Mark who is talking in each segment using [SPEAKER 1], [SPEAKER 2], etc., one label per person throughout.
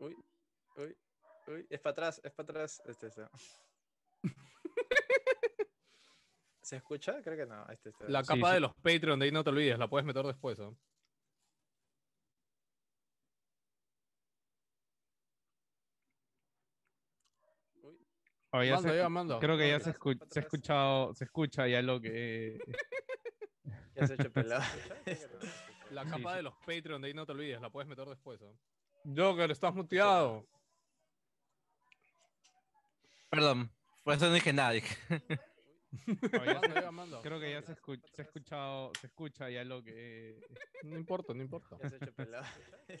[SPEAKER 1] Uy, uy, uy. Es para atrás, es para atrás. Este, este. ¿Se escucha? Creo que no. Este, este.
[SPEAKER 2] La
[SPEAKER 1] Sí.
[SPEAKER 2] capa
[SPEAKER 3] sí.
[SPEAKER 2] de los Patreon, de ahí no te olvides, la puedes meter después. ¿ah?
[SPEAKER 1] Uy,
[SPEAKER 3] Oh, ya
[SPEAKER 2] Mando,
[SPEAKER 3] se-
[SPEAKER 2] ya, mando.
[SPEAKER 3] Creo que ya
[SPEAKER 1] Atrás,
[SPEAKER 3] se, escu-
[SPEAKER 1] atrás.
[SPEAKER 3] se ha escuchado, se escucha ya lo que...
[SPEAKER 1] ya se ha hecho pelado.
[SPEAKER 2] La
[SPEAKER 3] Sí,
[SPEAKER 2] capa
[SPEAKER 3] sí.
[SPEAKER 2] de los Patreon, de ahí no te olvides, la puedes meter después. ¿ah? Joker, estás muteado.
[SPEAKER 4] Perdón, por eso no dije nada. dije.
[SPEAKER 3] Oh, ya se-
[SPEAKER 2] Mando, ya, mando.
[SPEAKER 3] Creo que ya se, escu- se ha escuchado, se escucha ya lo que...
[SPEAKER 2] No importa, no importa.
[SPEAKER 1] ya se ha hecho pelado.
[SPEAKER 4] Eh,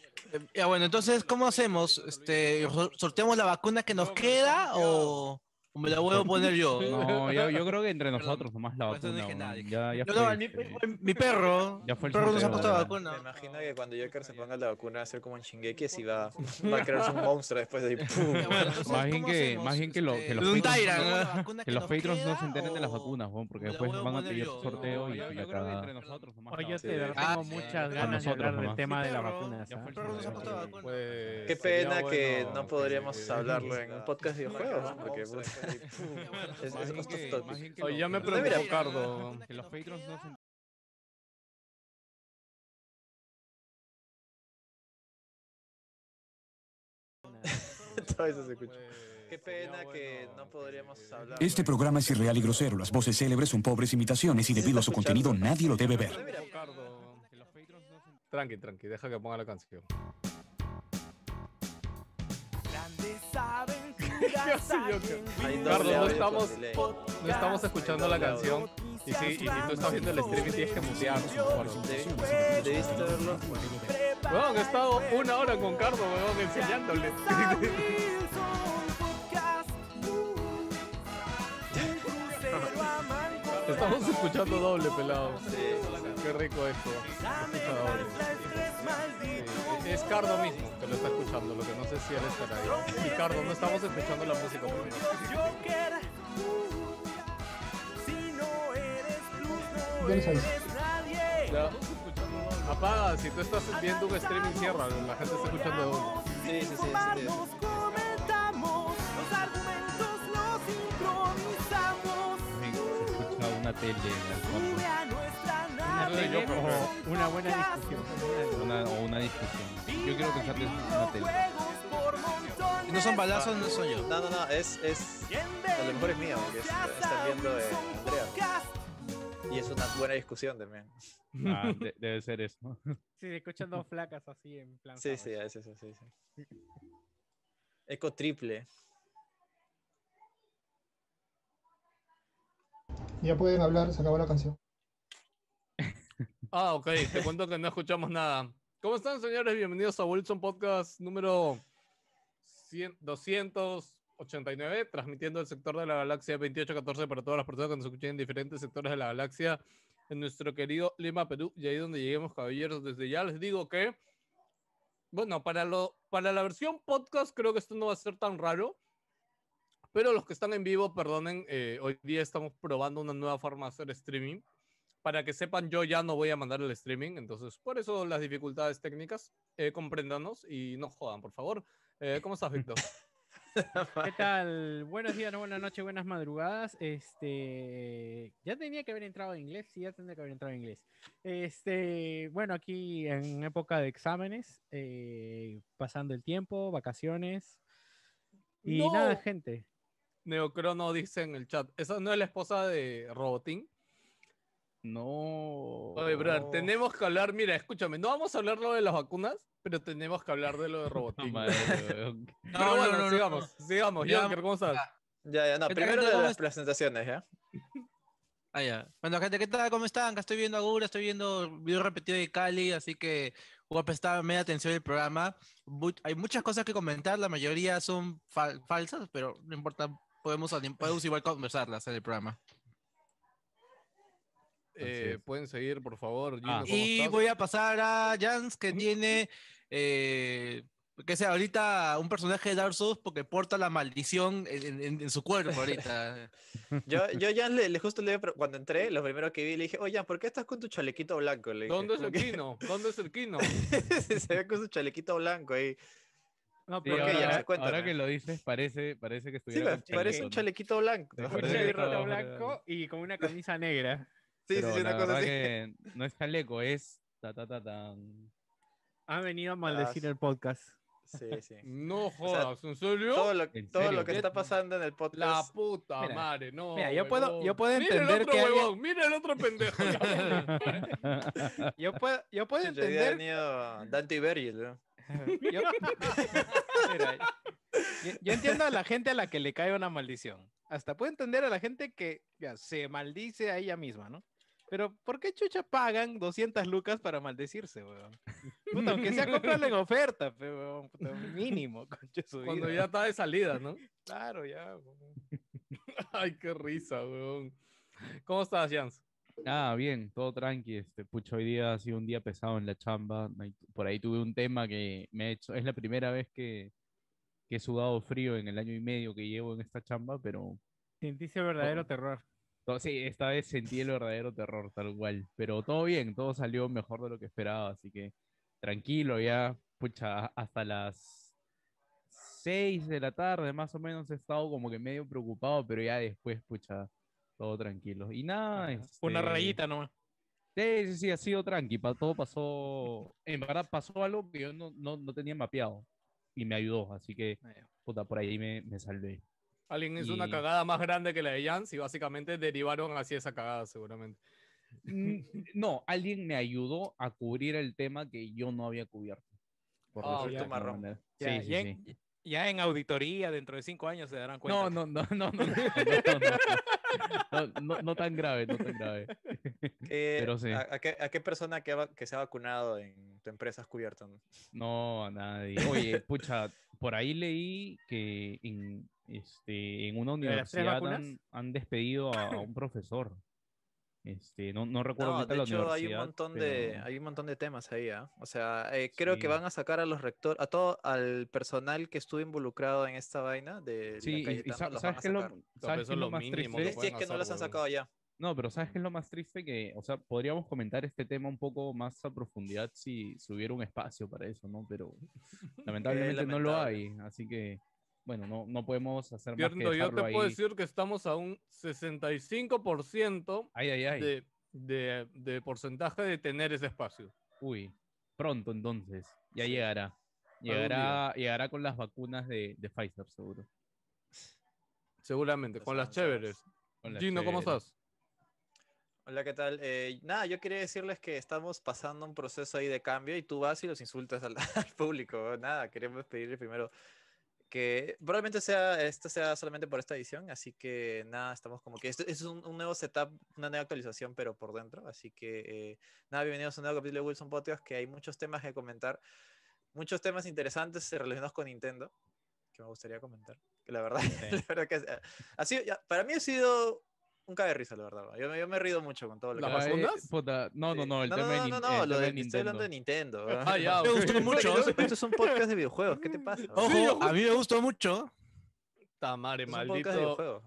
[SPEAKER 4] Ya bueno, entonces, ¿cómo hacemos? Este, ¿sol- ¿Sorteamos la vacuna que nos queda o o me la voy a poner yo?
[SPEAKER 3] No, yo, yo creo que entre
[SPEAKER 4] Perdón.
[SPEAKER 3] nosotros nomás la
[SPEAKER 4] Por eso no
[SPEAKER 3] vacuna.
[SPEAKER 4] dije nada,
[SPEAKER 3] weón.
[SPEAKER 4] dije.
[SPEAKER 3] Ya, ya
[SPEAKER 4] No,
[SPEAKER 3] fue,
[SPEAKER 4] no, mi,
[SPEAKER 3] este.
[SPEAKER 4] mi perro.
[SPEAKER 3] Ya fue el
[SPEAKER 4] mi perro no se ha
[SPEAKER 3] sorteo,
[SPEAKER 4] puesto
[SPEAKER 1] Me
[SPEAKER 3] ya.
[SPEAKER 4] vacuna.
[SPEAKER 1] imagino que cuando Joker se ponga la vacuna va a ser como en Shingeki y va, va a crearse un monstruo después de ahí. ¡pum!
[SPEAKER 4] Ya, bueno, entonces,
[SPEAKER 3] Más bien
[SPEAKER 4] ¿cómo
[SPEAKER 3] que-
[SPEAKER 4] hacemos?
[SPEAKER 3] más bien que lo- que
[SPEAKER 4] Este,
[SPEAKER 3] los
[SPEAKER 4] un
[SPEAKER 3] Patreons-
[SPEAKER 4] Tyrant, ¿no? La vacuna
[SPEAKER 3] Que
[SPEAKER 4] que
[SPEAKER 3] los
[SPEAKER 4] nos
[SPEAKER 3] Patreons no
[SPEAKER 4] queda
[SPEAKER 3] se enteren de las
[SPEAKER 4] o-
[SPEAKER 3] vacunas, weón, porque
[SPEAKER 4] me la
[SPEAKER 3] después
[SPEAKER 4] voy a
[SPEAKER 3] van a
[SPEAKER 4] poner
[SPEAKER 3] pedir
[SPEAKER 4] yo?
[SPEAKER 3] sorteo
[SPEAKER 4] No,
[SPEAKER 3] y
[SPEAKER 4] yo-
[SPEAKER 3] la
[SPEAKER 4] yo
[SPEAKER 3] cagada.
[SPEAKER 4] nosotros
[SPEAKER 3] Oh,
[SPEAKER 5] Oye, yo
[SPEAKER 1] sí.
[SPEAKER 5] te verdad
[SPEAKER 4] Ah,
[SPEAKER 5] tengo
[SPEAKER 4] sí.
[SPEAKER 5] muchas
[SPEAKER 4] Con
[SPEAKER 5] ganas de
[SPEAKER 3] nosotros
[SPEAKER 5] hablar del
[SPEAKER 3] nomás.
[SPEAKER 5] tema
[SPEAKER 4] Mi
[SPEAKER 5] de la
[SPEAKER 4] perro.
[SPEAKER 5] vacuna. ¿ah?
[SPEAKER 3] Ya fue el
[SPEAKER 4] Pero no se ha
[SPEAKER 3] sorteo.
[SPEAKER 4] puesto la vacuna.
[SPEAKER 2] Pues,
[SPEAKER 1] Qué
[SPEAKER 2] sería
[SPEAKER 1] pena que
[SPEAKER 2] bueno
[SPEAKER 1] no podríamos
[SPEAKER 2] que-
[SPEAKER 1] hablarlo en un podcast de
[SPEAKER 4] Sí.
[SPEAKER 1] videojuegos.
[SPEAKER 4] Sí.
[SPEAKER 1] Porque,
[SPEAKER 4] Sí.
[SPEAKER 1] puta,
[SPEAKER 4] Ya, bueno,
[SPEAKER 1] Es-
[SPEAKER 4] entonces,
[SPEAKER 1] es
[SPEAKER 4] ¿cómo
[SPEAKER 1] justo
[SPEAKER 4] hacemos?
[SPEAKER 1] esto.
[SPEAKER 3] que
[SPEAKER 2] Oye,
[SPEAKER 3] lo-
[SPEAKER 2] ya me
[SPEAKER 3] que
[SPEAKER 1] preocupa,
[SPEAKER 4] Mira,
[SPEAKER 2] preocupó, Cardo.
[SPEAKER 4] la vacuna
[SPEAKER 3] Que los
[SPEAKER 4] nos
[SPEAKER 3] Patreons no
[SPEAKER 4] queda
[SPEAKER 3] se
[SPEAKER 1] Todo eso se escucha.
[SPEAKER 2] Pues,
[SPEAKER 1] Qué
[SPEAKER 2] sería
[SPEAKER 1] pena que no podríamos hablar.
[SPEAKER 6] Este programa es irreal y grosero. Las voces célebres son pobres imitaciones y debido a su contenido nadie lo debe ver.
[SPEAKER 1] Mira,
[SPEAKER 2] Cardo.
[SPEAKER 3] Que los Patreons no se
[SPEAKER 2] Tranqui, tranqui, deja que ponga la canción.
[SPEAKER 1] Hay
[SPEAKER 2] Cardo,
[SPEAKER 1] doble
[SPEAKER 2] no
[SPEAKER 1] audio
[SPEAKER 2] estamos-
[SPEAKER 1] con delay.
[SPEAKER 2] No estamos escuchando la
[SPEAKER 1] Doble audio.
[SPEAKER 2] canción. Y sí, y si tú estás viendo el stream y tienes que mutear.
[SPEAKER 1] Deb- Debiste verlo.
[SPEAKER 2] Weón, he estado una hora con Cardo, weón, enseñándole. Estamos escuchando doble, pelado.
[SPEAKER 1] Sí.
[SPEAKER 2] Qué rico esto. Escucha doble. Sí, Es Cardo mismo que lo está escuchando, lo que no sé si él estará ahí. Y Cardo, no estamos escuchando la música. Estamos escuchando doble. Apaga, si tú estás viendo un streaming, cierra. La gente está escuchando doble.
[SPEAKER 1] Sí, sí, sí, sí, sí.
[SPEAKER 3] escucha una tele en el fondo.
[SPEAKER 5] Una,
[SPEAKER 2] Yo- yo-
[SPEAKER 5] pelea o una buena discusión.
[SPEAKER 3] Una- o una discusión. Yo quiero pensar que es una tele.
[SPEAKER 4] Si no son balazos, no soy yo.
[SPEAKER 1] No, no, no, es, es. A lo mejor es mío, porque es- está viendo de Andrea. Y es una buena discusión también.
[SPEAKER 3] Ah, de- debe ser eso. ¿no?
[SPEAKER 5] Sí, se escuchan dos flacas así en plan.
[SPEAKER 1] Sí, sí, es eso, sí, sí. Eco triple.
[SPEAKER 7] Ya pueden hablar, se acabó la canción.
[SPEAKER 2] Ah, ok, te cuento que no escuchamos nada. ¿Cómo están, señores? Bienvenidos a Wilson Podcast número 100 289, transmitiendo el sector de la galaxia 2814 para todas las personas que nos escuchen en diferentes sectores de la galaxia en nuestro querido Lima, Perú, y ahí donde lleguemos, caballeros. Desde ya les digo que, bueno, para, lo, para la versión podcast creo que esto no va a ser tan raro, pero los que están en vivo, perdonen, eh, hoy día estamos probando una nueva forma de hacer streaming para que sepan, yo ya no voy a mandar el streaming, entonces por eso las dificultades técnicas, eh, compréndanos y no jodan, por favor. Eh, ¿Cómo estás, Víctor?
[SPEAKER 5] ¿Qué tal? Buenos días, no, buenas noches, buenas madrugadas. Este, ya tenía que haber entrado en inglés, sí, ya tendría que haber entrado en inglés. Este, bueno, aquí en época de exámenes, eh, pasando el tiempo, vacaciones y
[SPEAKER 2] ¡No!
[SPEAKER 5] nada, gente.
[SPEAKER 2] Neocrono dice en el chat, ¿esa no es la esposa de Robotín?
[SPEAKER 3] No.
[SPEAKER 2] Oye,
[SPEAKER 4] Oh.
[SPEAKER 2] brother, tenemos que hablar, mira, escúchame, no vamos a hablar lo de las vacunas, pero tenemos que hablar de lo de Robotín.
[SPEAKER 3] Madre, weón.
[SPEAKER 4] No,
[SPEAKER 2] pero bueno,
[SPEAKER 4] no, no, no.
[SPEAKER 2] sigamos, sigamos.
[SPEAKER 4] Ya.
[SPEAKER 2] Jonker, ¿cómo estás?
[SPEAKER 1] Ya, ya, no,
[SPEAKER 4] ¿Qué tal,
[SPEAKER 1] primero
[SPEAKER 4] gente?
[SPEAKER 1] de
[SPEAKER 4] ¿Cómo
[SPEAKER 1] las
[SPEAKER 4] est-
[SPEAKER 1] presentaciones, ¿ya?
[SPEAKER 4] Ah, ya. Bueno, gente, ¿qué tal? ¿Cómo están? Acá estoy viendo Agura, estoy viendo video repetido de Cali, así que voy a prestar media atención al programa. Bu- hay muchas cosas que comentar, la mayoría son fal- falsas, pero no importa, podemos, anim- podemos igual conversarlas en el programa.
[SPEAKER 2] Eh,
[SPEAKER 3] Así es.
[SPEAKER 2] Pueden seguir, por favor. Gino,
[SPEAKER 3] Ah.
[SPEAKER 2] ¿cómo
[SPEAKER 4] Y
[SPEAKER 2] estás?
[SPEAKER 4] voy a pasar a Jans, que tiene, eh, que sea, ahorita un personaje de Dark Souls porque porta la maldición en, en- en su cuerpo ahorita.
[SPEAKER 1] Yo, yo ya le, le- justo le cuando entré, lo primero que vi le dije, oye, ¿por qué estás con tu chalequito blanco? Le dije,
[SPEAKER 2] ¿Dónde es
[SPEAKER 1] como
[SPEAKER 2] el Kino? ¿Dónde es el Kino?
[SPEAKER 1] que se ve con su chalequito blanco ahí.
[SPEAKER 5] No,
[SPEAKER 3] Sí,
[SPEAKER 5] pero
[SPEAKER 1] Ok, ya,
[SPEAKER 3] ahora,
[SPEAKER 1] cuéntame.
[SPEAKER 3] ahora que lo dices, parece, parece que
[SPEAKER 1] Sí,
[SPEAKER 3] estuviera.
[SPEAKER 1] me
[SPEAKER 3] con
[SPEAKER 1] parece un
[SPEAKER 3] Hamilton, ¿no?
[SPEAKER 1] chalequito blanco.
[SPEAKER 3] Sí,
[SPEAKER 5] un
[SPEAKER 3] Pero-
[SPEAKER 5] chalequito
[SPEAKER 3] Pero-
[SPEAKER 5] blanco y con una camisa negra.
[SPEAKER 1] Sí, sí,
[SPEAKER 3] Pero
[SPEAKER 1] sí,
[SPEAKER 3] la
[SPEAKER 1] una cosa
[SPEAKER 3] verdad
[SPEAKER 1] así.
[SPEAKER 3] que no es chaleco, es. Ta, ta, ta, tan.
[SPEAKER 5] Ha venido a maldecir
[SPEAKER 1] sí.
[SPEAKER 5] el podcast.
[SPEAKER 1] Sí, sí.
[SPEAKER 2] No jodas, ¿en serio?
[SPEAKER 1] Todo lo,
[SPEAKER 3] ¿En
[SPEAKER 1] todo
[SPEAKER 3] serio?
[SPEAKER 1] lo que está pasando en el
[SPEAKER 2] La
[SPEAKER 1] podcast.
[SPEAKER 2] puta
[SPEAKER 5] Mira,
[SPEAKER 2] madre, no.
[SPEAKER 5] mira, yo puedo-
[SPEAKER 2] huevón.
[SPEAKER 5] yo puedo
[SPEAKER 2] Mira el
[SPEAKER 5] entender
[SPEAKER 2] otro
[SPEAKER 5] que haya-
[SPEAKER 2] huevón, mira el otro pendejo. la madre.
[SPEAKER 5] Yo puedo, yo puedo
[SPEAKER 1] Yo había
[SPEAKER 5] entender.
[SPEAKER 1] venido Dante y Virgil, ¿no?
[SPEAKER 5] yo-
[SPEAKER 8] Mira, yo, yo entiendo a la gente a la que le cae una maldición. Hasta puedo entender a la gente que ya, se maldice a ella misma, ¿no? Pero ¿por qué chucha pagan 200 lucas para maldecirse, weón? Puta, aunque sea comprarle en oferta, pe, weón, puta, mínimo, concha de su
[SPEAKER 2] Cuando
[SPEAKER 8] vida.
[SPEAKER 2] ya está de salida, ¿no?
[SPEAKER 8] Claro, ya. weón.
[SPEAKER 2] Ay, qué risa, weón. ¿Cómo estás, Jans?
[SPEAKER 3] Ah, bien, todo tranqui. Este, pucho, hoy día ha sido un día pesado en la chamba. no hay- Por ahí tuve un tema que me ha hecho. Es la primera vez que, que he sudado frío en el año y medio que llevo en esta chamba, pero.
[SPEAKER 5] Sentiste verdadero
[SPEAKER 3] Oh.
[SPEAKER 5] terror.
[SPEAKER 3] no, sí, esta vez sentí el verdadero terror, tal cual. Pero todo bien, todo salió mejor de lo que esperaba, así que tranquilo, ya, pucha, hasta las 6 de la tarde más o menos he estado como que medio preocupado, pero ya después, pucha, todo tranquilo. Y nada,
[SPEAKER 8] Una
[SPEAKER 3] este,
[SPEAKER 8] rayita nomás.
[SPEAKER 3] Sí, sí, sí, ha sido tranqui, pa- todo pasó, en verdad pasó algo que yo no, no, no tenía mapeado y me ayudó, así que,
[SPEAKER 8] Ah, ya.
[SPEAKER 3] puta, por ahí me, me salvé.
[SPEAKER 2] Alguien hizo una
[SPEAKER 3] Y-
[SPEAKER 2] cagada más grande que la de Jans y básicamente derivaron hacia esa cagada, seguramente.
[SPEAKER 3] Mm, No, alguien me ayudó a cubrir el tema que yo no había cubierto. por
[SPEAKER 2] Ah, ya.
[SPEAKER 3] decirlo de alguna
[SPEAKER 1] marrón.
[SPEAKER 3] manera.
[SPEAKER 8] Ya,
[SPEAKER 3] Sí, sí,
[SPEAKER 8] ya
[SPEAKER 3] sí.
[SPEAKER 8] en, ya en auditoría, dentro de cinco años se darán
[SPEAKER 3] No,
[SPEAKER 8] cuenta.
[SPEAKER 3] no, no, no, no, no, no, no, no, no, no, no tan grave, no tan grave.
[SPEAKER 1] ¿Qué-
[SPEAKER 3] Pero sí.
[SPEAKER 1] Eh, a, a qué, a qué persona que, ha va- que se ha vacunado en tu empresa has cubierto? no?
[SPEAKER 3] No, a nadie. Oye, pucha, por ahí leí que en, este, en una
[SPEAKER 5] ¿De las tres
[SPEAKER 3] universidad
[SPEAKER 5] vacunas?
[SPEAKER 3] han, han despedido a, a un profesor. Este, no, no recuerdo
[SPEAKER 1] No,
[SPEAKER 3] ahorita
[SPEAKER 1] de
[SPEAKER 3] la
[SPEAKER 1] hecho hay un
[SPEAKER 3] universidad,
[SPEAKER 1] montón de
[SPEAKER 3] pero-
[SPEAKER 1] hay un montón de temas ahí, ¿ah? O sea, eh, creo
[SPEAKER 3] Sí.
[SPEAKER 1] que van a sacar a los rectores, a todo al personal que estuvo involucrado en esta vaina de
[SPEAKER 3] Sí, y- y
[SPEAKER 1] la Cayetano,
[SPEAKER 3] sa-
[SPEAKER 1] los van
[SPEAKER 3] ¿sabes
[SPEAKER 1] a
[SPEAKER 3] qué es lo,
[SPEAKER 1] sacar.
[SPEAKER 3] sabes
[SPEAKER 2] eso
[SPEAKER 3] qué
[SPEAKER 2] es
[SPEAKER 3] es
[SPEAKER 2] lo
[SPEAKER 3] lo más
[SPEAKER 2] mínimo,
[SPEAKER 3] triste?
[SPEAKER 2] lo
[SPEAKER 1] Si es que
[SPEAKER 2] pueden
[SPEAKER 1] no las han
[SPEAKER 2] hacer,
[SPEAKER 1] sacado ya.
[SPEAKER 3] No, pero ¿sabes qué es lo más triste? Que, o sea, podríamos comentar este tema un poco más a profundidad si, si hubiera un espacio para eso, ¿no? Pero lamentablemente no lo
[SPEAKER 1] lamentable.
[SPEAKER 3] hay, así que, bueno, no, no podemos hacer más que
[SPEAKER 2] Pierdo, yo te
[SPEAKER 3] dejarlo
[SPEAKER 2] puedo
[SPEAKER 3] ahí.
[SPEAKER 2] decir que estamos a un 65%
[SPEAKER 3] Ay, ay, ay.
[SPEAKER 2] de, de, de porcentaje de tener ese espacio.
[SPEAKER 3] Uy, pronto entonces, ya llegará. Llegará, llegará con las vacunas de, de Pfizer, seguro.
[SPEAKER 2] Seguramente,
[SPEAKER 1] Los
[SPEAKER 2] con las
[SPEAKER 1] avanzados.
[SPEAKER 2] chéveres.
[SPEAKER 3] Con las
[SPEAKER 2] Gino, ¿cómo
[SPEAKER 3] chéveres.
[SPEAKER 2] estás?
[SPEAKER 1] Hola, ¿qué tal? Eh, nada, yo quería decirles que estamos pasando un proceso ahí de cambio y tú vas y los insultas al, al público. Nada, queremos pedirle primero que probablemente sea esto sea solamente por esta edición, así que nada, estamos como que esto es un, un nuevo setup, una nueva actualización, pero por dentro. Así que eh, nada, bienvenidos a un nuevo capítulo de Wilson Podcast, que hay muchos temas que comentar, muchos temas interesantes relacionados con Nintendo, que me gustaría comentar. Que la verdad, la verdad que ha- ha sido- ya- para mí ha sido un cague de risa, la verdad. Yo, me- yo me he rido mucho con todo lo
[SPEAKER 2] ¿Las
[SPEAKER 1] que
[SPEAKER 3] Ay,
[SPEAKER 1] pasa.
[SPEAKER 2] vacunas?
[SPEAKER 3] eh, puta, No, no,
[SPEAKER 1] Sí.
[SPEAKER 3] no, el eh, tema de
[SPEAKER 1] no, no,
[SPEAKER 3] Nin-
[SPEAKER 1] no,
[SPEAKER 3] el
[SPEAKER 1] lo
[SPEAKER 3] tema
[SPEAKER 1] de,
[SPEAKER 3] de
[SPEAKER 1] estoy hablando de
[SPEAKER 3] Nintendo.
[SPEAKER 1] Nintendo.
[SPEAKER 2] Ah, ya,
[SPEAKER 4] Me
[SPEAKER 2] ok.
[SPEAKER 4] gustó mucho.
[SPEAKER 1] Esto esto es un podcast de videojuegos, ¿qué te pasa?
[SPEAKER 4] Ojo,
[SPEAKER 2] Sí, yo
[SPEAKER 4] a mí me gustó mucho.
[SPEAKER 2] Puta madre,
[SPEAKER 1] es un podcast de
[SPEAKER 2] maldito.
[SPEAKER 1] videojuegos.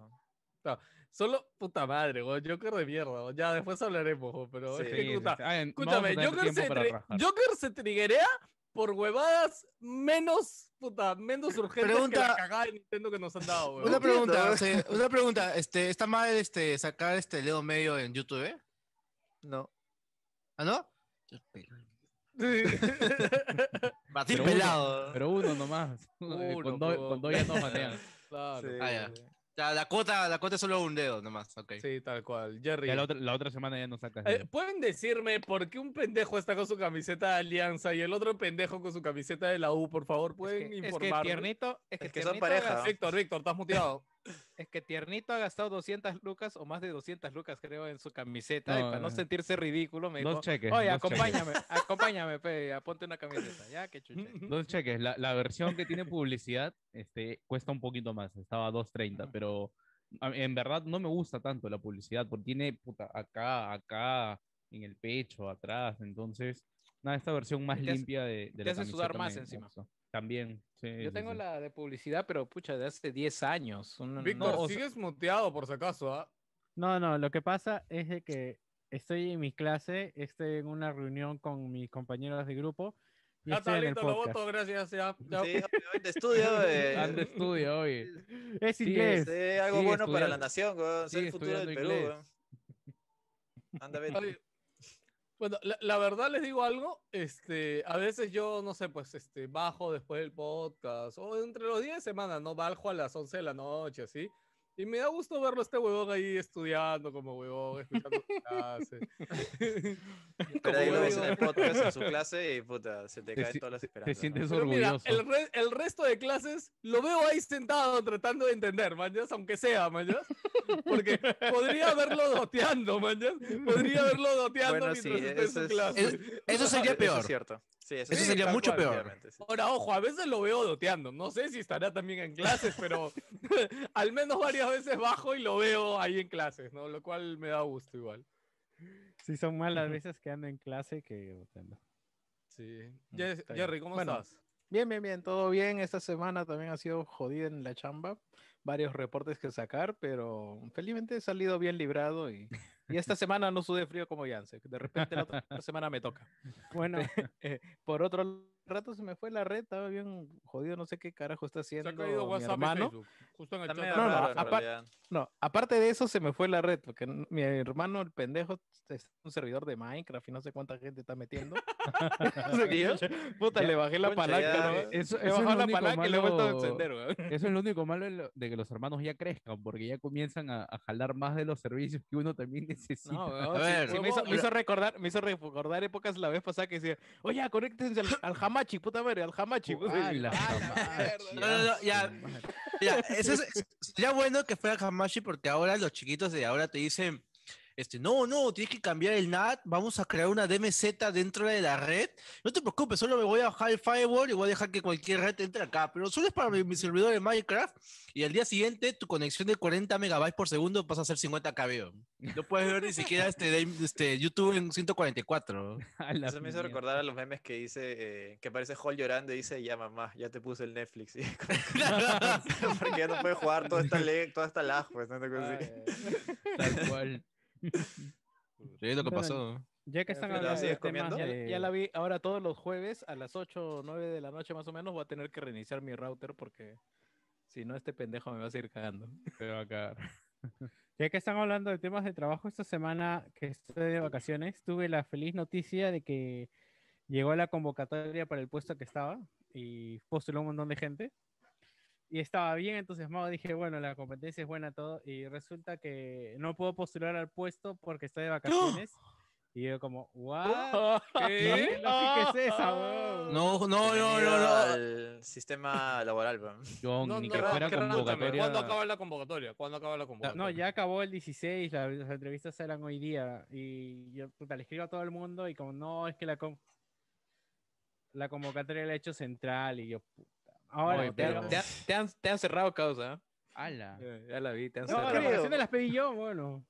[SPEAKER 2] Solo puta madre, weón. Joker de mierda, weón. Ya después hablaremos, weón, pero es
[SPEAKER 1] Sí,
[SPEAKER 2] que,
[SPEAKER 3] Sí,
[SPEAKER 2] puta,
[SPEAKER 3] sí, sí. Ay, no vamos a
[SPEAKER 2] escúchame,
[SPEAKER 3] tener
[SPEAKER 2] Joker
[SPEAKER 3] tiempo
[SPEAKER 2] se,
[SPEAKER 3] para
[SPEAKER 2] tri-
[SPEAKER 3] rajar.
[SPEAKER 2] Joker se triguea por huevadas menos, puta, menos urgentes que la
[SPEAKER 4] Pregunta-
[SPEAKER 2] cagada de Nintendo que nos han dado, weón.
[SPEAKER 4] Una pregunta,
[SPEAKER 1] entiendo.
[SPEAKER 4] o sea, una pregunta. Este, ¿Está mal este, sacar este Leo Medio en YouTube? eh?
[SPEAKER 1] No.
[SPEAKER 4] ¿Ah, no? Batir
[SPEAKER 3] Pero uno-
[SPEAKER 4] pelado.
[SPEAKER 3] Pero uno nomás.
[SPEAKER 2] Uno,
[SPEAKER 3] cuando,
[SPEAKER 2] huevón.
[SPEAKER 3] cuando ya nos banean.
[SPEAKER 2] Claro.
[SPEAKER 1] Sí.
[SPEAKER 4] Ah, ya. La, la cuota, la cuota es solo un dedo nomás, ok.
[SPEAKER 2] Sí, tal cual. Jerry.
[SPEAKER 3] Ya la, otra, la otra semana ya nos sacas.
[SPEAKER 2] eh,
[SPEAKER 3] ya.
[SPEAKER 2] ¿Pueden decirme por qué un pendejo está con su camiseta de Alianza y el otro pendejo con su camiseta de la U? Por favor,
[SPEAKER 8] Es
[SPEAKER 2] pueden
[SPEAKER 8] que, es que
[SPEAKER 2] informarme.
[SPEAKER 8] tiernito, es que,
[SPEAKER 1] Es que son
[SPEAKER 8] Tiernito ha
[SPEAKER 1] pareja.
[SPEAKER 8] gastado-
[SPEAKER 2] Víctor, Víctor, estás muteado.
[SPEAKER 8] Es que Tiernito ha gastado 200 lucas o más de 200 lucas, creo, en su camiseta. y
[SPEAKER 3] No,
[SPEAKER 8] para no
[SPEAKER 3] no.
[SPEAKER 8] sentirse ridículo, me
[SPEAKER 3] Dos
[SPEAKER 8] dijo:
[SPEAKER 3] cheques,
[SPEAKER 8] Oye,
[SPEAKER 3] dos
[SPEAKER 8] acompáñame, acompáñame, pe, ya, ponte una camiseta. Ya, que chucha.
[SPEAKER 3] Dos cheques. La, la versión que tiene publicidad este, cuesta un poquito más. Estaba a 2.30, pero a- en verdad no me gusta tanto la publicidad porque tiene puta, acá, acá, en el pecho, atrás. Entonces, nada, esta versión más
[SPEAKER 8] te hace-
[SPEAKER 3] limpia de, de
[SPEAKER 8] te
[SPEAKER 3] la
[SPEAKER 8] hace sudar
[SPEAKER 3] camiseta
[SPEAKER 8] más
[SPEAKER 3] me
[SPEAKER 8] encima.
[SPEAKER 3] gusta. También. sí,
[SPEAKER 8] Yo
[SPEAKER 3] sí,
[SPEAKER 8] tengo
[SPEAKER 3] sí.
[SPEAKER 8] la de publicidad, pero pucha, de hace 10 años. un-
[SPEAKER 2] Víctor,
[SPEAKER 8] no, o sea,
[SPEAKER 2] sigues muteado por si acaso, ¿ah?
[SPEAKER 5] No, no, lo que pasa es de que estoy en mi clase, estoy en una reunión con mis compañeros de grupo
[SPEAKER 8] Y
[SPEAKER 2] Ya
[SPEAKER 8] estoy
[SPEAKER 2] está
[SPEAKER 8] en el
[SPEAKER 2] listo, lo
[SPEAKER 8] podcast.
[SPEAKER 2] voto, gracias. Ya, ya.
[SPEAKER 1] Sí, obviamente, estudio. eh,
[SPEAKER 3] Ando estudia, oye.
[SPEAKER 8] Es
[SPEAKER 3] Sí,
[SPEAKER 8] inglés.
[SPEAKER 1] sí, algo
[SPEAKER 3] sigue
[SPEAKER 1] bueno para
[SPEAKER 3] estudiando.
[SPEAKER 1] la nación, weón. Soy
[SPEAKER 3] Sigue
[SPEAKER 1] el futuro del
[SPEAKER 3] estudiando
[SPEAKER 1] Perú,
[SPEAKER 3] inglés.
[SPEAKER 1] weón. Anda, vete.
[SPEAKER 2] Oye, Bueno, la, la verdad les digo algo, este, a veces yo, no sé, pues, este, bajo después del podcast, o entre los días de semana, ¿no? Bajo a las 11 de la noche, así, y me da gusto verlo a este huevón ahí estudiando como huevón, escuchando su clase.
[SPEAKER 1] Pero ahí lo
[SPEAKER 2] Como
[SPEAKER 1] ves en
[SPEAKER 2] digo.
[SPEAKER 1] el podcast, en su clase, y puta, se te
[SPEAKER 3] Te
[SPEAKER 1] caen
[SPEAKER 3] si-
[SPEAKER 1] todas las esperanzas.
[SPEAKER 3] Te sientes
[SPEAKER 2] Pero mira,
[SPEAKER 3] orgulloso.
[SPEAKER 2] el, re- el resto de clases lo veo ahí sentado tratando de entender, mañas, aunque sea, mañas, porque podría verlo doteando, mañas, podría verlo doteando
[SPEAKER 1] Bueno, sí,
[SPEAKER 2] mientras esté en
[SPEAKER 1] eso
[SPEAKER 2] su
[SPEAKER 1] es-
[SPEAKER 2] clase.
[SPEAKER 4] Eso- Eso sería
[SPEAKER 1] Eso
[SPEAKER 4] peor.
[SPEAKER 1] es cierto. Sí,
[SPEAKER 4] Eso
[SPEAKER 1] sí,
[SPEAKER 4] sería
[SPEAKER 1] tal
[SPEAKER 4] mucho peor.
[SPEAKER 1] obviamente, sí.
[SPEAKER 2] Ahora, ojo, a veces lo veo doteando. No sé si estará también en clases, pero al menos varias veces bajo y lo veo ahí en clases, ¿no? Lo cual me da gusto igual.
[SPEAKER 8] Sí, son más las veces que ando en clase que votando.
[SPEAKER 2] Sí. Yes-
[SPEAKER 9] Mm, está bien.
[SPEAKER 2] Jerry, ¿cómo
[SPEAKER 9] Bueno.
[SPEAKER 2] estás?
[SPEAKER 9] Bien, bien, bien, todo bien. Esta semana también ha sido jodida en la chamba. Varios reportes que sacar, pero felizmente he salido bien librado y, y esta semana no sudé frío como Yance. De repente la otra semana me toca.
[SPEAKER 8] Bueno,
[SPEAKER 9] Eh, por otro rato se me fue la red, estaba bien jodido, no sé qué carajo está
[SPEAKER 2] Se
[SPEAKER 9] haciendo
[SPEAKER 2] ha caído
[SPEAKER 9] mi
[SPEAKER 2] WhatsApp y
[SPEAKER 9] hermano.
[SPEAKER 2] Facebook. Justo en el
[SPEAKER 1] Está
[SPEAKER 2] chat.
[SPEAKER 1] medio
[SPEAKER 9] No, ah, no,
[SPEAKER 1] raro, en
[SPEAKER 9] aparte-
[SPEAKER 1] realidad.
[SPEAKER 9] No, aparte de eso se me fue la red, porque n- mi hermano, el pendejo, es un servidor de Minecraft y no sé cuánta gente está metiendo. No sé qué chucha. Puta,
[SPEAKER 3] Ya,
[SPEAKER 9] le bajé la
[SPEAKER 1] concha,
[SPEAKER 9] palanca.
[SPEAKER 1] ya,
[SPEAKER 9] ¿no?
[SPEAKER 1] eh,
[SPEAKER 3] Eso, eso
[SPEAKER 9] He
[SPEAKER 3] es
[SPEAKER 9] bajado
[SPEAKER 3] lo
[SPEAKER 9] la
[SPEAKER 3] único
[SPEAKER 9] palanca y le he vuelto a
[SPEAKER 3] malo-
[SPEAKER 9] encender, weón.
[SPEAKER 3] Eso es lo único malo de lo- de que los hermanos ya crezcan, porque ya comienzan a, a jalar más de los servicios que uno también necesita.
[SPEAKER 9] No,
[SPEAKER 4] A
[SPEAKER 9] weón, sí-
[SPEAKER 4] ver.
[SPEAKER 9] sí me, hizo, me hizo recordar, me hizo recordar épocas la vez pasada que decía, oye, ya, conéctense al, al hamachi, puta madre, al hamachi. puta".
[SPEAKER 3] Ah, la
[SPEAKER 9] mierda.
[SPEAKER 4] No, no, no,
[SPEAKER 3] jamachi,
[SPEAKER 4] ya.
[SPEAKER 3] ah, su madre.
[SPEAKER 4] Mira, eso es- sería bueno que fuera Hamashi porque ahora los chiquitos de ahora te dicen, este, no, no, tienes que cambiar el NAT, vamos a crear una DMZ dentro de la red. No te preocupes, solo me voy a bajar el firewall y voy a dejar que cualquier red entre acá, pero solo es para mi, mi servidor de Minecraft y al día siguiente tu conexión de 40 megabytes por segundo pasa a ser 50 kb. No puedes ver ni siquiera este, de- este YouTube en 144.
[SPEAKER 3] A la
[SPEAKER 1] Eso me hizo
[SPEAKER 3] mierda.
[SPEAKER 1] recordar a los memes que dice, eh, que aparece Hall llorando y dice, ya mamá, ya te puse el Netflix. Y como que- porque ya no puede jugar toda esta, leg- toda esta lag, pues, ¿no? Una cosa así.
[SPEAKER 3] Tal cual.
[SPEAKER 4] Sí, es lo que
[SPEAKER 8] Bueno,
[SPEAKER 4] pasó.
[SPEAKER 8] ya que
[SPEAKER 9] Eh,
[SPEAKER 8] están
[SPEAKER 9] pero
[SPEAKER 8] hablando de
[SPEAKER 1] ¿sigues
[SPEAKER 8] temas
[SPEAKER 1] comiendo?
[SPEAKER 9] Ya,
[SPEAKER 8] de-
[SPEAKER 9] ya la vi ahora todos los jueves a las 8 o 9 de la noche más o menos voy a tener que reiniciar mi router porque si no este pendejo me va a seguir cagando.
[SPEAKER 3] Te va a cagar.
[SPEAKER 8] Ya que están hablando de temas de trabajo, esta semana que estoy de vacaciones, tuve la feliz noticia de que llegó la convocatoria para el puesto que estaba y postuló un montón de gente. Y estaba bien entusiasmado, dije, bueno, la competencia es buena, todo. Y resulta que no puedo postular al puesto porque estoy de vacaciones. Y yo como, ¿what? ¿Qué lógica es esa, weón?
[SPEAKER 4] No, no, no, no,
[SPEAKER 1] Bienvenido
[SPEAKER 4] no.
[SPEAKER 1] al sistema laboral, pues. weón.
[SPEAKER 3] Yo
[SPEAKER 2] No,
[SPEAKER 3] ni
[SPEAKER 2] no,
[SPEAKER 3] que
[SPEAKER 2] no,
[SPEAKER 3] fuera
[SPEAKER 2] qué raro también.
[SPEAKER 3] convocatoria.
[SPEAKER 2] ¿Cuándo acaba la convocatoria? ¿Cuándo acaba la convocatoria?
[SPEAKER 8] No, ya acabó el 16, la- las entrevistas eran hoy día. Y yo puta, le escribo a todo el mundo y como, no, es que la, con- la convocatoria la he hecho central y yo, puta. Ahora,
[SPEAKER 3] Oye,
[SPEAKER 9] Te
[SPEAKER 3] pero-
[SPEAKER 9] han, te han- te han- te han cerrado causa.
[SPEAKER 3] Ala.
[SPEAKER 9] ¿eh? Ya la vi, te han
[SPEAKER 8] No, la
[SPEAKER 9] cerrado.
[SPEAKER 1] creo.
[SPEAKER 8] vacaciones las pedí yo, bueno.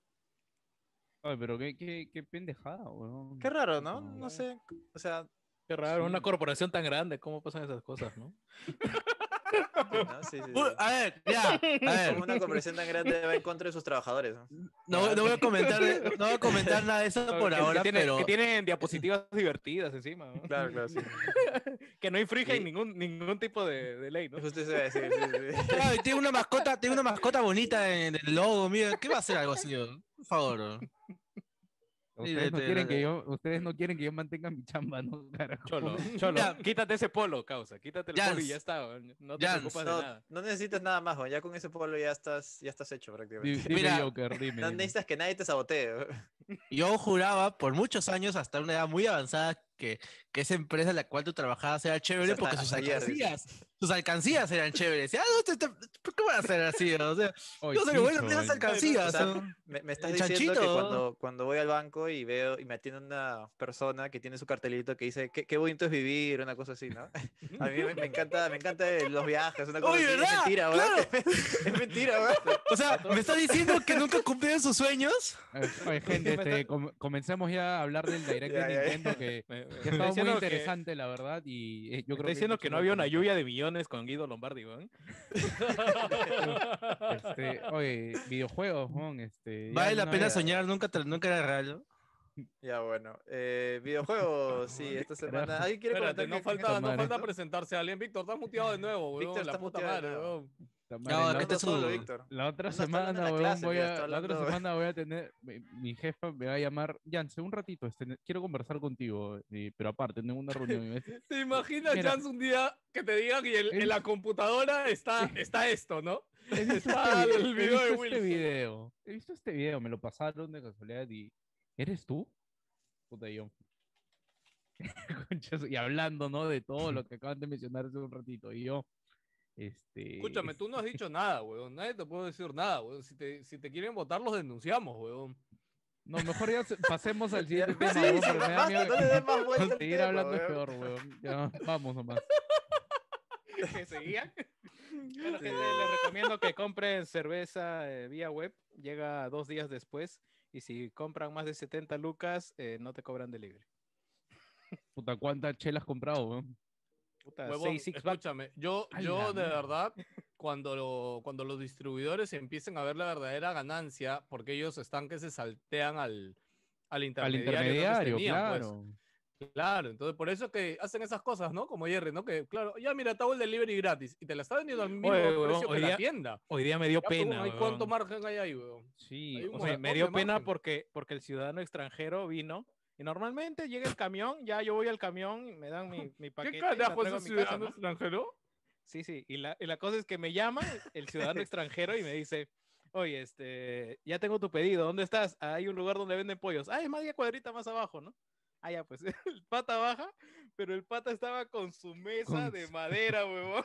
[SPEAKER 3] Oye, pero qué, qué, qué pendejada, weón.
[SPEAKER 1] Qué raro, ¿no? No sé. O sea,
[SPEAKER 9] Qué raro, una
[SPEAKER 3] Sí.
[SPEAKER 9] corporación tan grande, ¿cómo pasan esas cosas, no?
[SPEAKER 1] ¿no? Sí, sí, sí.
[SPEAKER 4] Uh, a ver, ya, a ver.
[SPEAKER 1] Como una corporación tan grande va en contra de sus trabajadores. ¿no?
[SPEAKER 4] No, no voy a comentar, no voy a comentar nada de eso por
[SPEAKER 9] Ah, Que- que
[SPEAKER 4] ahora,
[SPEAKER 9] tiene-
[SPEAKER 4] pero
[SPEAKER 9] Que tienen diapositivas divertidas encima, ¿no?
[SPEAKER 1] Claro, claro, sí.
[SPEAKER 9] Que no infringen
[SPEAKER 1] Sí.
[SPEAKER 9] ningún, ningún tipo de, de ley, ¿no?
[SPEAKER 1] Justo eso iba a decir, sí, sí.
[SPEAKER 4] Ay, Ah, tiene una mascota, tiene una mascota bonita en el logo, mira, ¿qué va a hacer algo así? weón? Por favor. oh.
[SPEAKER 3] Ustedes no,
[SPEAKER 4] Mírate,
[SPEAKER 3] quieren que
[SPEAKER 4] dale.
[SPEAKER 3] yo, ustedes no quieren que yo mantenga mi chamba, ¿no? Carajo.
[SPEAKER 9] Cholo, cholo,
[SPEAKER 4] Ya.
[SPEAKER 9] quítate ese polo, causa, quítate el polo y
[SPEAKER 4] Jans.
[SPEAKER 9] ya está, weón. no te
[SPEAKER 4] Jans,
[SPEAKER 9] preocupas de
[SPEAKER 1] No,
[SPEAKER 9] nada.
[SPEAKER 1] no necesitas nada más, weón. ya con ese pueblo ya estás, ya estás hecho
[SPEAKER 3] Di-
[SPEAKER 1] prácticamente.
[SPEAKER 3] Dime,
[SPEAKER 4] Mira,
[SPEAKER 3] Joker, dime.
[SPEAKER 1] No
[SPEAKER 3] dime.
[SPEAKER 1] necesitas que nadie te sabotee. weón.
[SPEAKER 4] Yo juraba por muchos años, hasta una edad muy avanzada, que, que esa empresa en la cual tú trabajabas era chévere
[SPEAKER 1] O sea,
[SPEAKER 4] porque
[SPEAKER 1] hasta-
[SPEAKER 4] sus
[SPEAKER 1] hasta ayer,
[SPEAKER 4] alcancías, sus alcancías eran chéveres. Ah, no, te- te- ¿Por qué van a ser así? oh?" O sea,
[SPEAKER 3] Oye,
[SPEAKER 4] yo soy lo bueno
[SPEAKER 3] Chicho,
[SPEAKER 4] de
[SPEAKER 9] eh.
[SPEAKER 3] oye.
[SPEAKER 4] esas
[SPEAKER 1] O
[SPEAKER 4] alcancías. oh.
[SPEAKER 1] sea,
[SPEAKER 4] ¿no?
[SPEAKER 1] Me, me estás
[SPEAKER 4] El
[SPEAKER 1] diciendo que
[SPEAKER 4] chanchito.
[SPEAKER 1] cuando, cuando voy al banco y veo y me atiende una persona que tiene su cartelito que dice qué, qué bonito es vivir, una cosa así, ¿no? A mí me, me encanta, me encanta los viajes, una cosa
[SPEAKER 4] Oye,
[SPEAKER 1] así. Es
[SPEAKER 4] ¿verdad?
[SPEAKER 1] mentira, weón.
[SPEAKER 4] Claro.
[SPEAKER 1] Es mentira, weón.
[SPEAKER 4] O sea, ¿me estás diciendo que nunca cumplieron sus sueños?
[SPEAKER 3] Eh, Oye, gente, este, com- comencemos ya a hablar del direct de
[SPEAKER 1] Ya, ya, ya.
[SPEAKER 3] Nintendo que
[SPEAKER 9] Me- me- me
[SPEAKER 3] que ha
[SPEAKER 9] está
[SPEAKER 3] estado muy
[SPEAKER 9] diciendo que-
[SPEAKER 3] interesante, la verdad. Y eh, yo
[SPEAKER 9] me
[SPEAKER 3] creo
[SPEAKER 9] está diciendo
[SPEAKER 3] muchos
[SPEAKER 9] que no
[SPEAKER 3] lo
[SPEAKER 9] había una
[SPEAKER 3] comentan.
[SPEAKER 9] lluvia de millones con Guido Lombardi, weón.
[SPEAKER 3] Este, oye, videojuegos, mon, este. ya
[SPEAKER 4] Vale la
[SPEAKER 3] una
[SPEAKER 4] pena
[SPEAKER 3] vez-
[SPEAKER 4] soñar, nunca, te- nunca era real. ¿no?
[SPEAKER 1] Ya, bueno. Eh, videojuegos, sí, esta semana.
[SPEAKER 3] Carajo.
[SPEAKER 1] ¿Alguien quiere
[SPEAKER 2] Espérate,
[SPEAKER 1] comentar
[SPEAKER 2] no
[SPEAKER 1] qué-
[SPEAKER 2] falta,
[SPEAKER 3] puta
[SPEAKER 2] no
[SPEAKER 3] madre.
[SPEAKER 2] falta presentarse a alguien. Víctor, estás muteado de nuevo, weón.
[SPEAKER 1] Víctor,
[SPEAKER 2] la
[SPEAKER 1] estás
[SPEAKER 2] puta
[SPEAKER 1] muteado de
[SPEAKER 2] madre,
[SPEAKER 1] nuevo.
[SPEAKER 2] weón.
[SPEAKER 3] Puta madre,
[SPEAKER 4] No,
[SPEAKER 1] qué
[SPEAKER 4] acá
[SPEAKER 3] la,
[SPEAKER 1] está
[SPEAKER 4] este es
[SPEAKER 1] solo,
[SPEAKER 4] un-
[SPEAKER 1] Víctor?
[SPEAKER 3] la otra
[SPEAKER 1] está hablando en
[SPEAKER 3] semana,
[SPEAKER 1] la
[SPEAKER 3] weón,
[SPEAKER 1] clase,
[SPEAKER 3] voy
[SPEAKER 1] ya
[SPEAKER 3] a-
[SPEAKER 1] está
[SPEAKER 3] la otra
[SPEAKER 1] hablando.
[SPEAKER 3] semana voy a tener, mi, mi jefa me va a llamar, Jance, un ratito, este, quiero conversar contigo, y- pero aparte, tengo una reunión. y me dice,
[SPEAKER 2] ¿Te imaginas,
[SPEAKER 3] Mira.
[SPEAKER 2] Chance, un día que te digan que el- en la computadora está, está esto, ¿no?
[SPEAKER 3] He visto
[SPEAKER 2] Está
[SPEAKER 3] este, vi-
[SPEAKER 2] el
[SPEAKER 3] he
[SPEAKER 2] video de
[SPEAKER 3] visto este
[SPEAKER 2] Wilson.
[SPEAKER 3] video, he visto este video, me lo pasaron de casualidad y, ¿eres tú? Puta, y yo. Concha su- y hablando, ¿no? De todo lo que acaban de mencionar hace un ratito, y yo, este...
[SPEAKER 2] Escúchame, tú no has dicho nada, weón. Nadie te puede decir nada, weón. Si te, si te quieren votar, los denunciamos, weón.
[SPEAKER 3] No, mejor ya se- pasemos al
[SPEAKER 1] Ya-
[SPEAKER 3] siguiente tema,
[SPEAKER 1] Sí,
[SPEAKER 3] weón,
[SPEAKER 1] sí,
[SPEAKER 3] porque me da
[SPEAKER 1] basta,
[SPEAKER 3] miedo
[SPEAKER 1] no
[SPEAKER 3] que-
[SPEAKER 1] le des más vuelta al
[SPEAKER 3] Seguir
[SPEAKER 1] tema,
[SPEAKER 3] hablando es
[SPEAKER 1] weón.
[SPEAKER 3] peor, weón. Ya, vamos nomás.
[SPEAKER 8] que seguían. Bueno, gente, les recomiendo que compren cerveza eh, vía web. Llega dos días después. Y si compran más de 70 lucas, eh, no te cobran delivery.
[SPEAKER 3] Puta, ¿cuántas chelas has comprado, weón?
[SPEAKER 8] Puta,
[SPEAKER 2] Huevón,
[SPEAKER 8] seis six pack.
[SPEAKER 2] escúchame, yo,
[SPEAKER 3] A
[SPEAKER 2] yo
[SPEAKER 3] la
[SPEAKER 2] de
[SPEAKER 3] mierda.
[SPEAKER 2] verdad, cuando, lo- cuando los distribuidores empiecen a ver la verdadera ganancia, porque ellos están que se saltean al, al
[SPEAKER 3] Al
[SPEAKER 2] intermediario. ¿no? que
[SPEAKER 3] intermediario,
[SPEAKER 2] tenían, pues.
[SPEAKER 3] claro.
[SPEAKER 2] Claro, entonces por eso es que hacen esas cosas, ¿no? Como Jerry, ¿no? Que claro, ya mira, te hago el delivery gratis y te la está vendiendo al mismo
[SPEAKER 8] Oye,
[SPEAKER 2] precio
[SPEAKER 8] huevón,
[SPEAKER 2] que
[SPEAKER 8] hoy
[SPEAKER 2] la
[SPEAKER 8] día-
[SPEAKER 2] tienda.
[SPEAKER 8] Hoy día me dio
[SPEAKER 2] Ya,
[SPEAKER 9] pues,
[SPEAKER 8] pena.
[SPEAKER 2] huevón, ¿hay
[SPEAKER 8] huevón.
[SPEAKER 2] ¿Cuánto margen hay ahí, weón?
[SPEAKER 3] Sí,
[SPEAKER 2] Hay un
[SPEAKER 3] o
[SPEAKER 8] O
[SPEAKER 3] sea,
[SPEAKER 8] sea,
[SPEAKER 2] montón de
[SPEAKER 8] me dio pena
[SPEAKER 2] margen.
[SPEAKER 8] porque, porque el ciudadano extranjero vino. Y normalmente llega el camión, ya yo voy al camión y me dan mi, mi paquete.
[SPEAKER 2] ¿Qué
[SPEAKER 8] y la
[SPEAKER 2] carajo es
[SPEAKER 8] traigo
[SPEAKER 2] un
[SPEAKER 8] a mi casa,
[SPEAKER 2] ciudadano
[SPEAKER 8] ¿no?
[SPEAKER 2] extranjero?
[SPEAKER 8] Sí, sí. Y la, y la cosa es que me llama el ciudadano extranjero y me dice, oye, este, ya tengo tu pedido, ¿dónde estás? "Ah, hay un lugar donde venden pollos. Ah, es media cuadrita más abajo, ¿no? Ah, ya, pues el pata baja, pero el pata estaba con su mesa
[SPEAKER 3] Con
[SPEAKER 8] de
[SPEAKER 3] su-
[SPEAKER 8] madera, huevón.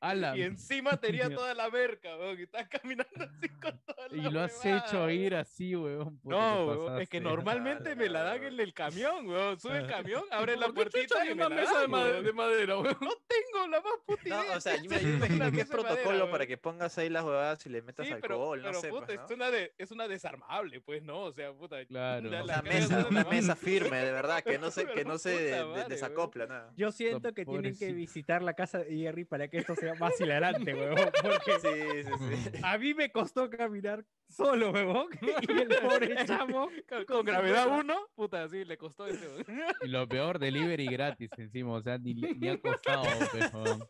[SPEAKER 3] ala,
[SPEAKER 8] Y encima tenía
[SPEAKER 3] Dios.
[SPEAKER 8] toda la merca, huevón. Y estaba caminando así con toda la
[SPEAKER 3] y lo has
[SPEAKER 8] huevada,
[SPEAKER 3] hecho
[SPEAKER 8] huevón.
[SPEAKER 3] ir así, weón. puta,
[SPEAKER 8] No,
[SPEAKER 3] te
[SPEAKER 8] huevón, es
[SPEAKER 3] pasaste.
[SPEAKER 8] que normalmente me la dan
[SPEAKER 1] Claro.
[SPEAKER 8] en el camión, huevón. Sube el camión, abre la
[SPEAKER 2] ¿Por qué chucha
[SPEAKER 8] puertita
[SPEAKER 2] hay
[SPEAKER 8] y me
[SPEAKER 2] una
[SPEAKER 8] la
[SPEAKER 2] mesa de,
[SPEAKER 8] dan,
[SPEAKER 2] ma-
[SPEAKER 8] huevón.
[SPEAKER 2] de madera, weón.
[SPEAKER 8] No tengo la más puta
[SPEAKER 1] No,
[SPEAKER 8] idea.
[SPEAKER 1] o sea, yo me
[SPEAKER 8] Es
[SPEAKER 1] yo me
[SPEAKER 8] una
[SPEAKER 1] imagino que es
[SPEAKER 8] mesa de madera,
[SPEAKER 1] protocolo
[SPEAKER 8] huevón.
[SPEAKER 1] para que pongas ahí las huevadas y le metas
[SPEAKER 8] Sí, pero,
[SPEAKER 1] alcohol,
[SPEAKER 8] pero
[SPEAKER 1] no sé,
[SPEAKER 8] puta,
[SPEAKER 1] pues,
[SPEAKER 8] es,
[SPEAKER 1] ¿no?
[SPEAKER 8] una de- es una desarmable, pues, ¿no? O sea, puta.
[SPEAKER 3] Claro.
[SPEAKER 8] la-
[SPEAKER 1] Una
[SPEAKER 8] la cargas
[SPEAKER 1] mesa,
[SPEAKER 8] en
[SPEAKER 1] una
[SPEAKER 8] la
[SPEAKER 1] mesa
[SPEAKER 8] mano.
[SPEAKER 1] firme, de verdad, que no se, que
[SPEAKER 8] Pero
[SPEAKER 1] no se
[SPEAKER 8] puta
[SPEAKER 1] de- de-
[SPEAKER 8] madre, weón.
[SPEAKER 1] desacopla, nada.
[SPEAKER 5] Yo siento que tienen que
[SPEAKER 3] pobrecito.
[SPEAKER 5] visitar la casa de Jerry para que esto sea más hilarante, huevón. Porque
[SPEAKER 1] Sí, sí, sí.
[SPEAKER 5] a mí me costó caminar solo, huevón. Y el pobre chamo.
[SPEAKER 8] Con,
[SPEAKER 5] con su
[SPEAKER 8] con gravedad
[SPEAKER 5] mesa.
[SPEAKER 8] 1, puta, sí, le costó ese. weón.
[SPEAKER 3] Y lo peor, delivery gratis encima, o sea, ni, le- ni ha costado, pues, weón.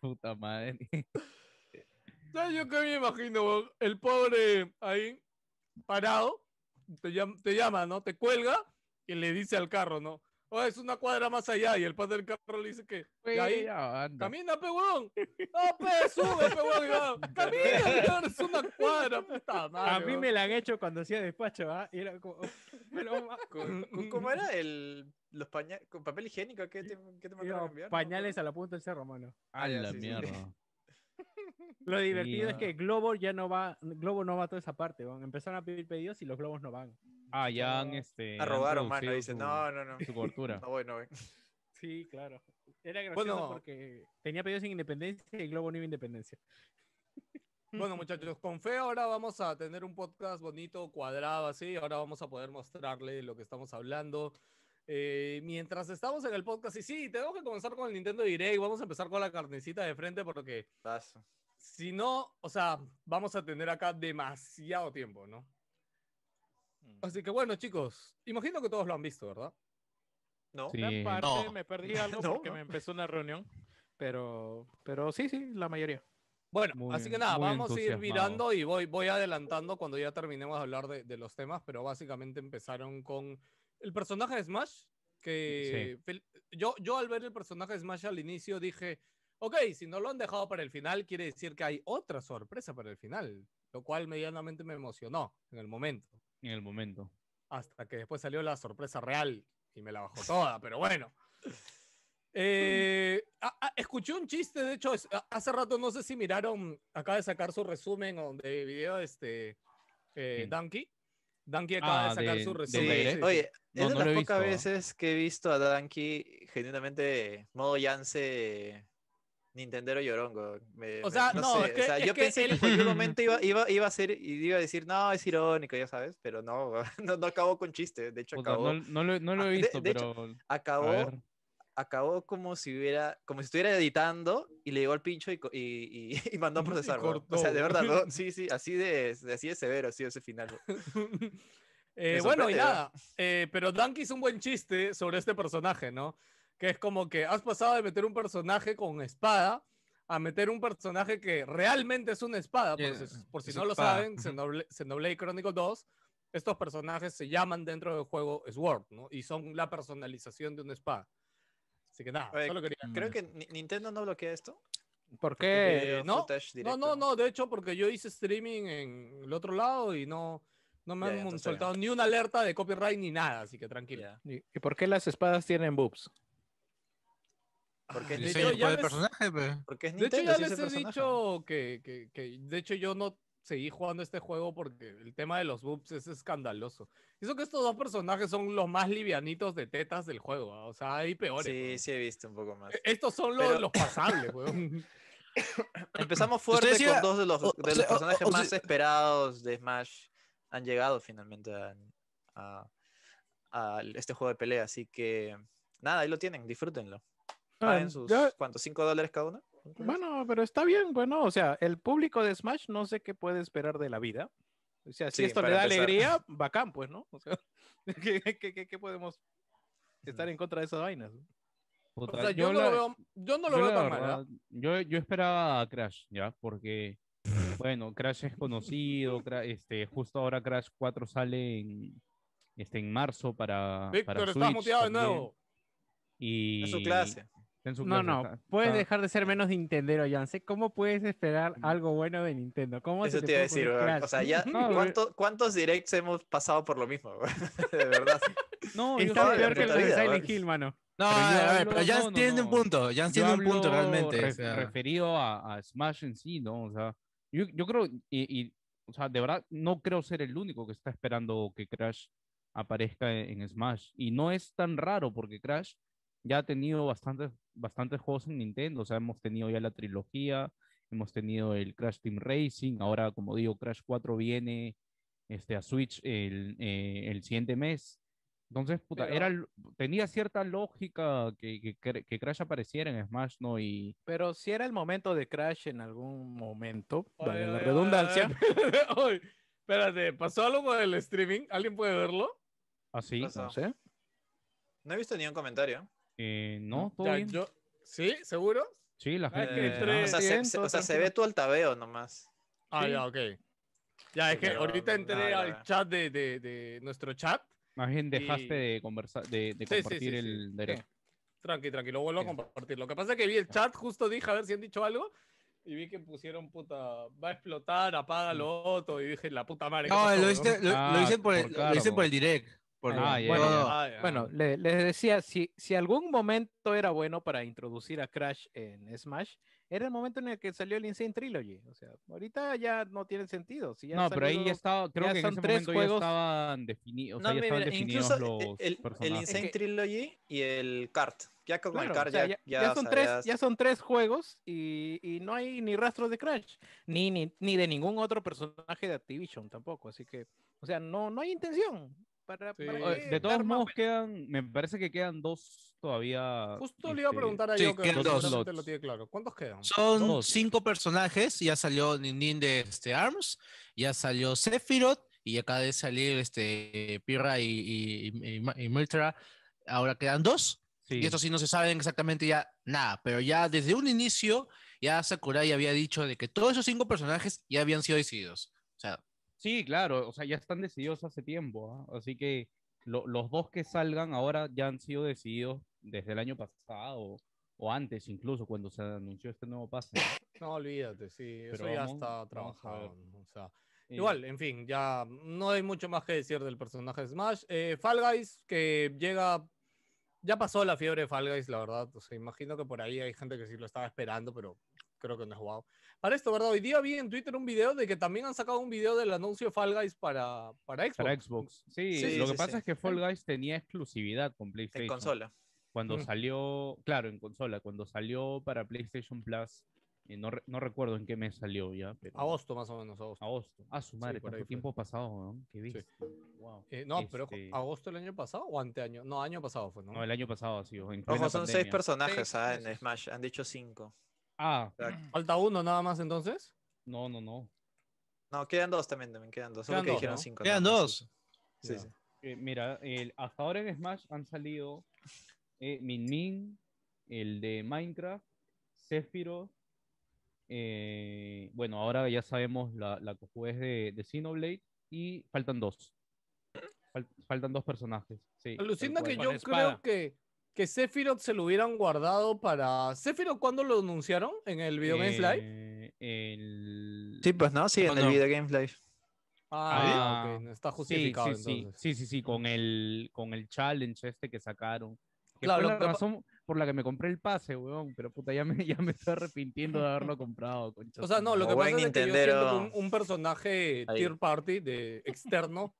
[SPEAKER 3] Puta madre.
[SPEAKER 2] ¿Sabes yo qué me imagino? weón? El pobre ahí, parado, te llama, te llama, ¿no? Te cuelga y le dice al carro, ¿no? Oh, es una cuadra más allá. Y el padre del carro le dice que. "Y ahí,
[SPEAKER 3] Ya, anda.
[SPEAKER 2] camina, pe huevón. No, pe, sube, pe huevón. y va. Camina, weón, es una cuadra, puta madre.
[SPEAKER 5] A mí
[SPEAKER 2] weón".
[SPEAKER 5] me la han hecho cuando hacía despacho, ¿ah? Y era como. Pero, ma-
[SPEAKER 1] Con- con- ¿Cómo era el los paña- con papel higiénico? ¿Qué te, qué te mandaron
[SPEAKER 5] iba
[SPEAKER 1] a enviar? No me
[SPEAKER 5] pañales a
[SPEAKER 1] acuerdo.
[SPEAKER 5] la punta del cerro, mano.
[SPEAKER 1] Ah,
[SPEAKER 3] A
[SPEAKER 1] ya,
[SPEAKER 3] la
[SPEAKER 1] sí, sí, sí.
[SPEAKER 3] mierda.
[SPEAKER 5] Lo divertido es
[SPEAKER 3] ah.
[SPEAKER 5] que Globo ya no va, Globo no va a toda esa parte, weón. Empezaron a pedir pedidos y los globos no van.
[SPEAKER 3] Ah, ya han, este...
[SPEAKER 1] A
[SPEAKER 3] han
[SPEAKER 1] robar, mano.
[SPEAKER 3] reducido
[SPEAKER 1] Dice,
[SPEAKER 3] su-
[SPEAKER 1] no, no, no.
[SPEAKER 3] Su cobertura.
[SPEAKER 1] No voy, no voy.
[SPEAKER 5] Sí, claro. Era gracioso
[SPEAKER 2] Bueno.
[SPEAKER 5] porque tenía pedidos en Independencia y Globo no iba a Independencia.
[SPEAKER 2] Bueno, muchachos, con fe ahora vamos a tener un podcast bonito, cuadrado, así. Ahora vamos a poder mostrarle lo que estamos hablando. Eh, mientras estamos en el podcast, y sí, tenemos que comenzar con el Nintendo Direct. Vamos a empezar con la carnecita de frente porque
[SPEAKER 1] Paso.
[SPEAKER 2] si no, o sea, vamos a tener acá demasiado tiempo, ¿no? Así que bueno, chicos, imagino que todos lo han visto, ¿verdad?
[SPEAKER 1] No.
[SPEAKER 3] Sí.
[SPEAKER 8] Gran parte
[SPEAKER 4] No.
[SPEAKER 8] me perdí algo
[SPEAKER 1] No,
[SPEAKER 8] porque
[SPEAKER 1] no.
[SPEAKER 8] me empezó una reunión. Pero, pero sí, sí, la mayoría.
[SPEAKER 2] Bueno,
[SPEAKER 3] Muy
[SPEAKER 2] así que
[SPEAKER 3] en-
[SPEAKER 2] nada,
[SPEAKER 3] muy
[SPEAKER 2] vamos a ir
[SPEAKER 3] entusiasmado.
[SPEAKER 2] mirando y voy, voy adelantando cuando ya terminemos de hablar de, de los temas, pero básicamente empezaron con el personaje de Smash, que fel- yo, yo al ver el personaje de Smash al inicio dije, ok, si no lo han dejado para el final, quiere decir que hay otra sorpresa para el final, lo cual medianamente me emocionó en el momento,
[SPEAKER 3] En el momento.
[SPEAKER 2] hasta que después salió la sorpresa real y me la bajó toda, pero bueno. Eh, a- a- escuché un chiste, de hecho, es- a- hace rato no sé si miraron, acaba de sacar su resumen o de video este eh,
[SPEAKER 3] ¿Quién?
[SPEAKER 2] Donkey. Donkey acaba
[SPEAKER 3] Ah,
[SPEAKER 2] de sacar
[SPEAKER 3] de-
[SPEAKER 2] su
[SPEAKER 3] de
[SPEAKER 1] Sí,
[SPEAKER 2] resumen.
[SPEAKER 3] Direct.
[SPEAKER 2] sí, sí.
[SPEAKER 1] Oye,
[SPEAKER 3] No,
[SPEAKER 1] es de
[SPEAKER 3] no lo
[SPEAKER 1] las
[SPEAKER 3] he
[SPEAKER 1] pocas
[SPEAKER 3] visto.
[SPEAKER 1] veces que he visto a Danky genuinamente modo Yance Nintendero llorongo. Me-
[SPEAKER 2] O
[SPEAKER 1] me-
[SPEAKER 2] sea, no,
[SPEAKER 1] sé,
[SPEAKER 2] es que-
[SPEAKER 1] o sea,
[SPEAKER 2] es
[SPEAKER 1] yo
[SPEAKER 2] que
[SPEAKER 1] pensé que
[SPEAKER 2] él-
[SPEAKER 1] en cualquier momento iba, iba, iba a ser y iba a decir, no, es irónico, ya sabes, pero no, no, no acabó con chiste. De hecho,
[SPEAKER 3] Puta,
[SPEAKER 1] acabó,
[SPEAKER 3] no, no lo, no lo
[SPEAKER 1] Ah,
[SPEAKER 3] he
[SPEAKER 1] de-
[SPEAKER 3] visto,
[SPEAKER 1] de hecho,
[SPEAKER 3] pero... a
[SPEAKER 1] acabó,
[SPEAKER 3] ver.
[SPEAKER 1] acabó como si hubiera, como si estuviera editando y le llegó al pincho y, co- y, y- y mandó a
[SPEAKER 2] Y
[SPEAKER 1] procesar. weón. O
[SPEAKER 2] cortó,
[SPEAKER 1] sea, de verdad,
[SPEAKER 2] weón.
[SPEAKER 1] ¿no? sí, sí, así de, así de severo ha sido ese final. weón.
[SPEAKER 2] Eh,
[SPEAKER 1] Me
[SPEAKER 2] bueno, y
[SPEAKER 1] sorprende,
[SPEAKER 2] nada. eh, pero Danke hizo un buen chiste sobre este personaje, ¿no? Que es como que has pasado de meter un personaje con espada a meter un personaje que realmente es una espada. Por,
[SPEAKER 4] Yeah,
[SPEAKER 2] si, por si
[SPEAKER 4] es
[SPEAKER 2] no lo
[SPEAKER 4] espada,
[SPEAKER 2] saben,
[SPEAKER 4] ujú.
[SPEAKER 2] Xenoblade Xenoblade Chronicles 2, estos personajes se llaman dentro del juego Sword, ¿no? Y son la personalización de una espada. Así que nada,
[SPEAKER 1] Oye,
[SPEAKER 2] solo quería.
[SPEAKER 4] Mm.
[SPEAKER 1] Creo que Ni- Nintendo no bloquea esto.
[SPEAKER 8] ¿Por
[SPEAKER 1] Porque
[SPEAKER 8] qué?
[SPEAKER 1] video
[SPEAKER 2] no,
[SPEAKER 1] footage
[SPEAKER 2] No,
[SPEAKER 1] directo.
[SPEAKER 2] no, no, de hecho, porque yo hice streaming en el otro lado y no, no me
[SPEAKER 1] Ya, ya,
[SPEAKER 2] han
[SPEAKER 1] entonces está
[SPEAKER 2] soltado ni una alerta de copyright ni nada, así que tranquilo.
[SPEAKER 1] Ya.
[SPEAKER 8] ¿Y y por qué las espadas tienen boobs?
[SPEAKER 1] Porque es
[SPEAKER 2] de
[SPEAKER 4] El
[SPEAKER 2] hecho,
[SPEAKER 4] diseño
[SPEAKER 2] ya
[SPEAKER 4] del
[SPEAKER 1] Pues,
[SPEAKER 2] ves-
[SPEAKER 4] personaje, pe.
[SPEAKER 1] Porque es
[SPEAKER 2] De hecho,
[SPEAKER 1] Nintendo.
[SPEAKER 2] ya
[SPEAKER 1] sí es el
[SPEAKER 2] les he
[SPEAKER 1] personaje.
[SPEAKER 2] dicho que, que- que- de hecho, yo no seguí jugando este juego porque el tema de los boobs es escandaloso. Y Eso que estos dos personajes son los más livianitos de tetas del juego, ¿ah? o sea, hay peores.
[SPEAKER 1] Sí,
[SPEAKER 2] weón.
[SPEAKER 1] sí he visto un poco más.
[SPEAKER 2] E- Estos son los,
[SPEAKER 1] Pero-
[SPEAKER 2] los pasables, weón.
[SPEAKER 1] Empezamos fuerte
[SPEAKER 4] Ustedes
[SPEAKER 1] con
[SPEAKER 4] iban-
[SPEAKER 1] dos de los,
[SPEAKER 4] o-
[SPEAKER 1] de
[SPEAKER 4] o
[SPEAKER 1] los
[SPEAKER 4] sea, o-
[SPEAKER 1] personajes
[SPEAKER 4] o sea-
[SPEAKER 1] más esperados de Smash. Han llegado finalmente a, a- a este juego de pelea. Así que nada, ahí lo tienen, disfrútenlo.
[SPEAKER 2] Ah,
[SPEAKER 1] Paguen sus,
[SPEAKER 8] ya-
[SPEAKER 1] ¿cuántos? ¿Cinco dólares cada uno?
[SPEAKER 8] Bueno, pero está bien, bueno, o sea, el público de Smash no sé qué puede esperar de la vida. O sea, si
[SPEAKER 1] Sí,
[SPEAKER 8] esto le
[SPEAKER 1] para
[SPEAKER 8] da
[SPEAKER 1] empezar.
[SPEAKER 8] alegría, bacán, pues, ¿no? O sea, ¿qué, qué- qué- qué podemos estar en contra de esas vainas?
[SPEAKER 2] O sea, yo, no lo
[SPEAKER 3] la-
[SPEAKER 2] veo, yo no lo
[SPEAKER 3] yo
[SPEAKER 2] veo
[SPEAKER 3] la
[SPEAKER 2] tan mal, ¿ah?
[SPEAKER 3] verdad, Yo, yo esperaba a Crash, ¿ya? Porque, bueno, Crash es conocido, Cra- este, justo ahora Crash 4 sale en, este, en marzo para, para
[SPEAKER 2] Víctor, estás
[SPEAKER 3] Switch
[SPEAKER 2] muteado de
[SPEAKER 3] también,
[SPEAKER 2] nuevo.
[SPEAKER 3] Y...
[SPEAKER 1] Es su clase.
[SPEAKER 3] está en su
[SPEAKER 5] No,
[SPEAKER 3] clase,
[SPEAKER 8] pues
[SPEAKER 5] no,
[SPEAKER 3] está-
[SPEAKER 5] puedes
[SPEAKER 3] está-
[SPEAKER 5] dejar de ser menos Nintendero, Yance. ¿Cómo puedes esperar
[SPEAKER 8] Mm.
[SPEAKER 5] algo bueno de Nintendo? ¿Cómo se
[SPEAKER 1] Eso
[SPEAKER 5] te
[SPEAKER 1] te iba a
[SPEAKER 5] puede
[SPEAKER 1] decir,
[SPEAKER 5] ocurrir
[SPEAKER 1] weón.
[SPEAKER 5] Crash?
[SPEAKER 1] O sea, ya,
[SPEAKER 3] No, weón.
[SPEAKER 1] ¿cuánto- ¿cuántos directs hemos pasado por lo mismo? weón? De verdad.
[SPEAKER 3] No, yo
[SPEAKER 5] Está
[SPEAKER 1] joder,
[SPEAKER 5] peor que el
[SPEAKER 1] puta
[SPEAKER 5] de
[SPEAKER 1] vida,
[SPEAKER 5] Silent
[SPEAKER 1] weón.
[SPEAKER 5] Hill, mano.
[SPEAKER 4] No,
[SPEAKER 3] Pero yo
[SPEAKER 4] a ver,
[SPEAKER 3] hablo-
[SPEAKER 4] pero Jan
[SPEAKER 3] no, no,
[SPEAKER 4] tiene
[SPEAKER 3] no.
[SPEAKER 4] un punto. Jan tiene un punto
[SPEAKER 3] hablo
[SPEAKER 4] realmente.
[SPEAKER 3] ref-
[SPEAKER 4] o sea.
[SPEAKER 3] referido a, a Smash en sí, ¿no? O sea, yo, yo creo, y, y, o sea, de verdad, no creo ser el único que está esperando que Crash aparezca e, en, en Smash. Y no es tan raro porque Crash ya ha tenido bastantes, bastantes juegos en Nintendo. O sea, hemos tenido ya la trilogía, hemos tenido el Crash Team Racing. Ahora, como digo, Crash 4 viene este, a Switch el, eh, el siguiente mes. Entonces, puta,
[SPEAKER 2] Pero-
[SPEAKER 3] era, l- tenía cierta lógica que, que, cre- que Crash apareciera en Smash, ¿no? Y
[SPEAKER 8] Pero si era el momento de Crash en algún momento,
[SPEAKER 2] Oye,
[SPEAKER 8] vale la
[SPEAKER 2] oye, oye,
[SPEAKER 8] redundancia.
[SPEAKER 2] oye, oye, espérate, ¿pasó algo con el streaming? ¿Alguien puede verlo?
[SPEAKER 3] así,
[SPEAKER 1] Pasó.
[SPEAKER 8] No sé.
[SPEAKER 1] No he visto ni un comentario.
[SPEAKER 3] eh, ¿no? ¿Todo
[SPEAKER 2] Ya,
[SPEAKER 3] bien?
[SPEAKER 2] yo- ¿Sí? ¿Seguro?
[SPEAKER 3] Sí, la
[SPEAKER 2] Ah, es
[SPEAKER 3] gente...
[SPEAKER 2] que
[SPEAKER 1] Eh,
[SPEAKER 2] entré-
[SPEAKER 1] o sea, se,
[SPEAKER 8] bien,
[SPEAKER 1] se-
[SPEAKER 8] todo
[SPEAKER 1] o sea, se ve tu altabeo nomás.
[SPEAKER 2] Ah,
[SPEAKER 3] Sí.
[SPEAKER 2] ya, ok. Ya, es que
[SPEAKER 1] Pero,
[SPEAKER 2] ahorita entré
[SPEAKER 1] nada,
[SPEAKER 2] al
[SPEAKER 1] nada.
[SPEAKER 2] chat de, de- de nuestro chat.
[SPEAKER 3] Más bien dejaste
[SPEAKER 2] Y-
[SPEAKER 3] de conversar, de, de
[SPEAKER 2] Sí, sí, sí,
[SPEAKER 3] compartir
[SPEAKER 2] sí.
[SPEAKER 3] el derecho.
[SPEAKER 2] Tranqui, tranqui, lo vuelvo a
[SPEAKER 3] Sí.
[SPEAKER 2] compartir. Lo que pasa es que vi el chat, justo dije a ver si han dicho algo. Y vi que pusieron puta, va a explotar, apaga lo otro. Y dije, la puta madre. ¿qué
[SPEAKER 4] No,
[SPEAKER 2] pasó,
[SPEAKER 4] lo
[SPEAKER 2] no?".
[SPEAKER 4] hice, lo,
[SPEAKER 3] Ah,
[SPEAKER 4] lo hice por,
[SPEAKER 3] por
[SPEAKER 4] el, lo hice
[SPEAKER 3] cargo.
[SPEAKER 4] por el direct. Por lo-
[SPEAKER 3] Ah, ya,
[SPEAKER 4] bueno,
[SPEAKER 3] ya.
[SPEAKER 2] Ah, ya.
[SPEAKER 8] Bueno, le- les decía, si, si algún momento era bueno para introducir a Crash en Smash, era el momento en el que salió el Insane Trilogy. O sea, ahorita ya no tiene sentido. Si ya
[SPEAKER 3] No, pero ahí
[SPEAKER 8] salió-
[SPEAKER 3] ya estaba, creo
[SPEAKER 8] ya
[SPEAKER 3] que en
[SPEAKER 8] son
[SPEAKER 3] ese
[SPEAKER 8] tres
[SPEAKER 3] momento ya
[SPEAKER 8] juegos.
[SPEAKER 3] estaban definidos, o sea,
[SPEAKER 1] No,
[SPEAKER 3] ya estaban
[SPEAKER 1] mira,
[SPEAKER 3] definidos
[SPEAKER 1] incluso e-,
[SPEAKER 3] los
[SPEAKER 1] el, el
[SPEAKER 3] personajes.
[SPEAKER 1] Insane Trilogy y el Kart. Ya con el
[SPEAKER 8] Claro,
[SPEAKER 1] Kart
[SPEAKER 8] o sea,
[SPEAKER 1] ya,
[SPEAKER 8] ya,
[SPEAKER 1] ya,
[SPEAKER 8] ya
[SPEAKER 1] o
[SPEAKER 8] son
[SPEAKER 1] sea,
[SPEAKER 8] tres,
[SPEAKER 1] ya-
[SPEAKER 8] ya son tres juegos y, y no hay ni rastros de Crash, ni, ni, ni de ningún otro personaje de Activision tampoco. Así que, o sea, no, no hay intención. Para,
[SPEAKER 2] Sí.
[SPEAKER 8] para
[SPEAKER 3] Eh,
[SPEAKER 8] qué
[SPEAKER 3] De
[SPEAKER 8] dar
[SPEAKER 3] todos
[SPEAKER 8] más
[SPEAKER 3] modos,
[SPEAKER 8] vueltas.
[SPEAKER 3] quedan, me parece que quedan dos todavía.
[SPEAKER 2] Justo le iba a
[SPEAKER 3] este,
[SPEAKER 2] preguntar a
[SPEAKER 4] Sí,
[SPEAKER 2] yo que
[SPEAKER 4] quedan dos.
[SPEAKER 2] seguramente lo tiene claro. ¿Cuántos quedan?
[SPEAKER 4] Son
[SPEAKER 3] Dos.
[SPEAKER 4] cinco personajes. Ya salió Ninin de este, ARMS, ya salió Sephiroth y acaba de salir este, Pirra y, y, y- y Ma- y Myrtara. Ahora quedan dos.
[SPEAKER 3] sí.
[SPEAKER 4] Y esto sí no se saben exactamente ya nada. Pero ya desde un inicio, ya Sakurai había dicho de que todos esos cinco personajes ya habían sido decididos. O sea,
[SPEAKER 3] Sí, claro, o sea, ya están decididos hace tiempo, ¿ah? así que lo- los dos que salgan ahora ya han sido decididos desde el año pasado o antes incluso cuando se anunció este nuevo pase. ¿no?
[SPEAKER 2] No, olvídate, sí, eso
[SPEAKER 3] Pero
[SPEAKER 2] ya
[SPEAKER 3] vamos-
[SPEAKER 2] está
[SPEAKER 3] vamos a ver.
[SPEAKER 2] trabajado. ¿no? O sea,
[SPEAKER 3] Eh,
[SPEAKER 2] Igual, en fin, ya no hay mucho más que decir del personaje de Smash. Eh, Fall Guys, que llega. Ya pasó la fiebre de Fall Guys, la verdad. O sea, imagino que por ahí hay gente que sí lo estaba esperando, pero creo que no es jugado. Para esto, ¿verdad? Hoy día vi en Twitter un video de que también han sacado un video del anuncio de Fall Guys para, para Xbox.
[SPEAKER 3] Eh, Para Xbox. Sí,
[SPEAKER 1] Sí,
[SPEAKER 3] lo
[SPEAKER 1] sí,
[SPEAKER 3] que pasa
[SPEAKER 1] sí.
[SPEAKER 3] es que Fall Guys tenía exclusividad con PlayStation.
[SPEAKER 1] en consola.
[SPEAKER 3] Cuando
[SPEAKER 2] Mm.
[SPEAKER 3] salió, claro, en consola, cuando salió para PlayStation Plus, eh, no, re- no recuerdo en qué mes salió ya, pero
[SPEAKER 2] Agosto, más o menos, agosto.
[SPEAKER 3] agosto. Ah, su madre,
[SPEAKER 2] por ahí
[SPEAKER 3] cuánto
[SPEAKER 2] fue.
[SPEAKER 3] tiempo ha pasado, ¿no? Qué bestia. Wow.
[SPEAKER 2] Eh, no, pero
[SPEAKER 3] Este,
[SPEAKER 2] agosto del año pasado o anteaño. No, año pasado fue, ¿no?
[SPEAKER 3] no, el año pasado ha sido. en plena
[SPEAKER 1] Ojo, son seis
[SPEAKER 3] pandemia.
[SPEAKER 1] personajes
[SPEAKER 2] Seis,
[SPEAKER 1] ah, en
[SPEAKER 2] meses.
[SPEAKER 1] Smash. Han dicho cinco.
[SPEAKER 3] Ah,
[SPEAKER 1] O sea,
[SPEAKER 2] Falta uno nada más entonces.
[SPEAKER 3] no, no, no.
[SPEAKER 1] No, quedan dos también, también quedan dos. Solo
[SPEAKER 2] Quedan
[SPEAKER 1] que
[SPEAKER 2] dos,
[SPEAKER 1] dijeron
[SPEAKER 2] ¿no?
[SPEAKER 1] cinco.
[SPEAKER 4] quedan
[SPEAKER 1] nada más,
[SPEAKER 4] dos.
[SPEAKER 1] sí. Sí,
[SPEAKER 3] Ya.
[SPEAKER 1] sí.
[SPEAKER 3] Eh, mira, el, hasta ahora en Smash han salido eh, Min Min, el de Minecraft, Sephiroth. eh, bueno, ahora ya sabemos la, la que juegues de, de Xenoblade y faltan dos. Fal- faltan dos personajes. sí, tal
[SPEAKER 2] Alucina que
[SPEAKER 3] cual.
[SPEAKER 2] yo
[SPEAKER 8] Con espada.
[SPEAKER 2] creo que, que Sephiroth se lo hubieran guardado para. ¿Sephiroth cuándo lo anunciaron? ¿En el Video Games Live?
[SPEAKER 3] Eh, el-
[SPEAKER 1] Sí, pues no, sí, en
[SPEAKER 4] ¿O
[SPEAKER 1] el
[SPEAKER 4] no?
[SPEAKER 1] Video Games Live.
[SPEAKER 2] Ah,
[SPEAKER 3] Ah,
[SPEAKER 2] ok, no está
[SPEAKER 3] sí,
[SPEAKER 2] justificado
[SPEAKER 3] sí, sí,
[SPEAKER 2] entonces. Mm.
[SPEAKER 3] sí, sí, sí, con el, con el challenge este que sacaron. Que
[SPEAKER 2] Claro,
[SPEAKER 3] fue
[SPEAKER 2] lo
[SPEAKER 3] la
[SPEAKER 2] que pa-
[SPEAKER 3] razón por la que me compré el pase, weón, pero puta, ya me, ya me estoy arrepintiendo de haberlo comprado, concha
[SPEAKER 2] O sea,
[SPEAKER 3] su
[SPEAKER 2] no, lo
[SPEAKER 3] madre.
[SPEAKER 2] que
[SPEAKER 1] Como
[SPEAKER 2] pasa
[SPEAKER 1] buen
[SPEAKER 2] es que yo siento que un,
[SPEAKER 1] nintendero.
[SPEAKER 2] un personaje
[SPEAKER 1] Ahí.
[SPEAKER 2] tier party de externo,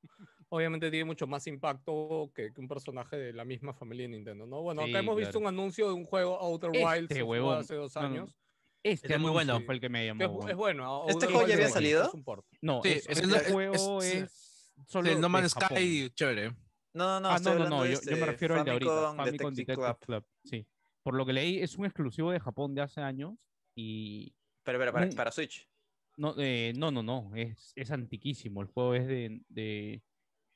[SPEAKER 2] obviamente tiene mucho más impacto que, que un personaje de la misma familia de Nintendo, ¿no? Bueno,
[SPEAKER 3] Sí,
[SPEAKER 2] acá hemos visto
[SPEAKER 3] claro.
[SPEAKER 2] un anuncio de un juego Outer Wilds
[SPEAKER 3] Este
[SPEAKER 2] que jugó
[SPEAKER 3] huevón.
[SPEAKER 2] hace dos
[SPEAKER 3] No, no, no.
[SPEAKER 2] años.
[SPEAKER 3] Este
[SPEAKER 4] Está muy
[SPEAKER 3] anuncio
[SPEAKER 4] bueno.
[SPEAKER 3] fue el que me llamó.
[SPEAKER 2] que es-
[SPEAKER 3] weón.
[SPEAKER 2] es, bueno.
[SPEAKER 1] ¿Este
[SPEAKER 2] Outer
[SPEAKER 1] juego
[SPEAKER 2] Wilds
[SPEAKER 1] ya había
[SPEAKER 2] es un
[SPEAKER 1] salido?
[SPEAKER 2] port.
[SPEAKER 3] No,
[SPEAKER 4] Sí,
[SPEAKER 3] es,
[SPEAKER 4] es
[SPEAKER 3] este
[SPEAKER 4] el- es-
[SPEAKER 3] juego
[SPEAKER 4] es-
[SPEAKER 3] es solo
[SPEAKER 4] el No Man's
[SPEAKER 3] de Japón.
[SPEAKER 4] Sky, chévere.
[SPEAKER 1] No, no, no,
[SPEAKER 3] Ah,
[SPEAKER 1] estoy
[SPEAKER 3] no, no,
[SPEAKER 1] hablando
[SPEAKER 3] no,
[SPEAKER 1] de
[SPEAKER 3] yo, yo me
[SPEAKER 1] este,
[SPEAKER 3] refiero al de ahorita,
[SPEAKER 1] Famicom
[SPEAKER 3] Famicom
[SPEAKER 1] Detective
[SPEAKER 3] Detective
[SPEAKER 1] Club.
[SPEAKER 3] Club, sí. Por lo que leí, es un exclusivo de Japón de hace años y
[SPEAKER 1] Pero, pero, para,
[SPEAKER 3] Mm.
[SPEAKER 1] para Switch.
[SPEAKER 3] No, eh, no, no, no, es, es antiquísimo. El juego es de. de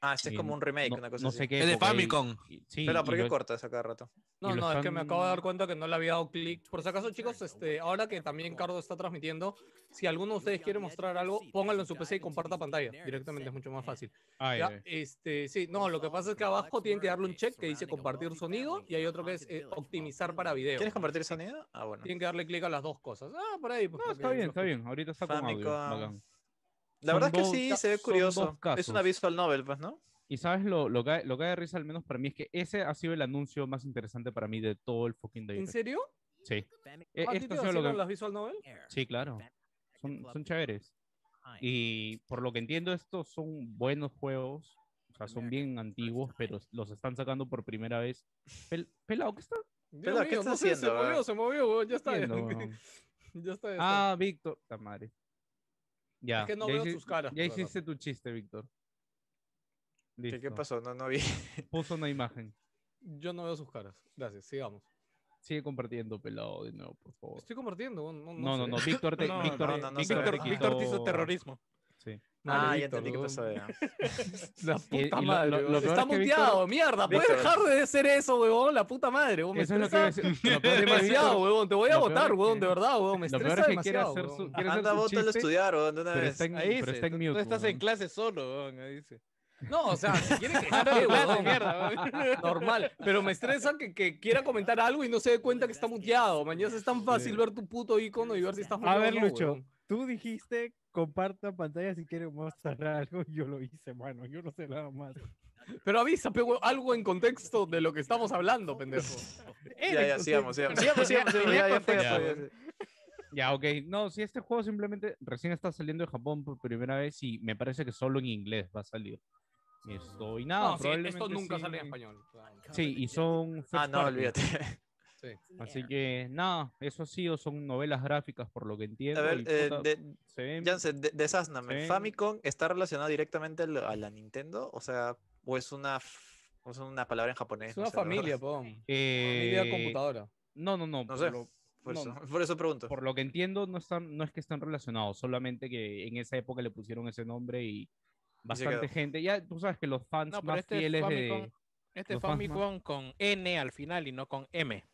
[SPEAKER 1] Ah, este es
[SPEAKER 3] eh,
[SPEAKER 1] como un remake,
[SPEAKER 3] no,
[SPEAKER 1] una cosa
[SPEAKER 3] no
[SPEAKER 1] así.
[SPEAKER 3] sé qué
[SPEAKER 4] Es de
[SPEAKER 3] época, y-
[SPEAKER 4] Famicom.
[SPEAKER 3] y- sí,
[SPEAKER 1] Pero,
[SPEAKER 3] y
[SPEAKER 1] ¿por qué
[SPEAKER 3] lo-
[SPEAKER 1] cortas a cada rato?
[SPEAKER 2] No,
[SPEAKER 3] Y lo
[SPEAKER 2] no, es que me
[SPEAKER 3] están-
[SPEAKER 2] acabo de dar cuenta que no le había dado clic. Por si acaso, chicos, este, ahora que también Cardo está transmitiendo, si alguno de ustedes quiere mostrar algo, pónganlo en su PC y comparta pantalla. Directamente es mucho más fácil.
[SPEAKER 3] Ay,
[SPEAKER 2] Ya,
[SPEAKER 3] ay.
[SPEAKER 2] este, sí, no, lo que pasa es que abajo tienen que darle un check que dice compartir sonido y hay otro que es eh, optimizar para video.
[SPEAKER 1] ¿Quieres compartir sonido? Ah, bueno.
[SPEAKER 2] Tienen que darle clic a las dos cosas. Ah, por ahí. pues,
[SPEAKER 3] No,
[SPEAKER 2] para
[SPEAKER 3] está
[SPEAKER 2] que
[SPEAKER 3] bien,
[SPEAKER 2] los-
[SPEAKER 3] está bien. Ahorita está con audio.
[SPEAKER 1] Famicom.
[SPEAKER 3] bacán.
[SPEAKER 1] La
[SPEAKER 3] son
[SPEAKER 1] verdad es que
[SPEAKER 3] dos
[SPEAKER 1] sí,
[SPEAKER 3] ca-
[SPEAKER 1] se ve
[SPEAKER 3] son dos
[SPEAKER 1] curioso. Es una
[SPEAKER 3] casos.
[SPEAKER 1] visual novel, pues, ¿no?
[SPEAKER 3] Y sabes lo, lo, que, lo que da risa, al menos para mí, es que ese ha sido el anuncio más interesante para mí de todo el fucking day.
[SPEAKER 2] ¿En serio? Ah,
[SPEAKER 3] Sí. E-
[SPEAKER 2] ¿A ti
[SPEAKER 3] esto
[SPEAKER 2] te
[SPEAKER 3] ha sido lo
[SPEAKER 2] vacilan
[SPEAKER 3] que-
[SPEAKER 2] las visual novel?
[SPEAKER 3] Sí, claro. Son, son chéveres. Y por lo que entiendo, estos son buenos juegos. O sea, son bien antiguos, pero los están sacando por primera vez. Pel- pelado, ¿qué está
[SPEAKER 2] Dios
[SPEAKER 1] Pero, ¿qué
[SPEAKER 2] mío,
[SPEAKER 1] está
[SPEAKER 2] no sé,
[SPEAKER 1] haciendo,
[SPEAKER 2] Se movió,
[SPEAKER 1] weón?
[SPEAKER 2] se movió, weón, ya está.
[SPEAKER 3] haciendo, weón?
[SPEAKER 2] Ya está. ya está.
[SPEAKER 3] Ah, Víctor. La madre. Ya.
[SPEAKER 2] que no
[SPEAKER 3] ya
[SPEAKER 2] veo
[SPEAKER 3] hici-
[SPEAKER 2] sus caras,
[SPEAKER 3] Ya
[SPEAKER 2] la verdad.
[SPEAKER 3] hiciste tu chiste, Víctor.
[SPEAKER 1] ¿Qué, qué
[SPEAKER 3] Listo.
[SPEAKER 1] pasó? No, no vi. Ah,
[SPEAKER 3] Puso una imagen.
[SPEAKER 2] Yo no veo sus caras. Gracias, sigamos.
[SPEAKER 3] Sigue compartiendo, pelado, de nuevo, por favor.
[SPEAKER 2] Estoy compartiendo. weón, No, no,
[SPEAKER 3] No, no,
[SPEAKER 2] sé.
[SPEAKER 3] no. Víctor te.
[SPEAKER 8] No, no,
[SPEAKER 3] Víctor, eh,
[SPEAKER 1] no, no, no se
[SPEAKER 3] Víctor,
[SPEAKER 1] ve
[SPEAKER 3] te
[SPEAKER 1] nada.
[SPEAKER 3] quitó...
[SPEAKER 8] Víctor te hizo terrorismo.
[SPEAKER 3] Sí.
[SPEAKER 2] Dale,
[SPEAKER 1] Ah, ya
[SPEAKER 2] Víctor,
[SPEAKER 1] entendí qué
[SPEAKER 2] weón.
[SPEAKER 1] pasó. ya.
[SPEAKER 2] La puta
[SPEAKER 3] Y- y lo-
[SPEAKER 2] madre.
[SPEAKER 3] lo- lo
[SPEAKER 2] weón.
[SPEAKER 3] peor
[SPEAKER 2] Está
[SPEAKER 3] es que Víctor-
[SPEAKER 2] muteado, mierda. Puedes
[SPEAKER 1] Víctor.
[SPEAKER 2] dejar de hacer eso, weón. La puta madre, weón. Me
[SPEAKER 3] Eso es lo que iba a
[SPEAKER 2] estresa
[SPEAKER 3] decir. Lo peor es que
[SPEAKER 2] demasiado,
[SPEAKER 3] Víctor-
[SPEAKER 2] weón. Te voy a
[SPEAKER 3] lo peor
[SPEAKER 2] votar,
[SPEAKER 3] es
[SPEAKER 2] weón.
[SPEAKER 3] que-
[SPEAKER 2] De verdad, weón. Me
[SPEAKER 3] Lo
[SPEAKER 2] estresa
[SPEAKER 3] peor es que quiere
[SPEAKER 2] demasiado.
[SPEAKER 3] hacer su,
[SPEAKER 2] weón.
[SPEAKER 3] quiere hacer
[SPEAKER 1] Anda,
[SPEAKER 3] su
[SPEAKER 1] bótalo a
[SPEAKER 3] chiste,
[SPEAKER 1] estudiar, weón, de una
[SPEAKER 3] pero
[SPEAKER 1] vez.
[SPEAKER 3] está en,
[SPEAKER 8] Ahí
[SPEAKER 3] pero
[SPEAKER 8] dice,
[SPEAKER 3] está en
[SPEAKER 8] tú,
[SPEAKER 3] mute,
[SPEAKER 8] tú estás en
[SPEAKER 3] weón.
[SPEAKER 8] clase solo, weón, ahí dice.
[SPEAKER 2] No, o sea, si quiere que
[SPEAKER 8] Ah, no,
[SPEAKER 2] hable,
[SPEAKER 8] clase,
[SPEAKER 2] huevón,
[SPEAKER 8] mierda, weón.
[SPEAKER 2] normal. Pero me estresa que, que quiera comentar algo y no se dé cuenta que está muteado. Mañana es tan fácil ver tu puto icono y ver si estás
[SPEAKER 5] A
[SPEAKER 2] muteado.
[SPEAKER 5] ver,
[SPEAKER 2] o no,
[SPEAKER 5] Lucho,
[SPEAKER 2] huevón.
[SPEAKER 5] tú dijiste compartan pantalla si quieren mostrar algo. Yo lo hice, mano. Yo no sé nada más.
[SPEAKER 2] Pero avisa, pe, huevón, algo en contexto de lo que estamos hablando, pendejo.
[SPEAKER 1] Ya, ya, sigamos, sigamos. Sigamos, sigamos, sigamos, Ya, ya fue, ya fue, ya fue.
[SPEAKER 3] Ya, ok. No, si este juego simplemente recién está saliendo de Japón por primera vez y me parece que solo en inglés va a salir. Esto, y nada,
[SPEAKER 2] No, sí, esto
[SPEAKER 3] probablemente
[SPEAKER 2] nunca
[SPEAKER 3] sí.
[SPEAKER 2] sale en español.
[SPEAKER 3] Sí, y son
[SPEAKER 1] Ah,
[SPEAKER 3] first
[SPEAKER 1] no,
[SPEAKER 3] party.
[SPEAKER 1] olvídate.
[SPEAKER 3] Así que nada, eso ha sido, son novelas gráficas por lo que entiendo.
[SPEAKER 1] A
[SPEAKER 3] y
[SPEAKER 1] ver, eh,
[SPEAKER 3] puta,
[SPEAKER 1] de-
[SPEAKER 3] se ven-
[SPEAKER 1] Jansen, de- desázname.
[SPEAKER 3] Sí.
[SPEAKER 1] ¿Famicom está relacionado directamente al- a la Nintendo? O sea, ¿o es una, f- o es una palabra en japonés?
[SPEAKER 2] Es
[SPEAKER 1] No
[SPEAKER 2] una
[SPEAKER 1] sé, la verdad.
[SPEAKER 3] pues,
[SPEAKER 2] familia, pon. Familia
[SPEAKER 3] eh,
[SPEAKER 2] computadora.
[SPEAKER 3] No, no, no.
[SPEAKER 1] No
[SPEAKER 3] por
[SPEAKER 1] sé.
[SPEAKER 3] lo-
[SPEAKER 1] Por,
[SPEAKER 3] no,
[SPEAKER 1] eso, por eso pregunto.
[SPEAKER 3] por lo que entiendo, no, están, no es que están relacionados, solamente que en esa época le pusieron ese nombre y
[SPEAKER 1] se quedó.
[SPEAKER 3] bastante gente. Ya tú sabes que los fans
[SPEAKER 8] No, pero
[SPEAKER 3] más
[SPEAKER 8] este
[SPEAKER 3] fieles
[SPEAKER 8] Famicom,
[SPEAKER 3] de.
[SPEAKER 8] este
[SPEAKER 3] los fans más-
[SPEAKER 8] Famicom con N al final y no con M.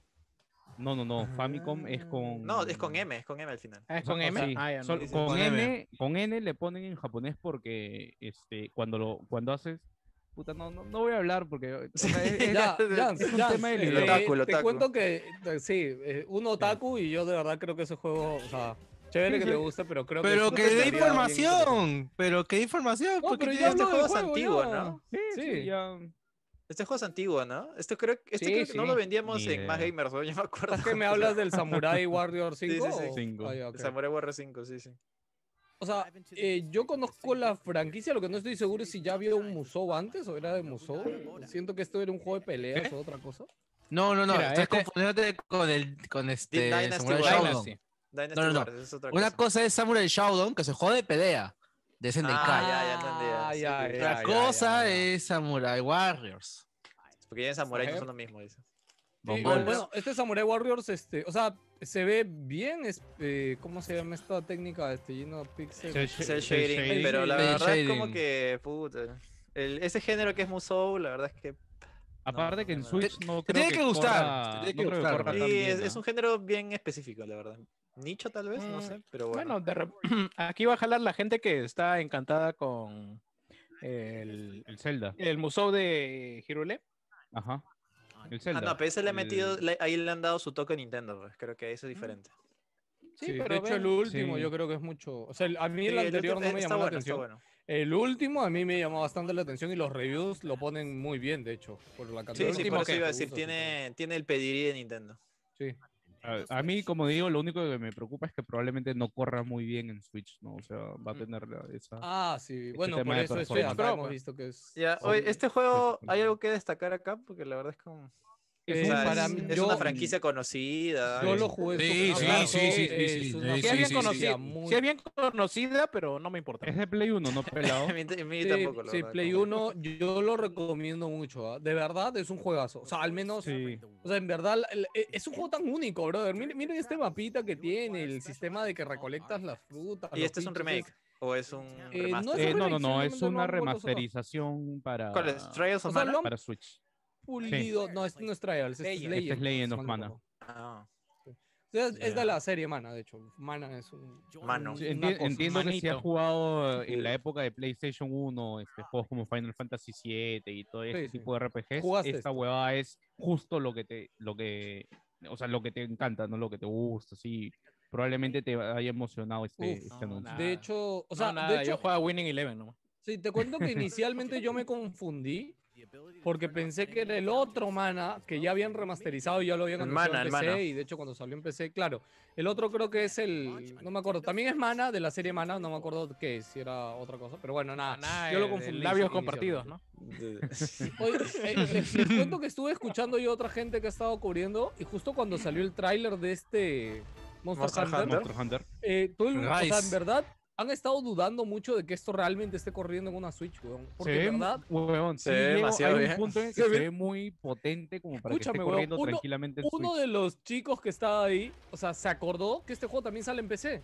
[SPEAKER 3] No, no, no. Famicom es con.
[SPEAKER 1] No, es con M, es con M al final.
[SPEAKER 8] Ah, es
[SPEAKER 3] O
[SPEAKER 8] con
[SPEAKER 3] sea,
[SPEAKER 8] M.
[SPEAKER 3] sí,
[SPEAKER 8] Ah, ya, no,
[SPEAKER 3] sol-
[SPEAKER 8] dice-
[SPEAKER 3] con,
[SPEAKER 4] Con M.
[SPEAKER 3] N, con N le ponen en japonés porque este, cuando lo cuando haces. Puta, no, no, no voy a hablar porque. o sea, es- es-
[SPEAKER 2] Ya, ya,
[SPEAKER 3] es un
[SPEAKER 2] ya,
[SPEAKER 3] tema del
[SPEAKER 2] eh,
[SPEAKER 3] idioma.
[SPEAKER 1] El otaku, el
[SPEAKER 2] Te
[SPEAKER 1] otaku.
[SPEAKER 2] cuento que, eh, sí, eh, un otaku y yo de verdad creo que ese juego, o sea, chévere que te guste, pero creo que...
[SPEAKER 4] Pero
[SPEAKER 2] es
[SPEAKER 4] que
[SPEAKER 2] súper
[SPEAKER 4] dé
[SPEAKER 2] cambiado, bien interesante.
[SPEAKER 4] información. Pero que dé información.
[SPEAKER 2] No,
[SPEAKER 4] ¿por qué
[SPEAKER 2] pero
[SPEAKER 4] te-
[SPEAKER 2] ya
[SPEAKER 1] este
[SPEAKER 2] hablo del
[SPEAKER 1] juego es
[SPEAKER 2] juego,
[SPEAKER 1] antiguo,
[SPEAKER 2] ya.
[SPEAKER 1] ¿no?
[SPEAKER 3] Sí, sí,
[SPEAKER 2] Sí.
[SPEAKER 3] ya.
[SPEAKER 1] Este juego es antiguo, ¿no? Este creo, este
[SPEAKER 8] Sí,
[SPEAKER 1] creo que no lo
[SPEAKER 8] sí.
[SPEAKER 1] vendíamos
[SPEAKER 3] Ni
[SPEAKER 1] en Más
[SPEAKER 3] idea.
[SPEAKER 1] Gamers, ¿no? Yo me acuerdo.
[SPEAKER 2] ¿Es que me hablas del Samurai Warrior
[SPEAKER 1] sí,
[SPEAKER 2] 5?
[SPEAKER 1] sí.
[SPEAKER 2] o-
[SPEAKER 3] Cinco.
[SPEAKER 2] Ah, ya, ok.
[SPEAKER 1] El Samurai Warrior 5, sí, sí.
[SPEAKER 2] O sea, eh, yo conozco la franquicia, lo que no estoy seguro es si ya había un Musou antes o era de Musou. Siento que esto era un juego de peleas o otra cosa.
[SPEAKER 4] No, no, no.
[SPEAKER 8] Mira,
[SPEAKER 4] estás
[SPEAKER 8] este-
[SPEAKER 4] confundiéndote con el con este
[SPEAKER 1] Dynasty
[SPEAKER 4] Samurai
[SPEAKER 1] Warriors.
[SPEAKER 4] Shodown.
[SPEAKER 8] Dynasty.
[SPEAKER 1] Dynasty
[SPEAKER 4] No, no, no.
[SPEAKER 1] Warriors, es otra
[SPEAKER 4] Una
[SPEAKER 1] cosa.
[SPEAKER 4] cosa es Samurai Shodown, que se jode de pelea. De Sendai
[SPEAKER 1] Ah,
[SPEAKER 4] Kai.
[SPEAKER 1] ya, ya entendí, ya,
[SPEAKER 2] Ah,
[SPEAKER 1] sí, sí,
[SPEAKER 2] ya, ya,
[SPEAKER 1] sí.
[SPEAKER 4] Otra
[SPEAKER 2] ya, ya,
[SPEAKER 4] cosa
[SPEAKER 2] ya.
[SPEAKER 4] es Samurai Warriors.
[SPEAKER 1] Porque ya en Samurai no
[SPEAKER 2] Ajá.
[SPEAKER 1] son lo mismo, dice.
[SPEAKER 2] Sí,
[SPEAKER 3] Bombones.
[SPEAKER 2] bueno, bueno, este Samurai Warriors, este, o sea, se ve bien, es- eh, ¿cómo se llama esta técnica? Este lleno de pixel.
[SPEAKER 3] Cel-
[SPEAKER 1] Es el
[SPEAKER 3] cel
[SPEAKER 1] shading, pero la
[SPEAKER 4] Cel
[SPEAKER 1] verdad es como
[SPEAKER 4] shading.
[SPEAKER 1] que, puta. El- ese género que es Musou, la verdad es que
[SPEAKER 3] Aparte que en
[SPEAKER 1] no, no.
[SPEAKER 3] Switch no creo
[SPEAKER 4] Te tiene que gustar,
[SPEAKER 3] corra-
[SPEAKER 4] te tiene
[SPEAKER 3] no
[SPEAKER 4] que
[SPEAKER 3] creo
[SPEAKER 4] gustar,
[SPEAKER 3] corra
[SPEAKER 1] Sí,
[SPEAKER 3] tan bien,
[SPEAKER 1] es,
[SPEAKER 3] ¿ah?
[SPEAKER 1] es un género bien específico, la verdad. Nicho tal vez, no
[SPEAKER 8] Mm,
[SPEAKER 1] sé, pero bueno.
[SPEAKER 8] Bueno, de rep- aquí va a jalar la gente que está encantada con el,
[SPEAKER 3] El Zelda.
[SPEAKER 8] el museo de Hirule.
[SPEAKER 3] Ajá. El
[SPEAKER 1] ah,
[SPEAKER 3] Zelda.
[SPEAKER 1] no, pero ese le ha metido,
[SPEAKER 3] El-
[SPEAKER 1] le- ahí le han dado su toque a Nintendo, pues, creo que eso es diferente.
[SPEAKER 8] Sí,
[SPEAKER 2] Sí,
[SPEAKER 8] pero
[SPEAKER 2] de hecho,
[SPEAKER 8] ven-
[SPEAKER 2] el último
[SPEAKER 3] Sí.
[SPEAKER 2] yo creo que es mucho. O sea, el- a mí el
[SPEAKER 1] Sí, el
[SPEAKER 2] anterior
[SPEAKER 1] último-
[SPEAKER 2] no me
[SPEAKER 1] eh,
[SPEAKER 2] llamó
[SPEAKER 1] está
[SPEAKER 2] la
[SPEAKER 1] bueno, está
[SPEAKER 2] atención.
[SPEAKER 1] bueno.
[SPEAKER 2] El último a mí me llamó bastante la atención y los reviews lo ponen muy bien, de hecho, por la cantidad
[SPEAKER 1] Sí,
[SPEAKER 2] de
[SPEAKER 1] sí,
[SPEAKER 2] gente
[SPEAKER 1] por
[SPEAKER 2] que
[SPEAKER 1] eso iba a
[SPEAKER 2] usa,
[SPEAKER 1] decir,
[SPEAKER 2] sí,
[SPEAKER 1] tiene, tiene el pedirí de Nintendo.
[SPEAKER 2] sí.
[SPEAKER 3] A, a mí, como digo, lo único que me preocupa es que probablemente no corra muy bien en Switch, ¿no? O sea, va a tener la- esa...
[SPEAKER 2] Ah, sí. Bueno,
[SPEAKER 3] tema
[SPEAKER 2] por
[SPEAKER 3] de
[SPEAKER 2] eso es que
[SPEAKER 3] performance.
[SPEAKER 2] acá hemos
[SPEAKER 8] Pero-
[SPEAKER 2] visto que es.
[SPEAKER 1] pues, Ya,
[SPEAKER 2] son-
[SPEAKER 1] oye, este juego,
[SPEAKER 3] sí.
[SPEAKER 1] ¿hay algo que destacar acá? Porque la verdad es como...
[SPEAKER 2] es
[SPEAKER 1] o sea,
[SPEAKER 2] un-
[SPEAKER 1] es-
[SPEAKER 2] Eh, para mí-
[SPEAKER 1] es
[SPEAKER 2] yo-
[SPEAKER 1] una franquicia conocida.
[SPEAKER 2] Yo
[SPEAKER 1] es-
[SPEAKER 2] lo jugué.
[SPEAKER 4] Sí,
[SPEAKER 2] súper
[SPEAKER 4] sí,
[SPEAKER 2] barato,
[SPEAKER 4] sí, sí,
[SPEAKER 2] es
[SPEAKER 4] sí, sí,
[SPEAKER 2] una
[SPEAKER 4] sí,
[SPEAKER 8] sí es, bien
[SPEAKER 4] sí,
[SPEAKER 8] conocida,
[SPEAKER 2] muy-
[SPEAKER 8] sí es bien conocida, pero no me importa.
[SPEAKER 3] Es de Play 1, ¿no, pelado?
[SPEAKER 1] A mí, a mí
[SPEAKER 2] Sí,
[SPEAKER 1] tampoco, la
[SPEAKER 2] sí,
[SPEAKER 1] verdad,
[SPEAKER 2] Play
[SPEAKER 1] como-
[SPEAKER 2] 1 yo lo recomiendo mucho. ¿ah? De verdad es un juegazo. O sea, al menos.
[SPEAKER 3] Sí.
[SPEAKER 2] O sea, en verdad el- el- es un juego tan único, brother. Miren, miren este mapita que tiene, el sistema de que recolectas las frutas.
[SPEAKER 1] ¿Y
[SPEAKER 2] los
[SPEAKER 1] este es un
[SPEAKER 2] bichos,
[SPEAKER 1] remake? ¿O es un
[SPEAKER 4] Eh,
[SPEAKER 1] remaster?
[SPEAKER 2] no es
[SPEAKER 3] Eh,
[SPEAKER 2] un remake,
[SPEAKER 3] no, no, no, es
[SPEAKER 2] simplemente lo
[SPEAKER 3] una
[SPEAKER 2] han vuelto a sacar.
[SPEAKER 3] remasterización para,
[SPEAKER 1] ¿Cuál es? ¿Trails
[SPEAKER 2] O
[SPEAKER 1] of
[SPEAKER 2] sea,
[SPEAKER 1] Mana?
[SPEAKER 2] lo han
[SPEAKER 3] para Switch.
[SPEAKER 2] pulido. No, es, no es Trials, es
[SPEAKER 3] Legend. Este es Legend of Mana.
[SPEAKER 2] O
[SPEAKER 1] Ah,
[SPEAKER 2] sea, es, es
[SPEAKER 1] Ya.
[SPEAKER 2] de la serie Mana, de hecho. Mana es un.
[SPEAKER 1] Mano.
[SPEAKER 2] un-
[SPEAKER 3] Sí,
[SPEAKER 2] una
[SPEAKER 3] enti-
[SPEAKER 2] cosa.
[SPEAKER 3] entiendo que si has
[SPEAKER 4] manito.
[SPEAKER 3] jugado eh, en la época de PlayStation 1, este, juegos como Final Fantasy 7 y todo ese
[SPEAKER 2] Sí, sí.
[SPEAKER 3] tipo de RPGs,
[SPEAKER 2] Jugaste
[SPEAKER 3] esta
[SPEAKER 2] esto.
[SPEAKER 3] huevada es justo lo que te, lo que, o sea, lo que te encanta, no lo que te gusta, sí. Probablemente te haya emocionado este,
[SPEAKER 2] Uf,
[SPEAKER 3] este
[SPEAKER 8] no,
[SPEAKER 3] anuncio.
[SPEAKER 8] nada.
[SPEAKER 2] De hecho, o
[SPEAKER 8] Ah. No,
[SPEAKER 2] sea,
[SPEAKER 8] nada,
[SPEAKER 2] de
[SPEAKER 8] yo
[SPEAKER 2] hecho,
[SPEAKER 8] jugaba Winning Eleven nomás.
[SPEAKER 2] sí, te cuento que inicialmente yo me confundí porque pensé que era el otro Mana que ya habían remasterizado y ya lo habían
[SPEAKER 1] El
[SPEAKER 2] anunciado
[SPEAKER 1] Mana,
[SPEAKER 2] en
[SPEAKER 1] el
[SPEAKER 2] PC
[SPEAKER 1] Mana.
[SPEAKER 2] y de hecho cuando salió en PC, claro. El otro creo que es el, no me acuerdo, también es Mana de la serie Mana, no me acuerdo qué, es, si era otra cosa, pero bueno, nada,
[SPEAKER 8] Nada,
[SPEAKER 2] yo lo
[SPEAKER 8] el- el
[SPEAKER 2] confundí.
[SPEAKER 8] Labios
[SPEAKER 2] inicialmente.
[SPEAKER 8] compartidos, ¿no?
[SPEAKER 1] de-
[SPEAKER 2] Oye, eh, les, les cuento que estuve escuchando yo a otra gente que ha estado cubriendo y justo cuando salió el tráiler de este Monster,
[SPEAKER 1] Monster
[SPEAKER 2] Hunter,
[SPEAKER 1] Hunter.
[SPEAKER 3] Monster Hunter.
[SPEAKER 2] eh, todo el- o sea, en
[SPEAKER 4] Nice.
[SPEAKER 2] verdad han estado dudando mucho de que esto realmente esté corriendo en una Switch, weón. Porque
[SPEAKER 3] se ve,
[SPEAKER 2] en verdad,
[SPEAKER 3] huevón,
[SPEAKER 1] se
[SPEAKER 3] sí,
[SPEAKER 1] ve
[SPEAKER 3] Diego,
[SPEAKER 1] demasiado
[SPEAKER 3] hay un
[SPEAKER 1] bien.
[SPEAKER 3] punto en el que
[SPEAKER 2] Se
[SPEAKER 3] se
[SPEAKER 2] ve-
[SPEAKER 3] ve muy potente como para que
[SPEAKER 2] Escúchame,
[SPEAKER 3] esté
[SPEAKER 2] huevón,
[SPEAKER 3] corriendo
[SPEAKER 2] uno-
[SPEAKER 3] tranquilamente en
[SPEAKER 2] uno
[SPEAKER 3] Switch.
[SPEAKER 2] de los chicos que estaba ahí, o sea, se acordó que este juego también sale en PC.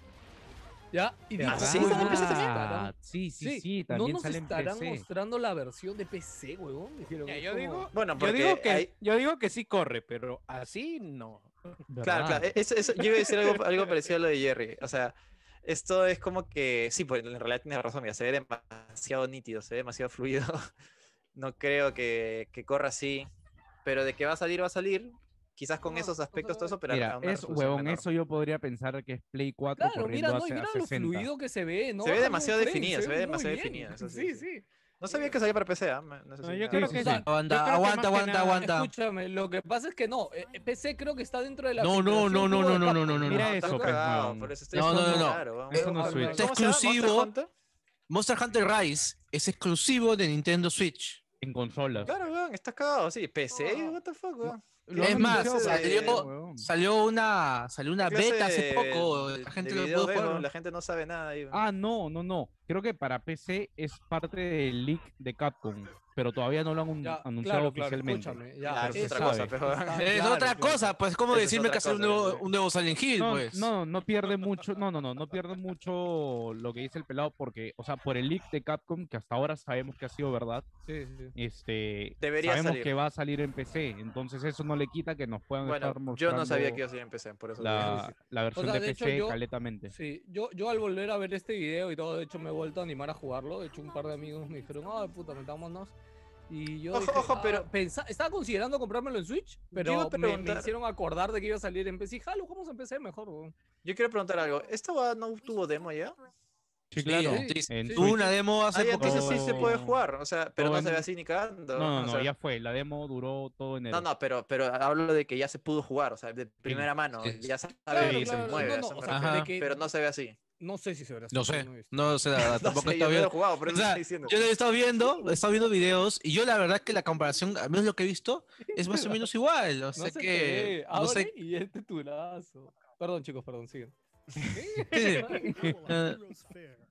[SPEAKER 2] ¿Ya? Y dijo,
[SPEAKER 1] Ah, sí,
[SPEAKER 2] "Puta,
[SPEAKER 1] sale en PC
[SPEAKER 2] ¿nos
[SPEAKER 1] también?
[SPEAKER 2] estarán-
[SPEAKER 3] Ah, sí, sí, sí,
[SPEAKER 2] Sí,
[SPEAKER 3] también
[SPEAKER 2] no nos
[SPEAKER 3] sale en
[SPEAKER 2] estarán
[SPEAKER 3] PC.
[SPEAKER 2] mostrando la versión de PC, weón. Dijeron,
[SPEAKER 8] Ya,
[SPEAKER 2] es
[SPEAKER 8] yo
[SPEAKER 2] como-
[SPEAKER 8] digo,
[SPEAKER 1] Bueno,
[SPEAKER 8] yo,
[SPEAKER 1] porque
[SPEAKER 8] digo que,
[SPEAKER 1] hay-
[SPEAKER 8] yo digo que sí corre, pero así no.
[SPEAKER 1] Claro, claro.
[SPEAKER 3] ¿Verdad?
[SPEAKER 1] e- eso- eso- yo iba a decir algo, algo parecido a lo de Jerry. O sea, esto es como que. Sí, pues en realidad tienes razón, mira, se ve demasiado nítido, se ve demasiado fluido. No creo que, que corra así. Pero de que va a salir, va a salir. Quizás con
[SPEAKER 2] No,
[SPEAKER 1] esos
[SPEAKER 2] no
[SPEAKER 1] aspectos,
[SPEAKER 2] se
[SPEAKER 1] todo
[SPEAKER 2] ve.
[SPEAKER 1] eso, pero a- a
[SPEAKER 3] Mira,
[SPEAKER 1] una
[SPEAKER 3] es,
[SPEAKER 1] resolución
[SPEAKER 3] huevón,
[SPEAKER 1] menor.
[SPEAKER 3] eso yo podría pensar que es Play 4
[SPEAKER 2] Claro,
[SPEAKER 3] corriendo
[SPEAKER 2] mira, no,
[SPEAKER 3] a,
[SPEAKER 2] y
[SPEAKER 3] se- a
[SPEAKER 2] mira lo
[SPEAKER 3] 60.
[SPEAKER 2] fluido que se ve. No
[SPEAKER 1] Se ve
[SPEAKER 2] baja ni un
[SPEAKER 1] demasiado
[SPEAKER 2] frame,
[SPEAKER 1] definido, se ve
[SPEAKER 2] muy
[SPEAKER 1] demasiado
[SPEAKER 2] bien.
[SPEAKER 1] definido, eso sí,
[SPEAKER 2] Sí,
[SPEAKER 1] sí.
[SPEAKER 2] sí.
[SPEAKER 1] No sabía que salía para PC. ¿ah? Me- no sé
[SPEAKER 5] No,
[SPEAKER 1] si-
[SPEAKER 5] yo
[SPEAKER 1] ah,
[SPEAKER 5] creo
[SPEAKER 1] sí,
[SPEAKER 5] que
[SPEAKER 1] sí.
[SPEAKER 5] sí.
[SPEAKER 4] Aguanta,
[SPEAKER 5] Yo creo que
[SPEAKER 4] aguanta,
[SPEAKER 5] más que
[SPEAKER 4] aguanta,
[SPEAKER 5] nada-
[SPEAKER 4] aguanta.
[SPEAKER 2] Escúchame, lo que pasa es que no, eh, eh, PC creo que está dentro de la.
[SPEAKER 4] No, no, no,
[SPEAKER 2] filtración
[SPEAKER 4] no,
[SPEAKER 2] juego de
[SPEAKER 4] no, no, no,
[SPEAKER 2] Capcom.
[SPEAKER 4] no, no.
[SPEAKER 3] Mira
[SPEAKER 1] Está
[SPEAKER 3] eso, pues,
[SPEAKER 1] cagado,
[SPEAKER 3] huevón.
[SPEAKER 1] por eso Ah, estoy
[SPEAKER 4] No, no,
[SPEAKER 1] diciendo,
[SPEAKER 4] no, no.
[SPEAKER 1] claro, vamos
[SPEAKER 3] Eso
[SPEAKER 1] a
[SPEAKER 3] no
[SPEAKER 1] ver.
[SPEAKER 3] es Switch.
[SPEAKER 1] ¿Cómo se llama? ¿Monster
[SPEAKER 4] Exclusivo.
[SPEAKER 1] Hunter?
[SPEAKER 4] Monster Hunter Rise es exclusivo de Nintendo Switch.
[SPEAKER 3] en consolas.
[SPEAKER 1] Claro, weón, estás cagado, sí.
[SPEAKER 2] Oh.
[SPEAKER 1] PC, what the fuck, weón.
[SPEAKER 3] Lo
[SPEAKER 4] Es
[SPEAKER 3] han
[SPEAKER 4] más,
[SPEAKER 3] anunciado
[SPEAKER 1] o sea,
[SPEAKER 3] para
[SPEAKER 1] yo-
[SPEAKER 3] eso, huevón.
[SPEAKER 4] Salió una, salió una
[SPEAKER 1] eh, clase
[SPEAKER 4] beta hace
[SPEAKER 1] de-
[SPEAKER 4] poco.
[SPEAKER 1] de-
[SPEAKER 4] La gente
[SPEAKER 1] de
[SPEAKER 4] lo
[SPEAKER 1] videos
[SPEAKER 4] pudo
[SPEAKER 1] de,
[SPEAKER 4] jugar.
[SPEAKER 1] ¿no? La gente no sabe nada ahí.
[SPEAKER 3] Ah, no, no, no. Creo que para PC es parte del leak de Capcom, pero todavía no lo han un-
[SPEAKER 2] Ya,
[SPEAKER 3] anunciado
[SPEAKER 2] claro, claro,
[SPEAKER 3] oficialmente.
[SPEAKER 2] escúchame, ya,
[SPEAKER 1] Ah,
[SPEAKER 3] pero
[SPEAKER 1] eso
[SPEAKER 3] se
[SPEAKER 1] es otra
[SPEAKER 3] sabe.
[SPEAKER 1] cosa, pero-
[SPEAKER 2] Está-
[SPEAKER 4] Es
[SPEAKER 2] claro,
[SPEAKER 4] otra
[SPEAKER 2] claro.
[SPEAKER 4] cosa, pues, como
[SPEAKER 1] Eso es
[SPEAKER 4] decirme que
[SPEAKER 1] otra
[SPEAKER 4] hacer un
[SPEAKER 1] cosa,
[SPEAKER 4] nuevo,
[SPEAKER 1] sí.
[SPEAKER 4] un nuevo Silent Hill,
[SPEAKER 3] No,
[SPEAKER 4] pues.
[SPEAKER 3] no, no pierde mucho, no, no, no, no pierde mucho lo que dice el pelado porque, o sea, por el leak de Capcom que hasta ahora sabemos que ha sido verdad,
[SPEAKER 2] Sí, sí, sí.
[SPEAKER 3] este,
[SPEAKER 1] Debería
[SPEAKER 3] sabemos
[SPEAKER 1] salir.
[SPEAKER 3] que va a salir en PC, entonces eso no le quita que nos puedan
[SPEAKER 1] Bueno,
[SPEAKER 3] estar
[SPEAKER 1] yo no sabía
[SPEAKER 3] mostrando
[SPEAKER 1] que iba a salir en PC, por eso. lo dije.
[SPEAKER 3] la, la versión
[SPEAKER 2] sea,
[SPEAKER 3] de,
[SPEAKER 2] de hecho,
[SPEAKER 3] PC
[SPEAKER 2] yo-
[SPEAKER 3] caletamente.
[SPEAKER 2] Sí, yo, yo al volver a ver este video y todo, de hecho me he vuelto a animar a jugarlo. De hecho, un par de amigos me dijeron, ay puta, metámonos. Y yo
[SPEAKER 1] Ojo,
[SPEAKER 2] dije,
[SPEAKER 1] ojo,
[SPEAKER 2] "Ah,
[SPEAKER 1] pero-
[SPEAKER 2] pensa- estaba considerando comprármelo en Switch,
[SPEAKER 1] iba a
[SPEAKER 2] pero me- me,
[SPEAKER 1] preguntar-
[SPEAKER 2] hicieron acordar de que iba a salir en PC. Y jalo, jugamos en PC mejor, weón.
[SPEAKER 1] Yo quiero preguntar algo. ¿Esta weá no tuvo demo ya?
[SPEAKER 3] Sí,
[SPEAKER 4] Sí,
[SPEAKER 3] claro.
[SPEAKER 4] sí,
[SPEAKER 3] en
[SPEAKER 2] sí.
[SPEAKER 4] Tuvo
[SPEAKER 3] Switch.
[SPEAKER 4] una demo
[SPEAKER 1] Ah,
[SPEAKER 4] hace
[SPEAKER 1] ya,
[SPEAKER 4] poco.
[SPEAKER 1] entonces sí se puede
[SPEAKER 3] No.
[SPEAKER 1] jugar, o sea, pero
[SPEAKER 3] No,
[SPEAKER 1] no,
[SPEAKER 3] en-
[SPEAKER 1] se ve así ni cagando.
[SPEAKER 3] No, no,
[SPEAKER 1] o
[SPEAKER 3] no,
[SPEAKER 1] sea,
[SPEAKER 3] ya fue. La demo duró todo enero.
[SPEAKER 1] No, no, pero, pero hablo de que ya se pudo jugar, o sea, de primera mano,
[SPEAKER 4] sí.
[SPEAKER 1] ya sabe
[SPEAKER 2] Claro,
[SPEAKER 1] que
[SPEAKER 2] claro,
[SPEAKER 1] se mueve,
[SPEAKER 2] no,
[SPEAKER 1] a
[SPEAKER 2] no,
[SPEAKER 1] eso
[SPEAKER 2] o
[SPEAKER 1] me
[SPEAKER 2] sea,
[SPEAKER 1] refiero.
[SPEAKER 2] de
[SPEAKER 4] Ajá.
[SPEAKER 2] que-
[SPEAKER 1] pero no se ve así.
[SPEAKER 2] no sé si se verá. así,
[SPEAKER 4] No sé,
[SPEAKER 2] he visto.
[SPEAKER 4] no sé, la verdad,
[SPEAKER 1] No
[SPEAKER 4] tampoco
[SPEAKER 1] sé,
[SPEAKER 4] he
[SPEAKER 1] yo
[SPEAKER 4] estado
[SPEAKER 1] no
[SPEAKER 4] viendo.
[SPEAKER 1] lo he jugado, pero
[SPEAKER 4] O sea,
[SPEAKER 1] estoy diciendo.
[SPEAKER 4] Yo he estado viendo, he estado viendo videos y yo la verdad que la comparación, al menos lo que he visto, es más o menos igual. O sea
[SPEAKER 2] se te
[SPEAKER 4] que
[SPEAKER 2] ve.
[SPEAKER 4] no
[SPEAKER 2] Abre
[SPEAKER 4] sé,
[SPEAKER 2] y este tulazo. Perdón, chicos, perdón, siguen.
[SPEAKER 4] Eh,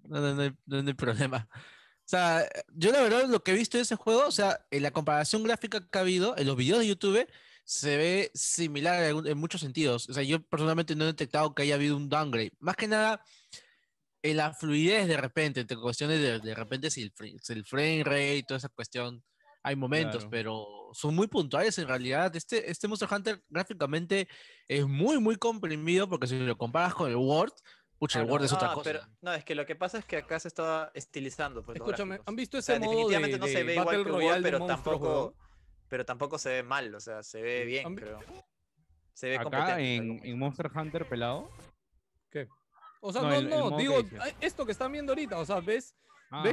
[SPEAKER 4] no, no, no hay, no hay problema. O sea, yo la verdad lo que he visto de ese juego, o sea, en la comparación gráfica que ha habido en los videos de YouTube, se ve similar en, algún- en muchos sentidos. O sea, yo personalmente no he detectado que haya habido un downgrade. Más que nada, eh, la fluidez de repente, entre cuestiones de, de repente si el, fr- si el frame rate, toda esa cuestión, hay momentos,
[SPEAKER 3] Claro.
[SPEAKER 4] pero son muy puntuales en realidad. Este, este Monster Hunter gráficamente es muy, muy comprimido porque si lo comparas con el Word, pucha, Pues el
[SPEAKER 1] Ah, no.
[SPEAKER 4] Word es
[SPEAKER 1] No,
[SPEAKER 4] otra cosa.
[SPEAKER 1] pero- no, es que lo que pasa es que acá se está estilizando. Pues, los
[SPEAKER 2] Escúchame,
[SPEAKER 1] gráficos.
[SPEAKER 2] ¿han visto
[SPEAKER 1] O
[SPEAKER 2] ese
[SPEAKER 1] sea,
[SPEAKER 2] modo de,
[SPEAKER 1] definitivamente no
[SPEAKER 2] de
[SPEAKER 1] se ve
[SPEAKER 2] Battle
[SPEAKER 1] igual que World,
[SPEAKER 2] Royale de
[SPEAKER 1] pero
[SPEAKER 2] monstruos,
[SPEAKER 1] tampoco,
[SPEAKER 2] huevón?
[SPEAKER 1] pero tampoco se ve mal, o sea, se ve bien,
[SPEAKER 2] ¿Han vi-
[SPEAKER 1] creo. Se ve
[SPEAKER 3] Acá
[SPEAKER 1] competente.
[SPEAKER 3] en, en Monster Hunter pelado.
[SPEAKER 2] O sea,
[SPEAKER 3] No,
[SPEAKER 2] no,
[SPEAKER 3] el- el
[SPEAKER 2] no,
[SPEAKER 3] modo que
[SPEAKER 2] digo,
[SPEAKER 3] decías.
[SPEAKER 2] ay, esto que están viendo ahorita, o sea, ves, ves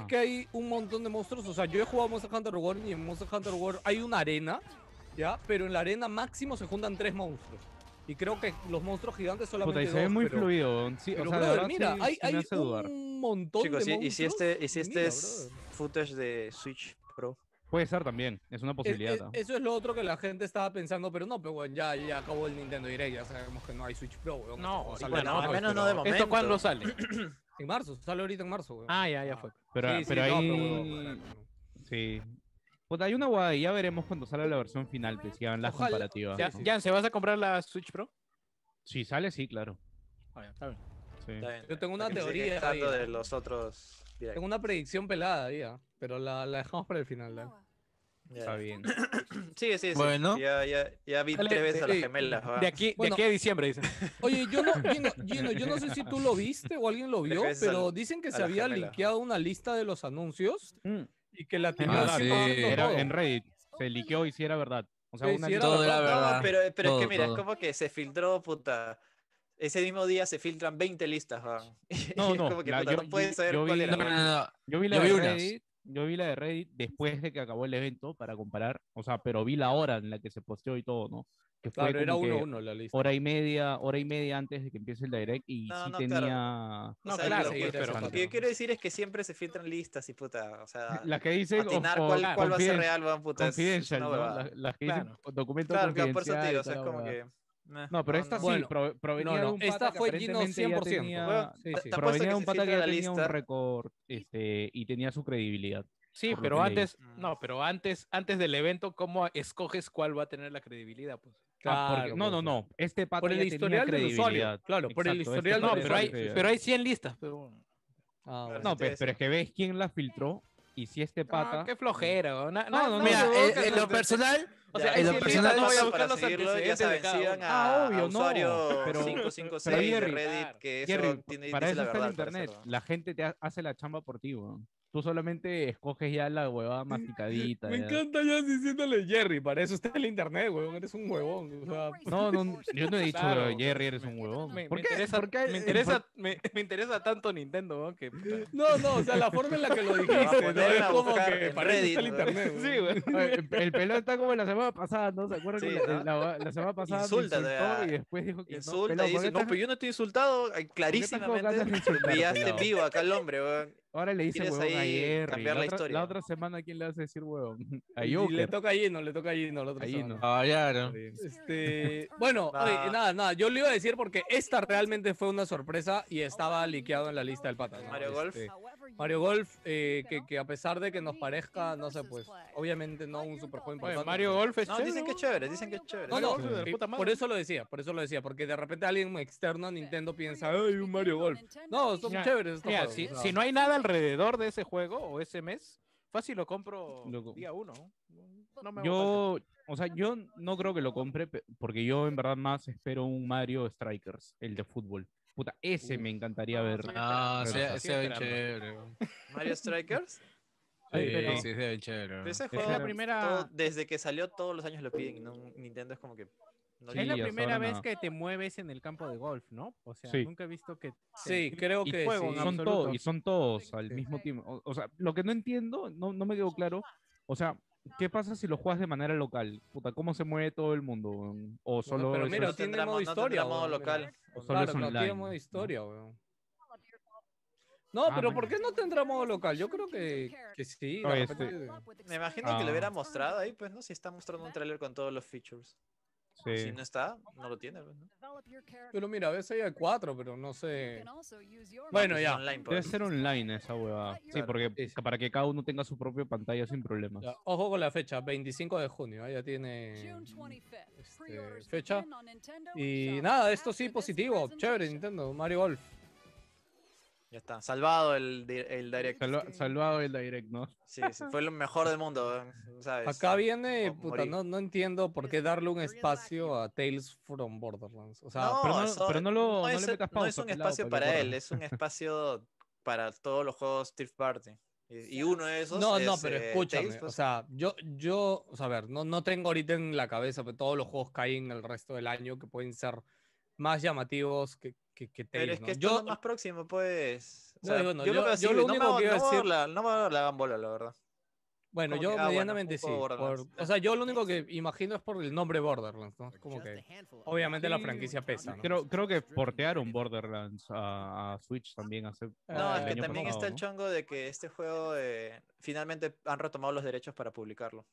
[SPEAKER 3] Ah,
[SPEAKER 2] que hay un montón de monstruos, o sea, yo he jugado Monster Hunter World y en Monster Hunter World hay una arena, ¿ya? Pero en la arena máximo se juntan tres monstruos. Y creo que los monstruos gigantes solamente
[SPEAKER 3] puta, y se
[SPEAKER 2] dos,
[SPEAKER 3] ve muy
[SPEAKER 2] pero-
[SPEAKER 3] fluido. weón. Sí,
[SPEAKER 2] pero,
[SPEAKER 3] o sea, de
[SPEAKER 2] brother,
[SPEAKER 3] verdad
[SPEAKER 2] mira,
[SPEAKER 3] sí-
[SPEAKER 2] hay,
[SPEAKER 3] sí me
[SPEAKER 2] hay
[SPEAKER 3] hace dudar.
[SPEAKER 2] un montón
[SPEAKER 1] Chicos,
[SPEAKER 2] de
[SPEAKER 1] y,
[SPEAKER 2] monstruos.
[SPEAKER 1] y si este, y si este
[SPEAKER 2] Mira,
[SPEAKER 1] es
[SPEAKER 2] brother.
[SPEAKER 1] footage de Switch Pro.
[SPEAKER 3] Puede ser también, es una
[SPEAKER 2] Es-
[SPEAKER 3] posibilidad.
[SPEAKER 2] es-
[SPEAKER 3] ¿ah?
[SPEAKER 2] eso es lo otro que la gente estaba pensando, pero no, pero bueno, ya, ya acabó el Nintendo Direct, ya sabemos que no hay Switch Pro, weón. O
[SPEAKER 8] No,
[SPEAKER 2] sea,
[SPEAKER 8] y
[SPEAKER 2] sale
[SPEAKER 8] bueno,
[SPEAKER 2] en marzo,
[SPEAKER 1] al menos
[SPEAKER 2] pero-
[SPEAKER 1] no de momento.
[SPEAKER 8] ¿Esto cuándo sale?
[SPEAKER 2] En marzo, sale ahorita en marzo, weón.
[SPEAKER 5] Ah, ya, ya fue.
[SPEAKER 3] Pero,
[SPEAKER 2] Sí, sí,
[SPEAKER 3] pero
[SPEAKER 2] no,
[SPEAKER 3] ahí.
[SPEAKER 2] huevón, claro.
[SPEAKER 3] Sí. Puta, hay una guada y ya veremos cuando salga la versión final, pues si hagan las
[SPEAKER 2] Ojalá.
[SPEAKER 3] comparativas.
[SPEAKER 8] Ya-
[SPEAKER 3] ¿no?
[SPEAKER 8] Jan, ¿se vas a comprar la Switch Pro?
[SPEAKER 3] Si sale, sí, claro.
[SPEAKER 8] Ah, ya, está bien.
[SPEAKER 3] Sí.
[SPEAKER 1] Está bien,
[SPEAKER 2] Yo tengo una
[SPEAKER 1] para que se siga
[SPEAKER 2] teoría
[SPEAKER 1] quejando
[SPEAKER 2] ahí.
[SPEAKER 1] de los otros. Direct.
[SPEAKER 2] Tengo una predicción pelada, ya, pero la, la dejamos para el final. dale.
[SPEAKER 1] Ya,
[SPEAKER 3] Está
[SPEAKER 1] ya.
[SPEAKER 3] bien.
[SPEAKER 1] Sí, sí, sí.
[SPEAKER 4] Bueno.
[SPEAKER 1] Ya, ya, ya vi
[SPEAKER 8] Dale,
[SPEAKER 1] tres veces a las
[SPEAKER 8] sí.
[SPEAKER 1] gemelas. va.
[SPEAKER 8] De aquí,
[SPEAKER 2] Bueno.
[SPEAKER 8] de aquí a diciembre, dice.
[SPEAKER 2] Oye, yo no, Gino, Gino, yo no sé si tú lo viste o alguien lo
[SPEAKER 1] Tres
[SPEAKER 2] vio,
[SPEAKER 1] veces
[SPEAKER 2] pero
[SPEAKER 1] al-
[SPEAKER 2] dicen que
[SPEAKER 1] a
[SPEAKER 2] se
[SPEAKER 1] la
[SPEAKER 2] había
[SPEAKER 1] gemela.
[SPEAKER 2] liqueado una lista de los anuncios
[SPEAKER 3] Mm.
[SPEAKER 2] y que la tenía
[SPEAKER 4] Ah,
[SPEAKER 2] al
[SPEAKER 4] sí.
[SPEAKER 2] 100%
[SPEAKER 3] Era
[SPEAKER 2] todo.
[SPEAKER 3] en Reddit. Se eligió y si era verdad. O sea,
[SPEAKER 2] Sí,
[SPEAKER 3] una
[SPEAKER 2] sí era
[SPEAKER 3] lista-
[SPEAKER 4] Todo era
[SPEAKER 1] No,
[SPEAKER 4] verdad.
[SPEAKER 1] pero, pero es
[SPEAKER 4] Todo,
[SPEAKER 1] que mira,
[SPEAKER 4] todo.
[SPEAKER 1] es como que se filtró, puta. Ese mismo día se filtran 20 listas, weón. Y
[SPEAKER 3] No,
[SPEAKER 1] es
[SPEAKER 3] no,
[SPEAKER 1] como que
[SPEAKER 3] la-
[SPEAKER 1] puta,
[SPEAKER 3] yo-
[SPEAKER 1] no puedes
[SPEAKER 3] yo-
[SPEAKER 1] saber
[SPEAKER 3] yo
[SPEAKER 1] cuál
[SPEAKER 3] vi-
[SPEAKER 1] era.
[SPEAKER 4] No, no, no, no.
[SPEAKER 3] Yo vi la
[SPEAKER 4] Yo
[SPEAKER 3] de
[SPEAKER 4] vi unas.
[SPEAKER 3] Reddit. Yo vi la de Reddit después de que acabó el evento para comparar. O sea, pero vi la hora en la que se posteó y todo, ¿no? Que fue
[SPEAKER 2] Claro, era
[SPEAKER 3] como que
[SPEAKER 2] 1-1 la lista.
[SPEAKER 3] hora y media, hora y media antes de que empiece el direct y
[SPEAKER 1] No,
[SPEAKER 3] sí
[SPEAKER 1] no, claro.
[SPEAKER 3] tenía.
[SPEAKER 1] O
[SPEAKER 8] No,
[SPEAKER 1] sea,
[SPEAKER 8] claro,
[SPEAKER 1] lo que,
[SPEAKER 8] pues, pero-
[SPEAKER 1] lo que yo quiero decir es que siempre se filtran listas y puta, o sea,
[SPEAKER 3] Las que dicen
[SPEAKER 1] atinar
[SPEAKER 3] of-
[SPEAKER 1] cuál,
[SPEAKER 3] of-
[SPEAKER 1] cuál va a ser
[SPEAKER 3] confiden-
[SPEAKER 1] real, weón, puta, es- es
[SPEAKER 3] confidential,
[SPEAKER 1] una
[SPEAKER 3] ¿no?
[SPEAKER 1] huevada.
[SPEAKER 3] Las, las que dicen
[SPEAKER 8] Claro.
[SPEAKER 3] documento
[SPEAKER 1] Claro, claro, por eso
[SPEAKER 3] confidencial.
[SPEAKER 1] te
[SPEAKER 3] y
[SPEAKER 1] digo, o sea, es
[SPEAKER 3] toda la
[SPEAKER 1] como
[SPEAKER 3] huevada.
[SPEAKER 1] que... meh,
[SPEAKER 3] No, pero esta sí,
[SPEAKER 2] Bueno,
[SPEAKER 3] pro- provenía
[SPEAKER 2] no,
[SPEAKER 3] de
[SPEAKER 2] no,
[SPEAKER 3] un pata
[SPEAKER 2] esta
[SPEAKER 3] que
[SPEAKER 2] fue Gino
[SPEAKER 3] aparentemente ya
[SPEAKER 2] 100%.
[SPEAKER 3] tenía-
[SPEAKER 2] Bueno, sí,
[SPEAKER 1] ta-
[SPEAKER 2] sí.
[SPEAKER 1] ta- apuesto
[SPEAKER 3] Provenía
[SPEAKER 1] que
[SPEAKER 3] de un
[SPEAKER 1] se
[SPEAKER 3] pata que
[SPEAKER 1] filtra
[SPEAKER 3] ya
[SPEAKER 1] la
[SPEAKER 3] tenía un
[SPEAKER 1] lista.
[SPEAKER 3] récord este, y tenía su credibilidad.
[SPEAKER 8] Sí,
[SPEAKER 3] por lo
[SPEAKER 8] pero
[SPEAKER 3] que leí.
[SPEAKER 8] antes,
[SPEAKER 1] Mm.
[SPEAKER 8] no, pero antes, antes del evento, ¿cómo escoges cuál va a tener la credibilidad? Pues?
[SPEAKER 3] Ah, porque-
[SPEAKER 2] Claro,
[SPEAKER 3] no, no,
[SPEAKER 2] pues,
[SPEAKER 3] no. Este pata
[SPEAKER 2] Por
[SPEAKER 3] ya
[SPEAKER 2] el
[SPEAKER 3] tenía
[SPEAKER 2] historial del usuario.
[SPEAKER 3] credibilidad.
[SPEAKER 2] Claro, por el
[SPEAKER 3] Exacto, este
[SPEAKER 2] historial
[SPEAKER 3] pata
[SPEAKER 8] No,
[SPEAKER 2] del
[SPEAKER 3] ya
[SPEAKER 8] pero hay,
[SPEAKER 2] usuario.
[SPEAKER 3] credibilidad.
[SPEAKER 8] pero hay 100 listas. Pero...
[SPEAKER 2] Ah, bueno.
[SPEAKER 3] No,
[SPEAKER 1] Entonces-
[SPEAKER 3] pues, pero es que ves quién la filtró y si este pata.
[SPEAKER 8] Ah, qué flojera. weón. Na- na-
[SPEAKER 3] no, no,
[SPEAKER 4] Mira, eh,
[SPEAKER 8] yo creo que
[SPEAKER 4] en lo
[SPEAKER 8] te-
[SPEAKER 4] personal,
[SPEAKER 8] O
[SPEAKER 1] Ya,
[SPEAKER 8] sea,
[SPEAKER 1] ahí
[SPEAKER 8] hay
[SPEAKER 4] en lo
[SPEAKER 1] sí
[SPEAKER 8] cien
[SPEAKER 1] listas,
[SPEAKER 4] personal,
[SPEAKER 8] listas,
[SPEAKER 1] no
[SPEAKER 8] voy a
[SPEAKER 1] vayan
[SPEAKER 8] buscar
[SPEAKER 1] para
[SPEAKER 8] los
[SPEAKER 1] seguirlo, ya
[SPEAKER 8] antecedentes de
[SPEAKER 1] saben,
[SPEAKER 8] cada
[SPEAKER 1] sigan
[SPEAKER 8] uno.
[SPEAKER 1] a,
[SPEAKER 3] Ah, obvio,
[SPEAKER 1] a
[SPEAKER 3] no.
[SPEAKER 1] usuario
[SPEAKER 3] Pero-
[SPEAKER 1] 556
[SPEAKER 3] pero
[SPEAKER 1] de
[SPEAKER 3] Jerry,
[SPEAKER 1] Reddit, que eso
[SPEAKER 3] Jerry,
[SPEAKER 1] tiene,
[SPEAKER 3] para
[SPEAKER 1] dice
[SPEAKER 3] eso
[SPEAKER 1] la
[SPEAKER 3] está
[SPEAKER 1] verdad.
[SPEAKER 3] el
[SPEAKER 1] al parecer,
[SPEAKER 3] internet.
[SPEAKER 1] ¿no?
[SPEAKER 3] La gente te ha- hace la chamba por ti, weón. Tú solamente escoges ya la huevada masticadita.
[SPEAKER 2] Me
[SPEAKER 3] ya.
[SPEAKER 2] encanta ya diciéndole Jerry, para eso está el internet, weón, eres un huevón. O sea,
[SPEAKER 3] No, no, yo no he dicho,
[SPEAKER 8] Claro.
[SPEAKER 3] "Oye, Jerry, eres un huevón.
[SPEAKER 8] Me, me
[SPEAKER 3] ¿Por qué?
[SPEAKER 8] interesa,
[SPEAKER 3] ¿Por qué?
[SPEAKER 8] me, interesa, me, me interesa tanto Nintendo weón, que. puta.
[SPEAKER 2] no, no, o sea, la forma en la que lo
[SPEAKER 1] Va a
[SPEAKER 2] dijiste, ¿no?
[SPEAKER 1] poner
[SPEAKER 2] Es
[SPEAKER 1] a
[SPEAKER 2] como
[SPEAKER 1] buscar
[SPEAKER 2] que
[SPEAKER 1] en
[SPEAKER 2] para eso
[SPEAKER 1] Reddit,
[SPEAKER 2] está el
[SPEAKER 1] ¿no?
[SPEAKER 2] internet. weón.
[SPEAKER 8] Sí, weón.
[SPEAKER 3] Oye, El, el pelón está como la semana pasada, ¿no? ¿Se acuerdan?
[SPEAKER 1] Sí,
[SPEAKER 3] que la,
[SPEAKER 1] ¿no?
[SPEAKER 3] la- la semana pasada me
[SPEAKER 1] Insulta, o
[SPEAKER 3] insultó
[SPEAKER 1] sea,
[SPEAKER 3] y después dijo que no,
[SPEAKER 1] Insulta
[SPEAKER 3] pelón,
[SPEAKER 1] y
[SPEAKER 3] ¿por
[SPEAKER 1] dice,
[SPEAKER 3] qué
[SPEAKER 1] no,
[SPEAKER 3] estás-
[SPEAKER 1] pero yo no estoy insultado, ay,
[SPEAKER 3] ganas de
[SPEAKER 1] clarísimamente.
[SPEAKER 3] insultar,
[SPEAKER 1] Pillaste en
[SPEAKER 3] pelado?
[SPEAKER 1] vivo acá al hombre, weón.
[SPEAKER 3] Ahora le dice
[SPEAKER 1] ¿Quieres
[SPEAKER 3] huevón a
[SPEAKER 1] ahí
[SPEAKER 3] Jerry.
[SPEAKER 1] cambiar
[SPEAKER 3] La
[SPEAKER 1] la
[SPEAKER 3] otra,
[SPEAKER 1] historia?
[SPEAKER 3] la otra semana, ¿quién le hace decir huevón? A
[SPEAKER 2] Y le
[SPEAKER 3] Joker.
[SPEAKER 2] toca a Gino, le toca a Gino la otra
[SPEAKER 3] A Gino.
[SPEAKER 2] semana.
[SPEAKER 4] ah, claro.
[SPEAKER 2] Este,
[SPEAKER 1] Ah.
[SPEAKER 2] bueno,
[SPEAKER 1] Va.
[SPEAKER 2] oye, nada, nada, yo le iba a decir porque esta realmente fue una sorpresa y estaba liqueado en la lista del pata. ¿no?
[SPEAKER 1] Mario Golf.
[SPEAKER 2] Este, Mario Golf, eh, que, que a pesar de que nos parezca, no sé, pues, obviamente no un superjuego
[SPEAKER 8] Oye,
[SPEAKER 2] importante.
[SPEAKER 8] Mario Golf es
[SPEAKER 3] Pues
[SPEAKER 1] No,
[SPEAKER 8] chévere,
[SPEAKER 1] dicen que es
[SPEAKER 8] weón.
[SPEAKER 1] chévere, dicen que es chévere.
[SPEAKER 2] No,
[SPEAKER 8] Mario
[SPEAKER 2] no,
[SPEAKER 8] Golf es de la
[SPEAKER 2] eh,
[SPEAKER 8] puta
[SPEAKER 2] por
[SPEAKER 8] madre.
[SPEAKER 2] eso lo decía, por eso lo decía, porque de repente alguien externo a Nintendo piensa, ay, un Mario Golf. No, son
[SPEAKER 8] Mira,
[SPEAKER 2] chéveres estos
[SPEAKER 8] Mira,
[SPEAKER 2] juegos,
[SPEAKER 8] si,
[SPEAKER 2] o sea.
[SPEAKER 8] si no hay nada alrededor de ese juego o ese mes, fácil lo compro
[SPEAKER 3] Loco.
[SPEAKER 8] día uno. No me hago
[SPEAKER 3] Yo, o sea, yo no creo que lo compre pe- porque yo en verdad más espero un Mario Strikers, el de fútbol. Puta, ese me encantaría ver.
[SPEAKER 4] Ah,
[SPEAKER 3] Pero
[SPEAKER 4] sea,
[SPEAKER 3] está
[SPEAKER 4] sea bien
[SPEAKER 8] esperando.
[SPEAKER 4] chévere. weón.
[SPEAKER 1] Mario Strikers.
[SPEAKER 3] Eh,
[SPEAKER 4] Sí, sí, sea bien chévere.
[SPEAKER 1] pero
[SPEAKER 4] weón.
[SPEAKER 1] Ese
[SPEAKER 3] Esa
[SPEAKER 1] juego,
[SPEAKER 3] es la
[SPEAKER 1] todo-
[SPEAKER 5] primera-
[SPEAKER 1] desde que salió todos los años lo piden. y No, Nintendo es como que... No
[SPEAKER 3] Sí,
[SPEAKER 5] es
[SPEAKER 1] le-
[SPEAKER 5] la
[SPEAKER 3] hasta
[SPEAKER 5] primera
[SPEAKER 3] ahora
[SPEAKER 5] vez
[SPEAKER 3] nada.
[SPEAKER 5] que te mueves en el campo de golf, ¿no? O sea,
[SPEAKER 3] Sí.
[SPEAKER 5] nunca he visto que.
[SPEAKER 2] Sí, creo
[SPEAKER 3] y
[SPEAKER 2] que
[SPEAKER 3] juego,
[SPEAKER 2] sí.
[SPEAKER 3] son todos, y
[SPEAKER 5] absoluto.
[SPEAKER 3] son todos al
[SPEAKER 2] Sí.
[SPEAKER 3] mismo tiempo. O, o sea, lo que no entiendo, no, no me quedó claro. O sea, ¿qué pasa si lo juegas de manera local? Puta, ¿cómo se mueve todo el mundo? weón? O solo
[SPEAKER 2] pero
[SPEAKER 3] es-
[SPEAKER 2] mira,
[SPEAKER 1] no
[SPEAKER 2] tiene
[SPEAKER 1] tendrá
[SPEAKER 2] modo
[SPEAKER 1] mo- no tendrá
[SPEAKER 2] historia,
[SPEAKER 1] modo
[SPEAKER 2] weón, mira.
[SPEAKER 1] local.
[SPEAKER 3] o solo
[SPEAKER 2] Claro,
[SPEAKER 3] es
[SPEAKER 2] claro,
[SPEAKER 3] online.
[SPEAKER 2] tiene modo
[SPEAKER 3] ¿no?
[SPEAKER 2] historia, weón. No,
[SPEAKER 3] Ah,
[SPEAKER 2] pero
[SPEAKER 3] man.
[SPEAKER 2] ¿por qué no tendrá modo local? Yo creo que, que sí. de
[SPEAKER 3] Oye,
[SPEAKER 2] repente- este,
[SPEAKER 1] Me imagino que
[SPEAKER 3] Ah.
[SPEAKER 1] lo hubiera mostrado ahí, pues, ¿no? Si está mostrando un tráiler con todos los features.
[SPEAKER 3] Sí.
[SPEAKER 1] Si no está, no lo tiene, pues, ¿no?
[SPEAKER 2] Pero mira, a veces hay cuatro, pero no sé.
[SPEAKER 1] No,
[SPEAKER 2] Este, Bueno,
[SPEAKER 1] pues es
[SPEAKER 2] ya.
[SPEAKER 1] online, pues.
[SPEAKER 3] Debe ser online esa huevada. Sí,
[SPEAKER 1] Claro.
[SPEAKER 3] porque
[SPEAKER 2] ah, Sí, sí.
[SPEAKER 3] para que cada uno tenga su propia pantalla sin problemas.
[SPEAKER 2] Ya, Ojo con la fecha, 25 de junio, ahí ya tiene. este, fecha. Y nada, esto sí positivo, chévere Nintendo, Mario Golf.
[SPEAKER 1] Ya está. Salvado el, di- el direct.
[SPEAKER 3] Salva- salvado el direct, ¿no?
[SPEAKER 1] Sí, sí, fue lo mejor del mundo, ¿sabes?
[SPEAKER 2] Acá viene,
[SPEAKER 1] Mo-
[SPEAKER 2] puta,
[SPEAKER 1] morí.
[SPEAKER 2] no, no entiendo por qué darle un espacio a Tales from Borderlands. O sea,
[SPEAKER 1] No,
[SPEAKER 3] pero no-
[SPEAKER 1] eso-
[SPEAKER 3] pero no lo- no le
[SPEAKER 1] es,
[SPEAKER 3] metas
[SPEAKER 1] no es
[SPEAKER 3] pausa,
[SPEAKER 1] un
[SPEAKER 3] pelado,
[SPEAKER 1] espacio
[SPEAKER 3] para que
[SPEAKER 1] para
[SPEAKER 3] corra.
[SPEAKER 1] él, es un espacio para todos los juegos third party. Y, y uno de esos
[SPEAKER 2] No,
[SPEAKER 1] es,
[SPEAKER 2] no, pero
[SPEAKER 1] eh,
[SPEAKER 2] escúchame.
[SPEAKER 1] Tales,
[SPEAKER 2] O
[SPEAKER 1] pues.
[SPEAKER 2] sea, yo, yo, o sea, a ver, no, no tengo ahorita en la cabeza, pero todos los juegos caen el resto del año que pueden ser más llamativos que, que, que Tales.
[SPEAKER 1] pero es que
[SPEAKER 2] ¿no?
[SPEAKER 1] esto es
[SPEAKER 2] Yo,
[SPEAKER 1] lo más próximo, pues. O
[SPEAKER 2] No,
[SPEAKER 1] sea,
[SPEAKER 2] bueno,
[SPEAKER 1] yo, lo
[SPEAKER 2] yo-
[SPEAKER 1] veo
[SPEAKER 2] yo
[SPEAKER 1] así,
[SPEAKER 2] lo
[SPEAKER 1] no me
[SPEAKER 2] único
[SPEAKER 1] hago-
[SPEAKER 2] que iba a
[SPEAKER 1] no me hago
[SPEAKER 2] decir-
[SPEAKER 1] la- no me hago la gambola, la verdad.
[SPEAKER 2] bueno,
[SPEAKER 1] como
[SPEAKER 2] yo
[SPEAKER 1] que, ah, bueno,
[SPEAKER 2] medianamente
[SPEAKER 1] un juego
[SPEAKER 2] sí.
[SPEAKER 1] Borderlands.
[SPEAKER 2] por- o sea, yo lo único que imagino es por el nombre Borderlands, ¿no? Es como que. Obviamente la franquicia pesa, ¿no?
[SPEAKER 3] Creo, creo que portearon Borderlands a, a Switch también hace. eh,
[SPEAKER 1] No,
[SPEAKER 2] Ah,
[SPEAKER 1] es
[SPEAKER 3] el
[SPEAKER 1] que
[SPEAKER 3] año
[SPEAKER 1] también
[SPEAKER 3] pasado,
[SPEAKER 1] está el
[SPEAKER 3] ¿no?
[SPEAKER 1] chongo de que este juego eh, finalmente han retomado los derechos para publicarlo.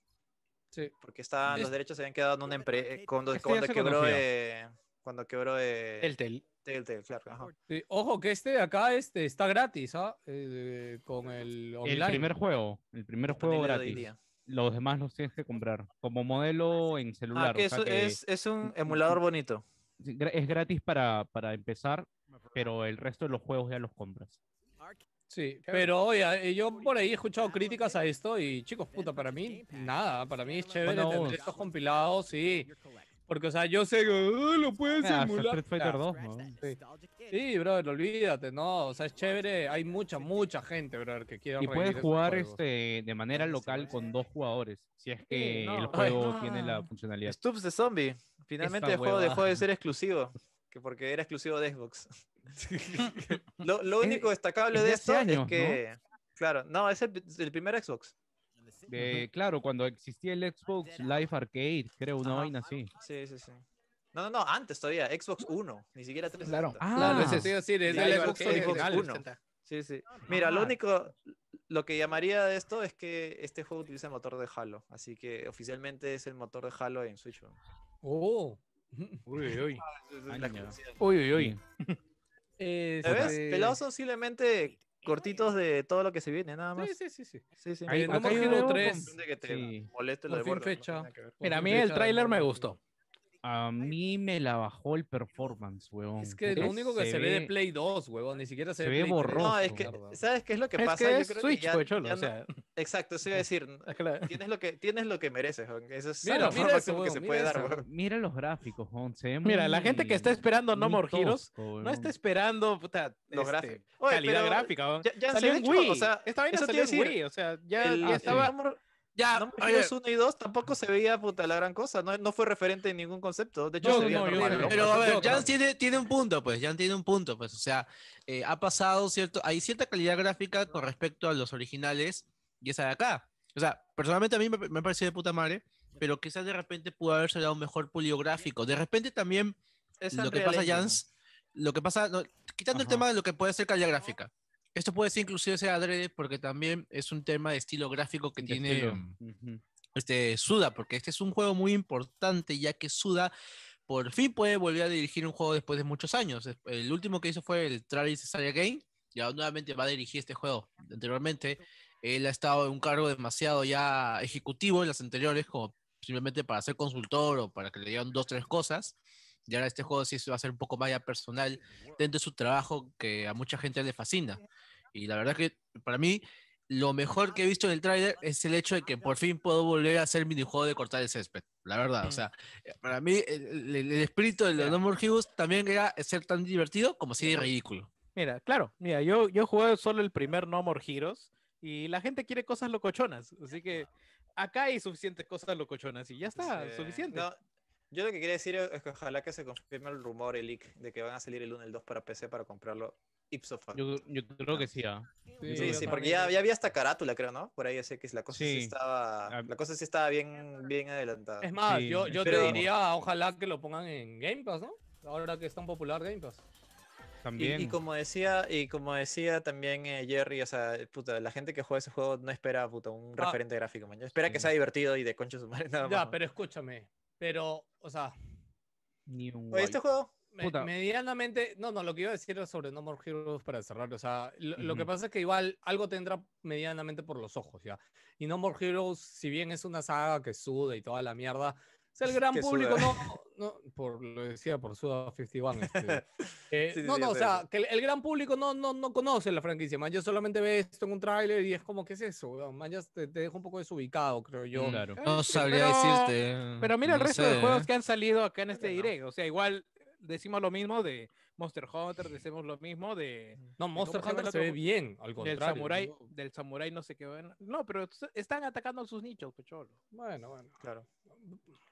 [SPEAKER 2] Sí.
[SPEAKER 1] Porque estaban, los
[SPEAKER 2] Es-
[SPEAKER 1] derechos se habían quedado en una empresa. Cuando,
[SPEAKER 3] Este ya
[SPEAKER 1] cuando
[SPEAKER 3] se
[SPEAKER 1] quebró.
[SPEAKER 3] conocía.
[SPEAKER 1] eh, cuando quebró. eh,
[SPEAKER 8] Telltale.
[SPEAKER 1] Telltale, claro. ajá.
[SPEAKER 2] Sí, Ojo que este de acá este, está gratis, ¿ah? Eh, con el online.
[SPEAKER 3] El primer juego, el primer juego
[SPEAKER 1] Disponible hoy
[SPEAKER 3] gratis.
[SPEAKER 1] día.
[SPEAKER 3] Los demás los tienes que comprar como modelo en celular.
[SPEAKER 1] Ah, que
[SPEAKER 3] o sea
[SPEAKER 1] eso
[SPEAKER 3] que
[SPEAKER 1] es, es un emulador bonito.
[SPEAKER 3] sí, gra- es gratis para, para empezar, pero el resto de los juegos ya los compras.
[SPEAKER 2] Sí, pero oye, eh, yo por ahí he escuchado críticas a esto y chicos, puta, para mí nada, para mí es chévere
[SPEAKER 3] Bueno,
[SPEAKER 2] tener
[SPEAKER 3] vos.
[SPEAKER 2] estos compilados, sí. Porque, o sea, yo sé que "Ah, lo puedes
[SPEAKER 3] Ah, hasta
[SPEAKER 2] emular.
[SPEAKER 3] Street Fighter
[SPEAKER 2] Ah,
[SPEAKER 3] 2, ¿no?
[SPEAKER 2] Sí, brother, olvídate, no, o sea, es chévere, hay mucha, mucha gente, brother, que quiere
[SPEAKER 3] Y puedes
[SPEAKER 2] revivir estos
[SPEAKER 3] jugar
[SPEAKER 2] juegos.
[SPEAKER 3] este, de manera local con dos jugadores, si es que el
[SPEAKER 5] no.
[SPEAKER 3] juego
[SPEAKER 1] Ay.
[SPEAKER 3] tiene la funcionalidad.
[SPEAKER 1] Stoops de Zombie. Finalmente
[SPEAKER 2] Esa
[SPEAKER 1] el juego dejó
[SPEAKER 2] huevada.
[SPEAKER 1] de ser exclusivo. Que porque era exclusivo de Xbox. lo, lo
[SPEAKER 3] Es-
[SPEAKER 1] único destacable
[SPEAKER 3] Eh, es de
[SPEAKER 1] de
[SPEAKER 3] hace
[SPEAKER 1] esto
[SPEAKER 3] años,
[SPEAKER 1] es
[SPEAKER 3] ¿no?
[SPEAKER 1] que. Claro, no, es el, el primer Xbox.
[SPEAKER 3] De, Eh, claro, cuando existía el Xbox Live Arcade, creo, una
[SPEAKER 1] Ajá.
[SPEAKER 3] vaina así.
[SPEAKER 1] Sí, sí, sí. No, no, no, antes todavía, Xbox 1, ni siquiera 360.
[SPEAKER 2] Claro,
[SPEAKER 3] Ah.
[SPEAKER 2] ese sí, sí, es
[SPEAKER 1] Ya,
[SPEAKER 2] del
[SPEAKER 1] yo
[SPEAKER 2] Xbox
[SPEAKER 1] creo que Xbox
[SPEAKER 2] original.
[SPEAKER 1] Uno. Sí, sí. Mira, lo
[SPEAKER 3] Ah.
[SPEAKER 1] único, lo que llamaría de esto es que este juego utiliza el motor de Halo, así que oficialmente es el motor de Halo en Switch. ¿no?
[SPEAKER 2] Oh.
[SPEAKER 8] Uy, uy.
[SPEAKER 1] Esa es la
[SPEAKER 3] Año.
[SPEAKER 1] curiosidad.
[SPEAKER 8] Uy, uy, uy.
[SPEAKER 1] ¿Te ves?
[SPEAKER 2] Este-
[SPEAKER 1] Pelados son simplemente cortitos de todo lo que se viene, nada más.
[SPEAKER 2] Sí, sí, sí, sí.
[SPEAKER 1] Sí, sí.
[SPEAKER 3] Ahí-
[SPEAKER 2] Eh,
[SPEAKER 3] acá
[SPEAKER 2] Number
[SPEAKER 3] yo
[SPEAKER 2] Hero
[SPEAKER 3] veo con-
[SPEAKER 2] 3.
[SPEAKER 1] De que te
[SPEAKER 3] Sí.
[SPEAKER 1] moleste lo
[SPEAKER 2] Por
[SPEAKER 1] de
[SPEAKER 2] fin
[SPEAKER 1] Borderlands,
[SPEAKER 2] fecha.
[SPEAKER 1] no tiene nada que ver.
[SPEAKER 8] Mira, a mí
[SPEAKER 2] Fecha
[SPEAKER 8] el
[SPEAKER 2] de
[SPEAKER 8] tráiler me
[SPEAKER 2] Borderlands.
[SPEAKER 8] gustó.
[SPEAKER 3] A mí me la bajó el performance, weón.
[SPEAKER 2] Es que lo
[SPEAKER 3] Puta,
[SPEAKER 2] único que se, ve de Play 2, huevón, ni siquiera se,
[SPEAKER 3] se
[SPEAKER 2] ve Play
[SPEAKER 3] ve
[SPEAKER 2] 3.
[SPEAKER 3] borroso.
[SPEAKER 1] No, es que,
[SPEAKER 2] Mierda.
[SPEAKER 1] ¿sabes qué es lo que
[SPEAKER 8] Es
[SPEAKER 1] pasa?
[SPEAKER 8] que
[SPEAKER 1] Yo
[SPEAKER 8] es
[SPEAKER 1] creo
[SPEAKER 8] Switch,
[SPEAKER 1] ya-
[SPEAKER 8] pues, cholo,
[SPEAKER 1] ya
[SPEAKER 8] o
[SPEAKER 1] no-
[SPEAKER 8] sea.
[SPEAKER 1] Exacto, eso iba a decir.
[SPEAKER 8] es que la-
[SPEAKER 1] Tienes lo que, tienes lo que mereces, weón. Eso es
[SPEAKER 2] Mira,
[SPEAKER 1] lo
[SPEAKER 2] mira
[SPEAKER 1] máximo
[SPEAKER 2] eso,
[SPEAKER 1] que
[SPEAKER 2] weón,
[SPEAKER 1] se
[SPEAKER 2] mira
[SPEAKER 1] puede dar,
[SPEAKER 2] eso.
[SPEAKER 1] weón.
[SPEAKER 3] Mira los gráficos, weón, se ve
[SPEAKER 8] Mira, la gente que
[SPEAKER 1] Mm.
[SPEAKER 8] está
[SPEAKER 3] muy-
[SPEAKER 8] esperando No
[SPEAKER 3] muy
[SPEAKER 8] More Heroes
[SPEAKER 3] tosco,
[SPEAKER 8] no está
[SPEAKER 3] weón.
[SPEAKER 8] esperando, puta,
[SPEAKER 1] Los
[SPEAKER 8] este,
[SPEAKER 1] gráficos. Oye,
[SPEAKER 8] calidad
[SPEAKER 1] pero
[SPEAKER 8] gráfica. weón.
[SPEAKER 1] Ya, ya
[SPEAKER 8] salió
[SPEAKER 1] se
[SPEAKER 8] en
[SPEAKER 1] ve,
[SPEAKER 8] Wii.
[SPEAKER 1] o sea,
[SPEAKER 9] Este
[SPEAKER 8] esta vaina
[SPEAKER 1] eso te
[SPEAKER 8] salió
[SPEAKER 1] iba a
[SPEAKER 8] en
[SPEAKER 1] decir.
[SPEAKER 8] Wii, o sea, ya,
[SPEAKER 1] el,
[SPEAKER 8] ya
[SPEAKER 1] el
[SPEAKER 8] estaba...
[SPEAKER 1] No More-
[SPEAKER 4] Ya,
[SPEAKER 1] No More
[SPEAKER 4] Ah, oye,
[SPEAKER 1] Heroes 1 y 2 tampoco se veía puta la gran cosa. No, no fue referente en ningún concepto. De hecho,
[SPEAKER 2] No,
[SPEAKER 1] se veía
[SPEAKER 2] no, yo-
[SPEAKER 1] normal, ¿no?
[SPEAKER 4] Pero a ver,
[SPEAKER 2] Otra.
[SPEAKER 4] Jan tiene, tiene un punto, pues, Jan tiene un punto, pues, o sea, eh, ha pasado, ¿cierto? Hay cierta calidad gráfica con respecto a los originales y esa de acá. O sea, personalmente a mí me, me ha parecido de puta madre, pero quizás de repente pudo haberse dado un mejor pulido gráfico. De repente también
[SPEAKER 1] Es
[SPEAKER 4] lo
[SPEAKER 1] Unreal
[SPEAKER 4] que pasa,
[SPEAKER 1] Engine.
[SPEAKER 4] Jans, lo que pasa, no, quitando el
[SPEAKER 3] Ajá.
[SPEAKER 4] tema de lo que puede ser calidad gráfica, esto puede ser inclusive sea adrede porque también es un tema de estilo gráfico que
[SPEAKER 3] De
[SPEAKER 4] tiene
[SPEAKER 3] estilo.
[SPEAKER 4] mm,
[SPEAKER 3] Ujú.
[SPEAKER 4] este, Suda, porque este es un juego muy importante, ya que Suda por fin puede volver a dirigir un juego después de muchos años. Es- El último que hizo fue el Travis Cesaria Game, y ahora nuevamente va a dirigir este juego. Anteriormente, él ha estado en un cargo demasiado ya ejecutivo en las anteriores, como simplemente para ser consultor o para que le digan dos, tres cosas. Y ahora este juego sí se va a ser un poco más ya personal dentro de su trabajo que a mucha gente le fascina. Y la verdad que para mí lo mejor que he visto en el tráiler es el hecho de que por fin puedo volver a hacer minijuego de cortar el césped. La verdad, o sea, eh, para mí el, el- el espíritu de los No More Heroes también era ser tan divertido como si de ridículo.
[SPEAKER 8] Mira, claro, mira, yo, yo jugué solo el primer No More Heroes y la gente quiere cosas locochonas, así que acá hay suficientes cosas locochonas y ya está,
[SPEAKER 1] Sí.
[SPEAKER 8] suficiente.
[SPEAKER 1] Este, No, yo lo que quería decir es que ojalá que se confirme el rumor, el leak, de que van a salir el 1 y el 2 para PC para comprarlo ipso facto.
[SPEAKER 3] Yo, yo creo que sí, ah.
[SPEAKER 1] Sí,
[SPEAKER 3] Sí,
[SPEAKER 1] sí,
[SPEAKER 3] yo
[SPEAKER 1] porque ya, ya había hasta carátula, creo, ¿no? Por ahí sé que la cosa sí,
[SPEAKER 3] Sí.
[SPEAKER 1] estaba,
[SPEAKER 3] Ah,
[SPEAKER 1] la cosa sí estaba bien, bien adelantada.
[SPEAKER 2] Es más,
[SPEAKER 3] Sí,
[SPEAKER 2] yo, yo te
[SPEAKER 1] pero-
[SPEAKER 2] diría, ojalá que lo pongan en Game Pass, ¿no? Ahora que es tan popular Game Pass.
[SPEAKER 1] Y-
[SPEAKER 3] También.
[SPEAKER 1] Y, como decía, y como decía también eh, Jerry, o sea, puta, la gente que juega ese juego no espera puta, un
[SPEAKER 2] Ah.
[SPEAKER 1] referente gráfico, man. Espera que
[SPEAKER 3] Sí.
[SPEAKER 1] sea divertido y de concha su madre nada más.
[SPEAKER 2] Ya,
[SPEAKER 1] man.
[SPEAKER 2] pero escúchame. Pero, o sea,
[SPEAKER 3] Ni un
[SPEAKER 1] Oye, este
[SPEAKER 3] guay.
[SPEAKER 1] juego,
[SPEAKER 2] me-
[SPEAKER 3] Puta.
[SPEAKER 2] medianamente. No, no, lo que iba a decir era sobre No More Heroes para cerrar. O sea, lo, lo que
[SPEAKER 3] Ujú.
[SPEAKER 2] pasa es que igual algo tendrá medianamente por los ojos, ya. Y No More Heroes, si bien es una saga que suda y toda la mierda, sea, el gran
[SPEAKER 1] Que
[SPEAKER 2] público
[SPEAKER 1] suda.
[SPEAKER 2] no, no- por, lo decía por Suda 51. este. Eh,
[SPEAKER 1] Sí, sí,
[SPEAKER 2] no,
[SPEAKER 1] sí,
[SPEAKER 2] no,
[SPEAKER 1] yo
[SPEAKER 2] o
[SPEAKER 1] sé
[SPEAKER 2] sea,
[SPEAKER 1] eso.
[SPEAKER 2] que el, el gran público no, no, no conoce la franquicia, man. Yo solamente veo esto en un tráiler y es como, ¿qué es eso? weón? Man, ya te, te deja un poco desubicado, creo yo.
[SPEAKER 3] Claro.
[SPEAKER 4] No sabría
[SPEAKER 8] Mm. Eh, pero-
[SPEAKER 4] decirte.
[SPEAKER 8] Pero mira el
[SPEAKER 4] no
[SPEAKER 8] resto
[SPEAKER 4] sé,
[SPEAKER 8] de juegos
[SPEAKER 4] ¿eh?
[SPEAKER 8] que han salido acá en este
[SPEAKER 1] Bueno.
[SPEAKER 8] direct. O sea, igual decimos lo mismo de Monster Hunter, decimos lo mismo de
[SPEAKER 2] No, Monster
[SPEAKER 8] ¿Cómo se
[SPEAKER 2] Hunter
[SPEAKER 8] llama el
[SPEAKER 2] se
[SPEAKER 8] otro?
[SPEAKER 2] ve bien, al
[SPEAKER 8] del
[SPEAKER 2] contrario.
[SPEAKER 8] samurai,
[SPEAKER 2] yo-
[SPEAKER 8] del samurai no sé qué. vaina. No, pero s- están atacando sus nichos, pues, pecholo.
[SPEAKER 2] Bueno, bueno.
[SPEAKER 1] Claro.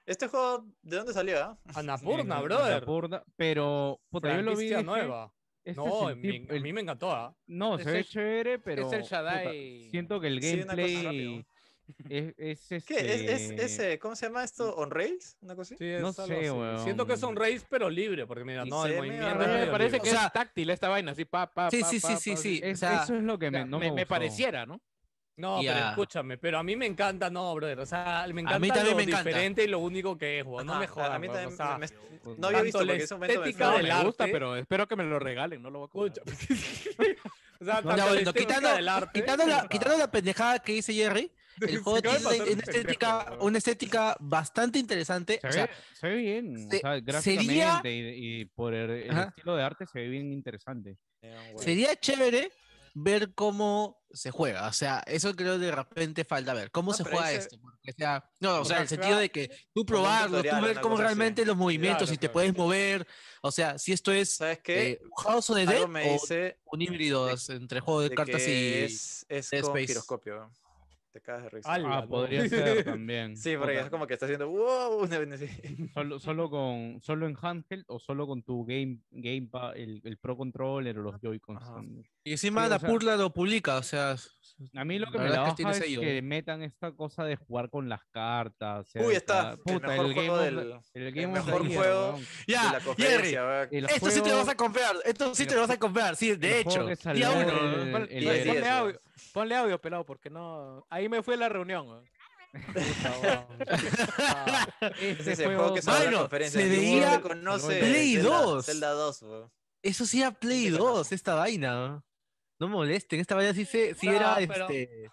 [SPEAKER 1] Este juego, ¿de dónde salió? ah?
[SPEAKER 2] Anapurna,
[SPEAKER 3] En
[SPEAKER 2] brother.
[SPEAKER 3] Annapurna, pero, puta, yo lo vi.
[SPEAKER 2] Franquicia
[SPEAKER 3] dije,
[SPEAKER 2] nueva.
[SPEAKER 3] este es
[SPEAKER 2] no,
[SPEAKER 3] el
[SPEAKER 2] me-
[SPEAKER 3] tipo-
[SPEAKER 2] a
[SPEAKER 3] el-
[SPEAKER 2] mí me encantó. ah.
[SPEAKER 3] no,
[SPEAKER 8] es
[SPEAKER 3] se ve
[SPEAKER 8] el-
[SPEAKER 3] chévere, pero. puta,
[SPEAKER 8] Shaddai.
[SPEAKER 3] siento que el
[SPEAKER 1] Sí, una cosa
[SPEAKER 3] gameplay. Es, es
[SPEAKER 1] ¿Qué? ¿Es, es,
[SPEAKER 3] este-
[SPEAKER 1] ese, ¿Cómo se llama esto? ¿On Rails? ¿Una cosa así?
[SPEAKER 2] Sí, es
[SPEAKER 3] No
[SPEAKER 2] algo
[SPEAKER 3] sé,
[SPEAKER 2] así.
[SPEAKER 3] weón.
[SPEAKER 2] Siento que es un race, pero libre, porque mira,
[SPEAKER 1] Y
[SPEAKER 2] no,
[SPEAKER 1] se
[SPEAKER 2] el
[SPEAKER 1] ve
[SPEAKER 2] movimiento.
[SPEAKER 1] Ah,
[SPEAKER 8] A
[SPEAKER 1] raro.
[SPEAKER 2] es
[SPEAKER 8] mí me
[SPEAKER 2] medio
[SPEAKER 8] parece
[SPEAKER 2] libre.
[SPEAKER 8] que
[SPEAKER 4] O sea-
[SPEAKER 8] es táctil esta vaina, así pa, pa,
[SPEAKER 4] Sí,
[SPEAKER 8] pa,
[SPEAKER 4] sí,
[SPEAKER 8] pa,
[SPEAKER 4] sí,
[SPEAKER 8] pa,
[SPEAKER 4] sí,
[SPEAKER 8] así.
[SPEAKER 4] sí.
[SPEAKER 8] O
[SPEAKER 3] es-
[SPEAKER 4] o sea,
[SPEAKER 3] eso es lo que me,
[SPEAKER 8] sea,
[SPEAKER 3] no
[SPEAKER 8] me,
[SPEAKER 3] me,
[SPEAKER 8] me
[SPEAKER 3] gustó.
[SPEAKER 8] pareciera, ¿no?
[SPEAKER 2] No, pero
[SPEAKER 4] Ya.
[SPEAKER 2] escúchame, pero a mí me encanta, no, brother. O sea, me encanta
[SPEAKER 4] mí también
[SPEAKER 2] lo
[SPEAKER 4] me encanta.
[SPEAKER 2] diferente y lo único que es, weón. No
[SPEAKER 1] Ajá,
[SPEAKER 2] me jodas.
[SPEAKER 1] A mí
[SPEAKER 2] weón,
[SPEAKER 1] también
[SPEAKER 2] o sea,
[SPEAKER 1] me- no
[SPEAKER 2] tanto
[SPEAKER 1] había visto
[SPEAKER 2] la
[SPEAKER 1] porque en ese momento me
[SPEAKER 2] estética
[SPEAKER 8] No,
[SPEAKER 1] fue-
[SPEAKER 2] del
[SPEAKER 8] me gusta,
[SPEAKER 4] Eh,
[SPEAKER 2] arte.
[SPEAKER 8] pero espero que me lo regalen, no lo voy a comprar.
[SPEAKER 2] escucha. o sea, tanto
[SPEAKER 4] ya,
[SPEAKER 2] la
[SPEAKER 4] bueno,
[SPEAKER 2] estética
[SPEAKER 4] quitando,
[SPEAKER 2] del arte-
[SPEAKER 4] quitando la, quitando la pendejada que dice Jerry, el juego
[SPEAKER 2] Se acaba de
[SPEAKER 4] tiene una,
[SPEAKER 2] pasar un
[SPEAKER 4] una estética,
[SPEAKER 2] pendejo, weón.
[SPEAKER 4] una estética bastante interesante.
[SPEAKER 3] Se,
[SPEAKER 4] o sea,
[SPEAKER 3] ve, se ve bien,
[SPEAKER 4] se-
[SPEAKER 3] o sea,
[SPEAKER 4] sería-
[SPEAKER 3] gráficamente y, y por el, el
[SPEAKER 4] Ajá.
[SPEAKER 3] estilo de arte se ve bien interesante.
[SPEAKER 1] Damn, güey.
[SPEAKER 4] Sería chévere ver cómo se juega. O sea, eso creo de repente falta ver. ¿Cómo
[SPEAKER 1] No,
[SPEAKER 4] se
[SPEAKER 1] Ah, pero
[SPEAKER 4] juega
[SPEAKER 1] ese-
[SPEAKER 4] esto? Porque, o sea, no, o sea,
[SPEAKER 2] sea,
[SPEAKER 4] en el sentido de que tú probarlo, tú
[SPEAKER 1] tutorial,
[SPEAKER 4] ver
[SPEAKER 1] una
[SPEAKER 4] cómo
[SPEAKER 1] cosa así.
[SPEAKER 4] realmente los movimientos, si te
[SPEAKER 2] claro.
[SPEAKER 4] puedes mover. O sea, si esto es
[SPEAKER 1] ¿Sabes qué?
[SPEAKER 4] eh, House of the Dead
[SPEAKER 1] Algo me
[SPEAKER 4] o
[SPEAKER 1] dice
[SPEAKER 4] un híbrido entre juego de,
[SPEAKER 1] de
[SPEAKER 4] cartas
[SPEAKER 1] que
[SPEAKER 4] y.
[SPEAKER 1] es, es
[SPEAKER 4] Dead
[SPEAKER 1] con
[SPEAKER 4] Space.
[SPEAKER 1] giroscopio. Te cagas de risa.
[SPEAKER 2] Al-
[SPEAKER 3] Ah,
[SPEAKER 2] ¿no?
[SPEAKER 3] podría ser también.
[SPEAKER 1] Sí, porque
[SPEAKER 3] Puta,
[SPEAKER 1] es como que está haciendo wow, una vaina así.
[SPEAKER 3] solo, solo con solo en handheld o solo con tu game game pa- el, el Pro Controller o los Joy-Cons.
[SPEAKER 1] Ajá.
[SPEAKER 3] también.
[SPEAKER 4] Y encima
[SPEAKER 3] Sí, o
[SPEAKER 4] la
[SPEAKER 3] sea-
[SPEAKER 4] Purla lo publica, o sea.
[SPEAKER 3] A mí lo que
[SPEAKER 4] La
[SPEAKER 3] me la
[SPEAKER 4] verdad es que
[SPEAKER 3] baja
[SPEAKER 4] tiene
[SPEAKER 3] es
[SPEAKER 4] sello.
[SPEAKER 3] que metan esta cosa de jugar con las cartas. o sea,
[SPEAKER 1] Uy, está.
[SPEAKER 3] esta- puta,
[SPEAKER 1] el mejor juego
[SPEAKER 3] Game of
[SPEAKER 1] del,
[SPEAKER 3] the- el
[SPEAKER 1] el
[SPEAKER 3] Game of the
[SPEAKER 1] mejor
[SPEAKER 3] Year,
[SPEAKER 1] juego
[SPEAKER 3] weón.
[SPEAKER 1] de
[SPEAKER 4] Ya,
[SPEAKER 1] la
[SPEAKER 4] Jerry,
[SPEAKER 1] conferencia. va.
[SPEAKER 3] El
[SPEAKER 4] esto sí te lo
[SPEAKER 3] juego-
[SPEAKER 4] vas a comprar. Esto sí
[SPEAKER 3] el
[SPEAKER 4] te lo vas a comprar. Sí, de
[SPEAKER 3] el juego
[SPEAKER 4] hecho.
[SPEAKER 3] que
[SPEAKER 4] Día
[SPEAKER 3] salió el-
[SPEAKER 4] uno.
[SPEAKER 8] Pon-
[SPEAKER 3] el
[SPEAKER 8] ponle-
[SPEAKER 1] de
[SPEAKER 8] ponle
[SPEAKER 1] 10,
[SPEAKER 8] audio,
[SPEAKER 1] weón.
[SPEAKER 8] ponle audio, pelado, porque no. Ahí me fue la reunión. weón.
[SPEAKER 1] Ese
[SPEAKER 3] Este
[SPEAKER 1] es el juego que salió en la
[SPEAKER 4] Bueno,
[SPEAKER 1] conferencia.
[SPEAKER 4] se
[SPEAKER 1] Ni uno
[SPEAKER 4] veía
[SPEAKER 1] conoce
[SPEAKER 4] Play
[SPEAKER 1] Zelda-
[SPEAKER 4] 2.
[SPEAKER 1] Zelda 2, weón.
[SPEAKER 4] Eso sí era Play
[SPEAKER 1] carajo.
[SPEAKER 4] 2, esta vaina. No molesten, esta vaina sí, se, sí era
[SPEAKER 2] No, pero-
[SPEAKER 4] este,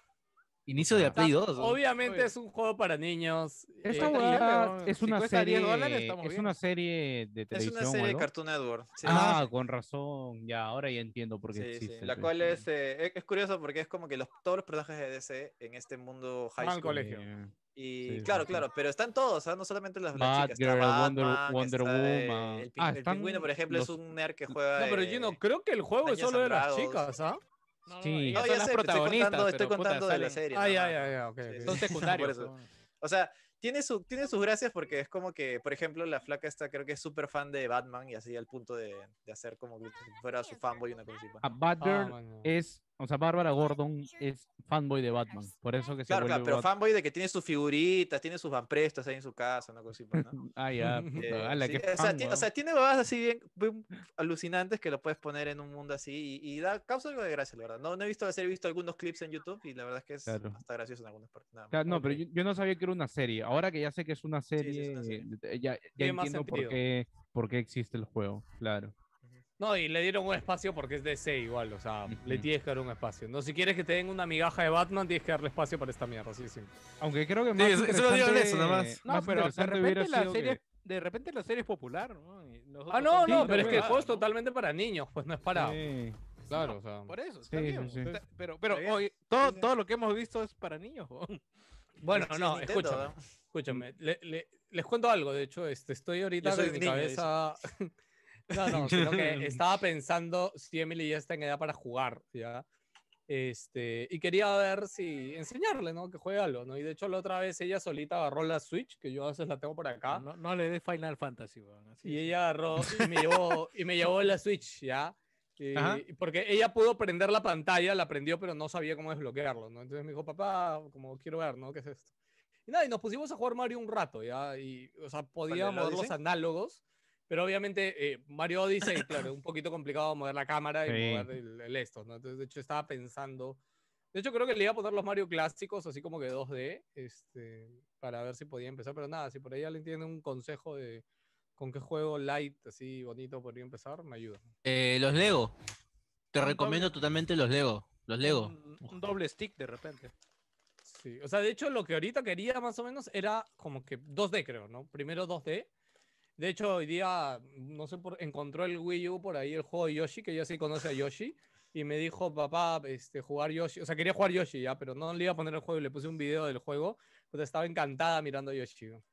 [SPEAKER 4] inicio de
[SPEAKER 3] Ajá.
[SPEAKER 4] la Play 2. ¿no?
[SPEAKER 2] Obviamente
[SPEAKER 8] Oye.
[SPEAKER 2] es un juego para niños.
[SPEAKER 3] Esta
[SPEAKER 2] eh,
[SPEAKER 8] Está
[SPEAKER 3] huevada
[SPEAKER 8] bien, weón.
[SPEAKER 3] es
[SPEAKER 8] Si
[SPEAKER 3] una
[SPEAKER 8] cuesta 10
[SPEAKER 3] serie,
[SPEAKER 8] dólares, estamos
[SPEAKER 3] es
[SPEAKER 8] bien.
[SPEAKER 3] una serie de
[SPEAKER 1] Es
[SPEAKER 3] televisión.
[SPEAKER 1] una
[SPEAKER 3] o
[SPEAKER 1] serie de
[SPEAKER 3] algo.
[SPEAKER 1] Cartoon Network. sí.
[SPEAKER 3] Ah, con razón. Ya, ahora ya entiendo por qué
[SPEAKER 1] Sí, sí,
[SPEAKER 3] existe.
[SPEAKER 1] La
[SPEAKER 3] pues.
[SPEAKER 1] cual es, eh, es- es curioso porque es como que los, todos los personajes de DC en este mundo high
[SPEAKER 2] Van al
[SPEAKER 1] school.
[SPEAKER 2] colegio.
[SPEAKER 3] Eh,
[SPEAKER 1] Y
[SPEAKER 3] Sí, sí,
[SPEAKER 1] claro,
[SPEAKER 3] sí.
[SPEAKER 1] claro, pero están todos, ¿ah? no solamente las, las chicas. Está
[SPEAKER 3] Batgirl, Wonder-
[SPEAKER 1] Batman,
[SPEAKER 3] Wonder
[SPEAKER 1] está, eh,
[SPEAKER 3] Woman.
[SPEAKER 1] el, pin-
[SPEAKER 3] Ah,
[SPEAKER 1] el
[SPEAKER 3] están
[SPEAKER 1] pingüino, por ejemplo, es
[SPEAKER 3] los-
[SPEAKER 1] un nerd que juega.
[SPEAKER 2] No, pero
[SPEAKER 1] eh,
[SPEAKER 2] Gino, creo que el juego es
[SPEAKER 1] Dungeons
[SPEAKER 2] solo de las
[SPEAKER 1] and Dragons.
[SPEAKER 2] chicas, ¿ah?
[SPEAKER 8] No,
[SPEAKER 3] Sí.
[SPEAKER 8] ellas
[SPEAKER 1] No, ya
[SPEAKER 8] son las
[SPEAKER 1] sé, te estoy contando, estoy
[SPEAKER 8] pero, puta,
[SPEAKER 1] contando de la
[SPEAKER 8] salen-
[SPEAKER 1] serie.
[SPEAKER 2] Ay,
[SPEAKER 1] nada
[SPEAKER 2] ay,
[SPEAKER 1] más.
[SPEAKER 2] ay, ok.
[SPEAKER 1] Sí,
[SPEAKER 2] ok.
[SPEAKER 1] sí.
[SPEAKER 8] Son secundarios.
[SPEAKER 1] eso.
[SPEAKER 8] weón.
[SPEAKER 1] O sea, tiene, su, tiene sus gracias porque es como que, por ejemplo, la flaca esta creo que es súper fan de Batman y así al punto de, de hacer como que fuera su fanboy y una cosa así. pues. pa.
[SPEAKER 3] A Batgirl
[SPEAKER 2] Ah, bueno.
[SPEAKER 3] es, o sea, Bárbara Gordon es fanboy de Batman, por eso que se
[SPEAKER 1] Claro, claro,
[SPEAKER 3] vuelve
[SPEAKER 1] pero
[SPEAKER 3] Bat-
[SPEAKER 1] fanboy de que tiene sus figuritas, tiene sus vamprestas ahí en su casa, una cosa así, pa, ¿no?
[SPEAKER 3] Ah, ya, puta,
[SPEAKER 1] Eh,
[SPEAKER 3] ala,
[SPEAKER 1] sí,
[SPEAKER 3] qué
[SPEAKER 1] o, sea,
[SPEAKER 3] fan,
[SPEAKER 1] ti- o
[SPEAKER 3] weón.
[SPEAKER 1] sea, tiene huevadas así bien, bien alucinantes que lo puedes poner en un mundo así y, y da causa algo de gracia, la verdad. No, no he visto la serie, he visto algunos clips en YouTube y la verdad es que es
[SPEAKER 3] Claro.
[SPEAKER 1] hasta gracioso en algunas partes. nada más.
[SPEAKER 3] Claro, no, pero
[SPEAKER 2] ok.
[SPEAKER 3] yo, yo no sabía que era una serie. Ahora que ya sé que es una serie,
[SPEAKER 1] sí, es una serie.
[SPEAKER 3] eh, ya, ya
[SPEAKER 2] Tiene más
[SPEAKER 3] entiendo por
[SPEAKER 2] sentido.
[SPEAKER 3] qué, por qué existe el juego, claro.
[SPEAKER 2] No, y le dieron un espacio porque es DC igual, o sea, le
[SPEAKER 3] Ujú.
[SPEAKER 2] tienes que dar un espacio. No, si quieres que te den una migaja de Batman, tienes que darle espacio para esta mierda, sí, sí.
[SPEAKER 3] Aunque creo que
[SPEAKER 4] Sí,
[SPEAKER 3] más
[SPEAKER 4] eso- eso lo digo en eso, nada
[SPEAKER 3] interesante-
[SPEAKER 4] más.
[SPEAKER 8] No,
[SPEAKER 3] más
[SPEAKER 8] pero de
[SPEAKER 3] interesante hubiera
[SPEAKER 8] repente, la
[SPEAKER 3] sido
[SPEAKER 8] serie,
[SPEAKER 3] que-
[SPEAKER 8] de repente la serie es popular. ¿no? Y nosotros
[SPEAKER 2] Ah, no,
[SPEAKER 8] somos
[SPEAKER 2] no,
[SPEAKER 8] niños,
[SPEAKER 2] pero es que el
[SPEAKER 8] weón.
[SPEAKER 2] juego es totalmente para niños, pues no es para.
[SPEAKER 3] Sí.
[SPEAKER 2] Claro, o sea.
[SPEAKER 8] Por eso, está
[SPEAKER 3] Sí, sí,
[SPEAKER 8] bien,
[SPEAKER 3] sí.
[SPEAKER 8] está- Pero, pero
[SPEAKER 1] bien,
[SPEAKER 8] oye, todo,
[SPEAKER 1] sí.
[SPEAKER 8] todo lo que hemos visto es para niños. weón.
[SPEAKER 2] Bueno,
[SPEAKER 1] Sí,
[SPEAKER 2] no,
[SPEAKER 1] Nintendo,
[SPEAKER 2] escúchame,
[SPEAKER 1] ¿no?
[SPEAKER 2] escúchame. le- le- les cuento algo, de hecho, este, estoy ahorita
[SPEAKER 1] Yo soy
[SPEAKER 2] con mi
[SPEAKER 1] niño, dice.
[SPEAKER 2] cabeza. no, no, sino que estaba pensando si Emily ya está en edad para jugar, ¿ya? Este, y quería ver si enseñarle, ¿no? Que juegue algo, ¿no? Y de hecho, la otra vez ella solita agarró la Switch, que yo a veces la tengo por acá.
[SPEAKER 8] No, no le dé Final Fantasy. weón, así
[SPEAKER 2] Y
[SPEAKER 8] es.
[SPEAKER 2] ella agarró y me llevó, y me llevó la Switch, ¿ya? Y-
[SPEAKER 3] Ajá.
[SPEAKER 2] y porque ella pudo prender la pantalla, la prendió, pero no sabía cómo desbloquearlo, ¿no? Entonces me dijo, papá, como quiero ver, ¿no? ¿Qué es esto? Y nada, y nos pusimos a jugar Mario un rato, ¿ya? Y, o sea, podía
[SPEAKER 1] ¿Cuál, el
[SPEAKER 2] mover los
[SPEAKER 1] Odyssey?
[SPEAKER 2] análogos, pero obviamente eh, Mario Odyssey, claro, es un poquito complicado mover la cámara y
[SPEAKER 3] Sí.
[SPEAKER 2] mover el, el esto, ¿no? Entonces, de hecho, estaba pensando... De hecho, creo que le iba a poner los Mario clásicos, así como que 2D, este, para ver si podía empezar. Pero nada, si por ahí alguien tiene un consejo de con qué juego light, así bonito, podría empezar, me ayuda.
[SPEAKER 4] Eh, los Lego. Te
[SPEAKER 8] Un
[SPEAKER 9] Mm.
[SPEAKER 4] recomiendo totalmente los Lego. Los Lego.
[SPEAKER 8] Un, un doble stick de repente.
[SPEAKER 2] Sí, o sea, de hecho, lo que ahorita quería más o menos era como que 2D, creo, ¿no? Primero 2D. De hecho, hoy día, no sé, por, encontró el Wii U por ahí el juego de Yoshi, que ya sí conoce a Yoshi, y me dijo, papá, este, jugar Yoshi. O sea, quería jugar Yoshi ya, pero no le iba a poner el juego y le puse un video del juego, pues estaba encantada mirando a Yoshi. ¿no?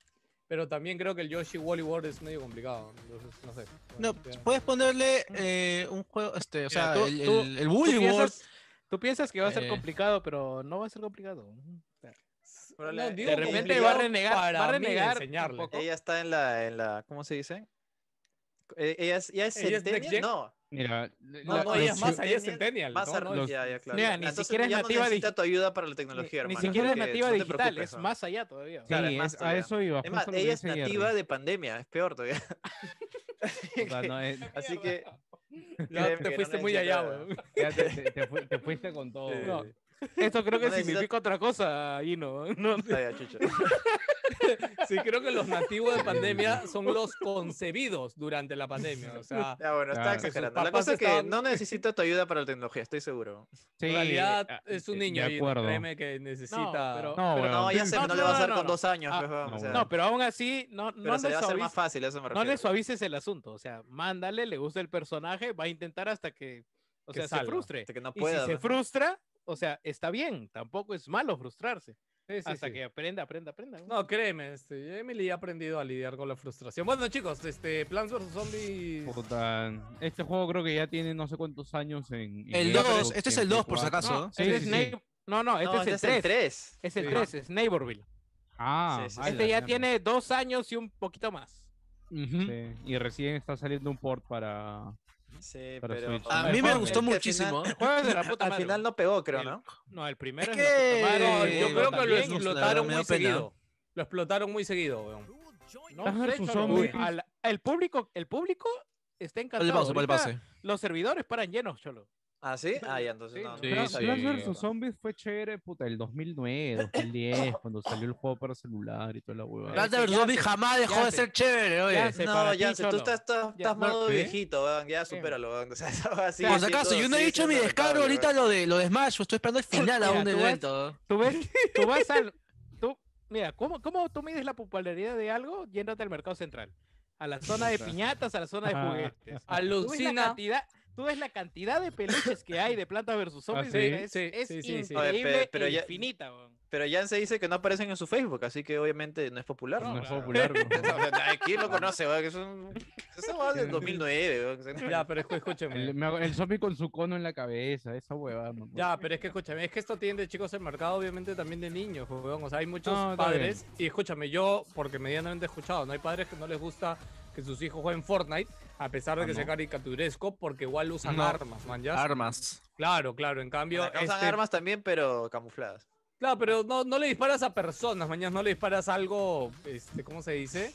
[SPEAKER 2] Pero también creo que el Yoshi Wally World es medio complicado, entonces, no sé.
[SPEAKER 4] No,
[SPEAKER 2] Bueno, ya.
[SPEAKER 4] puedes ponerle eh, un juego, este, o sea,
[SPEAKER 8] tú-
[SPEAKER 4] el,
[SPEAKER 8] tú-
[SPEAKER 4] el, el
[SPEAKER 8] ¿Tú
[SPEAKER 4] Woolly World.
[SPEAKER 8] piensas, tú piensas que va a ser
[SPEAKER 4] Eh.
[SPEAKER 8] complicado, pero no va a ser complicado.
[SPEAKER 1] Pero
[SPEAKER 2] No,
[SPEAKER 1] le-
[SPEAKER 2] digo
[SPEAKER 8] De repente va a
[SPEAKER 2] complicado
[SPEAKER 8] renegar,
[SPEAKER 2] para
[SPEAKER 8] va a
[SPEAKER 2] mí
[SPEAKER 8] renegar.
[SPEAKER 2] enseñarle.
[SPEAKER 8] un poco.
[SPEAKER 1] Ella está en la, en la, ¿cómo se dice? Eh, Ella es, ella es
[SPEAKER 2] ¿Ella es next
[SPEAKER 1] centennial,
[SPEAKER 2] gen?
[SPEAKER 1] no,
[SPEAKER 3] Mira,
[SPEAKER 1] No,
[SPEAKER 2] No, no,
[SPEAKER 3] la-
[SPEAKER 1] los
[SPEAKER 2] ella es más,
[SPEAKER 1] centennial-
[SPEAKER 2] ella es Centennial.
[SPEAKER 1] más
[SPEAKER 2] ¿no?
[SPEAKER 1] ar-
[SPEAKER 2] los-
[SPEAKER 1] ya, ya, claro.
[SPEAKER 8] Mira,
[SPEAKER 1] ya.
[SPEAKER 8] ni
[SPEAKER 1] Entonces,
[SPEAKER 8] siquiera es
[SPEAKER 1] ya
[SPEAKER 8] nativa
[SPEAKER 1] no
[SPEAKER 8] dig-
[SPEAKER 1] necesita tu ayuda para la
[SPEAKER 8] Ni-
[SPEAKER 1] tecnología,
[SPEAKER 8] ni,
[SPEAKER 1] hermano.
[SPEAKER 8] siquiera es
[SPEAKER 1] así que
[SPEAKER 8] nativa
[SPEAKER 1] no te
[SPEAKER 8] digital,
[SPEAKER 1] preocupes,
[SPEAKER 8] es
[SPEAKER 1] ¿no?
[SPEAKER 8] más allá todavía.
[SPEAKER 3] sí,
[SPEAKER 1] claro, es
[SPEAKER 3] es-
[SPEAKER 1] más
[SPEAKER 3] a
[SPEAKER 1] todavía.
[SPEAKER 3] eso iba.
[SPEAKER 1] Es
[SPEAKER 3] justo
[SPEAKER 1] más,
[SPEAKER 3] lo que
[SPEAKER 1] ella es
[SPEAKER 3] dice Jerry.
[SPEAKER 1] nativa de pandemia, es peor todavía.
[SPEAKER 3] O sea, no, es-
[SPEAKER 1] Así que
[SPEAKER 2] Ya
[SPEAKER 1] Créeme que
[SPEAKER 2] te
[SPEAKER 1] no
[SPEAKER 2] fuiste muy allá,
[SPEAKER 1] necesita-
[SPEAKER 2] weón.
[SPEAKER 3] ya te, te- te fu- te fuiste con todo.
[SPEAKER 2] Sí.
[SPEAKER 3] güey.
[SPEAKER 8] Esto creo que
[SPEAKER 1] No necesitas-
[SPEAKER 8] significa otra cosa, Gino. No,
[SPEAKER 1] Ah, ya, chucha.
[SPEAKER 2] Sí, creo que los nativos de pandemia son los concebidos durante la pandemia. O sea,
[SPEAKER 1] Ya, bueno, está
[SPEAKER 3] Claro.
[SPEAKER 1] exagerando.
[SPEAKER 2] Sus
[SPEAKER 1] La
[SPEAKER 2] papás
[SPEAKER 1] cosa es que
[SPEAKER 2] estaban-
[SPEAKER 1] no necesita tu ayuda para la tecnología, estoy seguro.
[SPEAKER 3] Sí,
[SPEAKER 2] en realidad
[SPEAKER 3] ah,
[SPEAKER 2] es un
[SPEAKER 3] de-
[SPEAKER 2] niño.
[SPEAKER 3] De
[SPEAKER 2] y
[SPEAKER 3] acuerdo.
[SPEAKER 2] créeme que necesita.
[SPEAKER 8] pero-
[SPEAKER 3] No,
[SPEAKER 8] pero
[SPEAKER 3] weón.
[SPEAKER 1] No, ya sé, no,
[SPEAKER 8] No,
[SPEAKER 1] le vas a
[SPEAKER 8] no,
[SPEAKER 1] dar
[SPEAKER 8] no,
[SPEAKER 1] con
[SPEAKER 8] no.
[SPEAKER 1] dos años,
[SPEAKER 8] Ah,
[SPEAKER 1] pues, vamos,
[SPEAKER 3] no,
[SPEAKER 1] o sea,
[SPEAKER 3] bueno.
[SPEAKER 8] no, pero aún así, no,
[SPEAKER 1] pero
[SPEAKER 8] no,
[SPEAKER 1] se
[SPEAKER 8] le
[SPEAKER 1] le va a hacer
[SPEAKER 8] suavices,
[SPEAKER 1] más fácil, a eso me
[SPEAKER 8] no
[SPEAKER 1] refiero.
[SPEAKER 8] le suavices el asunto. O sea, mándale, le gusta el personaje, va a intentar hasta que, o
[SPEAKER 2] Que
[SPEAKER 8] sea, se
[SPEAKER 2] salga.
[SPEAKER 8] frustre.
[SPEAKER 1] Hasta que no
[SPEAKER 8] Y
[SPEAKER 1] pueda,
[SPEAKER 8] si se
[SPEAKER 1] ¿no?
[SPEAKER 8] frustra, o sea, está bien, tampoco es malo frustrarse.
[SPEAKER 2] Sí, sí,
[SPEAKER 8] hasta
[SPEAKER 2] sí.
[SPEAKER 8] que aprenda, aprenda, aprenda. ¿no?
[SPEAKER 2] No, créeme, este, Emily ha aprendido a lidiar con la frustración. Bueno, chicos, este, Plants vs. Zombies.
[SPEAKER 3] Puta, Este juego creo que ya tiene no sé cuántos años en. en
[SPEAKER 4] El
[SPEAKER 3] Xbox,
[SPEAKER 4] 2, este es
[SPEAKER 3] en
[SPEAKER 4] el 2 por si
[SPEAKER 3] Play
[SPEAKER 4] acaso.
[SPEAKER 3] cuatro.
[SPEAKER 4] ¿no?
[SPEAKER 3] Sí, sí,
[SPEAKER 8] Este es
[SPEAKER 3] sí.
[SPEAKER 8] Nai- no, no, este
[SPEAKER 1] No,
[SPEAKER 8] es
[SPEAKER 1] este
[SPEAKER 8] el 3.
[SPEAKER 1] 3.
[SPEAKER 8] Es el
[SPEAKER 2] Sí.
[SPEAKER 8] 3, es Neighborville.
[SPEAKER 3] Ah,
[SPEAKER 1] Sí, sí, sí.
[SPEAKER 3] a la
[SPEAKER 8] Este ya
[SPEAKER 3] mierda.
[SPEAKER 8] tiene dos años y un poquito más.
[SPEAKER 4] Ujú.
[SPEAKER 3] Sí, Y recién está saliendo un port para.
[SPEAKER 1] Sí,
[SPEAKER 3] Para
[SPEAKER 1] pero...
[SPEAKER 3] Switch.
[SPEAKER 4] A mí me
[SPEAKER 1] Bueno,
[SPEAKER 4] gustó
[SPEAKER 1] es que al final-
[SPEAKER 4] muchísimo. ¿eh?
[SPEAKER 8] Juegos de la puta
[SPEAKER 1] Al
[SPEAKER 8] madre.
[SPEAKER 1] final no pegó, creo,
[SPEAKER 8] El-
[SPEAKER 1] ¿no?
[SPEAKER 8] No, el primero
[SPEAKER 4] Es
[SPEAKER 8] es,
[SPEAKER 4] que-
[SPEAKER 8] la puta
[SPEAKER 2] No,
[SPEAKER 8] madre.
[SPEAKER 4] Eh,
[SPEAKER 2] yo creo que lo
[SPEAKER 4] también, la verdad,
[SPEAKER 2] explotaron
[SPEAKER 4] me
[SPEAKER 2] muy
[SPEAKER 4] da pena.
[SPEAKER 2] seguido. Lo explotaron muy seguido, weón.
[SPEAKER 8] No
[SPEAKER 3] Plants
[SPEAKER 8] sé,
[SPEAKER 3] vs.
[SPEAKER 8] Cholo,
[SPEAKER 3] Zombies.
[SPEAKER 8] al- el público, el público está
[SPEAKER 4] Ponle
[SPEAKER 8] encantado.
[SPEAKER 4] pausa, ponle
[SPEAKER 8] Ahorita
[SPEAKER 4] pausa.
[SPEAKER 8] Los servidores paran llenos, Cholo.
[SPEAKER 1] ¿Ah, sí? Ah, ya, entonces
[SPEAKER 8] Sí,
[SPEAKER 1] no.
[SPEAKER 8] sí,
[SPEAKER 1] no
[SPEAKER 3] Plants
[SPEAKER 1] sabía
[SPEAKER 3] Plants
[SPEAKER 1] que-
[SPEAKER 3] vs. Zombies fue chévere, puta, el 2009, 2010, cuando salió el juego para celular y toda la huevada.
[SPEAKER 4] Plants
[SPEAKER 8] que
[SPEAKER 4] vs.
[SPEAKER 8] ya
[SPEAKER 4] Zombies
[SPEAKER 8] se-
[SPEAKER 4] jamás dejó
[SPEAKER 8] ya
[SPEAKER 4] de
[SPEAKER 8] se-
[SPEAKER 4] ser chévere, oye.
[SPEAKER 8] ya se- para
[SPEAKER 1] No,
[SPEAKER 8] ti,
[SPEAKER 1] ya sé, tú
[SPEAKER 8] Cholo.
[SPEAKER 1] estás, estás,
[SPEAKER 8] Ya,
[SPEAKER 1] estás
[SPEAKER 8] no,
[SPEAKER 1] modo
[SPEAKER 8] ¿qué?
[SPEAKER 1] viejito, weón, ya
[SPEAKER 8] Sí.
[SPEAKER 1] supéralo, weón. O sea, esa hueá sigue
[SPEAKER 4] Por si
[SPEAKER 1] siendo-
[SPEAKER 4] acaso, yo no he
[SPEAKER 1] sigue
[SPEAKER 4] dicho mi
[SPEAKER 1] siendo
[SPEAKER 4] descargo
[SPEAKER 1] rentable,
[SPEAKER 4] ahorita
[SPEAKER 1] weón.
[SPEAKER 4] lo de, lo de Smash, pues estoy esperando el final a
[SPEAKER 8] Mira,
[SPEAKER 4] un
[SPEAKER 8] tú ves-
[SPEAKER 4] evento.
[SPEAKER 8] Tú ves, tú vas al. Tú, mira, ¿cómo, ¿cómo tú mides la popularidad de algo yéndote al mercado central? A la zona de piñatas, a la zona de juguetes. Tú ves la
[SPEAKER 2] Alucina.
[SPEAKER 8] cantidad, tú ves la cantidad de peluches que hay de plantas versus zombies.
[SPEAKER 3] Ah, sí,
[SPEAKER 8] es
[SPEAKER 2] sí,
[SPEAKER 8] es
[SPEAKER 2] sí, sí, sí.
[SPEAKER 1] Oye, pe-
[SPEAKER 8] increíble
[SPEAKER 1] pero
[SPEAKER 8] e
[SPEAKER 1] ya-
[SPEAKER 8] infinita, weón.
[SPEAKER 1] Pero Jan se dice que no aparecen en su Facebook, así que obviamente no es popular.
[SPEAKER 3] Pues No es
[SPEAKER 1] weón.
[SPEAKER 3] popular,
[SPEAKER 1] O sea,
[SPEAKER 3] no.
[SPEAKER 1] nadie- ¿Quién lo conoce, weón? Que es un... Esa hueá del 2009, weón. o sea,
[SPEAKER 2] Ya, pero es que
[SPEAKER 3] El,
[SPEAKER 2] escúcheme.
[SPEAKER 3] me hago- el zombie con su cono en la cabeza, esa huevada. me acuerdo.
[SPEAKER 2] Ya, pero es que escúchame, es que esto tiende, chicos, el mercado obviamente también de niños, weón. O sea, hay muchos
[SPEAKER 3] No, está
[SPEAKER 2] padres, y escúchame, yo, porque medianamente he escuchado, no hay padres que no les gusta que sus hijos jueguen Fortnite, a pesar de
[SPEAKER 3] Ah,
[SPEAKER 2] que sea
[SPEAKER 3] no.
[SPEAKER 2] caricaturesco, porque igual usan
[SPEAKER 4] No.
[SPEAKER 2] armas, man, ya.
[SPEAKER 4] Armas.
[SPEAKER 2] Claro, claro, en cambio.
[SPEAKER 1] Usan
[SPEAKER 2] este-
[SPEAKER 1] armas también, pero camufladas.
[SPEAKER 2] Claro, pero no, no le disparas a personas, mañana no le disparas algo, este, ¿cómo se dice?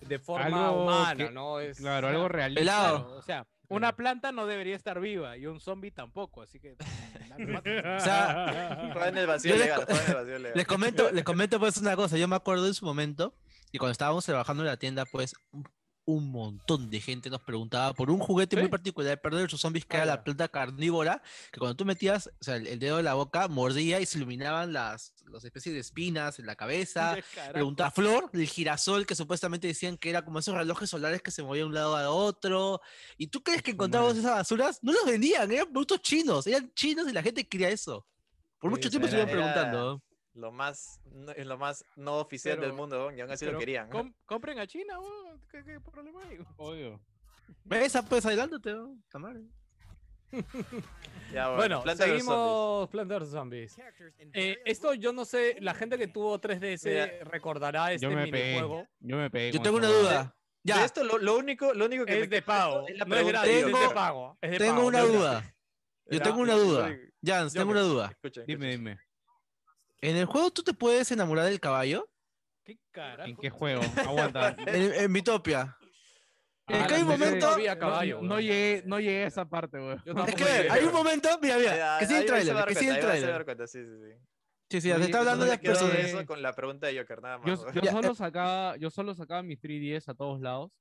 [SPEAKER 2] De forma
[SPEAKER 3] Algo
[SPEAKER 2] humana,
[SPEAKER 3] que-
[SPEAKER 2] ¿no? Es,
[SPEAKER 3] Claro, algo realista.
[SPEAKER 1] Ah.
[SPEAKER 4] Pelado.
[SPEAKER 8] Claro, o sea, una planta no debería estar viva y un zombie tampoco, así que.
[SPEAKER 4] O sea,
[SPEAKER 1] Juegan en el vacío
[SPEAKER 4] Yo les
[SPEAKER 1] legal,
[SPEAKER 4] co-
[SPEAKER 1] juegan en el vacío legal.
[SPEAKER 4] Les comento, les comento pues una cosa, yo me acuerdo en su momento y cuando estábamos trabajando en la tienda pues un- un montón de gente nos preguntaba por un juguete muy
[SPEAKER 2] ¿Sí?
[SPEAKER 4] particular, perder sus zombies, que
[SPEAKER 2] Ah,
[SPEAKER 4] era
[SPEAKER 2] ya.
[SPEAKER 4] la planta carnívora, que cuando tú metías o sea, el, el dedo en la boca, mordía y se iluminaban las, las especies de espinas en la cabeza. Preguntaba Flor, el girasol, que supuestamente decían que era como esos relojes solares que se movían de un lado a otro. ¿Y tú crees que encontramos esas basuras? No los vendían, eran productos chinos, eran chinos y la gente quería eso. Por
[SPEAKER 2] Sí,
[SPEAKER 4] mucho tiempo
[SPEAKER 1] era-
[SPEAKER 4] estuvieron
[SPEAKER 1] era-
[SPEAKER 4] preguntando.
[SPEAKER 1] Lo más, no- es lo más no oficial
[SPEAKER 8] Pero-
[SPEAKER 1] del mundo, weón, y aún así lo
[SPEAKER 8] pero
[SPEAKER 1] querían.
[SPEAKER 8] com- compren a China, weón, ¿Qué, qué problema hay?
[SPEAKER 3] Obvio.
[SPEAKER 4] Esa, pues adelántate, ¿no? Está mal.
[SPEAKER 1] Ya,
[SPEAKER 2] Bueno,
[SPEAKER 1] Planta versus zombies.
[SPEAKER 2] seguimos Plants vs. Zombies. Eh, esto yo no sé, la gente que tuvo 3DS
[SPEAKER 1] Mira,
[SPEAKER 2] recordará este
[SPEAKER 3] Yo me pegué.
[SPEAKER 2] minijuego.
[SPEAKER 3] Yo me pegué.
[SPEAKER 4] Yo
[SPEAKER 3] con
[SPEAKER 4] tengo
[SPEAKER 3] esa
[SPEAKER 4] una
[SPEAKER 3] huevada.
[SPEAKER 4] duda.
[SPEAKER 1] De este
[SPEAKER 4] Ya,
[SPEAKER 1] esto lo, lo único, lo único que me
[SPEAKER 2] Es de
[SPEAKER 1] queda
[SPEAKER 2] pago,
[SPEAKER 1] es la
[SPEAKER 2] no es
[SPEAKER 1] pregunta
[SPEAKER 2] gratis,
[SPEAKER 1] del
[SPEAKER 4] Tengo-
[SPEAKER 2] es de
[SPEAKER 1] millón.
[SPEAKER 2] pago. es de
[SPEAKER 4] tengo
[SPEAKER 2] pago,
[SPEAKER 4] una
[SPEAKER 2] ya.
[SPEAKER 4] duda. Yo
[SPEAKER 1] Ya,
[SPEAKER 4] tengo una
[SPEAKER 1] yo
[SPEAKER 4] duda.
[SPEAKER 1] soy-
[SPEAKER 4] Jans,
[SPEAKER 1] yo
[SPEAKER 4] tengo
[SPEAKER 1] que-
[SPEAKER 4] una duda.
[SPEAKER 1] Escuchen,
[SPEAKER 3] Dime,
[SPEAKER 1] escuchen.
[SPEAKER 3] dime.
[SPEAKER 4] ¿En el juego tú te puedes enamorar del caballo?
[SPEAKER 8] ¿Qué carajo?
[SPEAKER 3] ¿En qué juego? Aguanta.
[SPEAKER 4] En, en Mitopia.
[SPEAKER 2] Ah,
[SPEAKER 4] Es que hay un
[SPEAKER 2] no, yo No,
[SPEAKER 4] momento-
[SPEAKER 2] había caballo,
[SPEAKER 3] No, no
[SPEAKER 2] weón.
[SPEAKER 3] llegué, no llegué a esa parte,
[SPEAKER 2] Yo
[SPEAKER 3] weón.
[SPEAKER 4] Es
[SPEAKER 2] tampoco
[SPEAKER 4] que
[SPEAKER 2] llegué,
[SPEAKER 4] hay un
[SPEAKER 2] weón.
[SPEAKER 4] momento, mira, mira,
[SPEAKER 1] Ya,
[SPEAKER 4] que sigue el
[SPEAKER 1] Eh, ahí se va a
[SPEAKER 4] trailer,
[SPEAKER 1] dar
[SPEAKER 4] que sigue el
[SPEAKER 1] cuenta, ahí se va a dar
[SPEAKER 4] trailer.
[SPEAKER 1] cuenta, sí, sí, sí.
[SPEAKER 4] Sí, sí, se
[SPEAKER 3] Oye,
[SPEAKER 4] está hablando de
[SPEAKER 1] Solo
[SPEAKER 4] las
[SPEAKER 1] me quedo de
[SPEAKER 4] personas.
[SPEAKER 1] eso con la pregunta de Joker, nada más.
[SPEAKER 3] Yo,
[SPEAKER 1] weón.
[SPEAKER 3] yo
[SPEAKER 4] Ya,
[SPEAKER 3] solo
[SPEAKER 4] eh.
[SPEAKER 3] sacaba, yo solo sacaba mis 3DS a todos lados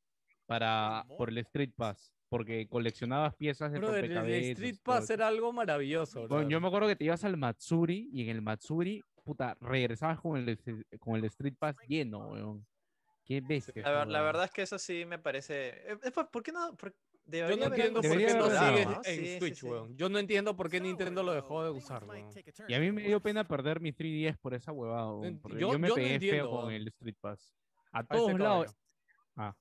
[SPEAKER 3] para por el Street Pass, porque coleccionabas piezas de
[SPEAKER 2] Brother, el
[SPEAKER 3] rompecabezas.
[SPEAKER 2] Street
[SPEAKER 3] todo
[SPEAKER 2] Pass
[SPEAKER 3] eso.
[SPEAKER 2] era algo maravilloso.
[SPEAKER 3] Bueno,
[SPEAKER 2] brother.
[SPEAKER 3] yo me acuerdo que te ibas al Matsuri y en el Matsuri puta, regresabas con el, est- con el Street Pass lleno, weón. Qué bestia.
[SPEAKER 1] La, ver-
[SPEAKER 3] esa
[SPEAKER 1] la
[SPEAKER 3] weá.
[SPEAKER 1] verdad es que eso sí me parece. eh, eh, ¿por- ¿Por qué no? por-
[SPEAKER 2] Yo
[SPEAKER 1] debería
[SPEAKER 2] no
[SPEAKER 1] haber
[SPEAKER 2] entiendo
[SPEAKER 1] algo
[SPEAKER 2] por qué
[SPEAKER 1] así
[SPEAKER 2] no
[SPEAKER 1] regulado,
[SPEAKER 2] sigue
[SPEAKER 1] ¿no? Sí, sí,
[SPEAKER 2] en Switch,
[SPEAKER 1] sí.
[SPEAKER 2] weón. Yo no entiendo por qué Nintendo lo dejó de usar, weón.
[SPEAKER 3] Y a mí me dio pena perder mi 3DS por esa huevada, weón,
[SPEAKER 2] Ent-
[SPEAKER 3] porque
[SPEAKER 2] yo-
[SPEAKER 3] yo, me
[SPEAKER 2] yo no
[SPEAKER 3] pegué
[SPEAKER 2] entiendo,
[SPEAKER 3] feo con
[SPEAKER 2] weón.
[SPEAKER 3] el Street Pass. A
[SPEAKER 2] Ahí está
[SPEAKER 3] todos
[SPEAKER 2] el
[SPEAKER 3] lados,
[SPEAKER 2] caballo.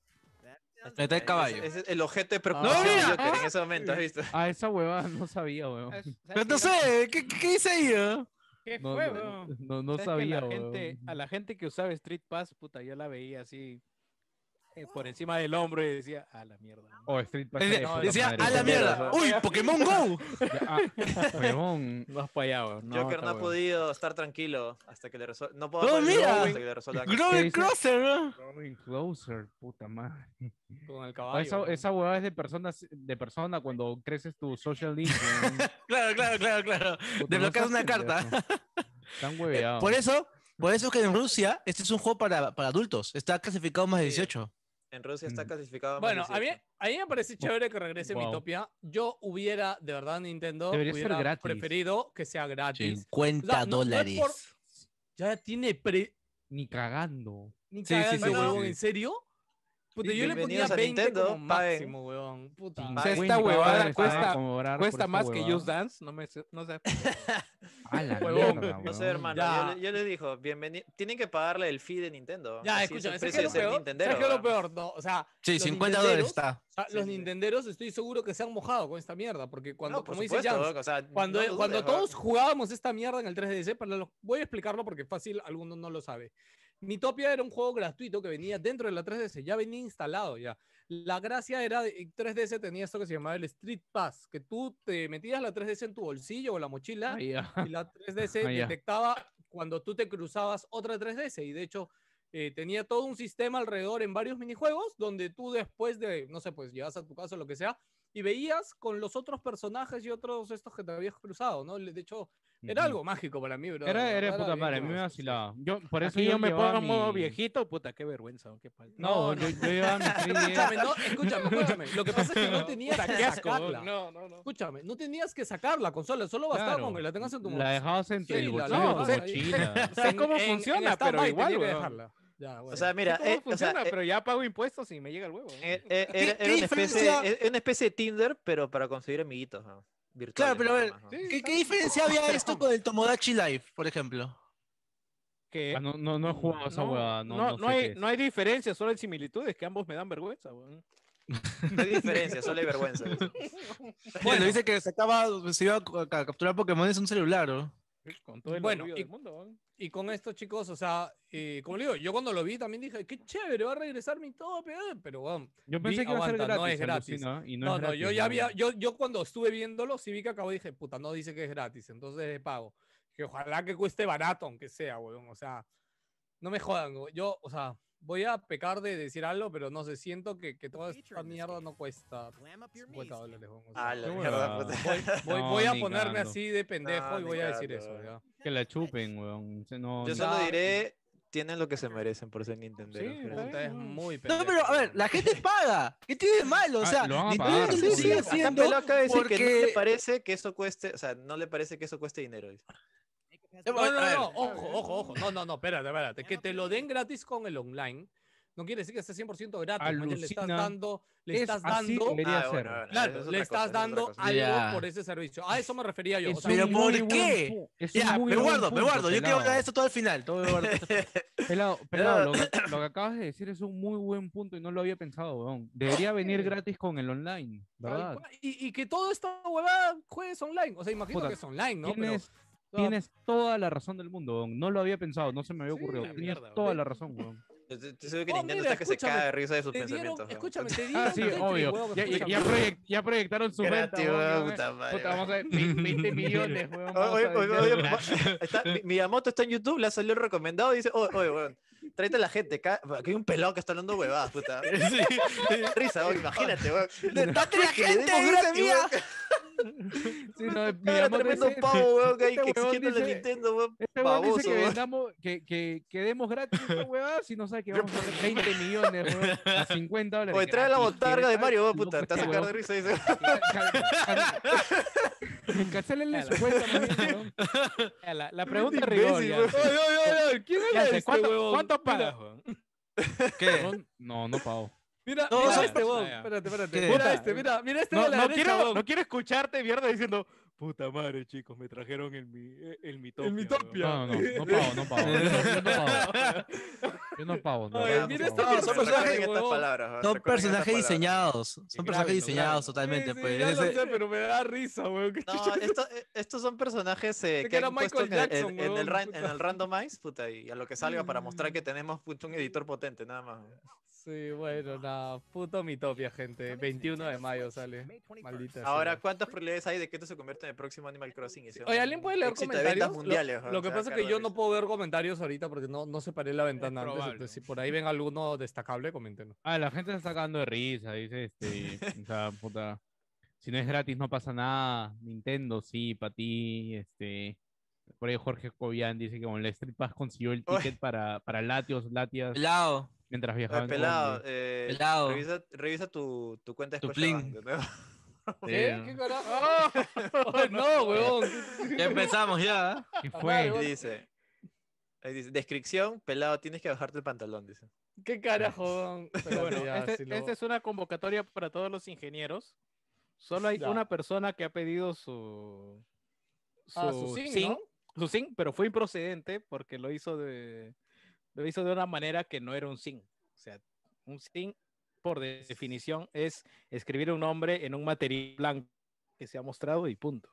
[SPEAKER 4] Está el caballo.
[SPEAKER 1] Ese- ese- el ojete de
[SPEAKER 4] ¡No,
[SPEAKER 1] preocupación
[SPEAKER 4] mira!
[SPEAKER 1] yo creo, en ese momento, ¿has visto?
[SPEAKER 3] A esa huevada no sabía, weón.
[SPEAKER 4] Pero no sé, ¿qué, qué- qué dice ah? ella?
[SPEAKER 5] ¿Qué
[SPEAKER 3] No,
[SPEAKER 5] fue,
[SPEAKER 3] no,
[SPEAKER 5] weón?
[SPEAKER 3] no, no
[SPEAKER 8] ¿Sabes que
[SPEAKER 3] sabía,
[SPEAKER 8] la gente,
[SPEAKER 3] weón.
[SPEAKER 8] a la gente que usaba Street Pass, puta, yo la veía así eh, por encima del hombro y decía, a la mierda. ¿no?".
[SPEAKER 3] O Oh, Street Pass.
[SPEAKER 4] Decía,
[SPEAKER 3] era de puta
[SPEAKER 4] Eh, decía,
[SPEAKER 3] madre,
[SPEAKER 4] a la
[SPEAKER 3] weón.
[SPEAKER 4] mierda. Uy, Pokémon Go.
[SPEAKER 3] Ya, ah, huevón.
[SPEAKER 8] No vas para allá, weón. No,
[SPEAKER 1] Joker
[SPEAKER 8] está
[SPEAKER 1] no ha
[SPEAKER 8] huevón.
[SPEAKER 1] podido estar tranquilo hasta que le resuelva. No puedo
[SPEAKER 4] ¡No,
[SPEAKER 1] jugar el
[SPEAKER 4] mira!
[SPEAKER 1] juego hasta que le resuelvan.
[SPEAKER 4] Grover
[SPEAKER 3] dice?
[SPEAKER 4] Crosser, ¿no?
[SPEAKER 3] Going closer, puta madre.
[SPEAKER 2] Con el
[SPEAKER 3] Ah,
[SPEAKER 2] caballo.
[SPEAKER 3] esa,
[SPEAKER 2] weón.
[SPEAKER 3] esa huevada es de persona, de persona cuando creces tu social link. weón.
[SPEAKER 4] Claro, claro, claro, claro.
[SPEAKER 3] Puta,
[SPEAKER 4] Desbloqueas
[SPEAKER 3] no seas
[SPEAKER 4] una carta.
[SPEAKER 3] pendejo. Están hueveados.
[SPEAKER 4] Eh, Por e-, eso, por eso es que en Rusia este es un juego para, para adultos. Está clasificado más de
[SPEAKER 1] Sí.
[SPEAKER 4] 18.
[SPEAKER 1] En Rusia está
[SPEAKER 3] Mm.
[SPEAKER 1] clasificado. más
[SPEAKER 2] Bueno, a mí,
[SPEAKER 1] 18.
[SPEAKER 2] a mí me parece chévere que regrese
[SPEAKER 3] Wow.
[SPEAKER 2] Mitopia. Yo hubiera, de verdad, Nintendo
[SPEAKER 3] Debería ser
[SPEAKER 2] hubiera
[SPEAKER 3] gratis.
[SPEAKER 2] preferido que sea gratis.
[SPEAKER 4] 50
[SPEAKER 2] No, no, no es
[SPEAKER 4] dólares.
[SPEAKER 2] por- Ya tiene pre...
[SPEAKER 3] Ni cagando.
[SPEAKER 2] Ni
[SPEAKER 4] Sí, sí,
[SPEAKER 2] cagando,
[SPEAKER 4] sí,
[SPEAKER 2] huevón,
[SPEAKER 4] sí, sí.
[SPEAKER 2] ¿en serio? Puta,
[SPEAKER 1] Sí,
[SPEAKER 2] yo le ponía
[SPEAKER 1] bienvenidos a
[SPEAKER 2] 20
[SPEAKER 1] Nintendo,
[SPEAKER 2] como
[SPEAKER 1] paguen.
[SPEAKER 2] máximo, weón. Puta.
[SPEAKER 1] O sea, esta
[SPEAKER 3] 50
[SPEAKER 8] huevada
[SPEAKER 3] dólares
[SPEAKER 8] cuesta-
[SPEAKER 3] para cobrar por
[SPEAKER 8] Cuesta
[SPEAKER 3] esta
[SPEAKER 8] más que
[SPEAKER 3] huevada.
[SPEAKER 8] Just Dance, no me sé- no sé.
[SPEAKER 3] A la
[SPEAKER 2] Huevón,
[SPEAKER 3] mierda,
[SPEAKER 1] No sé,
[SPEAKER 3] huevón.
[SPEAKER 1] hermano.
[SPEAKER 2] Ya.
[SPEAKER 1] Yo, le- yo les digo, bienvenido. Tienen que pagarle el fee de Nintendo.
[SPEAKER 2] Ya,
[SPEAKER 1] Así
[SPEAKER 2] escúchame,
[SPEAKER 1] es el
[SPEAKER 2] ¿sabes qué es
[SPEAKER 1] precio
[SPEAKER 2] lo
[SPEAKER 1] de ser
[SPEAKER 2] peor? ¿Sabes
[SPEAKER 1] Nintendero.
[SPEAKER 2] qué es lo
[SPEAKER 1] weón.
[SPEAKER 2] peor? No, o sea,
[SPEAKER 4] Sí,
[SPEAKER 2] Los
[SPEAKER 4] 50 dólares
[SPEAKER 2] nintenderos-
[SPEAKER 4] está.
[SPEAKER 2] o sea,
[SPEAKER 1] Sí,
[SPEAKER 2] los
[SPEAKER 1] sí, sí.
[SPEAKER 2] nintenderos estoy seguro que se han mojado con esta mierda, porque cuando,
[SPEAKER 1] No, por
[SPEAKER 2] como dice
[SPEAKER 1] supuesto,
[SPEAKER 2] Jans,
[SPEAKER 1] weón, o sea,
[SPEAKER 2] Cuando, e,
[SPEAKER 1] no lo
[SPEAKER 2] cuando
[SPEAKER 1] dudes,
[SPEAKER 2] todos
[SPEAKER 1] weón.
[SPEAKER 2] jugábamos esta mierda en el 3DS, para los- voy a explicarlo porque fácil alguno no lo sabe. Nitopia era un juego gratuito que venía dentro de la 3DS, ya venía instalado ya. La gracia era, de- 3DS tenía esto que se llamaba el Street Pass, que tú te metías la 3DS en tu bolsillo o la mochila
[SPEAKER 3] Ah, ya.
[SPEAKER 2] y la 3DS
[SPEAKER 3] Ah, ya.
[SPEAKER 2] detectaba cuando tú te cruzabas otra 3DS y de hecho eh, tenía todo un sistema alrededor en varios minijuegos donde tú después de, no sé, pues llegas a tu casa o lo que sea y veías con los otros personajes y otros estos que te habías cruzado, ¿no? Le- De hecho, era
[SPEAKER 3] Ujú.
[SPEAKER 2] algo mágico para mí, bro.
[SPEAKER 3] Era, era de puta
[SPEAKER 2] bien
[SPEAKER 3] madre, a mí me
[SPEAKER 2] chévere.
[SPEAKER 3] vacilaba. Yo, por eso
[SPEAKER 8] Aquí yo me
[SPEAKER 3] llevaba
[SPEAKER 8] pongo en modo
[SPEAKER 3] mi-
[SPEAKER 8] viejito, puta, qué vergüenza, qué falta.
[SPEAKER 3] No, yo, yo llevaba mi 3DS.
[SPEAKER 2] Escúchame, no, escúchame, escúchame. Lo que pasa es que no tenías
[SPEAKER 8] Puta,
[SPEAKER 2] que
[SPEAKER 8] qué asco,
[SPEAKER 2] sacarla.
[SPEAKER 8] Ah, No, no, no.
[SPEAKER 2] Escúchame, no tenías que sacar la consola, solo bastaba
[SPEAKER 3] claro,
[SPEAKER 2] con que la tengas en tu
[SPEAKER 3] La dejabas en tu
[SPEAKER 2] Sí,
[SPEAKER 3] el
[SPEAKER 2] la-
[SPEAKER 3] bolsillo de
[SPEAKER 8] no,
[SPEAKER 3] tu
[SPEAKER 8] sé-
[SPEAKER 3] mochila.
[SPEAKER 2] sea,
[SPEAKER 8] Sé cómo funciona, pero
[SPEAKER 2] stand-by
[SPEAKER 8] igual,
[SPEAKER 2] tenía que
[SPEAKER 8] weón.
[SPEAKER 2] dejarla. Ya, bueno.
[SPEAKER 1] O sea, mira,
[SPEAKER 8] ¿Cómo
[SPEAKER 1] eh, o sea,
[SPEAKER 8] funciona?
[SPEAKER 1] eh,
[SPEAKER 8] pero ya pago impuestos y me llega el huevo. ¿no?
[SPEAKER 1] eh, eh,
[SPEAKER 4] ¿Qué-
[SPEAKER 1] era,
[SPEAKER 4] qué
[SPEAKER 1] era una especie,
[SPEAKER 4] diferencia?
[SPEAKER 1] era una especie de Tinder, pero para conseguir amiguitos. ¿no? Virtuales,
[SPEAKER 4] Claro, pero a
[SPEAKER 1] nada
[SPEAKER 4] ver,
[SPEAKER 1] más, ¿no?
[SPEAKER 8] Sí,
[SPEAKER 4] ¿Qué,
[SPEAKER 8] está
[SPEAKER 4] qué
[SPEAKER 8] bien.
[SPEAKER 4] diferencia había esto con el Tomodachi Life, por ejemplo?
[SPEAKER 8] Que-
[SPEAKER 3] Ah, no, no, no he jugado esa huevada. No,
[SPEAKER 8] no,
[SPEAKER 3] no,
[SPEAKER 8] no
[SPEAKER 3] sé
[SPEAKER 8] hay,
[SPEAKER 3] qué es.
[SPEAKER 8] no hay diferencia, solo hay similitudes que ambos me dan vergüenza. weón.
[SPEAKER 1] No hay diferencia, solo hay vergüenza. dice.
[SPEAKER 4] Bueno, dice que se acaba, se iba a ca- capturar Pokémon en un celular, ¿no?
[SPEAKER 8] Con todo el
[SPEAKER 2] Bueno,
[SPEAKER 8] orgullo
[SPEAKER 2] y-
[SPEAKER 8] del mundo. weón.
[SPEAKER 2] Y con esto, chicos, o sea, eh, como le digo, yo cuando lo vi también dije, qué chévere, va a regresar mi tope, eh", pero bueno,
[SPEAKER 3] Yo
[SPEAKER 2] vi,
[SPEAKER 3] pensé que iba a ser
[SPEAKER 2] aguanta,
[SPEAKER 3] gratis.
[SPEAKER 2] no es gratis.
[SPEAKER 3] alucina, y no,
[SPEAKER 2] No, no,
[SPEAKER 3] es
[SPEAKER 2] yo
[SPEAKER 3] gratis,
[SPEAKER 2] ya
[SPEAKER 3] ¿no?
[SPEAKER 2] había, yo, yo cuando estuve viéndolo, sí vi que acabó y dije, puta, no dice que es gratis, entonces es de pago. Que ojalá que cueste barato, aunque sea, weón, o sea, no me jodan, weón, yo, o sea, voy a pecar de decir algo, pero no sé, siento que, que toda esta mierda no cuesta 50 dólares, weón, o sea,
[SPEAKER 1] A Ah, la
[SPEAKER 3] qué
[SPEAKER 1] mierda,
[SPEAKER 3] huevada.
[SPEAKER 1] puta.
[SPEAKER 2] voy,
[SPEAKER 3] No,
[SPEAKER 2] voy a
[SPEAKER 3] ni
[SPEAKER 2] ponerme
[SPEAKER 3] cagando.
[SPEAKER 2] así de pendejo
[SPEAKER 1] No,
[SPEAKER 2] y
[SPEAKER 1] ni
[SPEAKER 2] voy a decir
[SPEAKER 1] cagando,
[SPEAKER 2] eso,
[SPEAKER 1] weón.
[SPEAKER 2] ya.
[SPEAKER 3] Que la chupen, weón. O sea, No,
[SPEAKER 1] Yo
[SPEAKER 3] no-
[SPEAKER 1] solo
[SPEAKER 2] No.
[SPEAKER 1] diré, tienen lo que se merecen por ser Nintendo.
[SPEAKER 8] Sí, está bien.
[SPEAKER 2] Puta, es muy
[SPEAKER 4] No,
[SPEAKER 2] pendejo,
[SPEAKER 4] pero a ver,
[SPEAKER 2] weón.
[SPEAKER 4] la gente paga. ¿Qué tiene de malo? O
[SPEAKER 3] Ah,
[SPEAKER 4] sea,
[SPEAKER 3] lo van a
[SPEAKER 4] Nintendo
[SPEAKER 3] pagar,
[SPEAKER 4] lo sigue
[SPEAKER 3] obvio.
[SPEAKER 4] haciendo.
[SPEAKER 1] acaba de decir que no
[SPEAKER 4] porque-
[SPEAKER 1] le parece que eso cueste, o sea, no le parece que eso cueste dinero. dice.
[SPEAKER 2] No, no,
[SPEAKER 4] Eh, A ver,
[SPEAKER 2] no, ojo, ojo, ojo. No, no, no, espérate, espérate. Que te lo den gratis con el online no quiere decir que esté 100% gratis. man, ya Le estás
[SPEAKER 3] Alucina.
[SPEAKER 2] dando, le
[SPEAKER 3] Es
[SPEAKER 2] estás
[SPEAKER 3] así
[SPEAKER 2] dando,
[SPEAKER 3] Debería
[SPEAKER 1] Ah,
[SPEAKER 3] ser.
[SPEAKER 1] bueno, bueno,
[SPEAKER 2] claro,
[SPEAKER 1] eso es
[SPEAKER 2] le
[SPEAKER 1] otra cosa,
[SPEAKER 2] estás
[SPEAKER 1] eso es otra
[SPEAKER 2] dando
[SPEAKER 1] cosa.
[SPEAKER 2] algo
[SPEAKER 4] Ya.
[SPEAKER 2] por ese servicio. A eso me refería yo. o
[SPEAKER 3] es
[SPEAKER 2] sea,
[SPEAKER 4] Pero
[SPEAKER 3] un
[SPEAKER 2] no-
[SPEAKER 4] ¿por
[SPEAKER 3] muy buen
[SPEAKER 4] qué?
[SPEAKER 3] pu- es un
[SPEAKER 4] Ya,
[SPEAKER 3] muy
[SPEAKER 4] me
[SPEAKER 3] buen
[SPEAKER 4] guardo, me
[SPEAKER 3] punto,
[SPEAKER 4] guardo. Yo quiero hablar
[SPEAKER 3] pelado.
[SPEAKER 4] de esto todo el final. todo me guardo.
[SPEAKER 3] Pelado, pelado, lo, que, lo que acabas de decir es un muy buen punto y no lo había pensado, weón. Debería venir gratis con el online,
[SPEAKER 2] tal
[SPEAKER 3] ¿verdad?
[SPEAKER 2] cual, Y, y que todo esta huevada juegues online. O sea, imagino
[SPEAKER 3] Puta,
[SPEAKER 2] que es online, ¿no? Pero,
[SPEAKER 3] Tienes,
[SPEAKER 2] o sea,
[SPEAKER 3] tienes toda la razón del mundo, weón. No lo había pensado, no se me había
[SPEAKER 8] Sí,
[SPEAKER 3] ocurrido.
[SPEAKER 8] la
[SPEAKER 3] Tienes
[SPEAKER 8] mierda,
[SPEAKER 3] toda
[SPEAKER 2] weón.
[SPEAKER 3] la razón, weón.
[SPEAKER 1] Yo te- te aseguro que
[SPEAKER 2] Oh,
[SPEAKER 1] Nintendo
[SPEAKER 2] mira,
[SPEAKER 1] está que se
[SPEAKER 2] escúchame,
[SPEAKER 1] cae de risa de sus
[SPEAKER 2] te dieron,
[SPEAKER 1] pensamientos.
[SPEAKER 2] escúchame, te dieron.
[SPEAKER 3] Ah, sí,
[SPEAKER 2] Tetris,
[SPEAKER 3] obvio.
[SPEAKER 2] huevón,
[SPEAKER 3] Ya, ya-
[SPEAKER 2] escúchame.
[SPEAKER 3] ya proyec- ya proyectaron su venta,
[SPEAKER 1] Gratis,
[SPEAKER 3] weón,
[SPEAKER 1] weón,
[SPEAKER 3] ya-
[SPEAKER 1] puta madre.
[SPEAKER 3] puta, vamos a ver, 20 millones, weón.
[SPEAKER 1] Oye,
[SPEAKER 3] vamos a
[SPEAKER 1] oye,
[SPEAKER 3] vender
[SPEAKER 1] oye, oye,
[SPEAKER 3] gratis.
[SPEAKER 1] ma- está- Mi- Miyamoto está en YouTube, le ha salido el recomendado y dice, oye, oye, weón, tráete a la gente, acá, aquí hay un pelado que está hablando huevadas, puta. Risa, weón, imagínate, weón.
[SPEAKER 4] ¡Date la
[SPEAKER 1] Que le
[SPEAKER 4] gente!
[SPEAKER 1] demos
[SPEAKER 4] dice
[SPEAKER 1] gratis,
[SPEAKER 4] mía.
[SPEAKER 1] weón.
[SPEAKER 3] Sí, no,
[SPEAKER 1] Cara,
[SPEAKER 3] Miyamoto
[SPEAKER 1] tremendo
[SPEAKER 3] dice-
[SPEAKER 1] pavo, weón, que hay
[SPEAKER 3] este
[SPEAKER 1] que
[SPEAKER 3] huevón
[SPEAKER 1] exigiéndole a
[SPEAKER 3] dice-
[SPEAKER 1] Nintendo, weón.
[SPEAKER 3] Este weón dice
[SPEAKER 1] Baboso,
[SPEAKER 3] que
[SPEAKER 1] weón.
[SPEAKER 3] vendamos, que, que, que demos gratis esta huevada si no sabe que vamos a hacer 20 millones, weón, a 50 dólares.
[SPEAKER 1] Oye, trae la
[SPEAKER 3] gratis,
[SPEAKER 1] botarga
[SPEAKER 3] ¿qué?
[SPEAKER 1] de Mario, weón,
[SPEAKER 3] Loco
[SPEAKER 1] puta, te vas a
[SPEAKER 3] este
[SPEAKER 1] sacar de
[SPEAKER 3] huevón.
[SPEAKER 1] risa, dice.
[SPEAKER 3] Can- can- Cancelenle su cuenta también, weón.
[SPEAKER 8] Ya, La, la pregunta
[SPEAKER 1] imbécil,
[SPEAKER 8] rigor, ya.
[SPEAKER 1] weón.
[SPEAKER 2] Oye, oye, oye, ¿Quién
[SPEAKER 8] Ya
[SPEAKER 2] era
[SPEAKER 8] sé,
[SPEAKER 2] este
[SPEAKER 8] ¿Cuánto,
[SPEAKER 2] huevón?
[SPEAKER 8] ¿cuánto
[SPEAKER 2] Mira,
[SPEAKER 8] pagas, weón?
[SPEAKER 4] ¿Qué?
[SPEAKER 3] No, no pago.
[SPEAKER 2] Mira,
[SPEAKER 4] No,
[SPEAKER 2] mira
[SPEAKER 4] o sea,
[SPEAKER 2] este huevón.
[SPEAKER 8] ya.
[SPEAKER 2] Espérate, espérate.
[SPEAKER 4] ¿Qué?
[SPEAKER 2] Mira
[SPEAKER 8] Puta.
[SPEAKER 2] este, mira, mira este
[SPEAKER 8] No,
[SPEAKER 2] de la
[SPEAKER 8] no
[SPEAKER 2] derecha,
[SPEAKER 8] quiero,
[SPEAKER 2] huevón.
[SPEAKER 8] no quiero escucharte, mierda, diciendo, puta madre, chicos, me trajeron el, mi- eh, el mitopia.
[SPEAKER 2] El
[SPEAKER 8] weón".
[SPEAKER 2] mitopia.
[SPEAKER 3] No, no, no, no pago, no pago. Yo no pago. Yo no pago, no.
[SPEAKER 2] Oye,
[SPEAKER 3] verdad, no
[SPEAKER 2] mira
[SPEAKER 3] pago.
[SPEAKER 2] esta
[SPEAKER 1] No, son
[SPEAKER 2] personaje,
[SPEAKER 1] personajes estas
[SPEAKER 2] huevón.
[SPEAKER 1] palabras, weón,
[SPEAKER 4] Son
[SPEAKER 1] recuerden estas
[SPEAKER 4] personajes
[SPEAKER 1] palabras.
[SPEAKER 4] diseñados. Son personajes
[SPEAKER 8] grábenlo,
[SPEAKER 4] diseñados
[SPEAKER 8] grábenlo.
[SPEAKER 2] Sí,
[SPEAKER 4] totalmente.
[SPEAKER 2] sí,
[SPEAKER 4] pues.
[SPEAKER 2] ya lo
[SPEAKER 4] Ese-
[SPEAKER 2] sé, pero me da risa, weón. ¿Qué
[SPEAKER 1] No,
[SPEAKER 2] chucha?
[SPEAKER 1] esto- eh, estos son personajes eh,
[SPEAKER 2] que
[SPEAKER 1] que
[SPEAKER 2] era
[SPEAKER 1] han puesto en el, en-
[SPEAKER 2] Michael Jackson,
[SPEAKER 1] en el
[SPEAKER 2] weón,
[SPEAKER 1] ran- en
[SPEAKER 2] puta. Mm.
[SPEAKER 1] el randomize, puta, y a lo que salga para mostrar que tenemos puta, un editor potente, nada más. weón.
[SPEAKER 2] Sí, bueno, nada. Puto mitopia, gente. 21 de mayo sale. Maldita. sea.
[SPEAKER 1] Ahora, ¿cuántas probabilidades hay de que esto se convierta en el próximo Animal Crossing? Y sea
[SPEAKER 2] Oye,
[SPEAKER 1] un
[SPEAKER 2] ¿alguien puede leer
[SPEAKER 1] éxito de ventas
[SPEAKER 2] comentarios? Lo-
[SPEAKER 1] mundiales,
[SPEAKER 2] lo,
[SPEAKER 1] weón,
[SPEAKER 2] que
[SPEAKER 1] se va a
[SPEAKER 2] pasa es
[SPEAKER 1] cagar
[SPEAKER 2] que
[SPEAKER 1] de
[SPEAKER 2] yo
[SPEAKER 1] risa.
[SPEAKER 2] no puedo ver comentarios ahorita porque no, no separé la ventana antes.
[SPEAKER 8] probable.
[SPEAKER 2] Entonces, si por ahí ven alguno destacable, comenten.
[SPEAKER 3] Ah, la gente se está cagando de risa, dice este. o sea, puta. Si no es gratis, no pasa nada. Nintendo, sí, para ti. Este. Por ahí Jorge Escobian dice que con el Street Pass consiguió el
[SPEAKER 1] Uy.
[SPEAKER 3] ticket para, para Latios, Latias,
[SPEAKER 4] Pelado.
[SPEAKER 3] mientras
[SPEAKER 1] Oye,
[SPEAKER 3] viajaban.
[SPEAKER 1] pelado, eh,
[SPEAKER 4] Pelado.
[SPEAKER 1] Revisa, revisa tu, tu cuenta de
[SPEAKER 4] Tu
[SPEAKER 1] Scotiabank,
[SPEAKER 4] plin.
[SPEAKER 1] ¿no?
[SPEAKER 2] ¿Qué? ¿Qué carajo? Ay, Ah. no, weón.
[SPEAKER 4] Ya empezamos ya.
[SPEAKER 3] ¿Qué
[SPEAKER 2] Madre,
[SPEAKER 3] fue?
[SPEAKER 2] weón.
[SPEAKER 1] Dice, ahí dice, descripción, pelado, tienes que bajarte el pantalón, dice.
[SPEAKER 2] ¿Qué carajo? weón? Espérate,
[SPEAKER 8] Bueno,
[SPEAKER 2] ya,
[SPEAKER 8] este-
[SPEAKER 2] si lo-
[SPEAKER 8] esta es una convocatoria para todos los ingenieros. Solo hay
[SPEAKER 2] Ya.
[SPEAKER 8] una persona que ha pedido su.
[SPEAKER 2] Ah, su zinc, ¿no?
[SPEAKER 8] su zinc, pero fue improcedente porque lo hizo de. Lo hizo de una manera que no era un zinc. O sea, un zinc, por de- definición, es escribir un nombre en un material blanco que se ha mostrado y punto.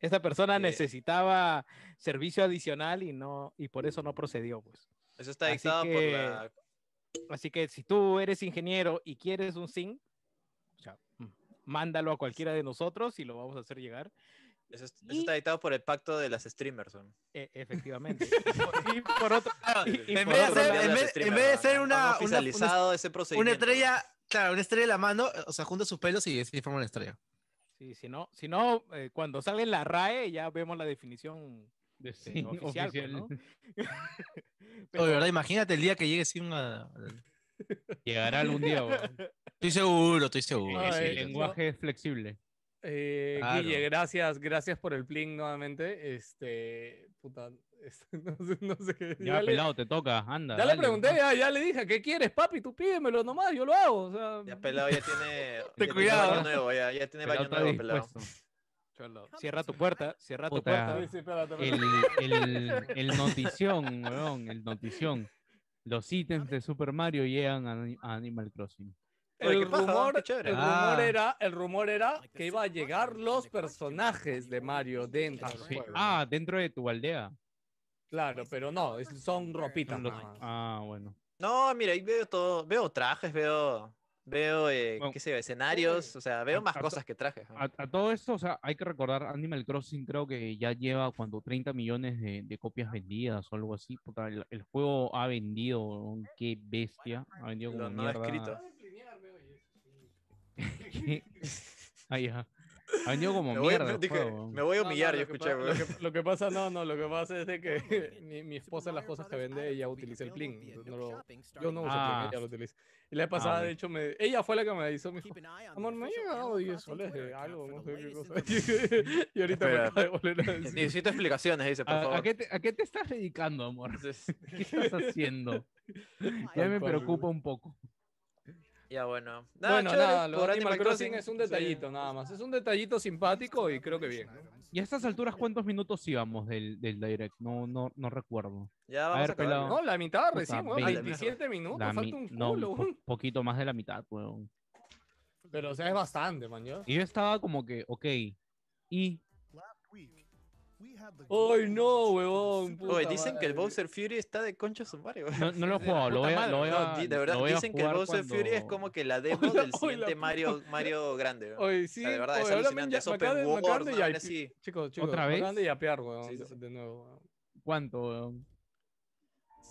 [SPEAKER 8] Esta persona
[SPEAKER 1] Bien.
[SPEAKER 8] necesitaba servicio adicional y no y por eso no procedió, pues.
[SPEAKER 1] Eso está
[SPEAKER 8] Así
[SPEAKER 1] dictado por
[SPEAKER 8] que-
[SPEAKER 1] la...
[SPEAKER 8] Así que si tú eres ingeniero y quieres un zinc, o sea, m- mándalo a cualquiera de nosotros y lo vamos a hacer llegar.
[SPEAKER 1] Eso, es- eso está dictado por el pacto de las streamers. weón.
[SPEAKER 8] E- efectivamente. Y por- y por otro- y- y
[SPEAKER 4] en
[SPEAKER 8] por
[SPEAKER 4] vez de
[SPEAKER 8] otro
[SPEAKER 4] hacer-
[SPEAKER 8] lado-
[SPEAKER 1] las
[SPEAKER 4] en vez- en
[SPEAKER 1] streamers,
[SPEAKER 4] vez
[SPEAKER 1] weón,
[SPEAKER 4] de ser
[SPEAKER 1] han- han
[SPEAKER 4] una- una- una-
[SPEAKER 1] oficializado ese
[SPEAKER 4] Una
[SPEAKER 1] procedimiento.
[SPEAKER 4] estrella, claro, una estrella en la mano, o sea, junta sus pelos y así forma una estrella.
[SPEAKER 8] Sí, si no, si no eh, cuando sale en la RAE ya vemos la definición
[SPEAKER 3] De
[SPEAKER 8] eh,
[SPEAKER 3] sí,
[SPEAKER 8] oficial. pues,
[SPEAKER 3] oficial.
[SPEAKER 8] ¿no?
[SPEAKER 4] Oye, ¿verdad? Imagínate el día que llegue sin una.
[SPEAKER 3] Llegará algún día, weón.
[SPEAKER 4] Estoy seguro, estoy
[SPEAKER 3] Eh,
[SPEAKER 4] seguro.
[SPEAKER 2] Ay,
[SPEAKER 4] sí,
[SPEAKER 3] el
[SPEAKER 4] sí.
[SPEAKER 3] lenguaje es flexible.
[SPEAKER 2] Eh,
[SPEAKER 4] Claro.
[SPEAKER 2] Guille, gracias, gracias por el pling nuevamente. Este, puta, este, no, sé, no sé qué.
[SPEAKER 3] Ya,
[SPEAKER 2] dale.
[SPEAKER 3] pelado, te toca, anda.
[SPEAKER 2] Ya le
[SPEAKER 3] dale.
[SPEAKER 2] pregunté, ya, ya le dije, ¿qué quieres, papi? Tú pídemelo nomás, yo lo hago. o sea,
[SPEAKER 1] Ya pelado ya tiene, ya tiene
[SPEAKER 4] cuidado.
[SPEAKER 1] baño nuevo, ya, ya tiene
[SPEAKER 3] Pelado pues.
[SPEAKER 1] baño
[SPEAKER 3] está
[SPEAKER 1] nuevo, pelado.
[SPEAKER 3] dispuesto.
[SPEAKER 8] Cholo, Cierra tu puerta, cierra tu
[SPEAKER 3] Puta.
[SPEAKER 8] puerta.
[SPEAKER 2] sí, sí, espérate, espérate.
[SPEAKER 3] El, el- el notición, weón, el notición. Los ítems de Super Mario llegan a, Ani- a Animal Crossing.
[SPEAKER 1] Ah, Oye,
[SPEAKER 2] El
[SPEAKER 1] qué paja,
[SPEAKER 2] rumor,
[SPEAKER 1] qué chévere.
[SPEAKER 2] el
[SPEAKER 4] Ah.
[SPEAKER 2] rumor era, el rumor era que iba a llegar los personajes de Mario dentro del
[SPEAKER 3] Sí.
[SPEAKER 2] juego.
[SPEAKER 3] Ah, dentro de tu aldea.
[SPEAKER 2] Claro, pero no, es- son ropitas.
[SPEAKER 3] Son los-
[SPEAKER 2] nada más.
[SPEAKER 3] Ah, bueno.
[SPEAKER 1] No, mira, ahí veo todo, veo trajes, veo, veo, eh,
[SPEAKER 3] Bueno. eh,
[SPEAKER 1] qué sé yo, escenarios, o sea, veo más
[SPEAKER 3] a to-
[SPEAKER 1] cosas que trajes. ¿no?
[SPEAKER 3] A, a todo esto, o sea, hay que recordar, Animal Crossing creo que ya lleva cuando 30 millones de, de copias vendidas o algo así. Puta, el, el juego ha vendido, weón, qué bestia. Ha vendido como
[SPEAKER 1] Lo no
[SPEAKER 3] mierda.
[SPEAKER 1] escrito.
[SPEAKER 3] Ah, ya. Ha vendido como
[SPEAKER 1] Me voy,
[SPEAKER 3] mierda.
[SPEAKER 1] me,
[SPEAKER 3] el
[SPEAKER 1] dije,
[SPEAKER 3] juego, weón.
[SPEAKER 1] me voy a
[SPEAKER 2] No, no,
[SPEAKER 1] humillar,
[SPEAKER 2] lo
[SPEAKER 1] yo
[SPEAKER 2] que
[SPEAKER 1] escuché,
[SPEAKER 2] pa-
[SPEAKER 1] weón.
[SPEAKER 2] Lo que, lo que pasa, no, no, lo que pasa es de que mi, mi esposa las cosas que vende, ella utiliza el Plin. entonces no lo- yo no uso
[SPEAKER 3] Ah.
[SPEAKER 2] Plin, ella lo utiliza. Y la vez pasada,
[SPEAKER 3] ok.
[SPEAKER 2] de hecho, me, ella fue la que me hizo, me dijo, amor, Ah, me ha llegado 10 soles de algo, no sé qué cosa. y ahorita me
[SPEAKER 1] Espera.
[SPEAKER 2] acaba de volver a decir.
[SPEAKER 1] Necesito explicaciones, dice, por
[SPEAKER 3] ¿A, a
[SPEAKER 1] favor.
[SPEAKER 3] qué te, a qué te estás dedicando, amor?
[SPEAKER 1] Entonces,
[SPEAKER 3] ¿Qué estás haciendo? Ya
[SPEAKER 2] Tal
[SPEAKER 3] me
[SPEAKER 2] cual,
[SPEAKER 3] preocupa un poco.
[SPEAKER 1] ya bueno. Nada,
[SPEAKER 2] Bueno,
[SPEAKER 1] chévere,
[SPEAKER 2] nada, lo
[SPEAKER 1] por
[SPEAKER 2] de Animal Crossing es un detallito nada más. Es un detallito simpático y creo que bien. ¿no?
[SPEAKER 3] ¿Y a estas alturas cuántos minutos íbamos del, del direct? No, no, no recuerdo.
[SPEAKER 1] Ya vamos a,
[SPEAKER 3] ver,
[SPEAKER 1] acabar,
[SPEAKER 3] pelado.
[SPEAKER 1] ¿no?
[SPEAKER 2] No, la mitad
[SPEAKER 3] Puta,
[SPEAKER 2] recién, weón,
[SPEAKER 3] 20.
[SPEAKER 2] 27 minutos,
[SPEAKER 3] La mi-
[SPEAKER 2] falta un
[SPEAKER 3] no,
[SPEAKER 2] culo,
[SPEAKER 3] po-
[SPEAKER 2] weón.
[SPEAKER 3] poquito más de la mitad, weón.
[SPEAKER 2] Pero o sea, es bastante, man, ¿ya?
[SPEAKER 3] Y yo estaba como que, ok. Y
[SPEAKER 2] ¡Ay, no, huevón! puta
[SPEAKER 1] Oye, dicen que el
[SPEAKER 2] madre.
[SPEAKER 1] Bowser Fury está de concha sumario.
[SPEAKER 3] no, no lo he jugado, lo voy a, lo voy a-
[SPEAKER 1] No, di- de verdad,
[SPEAKER 3] lo voy a
[SPEAKER 1] dicen que el
[SPEAKER 3] jugar
[SPEAKER 1] Bowser Fury es
[SPEAKER 3] cuando-
[SPEAKER 1] como que la demo
[SPEAKER 2] Hola,
[SPEAKER 1] del
[SPEAKER 2] hola,
[SPEAKER 1] siguiente
[SPEAKER 2] puta.
[SPEAKER 1] Mario, Mario grande. ¿no?
[SPEAKER 2] Oye,
[SPEAKER 1] O
[SPEAKER 2] sí,
[SPEAKER 1] sea, de verdad, es
[SPEAKER 2] oye, ahora me
[SPEAKER 1] alucinante.
[SPEAKER 2] ya-
[SPEAKER 1] Es
[SPEAKER 2] me
[SPEAKER 1] open
[SPEAKER 2] acaban de- me
[SPEAKER 1] world,
[SPEAKER 2] acaban de
[SPEAKER 1] una vaina
[SPEAKER 2] yape-
[SPEAKER 1] así.
[SPEAKER 2] Chicos, chicos,
[SPEAKER 3] ¿Otra
[SPEAKER 2] me acaban
[SPEAKER 3] vez?
[SPEAKER 2] de yapear, weón,
[SPEAKER 1] Sí, sí, sí.
[SPEAKER 2] de nuevo. weón.
[SPEAKER 3] ¿Cuánto, weón?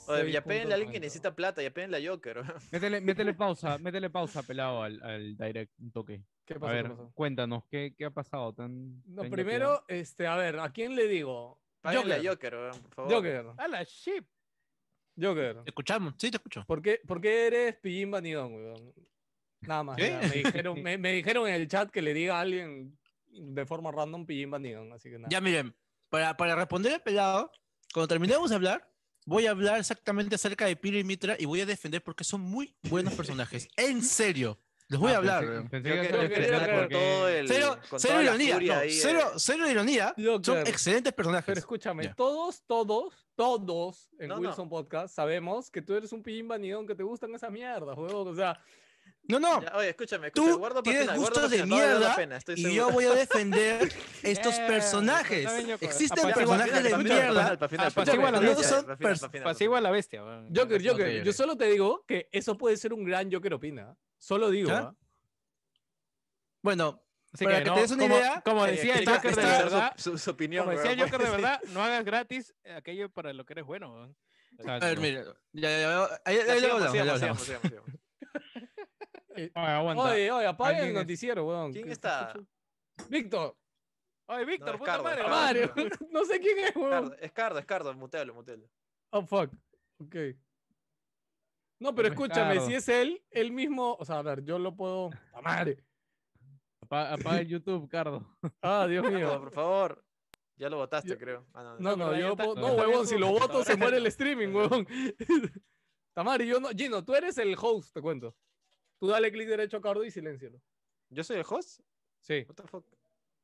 [SPEAKER 1] Oye,
[SPEAKER 5] Seis
[SPEAKER 1] ya péguenle a alguien que
[SPEAKER 5] 6.90.
[SPEAKER 1] necesita plata, ya péguenle a Joker.
[SPEAKER 3] Métele, métele pausa, métele pausa, pelado, al, al direct, un toque.
[SPEAKER 2] ¿Qué
[SPEAKER 3] A
[SPEAKER 2] pasó?
[SPEAKER 3] ver,
[SPEAKER 2] ¿Qué pasó?
[SPEAKER 3] cuéntanos, ¿qué, qué ha pasado tan.
[SPEAKER 2] No,
[SPEAKER 3] tan
[SPEAKER 2] primero, este, a ver, ¿a quién le digo?
[SPEAKER 1] Páguenle
[SPEAKER 2] Joker.
[SPEAKER 1] a Joker, weón, por favor.
[SPEAKER 2] Joker,
[SPEAKER 8] A la ship.
[SPEAKER 2] Joker.
[SPEAKER 4] Te escuchamos, sí, te escucho.
[SPEAKER 2] ¿Por qué, por qué eres Pillín Vanidón, weón? Nada más.
[SPEAKER 4] ¿Qué?
[SPEAKER 2] nada, Me, dijeron, me, me dijeron en el chat que le diga a alguien de forma random Pillín Vanidón, así que nada.
[SPEAKER 4] Ya miren, para, para responder al pelado, cuando terminemos de hablar, voy a hablar exactamente acerca de Piro y Mitra y voy a defender porque son muy buenos personajes. en serio, les voy a
[SPEAKER 3] Ah,
[SPEAKER 4] hablar.
[SPEAKER 3] pensé-
[SPEAKER 4] weón.
[SPEAKER 3] pensé
[SPEAKER 8] Yo
[SPEAKER 3] que ibas a
[SPEAKER 2] creo que- yo
[SPEAKER 3] defender
[SPEAKER 2] creo que
[SPEAKER 3] porque-
[SPEAKER 1] todo el-
[SPEAKER 4] Cero,
[SPEAKER 1] con
[SPEAKER 4] cero
[SPEAKER 1] toda la
[SPEAKER 4] ironía,
[SPEAKER 1] furia
[SPEAKER 4] no,
[SPEAKER 1] ahí, eh.
[SPEAKER 4] cero, cero ironía. Son
[SPEAKER 2] Joker.
[SPEAKER 4] excelentes
[SPEAKER 2] Pero
[SPEAKER 4] personajes.
[SPEAKER 2] escúchame,
[SPEAKER 4] Ya.
[SPEAKER 2] todos, todos, todos en
[SPEAKER 1] No, no.
[SPEAKER 2] Wilson Podcast sabemos que tú eres un Pillín Vanidón, que te gustan esas mierdas, weón. O sea,
[SPEAKER 4] No, no,
[SPEAKER 1] Ya, oye, escúchame,
[SPEAKER 4] Tú
[SPEAKER 1] escúchame, guarda
[SPEAKER 4] tienes
[SPEAKER 1] pena, guarda
[SPEAKER 4] gustos de
[SPEAKER 1] pena, todavía guarda
[SPEAKER 4] mierda
[SPEAKER 1] pena, estoy
[SPEAKER 4] y
[SPEAKER 1] seguro.
[SPEAKER 4] yo voy a defender estos
[SPEAKER 8] Eh,
[SPEAKER 4] personajes.
[SPEAKER 8] está bien, Yoko.
[SPEAKER 4] Existen
[SPEAKER 8] Apacigua-
[SPEAKER 4] personajes de
[SPEAKER 8] apacigua-
[SPEAKER 4] mierda.
[SPEAKER 8] apacigua la
[SPEAKER 4] luz, son pers-
[SPEAKER 8] Pasivo a la bestia. weón.
[SPEAKER 2] Joker,
[SPEAKER 8] No te
[SPEAKER 2] Joker, yo
[SPEAKER 8] llores.
[SPEAKER 2] solo te digo que eso puede ser un gran Joker opina. Solo digo,
[SPEAKER 4] ¿Ya?
[SPEAKER 2] ¿ah?
[SPEAKER 4] Bueno,
[SPEAKER 8] Así
[SPEAKER 4] para que te des una
[SPEAKER 8] como-
[SPEAKER 4] idea,
[SPEAKER 1] eh,
[SPEAKER 8] Como decía el
[SPEAKER 4] está-
[SPEAKER 8] Joker de
[SPEAKER 4] está-
[SPEAKER 8] verdad.
[SPEAKER 1] Su, su opinión,
[SPEAKER 8] Como decía el
[SPEAKER 1] weón,
[SPEAKER 8] Joker de
[SPEAKER 1] pues.
[SPEAKER 8] verdad, no hagas gratis eh, aquello para lo que eres bueno. weón.
[SPEAKER 4] a
[SPEAKER 3] Exacto.
[SPEAKER 4] ver, mira, ya, ya, ya, ahí- ahí
[SPEAKER 1] Ya,
[SPEAKER 4] luego
[SPEAKER 1] sigamos, sigamos,
[SPEAKER 4] hablamos, ya hablamos.
[SPEAKER 1] sigamos, sigamos, sigamos.
[SPEAKER 3] Oye, aguanta.
[SPEAKER 2] Oye, oye, apaga el
[SPEAKER 3] ¿Alguien es-
[SPEAKER 2] noticiero, weón.
[SPEAKER 1] ¿Quién
[SPEAKER 2] que-
[SPEAKER 1] está?
[SPEAKER 2] Víctor,
[SPEAKER 8] Oye, Víctor,
[SPEAKER 1] es
[SPEAKER 8] puta
[SPEAKER 1] Cardo,
[SPEAKER 8] madre.
[SPEAKER 1] es Cardo.
[SPEAKER 8] madre.
[SPEAKER 2] Mario, no sé quién es, weón.
[SPEAKER 1] Escardo, Escardo, Escardo, mutealo, mutealo.
[SPEAKER 2] Oh, fuck. Ok. No, pero
[SPEAKER 3] Un
[SPEAKER 2] escúchame,
[SPEAKER 3] pescado.
[SPEAKER 2] si es él, él mismo. O sea, a ver, yo lo puedo. ¡La madre!
[SPEAKER 3] Apa- Apaga el YouTube, Cardo.
[SPEAKER 2] Ah, Dios
[SPEAKER 1] Escardo,
[SPEAKER 2] mío.
[SPEAKER 1] por favor. Ya lo votaste,
[SPEAKER 2] Yo-
[SPEAKER 1] creo. Ah, no, no.
[SPEAKER 2] No, no,
[SPEAKER 8] Ahí
[SPEAKER 2] yo lo
[SPEAKER 8] está-
[SPEAKER 2] puedo.
[SPEAKER 3] ahí
[SPEAKER 2] No,
[SPEAKER 3] está
[SPEAKER 2] huevón, si lo
[SPEAKER 8] bien su
[SPEAKER 2] voto se
[SPEAKER 8] computadora.
[SPEAKER 2] muere el streaming, huevón. Tamari, yo no. Gino, tú eres el host, te cuento. Tú dale clic derecho a Cardo y siléncialo.
[SPEAKER 1] ¿Yo soy el host?
[SPEAKER 2] Sí.
[SPEAKER 1] What the fuck?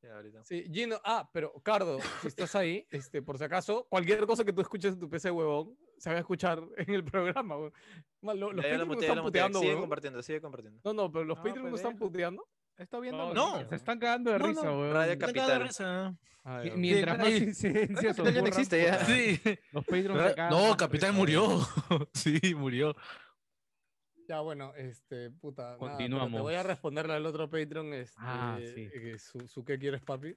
[SPEAKER 1] Ya, ahorita.
[SPEAKER 2] Sí, Gino. Ah, pero Cardo, si estás ahí, este, por si acaso, cualquier cosa que tú escuches en tu PC, huevón, se va a escuchar en el programa, huevón. Ma, lo- Los
[SPEAKER 1] Ya, ya
[SPEAKER 2] Patreons
[SPEAKER 1] lo
[SPEAKER 2] me
[SPEAKER 1] muteé, ya
[SPEAKER 2] están
[SPEAKER 1] lo muteé.
[SPEAKER 2] puteando,
[SPEAKER 1] Sigue
[SPEAKER 2] huevón.
[SPEAKER 1] compartiendo, sigue compartiendo.
[SPEAKER 2] No, no, pero los
[SPEAKER 8] No,
[SPEAKER 2] Patreons me
[SPEAKER 8] pues
[SPEAKER 2] están
[SPEAKER 8] deja.
[SPEAKER 2] puteando.
[SPEAKER 8] Estoy viendo.
[SPEAKER 4] no,
[SPEAKER 8] la noticia,
[SPEAKER 3] Se
[SPEAKER 8] weón.
[SPEAKER 3] están cagando de
[SPEAKER 4] No,
[SPEAKER 3] risa,
[SPEAKER 4] no.
[SPEAKER 3] weón.
[SPEAKER 1] Radio
[SPEAKER 4] Me cago de
[SPEAKER 1] Capital.
[SPEAKER 4] risa.
[SPEAKER 2] Ay,
[SPEAKER 3] Mi-
[SPEAKER 2] Dios mío.
[SPEAKER 3] Mientras más
[SPEAKER 4] Ay,
[SPEAKER 1] Capital
[SPEAKER 3] incidencias
[SPEAKER 1] ya no
[SPEAKER 3] ocurran,
[SPEAKER 1] existe, ya.
[SPEAKER 3] puta,
[SPEAKER 4] Sí.
[SPEAKER 3] Los Patreons se cagan
[SPEAKER 4] No,
[SPEAKER 3] más
[SPEAKER 4] Capitán
[SPEAKER 3] risa,
[SPEAKER 4] murió.
[SPEAKER 3] weón.
[SPEAKER 4] Sí, murió.
[SPEAKER 2] Ya, bueno, este, puta. nada, pero te
[SPEAKER 3] Continuamos.
[SPEAKER 2] voy a responderle al otro Patreon, este,
[SPEAKER 3] Ah, sí.
[SPEAKER 2] eh, su, su qué quieres, papi.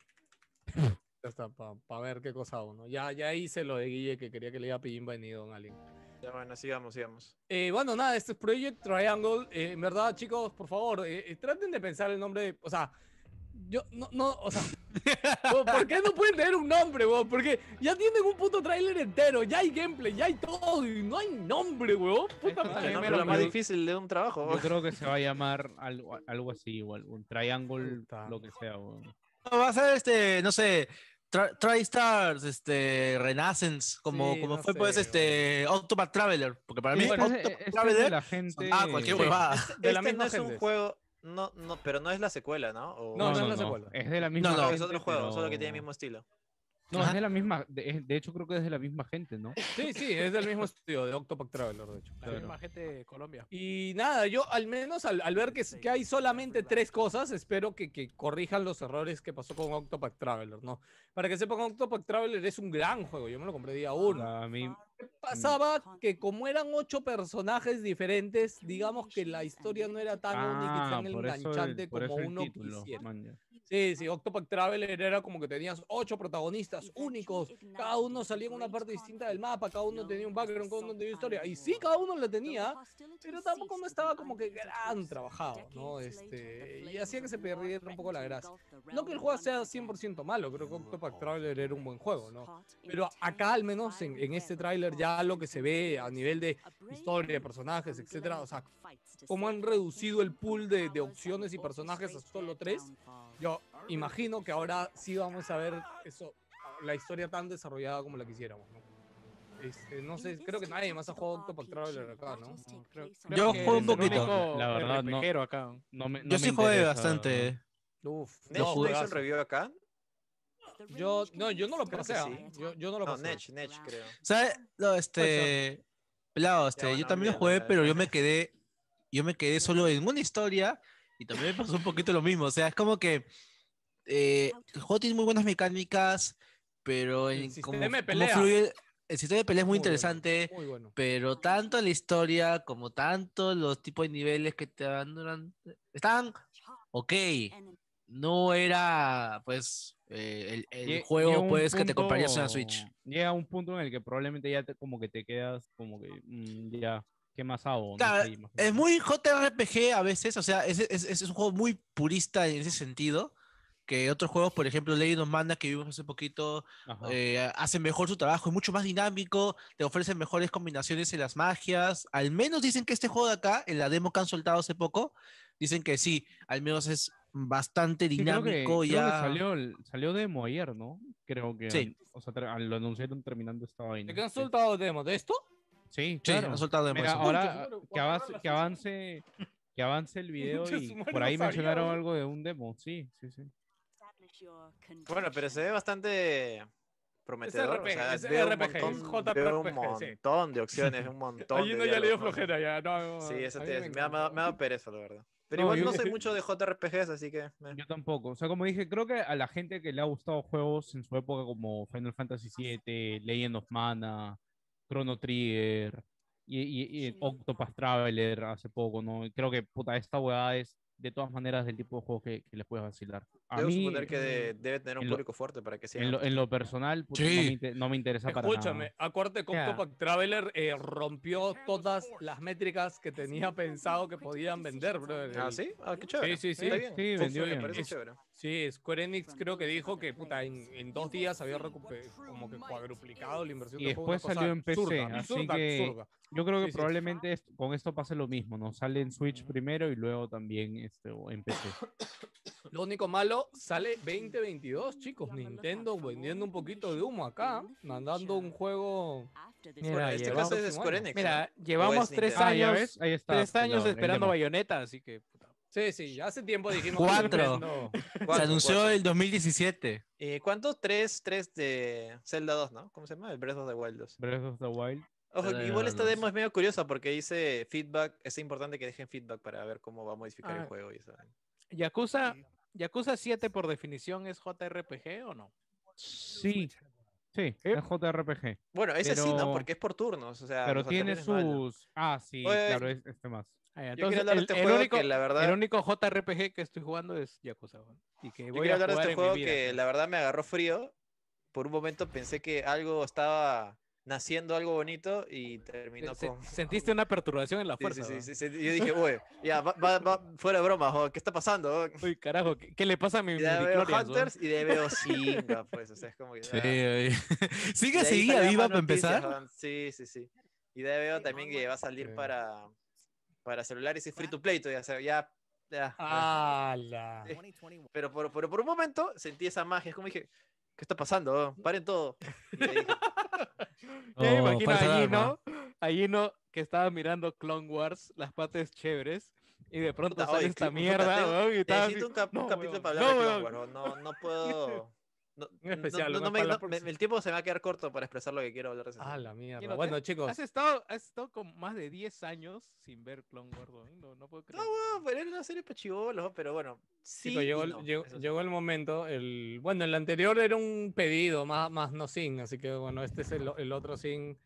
[SPEAKER 2] Ya está, para ver qué cosa hago, ¿no? Ya, ya hice lo de Guille que quería que le diga Pillín Venido a alguien.
[SPEAKER 1] Ya, bueno, sigamos, sigamos.
[SPEAKER 2] Eh, bueno, nada, este es Project Triangle. eh, en verdad, chicos, por favor, eh, eh, traten de pensar el nombre. de- o sea, yo, no, no, o sea, weón, ¿por qué no pueden tener un nombre, weón? Porque ya tienen un puto tráiler entero, ya hay gameplay, ya hay todo, y no hay nombre, weón. Puta
[SPEAKER 8] Eso
[SPEAKER 1] Ah,
[SPEAKER 2] madre.
[SPEAKER 8] también
[SPEAKER 1] no,
[SPEAKER 8] me
[SPEAKER 1] pero
[SPEAKER 8] lo
[SPEAKER 1] lo más
[SPEAKER 8] pregun-
[SPEAKER 1] difícil de un trabajo.
[SPEAKER 3] Yo creo que se va a llamar algo, algo así, igual, un triángulo,
[SPEAKER 2] Puta.
[SPEAKER 3] lo que sea, weón.
[SPEAKER 4] No, va a ser este, no sé, Tri- TriStars, este, Renaissance, como,
[SPEAKER 2] Sí,
[SPEAKER 4] como
[SPEAKER 2] no
[SPEAKER 4] fue pues
[SPEAKER 2] sé,
[SPEAKER 4] este, Octopath Traveler, porque para mí
[SPEAKER 3] Este es-
[SPEAKER 4] Octopath
[SPEAKER 3] este es de
[SPEAKER 4] Traveler
[SPEAKER 3] la gente.
[SPEAKER 4] ah, cualquier
[SPEAKER 2] Sí.
[SPEAKER 4] huevada.
[SPEAKER 2] de la
[SPEAKER 1] este
[SPEAKER 2] misma
[SPEAKER 1] no es un
[SPEAKER 2] gente.
[SPEAKER 1] juego, no, no, pero no es la secuela, ¿no? O-
[SPEAKER 2] No, no, es la secuela.
[SPEAKER 3] Es de la misma
[SPEAKER 4] no,
[SPEAKER 1] No, es
[SPEAKER 3] gente,
[SPEAKER 1] otro juego, solo que
[SPEAKER 3] pero-
[SPEAKER 1] tiene el mismo estilo.
[SPEAKER 3] No, es de la misma. De, es- de hecho, creo que es de la misma gente, ¿no?
[SPEAKER 2] Sí, sí, es del mismo estudio, de Octopath Traveler, de hecho.
[SPEAKER 8] La misma gente de Colombia.
[SPEAKER 2] Y nada, yo al menos al, al ver que, que hay solamente tres cosas, espero que, que corrijan los errores que pasó con Octopath Traveler, ¿no? Para que sepan, Octopath Traveler es un gran juego, yo me lo compré día uno.
[SPEAKER 3] A mí-
[SPEAKER 2] Pasaba que como eran ocho personajes diferentes, digamos que la historia no era tan única y
[SPEAKER 3] Ah,
[SPEAKER 2] tan
[SPEAKER 3] por eso
[SPEAKER 2] enganchante
[SPEAKER 3] el- por
[SPEAKER 2] como
[SPEAKER 3] eso el
[SPEAKER 2] uno
[SPEAKER 3] título,
[SPEAKER 2] quisiera.
[SPEAKER 3] man, ya.
[SPEAKER 2] Sí, sí, Octopath Traveler era como que tenías ocho protagonistas únicos, cada uno salía en una parte distinta del mapa, cada uno tenía un background, cada uno tenía historia, y sí, cada uno la tenía, pero tampoco no estaba como que gran trabajado, ¿no? Este, y hacía que se perdiera un poco la gracia. No que el juego sea 100% malo, creo que Octopath Traveler era un buen juego, ¿no? Pero acá al menos en, en este tráiler ya lo que se ve a nivel de historia, personajes, etcétera, o sea, cómo han reducido el pool de, de opciones y personajes a solo tres, yo imagino que ahora sí vamos a ver eso, la historia tan desarrollada como la quisiéramos, ¿no? Este, no sé, creo que nadie más ha jugado Octopath Traveler acá, ¿no?
[SPEAKER 4] Yo juego un poquito.
[SPEAKER 3] La verdad, no.
[SPEAKER 8] Pero acá.
[SPEAKER 3] No me- no me
[SPEAKER 4] Yo sí jugué
[SPEAKER 3] interesa,
[SPEAKER 4] bastante.
[SPEAKER 2] Uf,
[SPEAKER 1] Nech
[SPEAKER 2] no,
[SPEAKER 1] no hizo un
[SPEAKER 2] juegazo.
[SPEAKER 1] review acá.
[SPEAKER 2] Yo, no, yo no lo
[SPEAKER 1] Creo que
[SPEAKER 2] pasé, ah,
[SPEAKER 1] sí.
[SPEAKER 2] yo, yo no lo
[SPEAKER 1] No,
[SPEAKER 2] pasé.
[SPEAKER 1] Nech, Nech, creo.
[SPEAKER 4] ¿Sabes? No,
[SPEAKER 2] Pues
[SPEAKER 4] este. Pelado, este,
[SPEAKER 1] bueno,
[SPEAKER 4] yo también
[SPEAKER 1] olvídalo,
[SPEAKER 4] lo jugué,
[SPEAKER 1] ya,
[SPEAKER 4] pero
[SPEAKER 1] ya.
[SPEAKER 4] yo me quedé. Yo me quedé solo en una historia y también me pasó un poquito lo mismo. O sea, es como que. eh, el juego tiene muy buenas mecánicas, pero
[SPEAKER 2] El
[SPEAKER 4] en cómo-
[SPEAKER 2] sistema de
[SPEAKER 4] cómo
[SPEAKER 2] pelea.
[SPEAKER 4] fluye el, el sistema de pelea es
[SPEAKER 1] eh.
[SPEAKER 2] Muy bueno,
[SPEAKER 4] muy interesante,
[SPEAKER 2] Muy bueno.
[SPEAKER 4] pero tanto la historia como tanto los tipos de niveles que te dan durante. Están ok. No era, pues, eh, el, el
[SPEAKER 3] Lle-
[SPEAKER 4] juego
[SPEAKER 3] llega un
[SPEAKER 4] pues, que te
[SPEAKER 3] punto
[SPEAKER 4] comprarías en la Switch.
[SPEAKER 3] llega un punto en el que probablemente ya te, como que te quedas como que mm, ya, ¿qué más hago? No
[SPEAKER 4] Claro,
[SPEAKER 3] sé, más o
[SPEAKER 4] Es
[SPEAKER 3] menos.
[SPEAKER 4] muy JRPG a veces, o sea, es, es- es- es un juego muy purista en ese sentido. Que otros juegos, por ejemplo, Ley of Mana, que vimos hace poquito,
[SPEAKER 3] Ajá.
[SPEAKER 4] eh, hacen mejor su trabajo, es mucho más dinámico, te ofrecen mejores combinaciones en las magias. Al menos dicen que este juego de acá, en la demo que han soltado hace poco, dicen que sí, al menos es bastante
[SPEAKER 3] Sí, creo que-
[SPEAKER 4] dinámico.
[SPEAKER 3] creo que
[SPEAKER 4] ya...
[SPEAKER 3] salió, el- salió demo ayer, ¿no? Creo que.
[SPEAKER 4] Sí.
[SPEAKER 3] O sea, tra- ah, lo anunciaron terminando esta vaina.
[SPEAKER 2] ¿Te han soltado demo de esto?
[SPEAKER 3] Sí,
[SPEAKER 4] Sí,
[SPEAKER 3] claro.
[SPEAKER 4] han soltado demo.
[SPEAKER 3] Mira,
[SPEAKER 4] eso.
[SPEAKER 3] ahora
[SPEAKER 2] Concha, su madre,
[SPEAKER 3] que
[SPEAKER 2] guardaron
[SPEAKER 3] avance,
[SPEAKER 2] las
[SPEAKER 3] que
[SPEAKER 2] cosas.
[SPEAKER 3] avance, que avance el video
[SPEAKER 2] Concha,
[SPEAKER 3] y
[SPEAKER 2] su madre,
[SPEAKER 3] por
[SPEAKER 2] no
[SPEAKER 3] ahí
[SPEAKER 2] sabía,
[SPEAKER 3] mencionaron
[SPEAKER 2] boludo.
[SPEAKER 3] algo de un demo. Sí, sí, sí.
[SPEAKER 1] Bueno, pero se ve bastante prometedor. o
[SPEAKER 2] RPG,
[SPEAKER 1] sea,
[SPEAKER 2] es
[SPEAKER 1] veo un
[SPEAKER 2] RPG, es
[SPEAKER 1] montón- veo un
[SPEAKER 2] JRPG, sí.
[SPEAKER 1] montón de opciones, un montón
[SPEAKER 2] Allí
[SPEAKER 1] de
[SPEAKER 2] no ya le dio
[SPEAKER 1] diálogos, ¿no?
[SPEAKER 2] flojera, ya. No,
[SPEAKER 1] Sí, eso
[SPEAKER 2] a mí
[SPEAKER 1] te- me, ha, me ha-
[SPEAKER 2] encantó.
[SPEAKER 1] me ha dado pereza, la verdad. Pero
[SPEAKER 3] No,
[SPEAKER 1] igual
[SPEAKER 3] yo-
[SPEAKER 1] no soy mucho de JRPGs, así que... meh.
[SPEAKER 3] Yo tampoco. O sea, como dije, creo que a la gente que le ha gustado juegos en su época como Final Fantasy VII, Legend of Mana, Chrono Trigger y, y- y Octopath Traveler hace poco, ¿no? Y Creo que puta, esta hueá es de todas maneras del tipo de juego que, que les puedes vacilar. A
[SPEAKER 1] Debo
[SPEAKER 3] mí,
[SPEAKER 1] suponer que de- debe tener un
[SPEAKER 3] en lo-
[SPEAKER 1] público fuerte para que sea...
[SPEAKER 3] en, lo, en lo personal, puta, no
[SPEAKER 4] Sí.
[SPEAKER 3] me inte- no, me interesa para
[SPEAKER 2] Escúchame,
[SPEAKER 3] nada.
[SPEAKER 2] acuérdate que
[SPEAKER 5] Ya.
[SPEAKER 2] Octopath Traveler eh, rompió todas las métricas que tenía pensado que podían vender, bro.
[SPEAKER 1] Ah, ¿sí? Ah, qué chévere.
[SPEAKER 2] Sí, sí, sí.
[SPEAKER 1] Está bien.
[SPEAKER 3] Sí,
[SPEAKER 1] Fue-
[SPEAKER 3] vendió
[SPEAKER 1] me
[SPEAKER 3] bien.
[SPEAKER 1] parece
[SPEAKER 2] Es-
[SPEAKER 1] chévere.
[SPEAKER 2] Sí, Square Enix creo que dijo que puta, en, en dos días había recupe- como que cuadruplicado la inversión
[SPEAKER 3] Y
[SPEAKER 2] del juego, una
[SPEAKER 3] después
[SPEAKER 2] cosa
[SPEAKER 3] salió en PC,
[SPEAKER 2] absurda,
[SPEAKER 3] así
[SPEAKER 2] absurda,
[SPEAKER 3] que-
[SPEAKER 2] absurda.
[SPEAKER 3] Yo creo que
[SPEAKER 2] Sí, sí.
[SPEAKER 3] probablemente est- con esto pase lo mismo, ¿no? Sale en Switch primero y luego también este, o en PC.
[SPEAKER 2] Lo único malo, sale 2022, chicos. Nintendo vendiendo un poquito de humo acá, mandando un juego.
[SPEAKER 5] Mira,
[SPEAKER 1] Bueno,
[SPEAKER 5] Mira,
[SPEAKER 1] en este
[SPEAKER 5] llevamos-
[SPEAKER 1] caso es de Square Enix,
[SPEAKER 8] Mira,
[SPEAKER 1] ¿no?
[SPEAKER 8] llevamos tres
[SPEAKER 1] Nintendo.
[SPEAKER 3] Ah, ya
[SPEAKER 8] años,
[SPEAKER 3] ves, ahí está.
[SPEAKER 8] tres
[SPEAKER 3] la-
[SPEAKER 8] años
[SPEAKER 3] el
[SPEAKER 8] esperando
[SPEAKER 3] demo.
[SPEAKER 8] bayoneta, así que. puta.
[SPEAKER 2] Sí, sí, ya hace tiempo dijimos.
[SPEAKER 4] Cuatro.
[SPEAKER 2] Que Nintendo-
[SPEAKER 4] Se
[SPEAKER 1] Cuatro,
[SPEAKER 4] anunció
[SPEAKER 1] cuatro.
[SPEAKER 4] el 2017.
[SPEAKER 1] Eh, ¿Cuántos? Tres, tres de Zelda 2, ¿no? ¿Cómo se llama? El Breath of the Wild 2.
[SPEAKER 3] Breath of the Wild.
[SPEAKER 1] Ojo,
[SPEAKER 4] Breath of the
[SPEAKER 1] igual esta
[SPEAKER 4] Wild
[SPEAKER 1] demo
[SPEAKER 4] 2.
[SPEAKER 1] es medio curiosa porque dice feedback, es importante que dejen feedback para ver cómo va a modificar
[SPEAKER 8] Ah.
[SPEAKER 1] el juego y eso.
[SPEAKER 8] Yakuza, Yakuza 7 por definición es JRPG o no?
[SPEAKER 3] Sí,
[SPEAKER 2] Eh,
[SPEAKER 3] sí, es
[SPEAKER 2] ah,
[SPEAKER 3] JRPG.
[SPEAKER 1] Bueno, ese sí, ¿no?
[SPEAKER 3] Pero-
[SPEAKER 1] Porque es por turnos, o sea,
[SPEAKER 3] Pero
[SPEAKER 1] los
[SPEAKER 3] tiene
[SPEAKER 1] anteriores no hablan.
[SPEAKER 3] sus. Ah, sí,
[SPEAKER 1] Oye,
[SPEAKER 3] claro, es este más.
[SPEAKER 8] Ah, ya,
[SPEAKER 1] Yo quería hablar de este
[SPEAKER 8] el
[SPEAKER 1] juego
[SPEAKER 8] único-
[SPEAKER 1] que la verdad...
[SPEAKER 8] El único JRPG que estoy jugando es Yakuza. weón, Y que
[SPEAKER 1] Yo
[SPEAKER 8] voy
[SPEAKER 1] quería
[SPEAKER 8] a
[SPEAKER 1] hablar de este
[SPEAKER 8] jugar en mi
[SPEAKER 1] juego
[SPEAKER 8] vida. pues.
[SPEAKER 1] que la verdad me agarró frío. Por un momento pensé que algo estaba naciendo algo bonito y terminó
[SPEAKER 8] Se-
[SPEAKER 1] con.
[SPEAKER 8] Sentiste una perturbación en la
[SPEAKER 1] Sí, sí,
[SPEAKER 8] fuerza.
[SPEAKER 1] sí,
[SPEAKER 8] weón.
[SPEAKER 1] sí, sí. Yo dije, uy, ya, va, va- va- fuera de broma, jo, ¿qué está pasando? jo?"
[SPEAKER 8] Uy, carajo, ¿qué, qué le pasa a mi
[SPEAKER 1] Y ya
[SPEAKER 8] mi
[SPEAKER 1] veo
[SPEAKER 8] Glorias, weón?
[SPEAKER 1] Hunters y de veo Singa, pues, o sea, es como que.
[SPEAKER 4] Sí,
[SPEAKER 1] ah.
[SPEAKER 4] oye.
[SPEAKER 1] Y de
[SPEAKER 4] Sigue
[SPEAKER 1] ahí
[SPEAKER 4] seguida
[SPEAKER 1] salió
[SPEAKER 4] viva
[SPEAKER 1] más
[SPEAKER 4] para
[SPEAKER 1] noticias,
[SPEAKER 4] empezar.
[SPEAKER 1] jo, Sí, sí, sí. Y de ahí veo también que va a salir
[SPEAKER 2] Sí.
[SPEAKER 1] para, para celulares y free to play, todavía, o sea, ya. ya.
[SPEAKER 8] Ah.
[SPEAKER 2] ¡Hala!
[SPEAKER 1] Pero por, pero por un momento sentí esa magia, es como dije, ¿qué está pasando? jo? Paren todo. Y de ahí dije,
[SPEAKER 8] Ya me
[SPEAKER 4] Oh,
[SPEAKER 8] imagino
[SPEAKER 4] falsa
[SPEAKER 8] allí,
[SPEAKER 4] alarma.
[SPEAKER 8] ¿no? Allí, ¿no? Que estaba mirando Clone Wars, las partes chéveres, y de pronto
[SPEAKER 1] Puta,
[SPEAKER 8] sale
[SPEAKER 1] oye,
[SPEAKER 8] esta
[SPEAKER 1] Clone- puta,
[SPEAKER 8] mierda,
[SPEAKER 1] tengo-
[SPEAKER 8] weón, y estaba así,
[SPEAKER 1] Necesito un, cap- un
[SPEAKER 8] "No,
[SPEAKER 1] capítulo
[SPEAKER 8] weón,
[SPEAKER 1] para hablar de
[SPEAKER 8] no,
[SPEAKER 1] Clone
[SPEAKER 8] weón".
[SPEAKER 1] Wars, No, no puedo. No, no-
[SPEAKER 2] especial,
[SPEAKER 1] no-
[SPEAKER 2] una
[SPEAKER 1] no me-
[SPEAKER 2] para la
[SPEAKER 1] no- me-
[SPEAKER 2] próxima.
[SPEAKER 1] el tiempo se me va a quedar corto para expresar lo que quiero hablar de ese
[SPEAKER 2] ¡A
[SPEAKER 1] tema.
[SPEAKER 2] la mierda!
[SPEAKER 8] Quiero-
[SPEAKER 2] Bueno, chicos.
[SPEAKER 8] Has estado, has estado con más de 10 años sin ver Clone Wars, weón, No, no puedo creer.
[SPEAKER 1] No, pero era una serie para chibolos, pero bueno. Sí,
[SPEAKER 2] Chicos, llegó,
[SPEAKER 1] y
[SPEAKER 2] el-
[SPEAKER 1] no,
[SPEAKER 2] llegó,
[SPEAKER 1] eso sí.
[SPEAKER 2] llegó el momento. El, bueno, el anterior era un pedido, más, más no sin, así que bueno, este es el, el otro sin.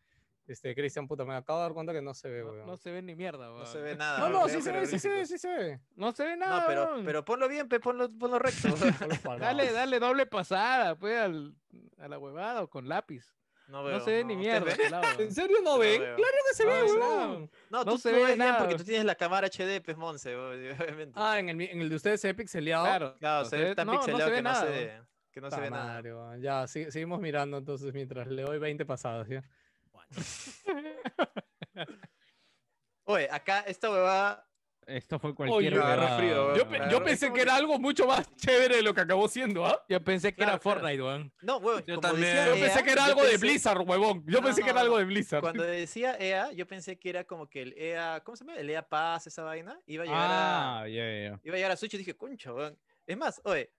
[SPEAKER 2] Este, Cristian, puta, me acabo de dar cuenta que no se ve,
[SPEAKER 8] No,
[SPEAKER 2] weón.
[SPEAKER 8] no se ve ni mierda,
[SPEAKER 1] No Ah,
[SPEAKER 8] weón.
[SPEAKER 1] se ve nada.
[SPEAKER 2] No, no,
[SPEAKER 1] weón,
[SPEAKER 2] sí se ve, sí se ve,
[SPEAKER 1] jeroglíficos.
[SPEAKER 2] sí se ve.
[SPEAKER 8] No se ve nada,
[SPEAKER 1] No, pero,
[SPEAKER 8] weón.
[SPEAKER 1] pero ponlo bien, pe, ponlo, ponlo recto.
[SPEAKER 8] Dale, dale doble pasada, pues, al, a la huevada o con lápiz.
[SPEAKER 1] No,
[SPEAKER 8] No
[SPEAKER 1] veo,
[SPEAKER 8] se ve ni
[SPEAKER 1] ¿ustedes
[SPEAKER 8] mierda.
[SPEAKER 1] ven?
[SPEAKER 8] pelado, weón.
[SPEAKER 2] ¿En serio no
[SPEAKER 1] No
[SPEAKER 2] ven?
[SPEAKER 1] veo.
[SPEAKER 2] Claro que se
[SPEAKER 8] No
[SPEAKER 2] ve,
[SPEAKER 8] ves
[SPEAKER 2] weón.
[SPEAKER 1] No,
[SPEAKER 8] No
[SPEAKER 1] tú,
[SPEAKER 8] se
[SPEAKER 1] tú
[SPEAKER 8] ve
[SPEAKER 1] ves bien
[SPEAKER 8] nada.
[SPEAKER 1] porque tú tienes la cámara HD, pues Monse, obviamente.
[SPEAKER 2] Ah, en el, mi- en el de ustedes se ve pixeleado.
[SPEAKER 8] Claro,
[SPEAKER 1] claro,
[SPEAKER 8] no
[SPEAKER 1] se ve tan
[SPEAKER 8] no, no se
[SPEAKER 1] pixelado
[SPEAKER 8] ve
[SPEAKER 1] que,
[SPEAKER 8] nada,
[SPEAKER 1] no
[SPEAKER 8] weón.
[SPEAKER 1] se, que no se
[SPEAKER 2] Ta
[SPEAKER 1] ve nada.
[SPEAKER 2] madre, weón. Ya, si- seguimos mirando entonces mientras le doy 20 pasadas. ¿ya?
[SPEAKER 1] Oye, acá esta huevada
[SPEAKER 3] Esto fue cualquier.
[SPEAKER 2] yo agarré
[SPEAKER 3] huevada,
[SPEAKER 1] frío,
[SPEAKER 3] weón.
[SPEAKER 2] Yo, pe- yo
[SPEAKER 1] Claro.
[SPEAKER 2] pensé que era algo mucho más chévere de lo que acabó siendo, ¿ah?
[SPEAKER 8] Yo pensé que
[SPEAKER 1] Claro,
[SPEAKER 8] era
[SPEAKER 1] claro.
[SPEAKER 8] Fortnite, weón.
[SPEAKER 1] No, huevón,
[SPEAKER 4] Yo
[SPEAKER 1] como
[SPEAKER 4] también.
[SPEAKER 1] decía
[SPEAKER 2] Yo
[SPEAKER 1] Ea,
[SPEAKER 2] pensé que era
[SPEAKER 1] yo
[SPEAKER 2] algo de
[SPEAKER 1] pensé-
[SPEAKER 2] Blizzard, huevón. Yo
[SPEAKER 1] No,
[SPEAKER 2] pensé que
[SPEAKER 1] no,
[SPEAKER 2] era algo
[SPEAKER 1] no.
[SPEAKER 2] de Blizzard.
[SPEAKER 1] Cuando decía EA, yo pensé que era como que el EA, ¿cómo se llama? El EA Paz, esa vaina, iba a llegar, a,
[SPEAKER 3] Ah, ya, ya, ya.
[SPEAKER 1] iba a, llegar a Switch y dije, concho, weón". Es más, oye,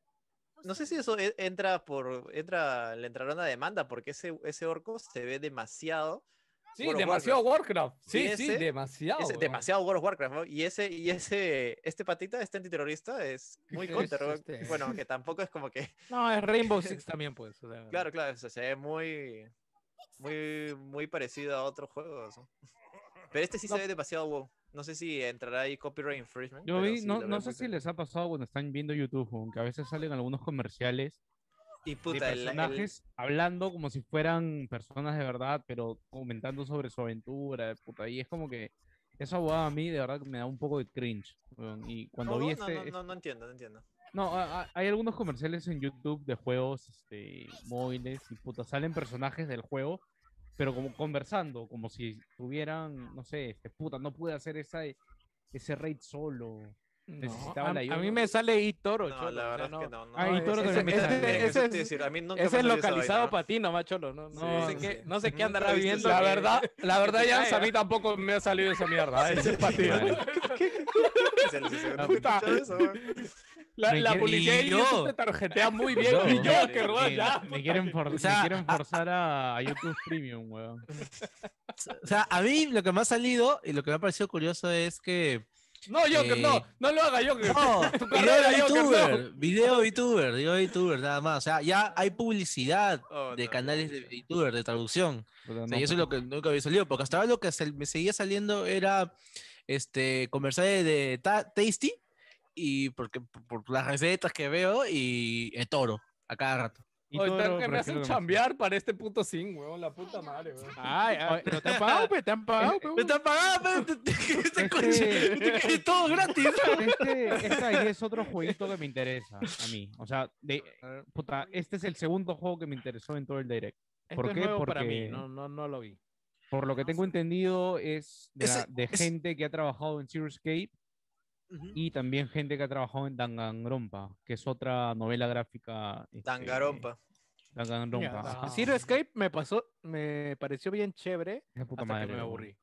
[SPEAKER 1] no sé si eso e- entra por, entra, le entrará una demanda porque ese, ese orco se ve demasiado,
[SPEAKER 2] Sí,
[SPEAKER 1] World of
[SPEAKER 2] demasiado Warcraft. Sí,
[SPEAKER 1] Y
[SPEAKER 2] sí,
[SPEAKER 1] ese-
[SPEAKER 2] demasiado.
[SPEAKER 1] es
[SPEAKER 2] Ah, weón.
[SPEAKER 1] demasiado World of Warcraft, ¿no? Y ese, y ese, este patita, este antiterrorista es muy
[SPEAKER 8] Es
[SPEAKER 1] counter, weón.
[SPEAKER 8] este-
[SPEAKER 1] bueno, que tampoco es como que,
[SPEAKER 8] No, es Rainbow Six también, pues. o sea,
[SPEAKER 1] claro, claro, o sea, se ve muy, muy, muy parecido a otros juegos. ¿no? Pero este sí se ve demasiado wow. No sé si entrará ahí copyright infringement.
[SPEAKER 3] Yo
[SPEAKER 1] pero
[SPEAKER 3] vi,
[SPEAKER 1] sí,
[SPEAKER 3] no,
[SPEAKER 1] lo
[SPEAKER 3] no
[SPEAKER 1] veo
[SPEAKER 3] sé
[SPEAKER 1] muy
[SPEAKER 3] si
[SPEAKER 1] parecido.
[SPEAKER 3] les ha pasado cuando están viendo YouTube, aunque a veces salen algunos comerciales
[SPEAKER 1] Y
[SPEAKER 3] de
[SPEAKER 1] puta, el- el-
[SPEAKER 3] personajes hablando como si fueran personas de verdad, pero comentando sobre su aventura, puta, y es como que esa huevada a mí de verdad que me da un poco de cringe. weón, Y cuando
[SPEAKER 1] ¿Cómo?
[SPEAKER 3] vi
[SPEAKER 1] no,
[SPEAKER 3] este,
[SPEAKER 1] no, no, no entiendo, no entiendo.
[SPEAKER 3] no, a- a- hay algunos comerciales en YouTube de juegos este, móviles y puta, salen personajes del juego, pero como conversando, como si tuvieran, no sé, este, puta, no pude hacer esa, ese raid solo. Necesitaba
[SPEAKER 8] a,
[SPEAKER 3] la
[SPEAKER 8] a
[SPEAKER 3] ayuda.
[SPEAKER 8] mí me sale Itoro,
[SPEAKER 1] No,
[SPEAKER 8] cholo,
[SPEAKER 1] la
[SPEAKER 8] o sea,
[SPEAKER 1] verdad
[SPEAKER 8] no.
[SPEAKER 1] es que no. no
[SPEAKER 3] Ah, y
[SPEAKER 1] no,
[SPEAKER 3] todo lo
[SPEAKER 1] ese-
[SPEAKER 3] que me
[SPEAKER 1] ese-
[SPEAKER 3] sale.
[SPEAKER 1] ese- eso
[SPEAKER 8] Ese es-
[SPEAKER 1] te iba a decir, a mí nunca me
[SPEAKER 8] Ese es
[SPEAKER 1] salió esa
[SPEAKER 8] localizado
[SPEAKER 1] vaina,
[SPEAKER 8] para ti nomás, cholo. No, no,
[SPEAKER 1] Sí,
[SPEAKER 8] no
[SPEAKER 1] sí,
[SPEAKER 8] sé qué,
[SPEAKER 1] sí.
[SPEAKER 8] no sé qué
[SPEAKER 1] Nunca
[SPEAKER 8] andará
[SPEAKER 1] viste
[SPEAKER 8] viendo.
[SPEAKER 1] esa
[SPEAKER 2] La
[SPEAKER 1] que-
[SPEAKER 2] verdad, la verdad,
[SPEAKER 8] te
[SPEAKER 2] Jans, a
[SPEAKER 8] caiga.
[SPEAKER 2] mí tampoco me ha salido esa mierda. ¿eh? Ese es para ti.
[SPEAKER 3] Vale.
[SPEAKER 1] ¿no? Se- se- se- ¿no has escuchado eso, weón?
[SPEAKER 2] La,
[SPEAKER 3] Me
[SPEAKER 2] la
[SPEAKER 3] quiere-
[SPEAKER 2] policía
[SPEAKER 4] y
[SPEAKER 2] y
[SPEAKER 4] yo.
[SPEAKER 2] eso te tarjetea muy bien.
[SPEAKER 3] Yo.
[SPEAKER 2] Y yo, que roba
[SPEAKER 3] Me-
[SPEAKER 2] ya.
[SPEAKER 3] me, quieren for-
[SPEAKER 4] O sea, ah,
[SPEAKER 3] me quieren forzar a, a YouTube Premium, weón.
[SPEAKER 4] O sea, a mí lo que me ha salido y lo que me ha parecido curioso es que.
[SPEAKER 2] No, Joker,
[SPEAKER 4] Eh.
[SPEAKER 2] no. No lo haga, Joker.
[SPEAKER 4] No,
[SPEAKER 2] carrera,
[SPEAKER 4] video
[SPEAKER 2] Joker,
[SPEAKER 4] VTuber, video VTuber, video VTuber, nada más. O sea, ya hay publicidad
[SPEAKER 1] Oh,
[SPEAKER 4] de
[SPEAKER 1] no,
[SPEAKER 4] canales de VTuber, de traducción.
[SPEAKER 3] Puta,
[SPEAKER 4] O sea,
[SPEAKER 3] no,
[SPEAKER 4] y eso es lo que nunca había salido, porque hasta ahora lo que se- me seguía saliendo era este comerciales de Ta- Tasty y porque por, por las recetas que veo y el toro a cada rato.
[SPEAKER 3] y
[SPEAKER 2] Oye,
[SPEAKER 3] todo
[SPEAKER 2] tan
[SPEAKER 3] lo-
[SPEAKER 2] que me
[SPEAKER 3] prefiero
[SPEAKER 2] hacen
[SPEAKER 3] demasiado.
[SPEAKER 2] chambear para este puto sin, weón. La puta madre, weón.
[SPEAKER 1] Ah,
[SPEAKER 8] Ay, ay, no te han pagado, pe, te han pagado, pe,
[SPEAKER 4] Me están pagando, pero te- te- este coche, que todo gratis.
[SPEAKER 3] Este, este ahí es otro jueguito que me interesa a mí. O sea, de, puta, este es el segundo juego que me interesó en todo el direct.
[SPEAKER 8] Esto
[SPEAKER 3] ¿Por
[SPEAKER 8] es
[SPEAKER 3] qué?
[SPEAKER 8] nuevo para
[SPEAKER 3] Porque-
[SPEAKER 8] mí, no, no, no lo vi.
[SPEAKER 3] Por lo que tengo entendido, es de, la-
[SPEAKER 4] Ese-
[SPEAKER 3] de
[SPEAKER 4] es-
[SPEAKER 3] gente que ha trabajado en Serious Escape y también gente que ha trabajado en Danganronpa, que es otra novela gráfica. este,
[SPEAKER 1] Tangarompa.
[SPEAKER 3] Danganronpa.
[SPEAKER 2] Ah.
[SPEAKER 8] Zero Escape me pasó, me pareció bien chévere
[SPEAKER 3] Es de puta
[SPEAKER 8] hasta que
[SPEAKER 3] madre,
[SPEAKER 8] me
[SPEAKER 3] weón.
[SPEAKER 8] aburrí.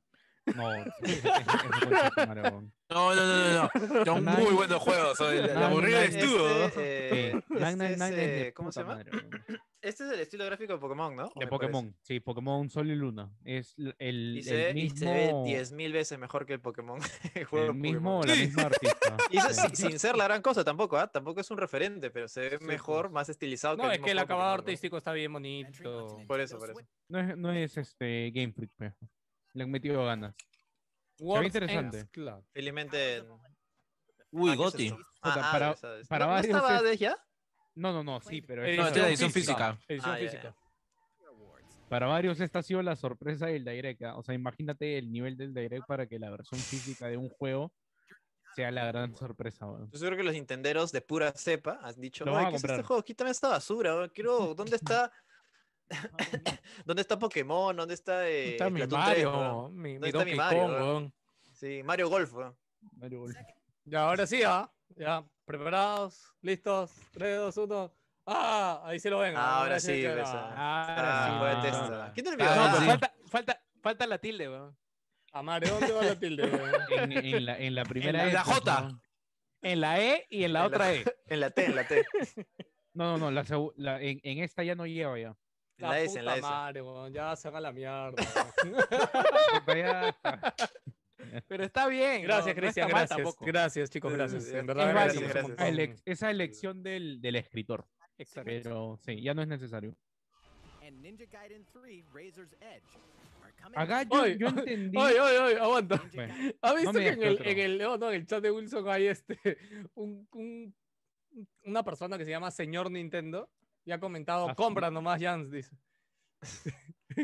[SPEAKER 3] No, es- es- es de concha madre,
[SPEAKER 1] Eh,
[SPEAKER 3] weón.
[SPEAKER 4] No, no, no, no, no. Son
[SPEAKER 3] Nadie-
[SPEAKER 4] muy buenos juegos. oye, El
[SPEAKER 3] Nadie-
[SPEAKER 4] aburrido
[SPEAKER 3] nadie-
[SPEAKER 4] eres tú. ¿no?
[SPEAKER 1] Este,
[SPEAKER 3] Sí,
[SPEAKER 1] eh,
[SPEAKER 3] Nine Nine
[SPEAKER 1] este
[SPEAKER 3] Nine es
[SPEAKER 1] es,
[SPEAKER 3] de
[SPEAKER 1] eh, ¿Cómo
[SPEAKER 3] puta
[SPEAKER 1] se llama?
[SPEAKER 3] madre, weón.
[SPEAKER 1] Este es el estilo gráfico de Pokémon, ¿no?
[SPEAKER 3] De
[SPEAKER 1] Me
[SPEAKER 3] Pokémon,
[SPEAKER 1] parece.
[SPEAKER 3] sí, Pokémon Sol y Luna. Es l- el,
[SPEAKER 1] Y se,
[SPEAKER 3] el
[SPEAKER 1] ve- y
[SPEAKER 3] mismo,
[SPEAKER 1] se ve 10.000 veces mejor que el Pokémon. el juego
[SPEAKER 3] el
[SPEAKER 1] de
[SPEAKER 3] mismo,
[SPEAKER 1] Pokémon.
[SPEAKER 3] la misma artista.
[SPEAKER 1] Y eso
[SPEAKER 3] sí.
[SPEAKER 1] sin, sin ser la gran cosa tampoco, ¿ah? Tampoco es un referente, pero se ve
[SPEAKER 2] Sí,
[SPEAKER 1] mejor, más estilizado
[SPEAKER 2] No, es
[SPEAKER 1] mismo
[SPEAKER 2] que el
[SPEAKER 1] juego
[SPEAKER 2] acabado
[SPEAKER 1] Pokémon,
[SPEAKER 2] artístico está bien bonito.
[SPEAKER 1] ¿no? Por eso, por eso.
[SPEAKER 3] No es, no es este Game Freak, pe. Le han metido ganas.
[SPEAKER 2] Words
[SPEAKER 3] interesante.
[SPEAKER 2] Ends Club.
[SPEAKER 1] Felizmente. en-
[SPEAKER 4] Uy,
[SPEAKER 1] Ah, ¿qué es
[SPEAKER 4] Goti.
[SPEAKER 1] esto? Ah,
[SPEAKER 3] Puta,
[SPEAKER 1] ah,
[SPEAKER 3] para-
[SPEAKER 1] esa- esa-
[SPEAKER 3] para
[SPEAKER 1] ¿No- ¿No
[SPEAKER 3] varios
[SPEAKER 1] estaba
[SPEAKER 3] es-
[SPEAKER 1] Hades ya?
[SPEAKER 3] No, no, no, sí, pero es-
[SPEAKER 4] No, esta es la edición
[SPEAKER 2] física.
[SPEAKER 4] física.
[SPEAKER 2] Eh, Edición
[SPEAKER 1] Ah, ya,
[SPEAKER 2] física.
[SPEAKER 3] para varios esta ha sido la sorpresa del Direct. ¿ah? O sea, imagínate el nivel del Direct para que la versión física de un juego sea la gran sorpresa. weón.
[SPEAKER 1] Yo creo que los intenderos de pura cepa han dicho,
[SPEAKER 3] Lo
[SPEAKER 1] "Ay,
[SPEAKER 3] van a
[SPEAKER 1] ¿qué es este
[SPEAKER 3] comprar".
[SPEAKER 1] juego? Quítame esta basura, weón, quiero, ¿dónde está? ¿Dónde está Pokémon? ¿Dónde está, eh,
[SPEAKER 8] Está mi
[SPEAKER 1] Splatoon 3,
[SPEAKER 8] Mario,
[SPEAKER 1] weón?
[SPEAKER 8] mi,
[SPEAKER 1] ¿Dónde está
[SPEAKER 8] mi
[SPEAKER 1] mi
[SPEAKER 8] Donkey
[SPEAKER 1] Mario,
[SPEAKER 8] Kong,
[SPEAKER 1] weón?
[SPEAKER 8] weón.
[SPEAKER 1] Sí, Mario Golf, weón.
[SPEAKER 3] Mario Golf.
[SPEAKER 2] Ya, ahora sí, ¿ah? Ya, preparados, listos, 3, 2, 1. ¡Ah! Ahí se lo ven. ¿ah?
[SPEAKER 1] Ahora sí,
[SPEAKER 2] que-
[SPEAKER 1] ves,
[SPEAKER 2] ah,
[SPEAKER 1] Ah,
[SPEAKER 3] sí,
[SPEAKER 1] juega
[SPEAKER 3] ah.
[SPEAKER 1] de testa. ¿Quién te lo
[SPEAKER 8] Ah,
[SPEAKER 1] envió?
[SPEAKER 8] no,
[SPEAKER 1] Ah,
[SPEAKER 2] pues,
[SPEAKER 8] pero
[SPEAKER 4] sí.
[SPEAKER 8] falta, falta, falta la tilde, weón.
[SPEAKER 2] Amare, ¿dónde va la tilde? weón?
[SPEAKER 3] En, en la, en la primera.
[SPEAKER 4] la
[SPEAKER 3] E, pues,
[SPEAKER 4] J.
[SPEAKER 3] weón.
[SPEAKER 8] En la E y en la
[SPEAKER 1] En la-
[SPEAKER 8] otra E.
[SPEAKER 1] En la T, en la T. En
[SPEAKER 3] No, no, no. la segu- la- en, en esta ya no lleva ya.
[SPEAKER 1] la S, en la
[SPEAKER 2] puta
[SPEAKER 1] S.
[SPEAKER 2] madre, weón, ya se haga la mierda.
[SPEAKER 3] Puta, ya está.
[SPEAKER 8] Pero está bien.
[SPEAKER 2] gracias,
[SPEAKER 8] no- no está
[SPEAKER 2] Cristian,
[SPEAKER 8] mal
[SPEAKER 2] gracias.
[SPEAKER 8] tampoco.
[SPEAKER 2] Gracias, chicos,
[SPEAKER 1] Sí, sí,
[SPEAKER 2] gracias.
[SPEAKER 1] sí,
[SPEAKER 2] En
[SPEAKER 1] es
[SPEAKER 2] verdad,
[SPEAKER 3] válido,
[SPEAKER 2] gracias.
[SPEAKER 1] gracias.
[SPEAKER 3] Ah, elec- esa elección del, del escritor.
[SPEAKER 8] Exacto.
[SPEAKER 3] Pero sí, ya no es necesario. Acá
[SPEAKER 9] Acá
[SPEAKER 3] yo,
[SPEAKER 2] Oye,
[SPEAKER 3] yo entendí.
[SPEAKER 2] Oye, oye, oye, aguanta.
[SPEAKER 3] Bueno,
[SPEAKER 2] ¿Has visto
[SPEAKER 3] No me
[SPEAKER 2] que en
[SPEAKER 3] digas
[SPEAKER 2] el,
[SPEAKER 3] que
[SPEAKER 2] en el- oh, no, en el chat de Wilson hay este, un, un- una persona que se llama Señor Nintendo? Y ha comentado,
[SPEAKER 3] Ah, sí.
[SPEAKER 2] compra nomás, Jans, dice.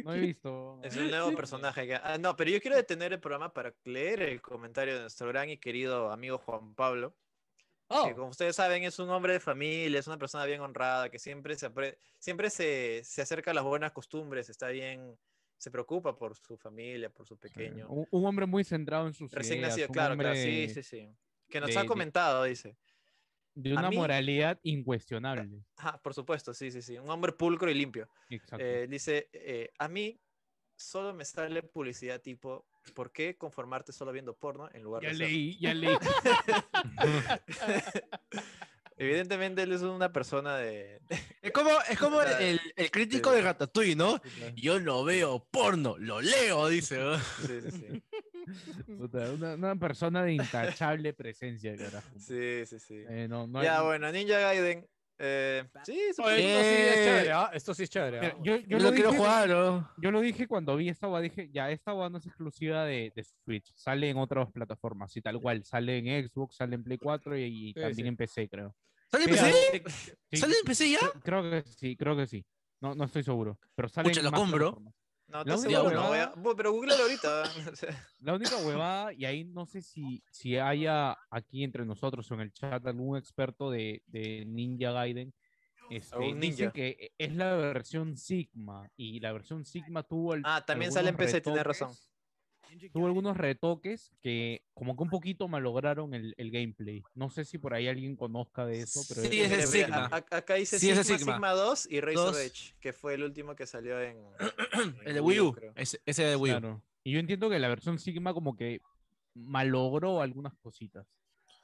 [SPEAKER 3] no he visto.
[SPEAKER 1] Es un nuevo personaje. que- Ah, no, pero yo quiero detener el programa para leer el comentario de nuestro gran y querido amigo Juan Pablo,
[SPEAKER 2] Oh,
[SPEAKER 1] que como ustedes saben es un hombre de familia, es una persona bien honrada, que siempre se, apre- siempre se, se acerca a las buenas costumbres, está bien, se preocupa por su familia, por su pequeño.
[SPEAKER 3] Un, un hombre muy centrado en sus
[SPEAKER 1] Recién
[SPEAKER 3] ideas,
[SPEAKER 1] nacido,
[SPEAKER 3] un
[SPEAKER 1] claro, claro,
[SPEAKER 3] hombre
[SPEAKER 1] sí, sí, sí. Que nos
[SPEAKER 3] de-
[SPEAKER 1] ha
[SPEAKER 3] de-
[SPEAKER 1] comentado, dice.
[SPEAKER 3] De
[SPEAKER 1] A
[SPEAKER 3] una
[SPEAKER 1] mí-
[SPEAKER 3] moralidad incuestionable.
[SPEAKER 1] Ah, por supuesto, sí, sí, sí. Un hombre pulcro y limpio.
[SPEAKER 3] Exacto.
[SPEAKER 1] Eh, dice, eh, a mí solo me sale publicidad tipo, ¿por qué conformarte solo viendo porno en lugar
[SPEAKER 3] ya
[SPEAKER 1] de... hacer
[SPEAKER 3] leí, ya leí.
[SPEAKER 1] Evidentemente él es una persona de...
[SPEAKER 4] Es como, es como
[SPEAKER 1] Claro.
[SPEAKER 4] el, el crítico de Ratatouille, ¿no? Yo no veo porno, lo leo, dice. ¿no?
[SPEAKER 1] Sí, sí, sí.
[SPEAKER 3] Puta, una, una persona de intachable presencia, carajo.
[SPEAKER 1] Sí, sí, sí.
[SPEAKER 3] Eh, no, no hay-
[SPEAKER 1] Ya, bueno, Ninja Gaiden. eh, sí, supongo.
[SPEAKER 2] oye, esto sí es
[SPEAKER 4] Eh.
[SPEAKER 2] chévere, ¿ah? Esto sí es chévere. ¿ah?
[SPEAKER 3] Mira, yo, yo
[SPEAKER 4] Yo lo quiero
[SPEAKER 3] dije-
[SPEAKER 4] jugar, ¿no?
[SPEAKER 3] Yo lo dije cuando vi esta guada, dije, ya, esta guada no es exclusiva de, de Switch, sale en otras plataformas, y tal cual, sale en Xbox, sale en Play 4 y, y
[SPEAKER 2] Sí,
[SPEAKER 3] también
[SPEAKER 2] sí.
[SPEAKER 3] en PC, creo.
[SPEAKER 4] ¿Sale en
[SPEAKER 3] Mira,
[SPEAKER 4] PC?
[SPEAKER 1] pues
[SPEAKER 3] sí,
[SPEAKER 4] ¿Sale en PC ya?
[SPEAKER 3] cre- Creo que sí, creo que sí. No, no estoy seguro. Pero sale
[SPEAKER 4] Pucha,
[SPEAKER 3] en
[SPEAKER 4] lo
[SPEAKER 3] más
[SPEAKER 4] compro.
[SPEAKER 3] plataformas.
[SPEAKER 1] No,
[SPEAKER 3] La
[SPEAKER 1] te
[SPEAKER 3] única
[SPEAKER 1] seguro, no, voy a-
[SPEAKER 3] huevada-
[SPEAKER 1] Bu- pero googlalo ahorita. O sea,
[SPEAKER 3] La única huevada, y ahí no sé si, si haya aquí entre nosotros o en el chat algún experto de, de Ninja Gaiden. Este,
[SPEAKER 1] Algún
[SPEAKER 3] Dicen
[SPEAKER 1] ninja.
[SPEAKER 3] que es la versión Sigma y la versión Sigma tuvo al-
[SPEAKER 1] Ah, también sale en
[SPEAKER 3] algunos
[SPEAKER 1] PC, tienes
[SPEAKER 3] retoques-
[SPEAKER 1] razón.
[SPEAKER 3] Tuvo algunos retoques que como que un poquito malograron el, el gameplay. No sé si por ahí alguien conozca de eso, pero
[SPEAKER 4] Sí, es
[SPEAKER 1] Mira,
[SPEAKER 4] de
[SPEAKER 1] mira,
[SPEAKER 4] Sigma.
[SPEAKER 1] eh, a- a- acá dice
[SPEAKER 4] Sí, es
[SPEAKER 1] Sigma,
[SPEAKER 4] de
[SPEAKER 1] Sigma.
[SPEAKER 4] Sigma.
[SPEAKER 1] 2 y Razor
[SPEAKER 4] Dos.
[SPEAKER 1] Edge, que fue el último que salió en. en
[SPEAKER 4] El de Wii U.
[SPEAKER 1] creo.
[SPEAKER 4] Ese, ese de Wii U.
[SPEAKER 3] Claro. Y yo entiendo que la versión Sigma como que malogró algunas cositas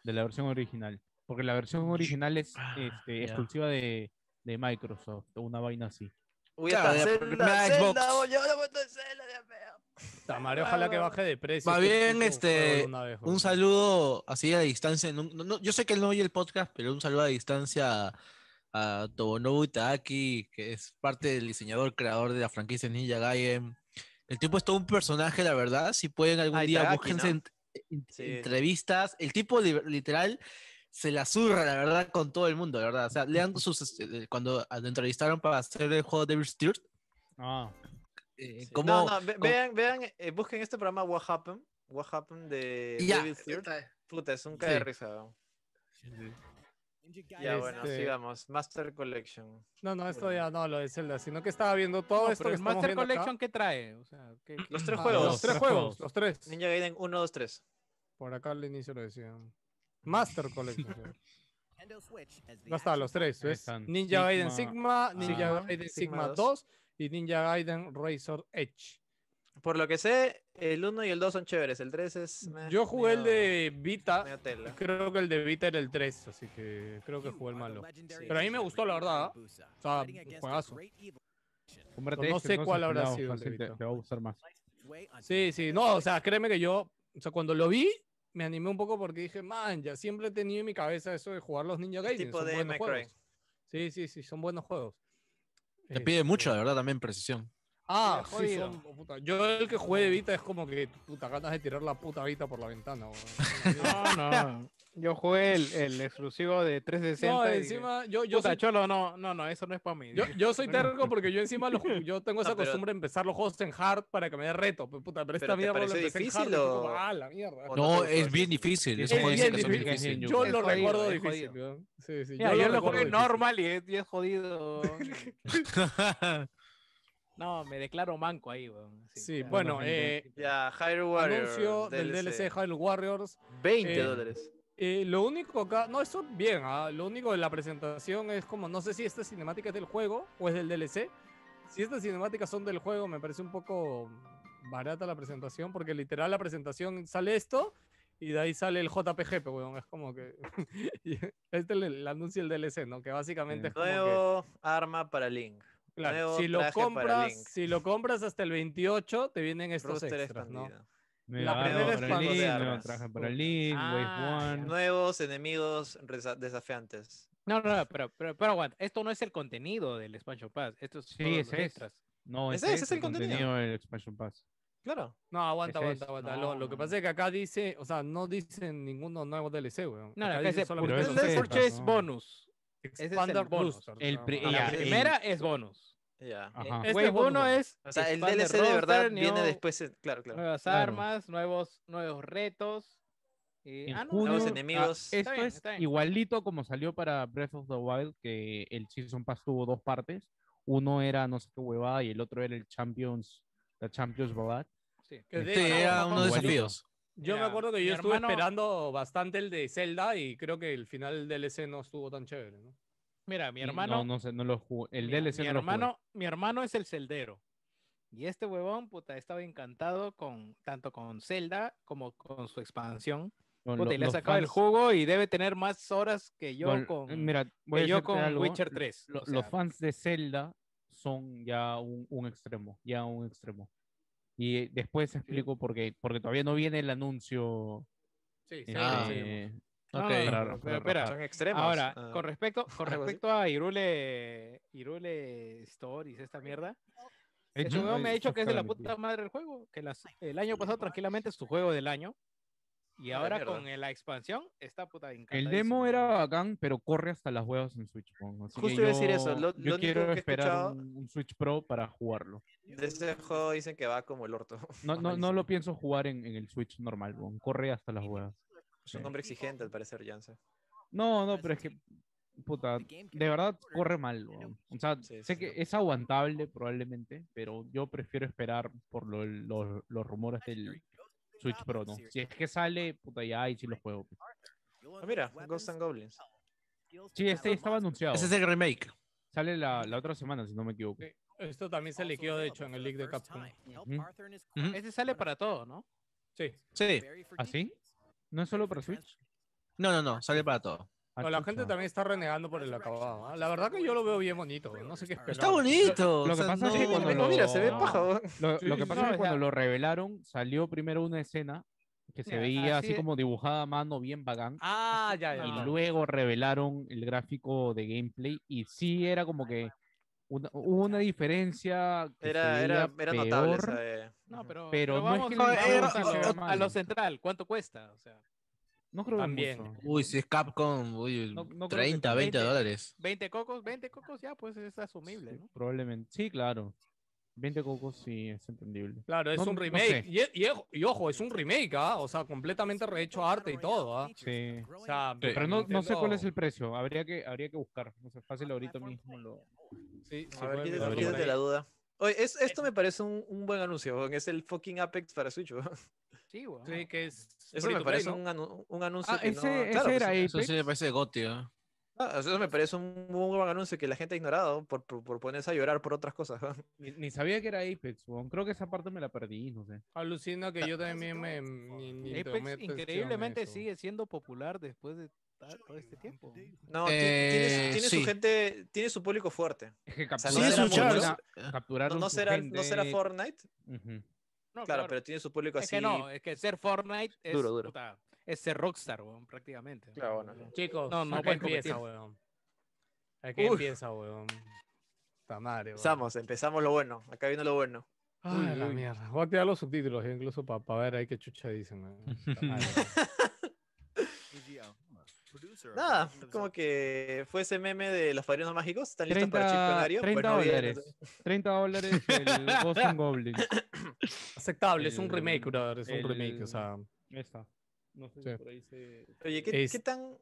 [SPEAKER 3] de la versión original. Porque la versión original es
[SPEAKER 4] Ah,
[SPEAKER 3] este,
[SPEAKER 4] ya.
[SPEAKER 3] exclusiva de, de Microsoft o una vaina así.
[SPEAKER 1] Uy,
[SPEAKER 4] Claro,
[SPEAKER 1] hasta
[SPEAKER 4] de la
[SPEAKER 1] Zelda,
[SPEAKER 4] primera
[SPEAKER 1] Zelda,
[SPEAKER 4] Xbox.
[SPEAKER 1] oh, yo no meto en Zelda, Dios mío.
[SPEAKER 2] Tamaré, ojalá que
[SPEAKER 4] Eh,
[SPEAKER 2] baje de precio.
[SPEAKER 4] Más
[SPEAKER 2] este
[SPEAKER 4] bien,
[SPEAKER 2] puto
[SPEAKER 4] este,
[SPEAKER 2] juego alguna vez,
[SPEAKER 4] Un
[SPEAKER 2] weón.
[SPEAKER 4] saludo así a distancia. no- no- no, yo sé que él no oye el podcast, pero un saludo a distancia a, a Tobonobu Itagaki, que es parte del diseñador, creador de la franquicia Ninja Gaiden. El tipo es todo un personaje, la verdad. Si pueden algún
[SPEAKER 1] Ah,
[SPEAKER 4] día,
[SPEAKER 1] Itagaki, ¿no?
[SPEAKER 4] búsquense en- en-
[SPEAKER 1] Sí.
[SPEAKER 4] entrevistas. El tipo li- literal se la zurra, la verdad, con todo el mundo, la verdad. O sea, lean sus... este, Cuando lo entrevistaron para hacer el juego Devil's Third,
[SPEAKER 3] Ah,
[SPEAKER 4] eh,
[SPEAKER 1] Sí.
[SPEAKER 4] cómo-
[SPEAKER 1] No, no, ve-
[SPEAKER 4] cómo-
[SPEAKER 1] vean, vean, eh, busquen este programa What Happened. What Happened de
[SPEAKER 4] Ya,
[SPEAKER 1] David Stewart. Puta, es un cae de risa. weón. Ya, bueno,
[SPEAKER 2] Este-
[SPEAKER 1] sigamos. Master Collection.
[SPEAKER 2] No, no, esto ya no lo de Zelda, sino que estaba viendo todo
[SPEAKER 8] No,
[SPEAKER 2] esto
[SPEAKER 8] pero
[SPEAKER 2] que
[SPEAKER 8] el
[SPEAKER 2] estamos
[SPEAKER 8] Master
[SPEAKER 2] viendo acá.
[SPEAKER 8] Collection, ¿qué trae? O sea, ¿qué- qué-
[SPEAKER 1] Los tres
[SPEAKER 2] Ah,
[SPEAKER 1] juegos.
[SPEAKER 2] Los tres juegos, los tres.
[SPEAKER 1] Ninja Gaiden 1, 2, 3.
[SPEAKER 2] Por acá al inicio lo decían. Master Collection. sí. No está, los tres.
[SPEAKER 3] Ahí
[SPEAKER 2] ¿ves?
[SPEAKER 3] están.
[SPEAKER 2] Ninja Gaiden Sigma,
[SPEAKER 3] Sigma,
[SPEAKER 2] Ninja
[SPEAKER 1] Sigma,
[SPEAKER 2] Gaiden
[SPEAKER 1] Sigma
[SPEAKER 2] Sigma
[SPEAKER 1] 2.
[SPEAKER 2] 2 y Ninja Gaiden Razor Edge.
[SPEAKER 1] Por lo que sé, el 1 y el 2 son chéveres. El 3 es. meh,
[SPEAKER 2] Yo jugué el
[SPEAKER 1] medio-
[SPEAKER 2] de
[SPEAKER 1] medio
[SPEAKER 2] Vita.
[SPEAKER 1] tela.
[SPEAKER 2] Creo que el de Vita era el 3, así que creo que jugué el malo. Pero a mí me gustó, la verdad. ¿eh? O sea, un juegazo.
[SPEAKER 3] cómprate
[SPEAKER 2] No
[SPEAKER 3] este,
[SPEAKER 2] sé
[SPEAKER 3] entonces,
[SPEAKER 2] cuál habrá
[SPEAKER 3] cuidado,
[SPEAKER 2] sido el
[SPEAKER 3] fácil, te,
[SPEAKER 2] dedito.
[SPEAKER 3] te va a gustar más.
[SPEAKER 2] Sí, sí. No, o sea, créeme que yo, o sea, cuando lo vi, me animé un poco porque dije, man, ya siempre he tenido en mi cabeza eso de jugar los Ninja Gaiden.
[SPEAKER 1] tipo
[SPEAKER 2] son
[SPEAKER 1] de
[SPEAKER 2] buenos
[SPEAKER 1] McCray.
[SPEAKER 2] juegos. Sí, sí, sí, son buenos juegos.
[SPEAKER 4] Te pide mucho, la
[SPEAKER 2] Este,
[SPEAKER 4] verdad, también precisión.
[SPEAKER 2] Ah,
[SPEAKER 8] Te pide
[SPEAKER 2] sí,
[SPEAKER 8] jodido.
[SPEAKER 2] son, oh, puta, Yo el que jugué de Vita es como que, puta, ganas de tirar la puta Vita por la ventana. weón.
[SPEAKER 8] No, no. Yo jugué el, el exclusivo de 360.
[SPEAKER 2] No,
[SPEAKER 8] y-
[SPEAKER 2] encima, yo, yo,
[SPEAKER 8] Puta,
[SPEAKER 2] soy,
[SPEAKER 8] Cholo, no, no, no, eso no es para mí.
[SPEAKER 2] yo, yo soy terco porque yo encima lo ju- yo tengo
[SPEAKER 1] No,
[SPEAKER 2] esa
[SPEAKER 1] pero-
[SPEAKER 2] costumbre de empezar los juegos en hard para que me dé reto. pe, Puta, pero
[SPEAKER 1] ¿Pero
[SPEAKER 2] esta
[SPEAKER 1] te
[SPEAKER 2] mierda lo
[SPEAKER 1] pareció
[SPEAKER 2] empecé
[SPEAKER 1] difícil
[SPEAKER 2] en hard. y fue
[SPEAKER 1] o-
[SPEAKER 2] como, ah, la mierda.
[SPEAKER 1] o te
[SPEAKER 4] No,
[SPEAKER 1] gustó
[SPEAKER 4] es
[SPEAKER 1] así?
[SPEAKER 4] bien difícil.
[SPEAKER 3] Es
[SPEAKER 4] Es un juego de
[SPEAKER 2] bien
[SPEAKER 4] dedicación
[SPEAKER 2] difícil,
[SPEAKER 4] difícil.
[SPEAKER 3] yo
[SPEAKER 2] Yo
[SPEAKER 8] Es
[SPEAKER 2] lo
[SPEAKER 8] jodido,
[SPEAKER 2] recuerdo
[SPEAKER 8] es
[SPEAKER 2] difícil.
[SPEAKER 8] jodido.
[SPEAKER 2] weón. Sí, sí,
[SPEAKER 8] Mira, yo, lo
[SPEAKER 2] recuerdo
[SPEAKER 8] jugué
[SPEAKER 2] difícil.
[SPEAKER 8] normal y es, y es jodido.
[SPEAKER 4] Ajá.
[SPEAKER 8] No, me declaro manco ahí, weón. Así,
[SPEAKER 2] Sí,
[SPEAKER 8] ya.
[SPEAKER 2] bueno,
[SPEAKER 3] no,
[SPEAKER 2] eh,
[SPEAKER 1] Ya, Hyrule Warriors.
[SPEAKER 2] anuncio del DLC de Hyrule Warriors.
[SPEAKER 1] 20
[SPEAKER 2] Eh,
[SPEAKER 1] dólares.
[SPEAKER 2] Eh, lo único acá, no, eso bien, ah, lo único de la presentación es como, no sé si esta cinemática es del juego o es del DLC. Si estas cinemáticas son del juego, me parece un poco barata la presentación, porque literal la presentación sale esto y de ahí sale el JPG, pe, weón. Es como que. y este le, le anuncia el DLC, ¿no? Que básicamente es como que,
[SPEAKER 1] Nuevo arma para Link.
[SPEAKER 2] claro,
[SPEAKER 1] nuevo
[SPEAKER 2] si, lo
[SPEAKER 1] traje para
[SPEAKER 2] compras,
[SPEAKER 1] Link.
[SPEAKER 2] si lo compras hasta el 28, te vienen estos
[SPEAKER 1] Roster
[SPEAKER 2] extras, ¿no?
[SPEAKER 1] expandido.
[SPEAKER 3] Me
[SPEAKER 2] La
[SPEAKER 3] va a
[SPEAKER 2] primera
[SPEAKER 3] dar
[SPEAKER 2] es
[SPEAKER 3] para
[SPEAKER 2] cuando
[SPEAKER 3] Link,
[SPEAKER 2] te
[SPEAKER 3] me va a
[SPEAKER 2] armas.
[SPEAKER 3] traje para Link, Wave
[SPEAKER 8] Ah,
[SPEAKER 3] One.
[SPEAKER 1] Nuevos enemigos resa- desafiantes.
[SPEAKER 8] No, no, no, pero, pero, pero aguanta, esto no es el contenido del Expansion Pass. Esto es
[SPEAKER 3] Sí,
[SPEAKER 8] todos
[SPEAKER 3] ese
[SPEAKER 8] los
[SPEAKER 3] es.
[SPEAKER 8] extras.
[SPEAKER 3] No,
[SPEAKER 1] Ese-
[SPEAKER 3] ese,
[SPEAKER 1] ese
[SPEAKER 3] es el contenido. del Expansion Pass.
[SPEAKER 1] Claro.
[SPEAKER 2] No, aguanta, aguanta,
[SPEAKER 3] Ese es-
[SPEAKER 2] aguanta. Lo, lo que
[SPEAKER 3] no.
[SPEAKER 2] pasa es que acá dice, o sea, no dicen ninguno nuevo DLC, weón.
[SPEAKER 8] No, no,
[SPEAKER 2] acá
[SPEAKER 8] acá
[SPEAKER 2] dice
[SPEAKER 8] es el
[SPEAKER 2] solamente
[SPEAKER 3] puro
[SPEAKER 2] los
[SPEAKER 3] DLC.
[SPEAKER 2] extras.
[SPEAKER 8] Purchase
[SPEAKER 3] no.
[SPEAKER 8] Bonus. Ese es el
[SPEAKER 2] Expander
[SPEAKER 8] bonus.
[SPEAKER 2] Booster.
[SPEAKER 3] El
[SPEAKER 2] nada
[SPEAKER 3] pri-
[SPEAKER 2] más.
[SPEAKER 1] ya,
[SPEAKER 8] La
[SPEAKER 1] el-
[SPEAKER 8] primera es bonus.
[SPEAKER 1] Ya.
[SPEAKER 3] Ajá.
[SPEAKER 2] Este
[SPEAKER 8] Wave
[SPEAKER 2] es bonus,
[SPEAKER 8] 1
[SPEAKER 2] bonus.
[SPEAKER 8] es.
[SPEAKER 1] O sea, el
[SPEAKER 8] expande
[SPEAKER 1] DLC de verdad
[SPEAKER 8] roster,
[SPEAKER 1] viene
[SPEAKER 8] nuevo-
[SPEAKER 1] después. en- Claro, claro.
[SPEAKER 8] Nuevas
[SPEAKER 3] Claro.
[SPEAKER 8] armas, nuevos, nuevos retos. eh,
[SPEAKER 3] En
[SPEAKER 8] ah, no,
[SPEAKER 3] junio-
[SPEAKER 1] Nuevos
[SPEAKER 3] ah,
[SPEAKER 1] enemigos.
[SPEAKER 3] esto
[SPEAKER 8] bien,
[SPEAKER 3] es
[SPEAKER 8] está bien.
[SPEAKER 3] igualito como salió para Breath of the Wild, que el Season Pass tuvo dos partes. Uno era no sé qué huevada y el otro era el Champions, la Champions Balad.
[SPEAKER 8] sí.
[SPEAKER 2] Que de
[SPEAKER 4] Sí,
[SPEAKER 2] hecho,
[SPEAKER 4] era uno de
[SPEAKER 3] Igualito.
[SPEAKER 4] desafíos.
[SPEAKER 2] Yo me
[SPEAKER 8] Mira,
[SPEAKER 2] acuerdo que
[SPEAKER 8] mi
[SPEAKER 2] yo estuve
[SPEAKER 8] hermano-
[SPEAKER 2] esperando bastante el de Zelda y creo que el final del DLC no estuvo tan chévere, ¿no?
[SPEAKER 8] Mira, mi
[SPEAKER 3] Y
[SPEAKER 8] hermano.
[SPEAKER 3] No, no sé, no lo jugué. El
[SPEAKER 8] Mira,
[SPEAKER 3] DLC
[SPEAKER 8] mi
[SPEAKER 3] no lo jugué.
[SPEAKER 8] hermano, mi hermano es el celdero. Y este huevón, puta, estaba encantado con tanto con Zelda como con su expansión.
[SPEAKER 3] Con
[SPEAKER 8] Puta,
[SPEAKER 3] lo-
[SPEAKER 8] y le ha
[SPEAKER 3] los
[SPEAKER 8] sacado el
[SPEAKER 3] fans-
[SPEAKER 8] juego y debe tener más horas que yo
[SPEAKER 3] con-
[SPEAKER 8] con,
[SPEAKER 3] eh, Mira, voy
[SPEAKER 8] que
[SPEAKER 3] a
[SPEAKER 8] yo
[SPEAKER 3] decirte
[SPEAKER 8] con
[SPEAKER 3] algo.
[SPEAKER 8] Witcher 3.
[SPEAKER 3] Lo-
[SPEAKER 8] o sea,
[SPEAKER 3] los fans de Zelda son ya un, un extremo, ya un extremo. Y eh, después explico por qué, porque todavía no viene el anuncio.
[SPEAKER 2] Sí,
[SPEAKER 4] Ah.
[SPEAKER 2] sí, sí.
[SPEAKER 3] eh,
[SPEAKER 8] no, no,
[SPEAKER 4] Ok.
[SPEAKER 8] no,
[SPEAKER 3] para-
[SPEAKER 8] pero-
[SPEAKER 3] para
[SPEAKER 8] espera,
[SPEAKER 3] rajar.
[SPEAKER 1] Son extremos.
[SPEAKER 8] Ahora,
[SPEAKER 1] Ah.
[SPEAKER 8] con respecto, con
[SPEAKER 1] algo así.
[SPEAKER 8] respecto a Irule, Irule Stories, esta mierda,
[SPEAKER 3] De
[SPEAKER 8] este
[SPEAKER 3] hecho,
[SPEAKER 8] huevón me ha
[SPEAKER 3] eh,
[SPEAKER 8] dicho
[SPEAKER 3] eso
[SPEAKER 8] que es de la
[SPEAKER 3] claramente.
[SPEAKER 8] puta madre el juego, que las- el año pasado tranquilamente es su juego del año. Y
[SPEAKER 1] A la
[SPEAKER 8] ahora
[SPEAKER 1] Ah, mierda.
[SPEAKER 8] con eh, la expansión está puta
[SPEAKER 3] El
[SPEAKER 8] encantadísimo.
[SPEAKER 3] demo era bacán, pero corre hasta las huevas en Switch. weón. Así que
[SPEAKER 1] Justo iba a decir
[SPEAKER 3] yo-
[SPEAKER 1] eso, lo-
[SPEAKER 3] yo
[SPEAKER 1] lo único
[SPEAKER 3] quiero
[SPEAKER 1] que he
[SPEAKER 3] esperar
[SPEAKER 1] escuchado-
[SPEAKER 3] un, un Switch Pro para jugarlo.
[SPEAKER 1] De ese juego dicen que va como el orto.
[SPEAKER 3] No, no, no
[SPEAKER 1] Malísimo.
[SPEAKER 3] lo pienso jugar en, en el Switch normal, weón. corre hasta las huevas.
[SPEAKER 1] Es un hombre exigente al parecer, Jansen.
[SPEAKER 3] No, no, pero es que, puta, de verdad corre mal. weón. O sea,
[SPEAKER 1] Sí,
[SPEAKER 3] sé
[SPEAKER 1] sí.
[SPEAKER 3] que es aguantable probablemente, pero yo prefiero esperar por lo- lo- los rumores del Switch Pro, ¿no? Si es que sale, puta, ya, y si lo juego. pues.
[SPEAKER 1] Ah, mira, Ghosts and Goblins.
[SPEAKER 3] Sí, este estaba anunciado.
[SPEAKER 4] Ese es el remake.
[SPEAKER 3] Sale la, la otra semana, si no me equivoco.
[SPEAKER 2] Sí. Esto también se liqueó, de hecho, en el leak de Capcom.
[SPEAKER 3] Ujú.
[SPEAKER 4] Ujú.
[SPEAKER 8] Ese sale para todo, ¿no?
[SPEAKER 2] Sí.
[SPEAKER 4] Sí.
[SPEAKER 3] ¿Ah, sí? ¿No es solo para Switch?
[SPEAKER 4] No, no, no, sale para todo.
[SPEAKER 3] Ah,
[SPEAKER 2] No, la gente
[SPEAKER 3] chucha.
[SPEAKER 2] también está renegando por el acabado. ¿ah? La verdad que yo lo veo bien bonito. No sé qué esperar.
[SPEAKER 4] Está bonito.
[SPEAKER 3] Lo que
[SPEAKER 4] o sea,
[SPEAKER 3] pasa es que
[SPEAKER 4] no-
[SPEAKER 3] cuando lo-
[SPEAKER 1] Mira, se ve
[SPEAKER 3] no.
[SPEAKER 1] paja. weón.
[SPEAKER 3] Lo, lo
[SPEAKER 2] Sí,
[SPEAKER 3] que
[SPEAKER 2] sí,
[SPEAKER 3] pasa
[SPEAKER 2] sí.
[SPEAKER 3] es
[SPEAKER 2] No,
[SPEAKER 3] que cuando
[SPEAKER 8] ya.
[SPEAKER 3] lo revelaron, salió primero una escena que se
[SPEAKER 8] Ya,
[SPEAKER 3] veía
[SPEAKER 8] así
[SPEAKER 3] así
[SPEAKER 8] es.
[SPEAKER 3] como dibujada a mano, bien bacán.
[SPEAKER 2] Ah, ya, ya.
[SPEAKER 3] Y luego revelaron el gráfico de gameplay y sí era como que una, hubo una diferencia. que se
[SPEAKER 1] Era, era,
[SPEAKER 3] veía
[SPEAKER 1] era notable
[SPEAKER 3] peor.
[SPEAKER 1] esa de-
[SPEAKER 8] No,
[SPEAKER 1] Ujú.
[SPEAKER 8] pero,
[SPEAKER 3] Pero no es
[SPEAKER 8] vamos,
[SPEAKER 3] que
[SPEAKER 8] vamos
[SPEAKER 4] el juego
[SPEAKER 8] a,
[SPEAKER 4] se
[SPEAKER 3] vea
[SPEAKER 8] lo- a
[SPEAKER 3] mal.
[SPEAKER 8] lo central, ¿cuánto cuesta? O sea,
[SPEAKER 3] No creo que
[SPEAKER 2] También.
[SPEAKER 3] mucho.
[SPEAKER 4] Uy, si es Capcom, uy,
[SPEAKER 3] No- no creo que
[SPEAKER 4] 30, 20
[SPEAKER 8] 20.
[SPEAKER 4] dólares.
[SPEAKER 8] 20 cocos, 20 cocos ya, pues es asumible,
[SPEAKER 3] Sí,
[SPEAKER 8] ¿no?
[SPEAKER 3] Probablemente. Sí, claro. 20 cocos sí es entendible.
[SPEAKER 2] Claro, es
[SPEAKER 3] No-
[SPEAKER 2] un
[SPEAKER 3] no
[SPEAKER 2] remake.
[SPEAKER 3] sé.
[SPEAKER 2] y, e- y e- y ojo, es un remake, ¿ah? O sea, completamente rehecho arte y todo, ¿ah?
[SPEAKER 3] Sí.
[SPEAKER 2] O sea,
[SPEAKER 4] Sí.
[SPEAKER 3] Pero no, no sé cuál
[SPEAKER 2] Nintendo-
[SPEAKER 3] es el precio. Habría que, habría que buscar. No sé, fácil ahorita mismo lo.
[SPEAKER 2] Sí, sí,
[SPEAKER 1] A ver,
[SPEAKER 2] pueden
[SPEAKER 1] quítate-
[SPEAKER 2] verlo
[SPEAKER 3] lo que
[SPEAKER 2] por
[SPEAKER 1] quítate
[SPEAKER 2] ahí.
[SPEAKER 1] la duda. Oye, es- esto me parece un, un buen anuncio, weón. es el fucking Apex para Switch. weón.
[SPEAKER 8] Sí, weón.
[SPEAKER 2] Sí, que es.
[SPEAKER 1] Eso
[SPEAKER 2] free
[SPEAKER 1] me
[SPEAKER 2] to play,
[SPEAKER 1] parece
[SPEAKER 2] ¿no?
[SPEAKER 1] un, anu- un anuncio.
[SPEAKER 3] Ah,
[SPEAKER 1] que no-
[SPEAKER 3] ese, ese
[SPEAKER 1] claro,
[SPEAKER 3] era
[SPEAKER 1] sí.
[SPEAKER 4] Eso
[SPEAKER 3] Apex.
[SPEAKER 4] sí me parece ¿eh? gotio.
[SPEAKER 1] Ah, eso me parece un muy buen anuncio que la gente ha ignorado por, por, por ponerse a llorar por otras cosas. weón.
[SPEAKER 3] Ni, ni sabía que era Apex, weón. Creo que esa parte me la perdí, no sé.
[SPEAKER 2] Alucina
[SPEAKER 1] Ah,
[SPEAKER 2] que
[SPEAKER 1] pues,
[SPEAKER 2] yo también me. ni- ni tomé
[SPEAKER 8] Apex
[SPEAKER 2] atención en
[SPEAKER 8] increíblemente
[SPEAKER 2] eso.
[SPEAKER 8] sigue siendo popular después de ta- todo este tiempo.
[SPEAKER 1] No, ti- tiene, su-
[SPEAKER 4] Eh,
[SPEAKER 1] tiene
[SPEAKER 4] sí.
[SPEAKER 1] su gente, tiene su público fuerte.
[SPEAKER 3] Es que
[SPEAKER 1] sea,
[SPEAKER 4] sí, es un
[SPEAKER 3] capturaron
[SPEAKER 4] chavo.
[SPEAKER 3] a- capturaron
[SPEAKER 1] No, no
[SPEAKER 3] su
[SPEAKER 1] será, no será
[SPEAKER 3] gente.
[SPEAKER 1] Fortnite,
[SPEAKER 3] Ujú.
[SPEAKER 8] No,
[SPEAKER 1] claro, pero tiene su público
[SPEAKER 8] es
[SPEAKER 1] así.
[SPEAKER 8] que no, es que
[SPEAKER 3] pues,
[SPEAKER 8] ser Fortnite es,
[SPEAKER 1] Duro, duro.
[SPEAKER 8] puta, es ser Rockstar, weón, prácticamente.
[SPEAKER 1] Claro, bueno,
[SPEAKER 8] O sea,
[SPEAKER 2] Chicos,
[SPEAKER 8] No, no
[SPEAKER 2] acá
[SPEAKER 8] pueden
[SPEAKER 2] empieza,
[SPEAKER 8] competir.
[SPEAKER 2] pues, weón. Aquí
[SPEAKER 1] Uy.
[SPEAKER 2] empieza, weón. Puta madre, weón.
[SPEAKER 1] Empezamos, empezamos lo bueno. Acá viene lo bueno.
[SPEAKER 2] Ay,
[SPEAKER 3] Uy,
[SPEAKER 2] la
[SPEAKER 3] uy.
[SPEAKER 2] mierda. Voy a tirar los subtítulos eh, incluso para ver ahí qué chucha dicen. eh. Puta madre,
[SPEAKER 1] Nada, como que fue ese meme de los padrinos mágicos. ¿Están listos para
[SPEAKER 3] 30
[SPEAKER 1] chip canario?
[SPEAKER 3] 30
[SPEAKER 1] Pues no, bien,
[SPEAKER 3] dólares.
[SPEAKER 1] entonces-
[SPEAKER 3] 30 dólares el Ghost and Goblins.
[SPEAKER 2] Aceptable, es un
[SPEAKER 3] El-
[SPEAKER 2] remake, brother. Es un remake, o
[SPEAKER 3] el-
[SPEAKER 2] sea.
[SPEAKER 3] Esta. No sé
[SPEAKER 2] Sí.
[SPEAKER 3] si por ahí se.
[SPEAKER 1] Oye, ¿qué,
[SPEAKER 2] Es-
[SPEAKER 1] qué tan,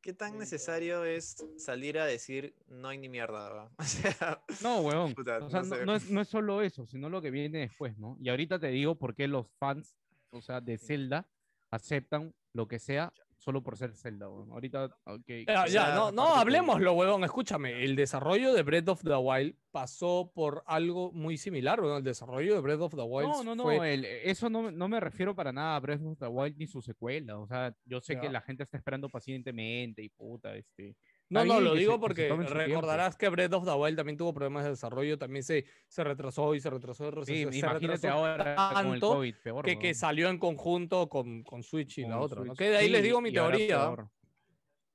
[SPEAKER 1] qué tan necesario es salir a decir no hay ni mierda? ¿verdad? O sea,
[SPEAKER 3] No, weón.
[SPEAKER 1] Puta,
[SPEAKER 3] o sea,
[SPEAKER 1] no
[SPEAKER 3] no,
[SPEAKER 1] sé.
[SPEAKER 3] no es, no es solo eso, sino lo que viene después, ¿no? Y ahorita te digo por qué los fans, o sea, de Zelda, aceptan lo que sea solo por ser Zelda, weón. Ahorita, ok.
[SPEAKER 2] Eh, Ya,
[SPEAKER 1] Sí,
[SPEAKER 2] ya,
[SPEAKER 1] ya,
[SPEAKER 2] no,
[SPEAKER 1] aparte
[SPEAKER 2] no
[SPEAKER 1] que-
[SPEAKER 2] hablemoslo, huevón. Escúchame, el desarrollo de Breath of the Wild pasó por algo muy similar, huevón. El desarrollo de Breath of the Wild
[SPEAKER 3] No, eh, no, no,
[SPEAKER 2] fue-
[SPEAKER 3] el- eso no, no me refiero para nada a Breath of the Wild ni su secuela. O sea, yo sé que
[SPEAKER 2] Ya.
[SPEAKER 3] la gente está esperando pacientemente y puta, este.
[SPEAKER 2] No,
[SPEAKER 3] está
[SPEAKER 2] no,
[SPEAKER 3] bien
[SPEAKER 2] lo
[SPEAKER 3] que se-
[SPEAKER 2] digo
[SPEAKER 3] que se
[SPEAKER 2] porque
[SPEAKER 3] tomen su
[SPEAKER 2] recordarás que Breath of the Wild también tuvo problemas de desarrollo, también se, se retrasó y se retrasó y
[SPEAKER 3] Sí,
[SPEAKER 2] retrasó- se
[SPEAKER 3] imagínate
[SPEAKER 2] retrasó
[SPEAKER 3] ahora con el
[SPEAKER 2] tanto
[SPEAKER 3] COVID, peor.
[SPEAKER 2] que, que
[SPEAKER 3] weón.
[SPEAKER 2] salió en conjunto con, con Switch y la
[SPEAKER 3] Con
[SPEAKER 2] otra. ¿no?
[SPEAKER 3] Switch.
[SPEAKER 2] Que de ahí les
[SPEAKER 3] Sí,
[SPEAKER 2] digo mi
[SPEAKER 3] y ahora
[SPEAKER 2] teoría.
[SPEAKER 3] peor.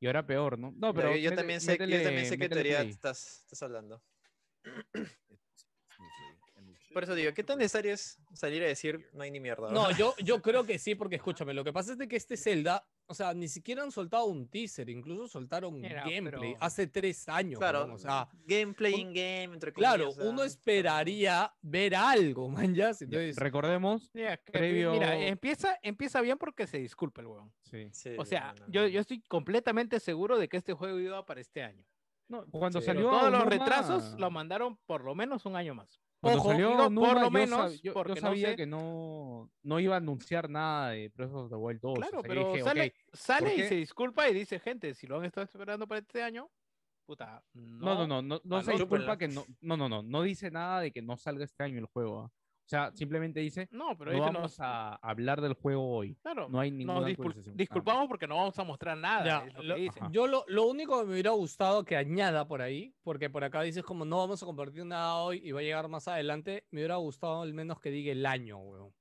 [SPEAKER 3] Y ahora peor, ¿no? No,
[SPEAKER 1] Mira,
[SPEAKER 3] pero.
[SPEAKER 1] yo, yo
[SPEAKER 3] métele-
[SPEAKER 1] también sé, que- yo
[SPEAKER 3] métele-
[SPEAKER 1] también sé qué
[SPEAKER 3] métele
[SPEAKER 1] teoría
[SPEAKER 3] play.
[SPEAKER 1] estás, estás hablando. Por eso digo, ¿qué tan necesario es salir a decir no hay ni mierda?
[SPEAKER 2] No,
[SPEAKER 1] ¿verdad?
[SPEAKER 2] yo, yo creo que sí, porque escúchame, lo que pasa es de que este Zelda, o sea, ni siquiera han soltado un teaser, incluso soltaron
[SPEAKER 8] Mira,
[SPEAKER 2] gameplay
[SPEAKER 8] pero-
[SPEAKER 2] hace tres años.
[SPEAKER 1] claro,
[SPEAKER 2] huevón, o sea,
[SPEAKER 1] gameplay
[SPEAKER 2] un-
[SPEAKER 1] in-game, entre comillas.
[SPEAKER 2] Claro,
[SPEAKER 1] o sea,
[SPEAKER 2] uno esperaría ver algo, man, ya. si
[SPEAKER 3] Ya,
[SPEAKER 2] Entonces,
[SPEAKER 3] Recordemos.
[SPEAKER 8] Sí, es que,
[SPEAKER 3] Previo-
[SPEAKER 8] Mira, empieza, empieza bien porque se disculpa el weón.
[SPEAKER 3] Sí.
[SPEAKER 1] sí,
[SPEAKER 8] O sea,
[SPEAKER 1] no, no,
[SPEAKER 8] yo,
[SPEAKER 1] no.
[SPEAKER 8] yo estoy completamente seguro de que este juego iba para este año.
[SPEAKER 3] No, cuando
[SPEAKER 2] Sí.
[SPEAKER 8] Pero
[SPEAKER 3] salió.
[SPEAKER 8] todos los
[SPEAKER 3] Onuma-
[SPEAKER 8] retrasos lo mandaron por lo menos un año más.
[SPEAKER 3] Cuando
[SPEAKER 8] Ojo,
[SPEAKER 3] salió
[SPEAKER 8] digo por
[SPEAKER 3] Onuma,
[SPEAKER 8] lo
[SPEAKER 3] yo sab-
[SPEAKER 8] menos,
[SPEAKER 3] yo- yo,
[SPEAKER 8] porque no
[SPEAKER 3] sabía
[SPEAKER 8] sé-
[SPEAKER 3] que no, no iba a anunciar nada de Breath of the Wild 2. o
[SPEAKER 8] Claro,
[SPEAKER 3] sea, yo
[SPEAKER 8] pero
[SPEAKER 3] Pues, dije,
[SPEAKER 8] sale,
[SPEAKER 3] ok,
[SPEAKER 8] sale y
[SPEAKER 3] qué?
[SPEAKER 8] se disculpa y dice, gente, si lo han estado esperando para este año, puta, no.
[SPEAKER 3] No, no, no, no, no se
[SPEAKER 8] Malo,
[SPEAKER 3] disculpa
[SPEAKER 1] chúpenla.
[SPEAKER 3] que no, no, no, no, no dice nada de que no salga este año el juego. ¿ah? O sea, simplemente dice,
[SPEAKER 8] No, pero
[SPEAKER 3] no
[SPEAKER 8] dice, no,
[SPEAKER 3] vamos a hablar del juego hoy.
[SPEAKER 8] claro,
[SPEAKER 3] No hay
[SPEAKER 8] nos
[SPEAKER 3] ninguna
[SPEAKER 8] discul-
[SPEAKER 3] actualización. Ah,
[SPEAKER 8] disculpamos porque no vamos a mostrar nada.
[SPEAKER 2] Ya,
[SPEAKER 8] es lo que
[SPEAKER 2] lo-
[SPEAKER 8] dicen.
[SPEAKER 3] ajá.
[SPEAKER 2] yo lo, lo único que me hubiera gustado que añada por ahí, porque por acá dices como no vamos a compartir nada hoy y va a llegar más adelante, me hubiera gustado al menos que diga el año, weón.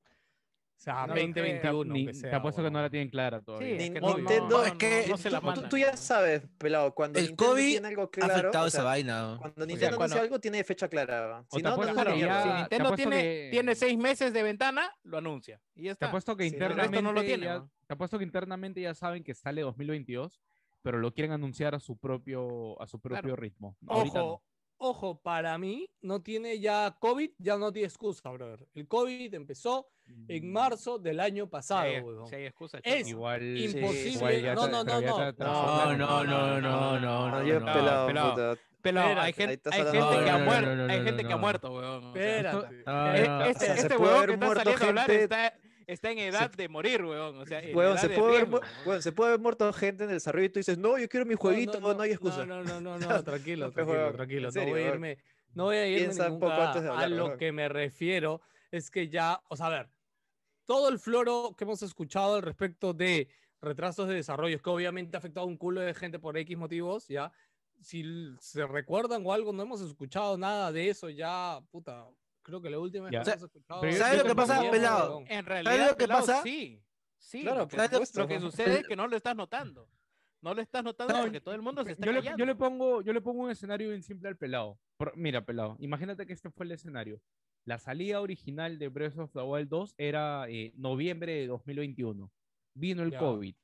[SPEAKER 5] O sea,
[SPEAKER 8] No lo creo.
[SPEAKER 5] 2021.
[SPEAKER 3] Ah, Ni-
[SPEAKER 5] que
[SPEAKER 3] te
[SPEAKER 5] sea,
[SPEAKER 3] apuesto que no la
[SPEAKER 5] huevón.
[SPEAKER 3] tienen clara todavía.
[SPEAKER 5] Sí, es que no-
[SPEAKER 1] Nintendo,
[SPEAKER 5] no-
[SPEAKER 1] es
[SPEAKER 8] que
[SPEAKER 5] no se la
[SPEAKER 8] tú-
[SPEAKER 1] Tú,
[SPEAKER 5] mandan.
[SPEAKER 1] tú ya sabes, pelado, cuando
[SPEAKER 4] El
[SPEAKER 1] Nintendo
[SPEAKER 4] COVID
[SPEAKER 1] tiene algo
[SPEAKER 4] ha
[SPEAKER 1] claro,
[SPEAKER 4] afectado
[SPEAKER 1] o
[SPEAKER 4] esa
[SPEAKER 1] sea,
[SPEAKER 4] vaina.
[SPEAKER 1] cuando Nintendo
[SPEAKER 8] cuando-
[SPEAKER 1] dice algo tiene fecha clara.
[SPEAKER 3] O
[SPEAKER 1] Si
[SPEAKER 3] te
[SPEAKER 1] no,
[SPEAKER 3] apuesto
[SPEAKER 1] no es una
[SPEAKER 3] que ya-
[SPEAKER 1] mierda.
[SPEAKER 8] si Nintendo
[SPEAKER 3] apuesto
[SPEAKER 8] tiene,
[SPEAKER 3] que-
[SPEAKER 8] tiene seis meses de ventana, lo anuncia. Y ya
[SPEAKER 3] Te
[SPEAKER 8] está.
[SPEAKER 3] apuesto que
[SPEAKER 1] Sí, el resto no
[SPEAKER 3] internamente
[SPEAKER 8] lo tiene,
[SPEAKER 3] ya-
[SPEAKER 8] ¿no?
[SPEAKER 3] te apuesto que internamente ya saben que sale 2022, pero lo quieren anunciar a su propio a su propio ritmo. Ahorita no.
[SPEAKER 2] Ojo, ojo, para mí no tiene ya COVID, ya no tiene excusa, brother. El COVID empezó
[SPEAKER 8] Mm.
[SPEAKER 2] en marzo del año
[SPEAKER 8] Si
[SPEAKER 2] pasado,
[SPEAKER 8] hay-
[SPEAKER 2] huevón.
[SPEAKER 8] si hay excusa,
[SPEAKER 2] Es
[SPEAKER 8] chulo.
[SPEAKER 3] Igual
[SPEAKER 2] imposible.
[SPEAKER 3] igual ya
[SPEAKER 2] No,
[SPEAKER 3] tra-
[SPEAKER 2] no,
[SPEAKER 3] pero
[SPEAKER 2] no,
[SPEAKER 3] ya
[SPEAKER 2] no.
[SPEAKER 3] tra-
[SPEAKER 4] No,
[SPEAKER 3] transforman-
[SPEAKER 4] no, no, no, no.
[SPEAKER 1] No,
[SPEAKER 4] no,
[SPEAKER 1] yo
[SPEAKER 4] no.
[SPEAKER 1] pelado,
[SPEAKER 8] pelado.
[SPEAKER 1] puta.
[SPEAKER 8] Pelado, hay
[SPEAKER 1] Espérate, ahí
[SPEAKER 8] gente,
[SPEAKER 1] estás
[SPEAKER 8] hay gente
[SPEAKER 1] hablando
[SPEAKER 8] que ha
[SPEAKER 4] de-
[SPEAKER 8] muerto.
[SPEAKER 4] No, no, no,
[SPEAKER 8] hay
[SPEAKER 4] no,
[SPEAKER 8] gente
[SPEAKER 4] no,
[SPEAKER 8] que ha
[SPEAKER 4] no.
[SPEAKER 8] muerto, weón.
[SPEAKER 2] Espérate.
[SPEAKER 4] No,
[SPEAKER 8] Eh,
[SPEAKER 4] no.
[SPEAKER 8] Este,
[SPEAKER 1] O sea, se
[SPEAKER 8] este
[SPEAKER 1] puede
[SPEAKER 8] huevón
[SPEAKER 1] haber
[SPEAKER 8] que está
[SPEAKER 1] muerto
[SPEAKER 8] saliendo a hablar
[SPEAKER 1] gente-
[SPEAKER 8] está, está en edad de morir, weón. O sea, en
[SPEAKER 1] Huevón,
[SPEAKER 8] edad
[SPEAKER 1] se
[SPEAKER 8] de
[SPEAKER 1] puede haber,
[SPEAKER 8] riesgo,
[SPEAKER 1] mu-
[SPEAKER 8] huevón.
[SPEAKER 1] huevón, se puede haber muerto gente en el desarrollo y tú dices, no, yo quiero mi jueguito, no, hay excusa.
[SPEAKER 2] No, no, no, no, no, tranquilo,
[SPEAKER 1] No, pues,
[SPEAKER 2] tranquilo,
[SPEAKER 1] huevón,
[SPEAKER 2] tranquilo.
[SPEAKER 1] en serio,
[SPEAKER 2] no voy a
[SPEAKER 1] huevón.
[SPEAKER 2] irme, no voy a irme
[SPEAKER 1] Piensa un
[SPEAKER 2] ningún
[SPEAKER 1] poco
[SPEAKER 2] cagada.
[SPEAKER 1] antes de
[SPEAKER 2] A
[SPEAKER 1] hablar,
[SPEAKER 2] lo
[SPEAKER 1] huevón.
[SPEAKER 2] que me refiero es que ya, o sea, a ver, todo el floro que hemos escuchado al respecto de retrasos de desarrollos, que obviamente ha afectado a un culo de gente por X motivos, ya, si l- se recuerdan o algo, no hemos escuchado nada de eso ya, puta, creo que la última vez
[SPEAKER 3] Ya.
[SPEAKER 2] que hemos escuchado...
[SPEAKER 3] Pero yo-
[SPEAKER 2] fue
[SPEAKER 3] ¿sabes lo
[SPEAKER 2] cuando
[SPEAKER 3] que pasa,
[SPEAKER 2] murieron,
[SPEAKER 4] pelado?
[SPEAKER 2] huevón.
[SPEAKER 8] En realidad,
[SPEAKER 4] lo que
[SPEAKER 8] pelado,
[SPEAKER 4] pasa?
[SPEAKER 8] Sí, sí.
[SPEAKER 1] Claro,
[SPEAKER 8] lo que-
[SPEAKER 1] por
[SPEAKER 4] ¿sabes
[SPEAKER 1] supuesto.
[SPEAKER 8] lo que sucede es que no lo estás notando. No lo estás notando
[SPEAKER 3] No,
[SPEAKER 8] porque todo el mundo
[SPEAKER 9] Pues,
[SPEAKER 8] se está
[SPEAKER 3] Yo le,
[SPEAKER 8] callando.
[SPEAKER 3] yo le pongo, yo le pongo un escenario bien simple al pelado. Por- mira, pelado, imagínate que este fue el escenario. La salida original de Breath of the Wild 2 era eh, noviembre de 2021. Vino el
[SPEAKER 2] Ya.
[SPEAKER 3] COVID.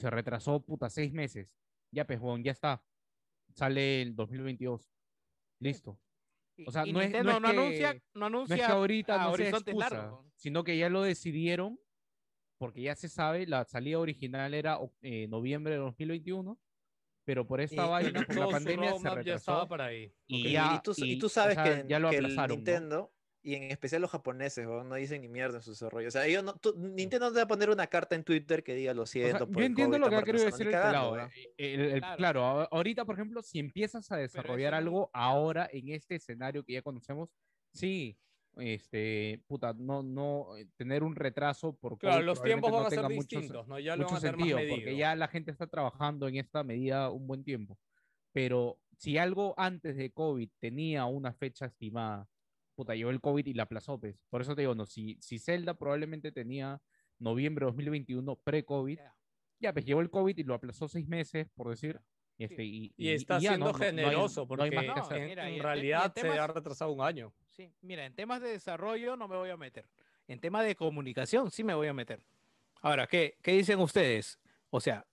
[SPEAKER 3] Se retrasó, puta, seis meses. Ya, pejón, ya está. Sale el 2022. Listo.
[SPEAKER 8] Y-
[SPEAKER 3] O sea,
[SPEAKER 8] y
[SPEAKER 3] no es- no
[SPEAKER 8] Nintendo
[SPEAKER 3] es
[SPEAKER 8] no,
[SPEAKER 3] que-
[SPEAKER 8] anuncia, no
[SPEAKER 3] No es que
[SPEAKER 8] anuncia
[SPEAKER 3] ahorita
[SPEAKER 8] a
[SPEAKER 3] no sea
[SPEAKER 8] horizontes
[SPEAKER 3] excusa,
[SPEAKER 8] largos, ¿no?
[SPEAKER 3] sino que ya lo decidieron, porque ya se sabe, la salida original era oc- eh, noviembre de 2021, pero por esta
[SPEAKER 1] Y-
[SPEAKER 2] Eh,
[SPEAKER 3] vaina, por la
[SPEAKER 2] Todo su
[SPEAKER 3] pandemia se
[SPEAKER 2] roadmap ya estaba
[SPEAKER 3] retrasó.
[SPEAKER 2] para ahí.
[SPEAKER 1] Y,
[SPEAKER 3] Y,
[SPEAKER 1] y
[SPEAKER 3] ya,
[SPEAKER 1] tú, y
[SPEAKER 3] y,
[SPEAKER 1] tú
[SPEAKER 3] o
[SPEAKER 1] sabes
[SPEAKER 3] sea,
[SPEAKER 1] que,
[SPEAKER 3] ya lo
[SPEAKER 1] que el
[SPEAKER 3] aplazaron, ¿no?
[SPEAKER 1] Nintendo, y en especial los japoneses, huevón, no dicen ni mierda en su desarrollo. O sea, ellos no, tú- Nintendo no te va a poner una carta en Twitter que diga lo
[SPEAKER 3] Mm. O sea,
[SPEAKER 1] siento. por
[SPEAKER 3] yo
[SPEAKER 1] el
[SPEAKER 3] entiendo
[SPEAKER 1] pues, COVID,
[SPEAKER 3] lo que ha
[SPEAKER 1] estamos
[SPEAKER 3] querido
[SPEAKER 1] retrasando",
[SPEAKER 3] decir el
[SPEAKER 1] ni cagando,
[SPEAKER 3] pelado.
[SPEAKER 1] huevón.
[SPEAKER 3] eh, el- el-
[SPEAKER 8] Claro.
[SPEAKER 3] claro, a- ahorita, por ejemplo, si empiezas a desarrollar
[SPEAKER 8] no-
[SPEAKER 3] algo ahora en este escenario que ya conocemos, sí, este, puta, no, no, eh, tener un retraso por
[SPEAKER 2] Claro,
[SPEAKER 3] COVID
[SPEAKER 2] los
[SPEAKER 3] probablemente
[SPEAKER 2] tiempos van
[SPEAKER 3] no
[SPEAKER 2] a ser
[SPEAKER 3] tenga mucho sen-
[SPEAKER 2] distintos, ¿no? Ya lo van
[SPEAKER 3] mucho
[SPEAKER 2] a tener
[SPEAKER 3] sentido,
[SPEAKER 2] más medido.
[SPEAKER 3] porque ya la gente está trabajando en esta medida un buen tiempo. Pero si algo antes de COVID tenía una fecha estimada, puta, llegó el COVID y la aplazó, pues. Por eso te digo, no, si, si Zelda probablemente tenía noviembre de 2021 pre-COVID,
[SPEAKER 8] Ya.
[SPEAKER 3] ya, pues llegó el COVID y lo aplazó seis meses, por decir. Y, este, y,
[SPEAKER 2] Y está
[SPEAKER 3] ya,
[SPEAKER 2] siendo
[SPEAKER 3] no- no- no hay-
[SPEAKER 2] generoso,
[SPEAKER 3] no
[SPEAKER 2] porque
[SPEAKER 3] hay más que
[SPEAKER 8] no,
[SPEAKER 3] hacer.
[SPEAKER 2] en,
[SPEAKER 8] mira,
[SPEAKER 2] en
[SPEAKER 8] y el te- y el
[SPEAKER 2] realidad se
[SPEAKER 8] tema es-
[SPEAKER 2] ha retrasado un año.
[SPEAKER 8] Sí, mira, en temas de desarrollo no me voy a meter. En temas de comunicación sí me voy a meter. Ahora, ¿qué, qué dicen ustedes? O sea,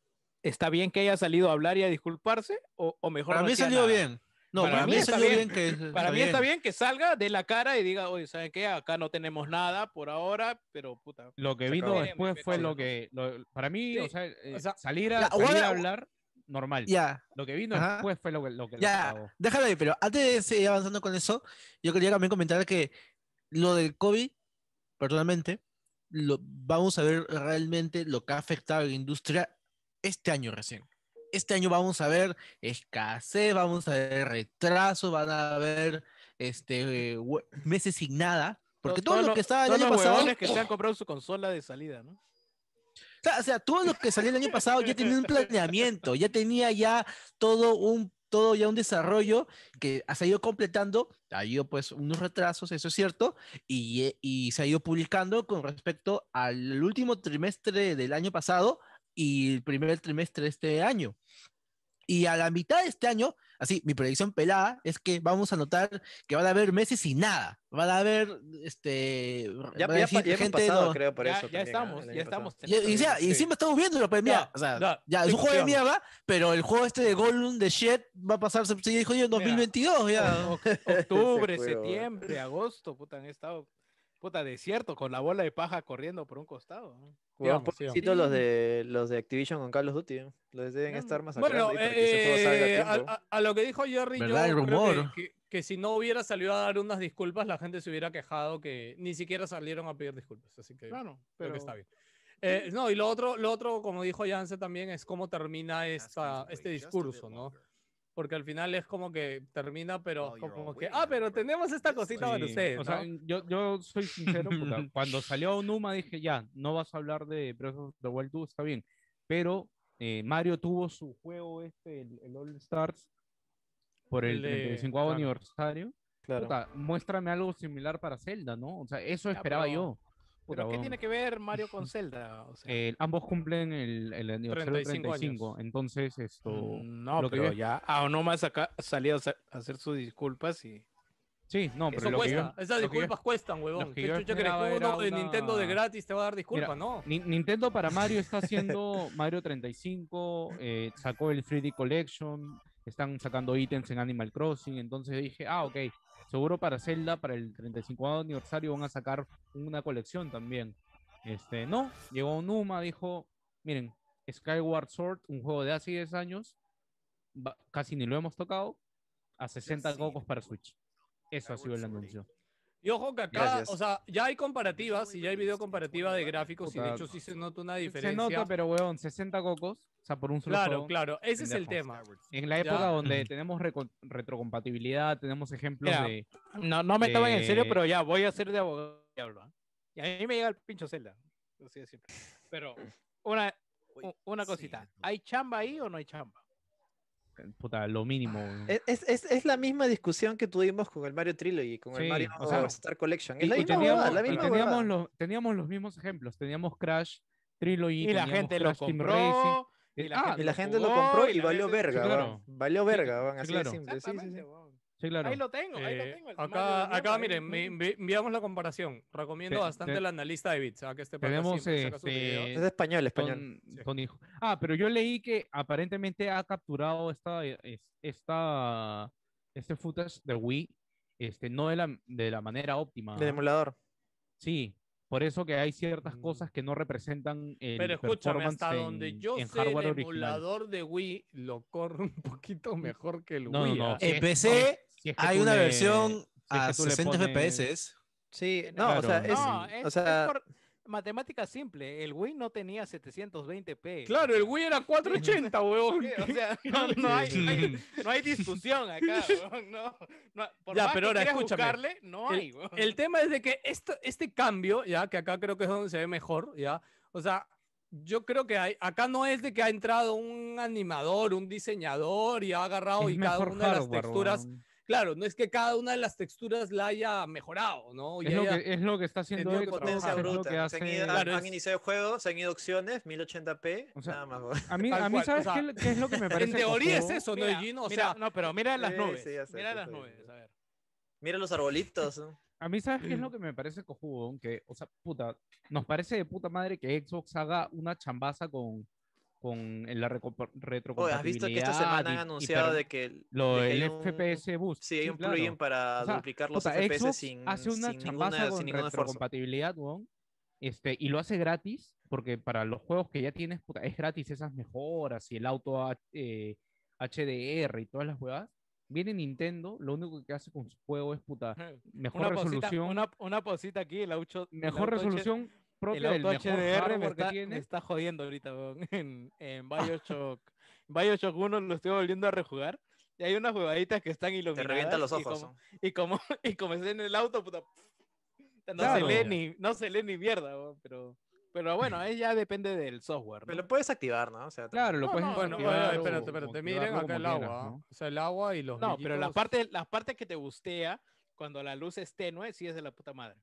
[SPEAKER 8] ¿está bien que haya salido a hablar y a disculparse? ¿O, o mejor
[SPEAKER 4] Para
[SPEAKER 8] no
[SPEAKER 4] mí
[SPEAKER 8] hacía
[SPEAKER 4] salió
[SPEAKER 8] nada?
[SPEAKER 4] bien. No,
[SPEAKER 8] Para
[SPEAKER 4] para
[SPEAKER 8] mí
[SPEAKER 4] mí
[SPEAKER 8] está
[SPEAKER 4] salió
[SPEAKER 8] bien.
[SPEAKER 4] bien que...
[SPEAKER 8] Para mí está bien que salga de la cara y diga, oye, ¿saben qué? Acá no tenemos nada por ahora, pero puta.
[SPEAKER 3] Lo que
[SPEAKER 1] Se
[SPEAKER 3] vino
[SPEAKER 1] acabó.
[SPEAKER 3] después fue
[SPEAKER 8] Sí,
[SPEAKER 3] lo
[SPEAKER 8] ¿no?
[SPEAKER 3] que, lo- para mí,
[SPEAKER 2] Sí,
[SPEAKER 3] o sea, eh,
[SPEAKER 2] o sea,
[SPEAKER 3] salir, a,
[SPEAKER 4] ya,
[SPEAKER 3] salir
[SPEAKER 4] guarda-
[SPEAKER 3] a hablar, normal.
[SPEAKER 4] Ya,
[SPEAKER 3] Lo que vino
[SPEAKER 4] Ajá.
[SPEAKER 3] después fue lo que, lo que lo
[SPEAKER 4] ya.
[SPEAKER 3] cagó.
[SPEAKER 4] Déjalo ahí, pero antes de seguir avanzando con eso, yo quería también comentar que lo del COVID, personalmente, lo, vamos a ver realmente lo que ha afectado a la industria este año recién. Este año vamos a ver escasez, vamos a ver retraso, van a haber este, eh, hue- meses sin nada. Porque todo,
[SPEAKER 8] Todos
[SPEAKER 4] lo
[SPEAKER 8] los-
[SPEAKER 4] que estaba el
[SPEAKER 8] todos
[SPEAKER 4] año
[SPEAKER 8] los
[SPEAKER 4] pasado.
[SPEAKER 8] huevones que se han comprado su consola de salida, ¿no?
[SPEAKER 4] Claro, O sea, todo lo que salió el año pasado ya tenía un planeamiento, ya tenía ya todo un todo ya un desarrollo que ha- se ha ido completando, ha ido pues unos retrasos, eso es cierto, y, eh, y se ha ido publicando con respecto al último trimestre del año pasado y el primer trimestre de este año. Y a la mitad de este año, así, mi predicción pelada es que vamos a notar que van a haber meses sin nada, van a haber, este,
[SPEAKER 1] Ya,
[SPEAKER 4] van a
[SPEAKER 1] ya,
[SPEAKER 4] decir,
[SPEAKER 1] pa- ya hemos
[SPEAKER 4] "Gente,
[SPEAKER 1] pasado,
[SPEAKER 4] no-
[SPEAKER 1] creo, por
[SPEAKER 8] Ya,
[SPEAKER 1] eso.
[SPEAKER 8] ya
[SPEAKER 1] también, ¿eh?
[SPEAKER 8] estamos,
[SPEAKER 1] El
[SPEAKER 8] ya
[SPEAKER 1] año pasado.
[SPEAKER 8] estamos. este
[SPEAKER 4] y, y, sea, y
[SPEAKER 2] Sí.
[SPEAKER 4] encima estamos viéndolo, pues mira,
[SPEAKER 2] Ya,
[SPEAKER 4] o sea,
[SPEAKER 2] ya,
[SPEAKER 4] ya, es un
[SPEAKER 2] ficción.
[SPEAKER 4] juego de mierda, pero el juego este de Golden de Shit va a pasar, se dijo yo, en 2022, ya.
[SPEAKER 8] Octubre,
[SPEAKER 1] Ese huevón.
[SPEAKER 8] septiembre, agosto, puta, han estado, puta, desierto, con la bola de paja corriendo por un costado. ¿no?
[SPEAKER 1] Huevón,
[SPEAKER 2] Digamos, digamos.
[SPEAKER 1] pobrecitos los de, los de Activision con Carlos Duty. ¿eh? Los deben
[SPEAKER 8] No,
[SPEAKER 1] estar más
[SPEAKER 2] Bueno,
[SPEAKER 1] para que ese juego salga a
[SPEAKER 2] eh,
[SPEAKER 1] tiempo.
[SPEAKER 2] a, a- a lo que dijo Jerry, yo
[SPEAKER 4] ¿Verdad? El
[SPEAKER 2] creo que-
[SPEAKER 4] rumor.
[SPEAKER 2] que, que si no hubiera salido a dar unas disculpas, la gente se hubiera quejado que ni siquiera salieron a pedir disculpas. Así que
[SPEAKER 8] Claro,
[SPEAKER 2] creo
[SPEAKER 8] pero
[SPEAKER 2] que está bien. Eh, no, y lo otro, lo otro, como dijo Janse también, es cómo
[SPEAKER 8] Ah,
[SPEAKER 2] termina esta, este discurso, ¿no? Porque al final es como que termina, pero como que, ah, pero tenemos esta cosita para
[SPEAKER 3] Sí,
[SPEAKER 2] ustedes.
[SPEAKER 3] O sea,
[SPEAKER 2] ¿no?
[SPEAKER 3] yo, yo soy sincero, puta, cuando salió Numa dije, ya, no vas a hablar de Breath of the Wild 2, está bien. Pero eh, Mario tuvo su juego este, el, el All Stars, por el,
[SPEAKER 2] El de-
[SPEAKER 3] 35
[SPEAKER 2] claro.
[SPEAKER 3] aniversario.
[SPEAKER 1] Claro.
[SPEAKER 3] Puta, muéstrame algo similar para Zelda, ¿no? O sea, eso
[SPEAKER 8] Ya,
[SPEAKER 3] esperaba
[SPEAKER 8] pero-
[SPEAKER 3] yo. Puta,
[SPEAKER 8] ¿Pero qué
[SPEAKER 3] weón.
[SPEAKER 8] tiene que ver Mario con Zelda? O sea,
[SPEAKER 3] Eh, ambos cumplen el, el aniversario
[SPEAKER 2] 35
[SPEAKER 3] 35,
[SPEAKER 2] años.
[SPEAKER 3] 35 entonces esto...
[SPEAKER 9] Mm.
[SPEAKER 8] no,
[SPEAKER 3] lo que
[SPEAKER 8] pero
[SPEAKER 3] yo-
[SPEAKER 8] ya aún no más acá salido a sa- a hacer sus disculpas y
[SPEAKER 3] Sí, no, pero
[SPEAKER 2] Eso
[SPEAKER 3] lo que yo-
[SPEAKER 2] cuesta. Esas
[SPEAKER 3] lo que yo-
[SPEAKER 2] disculpas cuestan,
[SPEAKER 3] lo
[SPEAKER 2] huevón.
[SPEAKER 3] que
[SPEAKER 2] ¿Qué
[SPEAKER 3] yo
[SPEAKER 2] chucha crees
[SPEAKER 3] esperaba
[SPEAKER 2] que uno
[SPEAKER 3] era
[SPEAKER 2] de
[SPEAKER 3] una-
[SPEAKER 2] Nintendo de gratis te va a dar disculpas?
[SPEAKER 3] Mira,
[SPEAKER 2] no.
[SPEAKER 3] Ni- Nintendo para Mario está haciendo Mario 35, eh, sacó el 3D Collection, están sacando ítems en Animal Crossing, entonces dije, ah, ok, seguro para Zelda, para el 35 aniversario van a sacar una colección también. Este, no, llegó Numa, dijo, miren, Skyward Sword, un juego de hace 10 años, va- casi ni lo hemos tocado, a 60 cocos para Switch. Eso ha sido el anuncio.
[SPEAKER 2] Y ojo que acá,
[SPEAKER 1] Gracias.
[SPEAKER 2] o sea, ya hay comparativas y ya hay video comparativa de gráficos y de hecho sí se nota una diferencia.
[SPEAKER 3] Se nota, pero weón, 60 cocos, o sea, por un solo
[SPEAKER 2] Claro,
[SPEAKER 3] juego.
[SPEAKER 2] claro, ese es el tema.
[SPEAKER 3] Pendejo. En la época
[SPEAKER 2] Ya.
[SPEAKER 3] donde tenemos reco- retrocompatibilidad, tenemos ejemplos
[SPEAKER 8] Ya.
[SPEAKER 3] de.
[SPEAKER 8] No, no me tomen en serio,
[SPEAKER 3] Eh,
[SPEAKER 8] pero ya voy a ser de abogado del diablo. ¿ah? Y a mí me llega el pincho Zelda. Así de simple. Pero una, u- una cosita. ¿Hay chamba ahí o no hay chamba?
[SPEAKER 3] Puta, lo mínimo. weón.
[SPEAKER 1] E-, Es, es- es- es la misma discusión que tuvimos con el Mario Trilogy, con el
[SPEAKER 3] Sí,
[SPEAKER 1] Mario
[SPEAKER 3] o sea,
[SPEAKER 1] Star Collection.
[SPEAKER 3] Y-
[SPEAKER 1] Es la
[SPEAKER 3] y
[SPEAKER 1] misma
[SPEAKER 3] teníamos,
[SPEAKER 1] huevada, la
[SPEAKER 3] y
[SPEAKER 1] misma
[SPEAKER 3] teníamos,
[SPEAKER 1] huevada.
[SPEAKER 3] los, teníamos los mismos ejemplos. Teníamos Crash, Trilogy.
[SPEAKER 8] Y la
[SPEAKER 3] teníamos
[SPEAKER 8] gente lo
[SPEAKER 3] Crash Team Racing.
[SPEAKER 8] compró. Y la
[SPEAKER 3] Ah,
[SPEAKER 8] gente
[SPEAKER 1] Y la gente lo
[SPEAKER 8] jugó,
[SPEAKER 1] compró
[SPEAKER 8] y
[SPEAKER 1] y
[SPEAKER 8] la
[SPEAKER 1] valió
[SPEAKER 8] gente-
[SPEAKER 1] verga,
[SPEAKER 3] Sí,
[SPEAKER 1] weón.
[SPEAKER 3] claro.
[SPEAKER 1] Valió verga, weón, así de
[SPEAKER 3] claro.
[SPEAKER 1] simple. Sí, sí, sí.
[SPEAKER 8] Exactamente, weón.
[SPEAKER 3] Sí, claro.
[SPEAKER 8] Ah, Ahí lo tengo, ahí
[SPEAKER 2] Eh,
[SPEAKER 8] lo tengo. el Mario
[SPEAKER 2] acá,
[SPEAKER 8] del
[SPEAKER 2] acá,
[SPEAKER 8] diablo, ahí
[SPEAKER 2] miren,
[SPEAKER 8] lo
[SPEAKER 2] me-
[SPEAKER 8] tengo.
[SPEAKER 2] me- enviamos la comparación. Recomiendo
[SPEAKER 3] Te-
[SPEAKER 2] bastante
[SPEAKER 3] te-
[SPEAKER 2] el analista de bits. ah, que este pata
[SPEAKER 3] tenemos,
[SPEAKER 2] siempre saca sus
[SPEAKER 3] este,
[SPEAKER 2] videos.
[SPEAKER 1] Es español, español.
[SPEAKER 3] Con-
[SPEAKER 2] Sí.
[SPEAKER 3] con hijo. Ah, pero yo leí que aparentemente ha capturado esta, es- esta, este footage de Wii, este, no de la, de la manera óptima.
[SPEAKER 1] Del
[SPEAKER 3] ¿ah?
[SPEAKER 1] emulador.
[SPEAKER 3] Sí, por eso que hay ciertas
[SPEAKER 2] Mm.
[SPEAKER 3] cosas que no representan el
[SPEAKER 2] Pero escúchame,
[SPEAKER 3] performance
[SPEAKER 2] hasta
[SPEAKER 3] en-
[SPEAKER 2] donde yo
[SPEAKER 3] en
[SPEAKER 2] sé, el
[SPEAKER 3] hardware original.
[SPEAKER 2] emulador de Wii lo corre un poquito mejor que el
[SPEAKER 3] No,
[SPEAKER 2] Wii.
[SPEAKER 3] no,
[SPEAKER 2] ah.
[SPEAKER 3] no.
[SPEAKER 4] En
[SPEAKER 3] es-
[SPEAKER 4] PC
[SPEAKER 3] si es que
[SPEAKER 4] hay
[SPEAKER 3] tú
[SPEAKER 4] una
[SPEAKER 3] le- si
[SPEAKER 4] versión
[SPEAKER 3] es
[SPEAKER 4] a
[SPEAKER 3] que tú le
[SPEAKER 4] 60
[SPEAKER 3] pones-
[SPEAKER 4] FPS.
[SPEAKER 1] Sí, no, o sea,
[SPEAKER 3] eh, Claro.
[SPEAKER 1] es,
[SPEAKER 8] No,
[SPEAKER 1] o
[SPEAKER 8] es, es
[SPEAKER 1] sea,
[SPEAKER 8] por matemática simple. El Wii no tenía 720p.
[SPEAKER 2] Claro, el Wii era 480, huevón.
[SPEAKER 8] O sea, no, no hay, no hay- no hay discusión acá. weón, No, no, por
[SPEAKER 2] Ya,
[SPEAKER 8] más
[SPEAKER 2] pero
[SPEAKER 8] que
[SPEAKER 2] ahora,
[SPEAKER 8] quieras
[SPEAKER 2] escúchame,
[SPEAKER 8] buscarle, no hay. weón.
[SPEAKER 2] El tema es de que esto, este cambio, ya, que acá creo que es donde se ve mejor, ya. O sea, yo creo que hay, acá no es de que ha entrado un animador, un diseñador y ha agarrado
[SPEAKER 3] Es
[SPEAKER 2] y cada
[SPEAKER 3] mejor
[SPEAKER 2] una de las
[SPEAKER 3] hardware,
[SPEAKER 2] texturas.
[SPEAKER 3] weón.
[SPEAKER 2] Claro, no es que cada una de las texturas la haya mejorado, ¿no? Y
[SPEAKER 3] Es lo,
[SPEAKER 2] haya-
[SPEAKER 3] que, es lo que está haciendo
[SPEAKER 2] tenido
[SPEAKER 3] Xbox,
[SPEAKER 1] potencia
[SPEAKER 3] es lo
[SPEAKER 1] bruta.
[SPEAKER 3] que
[SPEAKER 1] Se han,
[SPEAKER 3] hace-
[SPEAKER 1] ido,
[SPEAKER 2] Claro,
[SPEAKER 1] han
[SPEAKER 2] es-
[SPEAKER 1] iniciado juegos, se han ido opciones, 1080p,
[SPEAKER 3] O sea,
[SPEAKER 1] nada más. weón.
[SPEAKER 3] A mí,
[SPEAKER 2] Tal
[SPEAKER 3] a mí
[SPEAKER 2] cual, o
[SPEAKER 3] ¿sabes
[SPEAKER 2] sea,
[SPEAKER 3] qué, es- qué es lo que me parece?
[SPEAKER 2] en teoría es
[SPEAKER 3] cojudo?
[SPEAKER 2] eso, ¿no,
[SPEAKER 8] Mira,
[SPEAKER 2] Gino? O
[SPEAKER 8] mira,
[SPEAKER 2] sea,
[SPEAKER 8] no, pero mira las
[SPEAKER 1] sí,
[SPEAKER 8] nubes.
[SPEAKER 1] sí, ya sé,
[SPEAKER 8] mira
[SPEAKER 1] ya
[SPEAKER 8] las
[SPEAKER 1] sé, ya
[SPEAKER 8] nubes.
[SPEAKER 1] sé.
[SPEAKER 8] A ver.
[SPEAKER 1] Mira los arbolitos. ¿no?
[SPEAKER 3] A mí, ¿sabes qué es lo que me parece cojudo? Que, o sea, puta, nos parece de puta madre que Xbox haga una chambaza con, con la reco-
[SPEAKER 1] Oye, ¿has
[SPEAKER 3] retrocompatibilidad.
[SPEAKER 1] visto que esta semana
[SPEAKER 3] y-
[SPEAKER 1] han
[SPEAKER 3] y
[SPEAKER 1] anunciado
[SPEAKER 3] per-
[SPEAKER 1] de que el-
[SPEAKER 3] Lo
[SPEAKER 1] de que
[SPEAKER 3] del
[SPEAKER 1] hay un-
[SPEAKER 3] FPS Boost.
[SPEAKER 1] Sí, hay un
[SPEAKER 3] claro.
[SPEAKER 1] plugin para
[SPEAKER 3] O sea,
[SPEAKER 1] duplicar los
[SPEAKER 3] Puta,
[SPEAKER 1] FPS
[SPEAKER 3] Xbox
[SPEAKER 1] sin,
[SPEAKER 3] hace una
[SPEAKER 1] sin
[SPEAKER 3] chambaza
[SPEAKER 1] ninguna,
[SPEAKER 3] con
[SPEAKER 1] sin ningún esfuerzo.
[SPEAKER 3] retrocompatibilidad, weón. Este, y lo hace gratis, porque para los juegos que ya tienes, puta, es gratis esas mejoras y el auto a- eh, HDR y todas las huevas. Viene Nintendo, lo único que hace con su juego es puta, mejor
[SPEAKER 8] Una pausita,
[SPEAKER 3] resolución,
[SPEAKER 8] una, una pausita aquí, el auto. el
[SPEAKER 3] mejor
[SPEAKER 8] auto H-
[SPEAKER 3] resolución
[SPEAKER 8] El
[SPEAKER 3] propia del
[SPEAKER 8] auto
[SPEAKER 3] mejor
[SPEAKER 8] HDR me
[SPEAKER 3] hardware que
[SPEAKER 8] está, me
[SPEAKER 3] tiene.
[SPEAKER 8] está jodiendo ahorita, weón. En, en Bioshock. Bioshock 1 lo estoy volviendo a rejugar. Y hay unas huevaditas que están
[SPEAKER 1] Te
[SPEAKER 8] iluminadas.
[SPEAKER 1] revienta los
[SPEAKER 8] y
[SPEAKER 1] ojos.
[SPEAKER 8] como-
[SPEAKER 1] ¿no?
[SPEAKER 8] Y como, y como está en el auto, puta. No,
[SPEAKER 3] Claro.
[SPEAKER 8] se, lee ni, no se lee ni mierda, weón, pero, pero bueno, ahí ya depende del software. ¿no?
[SPEAKER 1] Pero lo puedes activar, ¿no? O sea,
[SPEAKER 3] Claro, lo
[SPEAKER 8] No,
[SPEAKER 3] puedes
[SPEAKER 8] no,
[SPEAKER 2] Ah, bueno,
[SPEAKER 8] no,
[SPEAKER 2] bueno,
[SPEAKER 3] desactivar o
[SPEAKER 2] espérate, espérate. Miren
[SPEAKER 3] activarlo
[SPEAKER 2] acá el
[SPEAKER 3] como quieras,
[SPEAKER 2] agua.
[SPEAKER 3] ¿no?
[SPEAKER 2] O sea, el agua y los.
[SPEAKER 8] No, pero las
[SPEAKER 2] brillitos.
[SPEAKER 8] partes, las partes que te gustea cuando la luz es tenue, sí es de la puta madre.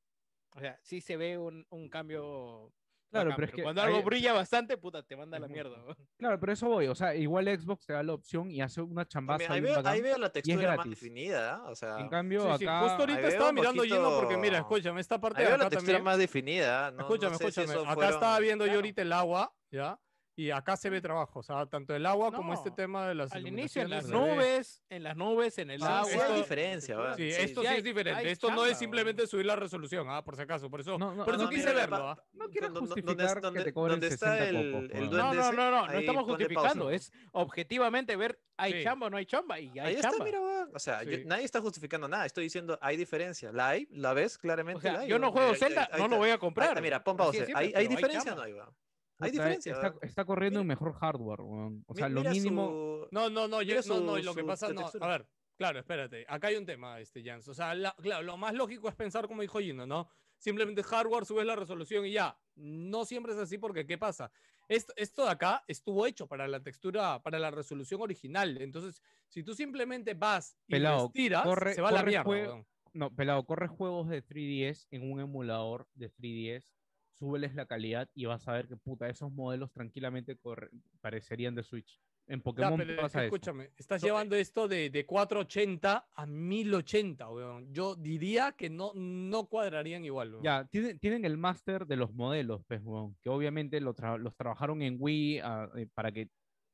[SPEAKER 8] O sea, sí se ve un, un cambio.
[SPEAKER 3] Mm, Claro,
[SPEAKER 8] bacán,
[SPEAKER 3] pero es que
[SPEAKER 8] cuando
[SPEAKER 3] ahí-
[SPEAKER 8] algo brilla bastante, puta, te manda a la
[SPEAKER 3] Ujú.
[SPEAKER 8] mierda. weón.
[SPEAKER 3] Claro, pero eso voy. O sea, igual Xbox te da la opción y hace una chambaza.
[SPEAKER 1] También, ahí,
[SPEAKER 3] bien
[SPEAKER 1] veo,
[SPEAKER 3] bacán.
[SPEAKER 1] ahí veo la textura más
[SPEAKER 3] gratis.
[SPEAKER 1] definida, ¿ah? o sea,
[SPEAKER 3] En
[SPEAKER 1] ahí
[SPEAKER 3] cambio,
[SPEAKER 2] Sí, sí,
[SPEAKER 3] acá.
[SPEAKER 2] justo ahorita
[SPEAKER 1] veo
[SPEAKER 2] estaba
[SPEAKER 1] un
[SPEAKER 2] mirando Gino porque, mira,
[SPEAKER 1] poquito-
[SPEAKER 2] escúchame, esta parte de
[SPEAKER 1] veo la
[SPEAKER 2] acá
[SPEAKER 1] textura
[SPEAKER 2] también.
[SPEAKER 1] más definida. No,
[SPEAKER 2] escúchame,
[SPEAKER 1] no sé si
[SPEAKER 2] escúchame.
[SPEAKER 1] eso
[SPEAKER 2] acá
[SPEAKER 1] fueron-
[SPEAKER 2] estaba viendo yo
[SPEAKER 8] Claro.
[SPEAKER 2] ahorita el agua, ¿ya? Y acá se ve trabajo. O sea, tanto el agua como este
[SPEAKER 8] Mm. No,
[SPEAKER 2] tema de las.
[SPEAKER 8] Al inicio, en las
[SPEAKER 2] iluminaciones, se ve-
[SPEAKER 8] nubes, en las nubes, en el
[SPEAKER 1] Sí,
[SPEAKER 8] agua.
[SPEAKER 1] sí hay Ah, diferencia,
[SPEAKER 8] weón.
[SPEAKER 1] weón.
[SPEAKER 2] Sí,
[SPEAKER 1] Sí,
[SPEAKER 2] esto sí,
[SPEAKER 8] sí hay-
[SPEAKER 2] es diferente.
[SPEAKER 8] hay
[SPEAKER 2] Esto no es
[SPEAKER 8] chamba,
[SPEAKER 2] simplemente subir la resolución, ah, por si acaso. Por eso,
[SPEAKER 3] No, no,
[SPEAKER 2] por
[SPEAKER 3] no,
[SPEAKER 2] eso
[SPEAKER 3] no,
[SPEAKER 2] quise
[SPEAKER 3] mira,
[SPEAKER 1] la
[SPEAKER 2] verlo.
[SPEAKER 1] pa-
[SPEAKER 2] ah.
[SPEAKER 3] No quieras
[SPEAKER 1] Donde- donde
[SPEAKER 3] justificar
[SPEAKER 1] está-
[SPEAKER 3] que
[SPEAKER 1] donde-
[SPEAKER 3] te cobren
[SPEAKER 1] donde está
[SPEAKER 3] 60
[SPEAKER 1] el- el
[SPEAKER 3] cocos, weón.
[SPEAKER 8] No,
[SPEAKER 1] duende
[SPEAKER 8] no,
[SPEAKER 1] ese,
[SPEAKER 8] no, no, no
[SPEAKER 1] ahí
[SPEAKER 8] estamos
[SPEAKER 1] ponle pausa.
[SPEAKER 8] justificando. Es objetivamente ver, ¿hay
[SPEAKER 2] Sí.
[SPEAKER 8] chamba o no hay chamba? Y hay
[SPEAKER 1] Ahí está,
[SPEAKER 8] chamba.
[SPEAKER 1] mira, weón. O sea, yo-
[SPEAKER 2] Sí.
[SPEAKER 1] nadie está justificando nada. Estoy diciendo, hay diferencia. La hay, la ves claramente.
[SPEAKER 8] O sea,
[SPEAKER 1] la hay,
[SPEAKER 8] yo no
[SPEAKER 1] weón.
[SPEAKER 8] juego
[SPEAKER 1] Ahí- ahí-
[SPEAKER 8] Zelda,
[SPEAKER 1] ahí
[SPEAKER 8] no
[SPEAKER 1] está.
[SPEAKER 8] lo voy a
[SPEAKER 1] Ahí
[SPEAKER 8] comprar.
[SPEAKER 1] está, mira, pon
[SPEAKER 8] Así de
[SPEAKER 1] pausa.
[SPEAKER 8] simple,
[SPEAKER 1] Hay,
[SPEAKER 8] pero
[SPEAKER 1] hay diferencia, o
[SPEAKER 8] chamba.
[SPEAKER 1] no hay, weón? Hay
[SPEAKER 3] Puta,
[SPEAKER 1] diferencia.
[SPEAKER 3] Está,
[SPEAKER 1] weón.
[SPEAKER 3] está corriendo en mejor hardware, weón. O sea,
[SPEAKER 1] Mi-
[SPEAKER 3] lo
[SPEAKER 1] mira
[SPEAKER 3] mínimo.
[SPEAKER 1] su-
[SPEAKER 2] No, no, no, yo,
[SPEAKER 1] Tiene
[SPEAKER 2] no, no,
[SPEAKER 1] su-
[SPEAKER 2] y lo que
[SPEAKER 1] su
[SPEAKER 2] pasa, no,
[SPEAKER 1] textura.
[SPEAKER 2] a ver, claro, espérate, acá hay un tema, este, Jans, o sea, la- claro, lo más lógico es pensar como dijo Gino, ¿no? Simplemente hardware, subes la resolución y ya, no siempre es así porque, ¿qué pasa? Esto, esto de acá estuvo hecho para la textura, para la resolución original, entonces, si tú simplemente vas y lo
[SPEAKER 3] Pelado,
[SPEAKER 2] estiras,
[SPEAKER 3] corre-
[SPEAKER 2] se va a la
[SPEAKER 3] corre
[SPEAKER 2] mierda,
[SPEAKER 3] jue-
[SPEAKER 2] weón.
[SPEAKER 3] No, pelado, corre juegos de 3DS en un emulador de 3DS súbeles la calidad y vas a ver que puta, esos modelos tranquilamente corre- parecerían de Switch. En Pokémon
[SPEAKER 2] Ya, pero es
[SPEAKER 3] pasa
[SPEAKER 2] que
[SPEAKER 3] eso.
[SPEAKER 2] escúchame, estás llevando esto de, de 480 a 1080, weón. Yo diría que no, no cuadrarían igual, weón.
[SPEAKER 3] Ya, tienen, tienen el máster de los modelos, pues, weón, que obviamente lo tra- los trabajaron en Wii ah, eh, para que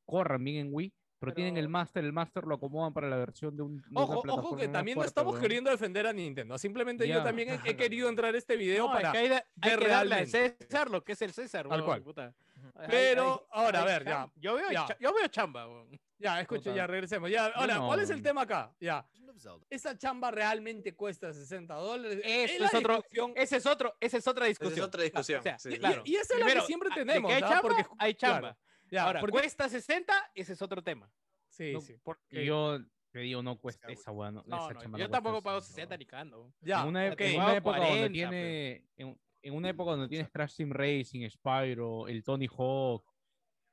[SPEAKER 3] corran bien en Wii, pero, tienen el
[SPEAKER 2] Pero-
[SPEAKER 3] máster, el máster lo acomodan para la versión de un... de una
[SPEAKER 2] Ojo, ojo,
[SPEAKER 3] plataforma
[SPEAKER 2] que también no
[SPEAKER 3] cuarta,
[SPEAKER 2] estamos
[SPEAKER 3] weón.
[SPEAKER 2] queriendo defender a Nintendo. Simplemente yo
[SPEAKER 3] Ya.
[SPEAKER 2] también he, he querido entrar a este video
[SPEAKER 8] No,
[SPEAKER 2] para...
[SPEAKER 8] es que hay, da- hay
[SPEAKER 2] ver
[SPEAKER 8] que darle al
[SPEAKER 2] realmente.
[SPEAKER 8] César lo que es el César,
[SPEAKER 2] Tal
[SPEAKER 8] weón,
[SPEAKER 2] cual.
[SPEAKER 8] puta. Hay-
[SPEAKER 2] Pero,
[SPEAKER 8] hay-
[SPEAKER 2] ahora, a
[SPEAKER 8] hay
[SPEAKER 2] ver, ya.
[SPEAKER 8] cham- Yo veo,
[SPEAKER 2] Ya.
[SPEAKER 8] cha- yo veo chamba, weón.
[SPEAKER 2] Ya, escuche,
[SPEAKER 3] Puta.
[SPEAKER 2] ya regresemos. Ya, ahora,
[SPEAKER 3] no,
[SPEAKER 2] ¿cuál es el
[SPEAKER 3] weón.
[SPEAKER 2] tema acá? Ya. Esa chamba realmente cuesta 60 dólares.
[SPEAKER 8] Eso
[SPEAKER 2] la
[SPEAKER 8] es otro-
[SPEAKER 2] discusión-
[SPEAKER 8] Ese es otro, esa es otra
[SPEAKER 1] Esa
[SPEAKER 8] discusión.
[SPEAKER 1] es otra discusión.
[SPEAKER 8] O sea,
[SPEAKER 1] sí,
[SPEAKER 2] Y,
[SPEAKER 1] sí.
[SPEAKER 8] claro.
[SPEAKER 2] y esa es la
[SPEAKER 8] Primero,
[SPEAKER 2] que siempre
[SPEAKER 8] de que
[SPEAKER 2] tenemos,
[SPEAKER 8] hay
[SPEAKER 2] ¿ah?
[SPEAKER 8] chamba,
[SPEAKER 2] Porque,
[SPEAKER 8] hay chamba.
[SPEAKER 2] claro. ya,
[SPEAKER 8] Ahora,
[SPEAKER 2] porque-
[SPEAKER 8] cuesta 60, ese es otro tema.
[SPEAKER 2] Sí,
[SPEAKER 3] No,
[SPEAKER 2] sí.
[SPEAKER 3] Y yo te digo, no cuesta esa, weón. no-
[SPEAKER 8] No,
[SPEAKER 3] esa
[SPEAKER 8] no,
[SPEAKER 3] chamba no
[SPEAKER 8] yo
[SPEAKER 3] cuesta
[SPEAKER 8] tampoco
[SPEAKER 3] esa,
[SPEAKER 8] pago
[SPEAKER 3] weón.
[SPEAKER 8] 60 ni cagando.
[SPEAKER 2] Ya,
[SPEAKER 3] en una,
[SPEAKER 2] ok.
[SPEAKER 3] en una
[SPEAKER 8] Pago
[SPEAKER 3] época
[SPEAKER 8] 40,
[SPEAKER 3] donde tiene... En, en una época donde tienes Crash Team Racing, Spyro, el Tony Hawk,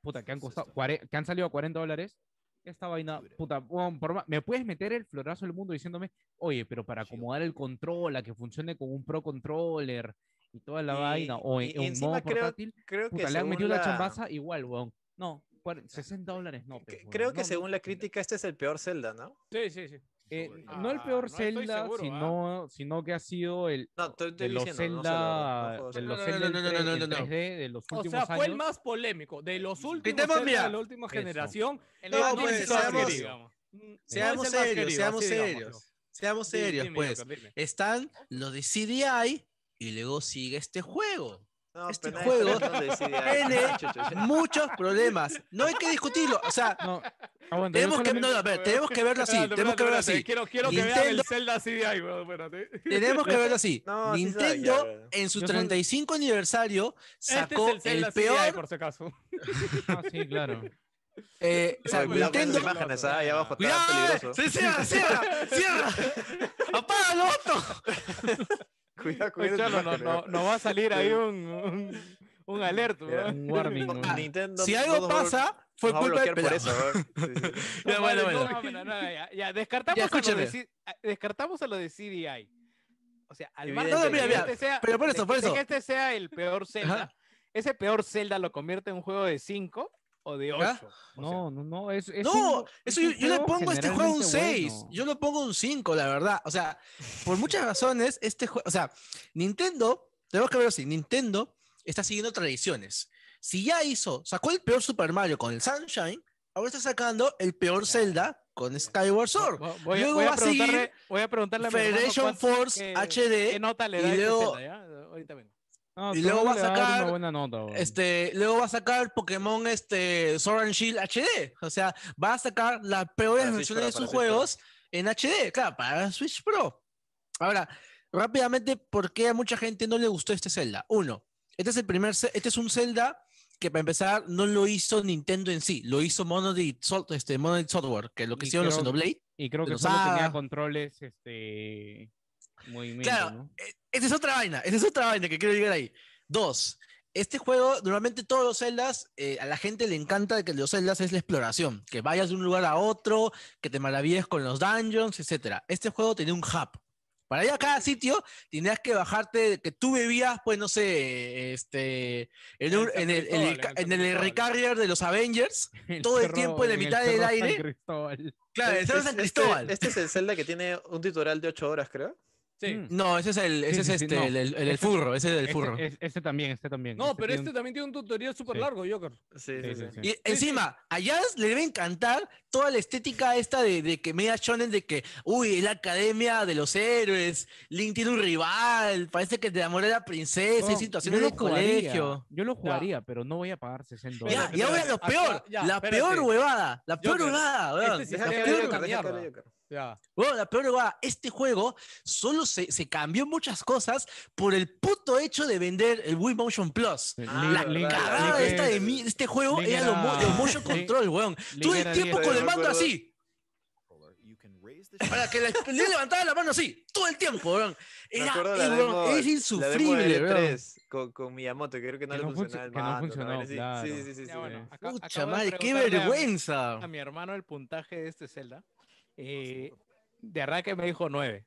[SPEAKER 3] puta, que han costado... cuare- que han salido a 40 dólares. Esta vaina, puta, weón, por más- me puedes meter el florazo del mundo diciéndome, oye, pero para acomodar el control, a que funcione con un Pro Controller y toda la
[SPEAKER 1] Y-
[SPEAKER 3] vaina, o
[SPEAKER 1] y
[SPEAKER 3] en, en un
[SPEAKER 1] encima
[SPEAKER 3] modo
[SPEAKER 1] creo
[SPEAKER 3] portátil,
[SPEAKER 1] Creo que
[SPEAKER 3] puta, le han
[SPEAKER 1] según
[SPEAKER 3] metido la...
[SPEAKER 1] la-
[SPEAKER 3] chambaza igual, weón. No, cuare- 60 dólares no.
[SPEAKER 1] que-
[SPEAKER 3] pues, weón,
[SPEAKER 1] Creo que
[SPEAKER 3] no, no,
[SPEAKER 1] según la
[SPEAKER 3] 60.
[SPEAKER 1] crítica este es el peor Zelda, ¿no?
[SPEAKER 2] Sí, sí, sí.
[SPEAKER 3] Eh,
[SPEAKER 8] Ah,
[SPEAKER 3] no el peor
[SPEAKER 8] no estoy
[SPEAKER 3] Zelda,
[SPEAKER 4] ¿ah?
[SPEAKER 8] seguro,
[SPEAKER 3] sino, sino que ha sido el
[SPEAKER 1] No, te estoy
[SPEAKER 3] de los
[SPEAKER 1] diciendo, no sé, la
[SPEAKER 3] Zelda,
[SPEAKER 1] verdad, no
[SPEAKER 3] de
[SPEAKER 1] juego
[SPEAKER 3] los
[SPEAKER 4] No, no,
[SPEAKER 3] Zelda en
[SPEAKER 4] no, no, no, no,
[SPEAKER 3] tre- en
[SPEAKER 4] no, no.
[SPEAKER 3] 3D de los
[SPEAKER 2] O
[SPEAKER 3] últimos
[SPEAKER 2] sea, fue el
[SPEAKER 3] años.
[SPEAKER 2] más polémico de los últimos
[SPEAKER 4] Quitemos,
[SPEAKER 2] Zelda
[SPEAKER 4] mira.
[SPEAKER 2] de la última
[SPEAKER 3] Eso.
[SPEAKER 2] generación.
[SPEAKER 4] No,
[SPEAKER 2] no es
[SPEAKER 4] pues,
[SPEAKER 2] el más
[SPEAKER 4] seamos-
[SPEAKER 2] querido. Mm, No es el
[SPEAKER 4] Seamos
[SPEAKER 2] más querido,
[SPEAKER 4] serios,
[SPEAKER 2] así
[SPEAKER 4] seamos
[SPEAKER 2] digámoslo.
[SPEAKER 4] serios. Seamos
[SPEAKER 2] Dime,
[SPEAKER 4] serios,
[SPEAKER 2] dime,
[SPEAKER 4] pues.
[SPEAKER 2] Joker, dime.
[SPEAKER 4] Están los de CDI y luego sigue este juego.
[SPEAKER 1] No,
[SPEAKER 4] Este
[SPEAKER 1] pero
[SPEAKER 4] juego
[SPEAKER 1] nadie- no decide ahí.
[SPEAKER 4] tiene-
[SPEAKER 1] Chuchu, ya.
[SPEAKER 4] Muchos problemas. No hay que discutirlo. O sea,
[SPEAKER 3] No, aguanta, yo
[SPEAKER 4] tenemos que,
[SPEAKER 3] solamente- Ah,
[SPEAKER 4] no, a ver, tenemos que verlo así.
[SPEAKER 2] Espérate,
[SPEAKER 4] Tenemos que verlo
[SPEAKER 2] espérate,
[SPEAKER 4] así.
[SPEAKER 2] Eh, Quiero, quiero que vean el
[SPEAKER 4] Nintendo-
[SPEAKER 2] Zelda CDI, weón, espérate.
[SPEAKER 4] Tenemos que verlo así.
[SPEAKER 1] No, sí sabe,
[SPEAKER 4] Nintendo,
[SPEAKER 1] ya, bueno.
[SPEAKER 4] en su
[SPEAKER 3] Yo solo-
[SPEAKER 4] 35 aniversario, sacó
[SPEAKER 2] este es el,
[SPEAKER 4] el,
[SPEAKER 2] Zelda CDI,
[SPEAKER 4] peor.
[SPEAKER 2] por si acaso.
[SPEAKER 3] Ah, sí, claro.
[SPEAKER 4] eh, o sea,
[SPEAKER 1] Oye, cuidado con esas
[SPEAKER 4] Nintendo.
[SPEAKER 1] imágenes, ah, ahí abajo está
[SPEAKER 4] ¡Cuidado!
[SPEAKER 1] peligroso.
[SPEAKER 4] ¡Se cierra, cierra! ¡Cierra! ¡Apágalo,
[SPEAKER 1] Cuidado, cuidado. esas
[SPEAKER 4] Otto!
[SPEAKER 8] Oye, Cholo, Pues no,
[SPEAKER 1] imágenes,
[SPEAKER 8] no,
[SPEAKER 1] weón.
[SPEAKER 8] no va a salir ahí un, un, un alert,
[SPEAKER 1] Mira.
[SPEAKER 8] weón.
[SPEAKER 3] Un warning.
[SPEAKER 1] No,
[SPEAKER 3] weón.
[SPEAKER 1] Nintendo
[SPEAKER 4] Si
[SPEAKER 1] no
[SPEAKER 4] algo
[SPEAKER 1] nos va a-
[SPEAKER 4] pasa,
[SPEAKER 1] nos
[SPEAKER 4] fue
[SPEAKER 1] va a
[SPEAKER 4] culpa del
[SPEAKER 1] bloquear por
[SPEAKER 4] pelado.
[SPEAKER 1] eso, weón. Sí, sí.
[SPEAKER 4] Ya, bueno, bueno.
[SPEAKER 8] No, pero no, ya, ya, descartamos,
[SPEAKER 4] Ya,
[SPEAKER 8] a lo de,
[SPEAKER 4] escúchame.
[SPEAKER 8] C- a- descartamos a lo de CDI. O sea, al
[SPEAKER 1] Evidente,
[SPEAKER 8] margen de que
[SPEAKER 4] mira, mira,
[SPEAKER 8] este sea-
[SPEAKER 4] pero por
[SPEAKER 8] de-
[SPEAKER 4] eso, por
[SPEAKER 8] de
[SPEAKER 4] eso.
[SPEAKER 8] que este sea el peor Zelda,
[SPEAKER 4] Ajá.
[SPEAKER 8] ese peor Zelda lo convierte en un juego de 5 o de 8.
[SPEAKER 4] Ajá.
[SPEAKER 3] No, no, no. Es, es
[SPEAKER 4] No,
[SPEAKER 3] un- es
[SPEAKER 4] eso
[SPEAKER 3] un
[SPEAKER 4] yo, yo le
[SPEAKER 3] juego
[SPEAKER 4] pongo a este juego un
[SPEAKER 3] generalmente
[SPEAKER 4] 6.
[SPEAKER 3] bueno.
[SPEAKER 4] Yo le pongo un 5, la verdad. O sea, por muchas razones, este juego. O sea, Nintendo, tenemos que verlo así: Nintendo está siguiendo tradiciones. Si ya hizo, sacó el peor Super Mario con el Sunshine, ahora está sacando el peor Zelda con Skyward Sword.
[SPEAKER 8] Vo- Voy, a-
[SPEAKER 4] Luego
[SPEAKER 8] voy
[SPEAKER 4] va
[SPEAKER 8] a
[SPEAKER 4] a seguir
[SPEAKER 8] preguntarle, voy a preguntarle a mi hermano
[SPEAKER 4] Federation
[SPEAKER 8] cuánto-
[SPEAKER 4] Force
[SPEAKER 8] qué-
[SPEAKER 4] HD,
[SPEAKER 8] qué nota le
[SPEAKER 4] y
[SPEAKER 8] da este
[SPEAKER 4] luego-
[SPEAKER 8] Zelda, ya? Ahorita vengo.
[SPEAKER 3] No,
[SPEAKER 4] Y
[SPEAKER 3] tú
[SPEAKER 4] luego
[SPEAKER 3] no
[SPEAKER 4] va a
[SPEAKER 3] le dar
[SPEAKER 4] sacar,
[SPEAKER 3] Una buena nota, weón.
[SPEAKER 4] Este, luego va a sacar Pokémon este, Sword and Shield HD. O sea, va a sacar las peores
[SPEAKER 1] Para Switch
[SPEAKER 4] versiones
[SPEAKER 1] Pro,
[SPEAKER 4] de sus
[SPEAKER 1] para Switch Pro.
[SPEAKER 4] juegos en HD, claro, para Switch Pro. Ahora, rápidamente, ¿por qué a mucha gente no le gustó este Zelda? Uno, este es el primer, Ce- este es un Zelda que para empezar no lo hizo Nintendo en sí, lo hizo Monolith, Sol- este, Monolith Software, que es lo que
[SPEAKER 3] Y
[SPEAKER 4] hicieron los
[SPEAKER 3] creo-
[SPEAKER 4] Xenoblade.
[SPEAKER 3] Y creo que
[SPEAKER 4] Los
[SPEAKER 3] solo tenía
[SPEAKER 4] haga.
[SPEAKER 3] controles, este... Movimiento,
[SPEAKER 4] Claro,
[SPEAKER 3] ¿no?
[SPEAKER 4] eh, esa es otra vaina, esa es otra vaina que quiero llegar ahí. Dos, este juego, normalmente todos los celdas, eh, a la gente le encanta que los celdas es la exploración, que vayas de un lugar a otro, que te maravilles con los dungeons, etc. Este juego tenía un hub. Para ir a cada sitio tenías que bajarte, que tú vivías, pues no sé, este, en,
[SPEAKER 2] En
[SPEAKER 4] un-
[SPEAKER 2] San
[SPEAKER 4] en el, en el
[SPEAKER 2] Cristóbal,
[SPEAKER 4] ca-
[SPEAKER 2] en
[SPEAKER 4] en
[SPEAKER 2] San
[SPEAKER 4] el
[SPEAKER 2] Cristóbal.
[SPEAKER 4] Recarrier de los Avengers. todo el tiempo en la mitad del
[SPEAKER 3] cerro San
[SPEAKER 4] aire.
[SPEAKER 3] Cristóbal.
[SPEAKER 4] Claro, en
[SPEAKER 1] Este-
[SPEAKER 4] Eh, San Cristóbal.
[SPEAKER 1] Este, este es el Zelda que tiene un tutorial de 8 horas, creo.
[SPEAKER 2] Sí.
[SPEAKER 3] Mm.
[SPEAKER 4] No, ese es el, ese
[SPEAKER 3] Sí, sí,
[SPEAKER 4] es
[SPEAKER 3] sí,
[SPEAKER 4] este,
[SPEAKER 3] no.
[SPEAKER 4] el, el- el
[SPEAKER 3] Este-
[SPEAKER 4] furro, ese es el
[SPEAKER 3] Este-
[SPEAKER 4] furro.
[SPEAKER 3] es- Este también, este también.
[SPEAKER 2] No, pero
[SPEAKER 3] tiene un-
[SPEAKER 2] este también tiene un tutorial súper
[SPEAKER 3] Sí.
[SPEAKER 2] largo, Joker.
[SPEAKER 1] Sí,
[SPEAKER 3] sí,
[SPEAKER 1] sí,
[SPEAKER 3] sí,
[SPEAKER 1] sí.
[SPEAKER 3] sí.
[SPEAKER 4] Y
[SPEAKER 2] sí.
[SPEAKER 4] encima, a Jazz le debe encantar toda la estética esta de, de que media shonen de que, uy, es la academia de los héroes, Link tiene un rival, parece que te enamora la princesa, hay
[SPEAKER 3] Weón,
[SPEAKER 4] situaciones
[SPEAKER 3] Oh, yo
[SPEAKER 4] de
[SPEAKER 3] lo jugaría,
[SPEAKER 4] colegio.
[SPEAKER 3] Yo lo jugaría, pero no voy a pagar 60
[SPEAKER 2] Ya,
[SPEAKER 3] dólares.
[SPEAKER 4] Ya, y ahora lo
[SPEAKER 2] Acá-
[SPEAKER 4] peor,
[SPEAKER 2] ya,
[SPEAKER 4] la
[SPEAKER 2] espérate.
[SPEAKER 4] peor huevada, la peor
[SPEAKER 2] Joker,
[SPEAKER 4] huevada, weón.
[SPEAKER 2] este sí
[SPEAKER 1] Deja
[SPEAKER 4] la
[SPEAKER 1] que hable
[SPEAKER 2] se Qué
[SPEAKER 4] peor
[SPEAKER 1] Joker, deja que
[SPEAKER 2] mierda.
[SPEAKER 1] hable Joker.
[SPEAKER 2] Ya.
[SPEAKER 4] Bueno, la peor huevada, este juego solo se, se cambió muchas cosas por el puto hecho de vender el Wii Motion Plus.
[SPEAKER 1] Ah,
[SPEAKER 4] La
[SPEAKER 1] verdad,
[SPEAKER 4] cagada
[SPEAKER 1] Link
[SPEAKER 4] esta de
[SPEAKER 1] es-
[SPEAKER 4] mi- este juego
[SPEAKER 3] Link
[SPEAKER 4] era los mo-
[SPEAKER 3] era-
[SPEAKER 4] los motion
[SPEAKER 3] Link-
[SPEAKER 4] control, weón.
[SPEAKER 3] Link
[SPEAKER 4] Todo
[SPEAKER 3] era
[SPEAKER 4] el tiempo
[SPEAKER 1] diez.
[SPEAKER 4] con
[SPEAKER 1] Sí,
[SPEAKER 4] el
[SPEAKER 1] me
[SPEAKER 4] mando
[SPEAKER 1] acuerdo.
[SPEAKER 4] así. Para que le, le levantaba la mano así, todo el tiempo, weón.
[SPEAKER 1] Me
[SPEAKER 4] Era,
[SPEAKER 1] acuerdo la
[SPEAKER 4] eh, weón,
[SPEAKER 1] demo-
[SPEAKER 4] es
[SPEAKER 1] la demo E
[SPEAKER 4] insufrible,
[SPEAKER 1] del
[SPEAKER 4] weón.
[SPEAKER 1] E3 Con, con Miyamoto, que creo que no
[SPEAKER 3] Que
[SPEAKER 1] le
[SPEAKER 3] no func-
[SPEAKER 1] funcionaba el
[SPEAKER 3] que no
[SPEAKER 1] mando. una
[SPEAKER 3] funcionó,
[SPEAKER 1] vaina así. Sí,
[SPEAKER 3] claro.
[SPEAKER 1] sí, sí, sí.
[SPEAKER 8] Ya, bueno, acá-
[SPEAKER 4] Pucha
[SPEAKER 8] acabo de
[SPEAKER 4] madre, qué
[SPEAKER 8] preguntarle a-
[SPEAKER 4] vergüenza.
[SPEAKER 8] a mi hermano el puntaje de este Zelda. eh, de verdad que me dijo 9.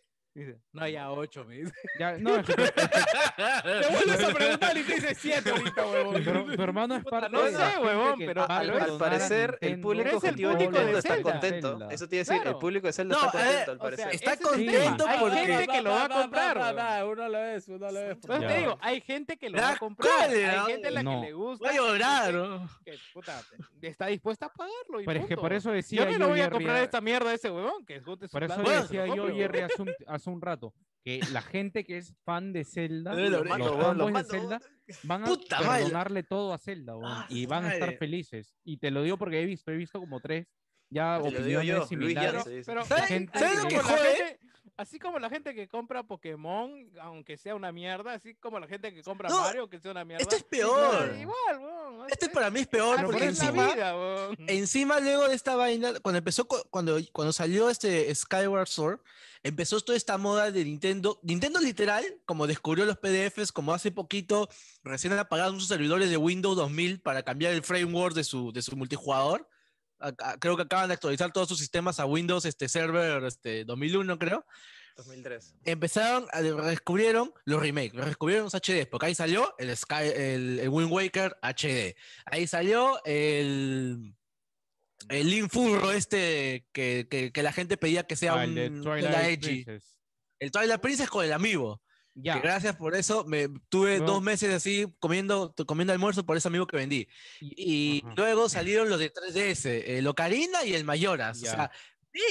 [SPEAKER 8] Dice, no, ya ocho, me dice.
[SPEAKER 3] Ya, no, es que tu,
[SPEAKER 8] Te vuelves a preguntar y te dice siete ahorita,
[SPEAKER 3] tu-
[SPEAKER 8] huevón.
[SPEAKER 3] tu hermano es parte
[SPEAKER 1] no
[SPEAKER 3] de
[SPEAKER 1] sé,
[SPEAKER 3] la gente
[SPEAKER 8] huevón,
[SPEAKER 3] que
[SPEAKER 8] pero
[SPEAKER 3] va a
[SPEAKER 8] al-
[SPEAKER 3] perdonar
[SPEAKER 1] Al
[SPEAKER 3] a
[SPEAKER 1] parecer, el
[SPEAKER 3] Nintendo.
[SPEAKER 1] público
[SPEAKER 8] Pero es el
[SPEAKER 1] objetivo de
[SPEAKER 8] público de
[SPEAKER 1] Nintendo está
[SPEAKER 8] Zelda.
[SPEAKER 1] contento.
[SPEAKER 3] Zelda.
[SPEAKER 1] Eso tiene que decir, el
[SPEAKER 8] Claro.
[SPEAKER 1] público de Zelda
[SPEAKER 4] No,
[SPEAKER 1] está
[SPEAKER 4] eh,
[SPEAKER 1] contento, al
[SPEAKER 8] o sea,
[SPEAKER 1] parecer.
[SPEAKER 4] Está
[SPEAKER 8] ese es el tema.
[SPEAKER 4] contento
[SPEAKER 8] Hay
[SPEAKER 4] porque...
[SPEAKER 8] gente que lo va a comprar,
[SPEAKER 2] Va, va,
[SPEAKER 8] huevón.
[SPEAKER 2] va, Uno a la vez, uno a la vez. por
[SPEAKER 8] Entonces
[SPEAKER 3] Ya.
[SPEAKER 8] te
[SPEAKER 2] favor.
[SPEAKER 8] digo, hay gente que lo
[SPEAKER 4] La
[SPEAKER 8] va a comprar.
[SPEAKER 4] cólera,
[SPEAKER 8] Hay gente a la
[SPEAKER 3] no.
[SPEAKER 8] que le gusta.
[SPEAKER 4] Voy a llorar.
[SPEAKER 8] gente
[SPEAKER 4] ¿no?
[SPEAKER 8] que, puta, está dispuesta a pagarlo. y
[SPEAKER 3] Pero es que
[SPEAKER 8] punto.
[SPEAKER 3] por eso decía
[SPEAKER 8] yo que no voy a
[SPEAKER 3] Jerry
[SPEAKER 8] comprar
[SPEAKER 3] a-
[SPEAKER 8] esta mierda a ese huevón que esgote su
[SPEAKER 3] Por eso
[SPEAKER 8] plata.
[SPEAKER 4] Bueno,
[SPEAKER 3] decía
[SPEAKER 8] Lo
[SPEAKER 3] yo,
[SPEAKER 8] compro,
[SPEAKER 3] Jerry, hace un, hace un rato, que la gente que es fan de Zelda,
[SPEAKER 4] Dale la
[SPEAKER 3] los
[SPEAKER 4] oreja,
[SPEAKER 1] Lo
[SPEAKER 3] fanboys
[SPEAKER 1] mando, lo
[SPEAKER 3] de
[SPEAKER 1] mando.
[SPEAKER 3] Zelda, van a
[SPEAKER 4] Puta madre.
[SPEAKER 3] perdonarle todo a Zelda, weón,
[SPEAKER 4] Ah,
[SPEAKER 3] y
[SPEAKER 4] su
[SPEAKER 3] van a estar
[SPEAKER 4] madre.
[SPEAKER 3] felices. Y te lo digo porque he visto, he visto como tres, ya
[SPEAKER 1] Te lo digo
[SPEAKER 3] opiniones
[SPEAKER 1] yo, Luis
[SPEAKER 3] similares.
[SPEAKER 1] Yarza.
[SPEAKER 8] Pero, pero
[SPEAKER 4] ¿Saben-
[SPEAKER 3] gente
[SPEAKER 4] saben lo
[SPEAKER 3] que-
[SPEAKER 8] así
[SPEAKER 4] que
[SPEAKER 8] como la
[SPEAKER 4] jode?
[SPEAKER 8] gente- así como la gente que compra Pokémon, aunque sea una mierda, así como la gente que compra
[SPEAKER 4] No,
[SPEAKER 8] Mario, que sea una mierda.
[SPEAKER 4] esto es peor.
[SPEAKER 8] no, Igual, Ah, weón.
[SPEAKER 4] Este para mí es peor
[SPEAKER 8] Así
[SPEAKER 4] porque
[SPEAKER 8] es la
[SPEAKER 4] encima...
[SPEAKER 8] vida, weón.
[SPEAKER 4] Encima luego de esta vaina, cuando empezó, co- cuando, cuando salió este Skyward Sword, empezó toda esta moda de Nintendo. Nintendo literal, como descubrió los PDFs, como hace poquito, recién apagaron sus servidores de Windows 2000 para cambiar el framework de su, de su multijugador. A- a- Creo que acaban de actualizar todos sus sistemas a Windows este, Server este, 2001, creo.
[SPEAKER 1] 2003.
[SPEAKER 4] Empezaron, a, descubrieron los remakes, descubrieron los HD, porque ahí salió el, Sky, el, el Wind Waker HD. Ahí salió el. El Infurro este que, que- que la gente pedía que sea
[SPEAKER 3] Ah, el
[SPEAKER 4] un
[SPEAKER 3] de Twilight
[SPEAKER 4] Zelda Edgy.
[SPEAKER 3] Princess.
[SPEAKER 4] El Twilight Princess con el amigo.
[SPEAKER 3] Ya,
[SPEAKER 4] Que gracias por eso. Me tuve
[SPEAKER 3] No.
[SPEAKER 4] dos meses así comiendo, comiendo almuerzo por ese amigo que vendí. Y
[SPEAKER 3] Ajá.
[SPEAKER 4] luego salieron los de 3DS, el Ocarina eh, y el Mayoras.
[SPEAKER 3] Ya.
[SPEAKER 4] O sea,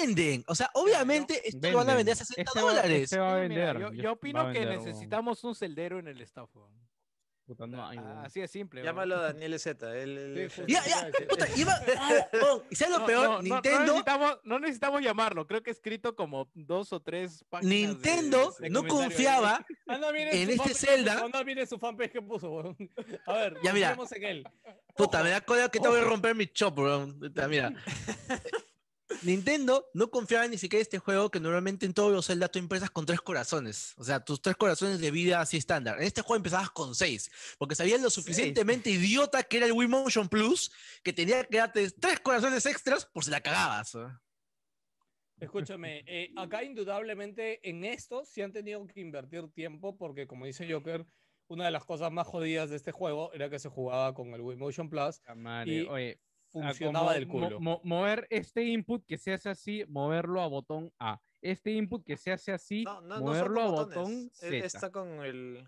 [SPEAKER 4] venden. O sea, obviamente esto lo van a vender
[SPEAKER 3] venden.
[SPEAKER 4] a 60
[SPEAKER 3] Este va-
[SPEAKER 4] dólares.
[SPEAKER 3] este va a
[SPEAKER 8] Sí, mira,
[SPEAKER 3] vender.
[SPEAKER 8] yo, yo
[SPEAKER 3] va a
[SPEAKER 8] opino que
[SPEAKER 3] vender, weón.
[SPEAKER 8] necesitamos un celdero en el staff, weón.
[SPEAKER 3] Puta, no hay, weón.
[SPEAKER 8] Así es simple. weón.
[SPEAKER 1] Llámalo Daniel Z. Él, él-
[SPEAKER 2] Sí,
[SPEAKER 1] él-
[SPEAKER 4] Ya, ya, puta, iba- ah, oh, y sabes lo
[SPEAKER 8] No,
[SPEAKER 4] peor,
[SPEAKER 8] no, no, no
[SPEAKER 4] Nintendo,
[SPEAKER 8] necesitamos, no necesitamos llamarlo. Creo que he escrito como dos o tres páginas. de-
[SPEAKER 4] Nintendo
[SPEAKER 8] de
[SPEAKER 4] no
[SPEAKER 8] comentarios.
[SPEAKER 4] confiaba.
[SPEAKER 2] Anda, miren
[SPEAKER 4] En
[SPEAKER 2] Ah, su
[SPEAKER 4] este
[SPEAKER 2] fanpage que
[SPEAKER 4] Zelda-
[SPEAKER 2] puso, Anda, miren su fanpage que puso, weón. A ver,
[SPEAKER 4] Ya, mira.
[SPEAKER 2] confiemos en él.
[SPEAKER 4] Puta, me da cólera que te voy a romper mi chop, bro. Puta, Mira. Nintendo no confiaba ni siquiera en este juego que normalmente en todos los Zelda tú empiezas con tres corazones. O sea, tus tres corazones de vida así estándar. En este juego empezabas con seis, porque sabías lo suficientemente idiota que era el Wii Motion Plus, que tenía que darte tres corazones extras por si la cagabas. ¿eh?
[SPEAKER 2] Escúchame, eh, acá indudablemente en esto sí han tenido que invertir tiempo porque como dice Joker, una de las cosas más jodidas de este juego era que se jugaba con el Wii Motion Plus,
[SPEAKER 3] Puta madre,
[SPEAKER 2] y-
[SPEAKER 3] Oye, a
[SPEAKER 2] funcionaba
[SPEAKER 3] como
[SPEAKER 2] del
[SPEAKER 3] Ah, mo-
[SPEAKER 2] culo.
[SPEAKER 3] mo- mover este input que se hace así, moverlo a botón A. Este input que se hace así,
[SPEAKER 1] No, no, no son
[SPEAKER 3] moverlo
[SPEAKER 1] con
[SPEAKER 3] a
[SPEAKER 1] botones.
[SPEAKER 3] botón
[SPEAKER 1] Él
[SPEAKER 3] Z.
[SPEAKER 1] está con el.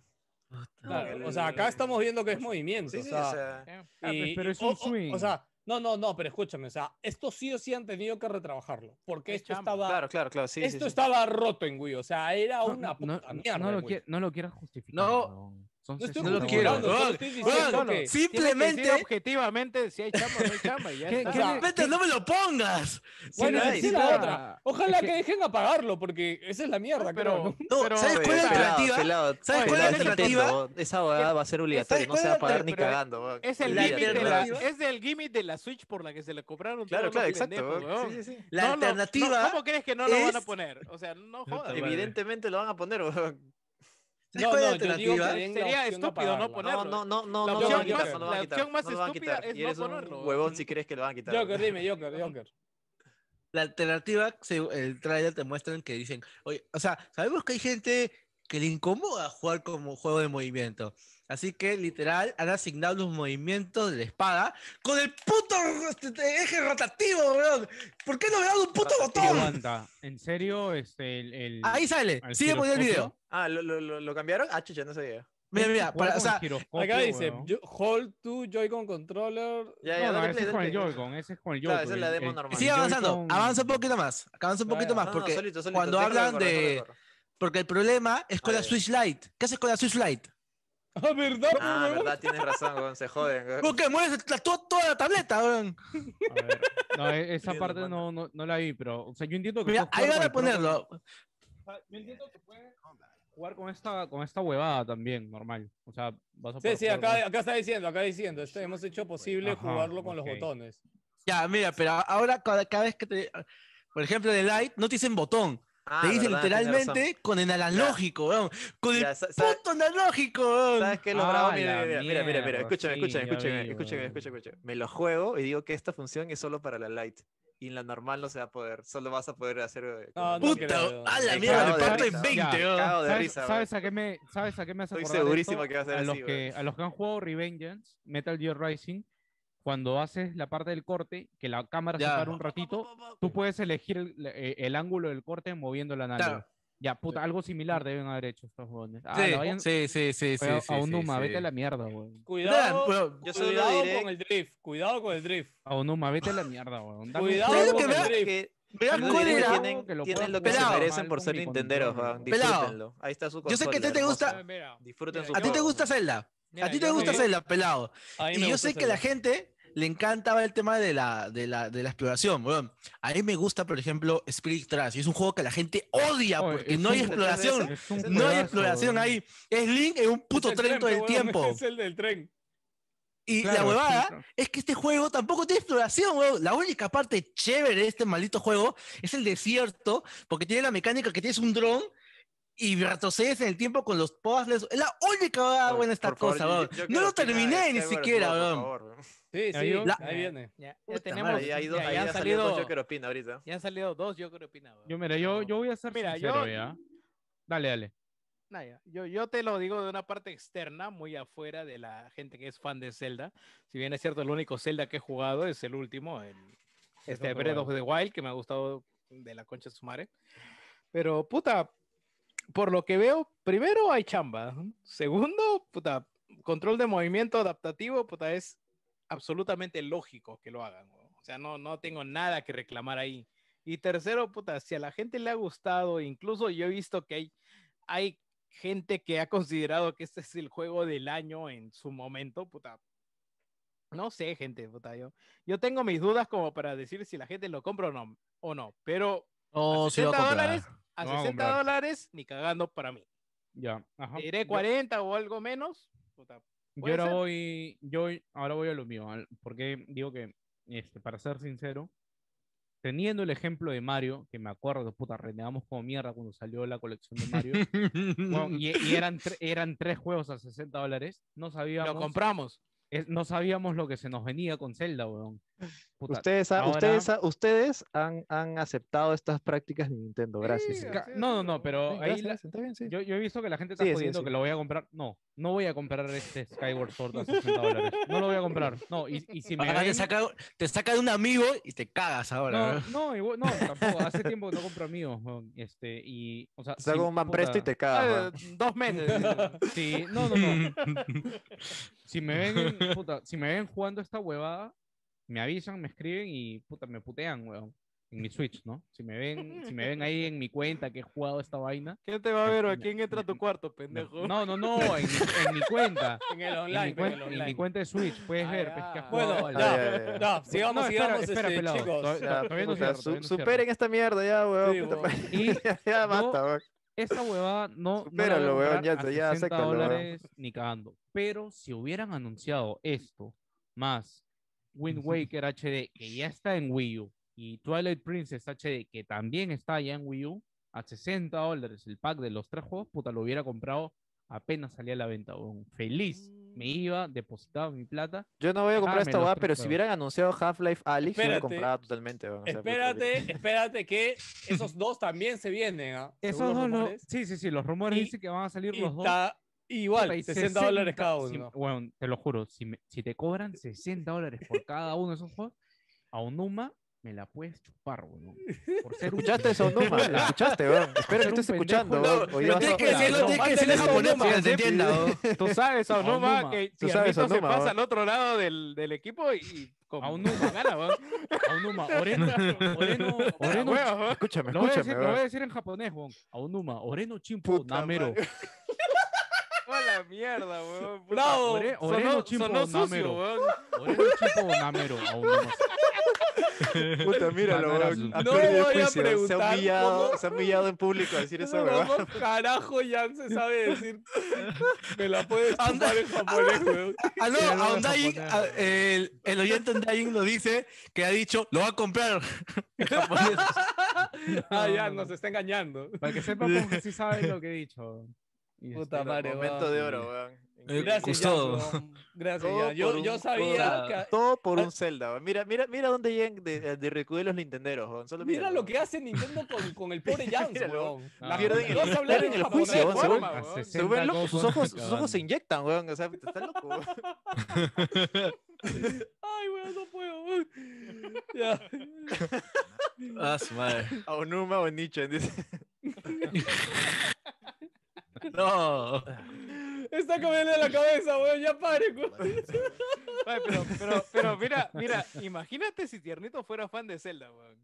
[SPEAKER 2] Claro,
[SPEAKER 1] el-
[SPEAKER 2] o sea, acá estamos viendo que es movimiento.
[SPEAKER 1] Sí,
[SPEAKER 2] o
[SPEAKER 1] sí,
[SPEAKER 2] sea,
[SPEAKER 1] o sea,
[SPEAKER 3] Ah, pues,
[SPEAKER 2] Eh, y-
[SPEAKER 3] pero
[SPEAKER 2] y-
[SPEAKER 3] es un
[SPEAKER 2] o- o-
[SPEAKER 3] swing.
[SPEAKER 2] O, sea, no, no, no, pero escúchame, o sea, esto sí o sí han tenido que retrabajarlo porque
[SPEAKER 8] Es
[SPEAKER 2] esto
[SPEAKER 8] chamba.
[SPEAKER 2] estaba...
[SPEAKER 1] Claro, claro, claro. Sí, sí,
[SPEAKER 2] esto
[SPEAKER 1] sí.
[SPEAKER 2] estaba roto en Wii, o sea, era
[SPEAKER 3] No,
[SPEAKER 2] una
[SPEAKER 3] no,
[SPEAKER 2] puta
[SPEAKER 3] no-
[SPEAKER 2] mierda.
[SPEAKER 3] no
[SPEAKER 2] en
[SPEAKER 3] lo
[SPEAKER 2] Wii.
[SPEAKER 3] quie- no lo quieras justificar.
[SPEAKER 4] No.
[SPEAKER 3] weón. Son
[SPEAKER 2] No estoy
[SPEAKER 3] 60
[SPEAKER 4] lo
[SPEAKER 3] dólares.
[SPEAKER 4] quiero,
[SPEAKER 2] justificando, solo
[SPEAKER 4] weón.
[SPEAKER 2] estoy diciendo
[SPEAKER 4] Weón,
[SPEAKER 2] que-
[SPEAKER 8] Tienes que decir
[SPEAKER 4] Simplemente,
[SPEAKER 8] objetivamente si hay chamba o no hay chamba. y ya
[SPEAKER 3] ¿Qué-
[SPEAKER 8] está.
[SPEAKER 3] qué
[SPEAKER 2] sea,
[SPEAKER 3] le-
[SPEAKER 4] vete, no me lo pongas.
[SPEAKER 2] Bueno,
[SPEAKER 1] Sí,
[SPEAKER 2] esa
[SPEAKER 1] sí,
[SPEAKER 2] es la
[SPEAKER 1] sí.
[SPEAKER 2] otra. Ojalá
[SPEAKER 3] Es
[SPEAKER 2] que...
[SPEAKER 3] que-
[SPEAKER 2] dejen apagarlo, porque esa es la mierda,
[SPEAKER 8] pero-
[SPEAKER 2] creo, ¿no?
[SPEAKER 4] No,
[SPEAKER 8] Pero-
[SPEAKER 4] ¿sabes
[SPEAKER 1] Oye,
[SPEAKER 4] cuál es la
[SPEAKER 1] pelado,
[SPEAKER 4] alternativa?
[SPEAKER 1] pelado,
[SPEAKER 4] ¿Sabes
[SPEAKER 1] oye,
[SPEAKER 4] cuál es la
[SPEAKER 1] pelado,
[SPEAKER 4] alternativa?
[SPEAKER 1] Nintendo, Esa abogada va a ser obligatoria, no
[SPEAKER 4] cuál
[SPEAKER 1] se
[SPEAKER 4] es
[SPEAKER 1] va a
[SPEAKER 4] la
[SPEAKER 1] pagar ni
[SPEAKER 8] alternativa?
[SPEAKER 1] cagando. weón.
[SPEAKER 8] Es el
[SPEAKER 4] La
[SPEAKER 1] Olvídate.
[SPEAKER 8] gimmick de la,
[SPEAKER 4] alternativa-
[SPEAKER 8] es el gimmick de la Switch por la que se le compraron
[SPEAKER 1] Claro,
[SPEAKER 8] todos los
[SPEAKER 1] claro, exacto.
[SPEAKER 8] pendejos,
[SPEAKER 1] weón.
[SPEAKER 8] weón.
[SPEAKER 1] Sí, sí, sí.
[SPEAKER 4] La
[SPEAKER 8] No, no, no,
[SPEAKER 4] alternativa
[SPEAKER 8] ¿Cómo crees que no lo van a
[SPEAKER 4] es-
[SPEAKER 8] poner? O sea, no jodas.
[SPEAKER 3] madre.
[SPEAKER 1] Evidentemente lo van a poner. weón.
[SPEAKER 4] ¿Sabes
[SPEAKER 2] No,
[SPEAKER 4] cuál es
[SPEAKER 2] no,
[SPEAKER 4] la
[SPEAKER 2] yo digo que
[SPEAKER 4] alternativa?
[SPEAKER 2] den la
[SPEAKER 8] Sería
[SPEAKER 2] opción de
[SPEAKER 8] estúpido no
[SPEAKER 2] apagarla.
[SPEAKER 8] poner-
[SPEAKER 1] No, no,
[SPEAKER 8] Ponerlo.
[SPEAKER 1] no, no, no lo van
[SPEAKER 2] La
[SPEAKER 1] a
[SPEAKER 2] opción
[SPEAKER 1] quitar,
[SPEAKER 2] más-
[SPEAKER 1] no lo van a
[SPEAKER 8] la
[SPEAKER 1] quitar.
[SPEAKER 8] opción más
[SPEAKER 1] no lo van a
[SPEAKER 8] estúpida
[SPEAKER 1] quitar.
[SPEAKER 8] es
[SPEAKER 1] Y
[SPEAKER 8] no
[SPEAKER 1] eres
[SPEAKER 8] ponerlo,
[SPEAKER 1] un
[SPEAKER 8] weón.
[SPEAKER 1] huevón si crees que lo van a quitar.
[SPEAKER 2] Joker, dime, Joker, Joker.
[SPEAKER 4] La alternativa, se- el trailer te muestran que dicen, oye, o sea, sabemos que hay gente que le incomoda jugar como juego de movimiento. Así que literal han asignado los movimientos de la espada con el puto este, este, eje rotativo, weón. ¿Por qué no me dan un puto
[SPEAKER 3] Pero
[SPEAKER 4] botón?
[SPEAKER 3] aguanta, en serio, este, el, el-
[SPEAKER 4] Ahí sale,
[SPEAKER 3] al
[SPEAKER 4] sigue poniendo el video.
[SPEAKER 3] giroscopio?
[SPEAKER 1] Ah, ¿lo, lo, lo, lo cambiaron? Ah, chucha, no sabía.
[SPEAKER 3] Tienes
[SPEAKER 4] Mira,
[SPEAKER 3] que
[SPEAKER 4] mira,
[SPEAKER 3] jugar
[SPEAKER 4] para, o
[SPEAKER 3] con
[SPEAKER 4] sea,
[SPEAKER 3] el giroscopio,
[SPEAKER 2] Acá dice,
[SPEAKER 3] weón.
[SPEAKER 2] yo- hold to Joy-Con controller.
[SPEAKER 1] Ya, ya,
[SPEAKER 3] No, no,
[SPEAKER 1] dale
[SPEAKER 3] ese es
[SPEAKER 1] play,
[SPEAKER 3] con
[SPEAKER 1] dale
[SPEAKER 3] el
[SPEAKER 1] play.
[SPEAKER 3] Joy-Con, ese es con el
[SPEAKER 1] Claro,
[SPEAKER 3] Joy-Con.
[SPEAKER 1] esa es la
[SPEAKER 3] el-
[SPEAKER 1] demo
[SPEAKER 3] el-
[SPEAKER 1] normal.
[SPEAKER 3] el
[SPEAKER 4] sigue avanzando,
[SPEAKER 3] Joy-con-
[SPEAKER 4] avanza un poquito más, avanza un
[SPEAKER 2] Vaya,
[SPEAKER 4] poquito más,
[SPEAKER 1] No, no,
[SPEAKER 4] porque,
[SPEAKER 1] solito, solito,
[SPEAKER 4] cuando
[SPEAKER 1] déjalo
[SPEAKER 4] hablan
[SPEAKER 1] correr, déjalo
[SPEAKER 4] de-
[SPEAKER 1] correr.
[SPEAKER 4] porque el problema es con
[SPEAKER 1] Ah,
[SPEAKER 4] la
[SPEAKER 1] ya.
[SPEAKER 4] Switch Lite. ¿Qué haces con la Switch Lite?
[SPEAKER 2] Ah, ¿verdad?
[SPEAKER 1] Ah,
[SPEAKER 2] huevón?
[SPEAKER 1] verdad, tienes razón, weón, se joden. weón.
[SPEAKER 4] Porque mueves la- toda, toda la tableta, weón.
[SPEAKER 3] A ver, no, e- esa
[SPEAKER 1] Mira,
[SPEAKER 3] parte
[SPEAKER 1] manda.
[SPEAKER 3] no, no, no la vi, pero, o sea, yo entiendo que
[SPEAKER 4] Mira,
[SPEAKER 3] puedes
[SPEAKER 4] ahí
[SPEAKER 3] jugar
[SPEAKER 4] van
[SPEAKER 3] con
[SPEAKER 4] a
[SPEAKER 3] el Pro
[SPEAKER 4] ponerlo.
[SPEAKER 3] Con... Yo entiendo que puedes jugar con esta, con esta huevada también, normal. O sea, vas a
[SPEAKER 2] Sí,
[SPEAKER 3] poder
[SPEAKER 2] sí,
[SPEAKER 3] jugar con-
[SPEAKER 2] acá, acá está diciendo, acá diciendo, este, hemos hecho posible
[SPEAKER 3] Ajá,
[SPEAKER 2] jugarlo con los
[SPEAKER 3] ok.
[SPEAKER 2] botones.
[SPEAKER 4] Ya, mira, pero ahora cada, cada vez que te. Por ejemplo, de Light no te dicen botón.
[SPEAKER 1] Ah,
[SPEAKER 4] te dicen
[SPEAKER 1] verdad, tienes razón.
[SPEAKER 4] literalmente con el analógico, weón. Con el
[SPEAKER 1] Ya, sa- sa-
[SPEAKER 4] puto analógico, weón.
[SPEAKER 1] ¿Sabes qué es lo
[SPEAKER 3] Ah,
[SPEAKER 1] bravo? Mira,
[SPEAKER 3] la
[SPEAKER 1] mira, mira, mira, mira, mira,
[SPEAKER 3] mierda,
[SPEAKER 1] escúchame,
[SPEAKER 3] sí,
[SPEAKER 1] escúchame,
[SPEAKER 3] ya vi,
[SPEAKER 1] escúchame, escúchame,
[SPEAKER 3] weón.
[SPEAKER 1] escúchame, escúchame. Me lo juego y digo que esta función es solo para la light. y en la normal no se va a poder. Solo vas a poder hacer. eh,
[SPEAKER 2] No,
[SPEAKER 1] como-
[SPEAKER 2] no
[SPEAKER 4] Puta,
[SPEAKER 2] creo.
[SPEAKER 4] a la
[SPEAKER 1] Me
[SPEAKER 4] mierda,
[SPEAKER 1] cago
[SPEAKER 4] me
[SPEAKER 1] de
[SPEAKER 4] parto
[SPEAKER 1] risa.
[SPEAKER 4] en 20,
[SPEAKER 1] Me
[SPEAKER 4] oh.
[SPEAKER 1] cago de
[SPEAKER 3] ¿Sabes,
[SPEAKER 1] risa,
[SPEAKER 3] sabes a qué me, ¿Sabes a qué me hace
[SPEAKER 1] Estoy
[SPEAKER 3] acordar esto?
[SPEAKER 1] segurísimo que va a ser
[SPEAKER 3] a
[SPEAKER 1] así,
[SPEAKER 3] los,
[SPEAKER 1] weón.
[SPEAKER 3] que, a los que han jugado Revengeance, Metal Gear Rising, cuando haces la parte del corte, que la cámara
[SPEAKER 4] Ya.
[SPEAKER 3] se para un ratito, tú puedes elegir el, eh, el ángulo del corte moviendo la nave.
[SPEAKER 4] Claro.
[SPEAKER 3] Ya, puta, algo similar deben haber hecho estos jóvenes. Ah,
[SPEAKER 4] Sí,
[SPEAKER 3] la vayan-
[SPEAKER 4] sí, sí, sí, sí,
[SPEAKER 3] a,
[SPEAKER 4] sí,
[SPEAKER 3] a
[SPEAKER 4] sí,
[SPEAKER 3] Onuma,
[SPEAKER 4] sí.
[SPEAKER 3] vete a la mierda, weón.
[SPEAKER 2] Cuidado,
[SPEAKER 4] Bueno,
[SPEAKER 1] Yo solo
[SPEAKER 2] cuidado
[SPEAKER 1] diré-
[SPEAKER 2] con el drift. Cuidado con el drift.
[SPEAKER 3] A Onuma, vete a la mierda, weón. Dame un
[SPEAKER 2] Cuidado
[SPEAKER 3] juego
[SPEAKER 4] lo que
[SPEAKER 2] con
[SPEAKER 4] me
[SPEAKER 2] el
[SPEAKER 4] da-
[SPEAKER 2] drift.
[SPEAKER 1] Que
[SPEAKER 4] Vean
[SPEAKER 1] los
[SPEAKER 3] Algo
[SPEAKER 4] cuál
[SPEAKER 1] diré
[SPEAKER 4] era.
[SPEAKER 3] que
[SPEAKER 1] Tienen, tienen
[SPEAKER 3] lo puedo
[SPEAKER 1] lo que se
[SPEAKER 4] Pelado.
[SPEAKER 1] merecen por
[SPEAKER 3] Con
[SPEAKER 1] ser
[SPEAKER 3] mi
[SPEAKER 1] nintenderos,
[SPEAKER 3] control,
[SPEAKER 1] weón.
[SPEAKER 3] weón.
[SPEAKER 4] Pelado.
[SPEAKER 1] Disfrútenlo. Ahí está su
[SPEAKER 4] Yo sé que a ti
[SPEAKER 1] consola,
[SPEAKER 4] te gusta-
[SPEAKER 1] hermosa. Disfruten su
[SPEAKER 4] A ti te
[SPEAKER 1] juego,
[SPEAKER 4] gusta
[SPEAKER 1] weón.
[SPEAKER 4] Zelda.
[SPEAKER 5] Eh, Mira,
[SPEAKER 4] A ti
[SPEAKER 5] yo
[SPEAKER 4] te gusta
[SPEAKER 5] me-
[SPEAKER 4] Zelda, pelado.
[SPEAKER 2] A mí me
[SPEAKER 4] Y yo
[SPEAKER 2] gusta
[SPEAKER 4] sé que
[SPEAKER 2] ese
[SPEAKER 4] la
[SPEAKER 2] lado.
[SPEAKER 4] gente le encantaba el tema de la, de la, de la exploración, weón. A mí me gusta, por ejemplo, Spirit Trash. Y es un juego que la gente odia
[SPEAKER 3] Oye,
[SPEAKER 4] porque
[SPEAKER 3] es
[SPEAKER 4] no hay
[SPEAKER 3] un-
[SPEAKER 4] exploración.
[SPEAKER 3] Es un
[SPEAKER 1] No hay
[SPEAKER 4] No hay
[SPEAKER 3] juegazo,
[SPEAKER 4] exploración
[SPEAKER 3] weón.
[SPEAKER 4] ahí. Es Link en un puto
[SPEAKER 2] Es el
[SPEAKER 4] tren todo
[SPEAKER 2] tren,
[SPEAKER 4] el
[SPEAKER 2] weón,
[SPEAKER 4] tiempo.
[SPEAKER 2] Es el del tren.
[SPEAKER 4] Y la
[SPEAKER 3] Claro,
[SPEAKER 4] huevada
[SPEAKER 3] sí,
[SPEAKER 4] es que este juego tampoco tiene exploración, weón. La única parte chévere de este maldito juego es el desierto, porque tiene la mecánica que tienes un dron y retrocedes en el tiempo con los puzzles. Es la única huevada
[SPEAKER 1] Oye,
[SPEAKER 4] buena esta
[SPEAKER 1] por favor,
[SPEAKER 4] cosa,
[SPEAKER 1] yo-
[SPEAKER 4] weón.
[SPEAKER 1] yo quiero
[SPEAKER 4] No lo
[SPEAKER 1] opinar de
[SPEAKER 4] terminé ni
[SPEAKER 1] Skyward
[SPEAKER 4] siquiera,
[SPEAKER 1] Sword, por
[SPEAKER 4] weón.
[SPEAKER 1] favor, weón.
[SPEAKER 2] Sí, sí,
[SPEAKER 3] Adiós.
[SPEAKER 2] ahí viene.
[SPEAKER 8] Ya, ya
[SPEAKER 1] Puta
[SPEAKER 8] tenemos.
[SPEAKER 1] madre, ya hay dos-
[SPEAKER 8] ya,
[SPEAKER 1] ahí
[SPEAKER 8] ya
[SPEAKER 1] han salido dos Joker Opina ahorita.
[SPEAKER 8] ya han salido dos, yo creo opinaba.
[SPEAKER 3] Yo, mira,
[SPEAKER 1] No.
[SPEAKER 3] yo, yo voy a ser
[SPEAKER 8] Mira,
[SPEAKER 3] sincero,
[SPEAKER 8] yo-
[SPEAKER 3] ya. Dale, dale.
[SPEAKER 8] Nah, ya. Yo, yo te lo digo de una parte externa, muy afuera de la gente que es fan de Zelda. Si bien es cierto, el único Zelda que he jugado es el último, el este
[SPEAKER 3] of the
[SPEAKER 8] Breath of
[SPEAKER 3] Wild.
[SPEAKER 8] the Wild, que me ha gustado de la concha de su madre. Pero, puta, por lo que veo, primero hay chamba. Segundo, puta, control de movimiento adaptativo, puta, es absolutamente lógico que lo hagan. weón. O sea, no, no tengo nada que reclamar ahí. Y tercero, puta, si a la gente le ha gustado, incluso yo he visto que hay, hay gente que ha considerado que este es el juego del año en su momento, puta. No sé, gente, puta, yo, yo tengo mis dudas como para decir si la gente lo compra o no, o no pero
[SPEAKER 4] No,
[SPEAKER 8] ¿A
[SPEAKER 4] sí lo va a
[SPEAKER 8] 60
[SPEAKER 4] comprar.
[SPEAKER 8] dólares? a
[SPEAKER 3] Lo van a
[SPEAKER 8] 60
[SPEAKER 3] comprar.
[SPEAKER 8] dólares ni cagando para mí.
[SPEAKER 3] Ya. Ajá.
[SPEAKER 8] Te diré
[SPEAKER 3] Yo-
[SPEAKER 8] 40 o algo menos, puta,
[SPEAKER 3] Yo
[SPEAKER 8] Puede
[SPEAKER 3] ahora
[SPEAKER 8] ser.
[SPEAKER 3] voy, yo voy- ahora voy a lo mío, al- porque digo que, este, para ser sincero, teniendo el ejemplo de Mario, que me acuerdo, puta, renegamos como mierda cuando salió la colección de Mario, weón, y, y eran, tre- eran tres juegos a 60 dólares, no
[SPEAKER 8] lo
[SPEAKER 3] sabíamos,
[SPEAKER 8] compramos.
[SPEAKER 3] es- no sabíamos lo que se nos venía con Zelda, weón. Puta,
[SPEAKER 1] Ustedes, ha-
[SPEAKER 3] ahora-
[SPEAKER 1] ustedes, ha- ustedes han, han aceptado estas prácticas de Nintendo, gracias.
[SPEAKER 8] Sí,
[SPEAKER 1] Sí,
[SPEAKER 3] ca- no, no, no, pero ahí la-
[SPEAKER 1] gracias, está bien, sí.
[SPEAKER 3] yo, yo he visto que la gente está
[SPEAKER 1] Sí, sí,
[SPEAKER 3] jodiendo
[SPEAKER 1] sí.
[SPEAKER 3] que lo voy a comprar. No, no voy a comprar este Skyward Sword a 60 dólares. No lo voy a comprar. No, y, y si me
[SPEAKER 4] Ahora te
[SPEAKER 3] ven-
[SPEAKER 4] saca, te saca de un amigo y te cagas ahora.
[SPEAKER 3] No,
[SPEAKER 4] ¿no?
[SPEAKER 3] no, igual- no, tampoco. Hace tiempo que no compro amigos, weón, este, y, o sea,
[SPEAKER 1] Te Saco
[SPEAKER 3] si-
[SPEAKER 1] un man presto y
[SPEAKER 3] puta,
[SPEAKER 1] te cagas.
[SPEAKER 8] Ah, dos meses.
[SPEAKER 3] si- no, no, no. Si me ven, en- puta, si me ven jugando esta huevada, me avisan, me escriben y, puta, me putean, weón, en mi Switch, ¿no? Si me ven, si me ven ahí en mi cuenta que he jugado esta vaina,
[SPEAKER 8] ¿Quién te va a ver o a
[SPEAKER 3] Me-
[SPEAKER 8] quién entra a tu cuarto,
[SPEAKER 3] me-
[SPEAKER 8] pendejo?
[SPEAKER 3] no, no, no, en, mi- en mi cuenta,
[SPEAKER 2] En el
[SPEAKER 3] en
[SPEAKER 2] online,
[SPEAKER 3] mi,
[SPEAKER 2] pero en
[SPEAKER 3] cuen-
[SPEAKER 2] el
[SPEAKER 3] en mi
[SPEAKER 2] online.
[SPEAKER 3] cuenta de Switch, puedes
[SPEAKER 8] Ah,
[SPEAKER 3] ver,
[SPEAKER 8] ya.
[SPEAKER 3] pues, que has
[SPEAKER 2] Bueno,
[SPEAKER 3] jugado al-
[SPEAKER 2] ya,
[SPEAKER 1] ya, ya.
[SPEAKER 2] No, sigamos,
[SPEAKER 3] No, espera,
[SPEAKER 2] sigamos,
[SPEAKER 3] espera,
[SPEAKER 2] este,
[SPEAKER 3] pelado,
[SPEAKER 2] chicos.
[SPEAKER 3] todavía- todavía no
[SPEAKER 1] puta,
[SPEAKER 3] cierro,
[SPEAKER 1] su-
[SPEAKER 3] todavía no cierro.
[SPEAKER 1] superen esta mierda ya, weón.
[SPEAKER 2] Sí,
[SPEAKER 1] puta
[SPEAKER 2] weón.
[SPEAKER 1] madre.
[SPEAKER 3] Y
[SPEAKER 1] ya basta, weón.
[SPEAKER 3] Esta huevada no.
[SPEAKER 1] Supéralo,
[SPEAKER 3] no la voy a
[SPEAKER 1] weón,
[SPEAKER 3] comprar
[SPEAKER 1] ya,
[SPEAKER 3] a
[SPEAKER 1] ya,
[SPEAKER 3] 60
[SPEAKER 1] sécalo, weón.
[SPEAKER 3] dólares ni cagando. Pero si hubieran anunciado esto más Wind Waker HD, que ya está en Wii U, y Twilight Princess HD, que también está ya en Wii U, a 60 dólares el pack de los tres juegos, puta, lo hubiera comprado apenas salía a la venta, weón. Feliz. Me iba, depositaba mi plata.
[SPEAKER 1] Yo no voy a
[SPEAKER 2] Ah,
[SPEAKER 1] comprar
[SPEAKER 3] Dame
[SPEAKER 1] esta
[SPEAKER 3] los
[SPEAKER 1] weá,
[SPEAKER 3] tres
[SPEAKER 1] pero si
[SPEAKER 3] juegos.
[SPEAKER 1] hubieran anunciado Half-Life Alyx, yo la
[SPEAKER 2] Espérate.
[SPEAKER 1] compraba totalmente, weón. o sea, puta,
[SPEAKER 2] Espérate, espérate que esos dos también se vienen, ¿ah? Según
[SPEAKER 3] Esos
[SPEAKER 2] los
[SPEAKER 3] dos lo-
[SPEAKER 2] rumores.
[SPEAKER 3] Sí, sí, sí. Los rumores
[SPEAKER 2] Y-
[SPEAKER 3] dicen que van a salir
[SPEAKER 2] Y
[SPEAKER 3] los dos.
[SPEAKER 2] está igual,
[SPEAKER 3] Puta, y
[SPEAKER 2] 60, dólares cada
[SPEAKER 3] 60, si-
[SPEAKER 2] uno.
[SPEAKER 3] weón, te lo juro, si, me- si te cobran 60 dólares por cada uno de esos juegos, a Onuma me la puedes chupar, weón. Por ser un
[SPEAKER 1] ¿Escuchaste eso, Numa?
[SPEAKER 3] pendejo,
[SPEAKER 1] ¿Lo escuchaste, weón? Espero que
[SPEAKER 3] Era un
[SPEAKER 1] estés escuchando,
[SPEAKER 3] pendejo.
[SPEAKER 1] weón.
[SPEAKER 4] No,
[SPEAKER 1] Hoy
[SPEAKER 4] pero
[SPEAKER 1] vas
[SPEAKER 4] tienes
[SPEAKER 1] a-
[SPEAKER 4] que decirlo,
[SPEAKER 2] no,
[SPEAKER 4] tienes que
[SPEAKER 2] mándale
[SPEAKER 4] decirlo en
[SPEAKER 2] eso a
[SPEAKER 4] japonés para que
[SPEAKER 2] Onuma.
[SPEAKER 4] se entienda. ¿no?
[SPEAKER 8] Tú sabes,
[SPEAKER 3] A
[SPEAKER 8] Onuma,
[SPEAKER 3] Onuma.
[SPEAKER 8] que
[SPEAKER 1] Tú
[SPEAKER 8] si
[SPEAKER 1] sabes,
[SPEAKER 8] Armito se
[SPEAKER 1] Onuma,
[SPEAKER 8] pasa
[SPEAKER 1] ¿va?
[SPEAKER 8] al otro lado del, del equipo y, y con
[SPEAKER 3] A Onuma.
[SPEAKER 8] con gana, ¿va?
[SPEAKER 3] A Onuma, Oreno, Oreno,
[SPEAKER 8] Ah,
[SPEAKER 3] Oreno.
[SPEAKER 8] huevo, ¿va?
[SPEAKER 1] Escúchame,
[SPEAKER 3] Lo voy, a decir,
[SPEAKER 1] escúchame,
[SPEAKER 3] lo voy a
[SPEAKER 1] weón.
[SPEAKER 3] decir en japonés, weón. A Onuma, Oreno Chimpo
[SPEAKER 1] Puta
[SPEAKER 3] Namero.
[SPEAKER 8] A la mierda, weón. puta.
[SPEAKER 2] Bravo.
[SPEAKER 3] Ore- Oreno
[SPEAKER 8] Sonó,
[SPEAKER 3] Chimpo
[SPEAKER 8] sonó
[SPEAKER 3] Namero.
[SPEAKER 8] sucio, weón.
[SPEAKER 3] Oreno Chimpo Namero. A Onuma.
[SPEAKER 1] Puta, míralo,
[SPEAKER 3] Bananazo.
[SPEAKER 1] weón. Ha
[SPEAKER 2] No
[SPEAKER 1] perdido el
[SPEAKER 2] voy a
[SPEAKER 1] juicio. Se ha
[SPEAKER 2] preguntar
[SPEAKER 1] humillado,
[SPEAKER 2] cómo-
[SPEAKER 1] se ha humillado en público a decir eso, weón.
[SPEAKER 2] ¿Cómo carajo Jan se sabe decir? Me la puedes chupar en japonés, weón.
[SPEAKER 4] Ah, no,
[SPEAKER 3] Sí, ya lo
[SPEAKER 4] a
[SPEAKER 3] voy a
[SPEAKER 4] Undying,
[SPEAKER 3] japonés,
[SPEAKER 4] a-
[SPEAKER 3] weón.
[SPEAKER 4] el, el oyente Undying nos dice que ha dicho, lo va a comprar. En japonés.
[SPEAKER 2] Ah, ya,
[SPEAKER 3] no, no.
[SPEAKER 2] nos está engañando.
[SPEAKER 3] Para que sepa, porque sí sabe lo que he dicho. Y
[SPEAKER 2] Puta
[SPEAKER 3] este,
[SPEAKER 2] madre,
[SPEAKER 1] Momento
[SPEAKER 2] weón.
[SPEAKER 1] de oro, weón. Increíble.
[SPEAKER 2] Gracias,
[SPEAKER 4] Custodo.
[SPEAKER 2] Jan, weón. Gracias,
[SPEAKER 1] Todo
[SPEAKER 2] Jan. Yo,
[SPEAKER 1] por un-
[SPEAKER 2] yo sabía
[SPEAKER 4] por-
[SPEAKER 2] que...
[SPEAKER 1] Todo por un Zelda. weón. Mira, mira, mira dónde llegan de, de recudé los Nintenderos. weón. Solo
[SPEAKER 2] Mira
[SPEAKER 1] míralo,
[SPEAKER 2] lo que hace Nintendo con, con el pobre Jan,
[SPEAKER 1] Míralo.
[SPEAKER 2] weón.
[SPEAKER 3] Ah,
[SPEAKER 2] La
[SPEAKER 1] pierden
[SPEAKER 2] gente
[SPEAKER 1] el-
[SPEAKER 2] no sabe hablar
[SPEAKER 1] pierden
[SPEAKER 2] en
[SPEAKER 1] el
[SPEAKER 2] japonés,
[SPEAKER 1] juicio,
[SPEAKER 2] weón.
[SPEAKER 1] se vuelven-
[SPEAKER 2] weón.
[SPEAKER 3] a
[SPEAKER 1] Se ven
[SPEAKER 3] 60
[SPEAKER 1] locos, sus
[SPEAKER 3] cosas
[SPEAKER 1] ojos, sus
[SPEAKER 3] acaban.
[SPEAKER 1] ojos se inyectan, weón. O sea, está loco. weón.
[SPEAKER 2] Ay, weón, no puedo. weón. Ya.
[SPEAKER 4] Ah, su madre.
[SPEAKER 1] A Onuma o Nietzsche, dice.
[SPEAKER 4] No.
[SPEAKER 2] Está comiendo la cabeza, weón. Ya pare, weón.
[SPEAKER 8] Ay, pero, pero, pero mira, mira, imagínate si Tiernito fuera fan de Zelda, weón.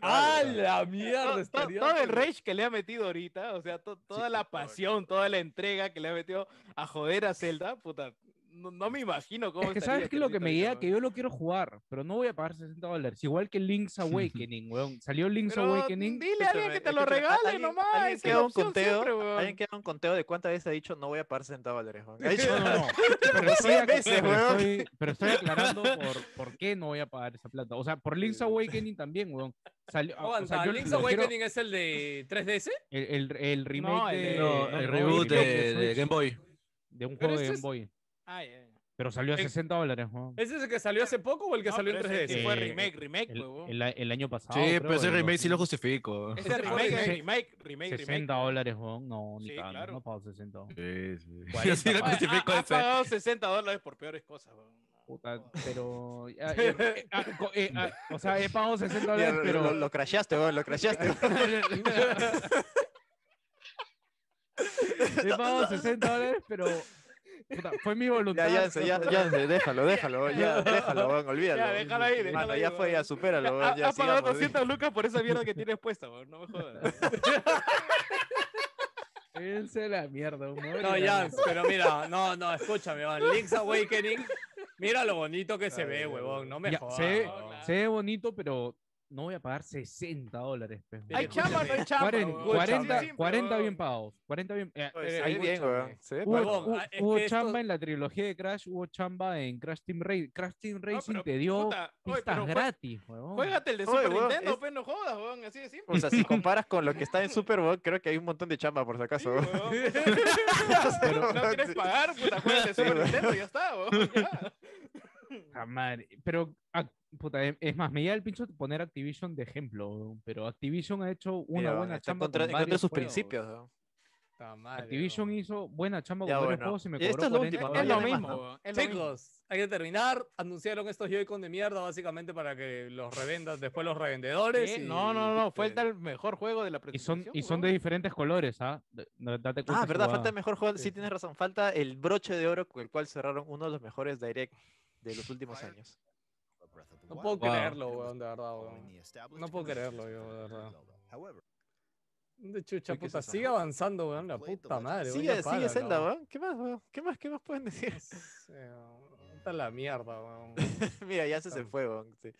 [SPEAKER 2] A la
[SPEAKER 8] To-
[SPEAKER 2] mierda,
[SPEAKER 3] Ah,
[SPEAKER 8] to-
[SPEAKER 2] estaría.
[SPEAKER 8] todo el rage que le ha metido ahorita, o sea, to- toda la
[SPEAKER 1] por favor.
[SPEAKER 8] pasión, toda la entrega que le ha metido a joder a Zelda, puta, no, no me imagino cómo
[SPEAKER 3] Es que
[SPEAKER 8] estaría
[SPEAKER 3] sabes que lo que
[SPEAKER 2] este
[SPEAKER 8] Tiernito
[SPEAKER 3] me guía
[SPEAKER 8] ahorita,
[SPEAKER 3] que yo lo quiero jugar, pero no voy a pagar 60 dólares. Igual que Link's Awakening, weón. Salió Link's
[SPEAKER 8] Pero
[SPEAKER 3] Awakening.
[SPEAKER 8] Dile a alguien que
[SPEAKER 1] Escúchame,
[SPEAKER 8] te lo
[SPEAKER 1] escúchame,
[SPEAKER 8] regale
[SPEAKER 1] alguien-
[SPEAKER 8] nomás.
[SPEAKER 1] Alguien
[SPEAKER 8] esa es
[SPEAKER 1] que,
[SPEAKER 8] la
[SPEAKER 1] haga un
[SPEAKER 8] opción
[SPEAKER 1] conteo,
[SPEAKER 8] siempre, weón.
[SPEAKER 1] alguien que haga un conteo de cuántas veces ha dicho no voy a pagar 60 dólares. weón. Ha dicho,
[SPEAKER 3] No, no, no. Pero
[SPEAKER 1] Pero
[SPEAKER 3] estoy,
[SPEAKER 1] cien
[SPEAKER 3] ac-
[SPEAKER 1] veces,
[SPEAKER 3] pero
[SPEAKER 1] weón.
[SPEAKER 3] estoy- pero estoy aclarando por, por qué no voy a pagar esa plata. O sea, por Link's Awakening también, weón. Salió, o
[SPEAKER 2] Aguanta,
[SPEAKER 3] sea, yo
[SPEAKER 2] Link's
[SPEAKER 3] lo quiero-
[SPEAKER 2] Awakening es el de 3DS.
[SPEAKER 3] El, el- el remake
[SPEAKER 8] el
[SPEAKER 3] de,
[SPEAKER 8] de-
[SPEAKER 4] No,
[SPEAKER 8] no,
[SPEAKER 4] el
[SPEAKER 8] no,
[SPEAKER 4] reboot
[SPEAKER 3] remake
[SPEAKER 4] de, de
[SPEAKER 3] Switch,
[SPEAKER 4] Game Boy.
[SPEAKER 3] de un
[SPEAKER 2] Pero
[SPEAKER 3] juego
[SPEAKER 2] ese
[SPEAKER 3] de Game
[SPEAKER 2] es-
[SPEAKER 3] Boy.
[SPEAKER 8] Ah, ya, ya.
[SPEAKER 3] Pero salió a
[SPEAKER 2] Eh,
[SPEAKER 3] 60 dólares, weón.
[SPEAKER 2] ¿Ese es el que salió hace poco o el que
[SPEAKER 8] No,
[SPEAKER 2] salió en
[SPEAKER 8] pero ese
[SPEAKER 2] 3DS?
[SPEAKER 8] sí
[SPEAKER 3] Eh,
[SPEAKER 8] fue remake, remake,
[SPEAKER 3] El,
[SPEAKER 8] huevón.
[SPEAKER 3] el- el año pasado.
[SPEAKER 4] sí,
[SPEAKER 3] creo,
[SPEAKER 4] pero ese
[SPEAKER 3] del
[SPEAKER 4] remake sí lo
[SPEAKER 3] 2000.
[SPEAKER 4] justifico.
[SPEAKER 8] Ese
[SPEAKER 2] ese
[SPEAKER 8] remake,
[SPEAKER 2] fue-
[SPEAKER 8] es remake, remake, remake.
[SPEAKER 3] 60 dólares, weón. No, ni
[SPEAKER 8] Sí,
[SPEAKER 3] cagando,
[SPEAKER 8] claro.
[SPEAKER 3] No pago 60. weón.
[SPEAKER 4] Sí, sí. Yo
[SPEAKER 3] 40,
[SPEAKER 4] sí lo
[SPEAKER 8] Oye,
[SPEAKER 4] justifico
[SPEAKER 8] ha, ha
[SPEAKER 4] ese.
[SPEAKER 8] pagado 60 dólares por peores cosas, huevón.
[SPEAKER 3] Puta, pero. ya, ya, eh, ah, co- eh, ah, o sea, he pagado 60
[SPEAKER 1] Mira,
[SPEAKER 3] dólares,
[SPEAKER 1] lo,
[SPEAKER 3] pero.
[SPEAKER 1] lo, lo crasheaste, weón, lo crasheaste. weón.
[SPEAKER 3] He pagado 60 dólares, pero. puta, fue mi
[SPEAKER 1] Ya,
[SPEAKER 3] voluntad.
[SPEAKER 1] ya, ya, ya,
[SPEAKER 3] pero-
[SPEAKER 1] déjalo, déjalo, weón, ya, déjalo, weón, olvídalo.
[SPEAKER 8] Ya,
[SPEAKER 1] weón.
[SPEAKER 8] déjalo ahí, déjalo
[SPEAKER 1] Mano,
[SPEAKER 8] ahí,
[SPEAKER 1] ya fue,
[SPEAKER 8] weón.
[SPEAKER 1] ya, supéralo,
[SPEAKER 8] Ha,
[SPEAKER 1] weón, ya,
[SPEAKER 8] ha pagado
[SPEAKER 1] sigamos, ¿eh?
[SPEAKER 8] 200 lucas por esa mierda que tienes puesta, huevón, No me jodas.
[SPEAKER 3] Váyanse a la mierda, weón, me voy a
[SPEAKER 2] No,
[SPEAKER 3] ir a la-
[SPEAKER 2] Jans, pero mira, no, no, escúchame, man. Link's Awakening, mira lo bonito que se ve, huevón, no me
[SPEAKER 3] Ya,
[SPEAKER 2] jodas.
[SPEAKER 3] se,
[SPEAKER 2] huevón.
[SPEAKER 3] se ve bonito, pero no voy a pagar 60 dólares. pues, pe,
[SPEAKER 8] Hay
[SPEAKER 3] weón.
[SPEAKER 8] chamba, o no hay chamba.
[SPEAKER 3] 40,
[SPEAKER 8] huevón.
[SPEAKER 3] 40,
[SPEAKER 8] Sí, sí,
[SPEAKER 3] 40
[SPEAKER 8] pues, pero-
[SPEAKER 3] bien pagos. 40 bien. eh,
[SPEAKER 1] weón. Oye, Se
[SPEAKER 2] Eh,
[SPEAKER 1] ve Pues, bien,
[SPEAKER 2] escúchame.
[SPEAKER 1] weón. Se ve
[SPEAKER 3] hubo
[SPEAKER 1] pago.
[SPEAKER 2] Huevón,
[SPEAKER 3] hubo-
[SPEAKER 2] ah, es
[SPEAKER 3] hubo
[SPEAKER 2] que esto-
[SPEAKER 3] chamba en la trilogía de Crash, hubo chamba en Crash Team Racing. Crash Team Racing
[SPEAKER 8] pero,
[SPEAKER 3] te dio
[SPEAKER 8] puta, oye,
[SPEAKER 3] pistas
[SPEAKER 8] pero jue-
[SPEAKER 3] gratis, weón.
[SPEAKER 8] Juégate el de
[SPEAKER 1] Oye,
[SPEAKER 8] Super
[SPEAKER 1] huevón,
[SPEAKER 8] Nintendo,
[SPEAKER 1] es-
[SPEAKER 8] pues no jodas, huevón, así de simple.
[SPEAKER 1] O sea, si comparas con lo que está en Super Bowl, creo que hay un montón de chamba, por si acaso. weón.
[SPEAKER 8] Sí, huevón, puta,
[SPEAKER 1] Pero-
[SPEAKER 8] no quieres pagar, puta, juega el de
[SPEAKER 1] Sí,
[SPEAKER 8] Super
[SPEAKER 1] huevón.
[SPEAKER 8] Nintendo, ya está, huevón, ya.
[SPEAKER 3] Ah, madre, Pero, ah, puta, em- es más, me llega el pincho poner Activision de ejemplo, weón, pero Activision ha hecho una
[SPEAKER 1] Mira,
[SPEAKER 3] buena
[SPEAKER 1] weón, está en
[SPEAKER 3] chamba.
[SPEAKER 1] contra,
[SPEAKER 3] con
[SPEAKER 1] en contra de
[SPEAKER 3] varios
[SPEAKER 1] sus
[SPEAKER 3] juegos.
[SPEAKER 1] principios. weón.
[SPEAKER 2] Puta madre,
[SPEAKER 3] Activision
[SPEAKER 2] huevón.
[SPEAKER 3] hizo buena chamba
[SPEAKER 1] Ya,
[SPEAKER 3] con varios
[SPEAKER 1] bueno.
[SPEAKER 3] juegos y me
[SPEAKER 1] Y esto
[SPEAKER 3] cobró
[SPEAKER 1] es lo
[SPEAKER 3] 40
[SPEAKER 1] último, ¿no?
[SPEAKER 8] Es lo
[SPEAKER 1] Ya no hay
[SPEAKER 3] dólares.
[SPEAKER 1] más,
[SPEAKER 8] mismo,
[SPEAKER 1] ¿no?
[SPEAKER 8] huevón, es lo mismo.
[SPEAKER 2] Chicos, hay que terminar. Anunciaron estos Joy-Con de mierda básicamente para que los revendas después los revendedores.
[SPEAKER 8] ¿Qué?
[SPEAKER 2] y- este,
[SPEAKER 8] No, no, no, fue el tal mejor juego de la
[SPEAKER 3] Y son,
[SPEAKER 8] presentación.
[SPEAKER 3] y son de
[SPEAKER 8] huevón.
[SPEAKER 3] diferentes colores, ¿ah? D- no, Date cuenta.
[SPEAKER 1] Ah,
[SPEAKER 3] esa
[SPEAKER 1] verdad, falta
[SPEAKER 3] huevada.
[SPEAKER 1] el mejor juego. Sí, tienes razón. Falta el broche de oro con el cual cerraron uno de los mejores Direct de los últimos años.
[SPEAKER 2] No puedo
[SPEAKER 4] Wow.
[SPEAKER 2] creerlo, weón, de verdad, weón. No puedo creerlo, yo, de verdad. De chucha
[SPEAKER 1] Uy, ¿qué es
[SPEAKER 2] puta,
[SPEAKER 1] esa?
[SPEAKER 2] sigue avanzando, weón, la puta madre. weón, ya
[SPEAKER 1] Sigue,
[SPEAKER 2] para,
[SPEAKER 1] sigue Zelda,
[SPEAKER 2] weón.
[SPEAKER 1] weón. ¿Qué más, weón? ¿Qué más, qué más pueden decir?
[SPEAKER 2] No sé, weón. Está la mierda, weón.
[SPEAKER 1] Mira, ya se se fue, weón. sí.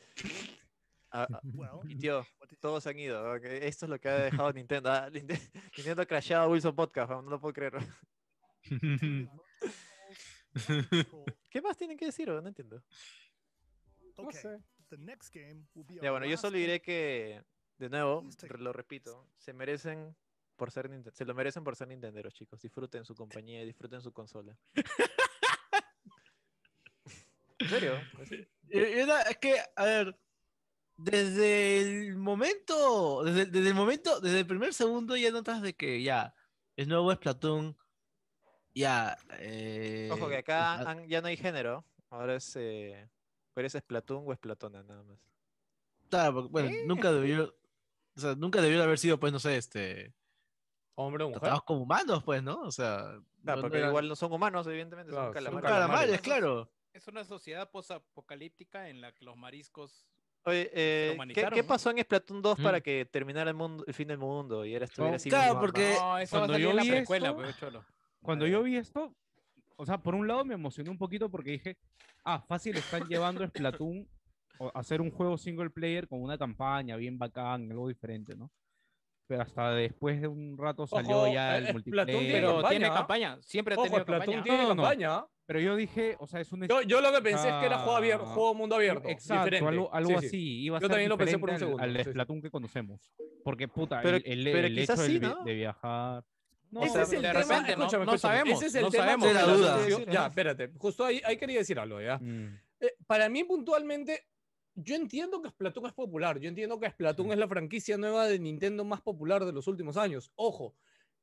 [SPEAKER 1] Ah, ah, y tío, todos han ido. weón, que Esto es lo que ha dejado Nintendo. Ah, Ninte- Nintendo ha crasheado Wilson Podcast, weón, no lo puedo creer. weón. ¿Qué más tienen que decir? weón? No entiendo.
[SPEAKER 2] No sé.
[SPEAKER 1] Ya bueno, yo solo diré que, de nuevo, re- lo repito, se merecen por ser Ninten- se lo merecen por ser nintenderos, chicos. Disfruten su compañía, disfruten su consola. ¿En serio? Pues, ¿En serio?
[SPEAKER 4] Eh, Era, es que, a ver, desde el momento, desde, desde el momento, desde el primer segundo ya notas de que ya, es nuevo Splatoon, ya. eh,
[SPEAKER 1] Ojo que acá
[SPEAKER 4] está-
[SPEAKER 1] han- ya no hay género. Ahora es eh, o eres Splatoon o Splatona nada más.
[SPEAKER 4] está, porque, bueno, nunca debió, o sea, nunca debió haber sido, pues, no sé, este,
[SPEAKER 2] Hombre o mujer.
[SPEAKER 4] tratados como humanos, pues, ¿no? O sea,
[SPEAKER 1] Ah,
[SPEAKER 4] no- no
[SPEAKER 1] porque
[SPEAKER 4] eran-
[SPEAKER 1] igual no son humanos, evidentemente,
[SPEAKER 2] Claro,
[SPEAKER 1] son
[SPEAKER 2] son
[SPEAKER 4] son
[SPEAKER 1] calamares.
[SPEAKER 4] calamares,
[SPEAKER 8] calamares.
[SPEAKER 4] claro.
[SPEAKER 8] Es una sociedad posapocalíptica en la que los mariscos.
[SPEAKER 1] Oye, eh, ¿qué,
[SPEAKER 8] humanizaron,
[SPEAKER 1] qué
[SPEAKER 8] ¿no?
[SPEAKER 1] pasó en Splatoon 2 para
[SPEAKER 3] Mm.
[SPEAKER 1] que terminara el mundo, el fin del mundo y era
[SPEAKER 3] Son-
[SPEAKER 1] estuviera así?
[SPEAKER 4] Claro,
[SPEAKER 1] mamá?
[SPEAKER 4] porque-
[SPEAKER 8] No, eso va a
[SPEAKER 3] Cuando
[SPEAKER 8] salir
[SPEAKER 3] yo
[SPEAKER 8] en la
[SPEAKER 3] vi
[SPEAKER 8] precuela,
[SPEAKER 3] esto-
[SPEAKER 8] pues, cholo.
[SPEAKER 3] Cuando
[SPEAKER 1] Ay,
[SPEAKER 3] yo vi esto, o sea, por un lado me emocioné un poquito porque dije, ah, fácil, están llevando a Splatoon o- a hacer un juego single player con una campaña bien bacán, algo diferente, ¿no? Pero hasta después de un rato salió
[SPEAKER 2] Ojo,
[SPEAKER 3] ya
[SPEAKER 2] eh,
[SPEAKER 3] el
[SPEAKER 2] Splatoon
[SPEAKER 3] multiplayer.
[SPEAKER 2] tiene
[SPEAKER 8] Pero
[SPEAKER 3] Pero,
[SPEAKER 2] campaña,
[SPEAKER 8] tiene
[SPEAKER 2] ¿ah?
[SPEAKER 8] campaña, siempre ha
[SPEAKER 2] Ojo,
[SPEAKER 8] tenido
[SPEAKER 2] Splatoon
[SPEAKER 8] campaña.
[SPEAKER 2] tiene
[SPEAKER 3] No, no, no.
[SPEAKER 2] campaña. ¿ah?
[SPEAKER 3] yo dije, o sea, es un...
[SPEAKER 2] Yo, yo lo que pensé es que era juego, abierto,
[SPEAKER 3] Ah.
[SPEAKER 2] juego mundo abierto.
[SPEAKER 3] Exacto,
[SPEAKER 2] diferente.
[SPEAKER 3] algo, algo
[SPEAKER 2] Sí, sí.
[SPEAKER 3] así. Iba a
[SPEAKER 2] Yo
[SPEAKER 3] ser
[SPEAKER 2] también lo pensé por un
[SPEAKER 3] diferente al-
[SPEAKER 2] segundo,
[SPEAKER 3] Al,
[SPEAKER 2] sí, sí.
[SPEAKER 3] Splatoon que conocemos. Porque, puta,
[SPEAKER 1] Pero-
[SPEAKER 3] el, el-
[SPEAKER 1] pero
[SPEAKER 3] el
[SPEAKER 1] quizás
[SPEAKER 3] hecho del
[SPEAKER 1] sí,
[SPEAKER 3] vi-
[SPEAKER 1] ¿no?
[SPEAKER 3] de viajar, No,
[SPEAKER 2] Ese
[SPEAKER 1] o sea,
[SPEAKER 2] es el
[SPEAKER 1] de
[SPEAKER 2] tema-
[SPEAKER 8] repente no-
[SPEAKER 2] escúchame,
[SPEAKER 8] no
[SPEAKER 2] escúchame.
[SPEAKER 8] sabemos,
[SPEAKER 2] Ese es el
[SPEAKER 8] no
[SPEAKER 2] tema
[SPEAKER 8] sabemos.
[SPEAKER 2] con
[SPEAKER 4] Sí, la
[SPEAKER 2] la
[SPEAKER 4] duda.
[SPEAKER 2] asociación- Ya, espérate. Justo ahí, ahí quería decir algo, ¿ya?
[SPEAKER 3] Mm.
[SPEAKER 2] Eh, para mí, puntualmente, yo entiendo que Splatoon es popular. Yo entiendo que Splatoon es la franquicia nueva de Nintendo más popular de los últimos años. Ojo,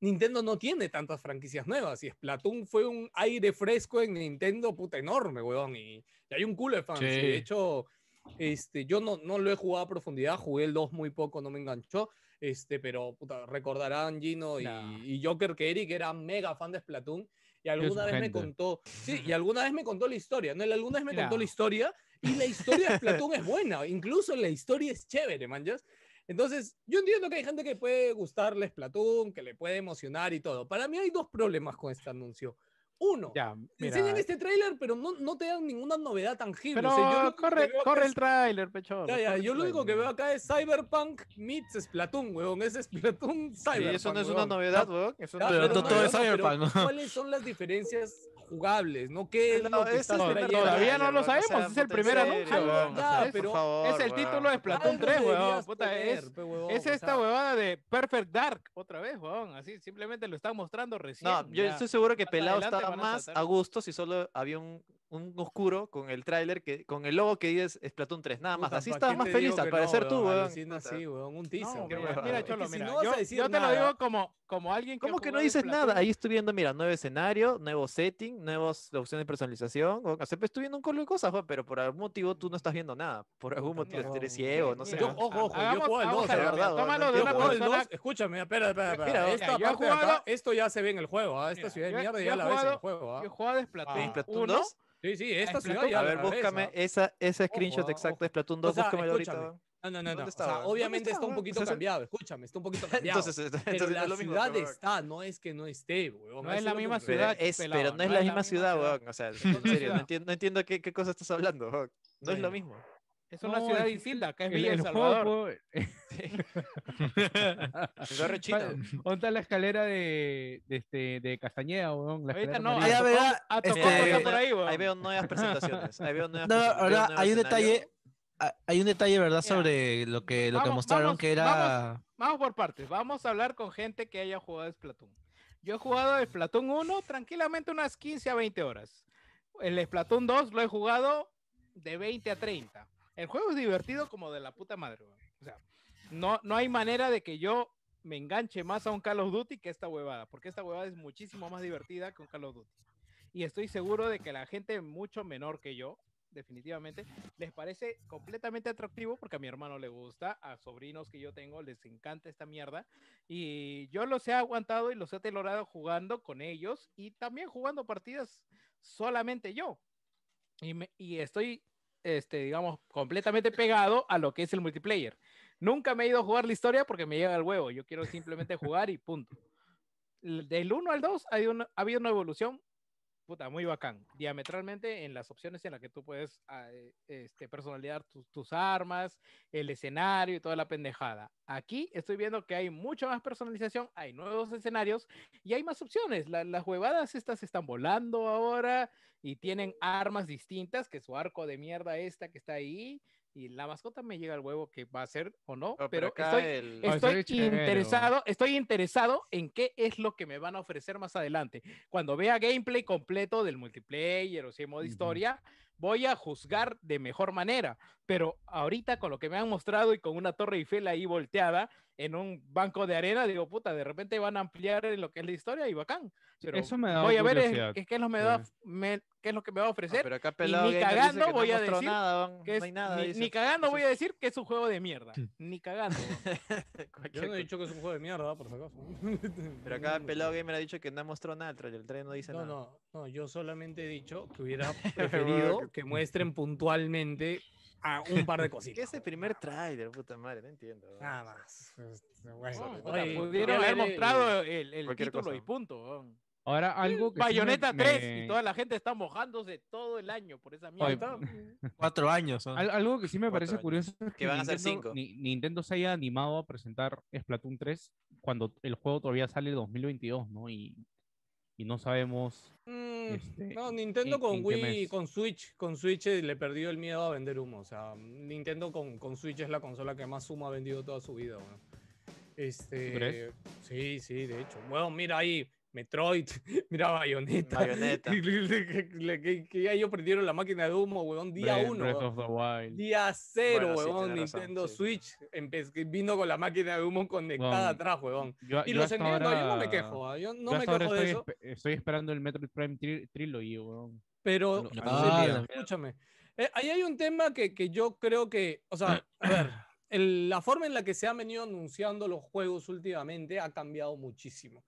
[SPEAKER 2] Nintendo no tiene tantas franquicias nuevas. Y Splatoon fue un aire fresco en Nintendo, puta enorme, weón. Y, y hay un culo de fans.
[SPEAKER 4] Sí.
[SPEAKER 2] Y De hecho, este, yo no, no lo he jugado a profundidad. Jugué el 2 muy poco, no me enganchó. Este, pero puta, recordarán Gino y, y Joker que Eric era mega fan de Splatoon y alguna vez me
[SPEAKER 3] gente.
[SPEAKER 2] contó, sí, y alguna vez me contó la historia, no, él alguna vez me contó
[SPEAKER 5] Claro.
[SPEAKER 2] la historia y la historia de Splatoon es buena, incluso la historia es chévere, manjas. Entonces, yo entiendo que hay gente que puede gustarle Splatoon, que le puede emocionar y todo. Para mí hay dos problemas con este anuncio. Uno,
[SPEAKER 8] Ya,
[SPEAKER 2] te
[SPEAKER 8] mira. eh
[SPEAKER 2] enseñan este tráiler, pero no, no te dan ninguna novedad tangible.
[SPEAKER 8] Pero
[SPEAKER 2] O sea, yo lo que
[SPEAKER 8] corre,
[SPEAKER 2] veo acá
[SPEAKER 8] corre
[SPEAKER 2] es-
[SPEAKER 8] el tráiler, pecho.
[SPEAKER 2] Ya, ya, yo lo único que veo acá es Cyberpunk meets Splatoon, weón. Es Splatoon
[SPEAKER 8] Y
[SPEAKER 2] Cyberpunk.
[SPEAKER 8] eso no es una
[SPEAKER 2] weón.
[SPEAKER 8] novedad, weón. Eso no
[SPEAKER 2] Ya,
[SPEAKER 8] es
[SPEAKER 4] Pero
[SPEAKER 8] una
[SPEAKER 4] no
[SPEAKER 2] no,
[SPEAKER 4] todo
[SPEAKER 8] novedad.
[SPEAKER 4] es
[SPEAKER 2] no, pero
[SPEAKER 4] Cyberpunk, ¿no?
[SPEAKER 2] ¿Cuáles son las diferencias jugables? ¿No? ¿Qué es
[SPEAKER 1] No,
[SPEAKER 2] lo que
[SPEAKER 1] ese
[SPEAKER 2] está
[SPEAKER 1] es el
[SPEAKER 2] trayendo?
[SPEAKER 1] primer
[SPEAKER 8] Todavía no lo
[SPEAKER 1] Cyberpunk, o sea,
[SPEAKER 8] sabemos, es el
[SPEAKER 1] puta,
[SPEAKER 8] primer
[SPEAKER 1] en
[SPEAKER 8] anuncio,
[SPEAKER 1] serio,
[SPEAKER 8] weón.
[SPEAKER 1] weón.
[SPEAKER 2] Ah,
[SPEAKER 8] O sea, es-
[SPEAKER 2] pero
[SPEAKER 8] es el título de Splatoon
[SPEAKER 2] Algo
[SPEAKER 8] 3, weón.
[SPEAKER 2] deberías
[SPEAKER 8] Puta,
[SPEAKER 2] poner,
[SPEAKER 8] es,
[SPEAKER 2] pe, huevón,
[SPEAKER 8] es
[SPEAKER 2] o
[SPEAKER 8] esta
[SPEAKER 2] sea,
[SPEAKER 8] huevada de Perfect Dark, otra vez, weón. Así, simplemente lo están mostrando recién.
[SPEAKER 1] No, yo
[SPEAKER 8] ya.
[SPEAKER 1] estoy seguro que
[SPEAKER 8] Más
[SPEAKER 1] Pelado
[SPEAKER 8] adelante
[SPEAKER 1] estaba
[SPEAKER 8] van a
[SPEAKER 1] más
[SPEAKER 8] saltar.
[SPEAKER 1] a gusto si solo había un, un oscuro con el tráiler, que con el logo que dices Splatoon 3, nada más.
[SPEAKER 2] puta,
[SPEAKER 1] Así
[SPEAKER 2] ¿pa'
[SPEAKER 1] estabas
[SPEAKER 2] quién
[SPEAKER 1] más
[SPEAKER 2] te
[SPEAKER 1] feliz,
[SPEAKER 2] digo
[SPEAKER 1] al
[SPEAKER 2] que no,
[SPEAKER 1] parecer tú, weón.
[SPEAKER 2] alucina,
[SPEAKER 1] Puta.
[SPEAKER 2] sí, weón, un
[SPEAKER 8] No,
[SPEAKER 2] teaser.
[SPEAKER 8] mira,
[SPEAKER 2] huevón.
[SPEAKER 8] mira,
[SPEAKER 2] Es que
[SPEAKER 8] Cholo,
[SPEAKER 2] si
[SPEAKER 8] mira,
[SPEAKER 2] no vas
[SPEAKER 8] yo,
[SPEAKER 2] a decir
[SPEAKER 8] yo te lo
[SPEAKER 2] nada-
[SPEAKER 8] digo como, como alguien que
[SPEAKER 1] ¿Cómo que
[SPEAKER 8] jugó
[SPEAKER 1] no
[SPEAKER 8] de
[SPEAKER 1] dices nada?
[SPEAKER 8] Splatoon.
[SPEAKER 1] Ahí estoy viendo, mira, nuevo escenario, nuevo setting, nuevas opciones de personalización. weón. O sea, pues, estoy viendo un colo de cosas, weón, pero por algún motivo tú no estás viendo nada. Por algún motivo eres ciego, no sé.
[SPEAKER 2] Yo,
[SPEAKER 1] weón.
[SPEAKER 2] ojo, ojo, yo
[SPEAKER 8] Hagamos-
[SPEAKER 2] juego el
[SPEAKER 8] hagamos
[SPEAKER 2] 2, de
[SPEAKER 8] algo,
[SPEAKER 2] verdad.
[SPEAKER 8] mira,
[SPEAKER 1] verdad,
[SPEAKER 8] Tómalo
[SPEAKER 1] weón,
[SPEAKER 8] de
[SPEAKER 2] Yo
[SPEAKER 8] una
[SPEAKER 2] juego el
[SPEAKER 8] persona
[SPEAKER 2] 2, escúchame, espera, espera, espera.
[SPEAKER 1] Mira,
[SPEAKER 2] Esta
[SPEAKER 8] mira, yo he
[SPEAKER 2] parte de acá,
[SPEAKER 8] jugado-
[SPEAKER 2] esto ya se ve en el juego, ¿ah? Esta
[SPEAKER 8] Mira,
[SPEAKER 2] ciudad de
[SPEAKER 8] yo-
[SPEAKER 2] mierda
[SPEAKER 8] yo
[SPEAKER 2] ya
[SPEAKER 8] he
[SPEAKER 2] la ves en el
[SPEAKER 8] jugado-
[SPEAKER 2] juego, ¿ah?
[SPEAKER 8] Yo jugaba de Splatoon
[SPEAKER 2] Ah.
[SPEAKER 1] ¿Splatoon
[SPEAKER 8] 1.
[SPEAKER 1] 2?
[SPEAKER 2] Sí, sí, esta
[SPEAKER 8] Ah,
[SPEAKER 2] ciudad
[SPEAKER 8] Splatoon-
[SPEAKER 2] ya
[SPEAKER 1] A
[SPEAKER 2] la
[SPEAKER 1] ver,
[SPEAKER 2] ves, ¿ah?
[SPEAKER 1] búscame esa, esa screenshot
[SPEAKER 2] ah,
[SPEAKER 1] exacta
[SPEAKER 2] ojo.
[SPEAKER 1] de Splatoon 2,
[SPEAKER 2] O sea,
[SPEAKER 1] búscamelo ahorita.
[SPEAKER 2] escúchame,
[SPEAKER 1] weón.
[SPEAKER 2] No, no, no,
[SPEAKER 1] ¿Dónde
[SPEAKER 2] no. O
[SPEAKER 1] está,
[SPEAKER 2] sea,
[SPEAKER 1] weón? ¿Dónde
[SPEAKER 2] obviamente
[SPEAKER 1] está,
[SPEAKER 2] está un
[SPEAKER 1] weón?
[SPEAKER 2] poquito
[SPEAKER 1] O sea, se-
[SPEAKER 2] cambiado, escúchame, está un poquito cambiado.
[SPEAKER 1] Entonces,
[SPEAKER 2] Pero
[SPEAKER 1] entonces no
[SPEAKER 2] la
[SPEAKER 1] es lo mismo,
[SPEAKER 2] ciudad
[SPEAKER 1] pero, weón.
[SPEAKER 2] está, no es que no esté, weón.
[SPEAKER 8] No
[SPEAKER 2] Eso
[SPEAKER 8] es la
[SPEAKER 2] lo
[SPEAKER 8] misma
[SPEAKER 2] que-
[SPEAKER 1] Pero,
[SPEAKER 8] ciudad,
[SPEAKER 1] es,
[SPEAKER 8] pelado,
[SPEAKER 1] pero no, es la misma ciudad,
[SPEAKER 8] ciudad.
[SPEAKER 1] weón. O sea, en
[SPEAKER 8] es
[SPEAKER 1] serio, no
[SPEAKER 8] ciudad.
[SPEAKER 1] entiendo, no entiendo qué, qué cosa estás hablando. weón. No es lo mismo.
[SPEAKER 8] Es una
[SPEAKER 3] No,
[SPEAKER 8] ciudad
[SPEAKER 3] es-
[SPEAKER 8] distinta, acá es
[SPEAKER 3] El,
[SPEAKER 8] Villa El,
[SPEAKER 3] el
[SPEAKER 8] Salvador.
[SPEAKER 3] juego,
[SPEAKER 1] El barrio chino.
[SPEAKER 3] ¿Dónde está la escalera de, de, este, de Castañeda, weón? La
[SPEAKER 8] Ahorita
[SPEAKER 3] escalera
[SPEAKER 8] no,
[SPEAKER 3] amarilla.
[SPEAKER 4] ahí ah, ya
[SPEAKER 8] a Tocón-
[SPEAKER 4] verá,
[SPEAKER 8] a Tocón
[SPEAKER 1] este,
[SPEAKER 8] está por ahí,
[SPEAKER 1] Ahí
[SPEAKER 8] weón.
[SPEAKER 1] veo nuevas presentaciones. Ahí veo nuevas
[SPEAKER 4] No,
[SPEAKER 1] presentaciones, veo
[SPEAKER 4] ahora,
[SPEAKER 1] nuevo
[SPEAKER 4] hay un
[SPEAKER 1] escenario.
[SPEAKER 4] detalle, ah, hay un detalle, ¿verdad?
[SPEAKER 8] Mira,
[SPEAKER 4] Sobre lo que, lo que
[SPEAKER 8] vamos-
[SPEAKER 4] mostraron,
[SPEAKER 8] vamos-
[SPEAKER 4] que era...
[SPEAKER 8] vamos. Vamos por partes. Vamos a hablar con gente que haya jugado Splatoon. Yo he jugado Splatoon 1 tranquilamente unas 15 a 20 horas. El Splatoon 2 lo he jugado de 20 a 30. El juego es divertido como de la puta madre. weón. O sea, no, no hay manera de que yo me enganche más a un Call of Duty que esta huevada, porque esta huevada es muchísimo más divertida que un Call of Duty. Y estoy seguro de que la gente mucho menor que yo, definitivamente, les parece completamente atractivo porque a mi hermano le gusta, a sobrinos que yo tengo les encanta esta mierda y yo los he aguantado y los he telorado jugando con ellos y también jugando partidas solamente yo. Y, me- y estoy, este, digamos, completamente pegado a lo que es el multiplayer. Nunca me he ido a jugar la historia porque me llega el huevo. Yo quiero simplemente jugar y punto. L- Del 1 al 2 ha habido una, ha habido una evolución puta, muy bacán. Diametralmente en las opciones en las que tú puedes ah, eh, este, personalizar tus- tus armas, el escenario y toda la pendejada. Aquí estoy viendo que hay mucha más personalización, hay nuevos escenarios y hay más opciones. La- las huevadas estas están volando ahora y tienen armas distintas que su arco de mierda esta que está ahí. Y la mascota me llega al huevo que va a ser o no,
[SPEAKER 1] No,
[SPEAKER 8] pero,
[SPEAKER 1] acá
[SPEAKER 8] estoy,
[SPEAKER 1] el-
[SPEAKER 3] Ah,
[SPEAKER 8] Estoy
[SPEAKER 3] estaría chévere, weón.
[SPEAKER 8] interesado, estoy interesado en qué es lo que me van a ofrecer más adelante. Cuando vea gameplay completo del multiplayer o si hay modo
[SPEAKER 3] Ujú.
[SPEAKER 8] historia, voy a juzgar de mejor manera. Pero ahorita con lo que me han mostrado y con una torre Eiffel ahí volteada en un banco de arena, digo, puta, de repente van a ampliar en lo que es la historia y bacán. Pero
[SPEAKER 3] Eso me da
[SPEAKER 8] voy a ver es-
[SPEAKER 3] curiosidad.
[SPEAKER 8] es qué es lo me da, me- qué es lo que me va a
[SPEAKER 1] Ah,
[SPEAKER 8] ofrecer.
[SPEAKER 1] pero acá
[SPEAKER 8] ni
[SPEAKER 1] Gamer dice
[SPEAKER 8] cagando
[SPEAKER 1] que no
[SPEAKER 8] voy a
[SPEAKER 1] mostró
[SPEAKER 8] decir
[SPEAKER 1] nada, weón.
[SPEAKER 8] que es-
[SPEAKER 1] no hay nada.
[SPEAKER 8] ni,
[SPEAKER 1] dice.
[SPEAKER 8] ni cagando
[SPEAKER 1] Eso
[SPEAKER 8] voy
[SPEAKER 1] es
[SPEAKER 8] a decir que es un juego de mierda. Ni cagando.
[SPEAKER 2] Yo
[SPEAKER 1] cualquier
[SPEAKER 2] no he
[SPEAKER 1] cosa.
[SPEAKER 2] dicho que es un juego de mierda, por si acaso.
[SPEAKER 1] Pero acá Pelado Gamer ha dicho que no mostró nada el trailer. El trailer no dice
[SPEAKER 2] No,
[SPEAKER 1] nada.
[SPEAKER 2] no, no, yo solamente he dicho que hubiera preferido que muestren puntualmente a un par de
[SPEAKER 1] ¿Qué
[SPEAKER 2] cositas.
[SPEAKER 1] es el primer trailer? Puta madre, no entiendo. weón.
[SPEAKER 2] Nada más. Este, bueno,
[SPEAKER 1] Puta,
[SPEAKER 8] Puta,
[SPEAKER 2] oye,
[SPEAKER 8] pudieron
[SPEAKER 2] a ver,
[SPEAKER 8] haber
[SPEAKER 2] eh,
[SPEAKER 8] mostrado el, el
[SPEAKER 1] cualquier
[SPEAKER 8] título
[SPEAKER 1] cosa.
[SPEAKER 8] y punto. weón.
[SPEAKER 3] Ahora algo que sí me-
[SPEAKER 8] Bayonetta 3
[SPEAKER 3] me-
[SPEAKER 8] y toda la gente está mojándose todo el año por esa
[SPEAKER 3] Oye,
[SPEAKER 8] mierda.
[SPEAKER 4] Cuatro años. ¿no?
[SPEAKER 3] Al- algo que sí me
[SPEAKER 1] Cuatro
[SPEAKER 3] parece
[SPEAKER 1] años.
[SPEAKER 3] curioso es
[SPEAKER 1] Que van a ser
[SPEAKER 3] Nintendo,
[SPEAKER 1] cinco.
[SPEAKER 3] ni- Nintendo se haya animado a presentar Splatoon 3 cuando el juego todavía sale en 2022, ¿no? Y, y no sabemos.
[SPEAKER 2] mm,
[SPEAKER 3] este,
[SPEAKER 2] No, Nintendo
[SPEAKER 3] ¿en-
[SPEAKER 2] con
[SPEAKER 3] en qué
[SPEAKER 2] Wii,
[SPEAKER 3] mes?
[SPEAKER 2] con Switch, con Switch eh, le perdió el miedo a vender humo. O sea, Nintendo con, con Switch es la consola que más humo ha vendido toda su vida. weón. Este,
[SPEAKER 3] ¿Tú crees?
[SPEAKER 2] Sí, sí, de hecho. Bueno, mira ahí Metroid, mira Bayonetta.
[SPEAKER 1] Bayonetta.
[SPEAKER 2] que, que- que- que ya ellos prendieron la máquina de humo, weón, día
[SPEAKER 3] Breath-
[SPEAKER 2] uno.
[SPEAKER 3] Breath
[SPEAKER 2] weón.
[SPEAKER 3] of the Wild.
[SPEAKER 2] Día cero,
[SPEAKER 1] Bueno, sí,
[SPEAKER 2] weón,
[SPEAKER 1] tienes razón,
[SPEAKER 2] Nintendo
[SPEAKER 1] sí.
[SPEAKER 2] Switch empe- que vino con la máquina de humo conectada
[SPEAKER 3] Weón,
[SPEAKER 2] atrás, weón.
[SPEAKER 3] Yo-
[SPEAKER 2] Y
[SPEAKER 3] yo
[SPEAKER 2] los
[SPEAKER 3] hasta
[SPEAKER 2] entiendo, yo no me
[SPEAKER 3] ahora-
[SPEAKER 2] quejo, ah, yo no
[SPEAKER 3] yo
[SPEAKER 2] me
[SPEAKER 3] hasta ahora
[SPEAKER 2] quejo de
[SPEAKER 3] estoy
[SPEAKER 2] eso,
[SPEAKER 3] espe- Estoy esperando el Metroid Prime tri- Trilogy, weón.
[SPEAKER 2] pero
[SPEAKER 4] No,
[SPEAKER 2] escúchame,
[SPEAKER 4] ah, la mierda.
[SPEAKER 2] escúchame. Eh, ahí hay un tema que, que yo creo que, o sea, a ver, el- la forma en la que se han venido anunciando los juegos últimamente ha cambiado muchísimo.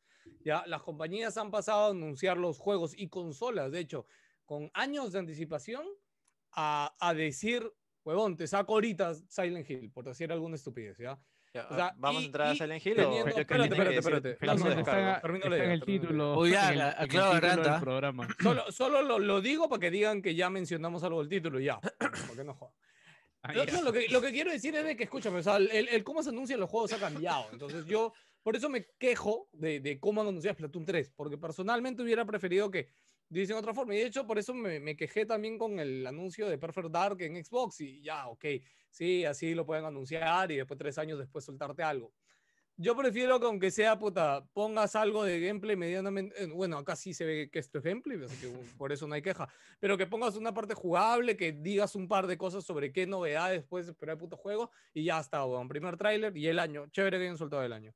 [SPEAKER 2] Ya las compañías han pasado a anunciar los juegos y consolas, de hecho, con años de anticipación a, a decir, huevón, te saco ahorita Silent Hill, por decir alguna estupidez, ¿ya?
[SPEAKER 1] Ya,
[SPEAKER 2] O sea,
[SPEAKER 1] ah, ¿Vamos
[SPEAKER 2] y-
[SPEAKER 1] a entrar a
[SPEAKER 2] y
[SPEAKER 1] Silent Hill o
[SPEAKER 2] teniendo-
[SPEAKER 1] yo creo que
[SPEAKER 2] espérate,
[SPEAKER 1] tiene que
[SPEAKER 2] espérate,
[SPEAKER 1] decir-
[SPEAKER 2] espérate.
[SPEAKER 1] Vamos a
[SPEAKER 2] Felizmente
[SPEAKER 1] dejarlo.
[SPEAKER 3] está,
[SPEAKER 2] termino
[SPEAKER 3] está
[SPEAKER 2] la
[SPEAKER 3] en
[SPEAKER 2] idea,
[SPEAKER 3] el
[SPEAKER 2] termino la
[SPEAKER 3] título.
[SPEAKER 4] idea. Uy, ya,
[SPEAKER 3] en el-
[SPEAKER 4] la-
[SPEAKER 3] en el
[SPEAKER 4] aclaro,
[SPEAKER 3] título del
[SPEAKER 4] Aranta.
[SPEAKER 3] programa.
[SPEAKER 2] Solo, solo lo, lo digo para que digan que ya mencionamos algo del título y ya. Porque no jodan.
[SPEAKER 3] Ah,
[SPEAKER 2] Lo,
[SPEAKER 3] ya.
[SPEAKER 2] no, lo que, lo que quiero decir es de que, escúchame, o sea, el, el cómo se anuncian los juegos ha cambiado. Entonces yo, por eso me quejo de, de cómo han anunciado Splatoon 3, porque personalmente hubiera preferido que dicen otra forma. Y de hecho, por eso me, me quejé también con el anuncio de Perfect Dark en Xbox y ya, ok, sí, así lo pueden anunciar y después tres años después soltarte algo. Yo prefiero que aunque sea puta, pongas algo de gameplay medianamente, eh, bueno, acá sí se ve que esto es gameplay, así que uh, por eso no hay queja, pero que pongas una parte jugable, que digas un par de cosas sobre qué novedades puedes esperar el puto juego y ya está, weón. Primer tráiler y el año, chévere que hayan soltado el año.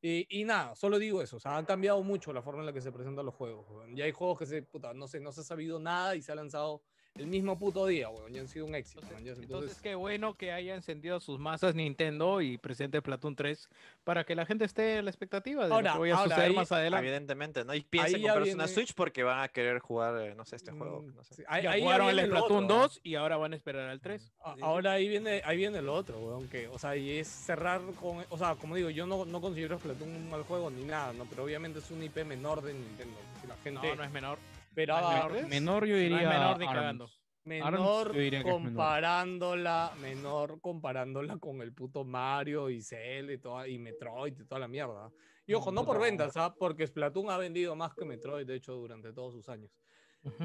[SPEAKER 2] Y, y nada, solo digo eso, o sea, han cambiado mucho la forma en la que se presentan los juegos, weón. Ya hay juegos que se, puta, no sé, no se ha sabido nada y se ha lanzado el mismo puto día, weón, y han sido un éxito,
[SPEAKER 8] Entonces,
[SPEAKER 2] man, ya,
[SPEAKER 8] entonces, qué bueno que haya encendido sus masas Nintendo y presente Platoon 3 para que la gente esté a la expectativa de lo
[SPEAKER 2] Ahora,
[SPEAKER 8] que voy a
[SPEAKER 2] ahora,
[SPEAKER 8] suceder
[SPEAKER 2] ahí-
[SPEAKER 8] más adelante.
[SPEAKER 1] Evidentemente, ¿no? Y piensa
[SPEAKER 2] Ahí
[SPEAKER 1] en
[SPEAKER 2] ya
[SPEAKER 1] comprarse una
[SPEAKER 2] viene-
[SPEAKER 1] Switch porque van a querer jugar, eh, no sé, este juego.
[SPEAKER 2] Mm,
[SPEAKER 1] no sé.
[SPEAKER 2] sí, ahí-
[SPEAKER 8] Ya
[SPEAKER 2] ahí ya
[SPEAKER 8] jugaron el
[SPEAKER 2] viene lo
[SPEAKER 8] Splatoon
[SPEAKER 2] otro,
[SPEAKER 8] 2 y ahora van a esperar al 3.
[SPEAKER 2] A- Ahora ahí viene, ahí viene el otro, weón, que, o sea, y es cerrar con, o sea, como digo, yo no, no considero Splatoon un mal juego ni nada, ¿no? Pero obviamente es un IP menor de Nintendo. Si la gente
[SPEAKER 8] No, no es menor.
[SPEAKER 2] esperaba
[SPEAKER 8] menor,
[SPEAKER 3] Menor yo
[SPEAKER 8] es
[SPEAKER 3] diría.
[SPEAKER 8] menor ni
[SPEAKER 3] Arms.
[SPEAKER 8] cagando.
[SPEAKER 2] menor
[SPEAKER 3] Arms, yo diría que es menor.
[SPEAKER 2] comparándola, menor comparándola con el puto Mario y Cell y, toda, y Metroid y toda la mierda. Y ojo, no por ventas, ¿ah? porque Splatoon ha vendido más que Metroid, de hecho, durante todos sus años.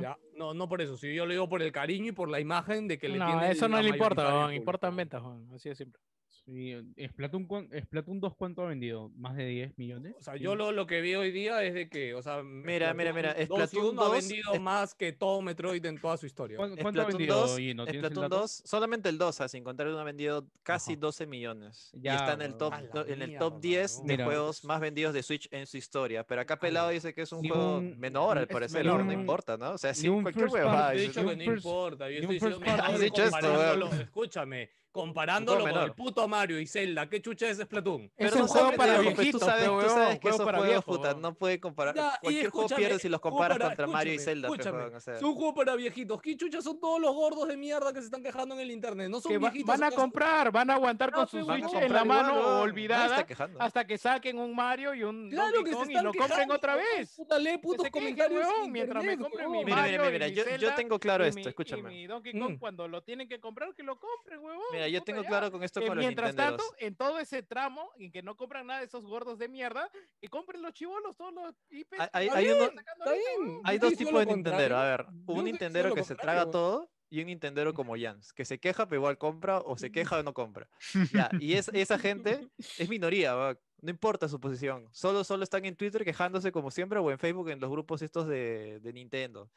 [SPEAKER 2] Ya, no, no por eso, si yo lo digo por el cariño y por la imagen de que le
[SPEAKER 8] No,
[SPEAKER 2] tiene
[SPEAKER 8] eso no
[SPEAKER 2] la
[SPEAKER 8] le importa,
[SPEAKER 2] mayoritaria
[SPEAKER 8] weón,
[SPEAKER 2] al
[SPEAKER 8] importan
[SPEAKER 2] público.
[SPEAKER 8] ventas, weón, así de simple.
[SPEAKER 3] Sí, Splatoon, cuan- Splatoon 2, ¿cuánto ha vendido? ¿Más de 10 millones?
[SPEAKER 2] O sea,
[SPEAKER 3] Sí.
[SPEAKER 2] yo lo, lo que vi hoy día es de que, o sea,
[SPEAKER 1] Mira, mira, mira,
[SPEAKER 2] Splatoon 2 y
[SPEAKER 1] Splatoon
[SPEAKER 2] 1 ha
[SPEAKER 1] 2
[SPEAKER 2] vendido
[SPEAKER 1] es-
[SPEAKER 2] más que todo Metroid en toda su historia.
[SPEAKER 3] ¿Cuán- ¿Cuánto ha
[SPEAKER 1] Splatoon
[SPEAKER 3] vendido,
[SPEAKER 1] 2,
[SPEAKER 3] Gino? ¿Tienes el
[SPEAKER 1] Splatoon
[SPEAKER 3] dato?
[SPEAKER 1] 2, solamente el 2, ah, sin contar uno ha vendido casi
[SPEAKER 3] Ajá.
[SPEAKER 1] 12 millones.
[SPEAKER 3] Ya,
[SPEAKER 1] y está en el
[SPEAKER 3] weón.
[SPEAKER 1] top,
[SPEAKER 2] A la
[SPEAKER 1] do- en el top
[SPEAKER 2] mierda,
[SPEAKER 1] 10
[SPEAKER 2] weón.
[SPEAKER 1] de
[SPEAKER 3] Mira.
[SPEAKER 1] juegos más vendidos de Switch en su historia. Pero acá Pelado dice que es un
[SPEAKER 3] Ni
[SPEAKER 1] juego
[SPEAKER 3] un-
[SPEAKER 1] menor, al
[SPEAKER 3] es
[SPEAKER 1] parecer,
[SPEAKER 3] menor.
[SPEAKER 1] ahora no importa, ¿no? O sea, sí,
[SPEAKER 3] un
[SPEAKER 1] cualquier
[SPEAKER 3] first party.
[SPEAKER 1] huevada.
[SPEAKER 2] Yo he
[SPEAKER 3] Ay,
[SPEAKER 2] dicho
[SPEAKER 3] ni
[SPEAKER 2] que
[SPEAKER 3] un
[SPEAKER 2] no
[SPEAKER 3] first-
[SPEAKER 2] importa, yo
[SPEAKER 3] ni un
[SPEAKER 2] estoy diciendo
[SPEAKER 3] first party.
[SPEAKER 2] menor
[SPEAKER 1] Has dicho esto, weón.
[SPEAKER 2] comparándolo, escúchame, comparándolo con el
[SPEAKER 1] menor.
[SPEAKER 2] puto Mario y Zelda, ¿qué chucha es Splatoon?
[SPEAKER 8] Es
[SPEAKER 1] tú
[SPEAKER 8] un juego
[SPEAKER 1] sabes,
[SPEAKER 8] para
[SPEAKER 1] pues,
[SPEAKER 8] viejitos,
[SPEAKER 1] Tú sabes,
[SPEAKER 8] pe,
[SPEAKER 1] tú
[SPEAKER 8] huevón,
[SPEAKER 1] sabes que
[SPEAKER 8] juego
[SPEAKER 1] esos
[SPEAKER 8] para
[SPEAKER 1] juegos,
[SPEAKER 8] viejos,
[SPEAKER 1] puta,
[SPEAKER 8] huevón.
[SPEAKER 1] no puede comparar.
[SPEAKER 2] Ya, y
[SPEAKER 1] cualquier juego
[SPEAKER 2] escúchame,
[SPEAKER 1] pierde si los
[SPEAKER 2] juego
[SPEAKER 1] comparas
[SPEAKER 2] para-
[SPEAKER 1] contra Mario y
[SPEAKER 2] escúchame,
[SPEAKER 1] Zelda. pe,
[SPEAKER 2] escúchame,
[SPEAKER 1] huevón, o sea.
[SPEAKER 2] Es un juego para viejitos. ¿Qué chucha son todos los gordos de mierda que se están quejando en el internet? No son
[SPEAKER 8] Que va-
[SPEAKER 2] viejitos.
[SPEAKER 8] van a
[SPEAKER 2] son-
[SPEAKER 8] comprar, van a aguantar
[SPEAKER 2] No,
[SPEAKER 8] con
[SPEAKER 2] pe,
[SPEAKER 1] Van
[SPEAKER 8] su
[SPEAKER 1] a
[SPEAKER 8] Switch
[SPEAKER 1] comprar
[SPEAKER 8] en la
[SPEAKER 1] igual,
[SPEAKER 8] mano
[SPEAKER 1] huevón. Nadie
[SPEAKER 8] olvidada
[SPEAKER 1] está quejando.
[SPEAKER 8] hasta que saquen un Mario y un
[SPEAKER 2] Claro
[SPEAKER 8] Donkey
[SPEAKER 2] que se
[SPEAKER 8] Kong y
[SPEAKER 2] están
[SPEAKER 8] lo compren
[SPEAKER 2] quejando,
[SPEAKER 8] otra
[SPEAKER 2] huevón,
[SPEAKER 8] vez.
[SPEAKER 2] Puta, lee putos
[SPEAKER 8] se quejen,
[SPEAKER 2] comentarios. en
[SPEAKER 8] huevón, mientras me
[SPEAKER 2] internet,
[SPEAKER 8] compren
[SPEAKER 2] huevón.
[SPEAKER 8] mi
[SPEAKER 1] Mira, mira,
[SPEAKER 8] Mario
[SPEAKER 1] mira,
[SPEAKER 8] y
[SPEAKER 1] mira, yo, yo
[SPEAKER 8] Zelda
[SPEAKER 1] tengo claro
[SPEAKER 8] y
[SPEAKER 1] esto,
[SPEAKER 8] mi-
[SPEAKER 1] escúchame.
[SPEAKER 8] Y mi Donkey Kong
[SPEAKER 2] Mm.
[SPEAKER 8] cuando lo tienen que comprar, que lo compren, huevón.
[SPEAKER 1] Mira, yo
[SPEAKER 8] puta,
[SPEAKER 1] tengo
[SPEAKER 8] ya.
[SPEAKER 1] claro con esto
[SPEAKER 8] Eh,
[SPEAKER 1] con los
[SPEAKER 8] mientras
[SPEAKER 1] Nintenderos.
[SPEAKER 8] tanto, en todo ese tramo en que no compran nada de esos gordos de mierda, que compren los chivolos, todos los IPs.
[SPEAKER 1] Hay- hay-
[SPEAKER 8] que
[SPEAKER 1] hay
[SPEAKER 8] están
[SPEAKER 1] uno-
[SPEAKER 8] sacando
[SPEAKER 2] Está
[SPEAKER 8] ahorita,
[SPEAKER 2] bien.
[SPEAKER 8] huevón.
[SPEAKER 1] Hay
[SPEAKER 2] Yo te
[SPEAKER 1] dos
[SPEAKER 2] digo
[SPEAKER 1] tipos de
[SPEAKER 2] lo
[SPEAKER 1] Nintendero. A ver,
[SPEAKER 2] contrario. Yo
[SPEAKER 1] un
[SPEAKER 2] te digo lo
[SPEAKER 1] Nintendero que se
[SPEAKER 2] contrario,
[SPEAKER 1] traga
[SPEAKER 2] weón.
[SPEAKER 1] todo y un Nintendero como Jans, que se queja pero igual compra o se queja o no compra. Ya, y es, esa gente es minoría, va, no importa su posición. Solo, solo están en Twitter quejándose como siempre o en Facebook en los grupos estos de, de Nintendo.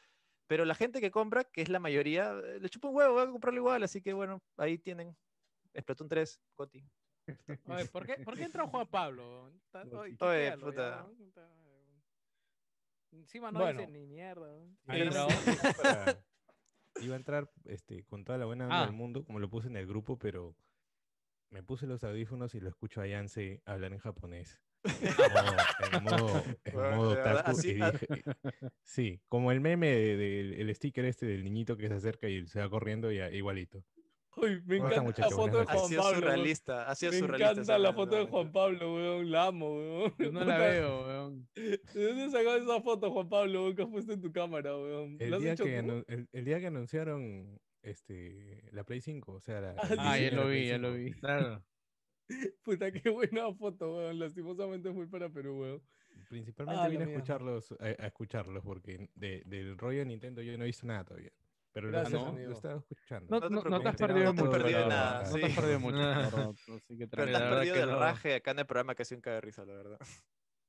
[SPEAKER 1] Pero la gente que compra, que es la mayoría, eh, le chupa un huevo, va a comprarlo igual. Así que bueno, ahí tienen. Splatoon 3, Coti.
[SPEAKER 8] Oye, ¿por qué, ¿por qué entró Juan Pablo? Está- oye,
[SPEAKER 1] Oye,
[SPEAKER 8] tuitealo,
[SPEAKER 1] puta.
[SPEAKER 8] ya, ¿no? Puta, weón. Encima no
[SPEAKER 2] Bueno.
[SPEAKER 8] dice ni mierda. weón.
[SPEAKER 9] Ahí
[SPEAKER 3] Pero-
[SPEAKER 9] sí, para- Iba a entrar este, con toda la buena onda
[SPEAKER 3] Ah.
[SPEAKER 9] del mundo, como lo puse en el grupo, pero me puse los audífonos y lo escucho a Yance hablar en japonés. En modo, en modo, en
[SPEAKER 1] Bueno,
[SPEAKER 9] modo
[SPEAKER 1] de verdad,
[SPEAKER 9] otaku,
[SPEAKER 1] así- ah.
[SPEAKER 9] y
[SPEAKER 1] a-
[SPEAKER 9] dije- y- sí, como el meme del el sticker este del niñito que se acerca y se va corriendo, y, a- igualito.
[SPEAKER 2] Ay, me
[SPEAKER 9] ¿Cómo
[SPEAKER 2] encanta
[SPEAKER 9] están,
[SPEAKER 2] la
[SPEAKER 9] muchachos?
[SPEAKER 2] foto de
[SPEAKER 9] Buenas
[SPEAKER 1] Ha
[SPEAKER 2] Juan
[SPEAKER 9] noches.
[SPEAKER 1] sido
[SPEAKER 2] Pablo. weón.
[SPEAKER 1] surrealista. Ha sido
[SPEAKER 2] Me
[SPEAKER 1] surrealista.
[SPEAKER 2] encanta la foto de
[SPEAKER 1] Juan
[SPEAKER 2] Juan Pablo, weón. La amo, weón.
[SPEAKER 3] Yo no la
[SPEAKER 2] Puta,
[SPEAKER 3] veo, weón.
[SPEAKER 2] ¿De dónde sacó esa foto, Juan Pablo, weón, que has puesto en tu cámara, weón?
[SPEAKER 9] El
[SPEAKER 2] ¿La has
[SPEAKER 9] día,
[SPEAKER 2] hecho
[SPEAKER 9] que
[SPEAKER 2] tú?
[SPEAKER 9] anu- el, el día que anunciaron este, la Play 5, o sea, la,
[SPEAKER 2] Ah,
[SPEAKER 9] el
[SPEAKER 3] Ah, ya
[SPEAKER 9] diseño de la
[SPEAKER 3] lo
[SPEAKER 9] Play
[SPEAKER 3] vi, ya lo
[SPEAKER 9] 5.
[SPEAKER 3] vi.
[SPEAKER 2] Puta, qué buena foto, weón. Lastimosamente es muy para Perú, weón.
[SPEAKER 9] Principalmente
[SPEAKER 2] Ah, la
[SPEAKER 9] vine a
[SPEAKER 2] mierda.
[SPEAKER 9] escucharlos, a, a escucharlos porque de- del rollo de Nintendo yo no he visto nada todavía. Pero lo-
[SPEAKER 2] Gracias,
[SPEAKER 9] no,
[SPEAKER 2] amigo.
[SPEAKER 9] lo estaba escuchando.
[SPEAKER 3] No,
[SPEAKER 1] No te
[SPEAKER 3] no- no te has
[SPEAKER 1] preocupes, no
[SPEAKER 3] perdido
[SPEAKER 1] te has
[SPEAKER 3] mucho.
[SPEAKER 1] perdido
[SPEAKER 3] la
[SPEAKER 1] nada,
[SPEAKER 3] verdad. No
[SPEAKER 1] sí.
[SPEAKER 3] te has perdido mucho. la verdad. Así
[SPEAKER 1] Pero
[SPEAKER 3] que tranquilo.
[SPEAKER 1] te has
[SPEAKER 3] La verdad
[SPEAKER 1] perdido
[SPEAKER 3] que
[SPEAKER 1] del
[SPEAKER 3] no.
[SPEAKER 1] raje acá en el programa que ha sido un caga de risa, la verdad.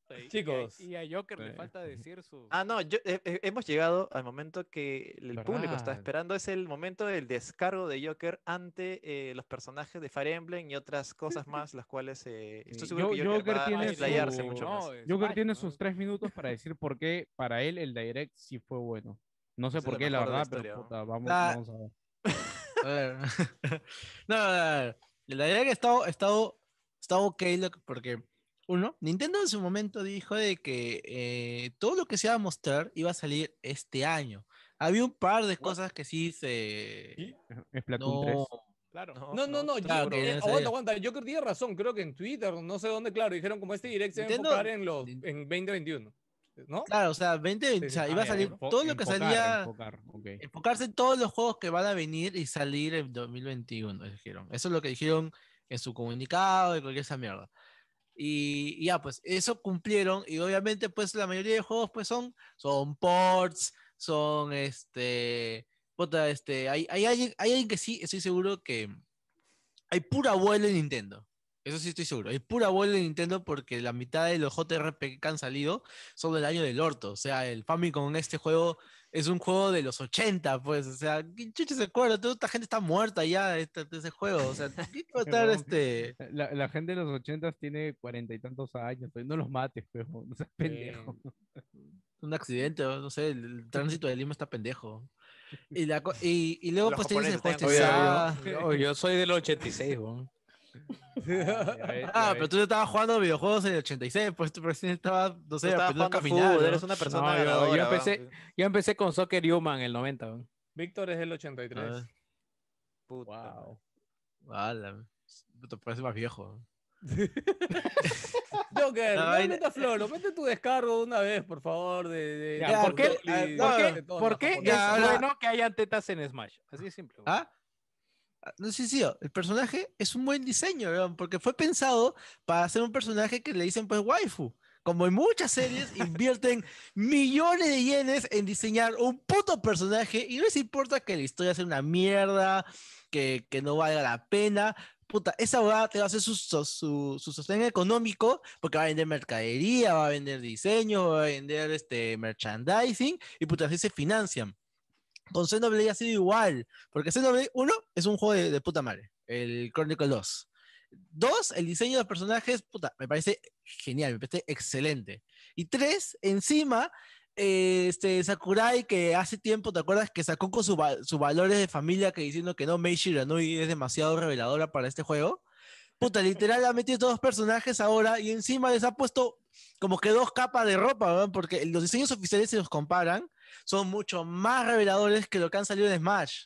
[SPEAKER 8] Y- y a-
[SPEAKER 2] Chicos. Eh.
[SPEAKER 8] Y a Joker le
[SPEAKER 3] Sí.
[SPEAKER 8] falta decir su.
[SPEAKER 1] Ah, no, yo- eh, eh, hemos llegado al momento que el público está
[SPEAKER 3] ¿Verdad?
[SPEAKER 1] esperando. Es el momento del descargo de Joker ante eh, los personajes de Fire Emblem y otras cosas más, las cuales eh, estoy
[SPEAKER 3] Sí,
[SPEAKER 1] seguro
[SPEAKER 3] yo-
[SPEAKER 1] que Joker,
[SPEAKER 3] Joker
[SPEAKER 1] va
[SPEAKER 3] tiene
[SPEAKER 1] a explayarse
[SPEAKER 3] su-
[SPEAKER 1] mucho
[SPEAKER 8] No,
[SPEAKER 1] más.
[SPEAKER 8] es
[SPEAKER 3] Joker
[SPEAKER 8] Smash,
[SPEAKER 3] tiene
[SPEAKER 8] ¿no?
[SPEAKER 3] sus tres minutos para decir por qué para él el direct sí fue bueno. No sé
[SPEAKER 1] Es
[SPEAKER 3] por
[SPEAKER 1] lo
[SPEAKER 3] qué, la
[SPEAKER 1] mejor de la
[SPEAKER 3] verdad, pero
[SPEAKER 1] historia,
[SPEAKER 3] puta, vamos,
[SPEAKER 4] Ah.
[SPEAKER 3] vamos a ver.
[SPEAKER 4] A ver. no, a ver. La verdad que ha estado, ha estado, ha estado ok lo que- porque, uno, Nintendo en su momento dijo de que eh, todo lo que se iba a mostrar iba a salir este año. Había un par de cosas que sí se...
[SPEAKER 2] ¿Y?
[SPEAKER 3] Splatoon
[SPEAKER 4] No,
[SPEAKER 3] 3.
[SPEAKER 8] Claro.
[SPEAKER 2] No, no, no,
[SPEAKER 4] claro
[SPEAKER 2] ya,
[SPEAKER 4] que
[SPEAKER 2] eh,
[SPEAKER 4] no
[SPEAKER 2] aguanta,
[SPEAKER 4] sabía.
[SPEAKER 2] aguanta. Yo creo que tiene razón, creo que en Twitter, no sé dónde, claro, dijeron como este direct se va a
[SPEAKER 4] Nintendo-
[SPEAKER 2] enfocar en, los, en 2021. ¿No?
[SPEAKER 4] claro, o sea, 20,
[SPEAKER 2] Sí,
[SPEAKER 4] o
[SPEAKER 2] sí.
[SPEAKER 4] sea,
[SPEAKER 2] Ah,
[SPEAKER 4] iba a
[SPEAKER 2] ya,
[SPEAKER 4] salir
[SPEAKER 3] Enfo-
[SPEAKER 4] todo lo que
[SPEAKER 3] enfocar,
[SPEAKER 4] salía...
[SPEAKER 3] enfocar, ok.
[SPEAKER 4] enfocarse en todos los juegos que van a venir y salir en 2021, dijeron. Eso es lo que dijeron en su comunicado y cualquier esa mierda. Y, y ya, pues eso cumplieron y obviamente pues la mayoría de juegos pues son, son ports, son este... Puta, este hay, hay, alguien, hay alguien que sí, estoy seguro que hay pura abuela en Nintendo. Eso sí estoy seguro. Hay pura abuela en Nintendo porque la mitad de los JRPG que han salido son del año del orto. O sea, el Famicom, este juego es un juego de los 80, pues, o sea, ¿quién chucha se acuerda? Toda esta gente está muerta ya de, este- de ese juego, o sea, ¿qué va a estar
[SPEAKER 3] Perdón.
[SPEAKER 4] este?
[SPEAKER 3] La, la gente de los ochentas tiene cuarenta y tantos años, pues, no los mates, pejo, no seas pendejo.
[SPEAKER 4] Un accidente, o no sé, el, el tránsito de Lima está pendejo. Y, la co- y, y luego,
[SPEAKER 1] Los
[SPEAKER 4] pues, tienes el
[SPEAKER 1] japoneses ah,
[SPEAKER 4] juego
[SPEAKER 1] tengan cuidado.
[SPEAKER 4] estresado.
[SPEAKER 8] Yo, yo soy del 86, weón.
[SPEAKER 2] Eh,
[SPEAKER 3] Ya ves, ya
[SPEAKER 4] Ah,
[SPEAKER 3] ves.
[SPEAKER 4] pero tú no estabas jugando videojuegos en el 86, pues tú recién estabas, no sé,
[SPEAKER 1] Tú estabas
[SPEAKER 4] aprendiendo a
[SPEAKER 1] jugando
[SPEAKER 4] caminar.
[SPEAKER 1] fútbol,
[SPEAKER 4] ¿no?
[SPEAKER 1] eres una persona
[SPEAKER 8] No, yo- yo
[SPEAKER 1] ganadora, weón.
[SPEAKER 8] empecé- Yo empecé con Soccer Human en el 90, weón.
[SPEAKER 2] Víctor es del
[SPEAKER 4] A
[SPEAKER 2] 83.
[SPEAKER 4] ver.
[SPEAKER 1] Puta.
[SPEAKER 3] Wow.
[SPEAKER 4] Ala, Te parece más viejo.
[SPEAKER 2] Joker,
[SPEAKER 4] La
[SPEAKER 2] no
[SPEAKER 4] vaina-
[SPEAKER 2] metas floro, mete tu descargo de una vez, por favor. De, de-
[SPEAKER 8] Ya,
[SPEAKER 2] de
[SPEAKER 4] ¿por
[SPEAKER 2] Bortoli,
[SPEAKER 8] qué-
[SPEAKER 2] de-
[SPEAKER 4] no,
[SPEAKER 2] de
[SPEAKER 8] ¿Por qué,
[SPEAKER 2] todos
[SPEAKER 8] por
[SPEAKER 2] los
[SPEAKER 8] qué es
[SPEAKER 2] japoneses.
[SPEAKER 4] Ya, ahora-
[SPEAKER 8] bueno que hayan tetas en Smash? Así de simple. weón.
[SPEAKER 4] ¿Ah? Ah, No sé si el personaje es un buen diseño, weón, porque fue pensado para ser un personaje que le dicen pues waifu. Como en muchas series invierten millones de yenes en diseñar un puto personaje y no les importa que la historia sea una mierda, que, que no valga la pena. Puta, esa abogada te va a hacer su, so- su, su sostén económico porque va a vender mercadería, va a vender diseño, va a vender este, merchandising y puta, así se financian. Con Xenoblade ha sido igual. Porque Xenoblade 1 es un juego de, de puta madre, el Chronicle 2. 2, el diseño de los personajes, puta, me parece genial, me parece excelente. Y 3, encima, eh, este Sakurai, que hace tiempo, ¿te acuerdas? Que sacó con sus va- sus valores de familia, que diciendo que no, Mei Shiranui es demasiado reveladora para este juego. Puta, literal, ha metido todos los personajes ahora y encima les ha puesto como que dos capas de ropa, ¿verdad? Porque los diseños oficiales, si los comparan, son mucho más reveladores que lo que han salido en Smash.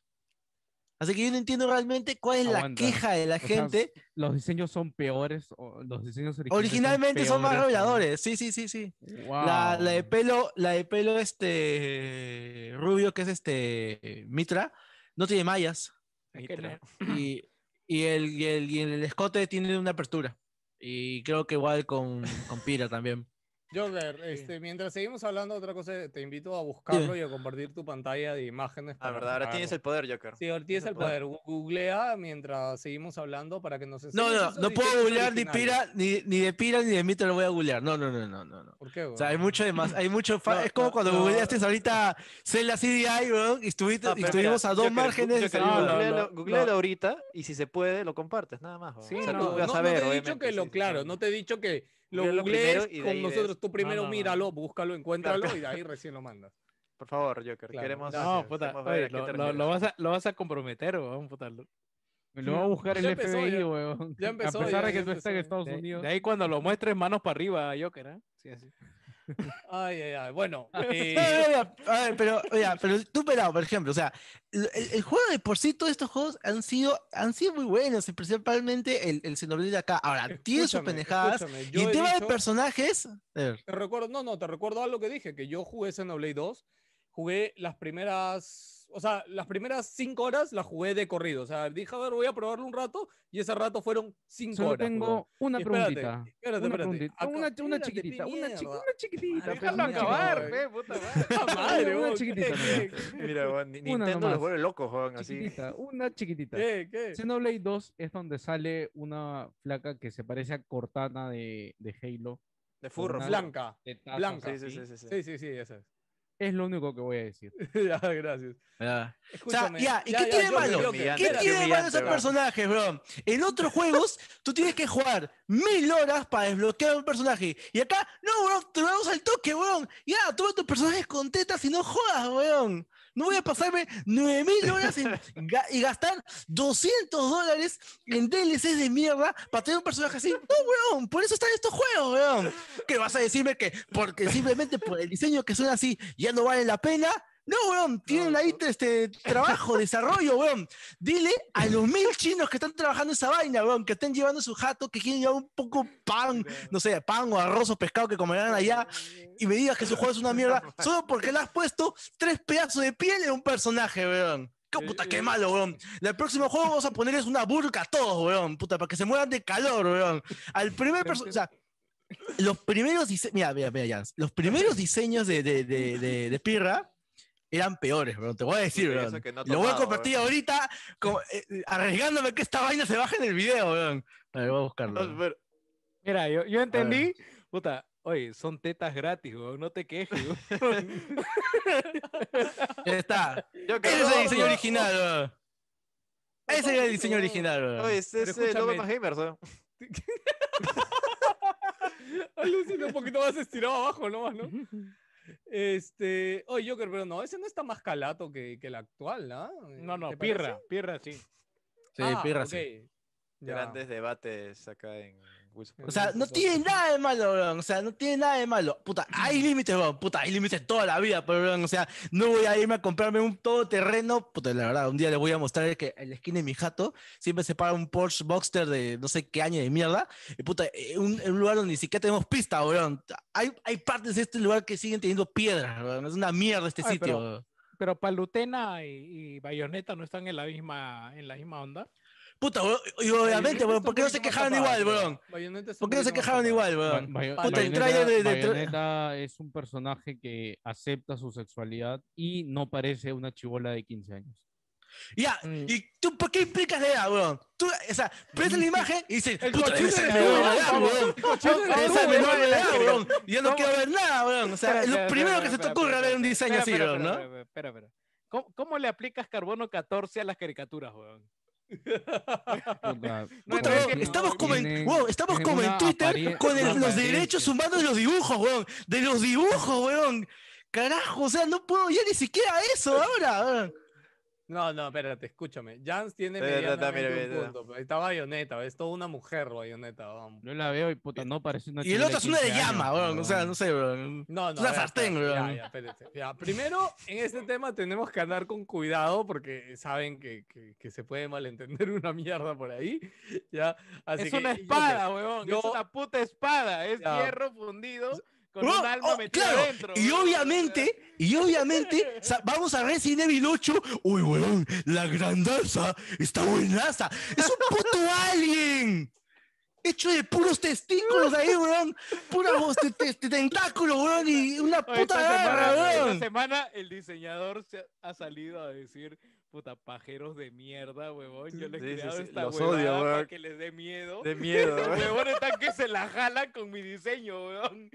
[SPEAKER 4] Así que yo no entiendo realmente cuál es
[SPEAKER 3] Aguanta.
[SPEAKER 4] la queja de la
[SPEAKER 3] sea,
[SPEAKER 4] gente.
[SPEAKER 3] Los diseños son peores, o- los diseños originales
[SPEAKER 4] Originalmente son más
[SPEAKER 3] peores,
[SPEAKER 4] reveladores. Sí, sí, sí, sí.
[SPEAKER 3] ¿no?
[SPEAKER 4] La, la de
[SPEAKER 3] Wow.
[SPEAKER 4] pelo, la de pelo este rubio que es este Mitra, no tiene mallas.
[SPEAKER 8] Hay que leer.
[SPEAKER 4] Y, y el, y el, y el escote tiene una apertura. Y creo que igual con, con Pira también.
[SPEAKER 2] Joker, este, mientras seguimos hablando de otra cosa, te invito a buscarlo y a compartir tu pantalla de imágenes.
[SPEAKER 1] Ah,
[SPEAKER 2] para
[SPEAKER 1] verdad, ahora tienes
[SPEAKER 2] sacarlo.
[SPEAKER 1] el poder, Joker.
[SPEAKER 2] Sí, ahora tienes el poder. Gu- Googlea mientras seguimos hablando para que nos
[SPEAKER 4] No,
[SPEAKER 2] enseñes
[SPEAKER 4] no,
[SPEAKER 2] esos
[SPEAKER 4] no puedo
[SPEAKER 2] diseños
[SPEAKER 4] googlear ni
[SPEAKER 2] originales.
[SPEAKER 4] Pira, ni, ni de Pira ni de Mitra lo voy a googlear. No, no, no, no, no, no.
[SPEAKER 2] ¿Por qué,
[SPEAKER 4] O sea, hay mucho de más, hay mucho fa-
[SPEAKER 2] No,
[SPEAKER 4] es como
[SPEAKER 2] no,
[SPEAKER 4] cuando
[SPEAKER 2] no.
[SPEAKER 4] googleaste ahorita Zelda CDI, weón, y estuviste,
[SPEAKER 1] No,
[SPEAKER 4] y
[SPEAKER 1] pero
[SPEAKER 4] estuvimos
[SPEAKER 1] mira,
[SPEAKER 4] a dos
[SPEAKER 1] Joker, gu-
[SPEAKER 4] márgenes. de
[SPEAKER 1] Joker,
[SPEAKER 4] salir,
[SPEAKER 2] No, no,
[SPEAKER 4] weón.
[SPEAKER 1] googlealo-
[SPEAKER 2] no,
[SPEAKER 1] googlealo
[SPEAKER 2] no.
[SPEAKER 1] ahorita y si se puede lo compartes, nada más. weón.
[SPEAKER 8] Sí,
[SPEAKER 1] o sea,
[SPEAKER 8] no,
[SPEAKER 1] tú vas
[SPEAKER 2] no,
[SPEAKER 1] a ver,
[SPEAKER 2] no te he dicho
[SPEAKER 1] obviamente,
[SPEAKER 2] que
[SPEAKER 1] sí,
[SPEAKER 2] lo
[SPEAKER 1] sí.
[SPEAKER 2] claro, no te he dicho que lo
[SPEAKER 1] Googlealo
[SPEAKER 2] googlees
[SPEAKER 1] primero y de ahí
[SPEAKER 2] con
[SPEAKER 1] ves.
[SPEAKER 2] nosotros. Tú primero
[SPEAKER 8] no, no.
[SPEAKER 2] míralo, búscalo, encuéntralo
[SPEAKER 1] Claro.
[SPEAKER 2] y de ahí recién lo mandas.
[SPEAKER 1] Por favor, Joker,
[SPEAKER 2] Claro,
[SPEAKER 1] queremos,
[SPEAKER 8] No, puta.
[SPEAKER 1] queremos ver
[SPEAKER 8] oye,
[SPEAKER 1] a qué
[SPEAKER 8] lo,
[SPEAKER 1] te
[SPEAKER 8] lo-
[SPEAKER 1] refieres.
[SPEAKER 8] lo vas a, lo vas a comprometer, weón, puta. Lo-
[SPEAKER 3] Lo va a buscar el
[SPEAKER 2] Ya empezó,
[SPEAKER 3] FBI,
[SPEAKER 2] ya-
[SPEAKER 3] weón.
[SPEAKER 2] ya empezó,
[SPEAKER 3] a pesar
[SPEAKER 2] ya-
[SPEAKER 3] de que
[SPEAKER 2] ya
[SPEAKER 3] tú estás en
[SPEAKER 2] empezó.
[SPEAKER 3] Estados
[SPEAKER 8] De,
[SPEAKER 3] Unidos.
[SPEAKER 8] de ahí cuando lo muestres, manos para arriba, Joker, ¿eh? Sí, así.
[SPEAKER 2] Ay, ay, ay. Bueno, eh,
[SPEAKER 4] Oye, oye, a ver, pero, oye, pero tú pelado, por ejemplo, o sea, el, el- el juego de por sí, todos estos juegos han sido, han sido muy buenos, y principalmente el, el Xenoblade de acá. Ahora, tiene sus
[SPEAKER 2] escúchame,
[SPEAKER 4] pendejadas.
[SPEAKER 2] escúchame, yo
[SPEAKER 4] Y el
[SPEAKER 2] he
[SPEAKER 4] tema de
[SPEAKER 2] dicho-
[SPEAKER 4] personajes. a ver,
[SPEAKER 2] Te recuerdo, no, no, te recuerdo algo que dije, que yo jugué Xenoblade 2, jugué las primeras, o sea, las primeras cinco horas las jugué de corrido. O sea, dije, a ver, voy a probarlo un rato y ese rato fueron cinco
[SPEAKER 3] Solo
[SPEAKER 2] horas.
[SPEAKER 3] tengo
[SPEAKER 2] huevón.
[SPEAKER 3] una
[SPEAKER 2] Y espérate,
[SPEAKER 3] preguntita.
[SPEAKER 2] espérate,
[SPEAKER 3] una,
[SPEAKER 2] espérate.
[SPEAKER 3] preguntita. Una-
[SPEAKER 2] Acá-
[SPEAKER 3] una
[SPEAKER 2] espérate,
[SPEAKER 3] chiquitita,
[SPEAKER 2] pe
[SPEAKER 3] una, chi-
[SPEAKER 2] mierda.
[SPEAKER 3] una chiquitita. pe,
[SPEAKER 8] Déjalo
[SPEAKER 3] una chiquitita.
[SPEAKER 8] acabar, pe, puta madre.
[SPEAKER 2] ¡Ah, madre,
[SPEAKER 3] Una
[SPEAKER 2] huevón!
[SPEAKER 3] chiquitita
[SPEAKER 2] ¿Qué,
[SPEAKER 1] Mira, weón, ni-
[SPEAKER 3] Una
[SPEAKER 1] Nintendo
[SPEAKER 3] nomás.
[SPEAKER 1] los vuelve locos, weón, así.
[SPEAKER 3] Chiquitita, una chiquitita.
[SPEAKER 2] qué, qué, qué?
[SPEAKER 3] Xenoblade 2 es donde sale una flaca que se parece a Cortana de, de Halo.
[SPEAKER 1] De furro.
[SPEAKER 3] Una-
[SPEAKER 1] furro.
[SPEAKER 2] Blanca.
[SPEAKER 3] Tetazos
[SPEAKER 2] Blanca.
[SPEAKER 3] así.
[SPEAKER 1] Sí, sí, sí, sí, sí.
[SPEAKER 2] Ah, Sí, sí, sí, esa es.
[SPEAKER 3] Es lo único que voy a decir.
[SPEAKER 2] ya, gracias.
[SPEAKER 4] Ya.
[SPEAKER 2] Escúchame.
[SPEAKER 4] ya, ¿y qué tiene
[SPEAKER 2] Joker,
[SPEAKER 4] malo?
[SPEAKER 2] Joker,
[SPEAKER 1] ¿Qué
[SPEAKER 4] ¿Qué
[SPEAKER 1] Era
[SPEAKER 2] espérate.
[SPEAKER 4] tiene de malo
[SPEAKER 1] brillante,
[SPEAKER 4] esos
[SPEAKER 1] bro.
[SPEAKER 4] personajes, bro? En otros juegos, tú tienes que jugar mil horas para desbloquear un personaje. Y acá, no, bro, te lo damos al toque, weón. Ya, toma tus personajes con tetas y no jodas, weón. No voy a pasarme nueve mil horas en ga- y gastar 200 dólares en DLCs de mierda para tener un personaje así. No, weón, por eso están estos juegos, weón. ¿Qué vas a decirme que porque simplemente por el diseño que son así ya no vale la pena? No, weón, tienen ahí este trabajo, desarrollo, weón. Dile a los mil chinos que están trabajando esa vaina, weón, que están llevando su jato, que quieren llevar un poco pan, no sé, pan o arroz o pescado que comerán allá, y me digas que su juego es una mierda, solo porque le has puesto tres pedazos de piel en un personaje, weón. Qué puta, qué malo, weón. El próximo juego vamos a ponerles una burka a todos, weón, puta, para que se mueran de calor, weón. Al primer personaje, o sea, los primeros diseños, mira, mira, mira, Jans, los primeros diseños de, de, de, de, de Pirra eran peores, weón, te voy a decir,
[SPEAKER 1] Puta, y eso
[SPEAKER 4] weón.
[SPEAKER 1] que no ha
[SPEAKER 4] Lo voy a
[SPEAKER 1] tomado,
[SPEAKER 4] compartir ahorita, como, eh, eh, arriesgándome que esta vaina se baje en el video, weón. A ver, voy a buscarlo.
[SPEAKER 1] Pero-
[SPEAKER 8] Mira, yo, yo entendí. Puta, oye, son tetas gratis, weón. No te quejes, weón.
[SPEAKER 4] Ya está.
[SPEAKER 1] Yo
[SPEAKER 4] Ese
[SPEAKER 1] creo-
[SPEAKER 4] es el diseño original, weón. Ese era el diseño original,
[SPEAKER 1] Oye,
[SPEAKER 4] weón.
[SPEAKER 1] ese es el logo de Más Gamers, weón.
[SPEAKER 2] Alucina un poquito más estirado abajo nomás, ¿no? Este, oye, Joker, pero no, ese no está más calato que, que el actual, ¿ah?
[SPEAKER 8] No, no,
[SPEAKER 2] ¿Te parece?
[SPEAKER 8] pirra, pirra, sí.
[SPEAKER 4] Sí,
[SPEAKER 2] Ah,
[SPEAKER 4] pirra,
[SPEAKER 2] ok.
[SPEAKER 4] sí.
[SPEAKER 2] Ya.
[SPEAKER 1] Grandes debates acá en Wilson.
[SPEAKER 4] O sea, no tiene nada de malo, weón. O sea, no tiene nada de malo. Puta, hay límites, weón. Puta, hay límites toda la vida, pero, weón. O sea, no voy a irme a comprarme un todoterreno. Puta, la verdad, un día les voy a mostrar que en la esquina de mi jato siempre se para un Porsche Boxster de no sé qué año de mierda. Y puta, eh, un, un lugar donde ni siquiera tenemos pista, weón. Hay, hay partes de este lugar que siguen teniendo piedras, weón. Es una mierda este
[SPEAKER 8] Ay,
[SPEAKER 4] sitio,
[SPEAKER 8] pero-
[SPEAKER 4] weón.
[SPEAKER 8] Pero Palutena y, y Bayonetta no están en la misma, en la misma onda.
[SPEAKER 4] Puta, weón. Y obviamente,
[SPEAKER 2] Bayonetta
[SPEAKER 4] weón,
[SPEAKER 2] está
[SPEAKER 4] ¿por qué
[SPEAKER 2] un
[SPEAKER 4] no se
[SPEAKER 2] poquito más
[SPEAKER 4] quejaron
[SPEAKER 2] tapada,
[SPEAKER 4] igual,
[SPEAKER 2] creo.
[SPEAKER 4] weón?
[SPEAKER 2] Bayonetta está
[SPEAKER 4] ¿Por
[SPEAKER 2] un
[SPEAKER 4] qué no se
[SPEAKER 2] poquito más
[SPEAKER 4] quejaron
[SPEAKER 2] tapada.
[SPEAKER 4] igual,
[SPEAKER 3] Ba-
[SPEAKER 4] weón?
[SPEAKER 3] Bayo-
[SPEAKER 2] Puta, el
[SPEAKER 3] Bayonetta-
[SPEAKER 4] tráiler de- de-
[SPEAKER 3] Bayonetta es un personaje que acepta su sexualidad y no parece una chibola de 15 años.
[SPEAKER 4] Ya, ¿y tú por qué implicas la edad, weón? Tú, o sea, prende la imagen y dices,
[SPEAKER 2] El
[SPEAKER 4] puta,
[SPEAKER 2] cochino
[SPEAKER 4] esa
[SPEAKER 2] de
[SPEAKER 4] es
[SPEAKER 2] la
[SPEAKER 4] menor de
[SPEAKER 2] edad,
[SPEAKER 4] edad,
[SPEAKER 2] vamos,
[SPEAKER 4] weón.
[SPEAKER 2] cochino de la
[SPEAKER 4] Esa es
[SPEAKER 2] edad,
[SPEAKER 4] menor
[SPEAKER 2] weón.
[SPEAKER 4] de edad, weón. Yo no quiero ver nada, weón. O sea,
[SPEAKER 8] Espera,
[SPEAKER 4] es lo
[SPEAKER 8] espera,
[SPEAKER 4] primero
[SPEAKER 8] espera,
[SPEAKER 4] que se te
[SPEAKER 8] espera,
[SPEAKER 4] ocurra
[SPEAKER 8] espera,
[SPEAKER 4] ver un diseño
[SPEAKER 8] espera,
[SPEAKER 4] así,
[SPEAKER 8] espera,
[SPEAKER 4] weón,
[SPEAKER 8] espera,
[SPEAKER 4] ¿no?
[SPEAKER 8] espera, espera, espera. ¿Cómo, cómo le aplicas carbono 14 a las caricaturas, weón?
[SPEAKER 3] Puta,
[SPEAKER 8] No,
[SPEAKER 4] Puta,
[SPEAKER 8] no,
[SPEAKER 3] pues,
[SPEAKER 4] weón,
[SPEAKER 8] no,
[SPEAKER 4] estamos como en,
[SPEAKER 3] tienen-
[SPEAKER 4] weón, estamos
[SPEAKER 3] tienen
[SPEAKER 4] como en
[SPEAKER 3] una
[SPEAKER 4] Twitter
[SPEAKER 3] aparien-
[SPEAKER 4] con el-
[SPEAKER 3] una
[SPEAKER 4] los
[SPEAKER 3] apariencia.
[SPEAKER 4] derechos humanos de los dibujos, weón. De los dibujos, weón. Carajo, o sea, no puedo ya ni siquiera eso ahora, weón.
[SPEAKER 2] No, no, espérate, escúchame. Jans tiene
[SPEAKER 1] Ta, ta, ta, mira,
[SPEAKER 2] medianamente un
[SPEAKER 1] mira, ta.
[SPEAKER 2] punto, pero ahí está Bayonetta, es toda una mujer Bayonetta, vamos.
[SPEAKER 3] Yo la veo y puta, no parece una
[SPEAKER 4] Y el
[SPEAKER 3] chibola
[SPEAKER 4] otro es una de
[SPEAKER 3] 15 años,
[SPEAKER 4] llama, weón. O sea,
[SPEAKER 3] huevón.
[SPEAKER 4] no sé, weón.
[SPEAKER 2] No, no.
[SPEAKER 4] Una
[SPEAKER 2] a ver,
[SPEAKER 4] sartén,
[SPEAKER 2] espérate, ya,
[SPEAKER 4] weón.
[SPEAKER 2] ya, espérate, ya. Primero, en este tema tenemos que andar con cuidado porque saben que, que- que se puede malentender una mierda por ahí. ¿ya? Así
[SPEAKER 8] es
[SPEAKER 2] que-
[SPEAKER 8] una
[SPEAKER 2] y yo
[SPEAKER 8] espada, weón.
[SPEAKER 2] yo-
[SPEAKER 8] Es una puta espada. Es
[SPEAKER 2] Ya.
[SPEAKER 8] hierro fundido con
[SPEAKER 4] Weón,
[SPEAKER 8] un alma
[SPEAKER 4] oh,
[SPEAKER 8] metida
[SPEAKER 4] claro,
[SPEAKER 8] adentro.
[SPEAKER 4] Y
[SPEAKER 8] weón.
[SPEAKER 4] obviamente, y obviamente, sa- vamos a Resident Evil 8. Uy, weón, la grandaza está buenaza. Es un puto alien. Hecho de puros testículos ahí, weón. Puros te- te- te- tentáculos, weón. Y una puta
[SPEAKER 8] Oye, esta,
[SPEAKER 4] garra,
[SPEAKER 8] semana, esta
[SPEAKER 4] weón.
[SPEAKER 8] semana el diseñador se ha- ha salido a decir, puta, pajeros de mierda, huevón. Yo les he
[SPEAKER 1] Sí, sí,
[SPEAKER 8] creado
[SPEAKER 1] sí,
[SPEAKER 8] esta
[SPEAKER 1] los
[SPEAKER 8] huevada
[SPEAKER 1] odio,
[SPEAKER 8] para
[SPEAKER 1] weón.
[SPEAKER 8] que les dé miedo.
[SPEAKER 1] De miedo,
[SPEAKER 8] Los
[SPEAKER 1] weón.
[SPEAKER 8] huevones están que se la jalan con mi diseño, huevón.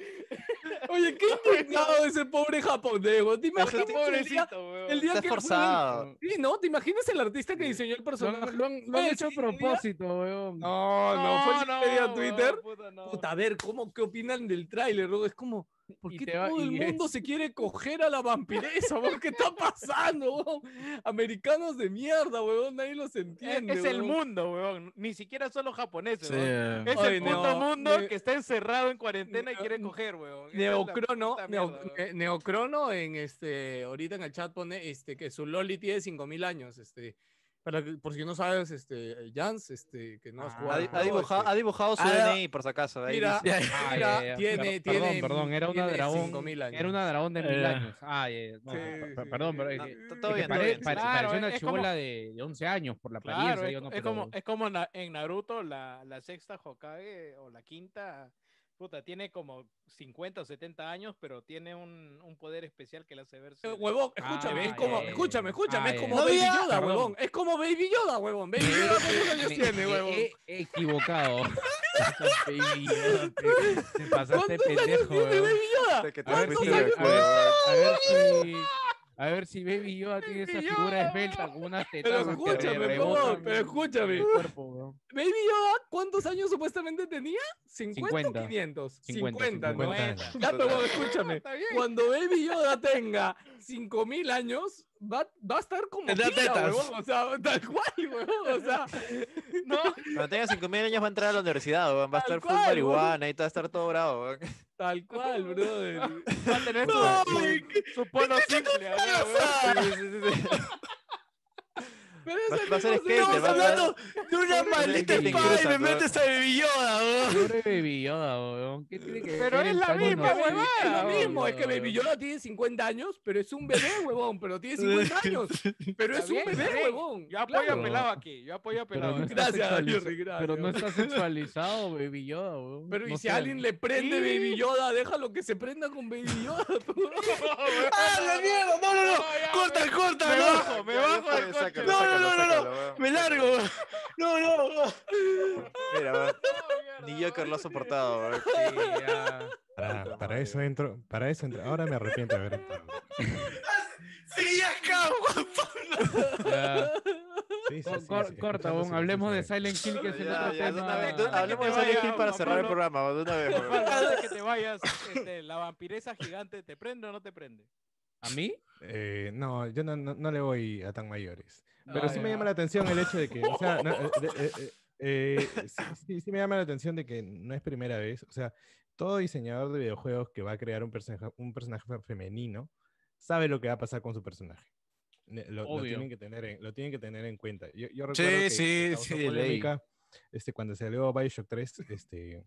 [SPEAKER 2] Oye, qué indignado ese pobre japonés, weón. ¿Te imaginas el día-
[SPEAKER 8] Pobrecito, huevón.
[SPEAKER 2] el día
[SPEAKER 1] Está
[SPEAKER 2] que
[SPEAKER 1] forzado.
[SPEAKER 2] Sí, ¿no? ¿Te imaginas el artista que diseñó el
[SPEAKER 3] Lo han,
[SPEAKER 2] personaje?
[SPEAKER 3] lo han- lo han
[SPEAKER 2] Oye,
[SPEAKER 3] hecho a
[SPEAKER 2] sí, yo ya-
[SPEAKER 3] propósito, weón.
[SPEAKER 2] No, no, fue el que le dio a
[SPEAKER 8] no,
[SPEAKER 2] Twitter.
[SPEAKER 8] huevón, puta, no.
[SPEAKER 2] Puta, a ver, ¿cómo, ¿qué opinan del tráiler? bro? Es como, ¿por
[SPEAKER 3] Y
[SPEAKER 2] qué
[SPEAKER 3] te va-
[SPEAKER 2] todo el
[SPEAKER 3] y
[SPEAKER 2] mundo se quiere coger a la vampiresa, weón? ¿Qué está pasando, weón? Americanos de mierda, weón, nadie los
[SPEAKER 8] Es,
[SPEAKER 2] entiende,
[SPEAKER 8] es el
[SPEAKER 2] weón.
[SPEAKER 8] mundo, huevón. Ni siquiera son los japoneses,
[SPEAKER 4] Sí,
[SPEAKER 8] huevón.
[SPEAKER 4] weón.
[SPEAKER 8] Es
[SPEAKER 2] Ay,
[SPEAKER 8] el puto
[SPEAKER 2] no,
[SPEAKER 8] mundo
[SPEAKER 2] ne-
[SPEAKER 8] que está encerrado en cuarentena y quiere
[SPEAKER 2] Neo-
[SPEAKER 8] coger, huevón. Esa es la
[SPEAKER 2] Neocrono,
[SPEAKER 8] puta
[SPEAKER 2] Neo-
[SPEAKER 8] mierda, huevón.
[SPEAKER 2] eh, Neocrono en este, ahorita en el chat pone este, que su Loli tiene 5000 años, este, para que- por si no sabes, este, Jans, este, que no has
[SPEAKER 5] Ah,
[SPEAKER 1] Ha,
[SPEAKER 2] jugado. este,
[SPEAKER 1] di- ha dibujado, ha dibujado su
[SPEAKER 4] Ah,
[SPEAKER 1] DNI, por si acaso. ahí
[SPEAKER 2] Mira,
[SPEAKER 1] dice.
[SPEAKER 3] Ah,
[SPEAKER 2] mira,
[SPEAKER 3] ya, ya.
[SPEAKER 2] tiene,
[SPEAKER 3] Per-
[SPEAKER 2] tiene.
[SPEAKER 3] Perdón, perdón, era una
[SPEAKER 2] tiene
[SPEAKER 3] dragón.
[SPEAKER 2] 5.000 años.
[SPEAKER 3] Era una dragón de mil
[SPEAKER 5] Eh.
[SPEAKER 3] años. Ah, ya, no,
[SPEAKER 2] Sí,
[SPEAKER 3] per- per-
[SPEAKER 2] sí.
[SPEAKER 3] Perdón, pero. es
[SPEAKER 1] No,
[SPEAKER 3] que-
[SPEAKER 1] está
[SPEAKER 3] es
[SPEAKER 1] todo
[SPEAKER 3] que
[SPEAKER 1] bien, todo
[SPEAKER 3] pare-
[SPEAKER 1] bien.
[SPEAKER 3] pare-
[SPEAKER 8] Claro,
[SPEAKER 3] pareció una
[SPEAKER 8] es- es
[SPEAKER 3] chibola
[SPEAKER 8] como-
[SPEAKER 3] de, de 11 años por la apariencia.
[SPEAKER 8] Claro, es,
[SPEAKER 3] yo no,
[SPEAKER 8] es
[SPEAKER 3] pero-
[SPEAKER 8] como, es como na- en Naruto, la, la sexta Hokage o la quinta, puta, tiene como 50 o 70 años, pero tiene un, un poder especial que le hace verse.
[SPEAKER 2] Eh, Huevón, escúchame,
[SPEAKER 3] Ah,
[SPEAKER 2] es como,
[SPEAKER 3] ya, ya.
[SPEAKER 2] escúchame, escúchame,
[SPEAKER 3] Ah,
[SPEAKER 2] es
[SPEAKER 3] ya.
[SPEAKER 2] como
[SPEAKER 4] No
[SPEAKER 2] Baby
[SPEAKER 4] había-
[SPEAKER 2] Yoda,
[SPEAKER 3] Perdón.
[SPEAKER 2] huevón. Es como Baby Yoda, huevón. Baby Yoda, ¿cuántos años
[SPEAKER 3] Me-
[SPEAKER 2] tiene,
[SPEAKER 3] me
[SPEAKER 2] huevón?
[SPEAKER 3] he equivocado. Baby Yoda, te- Te pasaste
[SPEAKER 2] ¿Cuántos años
[SPEAKER 3] pendejo.
[SPEAKER 2] tiene
[SPEAKER 3] weón.
[SPEAKER 2] Baby Yoda?
[SPEAKER 1] Que te
[SPEAKER 3] A ver,
[SPEAKER 1] fuiste
[SPEAKER 3] sí,
[SPEAKER 1] de
[SPEAKER 3] a ver,
[SPEAKER 1] acuerdo,
[SPEAKER 3] a ver si. A ver si Baby Yoda tiene esa figura esbelta con unas tetas
[SPEAKER 2] Pero escúchame, huevón, pero escúchame. Baby Yoda, ¿cuántos años supuestamente tenía? ¿50, o
[SPEAKER 3] 50.
[SPEAKER 2] 500?
[SPEAKER 3] 50,
[SPEAKER 2] 50, ¿no?
[SPEAKER 3] 50.
[SPEAKER 2] Ya, pero bueno, escúchame. Cuando Baby Yoda tenga 5000 años, va, va a estar como
[SPEAKER 4] Tendrá
[SPEAKER 2] pila,
[SPEAKER 4] tetas.
[SPEAKER 2] huevón, O sea, tal cual, huevón. O sea, no.
[SPEAKER 1] Cuando tenga 5.000 años va a entrar a la universidad, weón, va a
[SPEAKER 2] Tal
[SPEAKER 1] estar full
[SPEAKER 2] cual,
[SPEAKER 1] marihuana y te va a estar todo bravo. weón.
[SPEAKER 2] Tal cual, brother.
[SPEAKER 8] Va a tener
[SPEAKER 2] No,
[SPEAKER 8] su, su- su polo simple. a ver,
[SPEAKER 1] Sí, sí, sí, sí.
[SPEAKER 2] Pero es
[SPEAKER 1] Va-
[SPEAKER 2] el
[SPEAKER 1] va a ser
[SPEAKER 2] mismo
[SPEAKER 1] skater,
[SPEAKER 2] ser,
[SPEAKER 1] va a-
[SPEAKER 2] huevón.
[SPEAKER 1] hablando
[SPEAKER 4] de una
[SPEAKER 1] maldita espada y me metes
[SPEAKER 4] a Baby Yoda,
[SPEAKER 3] Pobre Baby Yoda, weón. ¿Qué tiene que
[SPEAKER 8] Pero
[SPEAKER 3] ver
[SPEAKER 8] es
[SPEAKER 3] el
[SPEAKER 8] la
[SPEAKER 3] paño
[SPEAKER 8] misma
[SPEAKER 3] inocente,
[SPEAKER 8] huevada,
[SPEAKER 2] Es lo
[SPEAKER 3] Baby
[SPEAKER 2] mismo, es que
[SPEAKER 3] Yoda,
[SPEAKER 2] Baby
[SPEAKER 3] weón?
[SPEAKER 2] Yoda tiene 50 años, pero es un bebé, huevón. Pero tiene 50 años, pero es
[SPEAKER 8] Está
[SPEAKER 2] un
[SPEAKER 8] bien, está
[SPEAKER 2] bebé,
[SPEAKER 8] bien.
[SPEAKER 2] huevón.
[SPEAKER 8] Yo apoyo
[SPEAKER 3] Claro.
[SPEAKER 8] a Pelado aquí, yo apoyo a Pelado.
[SPEAKER 3] Pero no,
[SPEAKER 8] aquí.
[SPEAKER 3] está
[SPEAKER 2] Gracias,
[SPEAKER 3] sexualiza-
[SPEAKER 2] Jordi, gracias.
[SPEAKER 3] pero no está sexualizado, Baby Yoda, weón.
[SPEAKER 2] Pero y
[SPEAKER 3] No
[SPEAKER 2] si
[SPEAKER 3] sea-
[SPEAKER 2] alguien le prende Baby Yoda, déjalo que se prenda con Baby Yoda.
[SPEAKER 4] ¡Ah, la mierda! ¡No, no, no!
[SPEAKER 8] ya,
[SPEAKER 4] ¡Corta, corta!
[SPEAKER 8] Me
[SPEAKER 4] no!
[SPEAKER 8] bajo, me
[SPEAKER 1] Ya, ya
[SPEAKER 8] bajo
[SPEAKER 1] fue,
[SPEAKER 8] del coche.
[SPEAKER 1] sácalo,
[SPEAKER 4] No, no,
[SPEAKER 1] sácalo,
[SPEAKER 4] no, no,
[SPEAKER 1] sácalo, weón.
[SPEAKER 4] ¡Me largo! ¡No, no! no.
[SPEAKER 1] Mira, weón,
[SPEAKER 8] No,
[SPEAKER 1] ni
[SPEAKER 8] mierda,
[SPEAKER 1] Joker lo ha
[SPEAKER 8] weón.
[SPEAKER 1] soportado. weón.
[SPEAKER 3] Sí, ya.
[SPEAKER 9] Para, para eso entro, para eso entro. Ahora me arrepiento de haber entrado.
[SPEAKER 4] ¡Sí, acá!
[SPEAKER 3] Ya. Cor-
[SPEAKER 9] Sí, sí, sí,
[SPEAKER 3] cor-
[SPEAKER 9] sí,
[SPEAKER 3] corta,
[SPEAKER 9] escuchando
[SPEAKER 3] weón.
[SPEAKER 9] su
[SPEAKER 3] Hablemos de
[SPEAKER 9] música.
[SPEAKER 3] Silent Hill, que es el
[SPEAKER 1] Ya,
[SPEAKER 3] otro
[SPEAKER 1] ya, de una
[SPEAKER 3] tema.
[SPEAKER 1] vez, de- Hablemos de
[SPEAKER 8] vaya,
[SPEAKER 1] Silent Hill para
[SPEAKER 8] Juan
[SPEAKER 1] cerrar el
[SPEAKER 8] Pablo.
[SPEAKER 1] programa, weón, de una vez. weón.
[SPEAKER 8] Pablo, antes que te vayas, este, la vampiresa gigante, ¿te prende o no te prende?
[SPEAKER 3] ¿A mí?
[SPEAKER 9] Eh, no, yo no, no, no le voy a tan mayores. Pero
[SPEAKER 3] Ah,
[SPEAKER 9] sí
[SPEAKER 3] ya.
[SPEAKER 9] me llama la atención el hecho de que, o sea, no, eh, de- eh, eh, eh, sí, sí- sí me llama la atención de que no es primera vez. O sea, todo diseñador de videojuegos que va a crear un personaje, un personaje fe- femenino sabe lo que va a pasar con su personaje. Ne- Lo, lo
[SPEAKER 3] Obvio.
[SPEAKER 9] tienen que tener en, lo tienen que tener en cuenta. Yo, yo recuerdo
[SPEAKER 4] Sí,
[SPEAKER 9] que
[SPEAKER 4] sí,
[SPEAKER 9] causó
[SPEAKER 4] sí, de ley.
[SPEAKER 9] polémica, este, cuando salió Bioshock 3, este,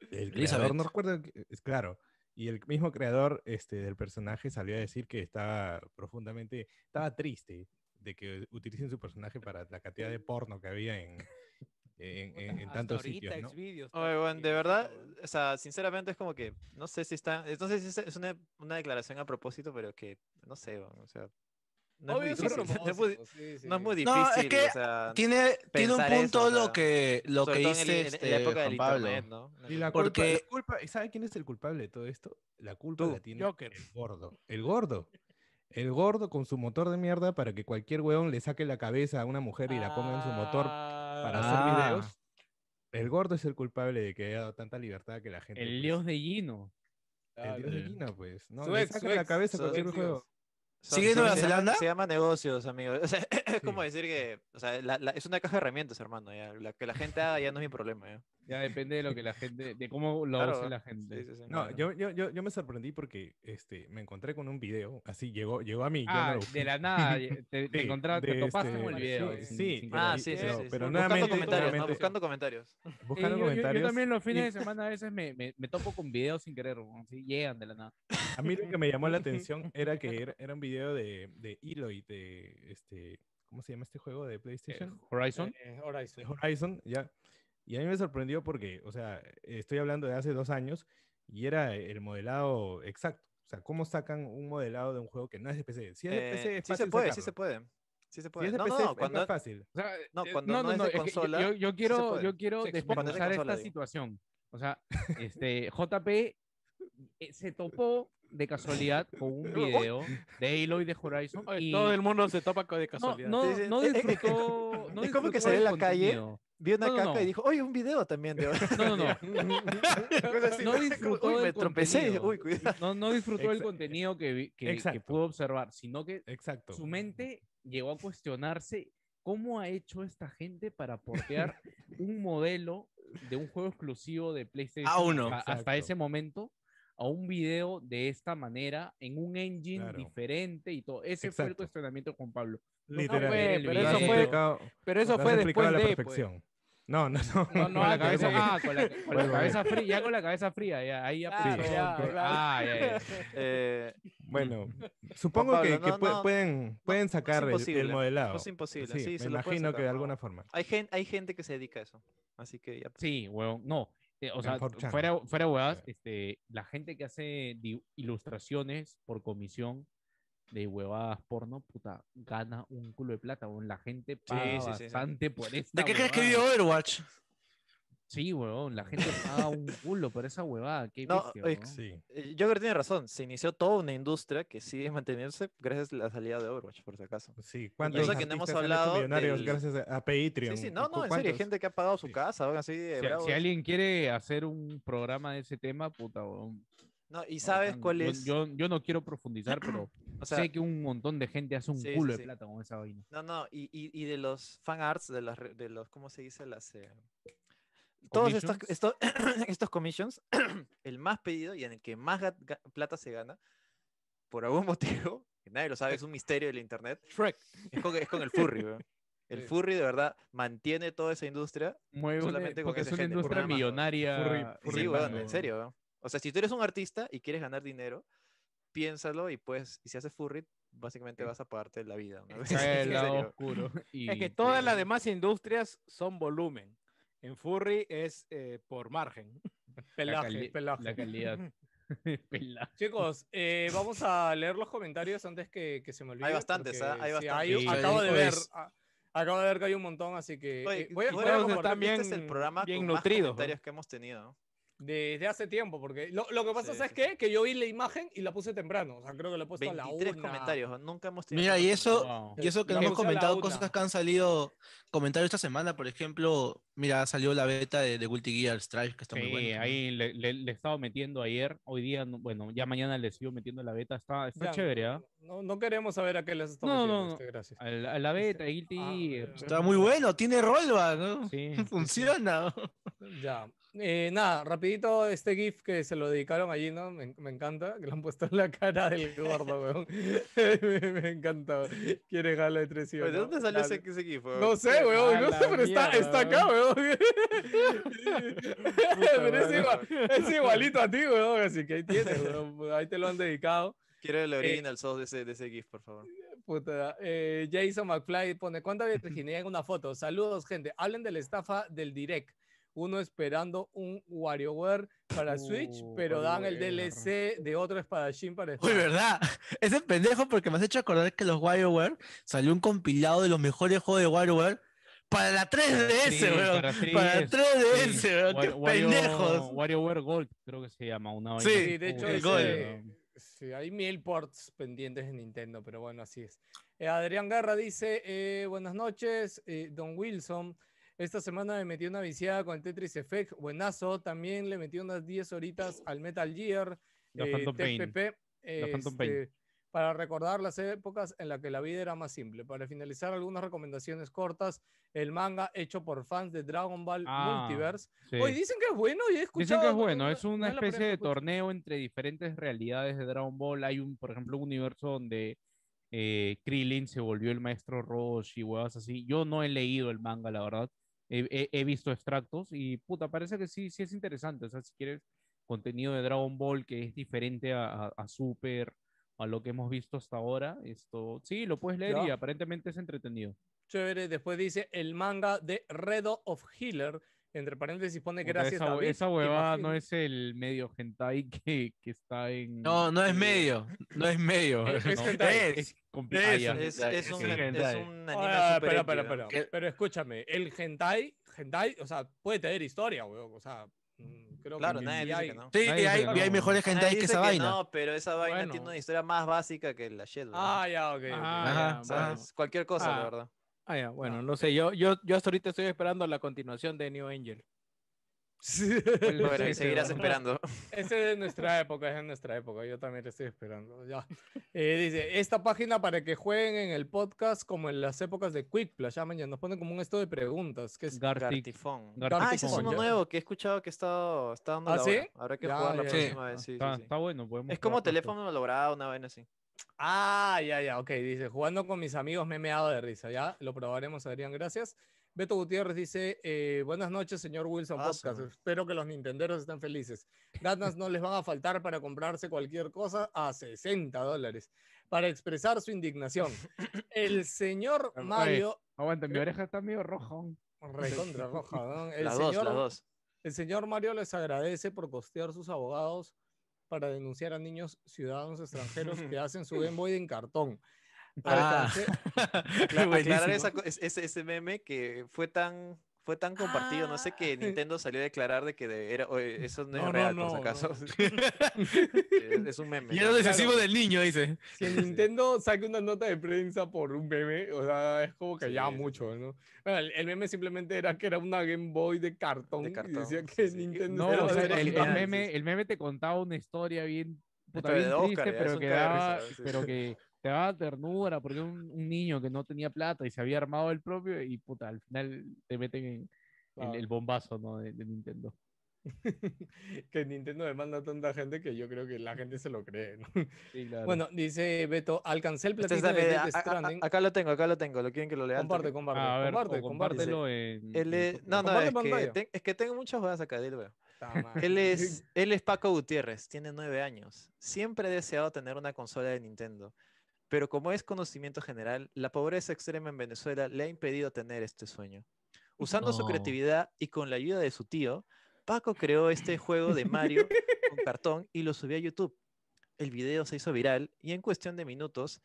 [SPEAKER 9] el creador,
[SPEAKER 4] Elizabeth.
[SPEAKER 9] no recuerdo, que- es claro, y el mismo creador este, del personaje salió a decir que estaba profundamente, estaba triste de que utilicen su personaje para la cantidad de porno que había en, en, en- en
[SPEAKER 8] Hasta
[SPEAKER 9] tantos
[SPEAKER 8] ahorita,
[SPEAKER 9] sitios, ¿no?
[SPEAKER 8] Xvideos,
[SPEAKER 1] Oye,
[SPEAKER 8] está
[SPEAKER 1] weón, de
[SPEAKER 8] lleno,
[SPEAKER 1] verdad,
[SPEAKER 8] weón.
[SPEAKER 1] o sea, sinceramente es como que, no sé si está, no sé si es- es una, una declaración a propósito, pero que, no sé, weón, o sea, no
[SPEAKER 2] Obvio,
[SPEAKER 1] es
[SPEAKER 2] es
[SPEAKER 1] muy
[SPEAKER 2] un
[SPEAKER 1] difícil, no es muy,
[SPEAKER 2] propósito, sí, sí.
[SPEAKER 1] no es muy
[SPEAKER 4] No, es
[SPEAKER 1] difícil,
[SPEAKER 4] que
[SPEAKER 1] o sea,
[SPEAKER 4] Tiene, tiene un
[SPEAKER 1] Pensar eso,
[SPEAKER 4] punto
[SPEAKER 1] o sea,
[SPEAKER 4] lo que, lo
[SPEAKER 1] sobre
[SPEAKER 4] que
[SPEAKER 1] todo en el-
[SPEAKER 4] dice
[SPEAKER 1] en- en,
[SPEAKER 4] este
[SPEAKER 1] la época del
[SPEAKER 4] Juan Pablo.
[SPEAKER 1] internet, ¿no? En
[SPEAKER 9] Y
[SPEAKER 1] el-
[SPEAKER 9] la culpa,
[SPEAKER 4] Porque-
[SPEAKER 9] la culpa- ¿y sabe quién es el culpable de todo esto? La culpa
[SPEAKER 1] Tú.
[SPEAKER 9] la tiene
[SPEAKER 8] Joker.
[SPEAKER 9] el gordo. El gordo. El gordo con su motor de mierda para que cualquier weón le saque la cabeza a una mujer y la ponga en su motor para hacer
[SPEAKER 3] Ah.
[SPEAKER 9] videos. El gordo es el culpable de que haya dado tanta libertad a que la gente.
[SPEAKER 3] El
[SPEAKER 9] pues,
[SPEAKER 3] dios de Gino.
[SPEAKER 9] El dios de
[SPEAKER 2] Claro.
[SPEAKER 9] Gina, pues. No,
[SPEAKER 2] Su
[SPEAKER 9] le
[SPEAKER 2] ex,
[SPEAKER 9] saca
[SPEAKER 2] su
[SPEAKER 9] la
[SPEAKER 2] ex,
[SPEAKER 9] cabeza
[SPEAKER 1] su
[SPEAKER 9] cualquier
[SPEAKER 2] ex,
[SPEAKER 9] juego.
[SPEAKER 1] son-
[SPEAKER 4] ¿Sigue
[SPEAKER 1] se-
[SPEAKER 4] Nueva
[SPEAKER 1] se llama-
[SPEAKER 4] Zelanda?
[SPEAKER 1] Se llama negocios, amigo. O sea, es como
[SPEAKER 9] Sí.
[SPEAKER 1] decir que, o sea, la- la- es una caja de herramientas, hermano. Ya. La que la gente haga ya no es mi problema. ya.
[SPEAKER 3] Ya depende de lo que la gente, de cómo lo
[SPEAKER 1] Claro,
[SPEAKER 3] use la
[SPEAKER 1] Sí,
[SPEAKER 3] gente.
[SPEAKER 1] sí, sí,
[SPEAKER 9] No,
[SPEAKER 1] mano.
[SPEAKER 9] yo, yo, yo, yo me sorprendí porque este, me encontré con un video, así llegó, llegó a mí. yo no
[SPEAKER 3] Ah,
[SPEAKER 9] lo busqué.
[SPEAKER 3] de la nada, te, te
[SPEAKER 9] Sí,
[SPEAKER 3] encontraste,
[SPEAKER 9] de
[SPEAKER 3] te topaste
[SPEAKER 9] este-
[SPEAKER 3] con el video.
[SPEAKER 9] Sí,
[SPEAKER 3] sin-
[SPEAKER 9] sí,
[SPEAKER 3] sin
[SPEAKER 1] Ah,
[SPEAKER 3] querer.
[SPEAKER 1] sí, sí,
[SPEAKER 9] pero-
[SPEAKER 1] sí, sí.
[SPEAKER 9] pero
[SPEAKER 1] Buscando
[SPEAKER 9] nuevamente-
[SPEAKER 1] comentarios, ¿no?
[SPEAKER 9] nuevamente-
[SPEAKER 1] Buscando comentarios.
[SPEAKER 3] Sí,
[SPEAKER 9] Buscando
[SPEAKER 3] yo- yo- yo,
[SPEAKER 9] comentarios.
[SPEAKER 3] también los fines
[SPEAKER 9] y
[SPEAKER 3] de semana a veces me, me, me topo con videos sin querer, weón, sí, llegan de la nada.
[SPEAKER 9] A mí lo que me llamó la atención era que era, era un video de, de Eloy, de este, ¿cómo se llama este juego de PlayStation?
[SPEAKER 3] Horizon.
[SPEAKER 2] Eh, Horizon.
[SPEAKER 9] de Horizon, ya. Y a mí me sorprendió porque, o sea, estoy hablando de hace dos años y era el modelado exacto. O sea, ¿cómo sacan un modelado de un juego que no es de PC? Si es de
[SPEAKER 1] Eh,
[SPEAKER 9] PC, es
[SPEAKER 1] sí se
[SPEAKER 9] fácil
[SPEAKER 1] puede, sí se
[SPEAKER 9] sacarlo.
[SPEAKER 1] puede. Sí se
[SPEAKER 9] Si
[SPEAKER 1] puede.
[SPEAKER 9] es de
[SPEAKER 1] No,
[SPEAKER 9] PC,
[SPEAKER 1] no,
[SPEAKER 9] es
[SPEAKER 1] cuando,
[SPEAKER 9] más fácil.
[SPEAKER 3] O sea,
[SPEAKER 1] No,
[SPEAKER 3] eh,
[SPEAKER 1] cuando no es de
[SPEAKER 3] que yo-
[SPEAKER 1] consola,
[SPEAKER 3] Yo, yo quiero,
[SPEAKER 1] puede.
[SPEAKER 3] yo quiero
[SPEAKER 2] Se expone.
[SPEAKER 1] Cuando es de
[SPEAKER 3] desmenuzar
[SPEAKER 1] consola,
[SPEAKER 3] esta
[SPEAKER 1] digo.
[SPEAKER 3] situación. O sea, este, JP eh, se topó de casualidad con un video de Aloy de Horizon.
[SPEAKER 8] Oye,
[SPEAKER 3] y
[SPEAKER 8] Todo el mundo se topa con de
[SPEAKER 3] no,
[SPEAKER 8] casualidad.
[SPEAKER 3] no,
[SPEAKER 1] Sí, sí.
[SPEAKER 3] no
[SPEAKER 1] Eh, eh,
[SPEAKER 3] disfrutó. no
[SPEAKER 1] es como que
[SPEAKER 3] disfrutó
[SPEAKER 1] salió
[SPEAKER 3] del
[SPEAKER 1] a la calle.
[SPEAKER 3] contenido.
[SPEAKER 1] Vi una
[SPEAKER 3] No, no,
[SPEAKER 1] caca y
[SPEAKER 3] no.
[SPEAKER 1] dijo, oye, un video también de
[SPEAKER 3] No, no, no. No disfrutó
[SPEAKER 1] Uy,
[SPEAKER 3] del
[SPEAKER 1] me tropecé.
[SPEAKER 3] contenido.
[SPEAKER 1] Uy, cuidado.
[SPEAKER 3] No, no disfrutó del
[SPEAKER 9] Exa-
[SPEAKER 3] contenido que, vi- que, que
[SPEAKER 9] exacto.
[SPEAKER 3] pudo observar, sino que
[SPEAKER 9] Exacto.
[SPEAKER 3] su mente llegó a cuestionarse cómo ha hecho esta gente para portear un modelo de un juego exclusivo de PlayStation
[SPEAKER 4] A uno.
[SPEAKER 3] hasta, hasta
[SPEAKER 9] Exacto.
[SPEAKER 3] ese momento a un video de esta manera, en un engine
[SPEAKER 9] Claro.
[SPEAKER 3] diferente y todo. Ese fue el
[SPEAKER 9] Exacto.
[SPEAKER 3] cuestionamiento de Juan Pablo. No,
[SPEAKER 9] Literal.
[SPEAKER 3] no, güey,
[SPEAKER 9] Lo
[SPEAKER 3] pero
[SPEAKER 9] has
[SPEAKER 3] eso fue-
[SPEAKER 9] explicado-
[SPEAKER 8] Pero
[SPEAKER 9] lo
[SPEAKER 8] eso
[SPEAKER 9] has
[SPEAKER 8] fue
[SPEAKER 9] explicado
[SPEAKER 8] después
[SPEAKER 9] a la
[SPEAKER 8] de. pues.
[SPEAKER 9] perfección. No, no,
[SPEAKER 8] No, no,
[SPEAKER 9] no.
[SPEAKER 3] Con la
[SPEAKER 8] antes,
[SPEAKER 3] cabeza,
[SPEAKER 8] ¿eh?
[SPEAKER 3] ah, con la, con la
[SPEAKER 9] Vuelvo a
[SPEAKER 3] cabeza fría, ya con la cabeza fría, ya, ahí ya.
[SPEAKER 5] Claro,
[SPEAKER 3] pues,
[SPEAKER 5] ya,
[SPEAKER 3] con-
[SPEAKER 5] claro.
[SPEAKER 3] Ah, ya, ya.
[SPEAKER 1] Eh,
[SPEAKER 9] Bueno, supongo
[SPEAKER 1] Pablo,
[SPEAKER 9] que, que
[SPEAKER 1] no,
[SPEAKER 9] pue-
[SPEAKER 1] no,
[SPEAKER 9] pueden, pueden
[SPEAKER 1] no es
[SPEAKER 9] sacar el- el,
[SPEAKER 1] imposible,
[SPEAKER 9] modelado.
[SPEAKER 1] no es imposible, sí,
[SPEAKER 9] me
[SPEAKER 1] se lo puedes
[SPEAKER 9] imagino
[SPEAKER 1] sacar,
[SPEAKER 9] que de
[SPEAKER 1] no.
[SPEAKER 9] alguna forma.
[SPEAKER 1] hay, gente, hay gente que se dedica a eso. Así que ya. pues.
[SPEAKER 3] Sí, huevón, no. eh, o
[SPEAKER 9] En
[SPEAKER 3] sea,
[SPEAKER 9] 4chan.
[SPEAKER 3] fuera, fuera huevadas,
[SPEAKER 9] Sí.
[SPEAKER 3] este, la gente que hace di- ilustraciones por comisión de huevadas porno, puta, gana un culo de plata, huevón. La gente paga
[SPEAKER 1] sí, sí, sí.
[SPEAKER 3] bastante por esta
[SPEAKER 4] ¿De qué crees que
[SPEAKER 3] huevada.
[SPEAKER 4] vive Overwatch?
[SPEAKER 3] Sí, huevón, la gente paga un culo por esa huevada. Qué
[SPEAKER 1] No,
[SPEAKER 3] bestia,
[SPEAKER 1] oye,
[SPEAKER 3] huevón.
[SPEAKER 9] Sí.
[SPEAKER 1] Eh, Yo creo que tiene razón. Se inició toda una industria que sigue manteniéndose gracias a la salida de Overwatch, por si acaso.
[SPEAKER 9] Sí, ¿cuántos
[SPEAKER 1] eso que no hemos
[SPEAKER 9] artistas se han hecho
[SPEAKER 1] hablado
[SPEAKER 9] millonarios
[SPEAKER 1] del-
[SPEAKER 9] gracias a- a
[SPEAKER 1] Sí,
[SPEAKER 9] Patreon?
[SPEAKER 1] sí, no, no, en serio,
[SPEAKER 9] ¿Cuántos?
[SPEAKER 1] hay gente que ha pagado su
[SPEAKER 9] Sí.
[SPEAKER 1] casa, weón, así eh, de
[SPEAKER 3] Si,
[SPEAKER 1] bravos.
[SPEAKER 3] si alguien quiere hacer un programa de ese tema, puta, huevón,
[SPEAKER 1] No, y sabes
[SPEAKER 3] bacán.
[SPEAKER 1] cuál
[SPEAKER 3] Yo-
[SPEAKER 1] es.
[SPEAKER 3] Yo, yo no quiero profundizar, pero
[SPEAKER 1] o sea,
[SPEAKER 3] sé que un montón de gente hace un
[SPEAKER 1] Sí,
[SPEAKER 3] culo
[SPEAKER 1] sí,
[SPEAKER 3] de
[SPEAKER 1] sí.
[SPEAKER 3] plata con esa vaina.
[SPEAKER 1] No, no, y, y, y de los fan arts, de, las, re- de los, ¿cómo se dice? Las, eh, todos estos,
[SPEAKER 3] Commissions.
[SPEAKER 1] estos, estos commissions, el más pedido y en el que más ga- ga- plata se gana, por algún motivo, que nadie lo sabe, es un misterio del internet,
[SPEAKER 8] Shrek.
[SPEAKER 1] es con, es con el furry, weón. El
[SPEAKER 9] Sí.
[SPEAKER 1] furry de verdad mantiene toda esa industria.
[SPEAKER 3] Mueve una-
[SPEAKER 1] Solamente con
[SPEAKER 3] porque
[SPEAKER 1] ese
[SPEAKER 3] es una
[SPEAKER 1] género,
[SPEAKER 3] industria
[SPEAKER 1] nada más, weón.
[SPEAKER 3] millonaria.
[SPEAKER 9] Furry-
[SPEAKER 1] Sí,
[SPEAKER 9] furry
[SPEAKER 1] weón,
[SPEAKER 9] bando,
[SPEAKER 1] en
[SPEAKER 9] weón.
[SPEAKER 1] serio. weón. O sea, si tú eres un artista y quieres ganar dinero, piénsalo y pues, y si haces furry, básicamente vas a pagarte la vida. ¿no?
[SPEAKER 3] Cae
[SPEAKER 1] En
[SPEAKER 3] el lado
[SPEAKER 1] serio.
[SPEAKER 3] oscuro. Y,
[SPEAKER 8] Es que todas las demás industrias son volumen. En Furry es eh, por margen.
[SPEAKER 3] la,
[SPEAKER 2] Pelaje,
[SPEAKER 3] cali-
[SPEAKER 2] pelaje.
[SPEAKER 3] la calidad. Pelaje.
[SPEAKER 2] Chicos, eh, vamos a leer los comentarios antes que, que se me olvide.
[SPEAKER 1] bastantes,
[SPEAKER 2] porque
[SPEAKER 1] ¿ah? Hay
[SPEAKER 2] sí,
[SPEAKER 1] bastantes.
[SPEAKER 2] hay- acabo de
[SPEAKER 4] Sí,
[SPEAKER 2] ver.
[SPEAKER 4] pues.
[SPEAKER 2] a- acabo de ver que hay un montón, así que.
[SPEAKER 1] Oye,
[SPEAKER 2] eh, voy a,
[SPEAKER 1] y
[SPEAKER 2] voy a
[SPEAKER 1] creo que
[SPEAKER 2] compartir-
[SPEAKER 8] también
[SPEAKER 1] este es el programa
[SPEAKER 8] bien
[SPEAKER 1] con más
[SPEAKER 8] nutridos, ¿no?
[SPEAKER 1] comentarios que hemos tenido. ¿no?
[SPEAKER 2] Desde hace tiempo, porque lo, lo que pasa
[SPEAKER 1] Sí,
[SPEAKER 2] ¿sabes
[SPEAKER 1] sí,
[SPEAKER 2] qué? que yo vi la imagen y la puse temprano. O sea, creo que la he puesto a la
[SPEAKER 1] 23
[SPEAKER 2] una.
[SPEAKER 1] comentarios, ¿no? nunca hemos tenido.
[SPEAKER 4] Mira,
[SPEAKER 1] tantos
[SPEAKER 4] y eso,
[SPEAKER 3] Wow.
[SPEAKER 4] Y eso que
[SPEAKER 2] La
[SPEAKER 4] no hemos
[SPEAKER 2] puse a la
[SPEAKER 4] comentado
[SPEAKER 2] una.
[SPEAKER 4] cosas que han salido, comentarios esta semana, por ejemplo, mira, salió la beta de, de Guilty Gear Strive, que está
[SPEAKER 3] Sí,
[SPEAKER 4] muy buena.
[SPEAKER 3] ahí le, le- le estaba metiendo ayer. Hoy día, no- bueno, ya mañana le sigo metiendo la beta. Está, está
[SPEAKER 2] Ya,
[SPEAKER 3] chévere, ¿ah?
[SPEAKER 2] No, no queremos saber a qué les está
[SPEAKER 3] No,
[SPEAKER 2] metiendo,
[SPEAKER 3] no, no.
[SPEAKER 2] este, gracias.
[SPEAKER 3] A la, a la beta, Guilty
[SPEAKER 2] Ah,
[SPEAKER 3] Gear.
[SPEAKER 2] ya.
[SPEAKER 4] Está muy bueno, tiene rollback, ¿no?
[SPEAKER 3] Sí.
[SPEAKER 4] Funciona.
[SPEAKER 2] Ya. Eh, nada, rapidito este GIF que se lo dedicaron allí, ¿no? Me, me encanta, que le han puesto en la cara del gordo, weón. me, me encanta. weón. Quiere gala de tres y
[SPEAKER 1] Pero Pues, ¿De
[SPEAKER 2] uno.
[SPEAKER 1] dónde salió
[SPEAKER 2] Dale.
[SPEAKER 1] ese, ese GIF? weón?
[SPEAKER 2] No sé,
[SPEAKER 8] A
[SPEAKER 2] weón, no
[SPEAKER 8] la
[SPEAKER 2] sé, pero está,
[SPEAKER 8] mierda,
[SPEAKER 2] está acá, weón. pero es,
[SPEAKER 1] madre.
[SPEAKER 2] igual- es igualito a ti, weón, así que ahí tienes, weón. Ahí te lo han dedicado.
[SPEAKER 1] Quiero
[SPEAKER 2] Eh,
[SPEAKER 1] el original source de ese, de ese GIF, por favor.
[SPEAKER 2] Puta, eh, Jason McFly pone, ¿cuánta virginidad en una foto? Saludos, gente. Hablen de la estafa del Direct. Uno esperando un WarioWare para Switch,
[SPEAKER 3] Uh,
[SPEAKER 2] pero dan el
[SPEAKER 3] WarioWare.
[SPEAKER 2] DLC de otro espadachín para
[SPEAKER 4] Uy,
[SPEAKER 2] Smash.
[SPEAKER 4] ¿verdad? Ese pendejo porque me has hecho acordar que los WarioWare salió un compilado de los mejores juegos de WarioWare para la 3DS,
[SPEAKER 3] Sí,
[SPEAKER 4] weón.
[SPEAKER 3] para
[SPEAKER 4] Para
[SPEAKER 3] 3DS,
[SPEAKER 4] 3DS,
[SPEAKER 3] sí.
[SPEAKER 4] weón.
[SPEAKER 3] Wa-
[SPEAKER 4] Qué
[SPEAKER 3] Wario-
[SPEAKER 4] pendejos.
[SPEAKER 3] WarioWare Gold, creo que se llama. Una vaina
[SPEAKER 4] Sí,
[SPEAKER 3] así.
[SPEAKER 2] de hecho,
[SPEAKER 3] Puta,
[SPEAKER 4] el Gold.
[SPEAKER 3] weón.
[SPEAKER 2] Sí, hay mil ports pendientes de Nintendo, pero bueno, así es. Eh, Adrián Garra dice, eh, buenas noches, eh, Don Wilson. Esta semana me metí una viciada con el Tetris Effect, buenazo. También le metí unas 10 horitas al Metal Gear,
[SPEAKER 3] La
[SPEAKER 2] eh,
[SPEAKER 3] Phantom Pain.
[SPEAKER 2] TPP,
[SPEAKER 3] Phantom Pain.
[SPEAKER 2] este, para recordar las épocas en las que la vida era más simple. Para finalizar, algunas recomendaciones cortas. El manga hecho por fans de Dragon Ball
[SPEAKER 3] Ah,
[SPEAKER 2] Multiverse.
[SPEAKER 3] Sí.
[SPEAKER 2] Hoy dicen que es bueno y he
[SPEAKER 3] Dicen que
[SPEAKER 2] escuchado,
[SPEAKER 3] es
[SPEAKER 2] no-
[SPEAKER 3] bueno,
[SPEAKER 2] no-
[SPEAKER 3] es
[SPEAKER 2] no
[SPEAKER 3] una
[SPEAKER 2] es la primera
[SPEAKER 3] especie
[SPEAKER 2] que
[SPEAKER 3] de
[SPEAKER 2] escucho.
[SPEAKER 3] torneo entre diferentes realidades de Dragon Ball. Hay un, por ejemplo, un universo donde eh, Krillin se volvió el maestro Roshi, huevas así. Yo no he leído el manga, la verdad. He, he- he visto extractos y puta, parece que sí, sí es interesante. O sea, si quieres contenido de Dragon Ball que es diferente a, a- a Super, a lo que hemos visto hasta ahora, esto sí, lo puedes leer y
[SPEAKER 2] Ya.
[SPEAKER 3] aparentemente es entretenido.
[SPEAKER 2] Chévere, después dice el manga de Redo of Healer. Entre paréntesis pone
[SPEAKER 3] Puta,
[SPEAKER 2] gracias
[SPEAKER 3] esa, hue-
[SPEAKER 2] David,
[SPEAKER 3] esa huevada
[SPEAKER 2] imagino-
[SPEAKER 3] no es el medio hentai que, que está en.
[SPEAKER 4] No, no es medio. No es medio.
[SPEAKER 2] Es- es
[SPEAKER 3] No,
[SPEAKER 2] hentai.
[SPEAKER 4] es-
[SPEAKER 3] compli-
[SPEAKER 4] es-
[SPEAKER 3] ah, ya.
[SPEAKER 1] Es, es un,
[SPEAKER 3] Sí,
[SPEAKER 1] es
[SPEAKER 3] hentai.
[SPEAKER 1] un anime
[SPEAKER 2] Ah,
[SPEAKER 1] super edgy,
[SPEAKER 2] espera,
[SPEAKER 1] ¿no?
[SPEAKER 2] espera, espera.
[SPEAKER 4] Que-
[SPEAKER 2] Pero escúchame, el hentai, hentai, o sea, puede tener historia, weón. O sea, mm, creo
[SPEAKER 1] Claro,
[SPEAKER 2] que
[SPEAKER 1] nadie
[SPEAKER 2] sí
[SPEAKER 1] dice
[SPEAKER 2] hay-
[SPEAKER 1] que no.
[SPEAKER 4] Sí,
[SPEAKER 3] Nadie
[SPEAKER 4] y hay,
[SPEAKER 3] dice que
[SPEAKER 4] y hay
[SPEAKER 3] no.
[SPEAKER 4] mejores
[SPEAKER 1] Nadie
[SPEAKER 4] hentai que
[SPEAKER 1] dice
[SPEAKER 4] esa vaina.
[SPEAKER 1] No, pero esa vaina tiene
[SPEAKER 2] Bueno.
[SPEAKER 1] una historia más básica que la shit. weón.
[SPEAKER 2] Ah, ya, ok. ok.
[SPEAKER 8] Ah,
[SPEAKER 4] Ajá,
[SPEAKER 1] O
[SPEAKER 8] ya,
[SPEAKER 1] sea,
[SPEAKER 8] bueno.
[SPEAKER 1] es cualquier cosa, la
[SPEAKER 8] Ah.
[SPEAKER 1] verdad.
[SPEAKER 8] Ah, ya, bueno, no sé. Yo, yo, yo hasta ahorita estoy esperando la continuación de New Angel.
[SPEAKER 2] Pues
[SPEAKER 1] Bueno, y seguirás esperando.
[SPEAKER 2] Es de nuestra época, es de nuestra época. Yo también le estoy esperando. Ya. Eh, dice, esta página para que jueguen en el podcast como en las épocas de Quick Play. Ya mañana nos ponen como un esto de preguntas. Que es...
[SPEAKER 3] Gartic.
[SPEAKER 1] Gartifón.
[SPEAKER 3] Gartifón.
[SPEAKER 1] Ah, ese es uno
[SPEAKER 2] ya.
[SPEAKER 1] nuevo que he escuchado que está, está dando
[SPEAKER 2] ¿Ah,
[SPEAKER 1] la
[SPEAKER 2] sí?
[SPEAKER 1] hora. Habrá que
[SPEAKER 2] Ya,
[SPEAKER 1] jugar la
[SPEAKER 2] ya,
[SPEAKER 1] próxima
[SPEAKER 3] Ah,
[SPEAKER 1] vez. sí, sí,
[SPEAKER 3] Está,
[SPEAKER 1] sí.
[SPEAKER 3] está bueno, podemos
[SPEAKER 1] Es como
[SPEAKER 3] jugar,
[SPEAKER 1] teléfono logrado, una vaina así.
[SPEAKER 2] Ah, ya, ya, ok. Dice, jugando con mis amigos me he meado de risa. Ya, lo probaremos, Adrián. Gracias. Beto Gutiérrez dice, eh, buenas noches, señor Wilson
[SPEAKER 1] Ah,
[SPEAKER 2] Podcast.
[SPEAKER 1] su-
[SPEAKER 2] Espero que los nintenderos estén felices. Ganas no les van a faltar para comprarse cualquier cosa a 60 dólares. Para expresar su indignación. El señor
[SPEAKER 3] Oye.
[SPEAKER 2] Mario...
[SPEAKER 3] Aguanta, mi oreja está medio roja. aún.
[SPEAKER 2] Recontra roja, ¿no? El
[SPEAKER 1] Las
[SPEAKER 2] señor,
[SPEAKER 1] dos, las dos.
[SPEAKER 2] el señor Mario les agradece por costear sus abogados para denunciar a niños ciudadanos extranjeros que hacen su Game Boy en cartón.
[SPEAKER 4] Ah.
[SPEAKER 2] Alcancé-
[SPEAKER 1] Acla- aclarar
[SPEAKER 4] Buenísimo.
[SPEAKER 1] esa co- es- ese, ese meme que fue tan fue tan compartido, no sé que Nintendo salió a declarar de que de- era, oye, eso no es
[SPEAKER 2] No, no,
[SPEAKER 1] real,
[SPEAKER 2] no,
[SPEAKER 1] por si
[SPEAKER 2] no.
[SPEAKER 1] acaso. es, es un meme.
[SPEAKER 4] Y era
[SPEAKER 1] ¿no?
[SPEAKER 4] decisivo del niño, dice.
[SPEAKER 2] Si el Nintendo saca una nota de prensa por un meme, o sea, es como que
[SPEAKER 1] Sí,
[SPEAKER 2] ya
[SPEAKER 1] sí, sí.
[SPEAKER 2] mucho, ¿no? Bueno, el, el meme simplemente era que era una Game Boy de cartón,
[SPEAKER 1] De
[SPEAKER 2] y
[SPEAKER 1] cartón,
[SPEAKER 2] decía
[SPEAKER 1] sí,
[SPEAKER 2] que
[SPEAKER 1] sí.
[SPEAKER 2] Nintendo...
[SPEAKER 3] No,
[SPEAKER 1] Pero
[SPEAKER 3] o sea,
[SPEAKER 1] era
[SPEAKER 3] el, el
[SPEAKER 1] genial, sí,
[SPEAKER 3] meme, el meme te contaba una historia bien, puta,
[SPEAKER 1] Pero de
[SPEAKER 3] bien
[SPEAKER 1] Oscar,
[SPEAKER 3] triste,
[SPEAKER 1] ya, es
[SPEAKER 3] pero
[SPEAKER 1] un
[SPEAKER 3] que,
[SPEAKER 1] cagarrisa,
[SPEAKER 3] daba,
[SPEAKER 1] sí, sí.
[SPEAKER 3] pero que te daba ternura, porque un, un niño que no tenía plata y se había armado el propio, y puta, al final te meten en el,
[SPEAKER 2] Claro.
[SPEAKER 3] el bombazo ¿no? de, de Nintendo.
[SPEAKER 2] que Nintendo demanda a tanta gente que yo creo que la gente se lo cree, ¿no?
[SPEAKER 3] Bueno,
[SPEAKER 2] Bueno, dice Beto, alcancé el
[SPEAKER 1] Este es
[SPEAKER 2] platino de
[SPEAKER 1] la-
[SPEAKER 2] Death
[SPEAKER 1] a- a- a-
[SPEAKER 2] Stranding.
[SPEAKER 1] acá lo tengo, acá lo tengo, lo quieren que lo lea. al
[SPEAKER 2] Comparte,
[SPEAKER 1] toque?
[SPEAKER 2] comparte,
[SPEAKER 3] Ah, a ver,
[SPEAKER 2] comparte,
[SPEAKER 3] o compártelo en-
[SPEAKER 1] Él
[SPEAKER 3] en
[SPEAKER 1] es-
[SPEAKER 3] Twitter.
[SPEAKER 1] no, no,
[SPEAKER 2] Comparte
[SPEAKER 1] es que,
[SPEAKER 2] pantalla.
[SPEAKER 1] ten- es que tengo muchas jugadas acá, dilo, weón.
[SPEAKER 2] Ta madre.
[SPEAKER 1] Él es, él es Paco Gutiérrez, tiene nueve años. Siempre he deseado tener una consola de Nintendo, pero como es conocimiento general, la pobreza extrema en Venezuela le ha impedido tener este sueño. Usando su
[SPEAKER 3] No.
[SPEAKER 1] creatividad y con la ayuda de su tío, Paco creó este juego de Mario con cartón y lo subió a YouTube. El video se hizo viral y en cuestión de minutos,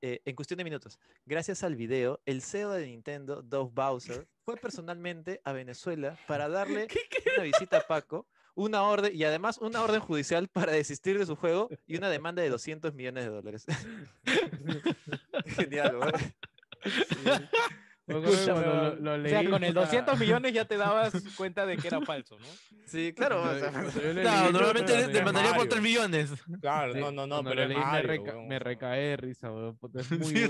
[SPEAKER 1] eh, en cuestión de minutos, gracias al video, el CEO de Nintendo, Doug Bowser, fue personalmente a Venezuela para darle una visita a Paco, una orden y además una orden judicial para desistir de su juego y una demanda de 200 millones de dólares. Genial, ¿no?
[SPEAKER 3] Me acuerdo
[SPEAKER 2] Escúchame,
[SPEAKER 3] cuando lo,
[SPEAKER 2] weón.
[SPEAKER 3] lo
[SPEAKER 8] O sea,
[SPEAKER 3] leí,
[SPEAKER 8] con el
[SPEAKER 3] puta,
[SPEAKER 8] 200 millones ya te dabas cuenta de que era falso, ¿no?
[SPEAKER 1] Sí, claro. o sea,
[SPEAKER 3] cuando yo lo leí,
[SPEAKER 4] No,
[SPEAKER 3] yo-
[SPEAKER 4] normalmente
[SPEAKER 2] pero
[SPEAKER 4] te
[SPEAKER 2] es
[SPEAKER 4] mandaría por
[SPEAKER 2] Mario.
[SPEAKER 4] 3 millones.
[SPEAKER 2] Claro,
[SPEAKER 3] Sí,
[SPEAKER 2] no, no, no,
[SPEAKER 3] cuando
[SPEAKER 2] pero
[SPEAKER 3] lo
[SPEAKER 2] es
[SPEAKER 3] leí, me,
[SPEAKER 2] Mario,
[SPEAKER 3] reca-
[SPEAKER 2] weón.
[SPEAKER 3] me recae de risa, weón, puta, es muy
[SPEAKER 4] Yo
[SPEAKER 3] buen meme.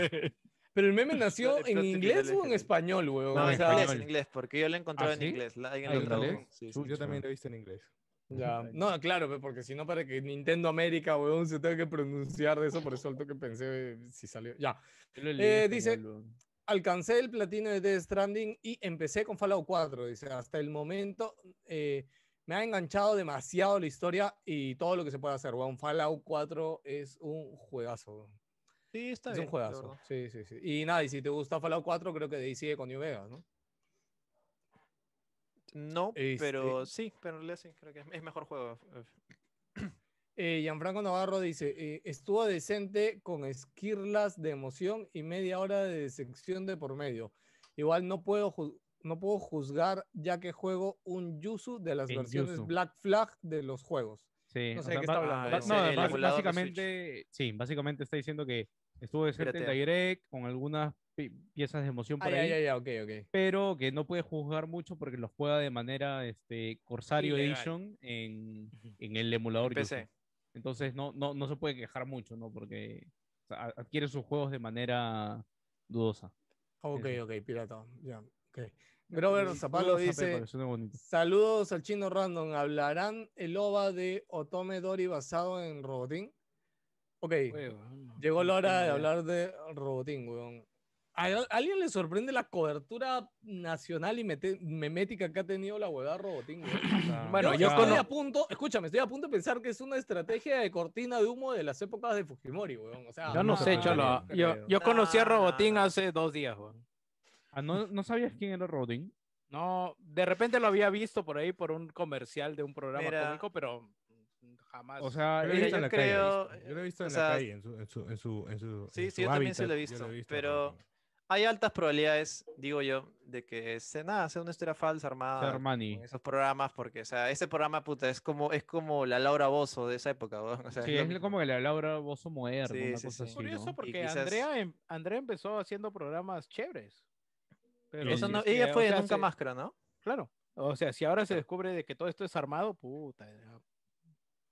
[SPEAKER 4] también.
[SPEAKER 2] Pero el meme nació
[SPEAKER 1] El
[SPEAKER 2] en
[SPEAKER 1] plot
[SPEAKER 2] inglés
[SPEAKER 1] final es
[SPEAKER 2] o en
[SPEAKER 1] genial.
[SPEAKER 2] español, weón.
[SPEAKER 1] No,
[SPEAKER 2] O
[SPEAKER 1] en
[SPEAKER 2] sea,
[SPEAKER 1] inglés, en inglés, porque yo lo he encontrado
[SPEAKER 3] ¿Ah,
[SPEAKER 1] en
[SPEAKER 3] sí?
[SPEAKER 1] inglés. la- alguien
[SPEAKER 3] ¿Ah,
[SPEAKER 1] lo
[SPEAKER 3] en
[SPEAKER 1] tradujo,
[SPEAKER 3] inglés?
[SPEAKER 1] sí, sí.
[SPEAKER 3] Chucha,
[SPEAKER 9] Yo también lo he visto en inglés.
[SPEAKER 2] ya. No, claro, pe, porque si no, para que Nintendo América, weón, se tenga que pronunciar de eso, por eso alto que pensé eh, si salió. Ya.
[SPEAKER 3] Yo lo leí en
[SPEAKER 2] Eh, dice-
[SPEAKER 3] español, weón.
[SPEAKER 2] Alcancé el platino de Death Stranding y empecé con Fallout 4. Dice, hasta el momento eh, me ha enganchado demasiado la historia y todo lo que se puede hacer, weón. Fallout 4 es un juegazo, weón.
[SPEAKER 1] Sí, está
[SPEAKER 2] es
[SPEAKER 1] bien.
[SPEAKER 2] un
[SPEAKER 1] la
[SPEAKER 2] juegazo.
[SPEAKER 1] verdad.
[SPEAKER 2] Sí, sí, sí. Y nada, y si te gusta Fallout 4, creo que de ahí sigue con New Vegas, ¿no?
[SPEAKER 1] No,
[SPEAKER 2] Este-
[SPEAKER 1] pero sí, pero en realidad sí, creo que es- es mejor juego. eh,
[SPEAKER 2] Eh, Gianfranco Navarro dice, eh, estuvo decente con esquirlas de emoción y media hora de decepción de por medio. Igual no puedo, ju- no puedo juzgar ya que juego un Yuzu de las
[SPEAKER 3] El
[SPEAKER 2] versiones
[SPEAKER 3] yuzu.
[SPEAKER 2] Black Flag de los juegos.
[SPEAKER 3] Sí,
[SPEAKER 2] No
[SPEAKER 3] o
[SPEAKER 2] sé de
[SPEAKER 3] sea,
[SPEAKER 2] qué
[SPEAKER 3] ba-
[SPEAKER 2] está
[SPEAKER 1] ba-
[SPEAKER 2] hablando.
[SPEAKER 3] ba-
[SPEAKER 2] pero-
[SPEAKER 3] no,
[SPEAKER 1] ese- el
[SPEAKER 3] ba-
[SPEAKER 1] emulador de
[SPEAKER 3] básicamente, sí, básicamente está diciendo que estuvo decente en
[SPEAKER 1] Piratea.
[SPEAKER 3] Direct con algunas pi- piezas de emoción
[SPEAKER 1] Ah,
[SPEAKER 3] por
[SPEAKER 2] Ay,
[SPEAKER 3] ahí,
[SPEAKER 2] ay, ay, ok, ok.
[SPEAKER 3] pero que no puede juzgar mucho porque los juega de manera este, Corsario
[SPEAKER 2] Ilegal.
[SPEAKER 3] Edition en, en el emulador. Yuzu.
[SPEAKER 1] PC.
[SPEAKER 3] Entonces no, no, no se puede quejar mucho, ¿no? Porque o sea, a- adquiere sus juegos de manera dudosa.
[SPEAKER 2] Ok,
[SPEAKER 3] Eso.
[SPEAKER 2] ok, pirata. Ya, ok. Grover Zapalo
[SPEAKER 3] Dudosa, pe,
[SPEAKER 2] dice,
[SPEAKER 3] porque suena bonito.
[SPEAKER 2] Saludos al chino random. ¿Hablarán el OVA de Otome Dori basado en Robotín? Ok, llegó la hora de hablar de Robotín, weón. ¿A a alguien le sorprende la cobertura nacional y mete- memética que ha tenido la huevada Robotín, weón?
[SPEAKER 9] Ah,
[SPEAKER 8] Bueno,
[SPEAKER 2] yo,
[SPEAKER 8] yo
[SPEAKER 2] estoy
[SPEAKER 8] cono-
[SPEAKER 2] a punto, escúchame, estoy a punto de pensar que es una estrategia de cortina de humo de las épocas de Fujimori, weón. O sea,
[SPEAKER 8] Yo Ah, no sé,
[SPEAKER 2] madre,
[SPEAKER 8] Cholo.
[SPEAKER 2] no
[SPEAKER 8] Yo,
[SPEAKER 2] creo.
[SPEAKER 8] yo conocí a
[SPEAKER 1] No, no,
[SPEAKER 8] Robotín
[SPEAKER 1] no.
[SPEAKER 8] hace dos días, weón.
[SPEAKER 3] Ah, ¿no, ¿No sabías quién era Rodin?
[SPEAKER 8] No, de repente lo había visto por ahí por un comercial de un programa
[SPEAKER 1] Mira.
[SPEAKER 8] cómico, pero jamás.
[SPEAKER 3] O sea,
[SPEAKER 9] Yo lo he
[SPEAKER 1] Mira,
[SPEAKER 9] visto
[SPEAKER 1] yo
[SPEAKER 9] en la
[SPEAKER 1] creo-
[SPEAKER 9] calle. Yo lo he visto
[SPEAKER 1] o
[SPEAKER 9] en
[SPEAKER 1] sea,
[SPEAKER 9] la calle, en su, en su, en su, en su-
[SPEAKER 1] sí, sí,
[SPEAKER 9] en su
[SPEAKER 1] yo también sí lo he
[SPEAKER 9] hábitat,
[SPEAKER 1] visto,
[SPEAKER 9] he a
[SPEAKER 1] pero-
[SPEAKER 9] Rocky.
[SPEAKER 1] Hay altas probabilidades, digo yo, de que se, nada, sea una historia falsa
[SPEAKER 9] Ah,
[SPEAKER 1] armada
[SPEAKER 3] Armani.
[SPEAKER 1] con
[SPEAKER 9] pues,
[SPEAKER 1] esos programas, porque, o sea, ese programa, puta, es como, es como la Laura Bozo de esa época, weón, o sea,
[SPEAKER 3] Sí,
[SPEAKER 1] es lo
[SPEAKER 3] es
[SPEAKER 1] mismo.
[SPEAKER 3] como que la Laura Bozo moderna,
[SPEAKER 1] Sí,
[SPEAKER 3] una
[SPEAKER 1] sí,
[SPEAKER 3] cosa
[SPEAKER 1] sí.
[SPEAKER 3] así, ¿no?
[SPEAKER 8] curioso porque
[SPEAKER 1] quizás-
[SPEAKER 8] Andrea, em- Andrea empezó haciendo programas chéveres. Pero
[SPEAKER 1] O sea,
[SPEAKER 8] sí,
[SPEAKER 1] no-
[SPEAKER 8] este,
[SPEAKER 1] ella
[SPEAKER 8] o
[SPEAKER 1] fue de
[SPEAKER 8] sea,
[SPEAKER 1] Nunca
[SPEAKER 8] se-
[SPEAKER 1] Máscara, ¿no?
[SPEAKER 8] Claro. O sea, si ahora se descubre de que todo esto es armado, puta. ya.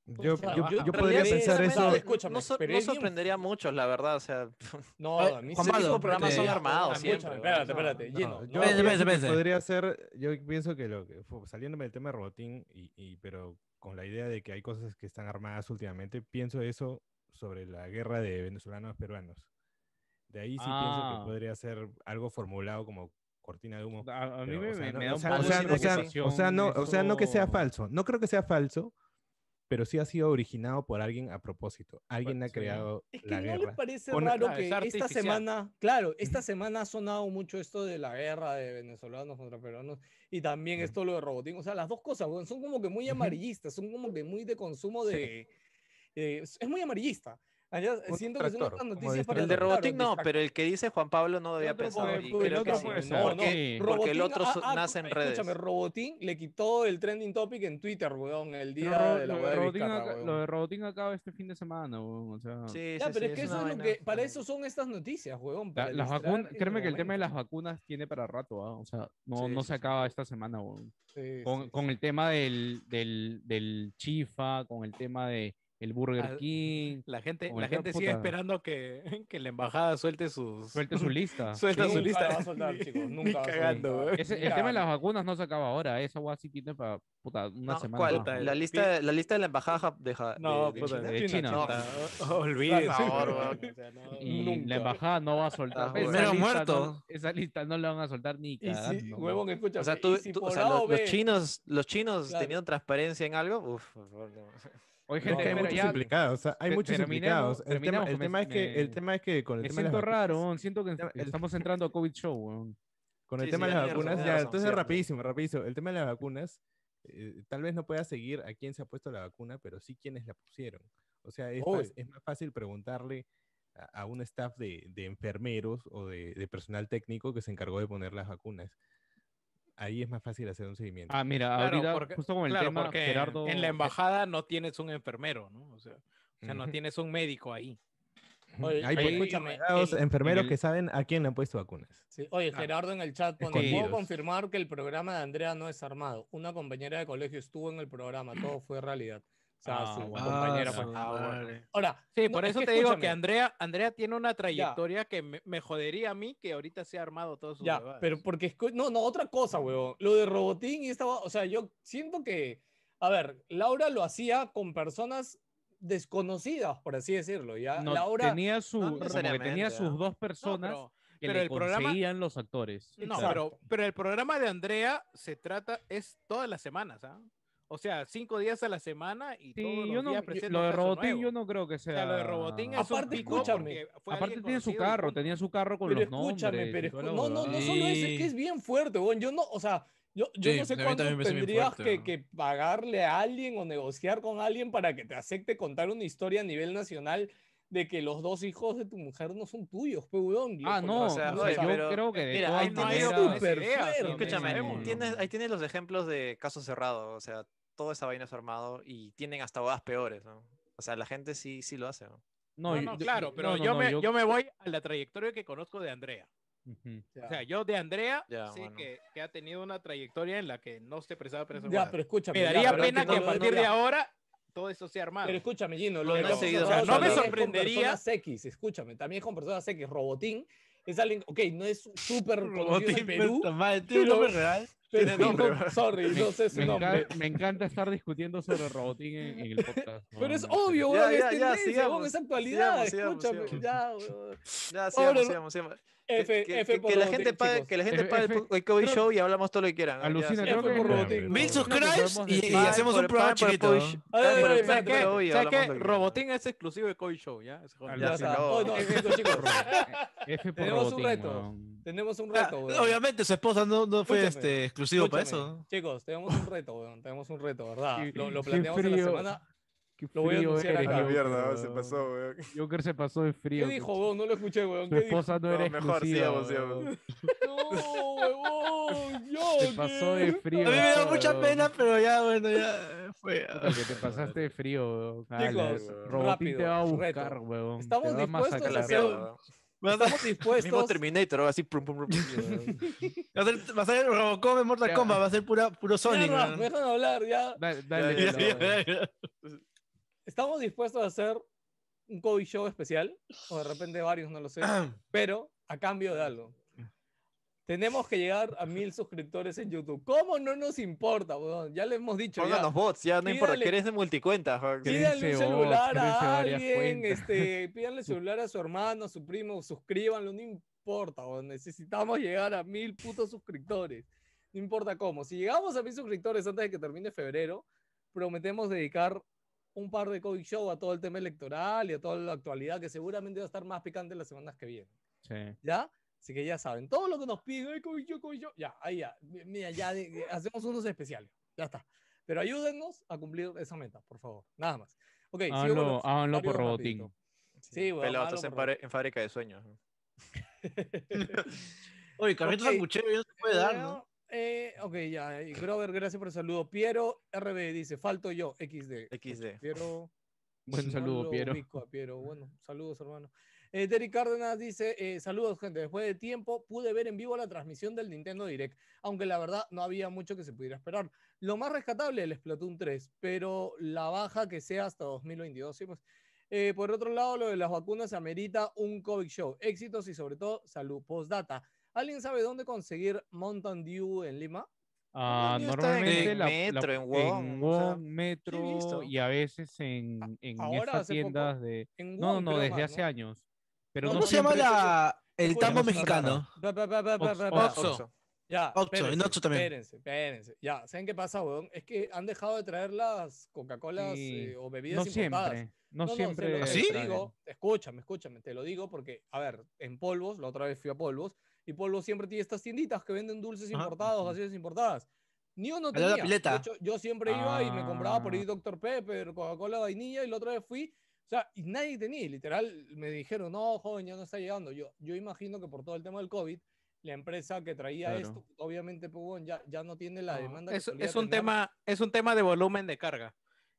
[SPEAKER 1] Pues
[SPEAKER 9] Yo,
[SPEAKER 8] Puta,
[SPEAKER 1] ah,
[SPEAKER 9] yo- yo
[SPEAKER 8] baja.
[SPEAKER 9] podría
[SPEAKER 2] Realmente,
[SPEAKER 9] pensar
[SPEAKER 2] realmente,
[SPEAKER 9] eso.
[SPEAKER 2] Escúchame,
[SPEAKER 1] No, so-
[SPEAKER 2] pero
[SPEAKER 1] no
[SPEAKER 2] es bien-
[SPEAKER 1] sorprendería a muchos, la verdad. O sea,
[SPEAKER 2] No,
[SPEAKER 4] Ay,
[SPEAKER 2] a mí
[SPEAKER 4] Juan
[SPEAKER 2] sí-
[SPEAKER 4] Pablo,
[SPEAKER 2] los programas son
[SPEAKER 4] te-
[SPEAKER 1] armados
[SPEAKER 2] Escúchame,
[SPEAKER 1] siempre,
[SPEAKER 2] Espérate,
[SPEAKER 1] ¿no?
[SPEAKER 2] espérate,
[SPEAKER 9] No,
[SPEAKER 2] lleno.
[SPEAKER 9] yo
[SPEAKER 4] Vence,
[SPEAKER 9] pienso
[SPEAKER 4] vence,
[SPEAKER 9] que
[SPEAKER 4] vence.
[SPEAKER 9] podría ser, yo pienso que lo que fu- saliéndome del tema de robotín, y, y- pero con la idea de que hay cosas que están armadas últimamente, pienso eso sobre la guerra de venezolanos peruanos. De ahí sí pienso
[SPEAKER 3] Ah.
[SPEAKER 9] que podría ser algo formulado como cortina de
[SPEAKER 2] pues,
[SPEAKER 9] humo.
[SPEAKER 3] A, a mí
[SPEAKER 9] Pero,
[SPEAKER 3] me,
[SPEAKER 9] o sea,
[SPEAKER 3] me-
[SPEAKER 9] no-
[SPEAKER 3] me
[SPEAKER 9] o
[SPEAKER 3] da un
[SPEAKER 9] sea,
[SPEAKER 3] poco
[SPEAKER 9] o sea,
[SPEAKER 3] de
[SPEAKER 9] o sea,
[SPEAKER 3] preocupación
[SPEAKER 9] o sea, no, o sea, no que sea
[SPEAKER 3] eso.
[SPEAKER 9] falso. No creo que sea falso, pero sí ha sido originado por alguien a propósito. Alguien
[SPEAKER 8] Bueno,
[SPEAKER 9] ha
[SPEAKER 8] sí.
[SPEAKER 9] creado
[SPEAKER 2] Es que
[SPEAKER 9] la
[SPEAKER 2] no
[SPEAKER 9] guerra.
[SPEAKER 2] les parece
[SPEAKER 9] Con-
[SPEAKER 2] raro
[SPEAKER 3] ah,
[SPEAKER 8] Claro,
[SPEAKER 2] que
[SPEAKER 8] es
[SPEAKER 2] esta
[SPEAKER 8] artificial.
[SPEAKER 2] semana, claro, esta semana ha sonado mucho esto de la guerra de venezolanos contra peruanos y también
[SPEAKER 9] Ujú.
[SPEAKER 2] esto lo de Robotín. O sea, las dos cosas weón, son como que muy
[SPEAKER 9] Ujú.
[SPEAKER 2] amarillistas, son como que muy de consumo de. eh, es es muy amarillista. Allá,
[SPEAKER 9] Un
[SPEAKER 2] siento que son
[SPEAKER 9] distractor,
[SPEAKER 2] estas
[SPEAKER 9] como
[SPEAKER 2] noticias para
[SPEAKER 1] el de
[SPEAKER 2] claro,
[SPEAKER 1] Robotic no,
[SPEAKER 2] distractor.
[SPEAKER 1] pero el que dice Juan Pablo no debía
[SPEAKER 9] otro
[SPEAKER 1] pensar. y
[SPEAKER 9] puede- el
[SPEAKER 1] creo
[SPEAKER 9] otro
[SPEAKER 1] que sí.
[SPEAKER 9] puede
[SPEAKER 1] ¿no?
[SPEAKER 9] ser.
[SPEAKER 1] Porque,
[SPEAKER 3] Sí.
[SPEAKER 1] porque el
[SPEAKER 2] Robotín
[SPEAKER 1] otro
[SPEAKER 2] ha-
[SPEAKER 1] so-
[SPEAKER 2] ha-
[SPEAKER 1] nace en redes.
[SPEAKER 2] Escúchame, Robotín le quitó el trending topic en Twitter, weón, el día
[SPEAKER 3] Pero Ro-
[SPEAKER 2] de la
[SPEAKER 3] lo,
[SPEAKER 2] hueá
[SPEAKER 3] de
[SPEAKER 2] de
[SPEAKER 3] Robotín
[SPEAKER 2] Vizcarra,
[SPEAKER 3] acá-
[SPEAKER 2] weón.
[SPEAKER 3] lo de Robotín acaba este fin de semana, weón, o sea,
[SPEAKER 1] Sí,
[SPEAKER 2] Ya,
[SPEAKER 1] sí,
[SPEAKER 2] pero
[SPEAKER 1] sí,
[SPEAKER 2] es que
[SPEAKER 1] es
[SPEAKER 2] eso
[SPEAKER 1] una
[SPEAKER 2] es lo
[SPEAKER 1] vaina.
[SPEAKER 2] que, para eso son estas noticias, huevón.
[SPEAKER 3] la-
[SPEAKER 2] para
[SPEAKER 3] las
[SPEAKER 2] distraer
[SPEAKER 3] vacunas,
[SPEAKER 2] en
[SPEAKER 3] créeme
[SPEAKER 2] el
[SPEAKER 3] que el tema de las
[SPEAKER 2] momento.
[SPEAKER 3] vacunas tiene para rato, ah, o sea, no,
[SPEAKER 1] Sí,
[SPEAKER 3] no
[SPEAKER 1] sí,
[SPEAKER 3] se acaba esta semana, weón.
[SPEAKER 2] Sí,
[SPEAKER 3] con,
[SPEAKER 2] sí,
[SPEAKER 3] con
[SPEAKER 2] sí.
[SPEAKER 3] el tema del, del, del chifa, con el tema de el Burger
[SPEAKER 8] Al-
[SPEAKER 3] King,
[SPEAKER 8] La gente,
[SPEAKER 3] Como
[SPEAKER 8] la
[SPEAKER 3] dije,
[SPEAKER 8] gente sigue
[SPEAKER 3] puta.
[SPEAKER 8] esperando que, que la embajada suelte sus.
[SPEAKER 3] suelte su lista.
[SPEAKER 8] suelta
[SPEAKER 2] Nunca
[SPEAKER 8] su
[SPEAKER 2] la
[SPEAKER 8] lista.
[SPEAKER 2] va a soltar, chicos,
[SPEAKER 8] Ni
[SPEAKER 2] nunca va a
[SPEAKER 8] cagando,
[SPEAKER 2] soltar.
[SPEAKER 8] weón.
[SPEAKER 3] Ese- el
[SPEAKER 2] Mira,
[SPEAKER 3] tema de las vacunas no se acaba ahora, ¿eh? esa guay sí tiene para puta, una
[SPEAKER 1] No,
[SPEAKER 3] semana.
[SPEAKER 1] ¿cuál?
[SPEAKER 3] más, weón.
[SPEAKER 1] La lista, de, la lista de la embajada ja- de, ja-
[SPEAKER 8] No,
[SPEAKER 1] de- de
[SPEAKER 8] puta,
[SPEAKER 1] China.
[SPEAKER 3] de China.
[SPEAKER 1] No,
[SPEAKER 8] O- Olvídense.
[SPEAKER 1] Por favor,
[SPEAKER 8] weón.
[SPEAKER 1] weón.
[SPEAKER 2] O sea, no,
[SPEAKER 3] y
[SPEAKER 2] nunca.
[SPEAKER 3] la embajada no va a soltar.
[SPEAKER 1] Ah,
[SPEAKER 3] esa
[SPEAKER 1] primero
[SPEAKER 3] lista no-
[SPEAKER 4] muerto.
[SPEAKER 3] esa lista no la van a soltar ni
[SPEAKER 2] Y si,
[SPEAKER 3] cagando, weón.
[SPEAKER 2] huevón, escúchame,
[SPEAKER 1] O sea,
[SPEAKER 2] y
[SPEAKER 1] tú-
[SPEAKER 2] si
[SPEAKER 1] tú- o
[SPEAKER 2] por
[SPEAKER 1] sea,
[SPEAKER 2] A o
[SPEAKER 1] lo- los
[SPEAKER 2] B,
[SPEAKER 1] chinos, los chinos
[SPEAKER 2] Claro.
[SPEAKER 1] teniendo transparencia en algo, uf, por favor, no.
[SPEAKER 3] Oye,
[SPEAKER 9] Es
[SPEAKER 3] gente,
[SPEAKER 9] que hay
[SPEAKER 3] pero
[SPEAKER 9] muchos
[SPEAKER 3] ya
[SPEAKER 9] implicados, o sea, hay
[SPEAKER 3] te-
[SPEAKER 9] muchos
[SPEAKER 3] terminemos-
[SPEAKER 9] implicados. El tema,
[SPEAKER 3] terminemos,
[SPEAKER 9] el
[SPEAKER 3] me-
[SPEAKER 9] tema es que el
[SPEAKER 3] me-
[SPEAKER 9] tema es que con el
[SPEAKER 3] me
[SPEAKER 9] tema de las
[SPEAKER 3] siento
[SPEAKER 9] vacunas-
[SPEAKER 3] raro, weón, siento que
[SPEAKER 9] tema- el-
[SPEAKER 3] estamos entrando a COVID show, weón.
[SPEAKER 9] Con el
[SPEAKER 1] Sí,
[SPEAKER 9] tema
[SPEAKER 1] sí,
[SPEAKER 9] de
[SPEAKER 1] tienes
[SPEAKER 9] las
[SPEAKER 1] razón,
[SPEAKER 9] vacunas,
[SPEAKER 1] tienes
[SPEAKER 9] ya,
[SPEAKER 1] razón,
[SPEAKER 9] entonces
[SPEAKER 1] cierto.
[SPEAKER 9] rapidísimo, rapidísimo. El tema de las vacunas, eh, tal vez no pueda seguir a quién se ha puesto la vacuna, pero sí quiénes la pusieron. O sea, es,
[SPEAKER 2] Obvio.
[SPEAKER 9] más, es más fácil preguntarle a, a un staff de, de enfermeros o de, de personal técnico que se encargó de poner las vacunas. Ahí es más fácil hacer un seguimiento.
[SPEAKER 3] Ah, mira,
[SPEAKER 8] Claro,
[SPEAKER 3] ahorita
[SPEAKER 8] porque-
[SPEAKER 3] justo con el
[SPEAKER 8] Claro,
[SPEAKER 3] tema
[SPEAKER 8] porque
[SPEAKER 3] Gerardo
[SPEAKER 8] en la embajada no tienes un enfermero, ¿no? O sea, o sea, no
[SPEAKER 9] Ujú.
[SPEAKER 8] tienes un médico ahí.
[SPEAKER 2] Oye,
[SPEAKER 9] Hay
[SPEAKER 2] oye,
[SPEAKER 9] por-
[SPEAKER 2] escúchame,
[SPEAKER 9] Los
[SPEAKER 2] el-
[SPEAKER 9] enfermeros
[SPEAKER 3] el-
[SPEAKER 9] que saben a quién le han puesto vacunas.
[SPEAKER 2] sí, oye, Gerardo en el chat, ponte, puedo
[SPEAKER 9] Escondidos.
[SPEAKER 2] confirmar que el programa de Andrea no es armado. Una compañera de colegio estuvo en el programa, todo fue realidad. O sea,
[SPEAKER 9] Ah,
[SPEAKER 2] su
[SPEAKER 9] bueno.
[SPEAKER 2] compañera
[SPEAKER 4] Ah,
[SPEAKER 2] fue.
[SPEAKER 4] su madre.
[SPEAKER 2] Ahora,
[SPEAKER 8] Sí,
[SPEAKER 2] no,
[SPEAKER 8] por
[SPEAKER 2] es
[SPEAKER 8] eso
[SPEAKER 2] que
[SPEAKER 8] te digo que
[SPEAKER 2] escúchame.
[SPEAKER 8] Andrea, Andrea tiene una trayectoria que me, me jodería a mí que ahorita se ha armado todo su
[SPEAKER 2] Ya, pero porque escu- no, no, otra cosa, weón. Lo de Robotín y esta, hua- o sea, yo siento que, a ver, Laura lo hacía con personas desconocidas, por así decirlo, ya.
[SPEAKER 3] no,
[SPEAKER 2] Laura,
[SPEAKER 3] tenía su
[SPEAKER 1] no
[SPEAKER 3] como que tenía
[SPEAKER 1] necesariamente,
[SPEAKER 3] sus
[SPEAKER 1] ¿ah?
[SPEAKER 3] dos personas
[SPEAKER 8] pero,
[SPEAKER 3] que
[SPEAKER 8] pero
[SPEAKER 3] le
[SPEAKER 8] el programa-
[SPEAKER 3] conseguían los actores.
[SPEAKER 8] no,
[SPEAKER 2] Exacto.
[SPEAKER 8] pero, pero el programa de Andrea se trata, es todas las semanas, ¿ah? O sea, cinco días a la semana y
[SPEAKER 3] Sí,
[SPEAKER 8] todos los
[SPEAKER 3] yo no-
[SPEAKER 8] días
[SPEAKER 3] yo-
[SPEAKER 8] presenta
[SPEAKER 3] lo de
[SPEAKER 8] un caso
[SPEAKER 3] Robotín
[SPEAKER 8] nuevo.
[SPEAKER 3] yo no creo que
[SPEAKER 8] O
[SPEAKER 3] sea. Ah,
[SPEAKER 8] sea, lo de Robotín es un
[SPEAKER 2] Aparte,
[SPEAKER 8] pico
[SPEAKER 2] escúchame.
[SPEAKER 8] porque fue
[SPEAKER 3] Aparte
[SPEAKER 8] alguien
[SPEAKER 3] tenía su
[SPEAKER 8] conocido y
[SPEAKER 3] carro,
[SPEAKER 8] punto.
[SPEAKER 3] tenía su carro con
[SPEAKER 2] pero
[SPEAKER 3] los
[SPEAKER 2] escúchame,
[SPEAKER 3] nombres. y
[SPEAKER 2] pero
[SPEAKER 3] toda
[SPEAKER 2] escu-
[SPEAKER 3] la
[SPEAKER 2] no, no, no
[SPEAKER 3] huevada.
[SPEAKER 2] solo eso, es que
[SPEAKER 4] Sí.
[SPEAKER 2] es bien fuerte, weón. Yo no, o sea, yo, yo
[SPEAKER 4] Sí,
[SPEAKER 2] no sé
[SPEAKER 4] a mí
[SPEAKER 2] cuánto
[SPEAKER 4] también me parece bien
[SPEAKER 2] tendrías
[SPEAKER 4] fuerte,
[SPEAKER 2] que,
[SPEAKER 4] ¿no?
[SPEAKER 2] que pagarle a alguien o negociar con alguien para que te acepte contar una historia a nivel nacional de que los dos hijos de tu mujer no son tuyos, pues, pe, weón. Yo,
[SPEAKER 3] Ah,
[SPEAKER 2] por-
[SPEAKER 3] no,
[SPEAKER 1] o sea,
[SPEAKER 3] no,
[SPEAKER 1] oye,
[SPEAKER 3] yo
[SPEAKER 1] pero-
[SPEAKER 3] creo que de
[SPEAKER 1] mira,
[SPEAKER 3] todas
[SPEAKER 1] ahí
[SPEAKER 8] No,
[SPEAKER 1] tiene
[SPEAKER 8] es
[SPEAKER 3] maneras.
[SPEAKER 1] Pero-
[SPEAKER 8] súper
[SPEAKER 2] Pero-
[SPEAKER 8] feo,
[SPEAKER 2] Escúchame,
[SPEAKER 8] no
[SPEAKER 1] Escúchame,
[SPEAKER 8] sabemos.
[SPEAKER 1] tienes, ahí tienes los ejemplos de caso cerrado, o sea, toda esa vaina es armado y tienen hasta bodas peores, ¿no? O sea, la gente sí, sí lo hace, ¿no?
[SPEAKER 8] No,
[SPEAKER 3] yo-
[SPEAKER 8] no,
[SPEAKER 3] yo-
[SPEAKER 8] claro, pero
[SPEAKER 3] no, no,
[SPEAKER 8] yo,
[SPEAKER 3] no,
[SPEAKER 8] me, yo me voy a la trayectoria que conozco de Andrea.
[SPEAKER 3] Ujú.
[SPEAKER 8] O sea, yo de Andrea
[SPEAKER 1] Ya,
[SPEAKER 8] sé
[SPEAKER 1] bueno.
[SPEAKER 8] que, que ha tenido una trayectoria en la que no se prestaba para esa
[SPEAKER 2] Ya,
[SPEAKER 8] huevada.
[SPEAKER 2] pero escúchame.
[SPEAKER 8] Me
[SPEAKER 2] ya,
[SPEAKER 8] daría
[SPEAKER 2] pero
[SPEAKER 8] pena
[SPEAKER 2] no
[SPEAKER 8] que a
[SPEAKER 2] lo-
[SPEAKER 8] partir
[SPEAKER 2] no,
[SPEAKER 8] de
[SPEAKER 2] ya.
[SPEAKER 8] ahora todo eso sea armado.
[SPEAKER 2] Pero escúchame, Gino, lo
[SPEAKER 1] No,
[SPEAKER 2] de
[SPEAKER 1] no he
[SPEAKER 2] Caso
[SPEAKER 1] seguido
[SPEAKER 2] Cerrado
[SPEAKER 1] mucho,
[SPEAKER 2] también
[SPEAKER 1] no.
[SPEAKER 2] es con
[SPEAKER 8] sorprendería-
[SPEAKER 2] personas X, escúchame, también es con personas X. Robotín es alguien, ok, no es súper conocido en
[SPEAKER 4] Robotín,
[SPEAKER 2] Perú,
[SPEAKER 4] puta madre, ¿Tiene un
[SPEAKER 2] pero-
[SPEAKER 4] nombre real?
[SPEAKER 2] pero
[SPEAKER 4] nombre,
[SPEAKER 2] no, sorry,
[SPEAKER 3] Me,
[SPEAKER 2] no sé su
[SPEAKER 3] me encan-
[SPEAKER 2] nombre.
[SPEAKER 3] me encanta estar discutiendo sobre Robotín en, en el podcast.
[SPEAKER 2] Pero es
[SPEAKER 3] weón.
[SPEAKER 2] obvio,
[SPEAKER 1] Ya,
[SPEAKER 2] weón, es
[SPEAKER 1] ya, ya,
[SPEAKER 2] tendencia,
[SPEAKER 1] sigamos,
[SPEAKER 2] weón, es actualidad,
[SPEAKER 1] sigamos, sigamos,
[SPEAKER 2] escúchame,
[SPEAKER 1] sigamos.
[SPEAKER 2] ya, weón.
[SPEAKER 1] Ya, sigamos,
[SPEAKER 2] Ahora-
[SPEAKER 1] sigamos, sigamos. Que,
[SPEAKER 2] F,
[SPEAKER 1] que-
[SPEAKER 2] F
[SPEAKER 1] que-
[SPEAKER 2] por
[SPEAKER 1] que la
[SPEAKER 2] Robotín,
[SPEAKER 1] gente pague,
[SPEAKER 2] chicos.
[SPEAKER 1] que la gente
[SPEAKER 3] F-
[SPEAKER 1] pague el
[SPEAKER 3] F-
[SPEAKER 1] po- el COVID
[SPEAKER 3] creo-
[SPEAKER 1] show y hablamos todo lo que quieran. ¿no? Ya, sí.
[SPEAKER 3] Alucina, creo
[SPEAKER 2] F
[SPEAKER 3] que-
[SPEAKER 2] por Robotín,
[SPEAKER 4] Mil
[SPEAKER 2] weón.
[SPEAKER 3] sus-
[SPEAKER 4] subscribes
[SPEAKER 3] podemos
[SPEAKER 4] y,
[SPEAKER 3] decir-
[SPEAKER 4] y
[SPEAKER 1] Pagan
[SPEAKER 4] hacemos
[SPEAKER 1] por-
[SPEAKER 4] un
[SPEAKER 1] pagan
[SPEAKER 4] programa
[SPEAKER 1] por el
[SPEAKER 4] chiquito.
[SPEAKER 1] push, pagan por
[SPEAKER 2] Ay,
[SPEAKER 1] el
[SPEAKER 2] ay, ay,
[SPEAKER 1] push
[SPEAKER 8] ¿Sabes
[SPEAKER 2] espérate,
[SPEAKER 1] del
[SPEAKER 8] qué?
[SPEAKER 1] show y
[SPEAKER 8] ¿Sabes
[SPEAKER 1] hablamos
[SPEAKER 8] qué?
[SPEAKER 1] lo que quieran.
[SPEAKER 8] Robotín es exclusivo de Koi Show, ¿ya? Se jodió.
[SPEAKER 3] Al-
[SPEAKER 2] Ya
[SPEAKER 1] Ya
[SPEAKER 2] se
[SPEAKER 1] se
[SPEAKER 2] acabó.
[SPEAKER 1] acabó.
[SPEAKER 2] Oh, no, chicos, chicos,
[SPEAKER 3] F e, por
[SPEAKER 2] Tenemos un
[SPEAKER 3] Robotín,
[SPEAKER 2] reto.
[SPEAKER 3] weón.
[SPEAKER 2] tenemos un
[SPEAKER 1] Ah,
[SPEAKER 4] O sea,
[SPEAKER 2] reto, weón.
[SPEAKER 4] Obviamente su esposa no, no fue
[SPEAKER 2] Escúchame,
[SPEAKER 4] este, exclusivo para
[SPEAKER 2] Escúchame,
[SPEAKER 4] eso.
[SPEAKER 2] Chicos, tenemos un reto, weón, tenemos un reto, ¿verdad?
[SPEAKER 3] Sí,
[SPEAKER 2] Lo, lo
[SPEAKER 3] qué
[SPEAKER 2] planteamos en la
[SPEAKER 3] frío.
[SPEAKER 2] semana.
[SPEAKER 3] Qué
[SPEAKER 2] Lo voy a
[SPEAKER 3] frío
[SPEAKER 2] anunciar
[SPEAKER 3] eres,
[SPEAKER 2] acá.
[SPEAKER 3] Joker,
[SPEAKER 1] Mierda, se
[SPEAKER 3] weón.
[SPEAKER 1] pasó, weón.
[SPEAKER 3] Joker se pasó de frío.
[SPEAKER 2] ¿Qué dijo, weón? No lo escuché, weón.
[SPEAKER 3] Su
[SPEAKER 2] ¿Qué dijo?
[SPEAKER 3] esposa no,
[SPEAKER 1] No,
[SPEAKER 3] era
[SPEAKER 1] mejor
[SPEAKER 3] exclusiva,
[SPEAKER 1] sigamos,
[SPEAKER 3] weón.
[SPEAKER 1] sigamos.
[SPEAKER 2] No, huevón, yo.
[SPEAKER 3] Te pasó de frío.
[SPEAKER 4] A mí me da
[SPEAKER 3] weón.
[SPEAKER 4] mucha pena, pero ya, Ah, bueno, ya fue. ah.
[SPEAKER 3] Puta, que te pasaste de frío, weón.
[SPEAKER 2] Chicos,
[SPEAKER 3] Robotín te
[SPEAKER 2] rápido,
[SPEAKER 3] va a
[SPEAKER 2] reto.
[SPEAKER 3] buscar, weón. Te
[SPEAKER 2] Estamos
[SPEAKER 3] va a
[SPEAKER 2] dispuestos a
[SPEAKER 3] masacrar.
[SPEAKER 1] La
[SPEAKER 2] hacer-
[SPEAKER 1] mierda, weón.
[SPEAKER 2] Bueno, estamos
[SPEAKER 1] Mismo
[SPEAKER 2] dispuestos.
[SPEAKER 1] Terminator, ahora así. prum, prum, prum,
[SPEAKER 4] Va a ser, va a ser Robocop en Mortal
[SPEAKER 3] Ya.
[SPEAKER 4] Kombat, va a ser pura, puro Sonic.
[SPEAKER 2] Mierda,
[SPEAKER 4] weón.
[SPEAKER 2] me dejan hablar, ya.
[SPEAKER 3] Da- dale,
[SPEAKER 1] Ya,
[SPEAKER 3] dale,
[SPEAKER 1] ya,
[SPEAKER 3] dale.
[SPEAKER 2] Estamos dispuestos a hacer un Kobe Show especial, o de repente varios, no lo sé, pero a cambio de algo. Tenemos que llegar a mil suscriptores en YouTube. ¿Cómo no nos importa, weón? Ya le hemos dicho. ya.
[SPEAKER 1] Pónganos bots, ya no importa,
[SPEAKER 2] Pídale.
[SPEAKER 1] que eres de multicuentas. joder.
[SPEAKER 3] Sí.
[SPEAKER 2] Pídanle
[SPEAKER 3] Créense
[SPEAKER 2] un
[SPEAKER 3] bots,
[SPEAKER 2] celular
[SPEAKER 3] créense
[SPEAKER 2] a
[SPEAKER 3] varias
[SPEAKER 2] alguien,
[SPEAKER 3] cuentas.
[SPEAKER 2] este, pídanle celular a su hermano, a su primo, suscríbanlo, no importa, weón, necesitamos llegar a mil putos suscriptores, no importa cómo. Si llegamos a mil suscriptores antes de que termine febrero, prometemos dedicar un par de COVID Show a todo el tema electoral y a toda la actualidad que seguramente va a estar más picante las semanas que vienen.
[SPEAKER 3] Sí.
[SPEAKER 2] ¿ya? Así que ya saben, todo lo que nos piden, ay, Kobe Show, Kobe Show", ya, ahí ya, mi- mira, ya de- de- hacemos unos especiales, ya está. Pero ayúdennos a cumplir esa meta, por favor, nada más. Ok, sigo con
[SPEAKER 3] Háganlo,
[SPEAKER 2] los
[SPEAKER 3] Ah, háganlo por
[SPEAKER 2] comentarios
[SPEAKER 3] robotín.
[SPEAKER 2] rapidito. Sí, weón,
[SPEAKER 1] Pelados,
[SPEAKER 2] háganlo
[SPEAKER 1] estás en,
[SPEAKER 2] por
[SPEAKER 1] fabri- en fábrica de sueños.
[SPEAKER 4] Oye, carrito
[SPEAKER 2] Ok.
[SPEAKER 4] sanguchero ya no se puede dar, ¿no?
[SPEAKER 2] Bueno, eh, ok, ya, y Grover, gracias por el saludo. Piero RB dice, falto yo, XD.
[SPEAKER 1] XD.
[SPEAKER 2] Piero...
[SPEAKER 3] Buen
[SPEAKER 2] No
[SPEAKER 3] saludo,
[SPEAKER 2] lo
[SPEAKER 3] Piero.
[SPEAKER 2] ubico a Piero. Bueno, saludos, hermano. Eh, Terry Cárdenas dice: eh, Saludos, gente. Después de tiempo pude ver en vivo la transmisión del Nintendo Direct, aunque la verdad no había mucho que se pudiera esperar. Lo más rescatable, el Splatoon 3, pero la baja que sea hasta 2022. sí, pues. Eh, por otro lado, lo de las vacunas amerita un COVID show. Éxitos y sobre todo salud postdata. ¿Alguien sabe dónde conseguir Mountain Dew en Lima?
[SPEAKER 3] Ah,
[SPEAKER 1] Yo estaba en
[SPEAKER 3] normalmente
[SPEAKER 1] el
[SPEAKER 3] la-
[SPEAKER 1] metro,
[SPEAKER 3] la-
[SPEAKER 1] en Wong,
[SPEAKER 3] en
[SPEAKER 1] o sea,
[SPEAKER 3] Wong, metro
[SPEAKER 1] visto.
[SPEAKER 3] y a veces en, en
[SPEAKER 2] ahora
[SPEAKER 3] esas
[SPEAKER 2] hace poco.
[SPEAKER 3] tiendas de.
[SPEAKER 2] En
[SPEAKER 3] No, no,
[SPEAKER 2] Wong,
[SPEAKER 3] no,
[SPEAKER 2] creo
[SPEAKER 3] desde
[SPEAKER 2] más,
[SPEAKER 3] hace
[SPEAKER 2] ¿no?
[SPEAKER 3] años. Pero
[SPEAKER 2] No,
[SPEAKER 3] no,
[SPEAKER 4] ¿Cómo se llama
[SPEAKER 3] siempre-
[SPEAKER 4] la, el
[SPEAKER 2] Escucha,
[SPEAKER 4] tambo
[SPEAKER 2] no se trata.
[SPEAKER 4] mexicano?
[SPEAKER 2] Pa, pa, pa, pa, pa,
[SPEAKER 3] Ox-
[SPEAKER 2] pa, pa.
[SPEAKER 3] Ox-
[SPEAKER 1] Oxxo.
[SPEAKER 2] Ya,
[SPEAKER 4] Oxxo, en Oxxo también.
[SPEAKER 2] Espérense, espérense. Ya, ¿saben qué pasa, weón? Es que han dejado de traer las Coca-Colas
[SPEAKER 3] Sí.
[SPEAKER 2] eh, o bebidas
[SPEAKER 3] No
[SPEAKER 2] importadas.
[SPEAKER 3] siempre. No,
[SPEAKER 2] se
[SPEAKER 3] siempre.
[SPEAKER 2] lo-
[SPEAKER 4] ¿Ah,
[SPEAKER 2] te
[SPEAKER 4] sí?
[SPEAKER 2] lo
[SPEAKER 3] traen.
[SPEAKER 2] digo, escúchame, escúchame, te lo digo porque, a ver, en Polvos, la otra vez fui a Polvos, y Polvos siempre tiene estas tienditas que venden dulces
[SPEAKER 3] Ajá,
[SPEAKER 2] importados,
[SPEAKER 3] ujú.
[SPEAKER 2] gaseosas importadas. Ni uno
[SPEAKER 4] Allá la
[SPEAKER 2] tenía.
[SPEAKER 4] pileta.
[SPEAKER 2] De hecho, yo siempre iba y me compraba por ahí
[SPEAKER 3] Ah.
[SPEAKER 2] Dr. Pepper, Coca-Cola vainilla, y la otra vez fui, o sea, y nadie tenía, y literal, me dijeron, no, joven, ya no está llegando. Yo, yo imagino que por todo el tema del COVID, la empresa que traía
[SPEAKER 3] Claro.
[SPEAKER 2] esto, obviamente, pues, weón, ya, ya no tiene la
[SPEAKER 8] No,
[SPEAKER 2] demanda. que
[SPEAKER 8] Ah. es,
[SPEAKER 2] solía
[SPEAKER 8] es un
[SPEAKER 2] tener.
[SPEAKER 8] tema, es un tema de volumen de carga.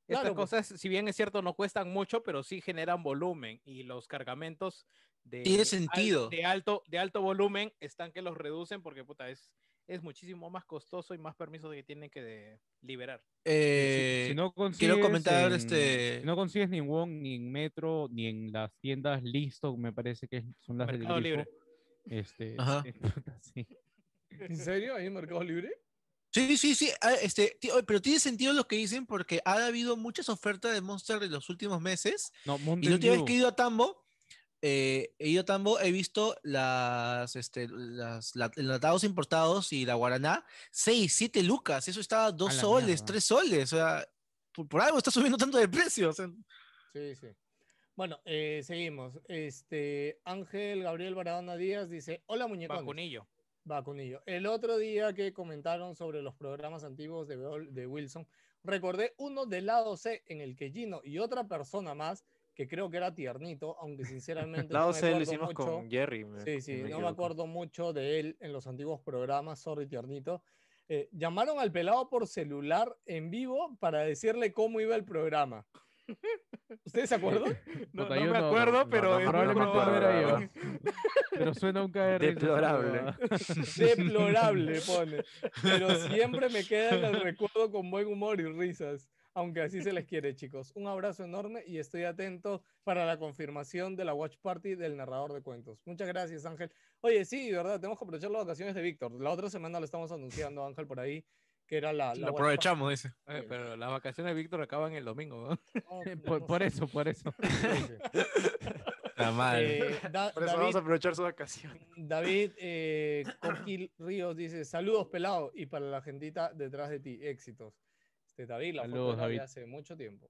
[SPEAKER 8] Estas
[SPEAKER 2] Claro, pues.
[SPEAKER 8] cosas, si bien es cierto, no cuestan mucho, pero sí generan volumen y los cargamentos de,
[SPEAKER 4] Tiene
[SPEAKER 8] al-
[SPEAKER 4] sentido.
[SPEAKER 8] de, alto, de alto volumen están que los reducen porque puta, es, es muchísimo más costoso y más permisos que tienen que de- liberar.
[SPEAKER 4] Eh,
[SPEAKER 3] Si, si no
[SPEAKER 4] quiero
[SPEAKER 3] consigues
[SPEAKER 4] comentar,
[SPEAKER 3] en-
[SPEAKER 4] este-
[SPEAKER 3] si no consigues ni en Wong, ni en Metro, ni en las tiendas Listo, me parece que son las del
[SPEAKER 8] Mercado
[SPEAKER 3] grifo,
[SPEAKER 8] Libre.
[SPEAKER 3] Este, puta,
[SPEAKER 4] Ajá.
[SPEAKER 3] sí.
[SPEAKER 2] ¿En serio? ¿Ahí en Mercado Libre?
[SPEAKER 4] Sí, sí, sí. ah, Este, ti- oye, pero tiene sentido lo que dicen porque ha habido muchas ofertas de Monster en los últimos meses.
[SPEAKER 3] No,
[SPEAKER 4] Y la
[SPEAKER 3] Mountain
[SPEAKER 4] última vez
[SPEAKER 3] Dew.
[SPEAKER 4] que he ido a Tambo, eh, he ido a Tambo, he visto las, este, las la- enlatados importados y la guaraná, 6, 7 lucas. Eso estaba 2
[SPEAKER 3] la
[SPEAKER 4] soles,
[SPEAKER 3] mierda.
[SPEAKER 4] 3 soles. O sea, por, por algo está subiendo tanto de precio. o sea,
[SPEAKER 2] Sí, sí. Bueno, eh, seguimos. Este Ángel Gabriel Baradona Díaz dice: Hola, muñecones.
[SPEAKER 8] Vacunillo.
[SPEAKER 2] Vacunillo. El otro día que comentaron sobre los programas antiguos de, Beol- de Wilson, recordé uno del lado C en el que Gino y otra persona más, que creo que era tiernito, aunque sinceramente
[SPEAKER 1] Lado
[SPEAKER 2] no me
[SPEAKER 1] C lo
[SPEAKER 2] acuerdo
[SPEAKER 1] hicimos
[SPEAKER 2] mucho.
[SPEAKER 1] con Jerry.
[SPEAKER 2] Sí, sí, no me acuerdo mucho de él en los antiguos programas, sorry tiernito. Eh, llamaron al pelado por celular en vivo para decirle cómo iba el programa. ¿Ustedes se acuerdan?
[SPEAKER 8] No,
[SPEAKER 3] Puta,
[SPEAKER 8] no
[SPEAKER 3] yo
[SPEAKER 8] me
[SPEAKER 3] no-
[SPEAKER 8] acuerdo,
[SPEAKER 3] no,
[SPEAKER 8] pero
[SPEAKER 1] no,
[SPEAKER 8] es
[SPEAKER 3] Probablemente no
[SPEAKER 8] probable.
[SPEAKER 3] era
[SPEAKER 1] probable.
[SPEAKER 3] yo. Pero suena un caer.
[SPEAKER 1] Deplorable.
[SPEAKER 3] ah,
[SPEAKER 2] Deplorable, pone. Pero siempre me queda en el recuerdo con buen humor y risas. Aunque así se les quiere, chicos. Un abrazo enorme y estoy atento para la confirmación de la Watch Party del narrador de cuentos. Muchas gracias, Ángel. Oye, sí, verdad, tenemos que aprovechar las vacaciones de Víctor. La otra semana lo estamos anunciando, Ángel, por ahí, que era la. la
[SPEAKER 4] lo
[SPEAKER 2] Watch Party.
[SPEAKER 4] aprovechamos, dice.
[SPEAKER 8] Eh, pero las vacaciones de Víctor acaban el domingo. ¿no?
[SPEAKER 2] No, no,
[SPEAKER 3] Por,
[SPEAKER 2] no
[SPEAKER 3] por
[SPEAKER 2] sé.
[SPEAKER 3] eso, por eso.
[SPEAKER 2] Sí, sí.
[SPEAKER 4] La madre.
[SPEAKER 2] Eh, Da-
[SPEAKER 1] Por eso vamos
[SPEAKER 2] David-
[SPEAKER 1] a aprovechar su vacación.
[SPEAKER 2] David eh, Coquil Ríos dice: Saludos, pelado, y para la gentita detrás de ti, éxitos. Este, David, la foto
[SPEAKER 3] Saludos,
[SPEAKER 2] era de
[SPEAKER 3] David.
[SPEAKER 2] hace mucho tiempo.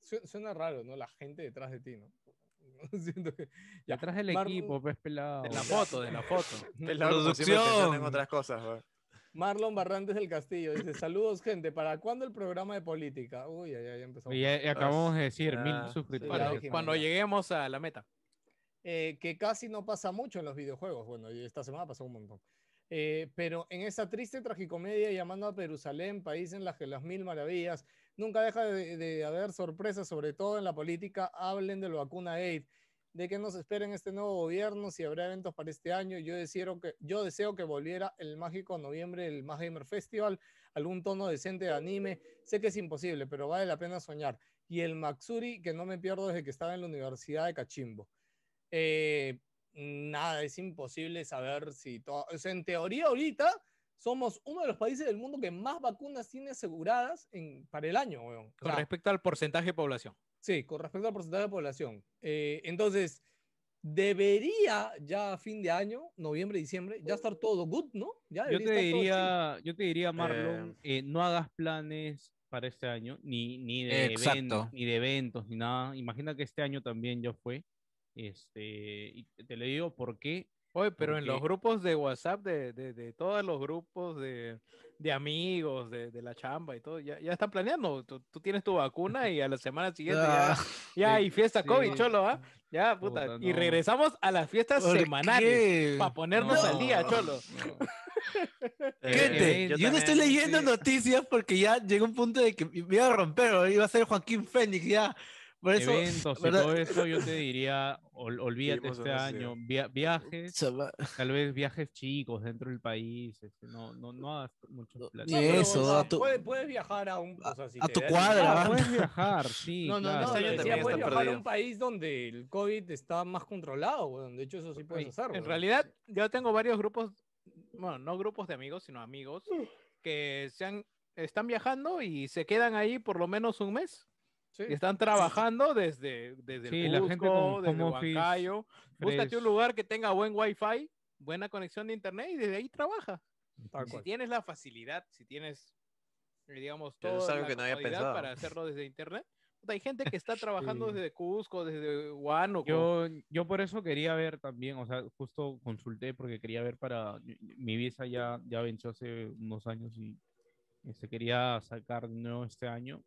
[SPEAKER 2] Su- Suena raro, ¿no? La gente detrás de ti, ¿no? Siento que- Ya.
[SPEAKER 3] Detrás del
[SPEAKER 2] Mar-
[SPEAKER 3] equipo, pues pelado.
[SPEAKER 8] De la foto, de la foto.
[SPEAKER 1] Pelado, como siempre,
[SPEAKER 4] Producción.
[SPEAKER 1] pensando en otras cosas. weón.
[SPEAKER 2] Marlon Barrantes del Castillo dice: Saludos, gente, ¿para cuándo el programa de política? Uy, ya, ya, ya empezamos.
[SPEAKER 3] Y ya- ya acabamos de decir
[SPEAKER 1] Ah,
[SPEAKER 3] mil
[SPEAKER 1] sí,
[SPEAKER 2] ya
[SPEAKER 3] suscriptores.
[SPEAKER 2] dijimos.
[SPEAKER 8] Cuando
[SPEAKER 2] ya.
[SPEAKER 8] lleguemos a la meta.
[SPEAKER 2] eh, que casi no pasa mucho en los videojuegos. Bueno, y esta semana pasó un montón. Eh, pero en esa triste tragicomedia llamando a Jerusalén, país en las que las mil maravillas, nunca deja de, de haber sorpresas, sobre todo en la política, hablen de la vacuna Aid. de qué nos espera en este nuevo gobierno, si habrá eventos para este año. Yo deseo que, yo deseo que volviera el mágico noviembre del Mag Gamer Festival, algún tono decente de anime. Sé que es imposible, pero vale la pena soñar. Y el Maxuri, que no me pierdo desde que estaba en la Universidad de Cachimbo. Eh, nada, es imposible saber si todo. o sea, en teoría, ahorita somos uno de los países del mundo que más vacunas tiene aseguradas en, para el año, weón. O
[SPEAKER 8] Con
[SPEAKER 2] sea,
[SPEAKER 8] respecto al porcentaje de población.
[SPEAKER 2] Sí, con respecto al porcentaje de población. Eh, entonces, debería ya a fin de año, noviembre, diciembre, ya estar todo good, ¿no? Ya
[SPEAKER 3] Yo
[SPEAKER 2] debería
[SPEAKER 3] te
[SPEAKER 2] estar todo chill.
[SPEAKER 3] diría, yo te diría,
[SPEAKER 4] Em.
[SPEAKER 3] Marlon, eh, no hagas planes para este año, ni, ni, de
[SPEAKER 4] Exacto.
[SPEAKER 3] eventos, ni de eventos, ni nada. Imagina que este año también ya fue. Este, y te le digo por qué.
[SPEAKER 8] Oye, pero en
[SPEAKER 3] Porque-
[SPEAKER 8] los grupos de WhatsApp, de, de, de todos los grupos de, de amigos, de, de la chamba y todo, ya, ya están planeando. Tú, tú tienes tu vacuna y a la semana siguiente ya,
[SPEAKER 4] Ah,
[SPEAKER 8] ya hay fiesta
[SPEAKER 3] sí.
[SPEAKER 8] COVID, cholo, ¿ah? Ya, puta.
[SPEAKER 3] Puta,
[SPEAKER 8] Y
[SPEAKER 3] no.
[SPEAKER 8] regresamos a las fiestas
[SPEAKER 4] ¿por
[SPEAKER 8] semanales
[SPEAKER 4] qué?
[SPEAKER 8] para ponernos al día,
[SPEAKER 3] No.
[SPEAKER 8] cholo.
[SPEAKER 4] Gente,
[SPEAKER 1] Eh,
[SPEAKER 4] yo, no estoy
[SPEAKER 1] también,
[SPEAKER 4] leyendo
[SPEAKER 1] sí.
[SPEAKER 4] noticias porque ya llegó un punto de que me iba a romper, o iba a ser Joaquín Fénix ya. Por eso,
[SPEAKER 3] eventos y
[SPEAKER 4] ¿verdad?
[SPEAKER 3] todo eso, yo te diría, ol- olvídate
[SPEAKER 6] Vivimos
[SPEAKER 3] este
[SPEAKER 6] una
[SPEAKER 3] año. Via- viajes,
[SPEAKER 4] se va-
[SPEAKER 3] tal vez viajes chicos dentro del país. este, no, no, no hagas muchos planes.
[SPEAKER 4] ni
[SPEAKER 2] No, pero,
[SPEAKER 4] eso,
[SPEAKER 2] o sea,
[SPEAKER 4] a tu-
[SPEAKER 2] puedes, puedes viajar a un. o sea, si
[SPEAKER 4] a
[SPEAKER 2] te
[SPEAKER 4] tu
[SPEAKER 2] ves-
[SPEAKER 4] cuadra.
[SPEAKER 3] Ah,
[SPEAKER 4] ¿verdad?
[SPEAKER 3] puedes viajar, sí.
[SPEAKER 2] No, no, no,
[SPEAKER 3] claro.
[SPEAKER 1] este año
[SPEAKER 2] decía,
[SPEAKER 1] también
[SPEAKER 2] puedes
[SPEAKER 1] está
[SPEAKER 2] viajar a
[SPEAKER 1] perdido.
[SPEAKER 2] un país donde el COVID está más controlado, weón. De hecho, eso sí puedes
[SPEAKER 8] Oye,
[SPEAKER 2] hacer,
[SPEAKER 8] En
[SPEAKER 2] weón.
[SPEAKER 8] realidad, yo tengo varios grupos, bueno, no grupos de amigos, sino amigos, que se han, están viajando y se quedan ahí por lo menos un mes.
[SPEAKER 2] Sí.
[SPEAKER 8] Y están trabajando desde, desde
[SPEAKER 3] Sí,
[SPEAKER 8] el
[SPEAKER 3] la gente
[SPEAKER 8] Cusco,
[SPEAKER 3] con
[SPEAKER 8] desde
[SPEAKER 3] home office,
[SPEAKER 8] Huancayo. Búscate un
[SPEAKER 3] Fresh.
[SPEAKER 8] lugar que tenga buen wifi, buena conexión de internet y desde ahí trabaja.
[SPEAKER 2] Tal
[SPEAKER 8] Si
[SPEAKER 2] cual.
[SPEAKER 8] tienes la facilidad, si tienes, eh, digamos,
[SPEAKER 1] Eso es
[SPEAKER 8] todo
[SPEAKER 1] algo que no había pensado.
[SPEAKER 8] para hacerlo desde internet. puta, Hay gente que está trabajando desde Cusco, desde Huánuco.
[SPEAKER 3] Yo, yo por eso quería ver también, o sea, justo consulté porque quería ver para mi visa ya, ya venció hace unos años y se quería sacar de nuevo este año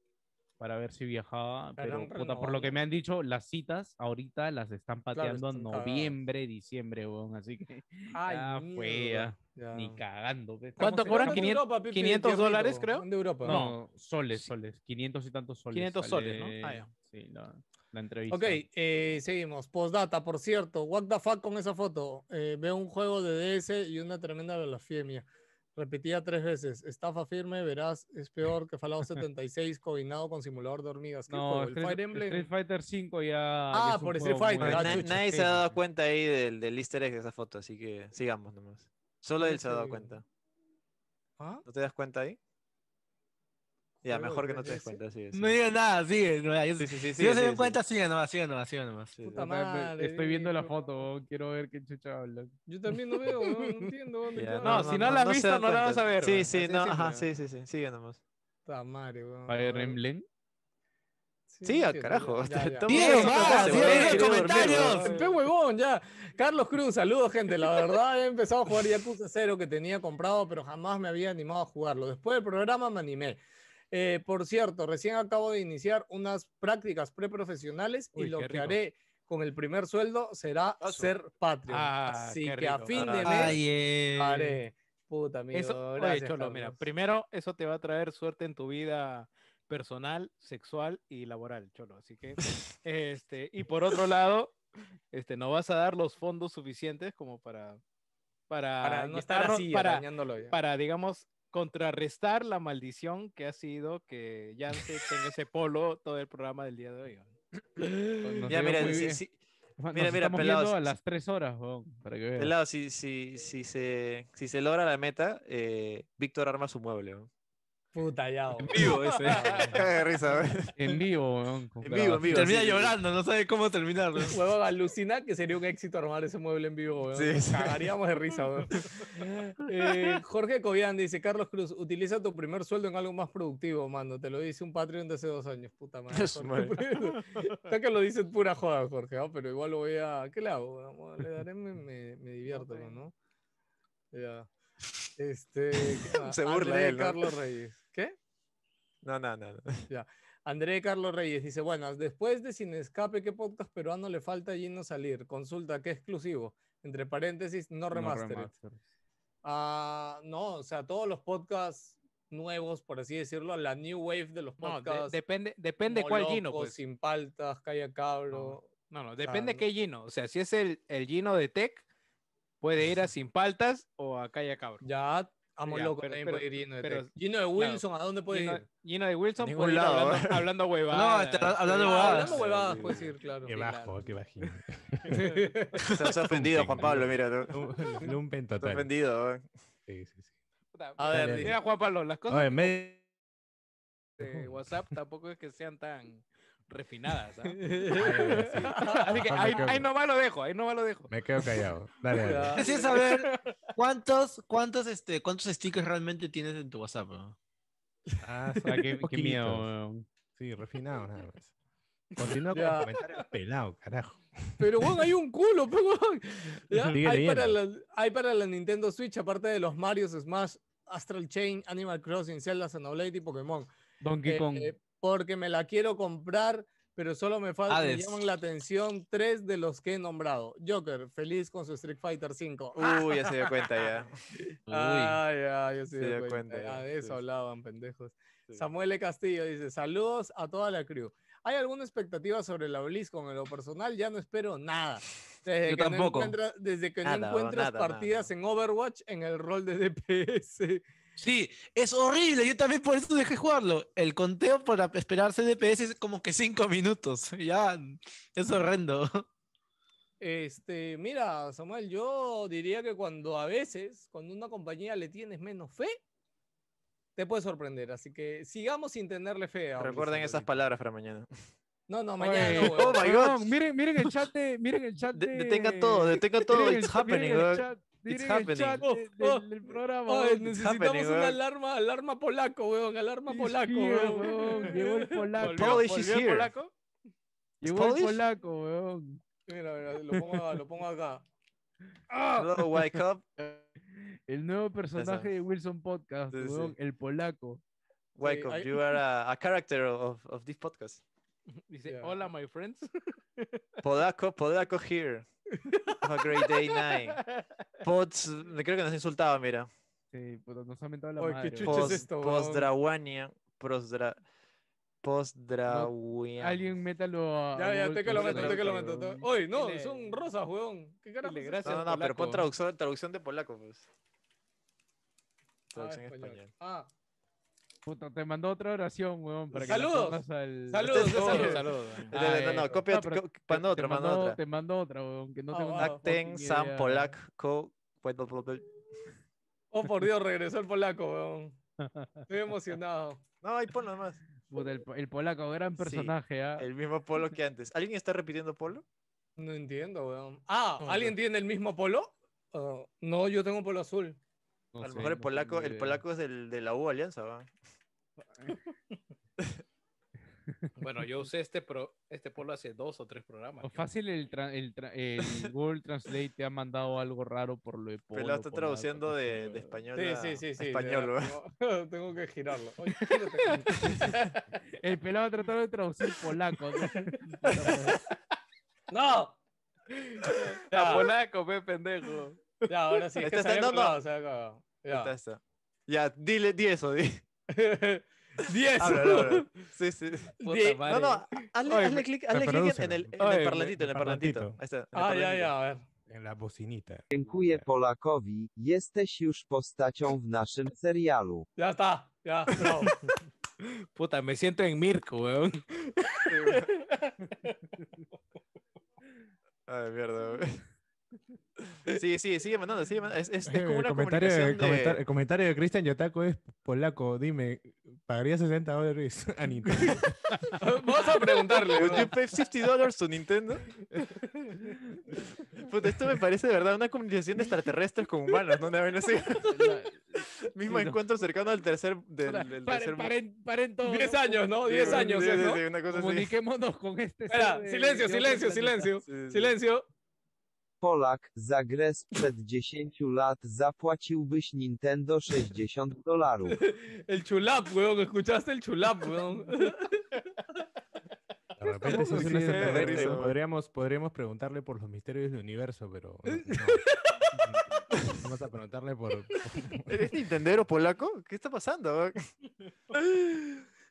[SPEAKER 3] para ver si viajaba,
[SPEAKER 2] Pero
[SPEAKER 3] pero
[SPEAKER 2] han
[SPEAKER 3] puta, por lo que
[SPEAKER 2] renovado.
[SPEAKER 3] me han dicho, las citas ahorita las están pateando a
[SPEAKER 2] están cagadas.
[SPEAKER 3] noviembre, diciembre, weón, así que
[SPEAKER 2] Ay,
[SPEAKER 3] Ah, fue,
[SPEAKER 2] mierda. Ya.
[SPEAKER 3] ni cagando. pe.
[SPEAKER 8] ¿Cuánto
[SPEAKER 3] Estamos en-
[SPEAKER 8] cobran?
[SPEAKER 2] Anda de
[SPEAKER 8] 500
[SPEAKER 2] Europa, Pepe,
[SPEAKER 8] 500
[SPEAKER 2] tiernito.
[SPEAKER 8] dólares, creo.
[SPEAKER 2] Anda de Europa.
[SPEAKER 3] No, soles, soles, 500 y tantos soles.
[SPEAKER 8] 500 soles, ¿no? Ah,
[SPEAKER 3] sale,
[SPEAKER 8] ya.
[SPEAKER 3] Sí, la, la entrevista.
[SPEAKER 2] Ok, eh, seguimos. Postdata, por cierto. What the fuck con esa foto. Eh, veo un juego de DS y una tremenda blasfemia. Repetida tres veces. Estafa firme, verás, es peor que Fallout 76 combinado con simulador de hormigas. ¿Qué
[SPEAKER 3] No,
[SPEAKER 2] juego? El
[SPEAKER 3] Street,
[SPEAKER 2] Fire Emblem.
[SPEAKER 3] Street Fighter 5 ya. ya
[SPEAKER 2] Ah,
[SPEAKER 3] es un
[SPEAKER 2] por Street
[SPEAKER 3] juego muy-
[SPEAKER 2] Fighter,
[SPEAKER 1] Bueno,
[SPEAKER 2] ah,
[SPEAKER 1] na-
[SPEAKER 2] chucha,
[SPEAKER 1] nadie se ha
[SPEAKER 3] sí,
[SPEAKER 1] dado
[SPEAKER 3] sí.
[SPEAKER 1] cuenta ahí del, del easter egg de esa foto, así que sigamos nomás. Solo él se ha dado
[SPEAKER 2] Ese-
[SPEAKER 1] cuenta.
[SPEAKER 2] ¿Ah?
[SPEAKER 1] ¿No te das cuenta ahí? Ya,
[SPEAKER 2] Juego
[SPEAKER 1] mejor que
[SPEAKER 2] de
[SPEAKER 1] no te des
[SPEAKER 2] 3DS.
[SPEAKER 1] cuenta, sí.
[SPEAKER 4] No digan nada, sigue. No, yo-
[SPEAKER 1] Sí, sí, sí.
[SPEAKER 4] si no se dan cuenta, sigan nomás, sigan nomás, sigan nomás.
[SPEAKER 2] Puta
[SPEAKER 3] Puta, me-
[SPEAKER 2] madre,
[SPEAKER 3] Estoy viendo la
[SPEAKER 2] viejo.
[SPEAKER 3] foto, weón, quiero ver qué chucha habla.
[SPEAKER 2] Yo también no veo, no, no entiendo. ¿dónde está?
[SPEAKER 8] no, si no la has visto, no la vas a ver,
[SPEAKER 1] Sí,
[SPEAKER 8] weón.
[SPEAKER 1] sí,
[SPEAKER 8] Así de
[SPEAKER 1] no, ajá,
[SPEAKER 8] simple,
[SPEAKER 1] sí, sí, sí. Sigue nomás.
[SPEAKER 2] Puta madre, weón.
[SPEAKER 3] Fire Emblem.
[SPEAKER 2] Sí,
[SPEAKER 1] Sí, al
[SPEAKER 2] entiendo,
[SPEAKER 1] carajo.
[SPEAKER 2] ya, ya, ya.
[SPEAKER 1] Estamos
[SPEAKER 4] Bien,
[SPEAKER 1] en
[SPEAKER 4] va,
[SPEAKER 1] otra
[SPEAKER 4] sí,
[SPEAKER 1] fase, weón,
[SPEAKER 4] en los
[SPEAKER 1] quiero dormir,
[SPEAKER 4] comentarios.
[SPEAKER 1] weón.
[SPEAKER 2] ¡Qué huevón, ya! Carlos Cruz, saludos, gente. La verdad, he empezado a jugar Yakuza 0 que tenía comprado, pero jamás me había animado a jugarlo. Después del programa me animé. Eh, por cierto, recién acabo de iniciar unas prácticas preprofesionales y
[SPEAKER 8] Uy,
[SPEAKER 2] lo
[SPEAKER 8] qué
[SPEAKER 2] que
[SPEAKER 8] rico.
[SPEAKER 2] haré con el primer sueldo será
[SPEAKER 6] Asu.
[SPEAKER 2] ser Patreon.
[SPEAKER 8] Ah,
[SPEAKER 2] Así
[SPEAKER 8] qué
[SPEAKER 2] que a
[SPEAKER 8] rico.
[SPEAKER 2] fin de mes
[SPEAKER 4] Ay, eh,
[SPEAKER 2] haré. Puta, amigo.
[SPEAKER 8] Eso, oye,
[SPEAKER 2] gracias,
[SPEAKER 8] Cholo, mira,
[SPEAKER 2] Carlos.
[SPEAKER 8] primero eso te va a traer suerte en tu vida personal, sexual y laboral, Cholo. Así que, este, y por otro lado, este, no vas a dar los fondos suficientes como para, para,
[SPEAKER 2] para Ah, no estar
[SPEAKER 8] quitarnos-
[SPEAKER 2] así,
[SPEAKER 8] para,
[SPEAKER 2] arañándolo ya.
[SPEAKER 8] para, digamos, contrarrestar la maldición que ha sido que Yance tenga ese polo todo el programa del día de hoy. ¿no?
[SPEAKER 3] Nos
[SPEAKER 1] Ya,
[SPEAKER 3] veo
[SPEAKER 1] mira,
[SPEAKER 3] muy
[SPEAKER 1] sí,
[SPEAKER 3] bien.
[SPEAKER 1] sí,
[SPEAKER 3] Nos
[SPEAKER 1] mira, mira,
[SPEAKER 3] estamos
[SPEAKER 1] pelados,
[SPEAKER 3] viendo a
[SPEAKER 1] sí.
[SPEAKER 3] las 3 horas, weón, para que veas.
[SPEAKER 1] pelado, si, si, si, se, si se logra la meta, eh, Víctor arma su mueble. weón.
[SPEAKER 2] Puta, ya. weón.
[SPEAKER 1] ese. Caga de risa, weón.
[SPEAKER 3] En vivo, weón. con
[SPEAKER 1] En vivo, en vivo.
[SPEAKER 4] termina
[SPEAKER 1] sí, sí, sí.
[SPEAKER 4] llorando, no sabe cómo terminarlo.
[SPEAKER 2] Huevón, alucina que sería un éxito armar ese mueble en vivo, weón.
[SPEAKER 1] Sí, sí.
[SPEAKER 2] Cagaríamos de risa, weón. Eh, Jorge Cobian dice, Carlos Cruz, utiliza tu primer sueldo en algo más productivo, mando. Te lo dice un Patreon de hace dos años, puta madre.
[SPEAKER 1] Su
[SPEAKER 2] Jorge. Está que lo dice en pura joda, Jorge, ¿ah? pero igual lo voy a... ¿Qué le hago? weón? Le daré, me, me- me divierto, weón, ¿no? Ya. Este... ¿qué más?
[SPEAKER 1] Se burla
[SPEAKER 2] André
[SPEAKER 1] él, ¿no?
[SPEAKER 2] Carlos Reyes. ¿Qué?
[SPEAKER 1] No, no, no. no.
[SPEAKER 2] André Carlos Reyes dice, buenas, después de Sin Escape, ¿qué podcast peruano le falta a Gino salir? Consulta, ¿qué exclusivo? Entre paréntesis, no remastered. Ah, no, o sea, todos los podcasts nuevos, por así decirlo, la new wave de los
[SPEAKER 8] No, de-
[SPEAKER 2] podcasts.
[SPEAKER 8] depende, depende cuál
[SPEAKER 2] Molocos,
[SPEAKER 8] Gino, pues.
[SPEAKER 2] Sin paltas, Calla Cabro,
[SPEAKER 8] No, no, depende de qué Gino. O sea, si es el, el Gino de Tech, puede ir a Sin Paltas o a Calla Cabro.
[SPEAKER 2] Ya, amo
[SPEAKER 8] Ya,
[SPEAKER 2] loco,
[SPEAKER 8] pero-
[SPEAKER 2] también
[SPEAKER 8] pero-
[SPEAKER 2] puede ir Gino de,
[SPEAKER 8] pero-
[SPEAKER 2] Tech. Gino de Wilson, ¿a dónde puede
[SPEAKER 8] Gino,
[SPEAKER 2] ir?
[SPEAKER 8] Gino de Wilson
[SPEAKER 1] Ningún
[SPEAKER 8] puede ir
[SPEAKER 1] lado,
[SPEAKER 8] hablando, hablando
[SPEAKER 4] No,
[SPEAKER 8] huevadas.
[SPEAKER 4] te- hablando
[SPEAKER 8] Sí,
[SPEAKER 4] huevadas.
[SPEAKER 2] Ah, Hablando huevadas, puedes ir, claro.
[SPEAKER 9] Qué bajo, qué bajín.
[SPEAKER 1] Se nos ha ofendido, Juan Pablo, mira. ¿no? Se
[SPEAKER 9] Un, un
[SPEAKER 1] nos ha
[SPEAKER 9] pentatotal.
[SPEAKER 1] ofendido. ¿eh?
[SPEAKER 9] Sí, sí, sí.
[SPEAKER 8] Puta,
[SPEAKER 1] A ver,
[SPEAKER 9] dice.
[SPEAKER 8] mira, Juan Pablo, las cosas
[SPEAKER 9] Oye, medio-
[SPEAKER 8] de WhatsApp tampoco es que sean tan refinadas. ¿ah? Así
[SPEAKER 2] Así
[SPEAKER 8] que
[SPEAKER 9] Ah, me
[SPEAKER 8] ahí,
[SPEAKER 9] cago.
[SPEAKER 8] ahí nomás lo dejo, ahí nomás lo dejo.
[SPEAKER 9] Me quedo callado. Dale, dale.
[SPEAKER 4] Quisiera saber cuántos, cuántos, este, cuántos stickers realmente tienes en tu WhatsApp. ¿no?
[SPEAKER 3] Ah,
[SPEAKER 9] Ah, son
[SPEAKER 3] qué, qué
[SPEAKER 9] poquitos.
[SPEAKER 3] miedo, weón.
[SPEAKER 9] Sí, refinado nada más. Continúa con
[SPEAKER 2] Ya.
[SPEAKER 9] el comentario pelado, carajo.
[SPEAKER 2] Pero, weón, hay un culo, pe, weón. Ya,
[SPEAKER 9] Sigue
[SPEAKER 2] Hay, para
[SPEAKER 9] leyendo.
[SPEAKER 2] la, hay para la Nintendo Switch, aparte de los Mario.
[SPEAKER 1] Mario Smash, Astral Chain, Animal Crossing, Zelda, Xenoblade y Pokémon.
[SPEAKER 3] Donkey
[SPEAKER 1] Eh,
[SPEAKER 3] Kong.
[SPEAKER 1] eh, porque me la quiero comprar, pero solo me faltan, me
[SPEAKER 4] Hades.
[SPEAKER 1] llaman la atención tres de los que he nombrado. Joker, feliz con su Street Fighter 5. Uy, ya se dio cuenta ya.
[SPEAKER 4] Uy.
[SPEAKER 1] Ah, ya, ya se,
[SPEAKER 2] Se
[SPEAKER 1] dio
[SPEAKER 2] dio
[SPEAKER 1] cuenta.
[SPEAKER 2] cuenta,
[SPEAKER 1] Ah,
[SPEAKER 2] ya,
[SPEAKER 1] de eso
[SPEAKER 2] sí, sí.
[SPEAKER 1] hablaban, pendejos.
[SPEAKER 2] Sí.
[SPEAKER 1] Samuel E. Castillo dice, saludos a toda la crew. ¿Hay alguna expectativa sobre la BlizzCon? En lo personal ya no espero nada. Desde
[SPEAKER 4] Yo
[SPEAKER 1] que no
[SPEAKER 4] tampoco.
[SPEAKER 1] encuentra- desde que no
[SPEAKER 2] Nada, bro,
[SPEAKER 1] encuentras
[SPEAKER 2] nada, nada,
[SPEAKER 1] partidas en Overwatch en el rol de DPS.
[SPEAKER 4] Sí, es horrible. Yo también por eso dejé jugarlo. El conteo para esperarse DPS es como que 5 minutos. Ya, es horrendo.
[SPEAKER 1] Este, mira, Samuel, yo diría que cuando a veces, cuando una compañía le tienes menos fe, te puede sorprender. Así que sigamos sin tenerle fe. Recuerden esas palabras para mañana. No, no, mañana no, huevón.
[SPEAKER 9] my
[SPEAKER 3] No, no, miren, miren el chat de, miren el chat
[SPEAKER 1] De-
[SPEAKER 3] de-
[SPEAKER 1] detengan todo, detengan todo,
[SPEAKER 3] miren el-
[SPEAKER 1] it's happening,
[SPEAKER 3] miren el
[SPEAKER 1] weón.
[SPEAKER 3] chat, miren el
[SPEAKER 1] happening.
[SPEAKER 3] chat de-
[SPEAKER 2] Oh,
[SPEAKER 3] del- del programa.
[SPEAKER 2] Ay,
[SPEAKER 3] weón.
[SPEAKER 2] necesitamos
[SPEAKER 1] happening,
[SPEAKER 2] una
[SPEAKER 1] weón.
[SPEAKER 2] alarma, alarma polaco, weón. Alarma
[SPEAKER 3] He's
[SPEAKER 2] polaco,
[SPEAKER 3] here,
[SPEAKER 2] weón.
[SPEAKER 3] weón, Llegó el polaco.
[SPEAKER 1] Volvió. Polish is
[SPEAKER 8] el
[SPEAKER 1] here.
[SPEAKER 8] polaco?
[SPEAKER 3] Llegó el
[SPEAKER 1] Polish?
[SPEAKER 3] polaco, weón.
[SPEAKER 1] Mira, mira, lo pongo acá, lo pongo acá. Hello, wake up,
[SPEAKER 3] El nuevo personaje de Wilson Podcast,
[SPEAKER 1] Sí, sí.
[SPEAKER 3] weón, el polaco.
[SPEAKER 1] wake up. You are a, a character of, of this podcast.
[SPEAKER 8] Dice,
[SPEAKER 1] Ya.
[SPEAKER 8] hola, my friends.
[SPEAKER 1] Podaco, Podaco here. Have a great day, night. Pods, creo que nos insultaba, mira.
[SPEAKER 3] Sí, puta, nos ha mentado la
[SPEAKER 2] Oye, qué
[SPEAKER 3] madre.
[SPEAKER 2] chucha
[SPEAKER 3] weón.
[SPEAKER 2] es
[SPEAKER 1] Pos,
[SPEAKER 2] esto, weón?
[SPEAKER 1] Postdrawania. Prosdra, postdrawia.
[SPEAKER 3] Alguien métalo a.
[SPEAKER 2] Ya,
[SPEAKER 3] a
[SPEAKER 2] ya,
[SPEAKER 3] Google
[SPEAKER 2] te que lo meto,
[SPEAKER 3] Translate,
[SPEAKER 2] te que lo meto.
[SPEAKER 3] weón.
[SPEAKER 2] te- Oye, no,
[SPEAKER 8] Dile-
[SPEAKER 2] son rosas, weón. ¿Qué carajo? es
[SPEAKER 8] Dile,
[SPEAKER 2] Ah,
[SPEAKER 8] gracias.
[SPEAKER 2] esto?
[SPEAKER 1] No, no, no, pero pon
[SPEAKER 8] polaco.
[SPEAKER 1] traducción, traducción de polaco, pues. Traducción
[SPEAKER 2] Ah,
[SPEAKER 1] en
[SPEAKER 2] español.
[SPEAKER 1] español.
[SPEAKER 2] Ah,
[SPEAKER 3] Puta, te mandó otra oración, weón. Para que la
[SPEAKER 2] Saludos.
[SPEAKER 3] pongas al-
[SPEAKER 2] saludos,
[SPEAKER 1] Todo,
[SPEAKER 2] saludos.
[SPEAKER 1] No, no, no,
[SPEAKER 3] Ah, eh,
[SPEAKER 1] copia,
[SPEAKER 3] no, pero
[SPEAKER 1] co- manda
[SPEAKER 3] te-
[SPEAKER 1] otra,
[SPEAKER 3] te
[SPEAKER 1] manda
[SPEAKER 3] mandó-
[SPEAKER 1] otra.
[SPEAKER 3] Te mando otra, weón. Que no
[SPEAKER 2] Ah,
[SPEAKER 3] tengo
[SPEAKER 2] wow.
[SPEAKER 3] ni
[SPEAKER 1] Acten,
[SPEAKER 3] fucking
[SPEAKER 1] Sam,
[SPEAKER 3] idea.
[SPEAKER 1] Polak, Co. Wait, blah, blah, blah.
[SPEAKER 2] Oh, por Dios, regresó el polaco, weón. Estoy emocionado.
[SPEAKER 1] No, ahí ponlo nomás.
[SPEAKER 3] Puta, el, po- el polaco, gran personaje, ¿ah?
[SPEAKER 1] El mismo polo que antes. ¿Alguien está repitiendo polo?
[SPEAKER 2] No entiendo, weón. Ah, ¿alguien tiene el mismo polo?
[SPEAKER 1] Oh, no, yo tengo polo azul.
[SPEAKER 3] No
[SPEAKER 1] A lo
[SPEAKER 3] sé,
[SPEAKER 1] mejor el
[SPEAKER 3] no
[SPEAKER 1] polaco,
[SPEAKER 3] tengo
[SPEAKER 1] el
[SPEAKER 3] idea.
[SPEAKER 1] polaco es del, de la U Alianza, ¿va?
[SPEAKER 8] Bueno, yo usé este, pro, este polo hace dos o tres programas.
[SPEAKER 3] O fácil el, tra- el, tra- el Google Translate te ha mandado algo raro por lo de polo.
[SPEAKER 1] Pelado está
[SPEAKER 3] polaco,
[SPEAKER 1] traduciendo
[SPEAKER 3] no sé,
[SPEAKER 1] de, de
[SPEAKER 3] weón.
[SPEAKER 1] español
[SPEAKER 2] Sí,
[SPEAKER 1] a,
[SPEAKER 2] sí, sí, sí.
[SPEAKER 1] a español,
[SPEAKER 2] ya,
[SPEAKER 1] ¿va?
[SPEAKER 2] tengo- Tengo que girarlo. Oye, gírate.
[SPEAKER 3] El pelado ha tratado de traducir polaco. ¿no?
[SPEAKER 2] ¡No!
[SPEAKER 8] Ah,
[SPEAKER 2] Ya,
[SPEAKER 8] polaco, pe, pendejo.
[SPEAKER 2] ya, ahora sí. es
[SPEAKER 1] Este
[SPEAKER 2] que
[SPEAKER 1] está-
[SPEAKER 2] se había
[SPEAKER 1] no, no.
[SPEAKER 2] colado, se había colado. Ya.
[SPEAKER 1] Está esa. Ya, dile, di eso, di.
[SPEAKER 2] ¡Diez!
[SPEAKER 1] Háblalo, háblalo. Sí, sí.
[SPEAKER 8] Puta
[SPEAKER 1] Di-
[SPEAKER 8] madre.
[SPEAKER 1] No, no, hazle,
[SPEAKER 8] Oye,
[SPEAKER 1] hazle
[SPEAKER 8] me-
[SPEAKER 1] clic, hazle clic en- en,
[SPEAKER 9] reprodúcelo.
[SPEAKER 1] el, en
[SPEAKER 8] Oye,
[SPEAKER 1] el
[SPEAKER 8] me-
[SPEAKER 1] parlantito, en el
[SPEAKER 9] el parlantito.
[SPEAKER 1] parlantito. Ahí está. en el
[SPEAKER 2] Ah, ya,
[SPEAKER 1] parlantito.
[SPEAKER 2] ya, a ver.
[SPEAKER 9] En la bocinita.
[SPEAKER 10] Dziękuję Polakowi, jesteś już postacią w naszym serialu.
[SPEAKER 2] Ya está. Ya, bravo.
[SPEAKER 8] Puta, me siento en Mirko, weón.
[SPEAKER 1] Ay, Ah, mierda, güey. Sí, sí, sigue mandando, sigue mandando. Es, es- es como
[SPEAKER 9] el,
[SPEAKER 1] una
[SPEAKER 9] Eh, comentario,
[SPEAKER 1] comunicación
[SPEAKER 9] el comentar-
[SPEAKER 1] de...
[SPEAKER 9] el comentario de Cristian Yotaco es polaco. Dime, ¿pagaría 60 dólares a Nintendo?
[SPEAKER 2] Vamos a preguntarle.
[SPEAKER 1] Would
[SPEAKER 2] weón.
[SPEAKER 1] you pay 50 dollars to Nintendo? Puta, esto me parece de verdad una comunicación de extraterrestres con humanos, ¿no? Una vaina así. Mismo
[SPEAKER 3] Sí, no.
[SPEAKER 1] encuentro cercano al tercer... Del,
[SPEAKER 3] Para-
[SPEAKER 1] del tercer
[SPEAKER 3] Paren,
[SPEAKER 1] mu-
[SPEAKER 3] paren, paren todo.
[SPEAKER 2] Diez
[SPEAKER 3] ¿no?
[SPEAKER 2] años, ¿no?
[SPEAKER 1] Sí,
[SPEAKER 2] Diez
[SPEAKER 1] güey,
[SPEAKER 2] años,
[SPEAKER 1] sí,
[SPEAKER 2] ¿es,
[SPEAKER 1] sí,
[SPEAKER 2] ¿no?
[SPEAKER 1] sí, una cosa así.
[SPEAKER 3] Comuniquémonos con este.
[SPEAKER 2] Espera,
[SPEAKER 3] ser de-
[SPEAKER 2] silencio,
[SPEAKER 3] de otro
[SPEAKER 2] silencio,
[SPEAKER 3] planeta.
[SPEAKER 2] silencio.
[SPEAKER 1] Sí, sí, sí.
[SPEAKER 2] Silencio.
[SPEAKER 10] Polak, za grę sprzed 10 lat zapłaciłbyś Nintendo 60 dolarów.
[SPEAKER 2] El chulap, weón. ¿Escuchaste el chulap, weón?
[SPEAKER 9] De repente si es un
[SPEAKER 1] diciendo,
[SPEAKER 9] extraterrestre,
[SPEAKER 1] Renzo?
[SPEAKER 9] podríamos, podríamos preguntarle por los misterios del universo, pero no, no. Vamos a preguntarle por... por-
[SPEAKER 1] ¿Eres nintendero polaco? ¿Qué está pasando?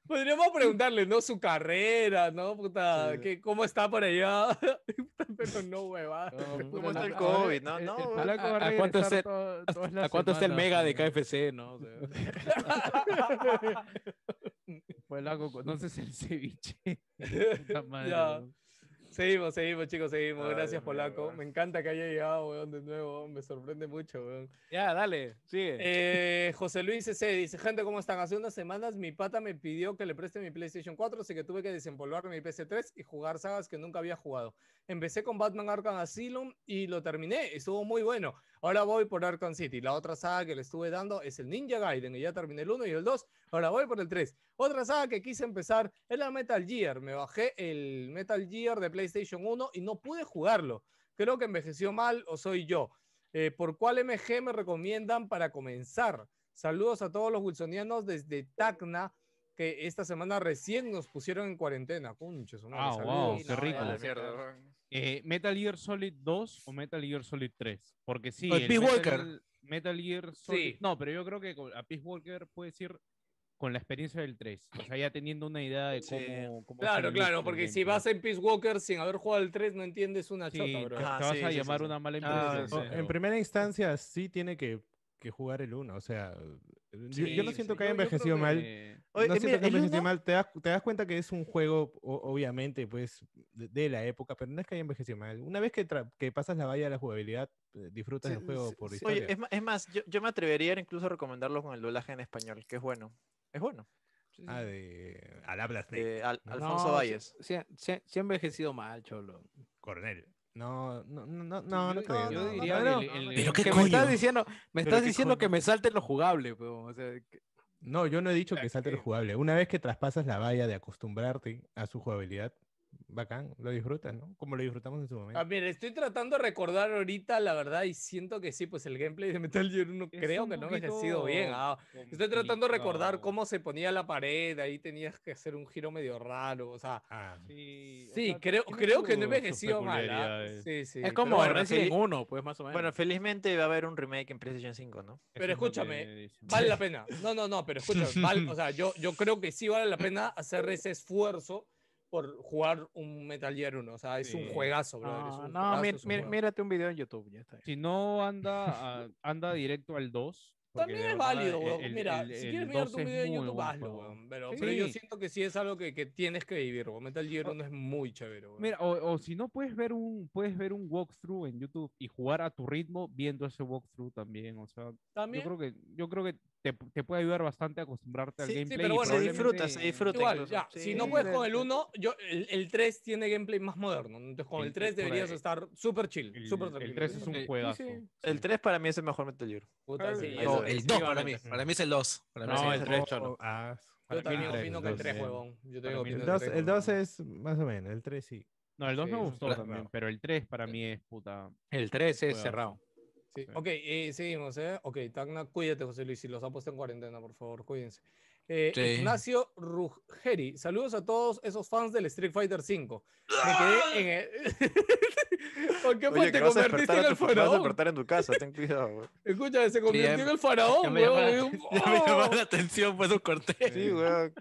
[SPEAKER 2] Podríamos preguntarle, ¿no? Su carrera, ¿no? Puta,
[SPEAKER 9] Sí.
[SPEAKER 2] ¿qué- ¿cómo está por allá? Pero no, huevada.
[SPEAKER 3] pues,
[SPEAKER 1] ¿Cómo está el COVID?
[SPEAKER 3] eh,
[SPEAKER 1] No, no.
[SPEAKER 2] el
[SPEAKER 1] huevón.
[SPEAKER 2] palaco
[SPEAKER 8] ¿A, a cuánto es el,
[SPEAKER 3] todas
[SPEAKER 8] a
[SPEAKER 3] las
[SPEAKER 8] cuánto está el
[SPEAKER 3] semanas,
[SPEAKER 8] mega de
[SPEAKER 3] amigo.
[SPEAKER 8] KFC, no? O sea,
[SPEAKER 3] Polaco, ¿conoces el ceviche? Puta madre,
[SPEAKER 2] Ya.
[SPEAKER 3] weón.
[SPEAKER 2] Seguimos, seguimos, chicos, seguimos.
[SPEAKER 9] Ay,
[SPEAKER 2] Gracias,
[SPEAKER 9] Dios mío,
[SPEAKER 2] Polaco.
[SPEAKER 9] weón.
[SPEAKER 2] Me encanta que haya llegado, weón, de nuevo. weón. Me sorprende mucho, weón.
[SPEAKER 8] Ya, dale, sigue.
[SPEAKER 2] Eh, José Luis C. dice, gente, ¿cómo están? Hace unas semanas mi pata me pidió que le preste mi PlayStation 4, así que tuve que desempolvar mi PS3 y jugar sagas que nunca había jugado. Empecé con Batman Arkham Asylum y lo terminé, estuvo muy bueno. Ahora voy por Arkham City. La otra saga que le estuve dando es el Ninja Gaiden, y ya terminé el 1 y el 2, ahora voy por el 3. Otra saga que quise empezar es la Metal Gear. Me bajé el Metal Gear de PlayStation 1 y no pude jugarlo. Creo que envejeció mal o soy yo. Eh, ¿Por cuál MG me recomiendan para comenzar? Saludos a todos los wilsonianos desde Tacna, que esta semana recién nos pusieron en cuarentena. Conches,
[SPEAKER 3] Ah, wow, qué rico.
[SPEAKER 1] la mierda, huevón.
[SPEAKER 3] Eh, Metal Gear Solid 2 o Metal Gear Solid 3. Porque sí.
[SPEAKER 4] O el Peace
[SPEAKER 3] Metal
[SPEAKER 4] Walker.
[SPEAKER 3] Gear- Metal Gear Solid.
[SPEAKER 2] Sí.
[SPEAKER 3] No, pero yo creo que con- a Peace Walker puedes ir con la experiencia del 3. O sea, ya teniendo una idea de
[SPEAKER 1] Sí.
[SPEAKER 3] cómo. cómo hacer
[SPEAKER 2] Claro,
[SPEAKER 3] el
[SPEAKER 2] claro,
[SPEAKER 3] loop
[SPEAKER 2] porque
[SPEAKER 3] del
[SPEAKER 2] si
[SPEAKER 3] gameplay.
[SPEAKER 2] vas en Peace Walker sin haber jugado el 3, no entiendes una
[SPEAKER 3] Sí,
[SPEAKER 2] chota,
[SPEAKER 3] te,
[SPEAKER 2] bro.
[SPEAKER 3] te
[SPEAKER 1] Ajá,
[SPEAKER 3] vas
[SPEAKER 1] sí,
[SPEAKER 3] a
[SPEAKER 1] sí,
[SPEAKER 3] llevar
[SPEAKER 1] sí, sí.
[SPEAKER 3] una mala
[SPEAKER 4] Ah,
[SPEAKER 3] impresión.
[SPEAKER 9] O- Oh, en primera instancia, sí tiene que, que jugar el 1. O sea, yo, yo no
[SPEAKER 1] Sí,
[SPEAKER 9] siento
[SPEAKER 1] sí.
[SPEAKER 9] que haya envejecido mal.
[SPEAKER 1] Oye,
[SPEAKER 9] no
[SPEAKER 1] eh,
[SPEAKER 9] siento
[SPEAKER 1] mira,
[SPEAKER 9] que
[SPEAKER 1] el
[SPEAKER 9] envejeció
[SPEAKER 1] uno-
[SPEAKER 9] mal. Te das, te das cuenta que es un juego, o- obviamente, pues, de, de la época, pero no es que haya envejecido mal. Una vez que, tra- que pasas la valla de la jugabilidad, eh, disfrutas
[SPEAKER 1] Sí,
[SPEAKER 9] el juego
[SPEAKER 1] sí,
[SPEAKER 9] por
[SPEAKER 1] sí.
[SPEAKER 9] historia.
[SPEAKER 1] Oye, em, es ma- es más, yo, yo me atrevería a incluso a recomendarlo con el doblaje en español, que es bueno. Es bueno.
[SPEAKER 9] Ah, de... Al habla Snake,
[SPEAKER 1] De Al-
[SPEAKER 9] No,
[SPEAKER 1] Alfonso
[SPEAKER 8] No,
[SPEAKER 1] Valles.
[SPEAKER 8] Se, se- se- se ha envejecido mal, cholo.
[SPEAKER 9] Coronel. No, no, no, no, no, no
[SPEAKER 8] yo-
[SPEAKER 9] creo.
[SPEAKER 8] yo
[SPEAKER 9] no,
[SPEAKER 8] diría
[SPEAKER 9] no,
[SPEAKER 8] que
[SPEAKER 9] no.
[SPEAKER 8] le-
[SPEAKER 4] Pero qué
[SPEAKER 8] que
[SPEAKER 4] coño.
[SPEAKER 8] me estás diciendo, me
[SPEAKER 9] Pero
[SPEAKER 8] estás
[SPEAKER 9] qué
[SPEAKER 8] diciendo que
[SPEAKER 9] coño.
[SPEAKER 8] me salte lo jugable, pero, o sea, que-
[SPEAKER 9] No, yo no he dicho que
[SPEAKER 8] sea,
[SPEAKER 9] salte el
[SPEAKER 8] que-
[SPEAKER 9] jugable. Una vez que traspasas la valla de acostumbrarte a su jugabilidad, bacán, lo disfrutas, ¿no? Como lo disfrutamos en su momento.
[SPEAKER 2] Ah, mira, estoy tratando de recordar ahorita, la verdad, y siento que sí, pues el gameplay de Metal Gear 1
[SPEAKER 3] Es
[SPEAKER 2] creo
[SPEAKER 3] un
[SPEAKER 2] que no ha envejecido bien.
[SPEAKER 3] poquito
[SPEAKER 2] ah. Estoy tratando de recordar
[SPEAKER 3] complicado.
[SPEAKER 2] cómo se ponía la pared, ahí tenías que hacer un giro medio raro, o sea.
[SPEAKER 9] Ah,
[SPEAKER 3] o
[SPEAKER 2] Sí,
[SPEAKER 3] sea,
[SPEAKER 2] creo,
[SPEAKER 3] tiene
[SPEAKER 2] creo que
[SPEAKER 3] sus-
[SPEAKER 2] no
[SPEAKER 3] sus
[SPEAKER 2] envejeció mal. ah.
[SPEAKER 3] peculiaridades.
[SPEAKER 2] Sí, sí,
[SPEAKER 8] es
[SPEAKER 2] pero
[SPEAKER 8] como
[SPEAKER 2] bueno,
[SPEAKER 8] Resident
[SPEAKER 2] feliz-
[SPEAKER 8] 1, pues más o menos.
[SPEAKER 1] Bueno, felizmente va a haber un remake en PlayStation 5, ¿no?
[SPEAKER 3] Eso
[SPEAKER 2] Pero
[SPEAKER 3] es lo
[SPEAKER 2] escúchame,
[SPEAKER 3] que dicen.
[SPEAKER 2] Vale la pena. No, no, no, pero escucha, val- o sea, yo, yo creo que sí vale la pena hacer ese esfuerzo por jugar un Metal Gear 1. O sea, es un
[SPEAKER 3] Sí.
[SPEAKER 2] juegazo, brother. es
[SPEAKER 8] Ah, no,
[SPEAKER 2] un
[SPEAKER 8] no,
[SPEAKER 2] juegazo,
[SPEAKER 8] mi-
[SPEAKER 2] es un
[SPEAKER 8] mi-
[SPEAKER 2] juego.
[SPEAKER 8] mírate un video en YouTube, ya está.
[SPEAKER 3] Si no anda, a- anda directo al 2. porque
[SPEAKER 2] También
[SPEAKER 3] de
[SPEAKER 2] es
[SPEAKER 3] verdad,
[SPEAKER 2] válido,
[SPEAKER 3] el-
[SPEAKER 2] weón.
[SPEAKER 3] el-
[SPEAKER 2] Mira,
[SPEAKER 3] el-
[SPEAKER 2] si
[SPEAKER 3] el
[SPEAKER 2] quieres mirar
[SPEAKER 3] 2
[SPEAKER 2] tu
[SPEAKER 3] es
[SPEAKER 2] video en
[SPEAKER 3] muy
[SPEAKER 2] YouTube,
[SPEAKER 3] buen
[SPEAKER 2] hazlo,
[SPEAKER 3] juego.
[SPEAKER 2] weón. Pero, pero yo
[SPEAKER 3] Sí.
[SPEAKER 2] siento que sí es algo que, que tienes que vivir, weón. Metal Gear 1 es muy chévere, weón.
[SPEAKER 3] Mira, o, o si no puedes ver un puedes ver un walkthrough en YouTube y jugar a tu ritmo viendo ese walkthrough también, o sea,
[SPEAKER 2] También.
[SPEAKER 3] yo creo que yo creo que te, te puede ayudar bastante a acostumbrarte al
[SPEAKER 1] Sí, sí,
[SPEAKER 3] gameplay.
[SPEAKER 2] pero
[SPEAKER 3] y
[SPEAKER 2] bueno,
[SPEAKER 1] se disfruta, se
[SPEAKER 3] probablemente-
[SPEAKER 1] disfruta.
[SPEAKER 2] Igual,
[SPEAKER 1] incluso.
[SPEAKER 2] ya,
[SPEAKER 1] Sí.
[SPEAKER 2] si no puedes con el 1, yo, el, el 3 tiene gameplay más moderno. Entonces con el
[SPEAKER 3] El-
[SPEAKER 2] 3
[SPEAKER 3] por ahí.
[SPEAKER 2] deberías estar súper chill,
[SPEAKER 3] El,
[SPEAKER 2] súper
[SPEAKER 3] el
[SPEAKER 2] tranquilo.
[SPEAKER 3] 3 es
[SPEAKER 4] Sí,
[SPEAKER 3] un
[SPEAKER 4] sí,
[SPEAKER 3] juegazo.
[SPEAKER 1] El 3 para mí es el mejor Metal Gear.
[SPEAKER 2] Puta, sí,
[SPEAKER 1] No,
[SPEAKER 2] eso
[SPEAKER 4] No,
[SPEAKER 2] es.
[SPEAKER 4] el 2 para mí. Para mí es el 2. Para mí es
[SPEAKER 3] No,
[SPEAKER 4] el
[SPEAKER 3] el
[SPEAKER 4] dos.
[SPEAKER 1] tres,
[SPEAKER 9] oh, ah,
[SPEAKER 2] Yo
[SPEAKER 9] para mí
[SPEAKER 2] también
[SPEAKER 9] el tres,
[SPEAKER 2] opino que el 3,
[SPEAKER 9] entonces.
[SPEAKER 2] huevón. Yo
[SPEAKER 3] Para
[SPEAKER 2] tengo
[SPEAKER 3] mí
[SPEAKER 9] El
[SPEAKER 2] opinión
[SPEAKER 3] tres,
[SPEAKER 9] dos-
[SPEAKER 2] que
[SPEAKER 9] el
[SPEAKER 2] el 3.
[SPEAKER 9] 2 es más o menos, el 3 sí.
[SPEAKER 3] No, el 2
[SPEAKER 9] Sí,
[SPEAKER 3] me
[SPEAKER 9] es un
[SPEAKER 3] gustó
[SPEAKER 9] juegazo.
[SPEAKER 3] también, pero el 3 para mí es puta.
[SPEAKER 8] El 3 es
[SPEAKER 3] Juegazo.
[SPEAKER 8] cerrado.
[SPEAKER 2] Sí.
[SPEAKER 3] Sí.
[SPEAKER 2] Ok, eh, seguimos, ¿eh? Ok, Tacna, cuídate, José Luis, si los han puesto en cuarentena, por favor, cuídense. Eh,
[SPEAKER 4] Sí.
[SPEAKER 2] Ignacio Ruggeri, saludos a todos esos fans del Street Fighter V. Me quedé en el... ¿Por qué fue?
[SPEAKER 1] Oye, que
[SPEAKER 2] te
[SPEAKER 1] vas a
[SPEAKER 2] convertiste
[SPEAKER 1] despertar,
[SPEAKER 2] en
[SPEAKER 1] a
[SPEAKER 2] el
[SPEAKER 1] tu- vas a
[SPEAKER 2] faraón.
[SPEAKER 1] despertar en tu casa, ten cuidado, güey.
[SPEAKER 2] Escucha, se convirtió
[SPEAKER 4] ya
[SPEAKER 2] en
[SPEAKER 4] me-
[SPEAKER 2] el
[SPEAKER 4] ya
[SPEAKER 2] faraón,
[SPEAKER 4] me llamaba-
[SPEAKER 2] huevón.
[SPEAKER 4] Ya me llamaba
[SPEAKER 2] ¡Oh!
[SPEAKER 4] la atención, pues un corte.
[SPEAKER 1] Sí, güey.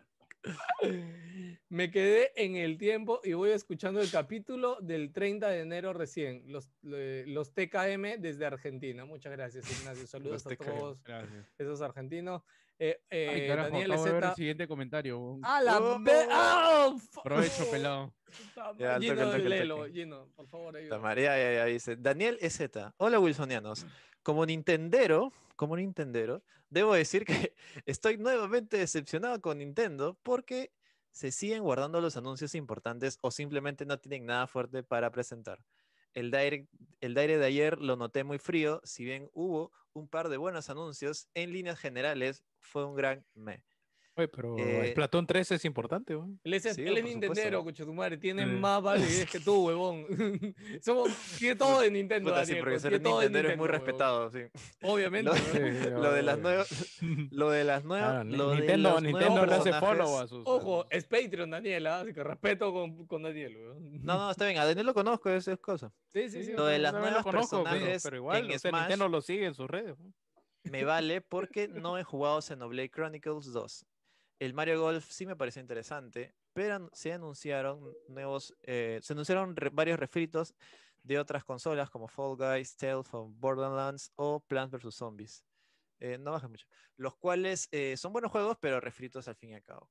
[SPEAKER 2] Me quedé en el tiempo y voy escuchando el capítulo del 30 de enero recién. Los, le- los TKM desde Argentina. Muchas gracias, Ignacio. Saludos a
[SPEAKER 1] TKM.
[SPEAKER 2] todos
[SPEAKER 3] Gracias.
[SPEAKER 2] esos argentinos. Eh,
[SPEAKER 3] Ay,
[SPEAKER 2] eh,
[SPEAKER 3] carajo,
[SPEAKER 2] Daniel
[SPEAKER 3] acabo de ver el
[SPEAKER 2] Z.
[SPEAKER 3] siguiente comentario. weón.
[SPEAKER 2] ¡A la
[SPEAKER 1] ¡Oh!
[SPEAKER 2] ve- ¡Ah! fu-
[SPEAKER 3] Provecho,
[SPEAKER 2] oh,
[SPEAKER 3] pelado.
[SPEAKER 2] puta madre.
[SPEAKER 1] Ya, al toque,
[SPEAKER 2] Gino,
[SPEAKER 1] al toque, al
[SPEAKER 2] léelo,
[SPEAKER 1] toque.
[SPEAKER 2] Gino, por favor,
[SPEAKER 1] Puta
[SPEAKER 2] ayúdame.
[SPEAKER 1] madre, ya, ya, ya, dice. Daniel EZ. Hola, Wilsonianos. Como Nintendero, como Nintendero, debo decir que estoy nuevamente decepcionado con Nintendo porque se siguen guardando los anuncios importantes o simplemente no tienen nada fuerte para presentar. El direct, el direct de ayer lo noté muy frío, si bien hubo un par de buenos anuncios, en líneas generales fue un gran me.
[SPEAKER 8] Oye,
[SPEAKER 2] Oh,
[SPEAKER 8] pero
[SPEAKER 1] Eh,
[SPEAKER 8] el Platón 3 es importante, weón.
[SPEAKER 2] Él es,
[SPEAKER 1] Sí,
[SPEAKER 2] él
[SPEAKER 1] por
[SPEAKER 2] es Nintendero,
[SPEAKER 1] supuesto.
[SPEAKER 2] coche tu madre. Tiene
[SPEAKER 4] Sí.
[SPEAKER 2] más validez que tú, huevón. Somos, tiene todo de Nintendo.
[SPEAKER 1] Puta, sí,
[SPEAKER 2] Daniel,
[SPEAKER 1] porque
[SPEAKER 2] pues,
[SPEAKER 1] ser
[SPEAKER 2] tiene todo de
[SPEAKER 1] Nintendero es muy
[SPEAKER 2] Nintendo,
[SPEAKER 1] respetado,
[SPEAKER 2] huevón.
[SPEAKER 1] sí.
[SPEAKER 2] Obviamente.
[SPEAKER 1] Lo,
[SPEAKER 2] huevón.
[SPEAKER 1] lo de las nuevas, lo de las
[SPEAKER 8] Claro,
[SPEAKER 1] nuevas,
[SPEAKER 8] Ni-
[SPEAKER 1] lo de
[SPEAKER 8] Ah, Nintendo,
[SPEAKER 1] los
[SPEAKER 8] Nintendo
[SPEAKER 1] nuevos
[SPEAKER 8] le hace
[SPEAKER 1] personajes-
[SPEAKER 8] follow a sus.
[SPEAKER 2] Ojo, es Patreon, Daniel, ¿ah? así que respeto con, con Daniel. weón.
[SPEAKER 1] No, no, está bien, a Daniel lo conozco, eso es cosa.
[SPEAKER 2] Sí, sí, sí.
[SPEAKER 1] lo de
[SPEAKER 8] yo
[SPEAKER 1] las
[SPEAKER 8] también
[SPEAKER 1] nuevas
[SPEAKER 8] lo conozco, pero-
[SPEAKER 1] personajes
[SPEAKER 8] pero
[SPEAKER 1] en
[SPEAKER 8] igual, o sea,
[SPEAKER 1] Smash.
[SPEAKER 8] Nintendo lo sigue en sus redes. weón.
[SPEAKER 1] Me vale porque no he jugado Xenoblade Chronicles 2. El Mario Golf sí me pareció interesante, pero an- se anunciaron nuevos, eh, se anunciaron re- varios refritos de otras consolas como Fall Guys, Tales of Borderlands o Plants vs. Zombies. Eh, no bajes mucho. Los cuales eh, son buenos juegos, pero refritos al fin y al cabo.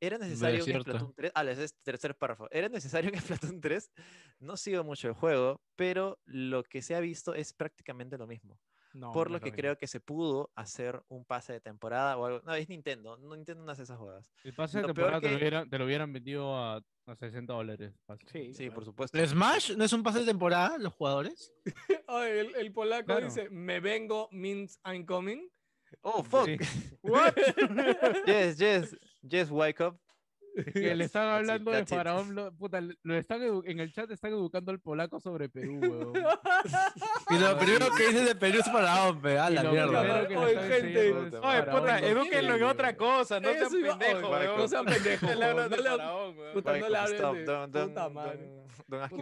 [SPEAKER 1] Era necesario que en
[SPEAKER 2] cierto.
[SPEAKER 1] Splatoon 3. Ah, les es tercer párrafo. Era necesario que en Splatoon 3 no sigo mucho el juego, pero lo que se ha visto es prácticamente lo mismo.
[SPEAKER 5] No,
[SPEAKER 1] por
[SPEAKER 5] no
[SPEAKER 1] lo
[SPEAKER 5] es
[SPEAKER 1] que
[SPEAKER 5] mismo.
[SPEAKER 1] creo que se pudo hacer un pase de temporada o algo. No, es Nintendo. No, Nintendo no hace esas jugadas.
[SPEAKER 3] El pase de
[SPEAKER 1] Lo peor
[SPEAKER 3] temporada te, lo
[SPEAKER 1] que-
[SPEAKER 3] hubieran, te lo hubieran vendido a, a 60 dólares. fácil.
[SPEAKER 1] Sí, por supuesto.
[SPEAKER 4] ¿El Smash no es un pase de temporada, los jugadores?
[SPEAKER 2] Ay, el, el polaco
[SPEAKER 4] Claro.
[SPEAKER 2] dice, me vengo means I'm coming.
[SPEAKER 1] Oh, fuck.
[SPEAKER 2] What?
[SPEAKER 1] yes, yes, yes, wake up.
[SPEAKER 3] Que le están
[SPEAKER 1] That's it,
[SPEAKER 3] hablando de
[SPEAKER 1] that's it.
[SPEAKER 3] faraón, lo, puta, lo están edu- en el chat están educando al polaco sobre Perú, weón.
[SPEAKER 4] Y lo primero que dice de Perú es para hombre, a
[SPEAKER 3] Y
[SPEAKER 4] la
[SPEAKER 3] lo
[SPEAKER 4] mierda.
[SPEAKER 3] primero que le están diciendo es
[SPEAKER 8] Oye,
[SPEAKER 3] faraón,
[SPEAKER 8] puta,
[SPEAKER 3] no
[SPEAKER 8] edúquenlo
[SPEAKER 3] sé,
[SPEAKER 8] en otra cosa, no sean
[SPEAKER 2] Eso iba-
[SPEAKER 8] pendejos,
[SPEAKER 2] Oye,
[SPEAKER 8] weón.
[SPEAKER 2] no sean pendejos,
[SPEAKER 8] Le hablan
[SPEAKER 2] weón. No
[SPEAKER 8] de
[SPEAKER 2] le-
[SPEAKER 8] faraón, weón.
[SPEAKER 2] Puta, no
[SPEAKER 1] Michael,
[SPEAKER 2] le hables
[SPEAKER 1] stop,
[SPEAKER 2] de-
[SPEAKER 1] don't- don't-
[SPEAKER 2] puta madre.
[SPEAKER 1] don't- don't ask me.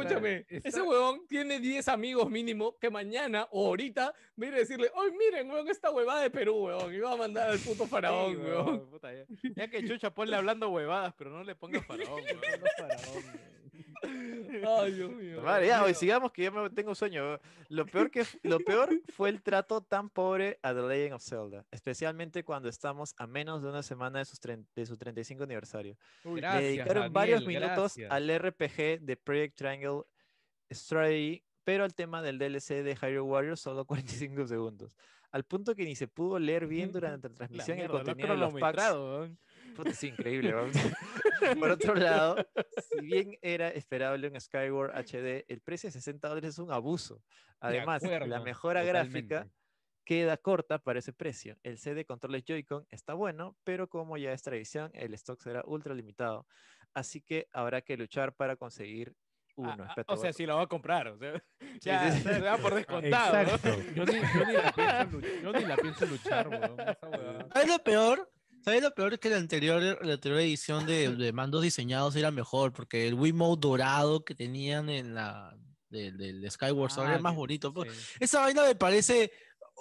[SPEAKER 2] Escúchame, ese huevón tiene 10 amigos mínimo que mañana o ahorita va a ir a decirle, ¡Ay, miren, huevón, esta huevada de Perú, huevón! Y va a mandar al puto faraón,
[SPEAKER 8] Sí, weón,
[SPEAKER 2] huevón.
[SPEAKER 8] puta, ya. Ya que Chucha ponle hablando huevadas, pero no le ponga faraón, weón.
[SPEAKER 2] Ay, Dios mío.
[SPEAKER 1] Vale, ya, hoy sigamos que yo me tengo sueño. Lo peor, que, lo peor fue el trato tan pobre a The Legend of Zelda, especialmente cuando estamos a menos de una semana de, sus tren- de su 35 aniversario.
[SPEAKER 3] Uy,
[SPEAKER 1] Le
[SPEAKER 3] gracias,
[SPEAKER 1] dedicaron varios
[SPEAKER 3] Daniel,
[SPEAKER 1] minutos
[SPEAKER 3] gracias.
[SPEAKER 1] al RPG de Project Triangle Strategy, pero al tema del DLC de Hyrule Warriors solo 45 segundos. Al punto que ni se pudo leer bien durante la
[SPEAKER 8] La
[SPEAKER 1] transmisión el
[SPEAKER 8] mierda, lo ha
[SPEAKER 1] contenido de los packs.
[SPEAKER 8] cronometrado, weón.
[SPEAKER 1] Puta, es increíble. weón. Por otro lado, si bien era esperable un Skyward HD, el precio de 60 dólares es un abuso. Además, la
[SPEAKER 3] acuerdo,
[SPEAKER 1] mejora gráfica
[SPEAKER 3] totalmente.
[SPEAKER 1] queda corta para ese precio. El C de controles Joy-Con está bueno, pero como ya es tradición, el stock será ultra limitado. Así que habrá que luchar para conseguir uno.
[SPEAKER 8] Ah,
[SPEAKER 1] Espérate,
[SPEAKER 8] O sea,
[SPEAKER 1] voy-
[SPEAKER 8] si lo va a comprar, o sea, ya,
[SPEAKER 1] sí, sí.
[SPEAKER 8] se da por descontado. ¿no?
[SPEAKER 3] Yo ni, yo ni la pienso, luch- yo ni la pienso luchar, weón. esa huevada.
[SPEAKER 4] ¿Sabes lo peor? ¿Sabes lo peor? Que la anterior, la anterior edición de, de mandos diseñados era mejor, porque el Wiimote dorado que tenían en la del, del Skyward Sword
[SPEAKER 3] Ah,
[SPEAKER 4] era más
[SPEAKER 3] que-
[SPEAKER 4] bonito. pues.
[SPEAKER 3] sí.
[SPEAKER 4] Esa vaina me parece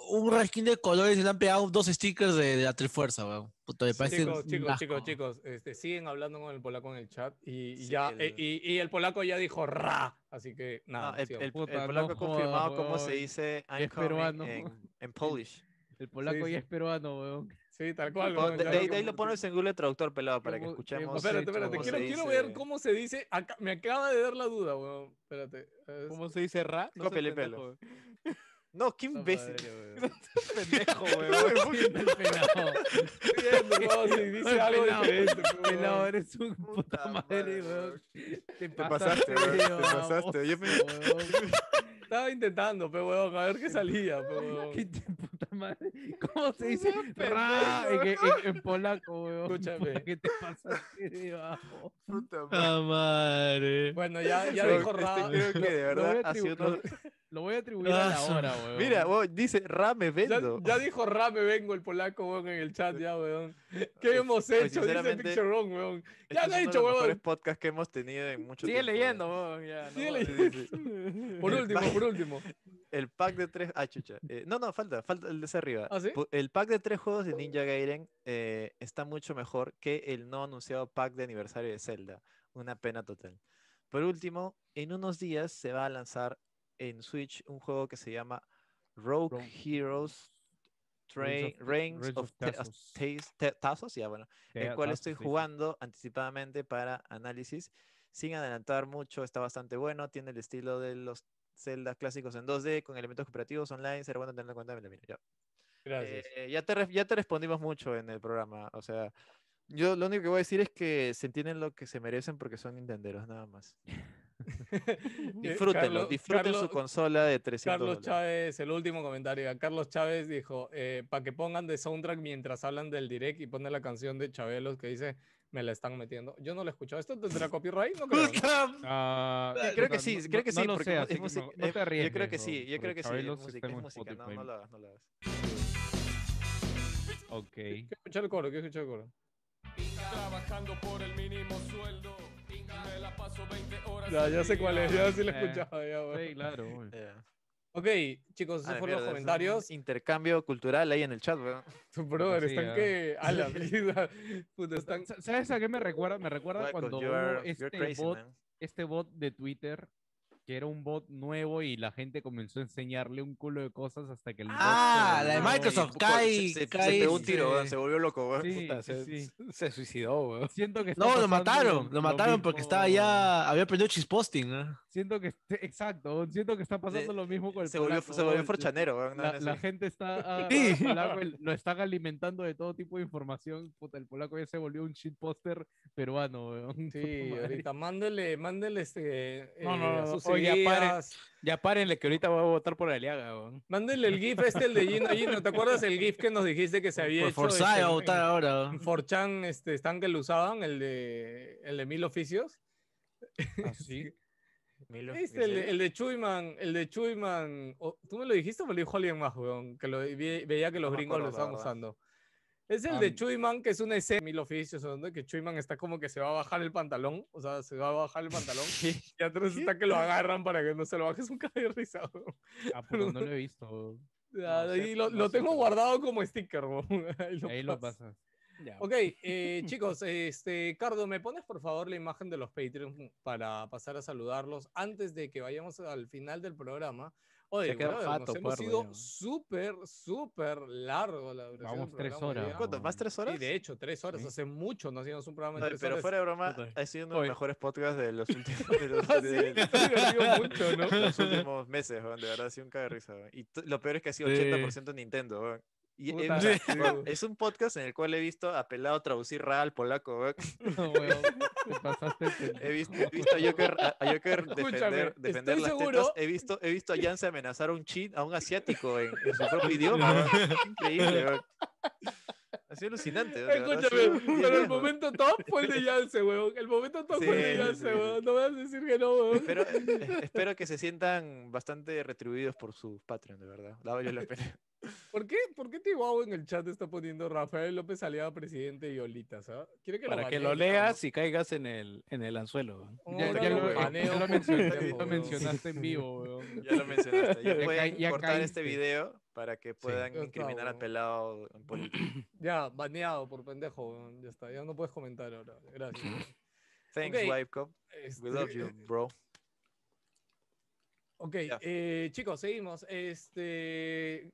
[SPEAKER 4] un reskin de colores y le han pegado dos stickers de, de la Trifuerza, weón. Puta, me parece
[SPEAKER 2] Chicos,
[SPEAKER 4] un
[SPEAKER 2] chicos,
[SPEAKER 4] asco.
[SPEAKER 2] chicos, chicos, este, siguen hablando con el polaco en el chat y, y
[SPEAKER 1] Sí,
[SPEAKER 2] ya,
[SPEAKER 1] el-
[SPEAKER 2] eh, y, y el polaco ya dijo ra, así que nada.
[SPEAKER 1] No, el,
[SPEAKER 2] sigamos.
[SPEAKER 1] el- el
[SPEAKER 3] Puta,
[SPEAKER 1] polaco
[SPEAKER 3] no
[SPEAKER 1] ha confirmado
[SPEAKER 3] jodas,
[SPEAKER 1] cómo se
[SPEAKER 3] weón.
[SPEAKER 1] dice
[SPEAKER 3] Y es
[SPEAKER 1] I'm coming
[SPEAKER 3] peruano.
[SPEAKER 1] en, en Polish.
[SPEAKER 3] El polaco
[SPEAKER 2] sí.
[SPEAKER 3] ya es peruano, weón.
[SPEAKER 2] Sí, tal cual.
[SPEAKER 1] Pon-
[SPEAKER 2] weón,
[SPEAKER 1] de,
[SPEAKER 2] ya
[SPEAKER 1] de ahí-
[SPEAKER 2] como-
[SPEAKER 1] de ahí lo pones en Google Traductor pelado para que
[SPEAKER 3] Hemos-
[SPEAKER 1] escuchemos.
[SPEAKER 3] hemos
[SPEAKER 2] Espérate, espérate,
[SPEAKER 1] cómo
[SPEAKER 2] quiero,
[SPEAKER 1] se
[SPEAKER 2] quiero
[SPEAKER 1] dice.
[SPEAKER 2] ver cómo se dice. acá- me acaba de dar la duda, weón. Espérate. es-
[SPEAKER 8] ¿Cómo se dice ra? No
[SPEAKER 1] Cópiale,
[SPEAKER 8] seas pendejo, weón.
[SPEAKER 1] No, qué imbécil.
[SPEAKER 8] Pendejo, weón.
[SPEAKER 3] El pelado.
[SPEAKER 2] Viendo, weón, si dice algo
[SPEAKER 3] pelado.
[SPEAKER 2] diferente.
[SPEAKER 3] pelado, eres un
[SPEAKER 1] Puta
[SPEAKER 3] puta madre,
[SPEAKER 1] madre,
[SPEAKER 3] weón. Te,
[SPEAKER 1] Ah, pasaste, weón, te
[SPEAKER 3] weón,
[SPEAKER 1] pasaste. Yo pensé-
[SPEAKER 3] baboso, weón.
[SPEAKER 2] Estaba intentando, pero weón, a ver qué salía. pe, weón.
[SPEAKER 3] ¿Qué te- puta madre? ¿Cómo se dice?
[SPEAKER 8] pendejo,
[SPEAKER 3] Ra en, en- en polaco, weón.
[SPEAKER 2] Escúchame.
[SPEAKER 3] Puta, ¿Qué te pasaste de bajo?
[SPEAKER 4] Ah, madre.
[SPEAKER 2] Bueno, ya, ya
[SPEAKER 1] Pero
[SPEAKER 2] dijo
[SPEAKER 1] este
[SPEAKER 2] ra.
[SPEAKER 1] creo que de
[SPEAKER 3] Lo voy
[SPEAKER 1] verdad
[SPEAKER 3] a
[SPEAKER 1] ha sido
[SPEAKER 3] atribu-
[SPEAKER 1] uno-
[SPEAKER 3] lo- Lo voy a atribuir a la
[SPEAKER 4] Ah,
[SPEAKER 3] hora, weón.
[SPEAKER 1] Mira, weón, dice Ra me
[SPEAKER 2] Ya,
[SPEAKER 1] vendo.
[SPEAKER 2] ya dijo ra, me vengo el polaco, weón, en el chat ya, weón. ¿Qué hemos
[SPEAKER 1] pues,
[SPEAKER 2] hecho? Dice
[SPEAKER 1] sinceramente,
[SPEAKER 2] Picture Wrong, weón.
[SPEAKER 1] Este es
[SPEAKER 2] ya lo he
[SPEAKER 1] uno de
[SPEAKER 2] dicho,
[SPEAKER 1] los
[SPEAKER 2] huevón.
[SPEAKER 1] mejores podcasts que hemos tenido en mucho
[SPEAKER 8] Sigue
[SPEAKER 1] tiempo.
[SPEAKER 8] leyendo, weón. ya, no
[SPEAKER 2] Sigue
[SPEAKER 8] jodas.
[SPEAKER 2] leyendo. Por
[SPEAKER 1] El
[SPEAKER 2] último,
[SPEAKER 1] pack-
[SPEAKER 2] por último.
[SPEAKER 1] El pack de tres. Ah, chucha. Eh, no, no, falta, falta el de ese arriba.
[SPEAKER 2] ¿Ah, sí?
[SPEAKER 1] Pu- El pack de tres juegos de Ninja Gaiden eh, está mucho mejor que el no anunciado pack de aniversario de Zelda. Una pena total. Por último, en unos días se va a lanzar en Switch un juego que se llama Rogue
[SPEAKER 3] Rogue-
[SPEAKER 1] Heroes Train,
[SPEAKER 3] Reigns of-
[SPEAKER 1] Reigns
[SPEAKER 3] Reigns
[SPEAKER 1] of,
[SPEAKER 3] of
[SPEAKER 1] Ta- of
[SPEAKER 3] Thassos.
[SPEAKER 1] Tas- Ta- Thassos, ya bueno, el
[SPEAKER 3] Ya,
[SPEAKER 1] cual
[SPEAKER 3] tazo,
[SPEAKER 1] estoy
[SPEAKER 3] sí, sí.
[SPEAKER 1] jugando anticipadamente para análisis, sin adelantar mucho, está bastante bueno, tiene el estilo de los celdas clásicos en 2D con elementos cooperativos online, será bueno tenerlo en cuenta. mira, mira, ya.
[SPEAKER 2] Gracias.
[SPEAKER 1] Eh, ya, te, re- ya te respondimos mucho en el programa, o sea, yo lo único que voy a decir es que se entienden lo que se merecen porque son nintenderos, nada más. Disfrútenlo,
[SPEAKER 2] eh, Carlos-
[SPEAKER 1] disfruten su
[SPEAKER 2] Carlos-
[SPEAKER 1] consola de 300
[SPEAKER 2] Carlos
[SPEAKER 1] dólares.
[SPEAKER 2] Chávez, el último comentario. A Carlos Chávez dijo, para que pongan de soundtrack mientras hablan del direct y ponen la canción de Chabelos que dice, me la están metiendo. Yo no la he escuchado. ¿Esto tendrá copyright? No creo. ¿no?
[SPEAKER 3] Ah,
[SPEAKER 1] Sí, creo
[SPEAKER 3] puta,
[SPEAKER 1] que sí,
[SPEAKER 3] no-
[SPEAKER 1] creo que
[SPEAKER 3] no-
[SPEAKER 1] sí,
[SPEAKER 3] no lo
[SPEAKER 1] porque
[SPEAKER 3] sé,
[SPEAKER 1] mu-
[SPEAKER 3] así
[SPEAKER 1] es
[SPEAKER 3] que no-
[SPEAKER 1] música.
[SPEAKER 3] no te
[SPEAKER 1] eh, Yo creo
[SPEAKER 3] arriesgues,
[SPEAKER 1] que sí,
[SPEAKER 3] weón,
[SPEAKER 1] yo creo que
[SPEAKER 3] porque
[SPEAKER 1] sí, es
[SPEAKER 3] Chabelo sí
[SPEAKER 1] música,
[SPEAKER 3] está
[SPEAKER 1] es
[SPEAKER 3] en
[SPEAKER 1] música, no,
[SPEAKER 3] Spotify.
[SPEAKER 1] no lo hagas, no lo hagas.
[SPEAKER 3] Ok.
[SPEAKER 2] Quiero escuchar el coro, quiero escuchar el coro. Ya, ya sé cuál es, ya sí la he
[SPEAKER 3] Eh,
[SPEAKER 2] escuchado. Ya, weón.
[SPEAKER 3] Sí, claro, weón.
[SPEAKER 1] Ya.
[SPEAKER 11] Ok, chicos, esos
[SPEAKER 1] A la
[SPEAKER 11] fueron los
[SPEAKER 1] Eh, ah, mierda, es un
[SPEAKER 11] comentarios.
[SPEAKER 1] Intercambio cultural ahí en el chat, weón.
[SPEAKER 11] Brother,
[SPEAKER 3] Sí,
[SPEAKER 11] están
[SPEAKER 3] ah.
[SPEAKER 11] que. A la vida. Puta, están.
[SPEAKER 3] Sa- ¿Sabes a qué me recuerda? Me recuerda
[SPEAKER 1] Michael,
[SPEAKER 3] cuando
[SPEAKER 1] you
[SPEAKER 3] hubo
[SPEAKER 1] are- you're
[SPEAKER 3] este,
[SPEAKER 1] crazy,
[SPEAKER 3] bot,
[SPEAKER 1] man.
[SPEAKER 3] este bot de Twitter, que era un bot nuevo y la gente comenzó a enseñarle un culo de cosas hasta que el bot se
[SPEAKER 4] Ah, la de
[SPEAKER 3] volvió-
[SPEAKER 4] Microsoft,
[SPEAKER 1] Se-
[SPEAKER 4] Kai.
[SPEAKER 1] se, se
[SPEAKER 4] Kai,
[SPEAKER 1] pegó un tiro,
[SPEAKER 4] este,
[SPEAKER 1] weón, se volvió loco, weón.
[SPEAKER 3] Sí,
[SPEAKER 8] Puta,
[SPEAKER 3] sí,
[SPEAKER 8] se,
[SPEAKER 3] sí.
[SPEAKER 8] se suicidó, weón.
[SPEAKER 3] Siento que está
[SPEAKER 4] No,
[SPEAKER 3] pasando
[SPEAKER 4] lo mataron, lo mataron porque
[SPEAKER 3] mismo-
[SPEAKER 4] estaba ya. Había perdido chisposting. ¿eh? ¿no?
[SPEAKER 3] Siento que, sí, exacto, siento que está pasando lo mismo con el
[SPEAKER 1] Se volvió,
[SPEAKER 3] polaco,
[SPEAKER 1] se volvió
[SPEAKER 3] el-
[SPEAKER 1] forchanero, weón. no,
[SPEAKER 3] La,
[SPEAKER 1] no sé.
[SPEAKER 3] la gente está ah,
[SPEAKER 4] Sí.
[SPEAKER 3] al polaco, el- lo están alimentando de todo tipo de información. Puta, el polaco ya se volvió un shitposter peruano, weón.
[SPEAKER 11] Sí, ahorita.
[SPEAKER 2] Ahorita, mándele, mándele este.
[SPEAKER 8] No, no,
[SPEAKER 2] eh,
[SPEAKER 8] no,
[SPEAKER 2] a sus
[SPEAKER 8] oye,
[SPEAKER 2] ideas.
[SPEAKER 8] paren. Ya párenle que ahorita voy a votar por Aliaga, weón.
[SPEAKER 2] Mándele el GIF este, el de Gino Gino. ¿Te acuerdas el GIF que nos dijiste que se había
[SPEAKER 4] Por
[SPEAKER 2] hecho?
[SPEAKER 4] Forsyth
[SPEAKER 2] este,
[SPEAKER 4] a
[SPEAKER 2] en-
[SPEAKER 4] votar ahora.
[SPEAKER 2] en 4chan, este, están que lo usaban, el de, el de Mil Oficios.
[SPEAKER 1] Milo,
[SPEAKER 2] Este,
[SPEAKER 1] ¿en
[SPEAKER 2] el, de-
[SPEAKER 1] serio?
[SPEAKER 2] el de Chuyman, el de Chuyman. o- ¿Tú me lo dijiste o me lo dijo alguien más, weón? Que lo, vi- veía que los
[SPEAKER 1] me acuerdo,
[SPEAKER 2] gringos lo
[SPEAKER 1] la
[SPEAKER 2] estaban
[SPEAKER 1] verdad. mm.
[SPEAKER 2] usando. Es el
[SPEAKER 3] Ah,
[SPEAKER 2] de
[SPEAKER 3] m-
[SPEAKER 2] Chuyman, que es una escena de Mil Oficios, donde que Chuyman está como que se va a bajar el pantalón. O sea, se va a bajar el pantalón. y atrás está que lo agarran para que no se lo baje. Es un cabello rizado.
[SPEAKER 3] Ah, puta, no lo he visto. weón.
[SPEAKER 2] Ah,
[SPEAKER 1] No
[SPEAKER 2] ahí
[SPEAKER 1] sé,
[SPEAKER 2] lo,
[SPEAKER 1] no
[SPEAKER 2] lo
[SPEAKER 1] sé,
[SPEAKER 2] tengo
[SPEAKER 1] pero-
[SPEAKER 2] guardado como sticker, weón. Ahí lo,
[SPEAKER 3] Ahí lo
[SPEAKER 2] paso.
[SPEAKER 3] pasa.
[SPEAKER 2] Ok, eh, chicos, este, Cardo, ¿me pones por favor la imagen de los Patreons para pasar a saludarlos antes de que vayamos al final del programa? Oye,
[SPEAKER 8] Ya queda
[SPEAKER 2] brother,
[SPEAKER 8] pato,
[SPEAKER 2] nos hemos
[SPEAKER 3] pues,
[SPEAKER 8] puerco, ya.
[SPEAKER 2] ido súper, súper largo la duración
[SPEAKER 3] Vamos,
[SPEAKER 2] del
[SPEAKER 3] tres
[SPEAKER 2] programa hoy
[SPEAKER 3] horas,
[SPEAKER 2] día.
[SPEAKER 3] weón.
[SPEAKER 1] ¿Cuánto? ¿Más tres horas?
[SPEAKER 2] Sí, de hecho, tres horas.
[SPEAKER 3] Sí.
[SPEAKER 2] Hace mucho Pues no hacíamos un programa de
[SPEAKER 1] Oye,
[SPEAKER 2] tres
[SPEAKER 1] pero
[SPEAKER 2] horas.
[SPEAKER 1] fuera de broma,
[SPEAKER 8] Puta.
[SPEAKER 1] ha sido uno de los
[SPEAKER 8] Oye.
[SPEAKER 1] mejores podcasts de los últimos, de los, de- de-
[SPEAKER 2] Ha divertido mucho, Ah, ¿no?
[SPEAKER 1] de los últimos meses, weón, De verdad, ha sido un cague de risa, weón. Y t- lo peor es que ha sido
[SPEAKER 4] Sí.
[SPEAKER 1] 80% Nintendo, weón. Y, eh,
[SPEAKER 2] Puta,
[SPEAKER 1] o sea,
[SPEAKER 2] sí.
[SPEAKER 1] weón, es un podcast en el cual he visto a Pelado traducir Ra al polaco, weón.
[SPEAKER 3] No, weón, te pasaste de
[SPEAKER 1] He
[SPEAKER 3] pendejo.
[SPEAKER 1] visto, he visto a Joker, a, a Joker
[SPEAKER 2] Escúchame,
[SPEAKER 1] defender, defender
[SPEAKER 2] estoy
[SPEAKER 1] las tetas.
[SPEAKER 2] seguro-
[SPEAKER 1] He visto, he visto a Yance amenazar a un chin, a un asiático en, en su propio idioma. weón. Es Increíble, weón. Ha sido alucinante. weón, de verdad, ha
[SPEAKER 2] Escúchame,
[SPEAKER 1] sido bien,
[SPEAKER 2] pero el
[SPEAKER 1] bien, weón.
[SPEAKER 2] momento top fue el de Yance, weón. El momento top
[SPEAKER 1] Sí,
[SPEAKER 2] fue el de
[SPEAKER 1] sí,
[SPEAKER 2] Yance,
[SPEAKER 1] sí.
[SPEAKER 2] weón. No me vas a decir que no, weón.
[SPEAKER 1] Espero, eh, espero que se sientan bastante retribuidos por sus Patreon, de verdad. La valió la pena.
[SPEAKER 2] ¿Por qué, ¿Por qué Tihuahua en el chat está poniendo Rafael López Aliaga presidente y Olitas? ah? ¿Quiere que
[SPEAKER 8] Para que
[SPEAKER 2] banee?
[SPEAKER 8] lo leas y caigas en el, en el anzuelo. weón.
[SPEAKER 3] Ya,
[SPEAKER 2] Ahora
[SPEAKER 3] ya
[SPEAKER 2] lo
[SPEAKER 3] lo, ya
[SPEAKER 2] baneo
[SPEAKER 3] lo
[SPEAKER 2] por
[SPEAKER 3] mencionaste,
[SPEAKER 2] pendejo,
[SPEAKER 3] lo
[SPEAKER 2] weón.
[SPEAKER 3] mencionaste en vivo, weón.
[SPEAKER 1] Ya lo mencionaste. Ya
[SPEAKER 3] Ya
[SPEAKER 1] pueden
[SPEAKER 3] caí- ya
[SPEAKER 1] cortar este
[SPEAKER 3] caíste.
[SPEAKER 1] video para que puedan
[SPEAKER 2] Ya está,
[SPEAKER 1] incriminar al
[SPEAKER 2] weón.
[SPEAKER 1] pelado en política.
[SPEAKER 2] Ya, baneado por pendejo, weón. ya está, ya no puedes comentar ahora. Gracias.
[SPEAKER 1] Thanks,
[SPEAKER 2] Ok,
[SPEAKER 1] Vibe Cop.
[SPEAKER 2] Este,
[SPEAKER 1] We love you, bro.
[SPEAKER 2] Ok,
[SPEAKER 1] Ya.
[SPEAKER 2] eh, chicos, seguimos. Este,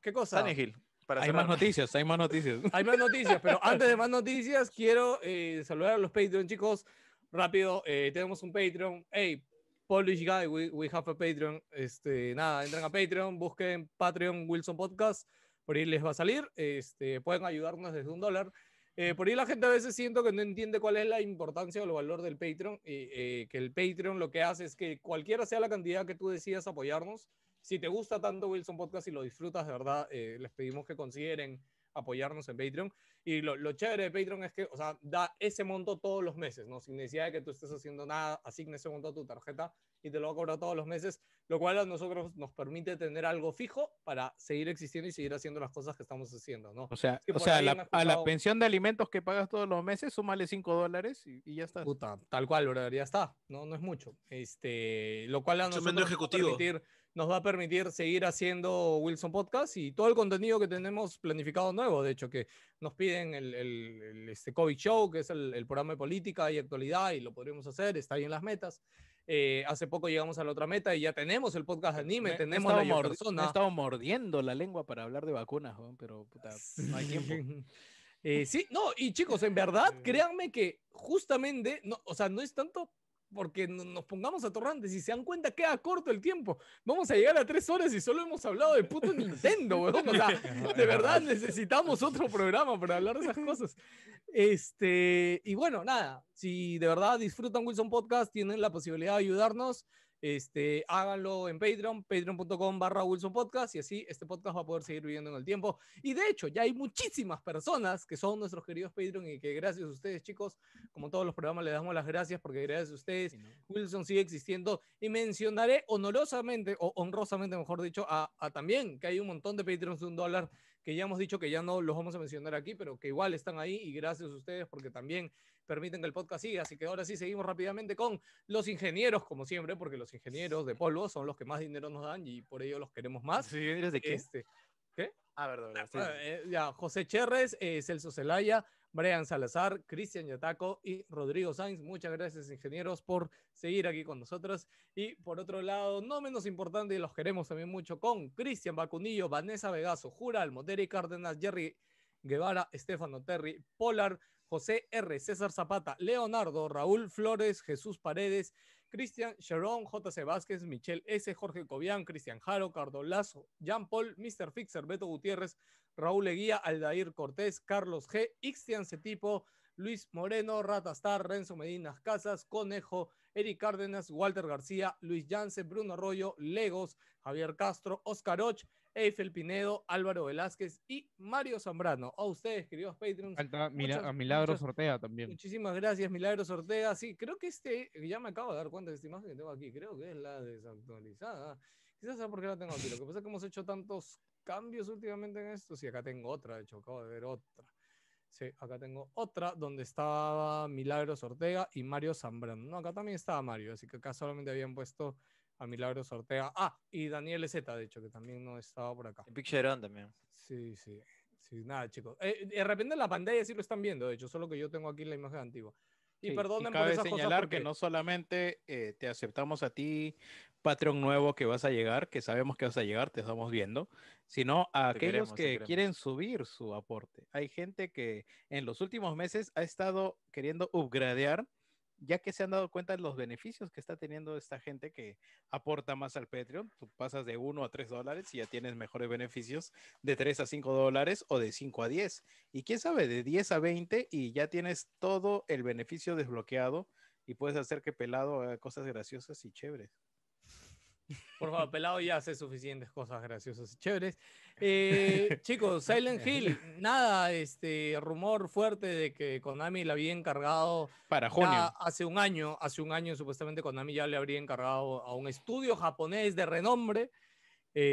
[SPEAKER 2] ¿Qué cosa?
[SPEAKER 1] Sunny Hill, para
[SPEAKER 8] Hay más
[SPEAKER 1] cerrar.
[SPEAKER 8] noticias, hay más noticias.
[SPEAKER 2] Hay más noticias, pero antes de más noticias, quiero eh, saludar a los Patreon, chicos. Rápido, eh, tenemos un Patreon. Hey, Polish Guy, we, we have a Patreon. Este, nada, entran a Patreon, busquen Patreon Wilson Podcast, por ahí les va a salir. Este, pueden ayudarnos desde un dólar. Eh, por ahí la gente a veces siento que no entiende cuál es la importancia o el valor del Patreon. Y, eh, que el Patreon lo que hace es que cualquiera sea la cantidad que tú decidas apoyarnos, si te gusta tanto Wilson Podcast y lo disfrutas de verdad, eh, les pedimos que consideren apoyarnos en Patreon. Y lo, lo chévere de Patreon es que, o sea, da ese monto todos los meses, ¿no? Sin necesidad de que tú estés haciendo nada, asigna ese monto a tu tarjeta y te lo va a cobrar todos los meses, lo cual a nosotros nos permite tener algo fijo para seguir existiendo y seguir haciendo las cosas que estamos haciendo, ¿no?
[SPEAKER 8] O sea,
[SPEAKER 2] Que
[SPEAKER 8] o
[SPEAKER 2] por
[SPEAKER 8] sea
[SPEAKER 2] ahí
[SPEAKER 8] la-
[SPEAKER 2] han
[SPEAKER 8] a la
[SPEAKER 2] escuchado-
[SPEAKER 8] pensión de alimentos que pagas todos los meses, súmale 5 dólares y, y ya está.
[SPEAKER 2] Puta, tal cual, brother, ya está. No, no es mucho. Este, lo cual a
[SPEAKER 4] Mucho
[SPEAKER 2] nosotros
[SPEAKER 4] menos
[SPEAKER 2] Nos
[SPEAKER 4] ejecutivo.
[SPEAKER 2] va, a permitir, nos va a permitir seguir haciendo Wilson Podcast y todo el contenido que tenemos planificado nuevo. De hecho, que nos piden el, el- el, este COVID Show, que es el, el programa de política y actualidad, y lo podríamos hacer, está ahí en las metas. Eh, hace poco llegamos a la otra meta y ya tenemos el podcast de anime,
[SPEAKER 8] Me- me he
[SPEAKER 2] tenemos
[SPEAKER 8] estado
[SPEAKER 2] la
[SPEAKER 8] mordi- me he
[SPEAKER 2] persona.
[SPEAKER 8] estado mordiendo la lengua para hablar de vacunas, weón, pero puta, no hay tiempo.
[SPEAKER 2] Eh, sí, no, y chicos, en verdad, créanme que justamente, no, o sea, no es tanto porque no- nos pongamos atorrantes y se dan cuenta queda corto el tiempo. Vamos a llegar a tres horas y solo hemos hablado de puto Nintendo, weón. O sea, de verdad necesitamos otro programa para hablar de esas cosas. Este, y bueno, nada, si de verdad disfrutan Wilson Podcast, tienen la posibilidad de ayudarnos. Este, háganlo en Patreon, patreon.com barra Wilson Podcast, y así este podcast va a poder seguir viviendo en el tiempo. Y de hecho, ya hay muchísimas personas que son nuestros queridos Patreon y que gracias a ustedes, chicos, como todos los programas, les damos las gracias porque gracias a ustedes Wilson sigue existiendo. Y mencionaré honorosamente, o honrosamente, mejor dicho, a, a también que hay un montón de Patreons de un dólar que ya hemos dicho que ya no los vamos a mencionar aquí, pero que igual están ahí y gracias a ustedes porque también permiten que el podcast siga. Así que ahora sí seguimos rápidamente con los ingenieros, como siempre, porque los ingenieros de polvo son los que más dinero nos dan y por ello los queremos más.
[SPEAKER 1] ¿Los ingenieros de qué?
[SPEAKER 2] Este, ¿Qué?
[SPEAKER 1] Ah, verdad, verdad, sí,
[SPEAKER 2] Ah, eh, ya, José Cherres, eh, Celso Celaya, Brian Salazar, Cristian Yataco y Rodrigo Sainz. Muchas gracias, ingenieros, por seguir aquí con nosotros. Y por otro lado, no menos importante, los queremos también mucho con Cristian Bacunillo, Vanessa Vegaso, Jura Almoteri Cárdenas, Jerry Guevara, Estefano Terry, Polar, José R., César Zapata, Leonardo, Raúl Flores, Jesús Paredes, Cristian Sharon, J.C. Vázquez, Michelle S., Jorge Cobian, Cristian Jaro, Cardolazo, Jean Paul, Mr. Fixer, Beto Gutiérrez, Raúl Eguía, Aldair Cortés, Carlos G., Ixtian Cetipo, Luis Moreno, Ratastar, Renzo Medinas Casas, Conejo, Eric Cárdenas, Walter García, Luis Yance, Bruno Arroyo, Legos, Javier Castro, Oscar Och, Eiffel Pinedo, Álvaro Velázquez y Mario Zambrano. A ustedes, queridos Patreons.
[SPEAKER 3] Falta Mila-
[SPEAKER 2] muchas-
[SPEAKER 3] a Milagros
[SPEAKER 2] muchas-
[SPEAKER 3] Ortega también.
[SPEAKER 2] Muchísimas gracias, Milagros Ortega. Sí, creo que este, ya me acabo de dar cuenta de esta imagen que tengo aquí, creo que es la desactualizada. Quizás sea porque la tengo aquí. Lo que pasa es que hemos hecho tantos cambios últimamente en esto. Sí, acá tengo otra, de hecho, acabo de ver otra. Sí, acá tengo otra donde estaba Milagros Ortega y Mario Zambrano. No, acá también estaba Mario, así que acá solamente habían puesto a Milagros Ortega. Ah, y Daniel Z, de hecho, que también no estaba por acá.
[SPEAKER 1] Piccherón también.
[SPEAKER 2] Sí, sí. Sí, nada, chicos. Eh, de repente en la pantalla sí lo están viendo, de hecho, solo que yo tengo aquí la imagen antigua. Y
[SPEAKER 8] Sí,
[SPEAKER 2] perdonen por
[SPEAKER 8] cabe
[SPEAKER 2] esas cosas
[SPEAKER 8] señalar
[SPEAKER 2] porque-
[SPEAKER 8] que no solamente eh, te aceptamos a ti, Patreon nuevo que vas a llegar, que sabemos que vas a llegar, te estamos viendo, sino a
[SPEAKER 1] Te
[SPEAKER 8] aquellos
[SPEAKER 1] queremos, te
[SPEAKER 8] que
[SPEAKER 1] queremos.
[SPEAKER 8] quieren subir su aporte. Hay gente que en los últimos meses ha estado queriendo upgradear, ya que se han dado cuenta de los beneficios que está teniendo esta gente que aporta más al Patreon. Tú pasas de 1 a 3 dólares y ya tienes mejores beneficios de 3 a 5 dólares o de 5 a 10. Y quién sabe, de 10 a 20 y ya tienes todo el beneficio desbloqueado y puedes hacer que Pelado haga cosas graciosas y chéveres.
[SPEAKER 2] Por favor, pelado ya hace suficientes cosas graciosas y chéveres. Eh, chicos, Silent Hill, nada, este rumor fuerte de que Konami le había encargado
[SPEAKER 8] Para
[SPEAKER 2] ya
[SPEAKER 8] junio.
[SPEAKER 2] hace un año, hace un año supuestamente Konami ya le habría encargado a un estudio japonés de renombre,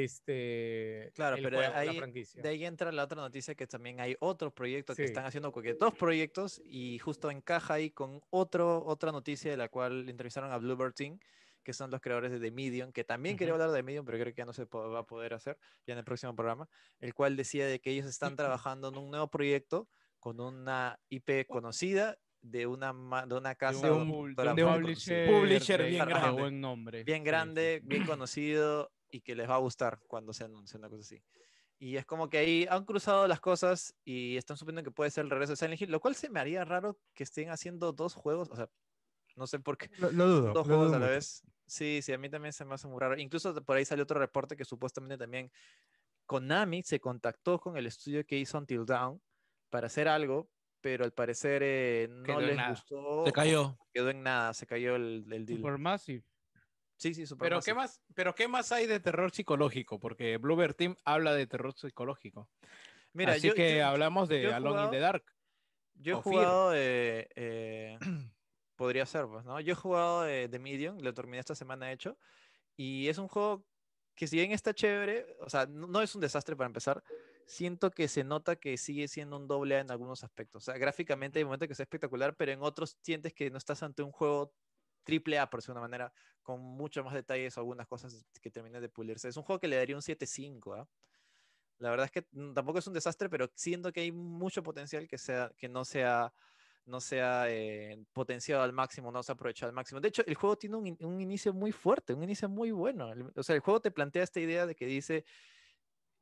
[SPEAKER 2] este,
[SPEAKER 1] Claro,
[SPEAKER 2] el
[SPEAKER 1] pero
[SPEAKER 2] juego, la
[SPEAKER 1] ahí,
[SPEAKER 2] franquicia.
[SPEAKER 1] de ahí entra la otra noticia que también hay otros proyectos
[SPEAKER 2] Sí.
[SPEAKER 1] que están haciendo porque dos proyectos y justo encaja ahí con otro, otra noticia de la cual entrevistaron a Bluebird Team, que son los creadores de The Medium, que también quería hablar de Medium, pero creo que ya no se po- va a poder hacer ya en el próximo programa, el cual decía de que ellos están trabajando en un nuevo proyecto con una IP conocida de una, ma- de una casa
[SPEAKER 3] un
[SPEAKER 1] productora
[SPEAKER 3] pul- de un
[SPEAKER 1] muy
[SPEAKER 3] publisher,
[SPEAKER 1] conocida.
[SPEAKER 3] Publisher de- bien de grande. buen nombre.
[SPEAKER 1] Bien
[SPEAKER 3] Sí,
[SPEAKER 1] grande, bien conocido y que les va a gustar cuando se anuncie una cosa así. Y es como que ahí han cruzado las cosas y están suponiendo que puede ser el regreso de Silent Hill, lo cual se me haría raro que estén haciendo dos juegos, o sea, no sé por qué.
[SPEAKER 9] Lo- lo dudo,
[SPEAKER 1] Dos
[SPEAKER 9] lo
[SPEAKER 1] juegos
[SPEAKER 9] dudo
[SPEAKER 1] a la
[SPEAKER 9] mucho.
[SPEAKER 1] vez. Sí, sí, a mí también se me hace muy raro. Incluso por ahí salió otro reporte que supuestamente también Konami se contactó con el estudio que hizo Until Dawn para hacer algo, pero al parecer eh, no
[SPEAKER 4] Quedó en
[SPEAKER 1] les
[SPEAKER 4] nada.
[SPEAKER 1] gustó.
[SPEAKER 4] Se cayó.
[SPEAKER 2] Oh.
[SPEAKER 1] Quedó en nada, se cayó el, el deal.
[SPEAKER 3] Supermassive.
[SPEAKER 1] Sí, sí,
[SPEAKER 8] Pero
[SPEAKER 1] Supermassive.
[SPEAKER 8] ¿qué más? Pero qué más hay de terror psicológico, porque Bluebird Team habla de terror psicológico.
[SPEAKER 1] Mira,
[SPEAKER 8] Así
[SPEAKER 1] yo-
[SPEAKER 8] que
[SPEAKER 1] yo-
[SPEAKER 8] hablamos
[SPEAKER 1] yo
[SPEAKER 8] de
[SPEAKER 1] he
[SPEAKER 8] Alone in the
[SPEAKER 1] jugado-
[SPEAKER 8] Dark.
[SPEAKER 1] Yo he
[SPEAKER 8] o Fear.
[SPEAKER 1] jugado. eh, eh, podría ser, pues, ¿no? Yo he jugado eh, The Medium, lo terminé esta semana, de hecho. Y es un juego que, si bien está chévere, o sea, no, no es un desastre para empezar. Siento que se nota que sigue siendo un doble A en algunos aspectos. O sea, gráficamente hay momentos que es espectacular, pero en otros sientes que no estás ante un juego triple A, por decirlo de una manera, con mucho más detalles o algunas cosas que terminan de pulirse. Es un juego que le daría un 7.5, ¿ah? La verdad es que mm, tampoco es un desastre, pero siento que hay mucho potencial que, sea, que no sea no se ha eh, potenciado al máximo, no se ha aprovechado al máximo. De hecho, el juego tiene un, in- un inicio muy fuerte, un inicio muy bueno. El- o sea, el juego te plantea esta idea de que dice,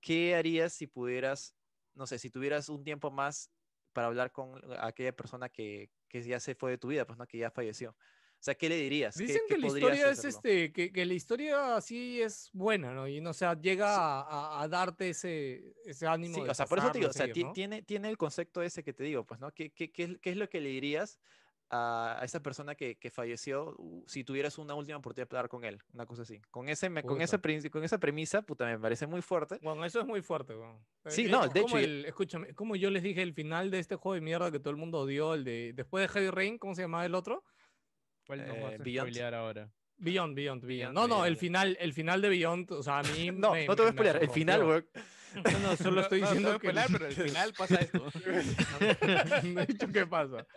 [SPEAKER 1] ¿qué harías si pudieras, no sé, si tuvieras un tiempo más para hablar con aquella persona que, que ya se fue de tu vida, pues no, que ya falleció? O sea, ¿qué le dirías? ¿Qué-
[SPEAKER 2] Dicen
[SPEAKER 1] qué
[SPEAKER 2] que la
[SPEAKER 1] podrías
[SPEAKER 2] historia es
[SPEAKER 1] hacerlo?
[SPEAKER 2] este, que, que la historia así es buena, ¿no? Y no o sea, llega a, a- a darte ese, ese ánimo.
[SPEAKER 1] Sí,
[SPEAKER 2] de
[SPEAKER 1] o sea, por eso te digo, o sea,
[SPEAKER 2] pasarlo,
[SPEAKER 1] ti-
[SPEAKER 2] seguir, ¿no?
[SPEAKER 1] tiene, tiene el concepto ese que te digo, pues, ¿no? ¿Qué, qué, qué, es- qué es lo que le dirías a, a esa persona que, que falleció uh, si tuvieras una última oportunidad para hablar con él? Una cosa así. Con, ese, me- con, esa, prin- con esa premisa, puta, me parece muy fuerte.
[SPEAKER 2] Bueno, eso es muy fuerte, weón.
[SPEAKER 1] Sí,
[SPEAKER 2] Eh,
[SPEAKER 1] no,
[SPEAKER 2] es
[SPEAKER 1] de
[SPEAKER 2] como
[SPEAKER 1] hecho, yo-
[SPEAKER 2] el- escúchame, es como yo les dije el final de este juego de mierda que todo el mundo odió, el de después de Heavy Rain, ¿cómo se llamaba el otro?
[SPEAKER 3] ¿Cuál nos
[SPEAKER 1] Eh,
[SPEAKER 3] vas a
[SPEAKER 1] Beyond.
[SPEAKER 3] spoilear ahora?
[SPEAKER 2] Beyond, Beyond, Beyond.
[SPEAKER 1] Beyond,
[SPEAKER 2] No, no, el
[SPEAKER 1] Beyond.
[SPEAKER 2] final, el final de Beyond, o sea, a mí
[SPEAKER 1] No,
[SPEAKER 2] me-
[SPEAKER 1] no te voy a
[SPEAKER 2] me- me
[SPEAKER 1] spoilear, el final,
[SPEAKER 2] rompió.
[SPEAKER 1] weón.
[SPEAKER 2] No, no, solo estoy
[SPEAKER 8] No, no te
[SPEAKER 2] diciendo
[SPEAKER 8] voy a
[SPEAKER 2] que
[SPEAKER 8] pelar, pero al final pasa esto.
[SPEAKER 2] No he dicho qué pasa.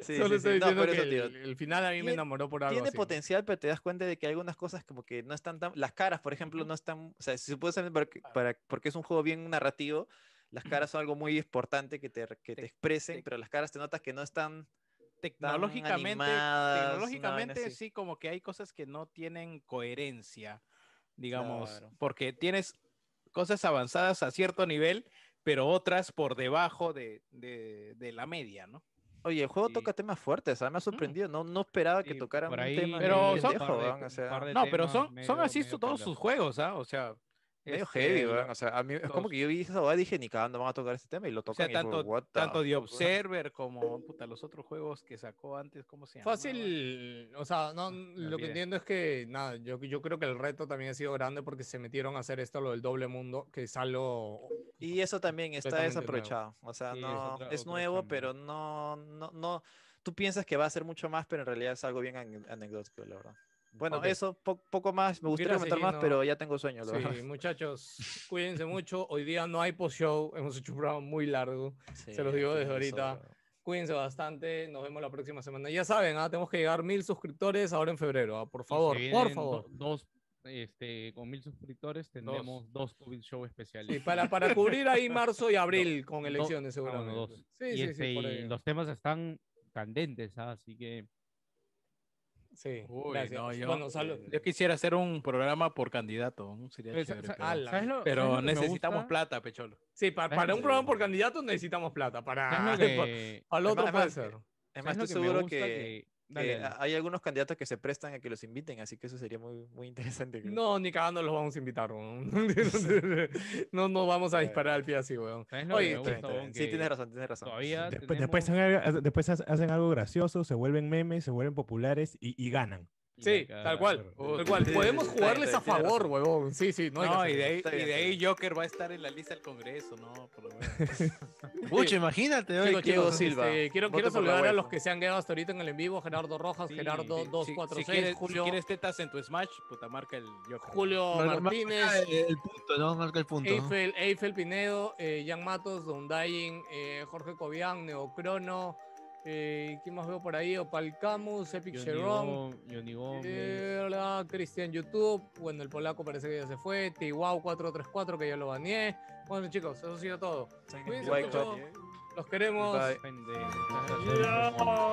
[SPEAKER 1] Sí,
[SPEAKER 12] Solo
[SPEAKER 1] sí,
[SPEAKER 12] estoy
[SPEAKER 1] sí. No,
[SPEAKER 12] diciendo
[SPEAKER 1] por eso,
[SPEAKER 12] que
[SPEAKER 1] tío.
[SPEAKER 12] el, el final a mí me
[SPEAKER 1] Tiene-
[SPEAKER 12] enamoró por algo
[SPEAKER 1] Tiene
[SPEAKER 12] así.
[SPEAKER 1] potencial, pero te das cuenta de que algunas cosas como que no están tan... Las caras, por ejemplo, no están... O sea, si supuestamente porque, para, porque es un juego bien narrativo, las caras son algo muy importante que te, que te expresen, pero las caras te notas que no están...
[SPEAKER 8] Tecnológicamente,
[SPEAKER 1] animadas, una vaina
[SPEAKER 8] tecnológicamente
[SPEAKER 1] así.
[SPEAKER 8] sí, como que hay cosas que no tienen coherencia, digamos,
[SPEAKER 1] Claro.
[SPEAKER 8] porque tienes cosas avanzadas a cierto nivel, pero otras por debajo de, de- de la media, ¿no?
[SPEAKER 1] Oye, el juego toca temas fuertes, ah, me ha sorprendido. No, no esperaba que tocaran
[SPEAKER 8] por
[SPEAKER 1] un
[SPEAKER 8] ahí
[SPEAKER 1] tema
[SPEAKER 8] pero
[SPEAKER 1] medio
[SPEAKER 8] son-
[SPEAKER 1] pendejo,
[SPEAKER 8] par de-
[SPEAKER 1] weón, o sea,
[SPEAKER 8] par de No, pero temas son- son medio- así medio todos sus pendejos. juegos, ¿ah? O sea,
[SPEAKER 1] medio
[SPEAKER 8] este,
[SPEAKER 1] heavy,
[SPEAKER 8] la-
[SPEAKER 1] weón, O sea, a mí es como que yo vi esa weá y dije, ni cagando van a tocar este tema y lo
[SPEAKER 8] O
[SPEAKER 1] tocan
[SPEAKER 8] sea,
[SPEAKER 1] y yo,
[SPEAKER 8] tanto,
[SPEAKER 1] what the
[SPEAKER 8] tanto The
[SPEAKER 1] fuck, weón.
[SPEAKER 8] Observer como puta, los otros juegos que sacó antes, ¿cómo se llama?
[SPEAKER 2] Fácil, o sea, no, lo que
[SPEAKER 8] olvidé.
[SPEAKER 2] entiendo es que, nada, yo, yo creo que el reto también ha sido grande porque se metieron a hacer esto, lo del doble mundo, que es algo...
[SPEAKER 1] Y eso también está
[SPEAKER 2] Completamente nuevo.
[SPEAKER 1] desaprovechado. O sea,
[SPEAKER 2] Sí, es
[SPEAKER 1] no
[SPEAKER 2] otra-
[SPEAKER 1] es
[SPEAKER 2] otro
[SPEAKER 1] nuevo,
[SPEAKER 2] género.
[SPEAKER 1] pero no, no, no. Tú piensas que va a ser mucho más, pero en realidad es algo bien an- anecdótico, la verdad. Bueno,
[SPEAKER 2] Ok.
[SPEAKER 1] eso, po- poco más. Me gustaría
[SPEAKER 2] Gracias,
[SPEAKER 1] comentar más,
[SPEAKER 2] Gino.
[SPEAKER 1] pero ya tengo sueño, la verdad.
[SPEAKER 2] Sí, muchachos, cuídense mucho. Hoy día no hay post-show, hemos hecho un programa muy largo,
[SPEAKER 1] Sí,
[SPEAKER 2] se los digo desde
[SPEAKER 1] tienes
[SPEAKER 2] ahorita.
[SPEAKER 1] razón,
[SPEAKER 2] Cuídense bastante, nos vemos la próxima semana. Ya saben, ah, tenemos que llegar mil suscriptores ahora en febrero, ah, por favor,
[SPEAKER 3] se
[SPEAKER 2] por
[SPEAKER 3] vienen
[SPEAKER 2] favor.
[SPEAKER 3] do- Dos, este, con mil suscriptores tendremos dos, COVID Show especiales.
[SPEAKER 2] Sí, para- para cubrir ahí marzo y
[SPEAKER 3] Do-
[SPEAKER 2] abril con
[SPEAKER 3] do-
[SPEAKER 2] elecciones,
[SPEAKER 3] ah, bueno,
[SPEAKER 2] seguramente.
[SPEAKER 3] dos.
[SPEAKER 2] Sí,
[SPEAKER 3] y
[SPEAKER 2] sí, sí,
[SPEAKER 3] este,
[SPEAKER 2] por
[SPEAKER 3] y
[SPEAKER 2] ahí.
[SPEAKER 3] los temas están candentes, ¿ah? así que...
[SPEAKER 2] Sí,
[SPEAKER 8] Uy,
[SPEAKER 2] gracias.
[SPEAKER 8] no, yo,
[SPEAKER 2] Bueno, salud.
[SPEAKER 3] eh,
[SPEAKER 8] yo quisiera hacer un programa por candidato, ¿no? sería
[SPEAKER 2] Pero,
[SPEAKER 8] chévere,
[SPEAKER 2] sa-
[SPEAKER 8] pero,
[SPEAKER 2] ala, ¿sabes lo-
[SPEAKER 8] pero
[SPEAKER 2] sabes lo que me
[SPEAKER 8] necesitamos
[SPEAKER 2] gusta?
[SPEAKER 8] plata, Pecholo.
[SPEAKER 2] Sí, pa- para,
[SPEAKER 8] Claro.
[SPEAKER 2] un programa por candidato necesitamos plata.
[SPEAKER 3] Ah,
[SPEAKER 2] Para,
[SPEAKER 8] ¿Sabes lo que-
[SPEAKER 2] para el
[SPEAKER 8] Es
[SPEAKER 2] otro
[SPEAKER 8] más-
[SPEAKER 2] puede
[SPEAKER 8] es
[SPEAKER 2] ser.
[SPEAKER 1] Es más,
[SPEAKER 2] lo
[SPEAKER 1] estoy
[SPEAKER 2] que me
[SPEAKER 1] seguro
[SPEAKER 2] gusta
[SPEAKER 1] que,
[SPEAKER 2] dale,
[SPEAKER 3] eh,
[SPEAKER 1] que
[SPEAKER 3] ah,
[SPEAKER 2] dale.
[SPEAKER 1] hay algunos candidatos que se prestan a que los inviten, así que eso sería muy, muy interesante. creo.
[SPEAKER 2] No, ni cagando los vamos a invitar, weón. No nos vamos a disparar al pie así, weón.
[SPEAKER 3] ¿Sabes lo que
[SPEAKER 2] Oye,
[SPEAKER 3] me
[SPEAKER 1] está bien,
[SPEAKER 3] gusta,
[SPEAKER 1] está
[SPEAKER 3] Bon,
[SPEAKER 1] bien. Sí,
[SPEAKER 3] que
[SPEAKER 1] tienes razón, tienes razón.
[SPEAKER 3] Todavía
[SPEAKER 9] Después, después hacen, después hacen algo gracioso, se vuelven memes, se vuelven populares y, y ganan.
[SPEAKER 2] sí, tal cual. Tal cual.
[SPEAKER 9] Sí,
[SPEAKER 2] Podemos
[SPEAKER 9] sí,
[SPEAKER 2] jugarles
[SPEAKER 9] sí,
[SPEAKER 2] a
[SPEAKER 9] tiene razón.
[SPEAKER 2] favor, weón. Sí, sí, no
[SPEAKER 8] No,
[SPEAKER 2] hay que
[SPEAKER 8] y,
[SPEAKER 2] hacer
[SPEAKER 8] de
[SPEAKER 2] eso.
[SPEAKER 8] ahí,
[SPEAKER 2] Está
[SPEAKER 8] y
[SPEAKER 2] bien,
[SPEAKER 8] de
[SPEAKER 2] está
[SPEAKER 8] ahí
[SPEAKER 2] bien.
[SPEAKER 8] Joker va a estar en la lista del Congreso, ¿no? Por lo menos.
[SPEAKER 4] Pucha, imagínate, oye,
[SPEAKER 2] Chicos,
[SPEAKER 4] Diego
[SPEAKER 2] chicos,
[SPEAKER 4] Silva.
[SPEAKER 2] este, quiero,
[SPEAKER 4] Vote
[SPEAKER 2] quiero
[SPEAKER 4] por la
[SPEAKER 2] saludar a
[SPEAKER 4] UEFA.
[SPEAKER 2] los que se han quedado hasta ahorita en el en vivo. Gerardo Rojas, Gerardo
[SPEAKER 8] Si-
[SPEAKER 2] 246,
[SPEAKER 8] si, quieres,
[SPEAKER 2] Julio,
[SPEAKER 8] si quieres tetas en tu Smash, puta marca el Joker.
[SPEAKER 2] Julio
[SPEAKER 4] Marca-
[SPEAKER 2] Martínez.
[SPEAKER 4] marca el, el punto, ¿no? Marca el punto.
[SPEAKER 2] Eiffel, Eiffel Pinedo, eh, Jan Matos, Dondayin, eh, Jorge Cobian, Neocrono, eh, ¿quién más veo por ahí? Opal Camus, Epic Sherron,
[SPEAKER 3] Johnny Gómez.
[SPEAKER 2] eh, hola, Cristian YouTube, bueno, el polaco parece que ya se fue, Tiwau 434 que ya lo baneé. Bueno chicos, eso ha sido todo. Cuídense
[SPEAKER 1] Wake
[SPEAKER 2] mucho,
[SPEAKER 1] up.
[SPEAKER 2] los queremos. Ah.
[SPEAKER 1] Bye.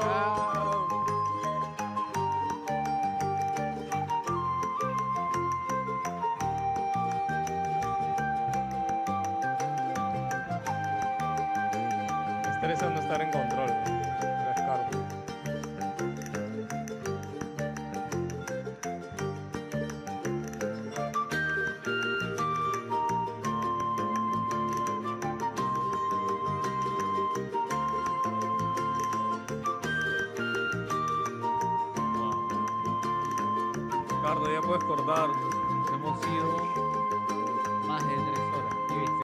[SPEAKER 2] Chao. Estresa no estar en control. Descargo.
[SPEAKER 8] Ricardo, ya puedes cortar.
[SPEAKER 3] Hemos sido más de tres.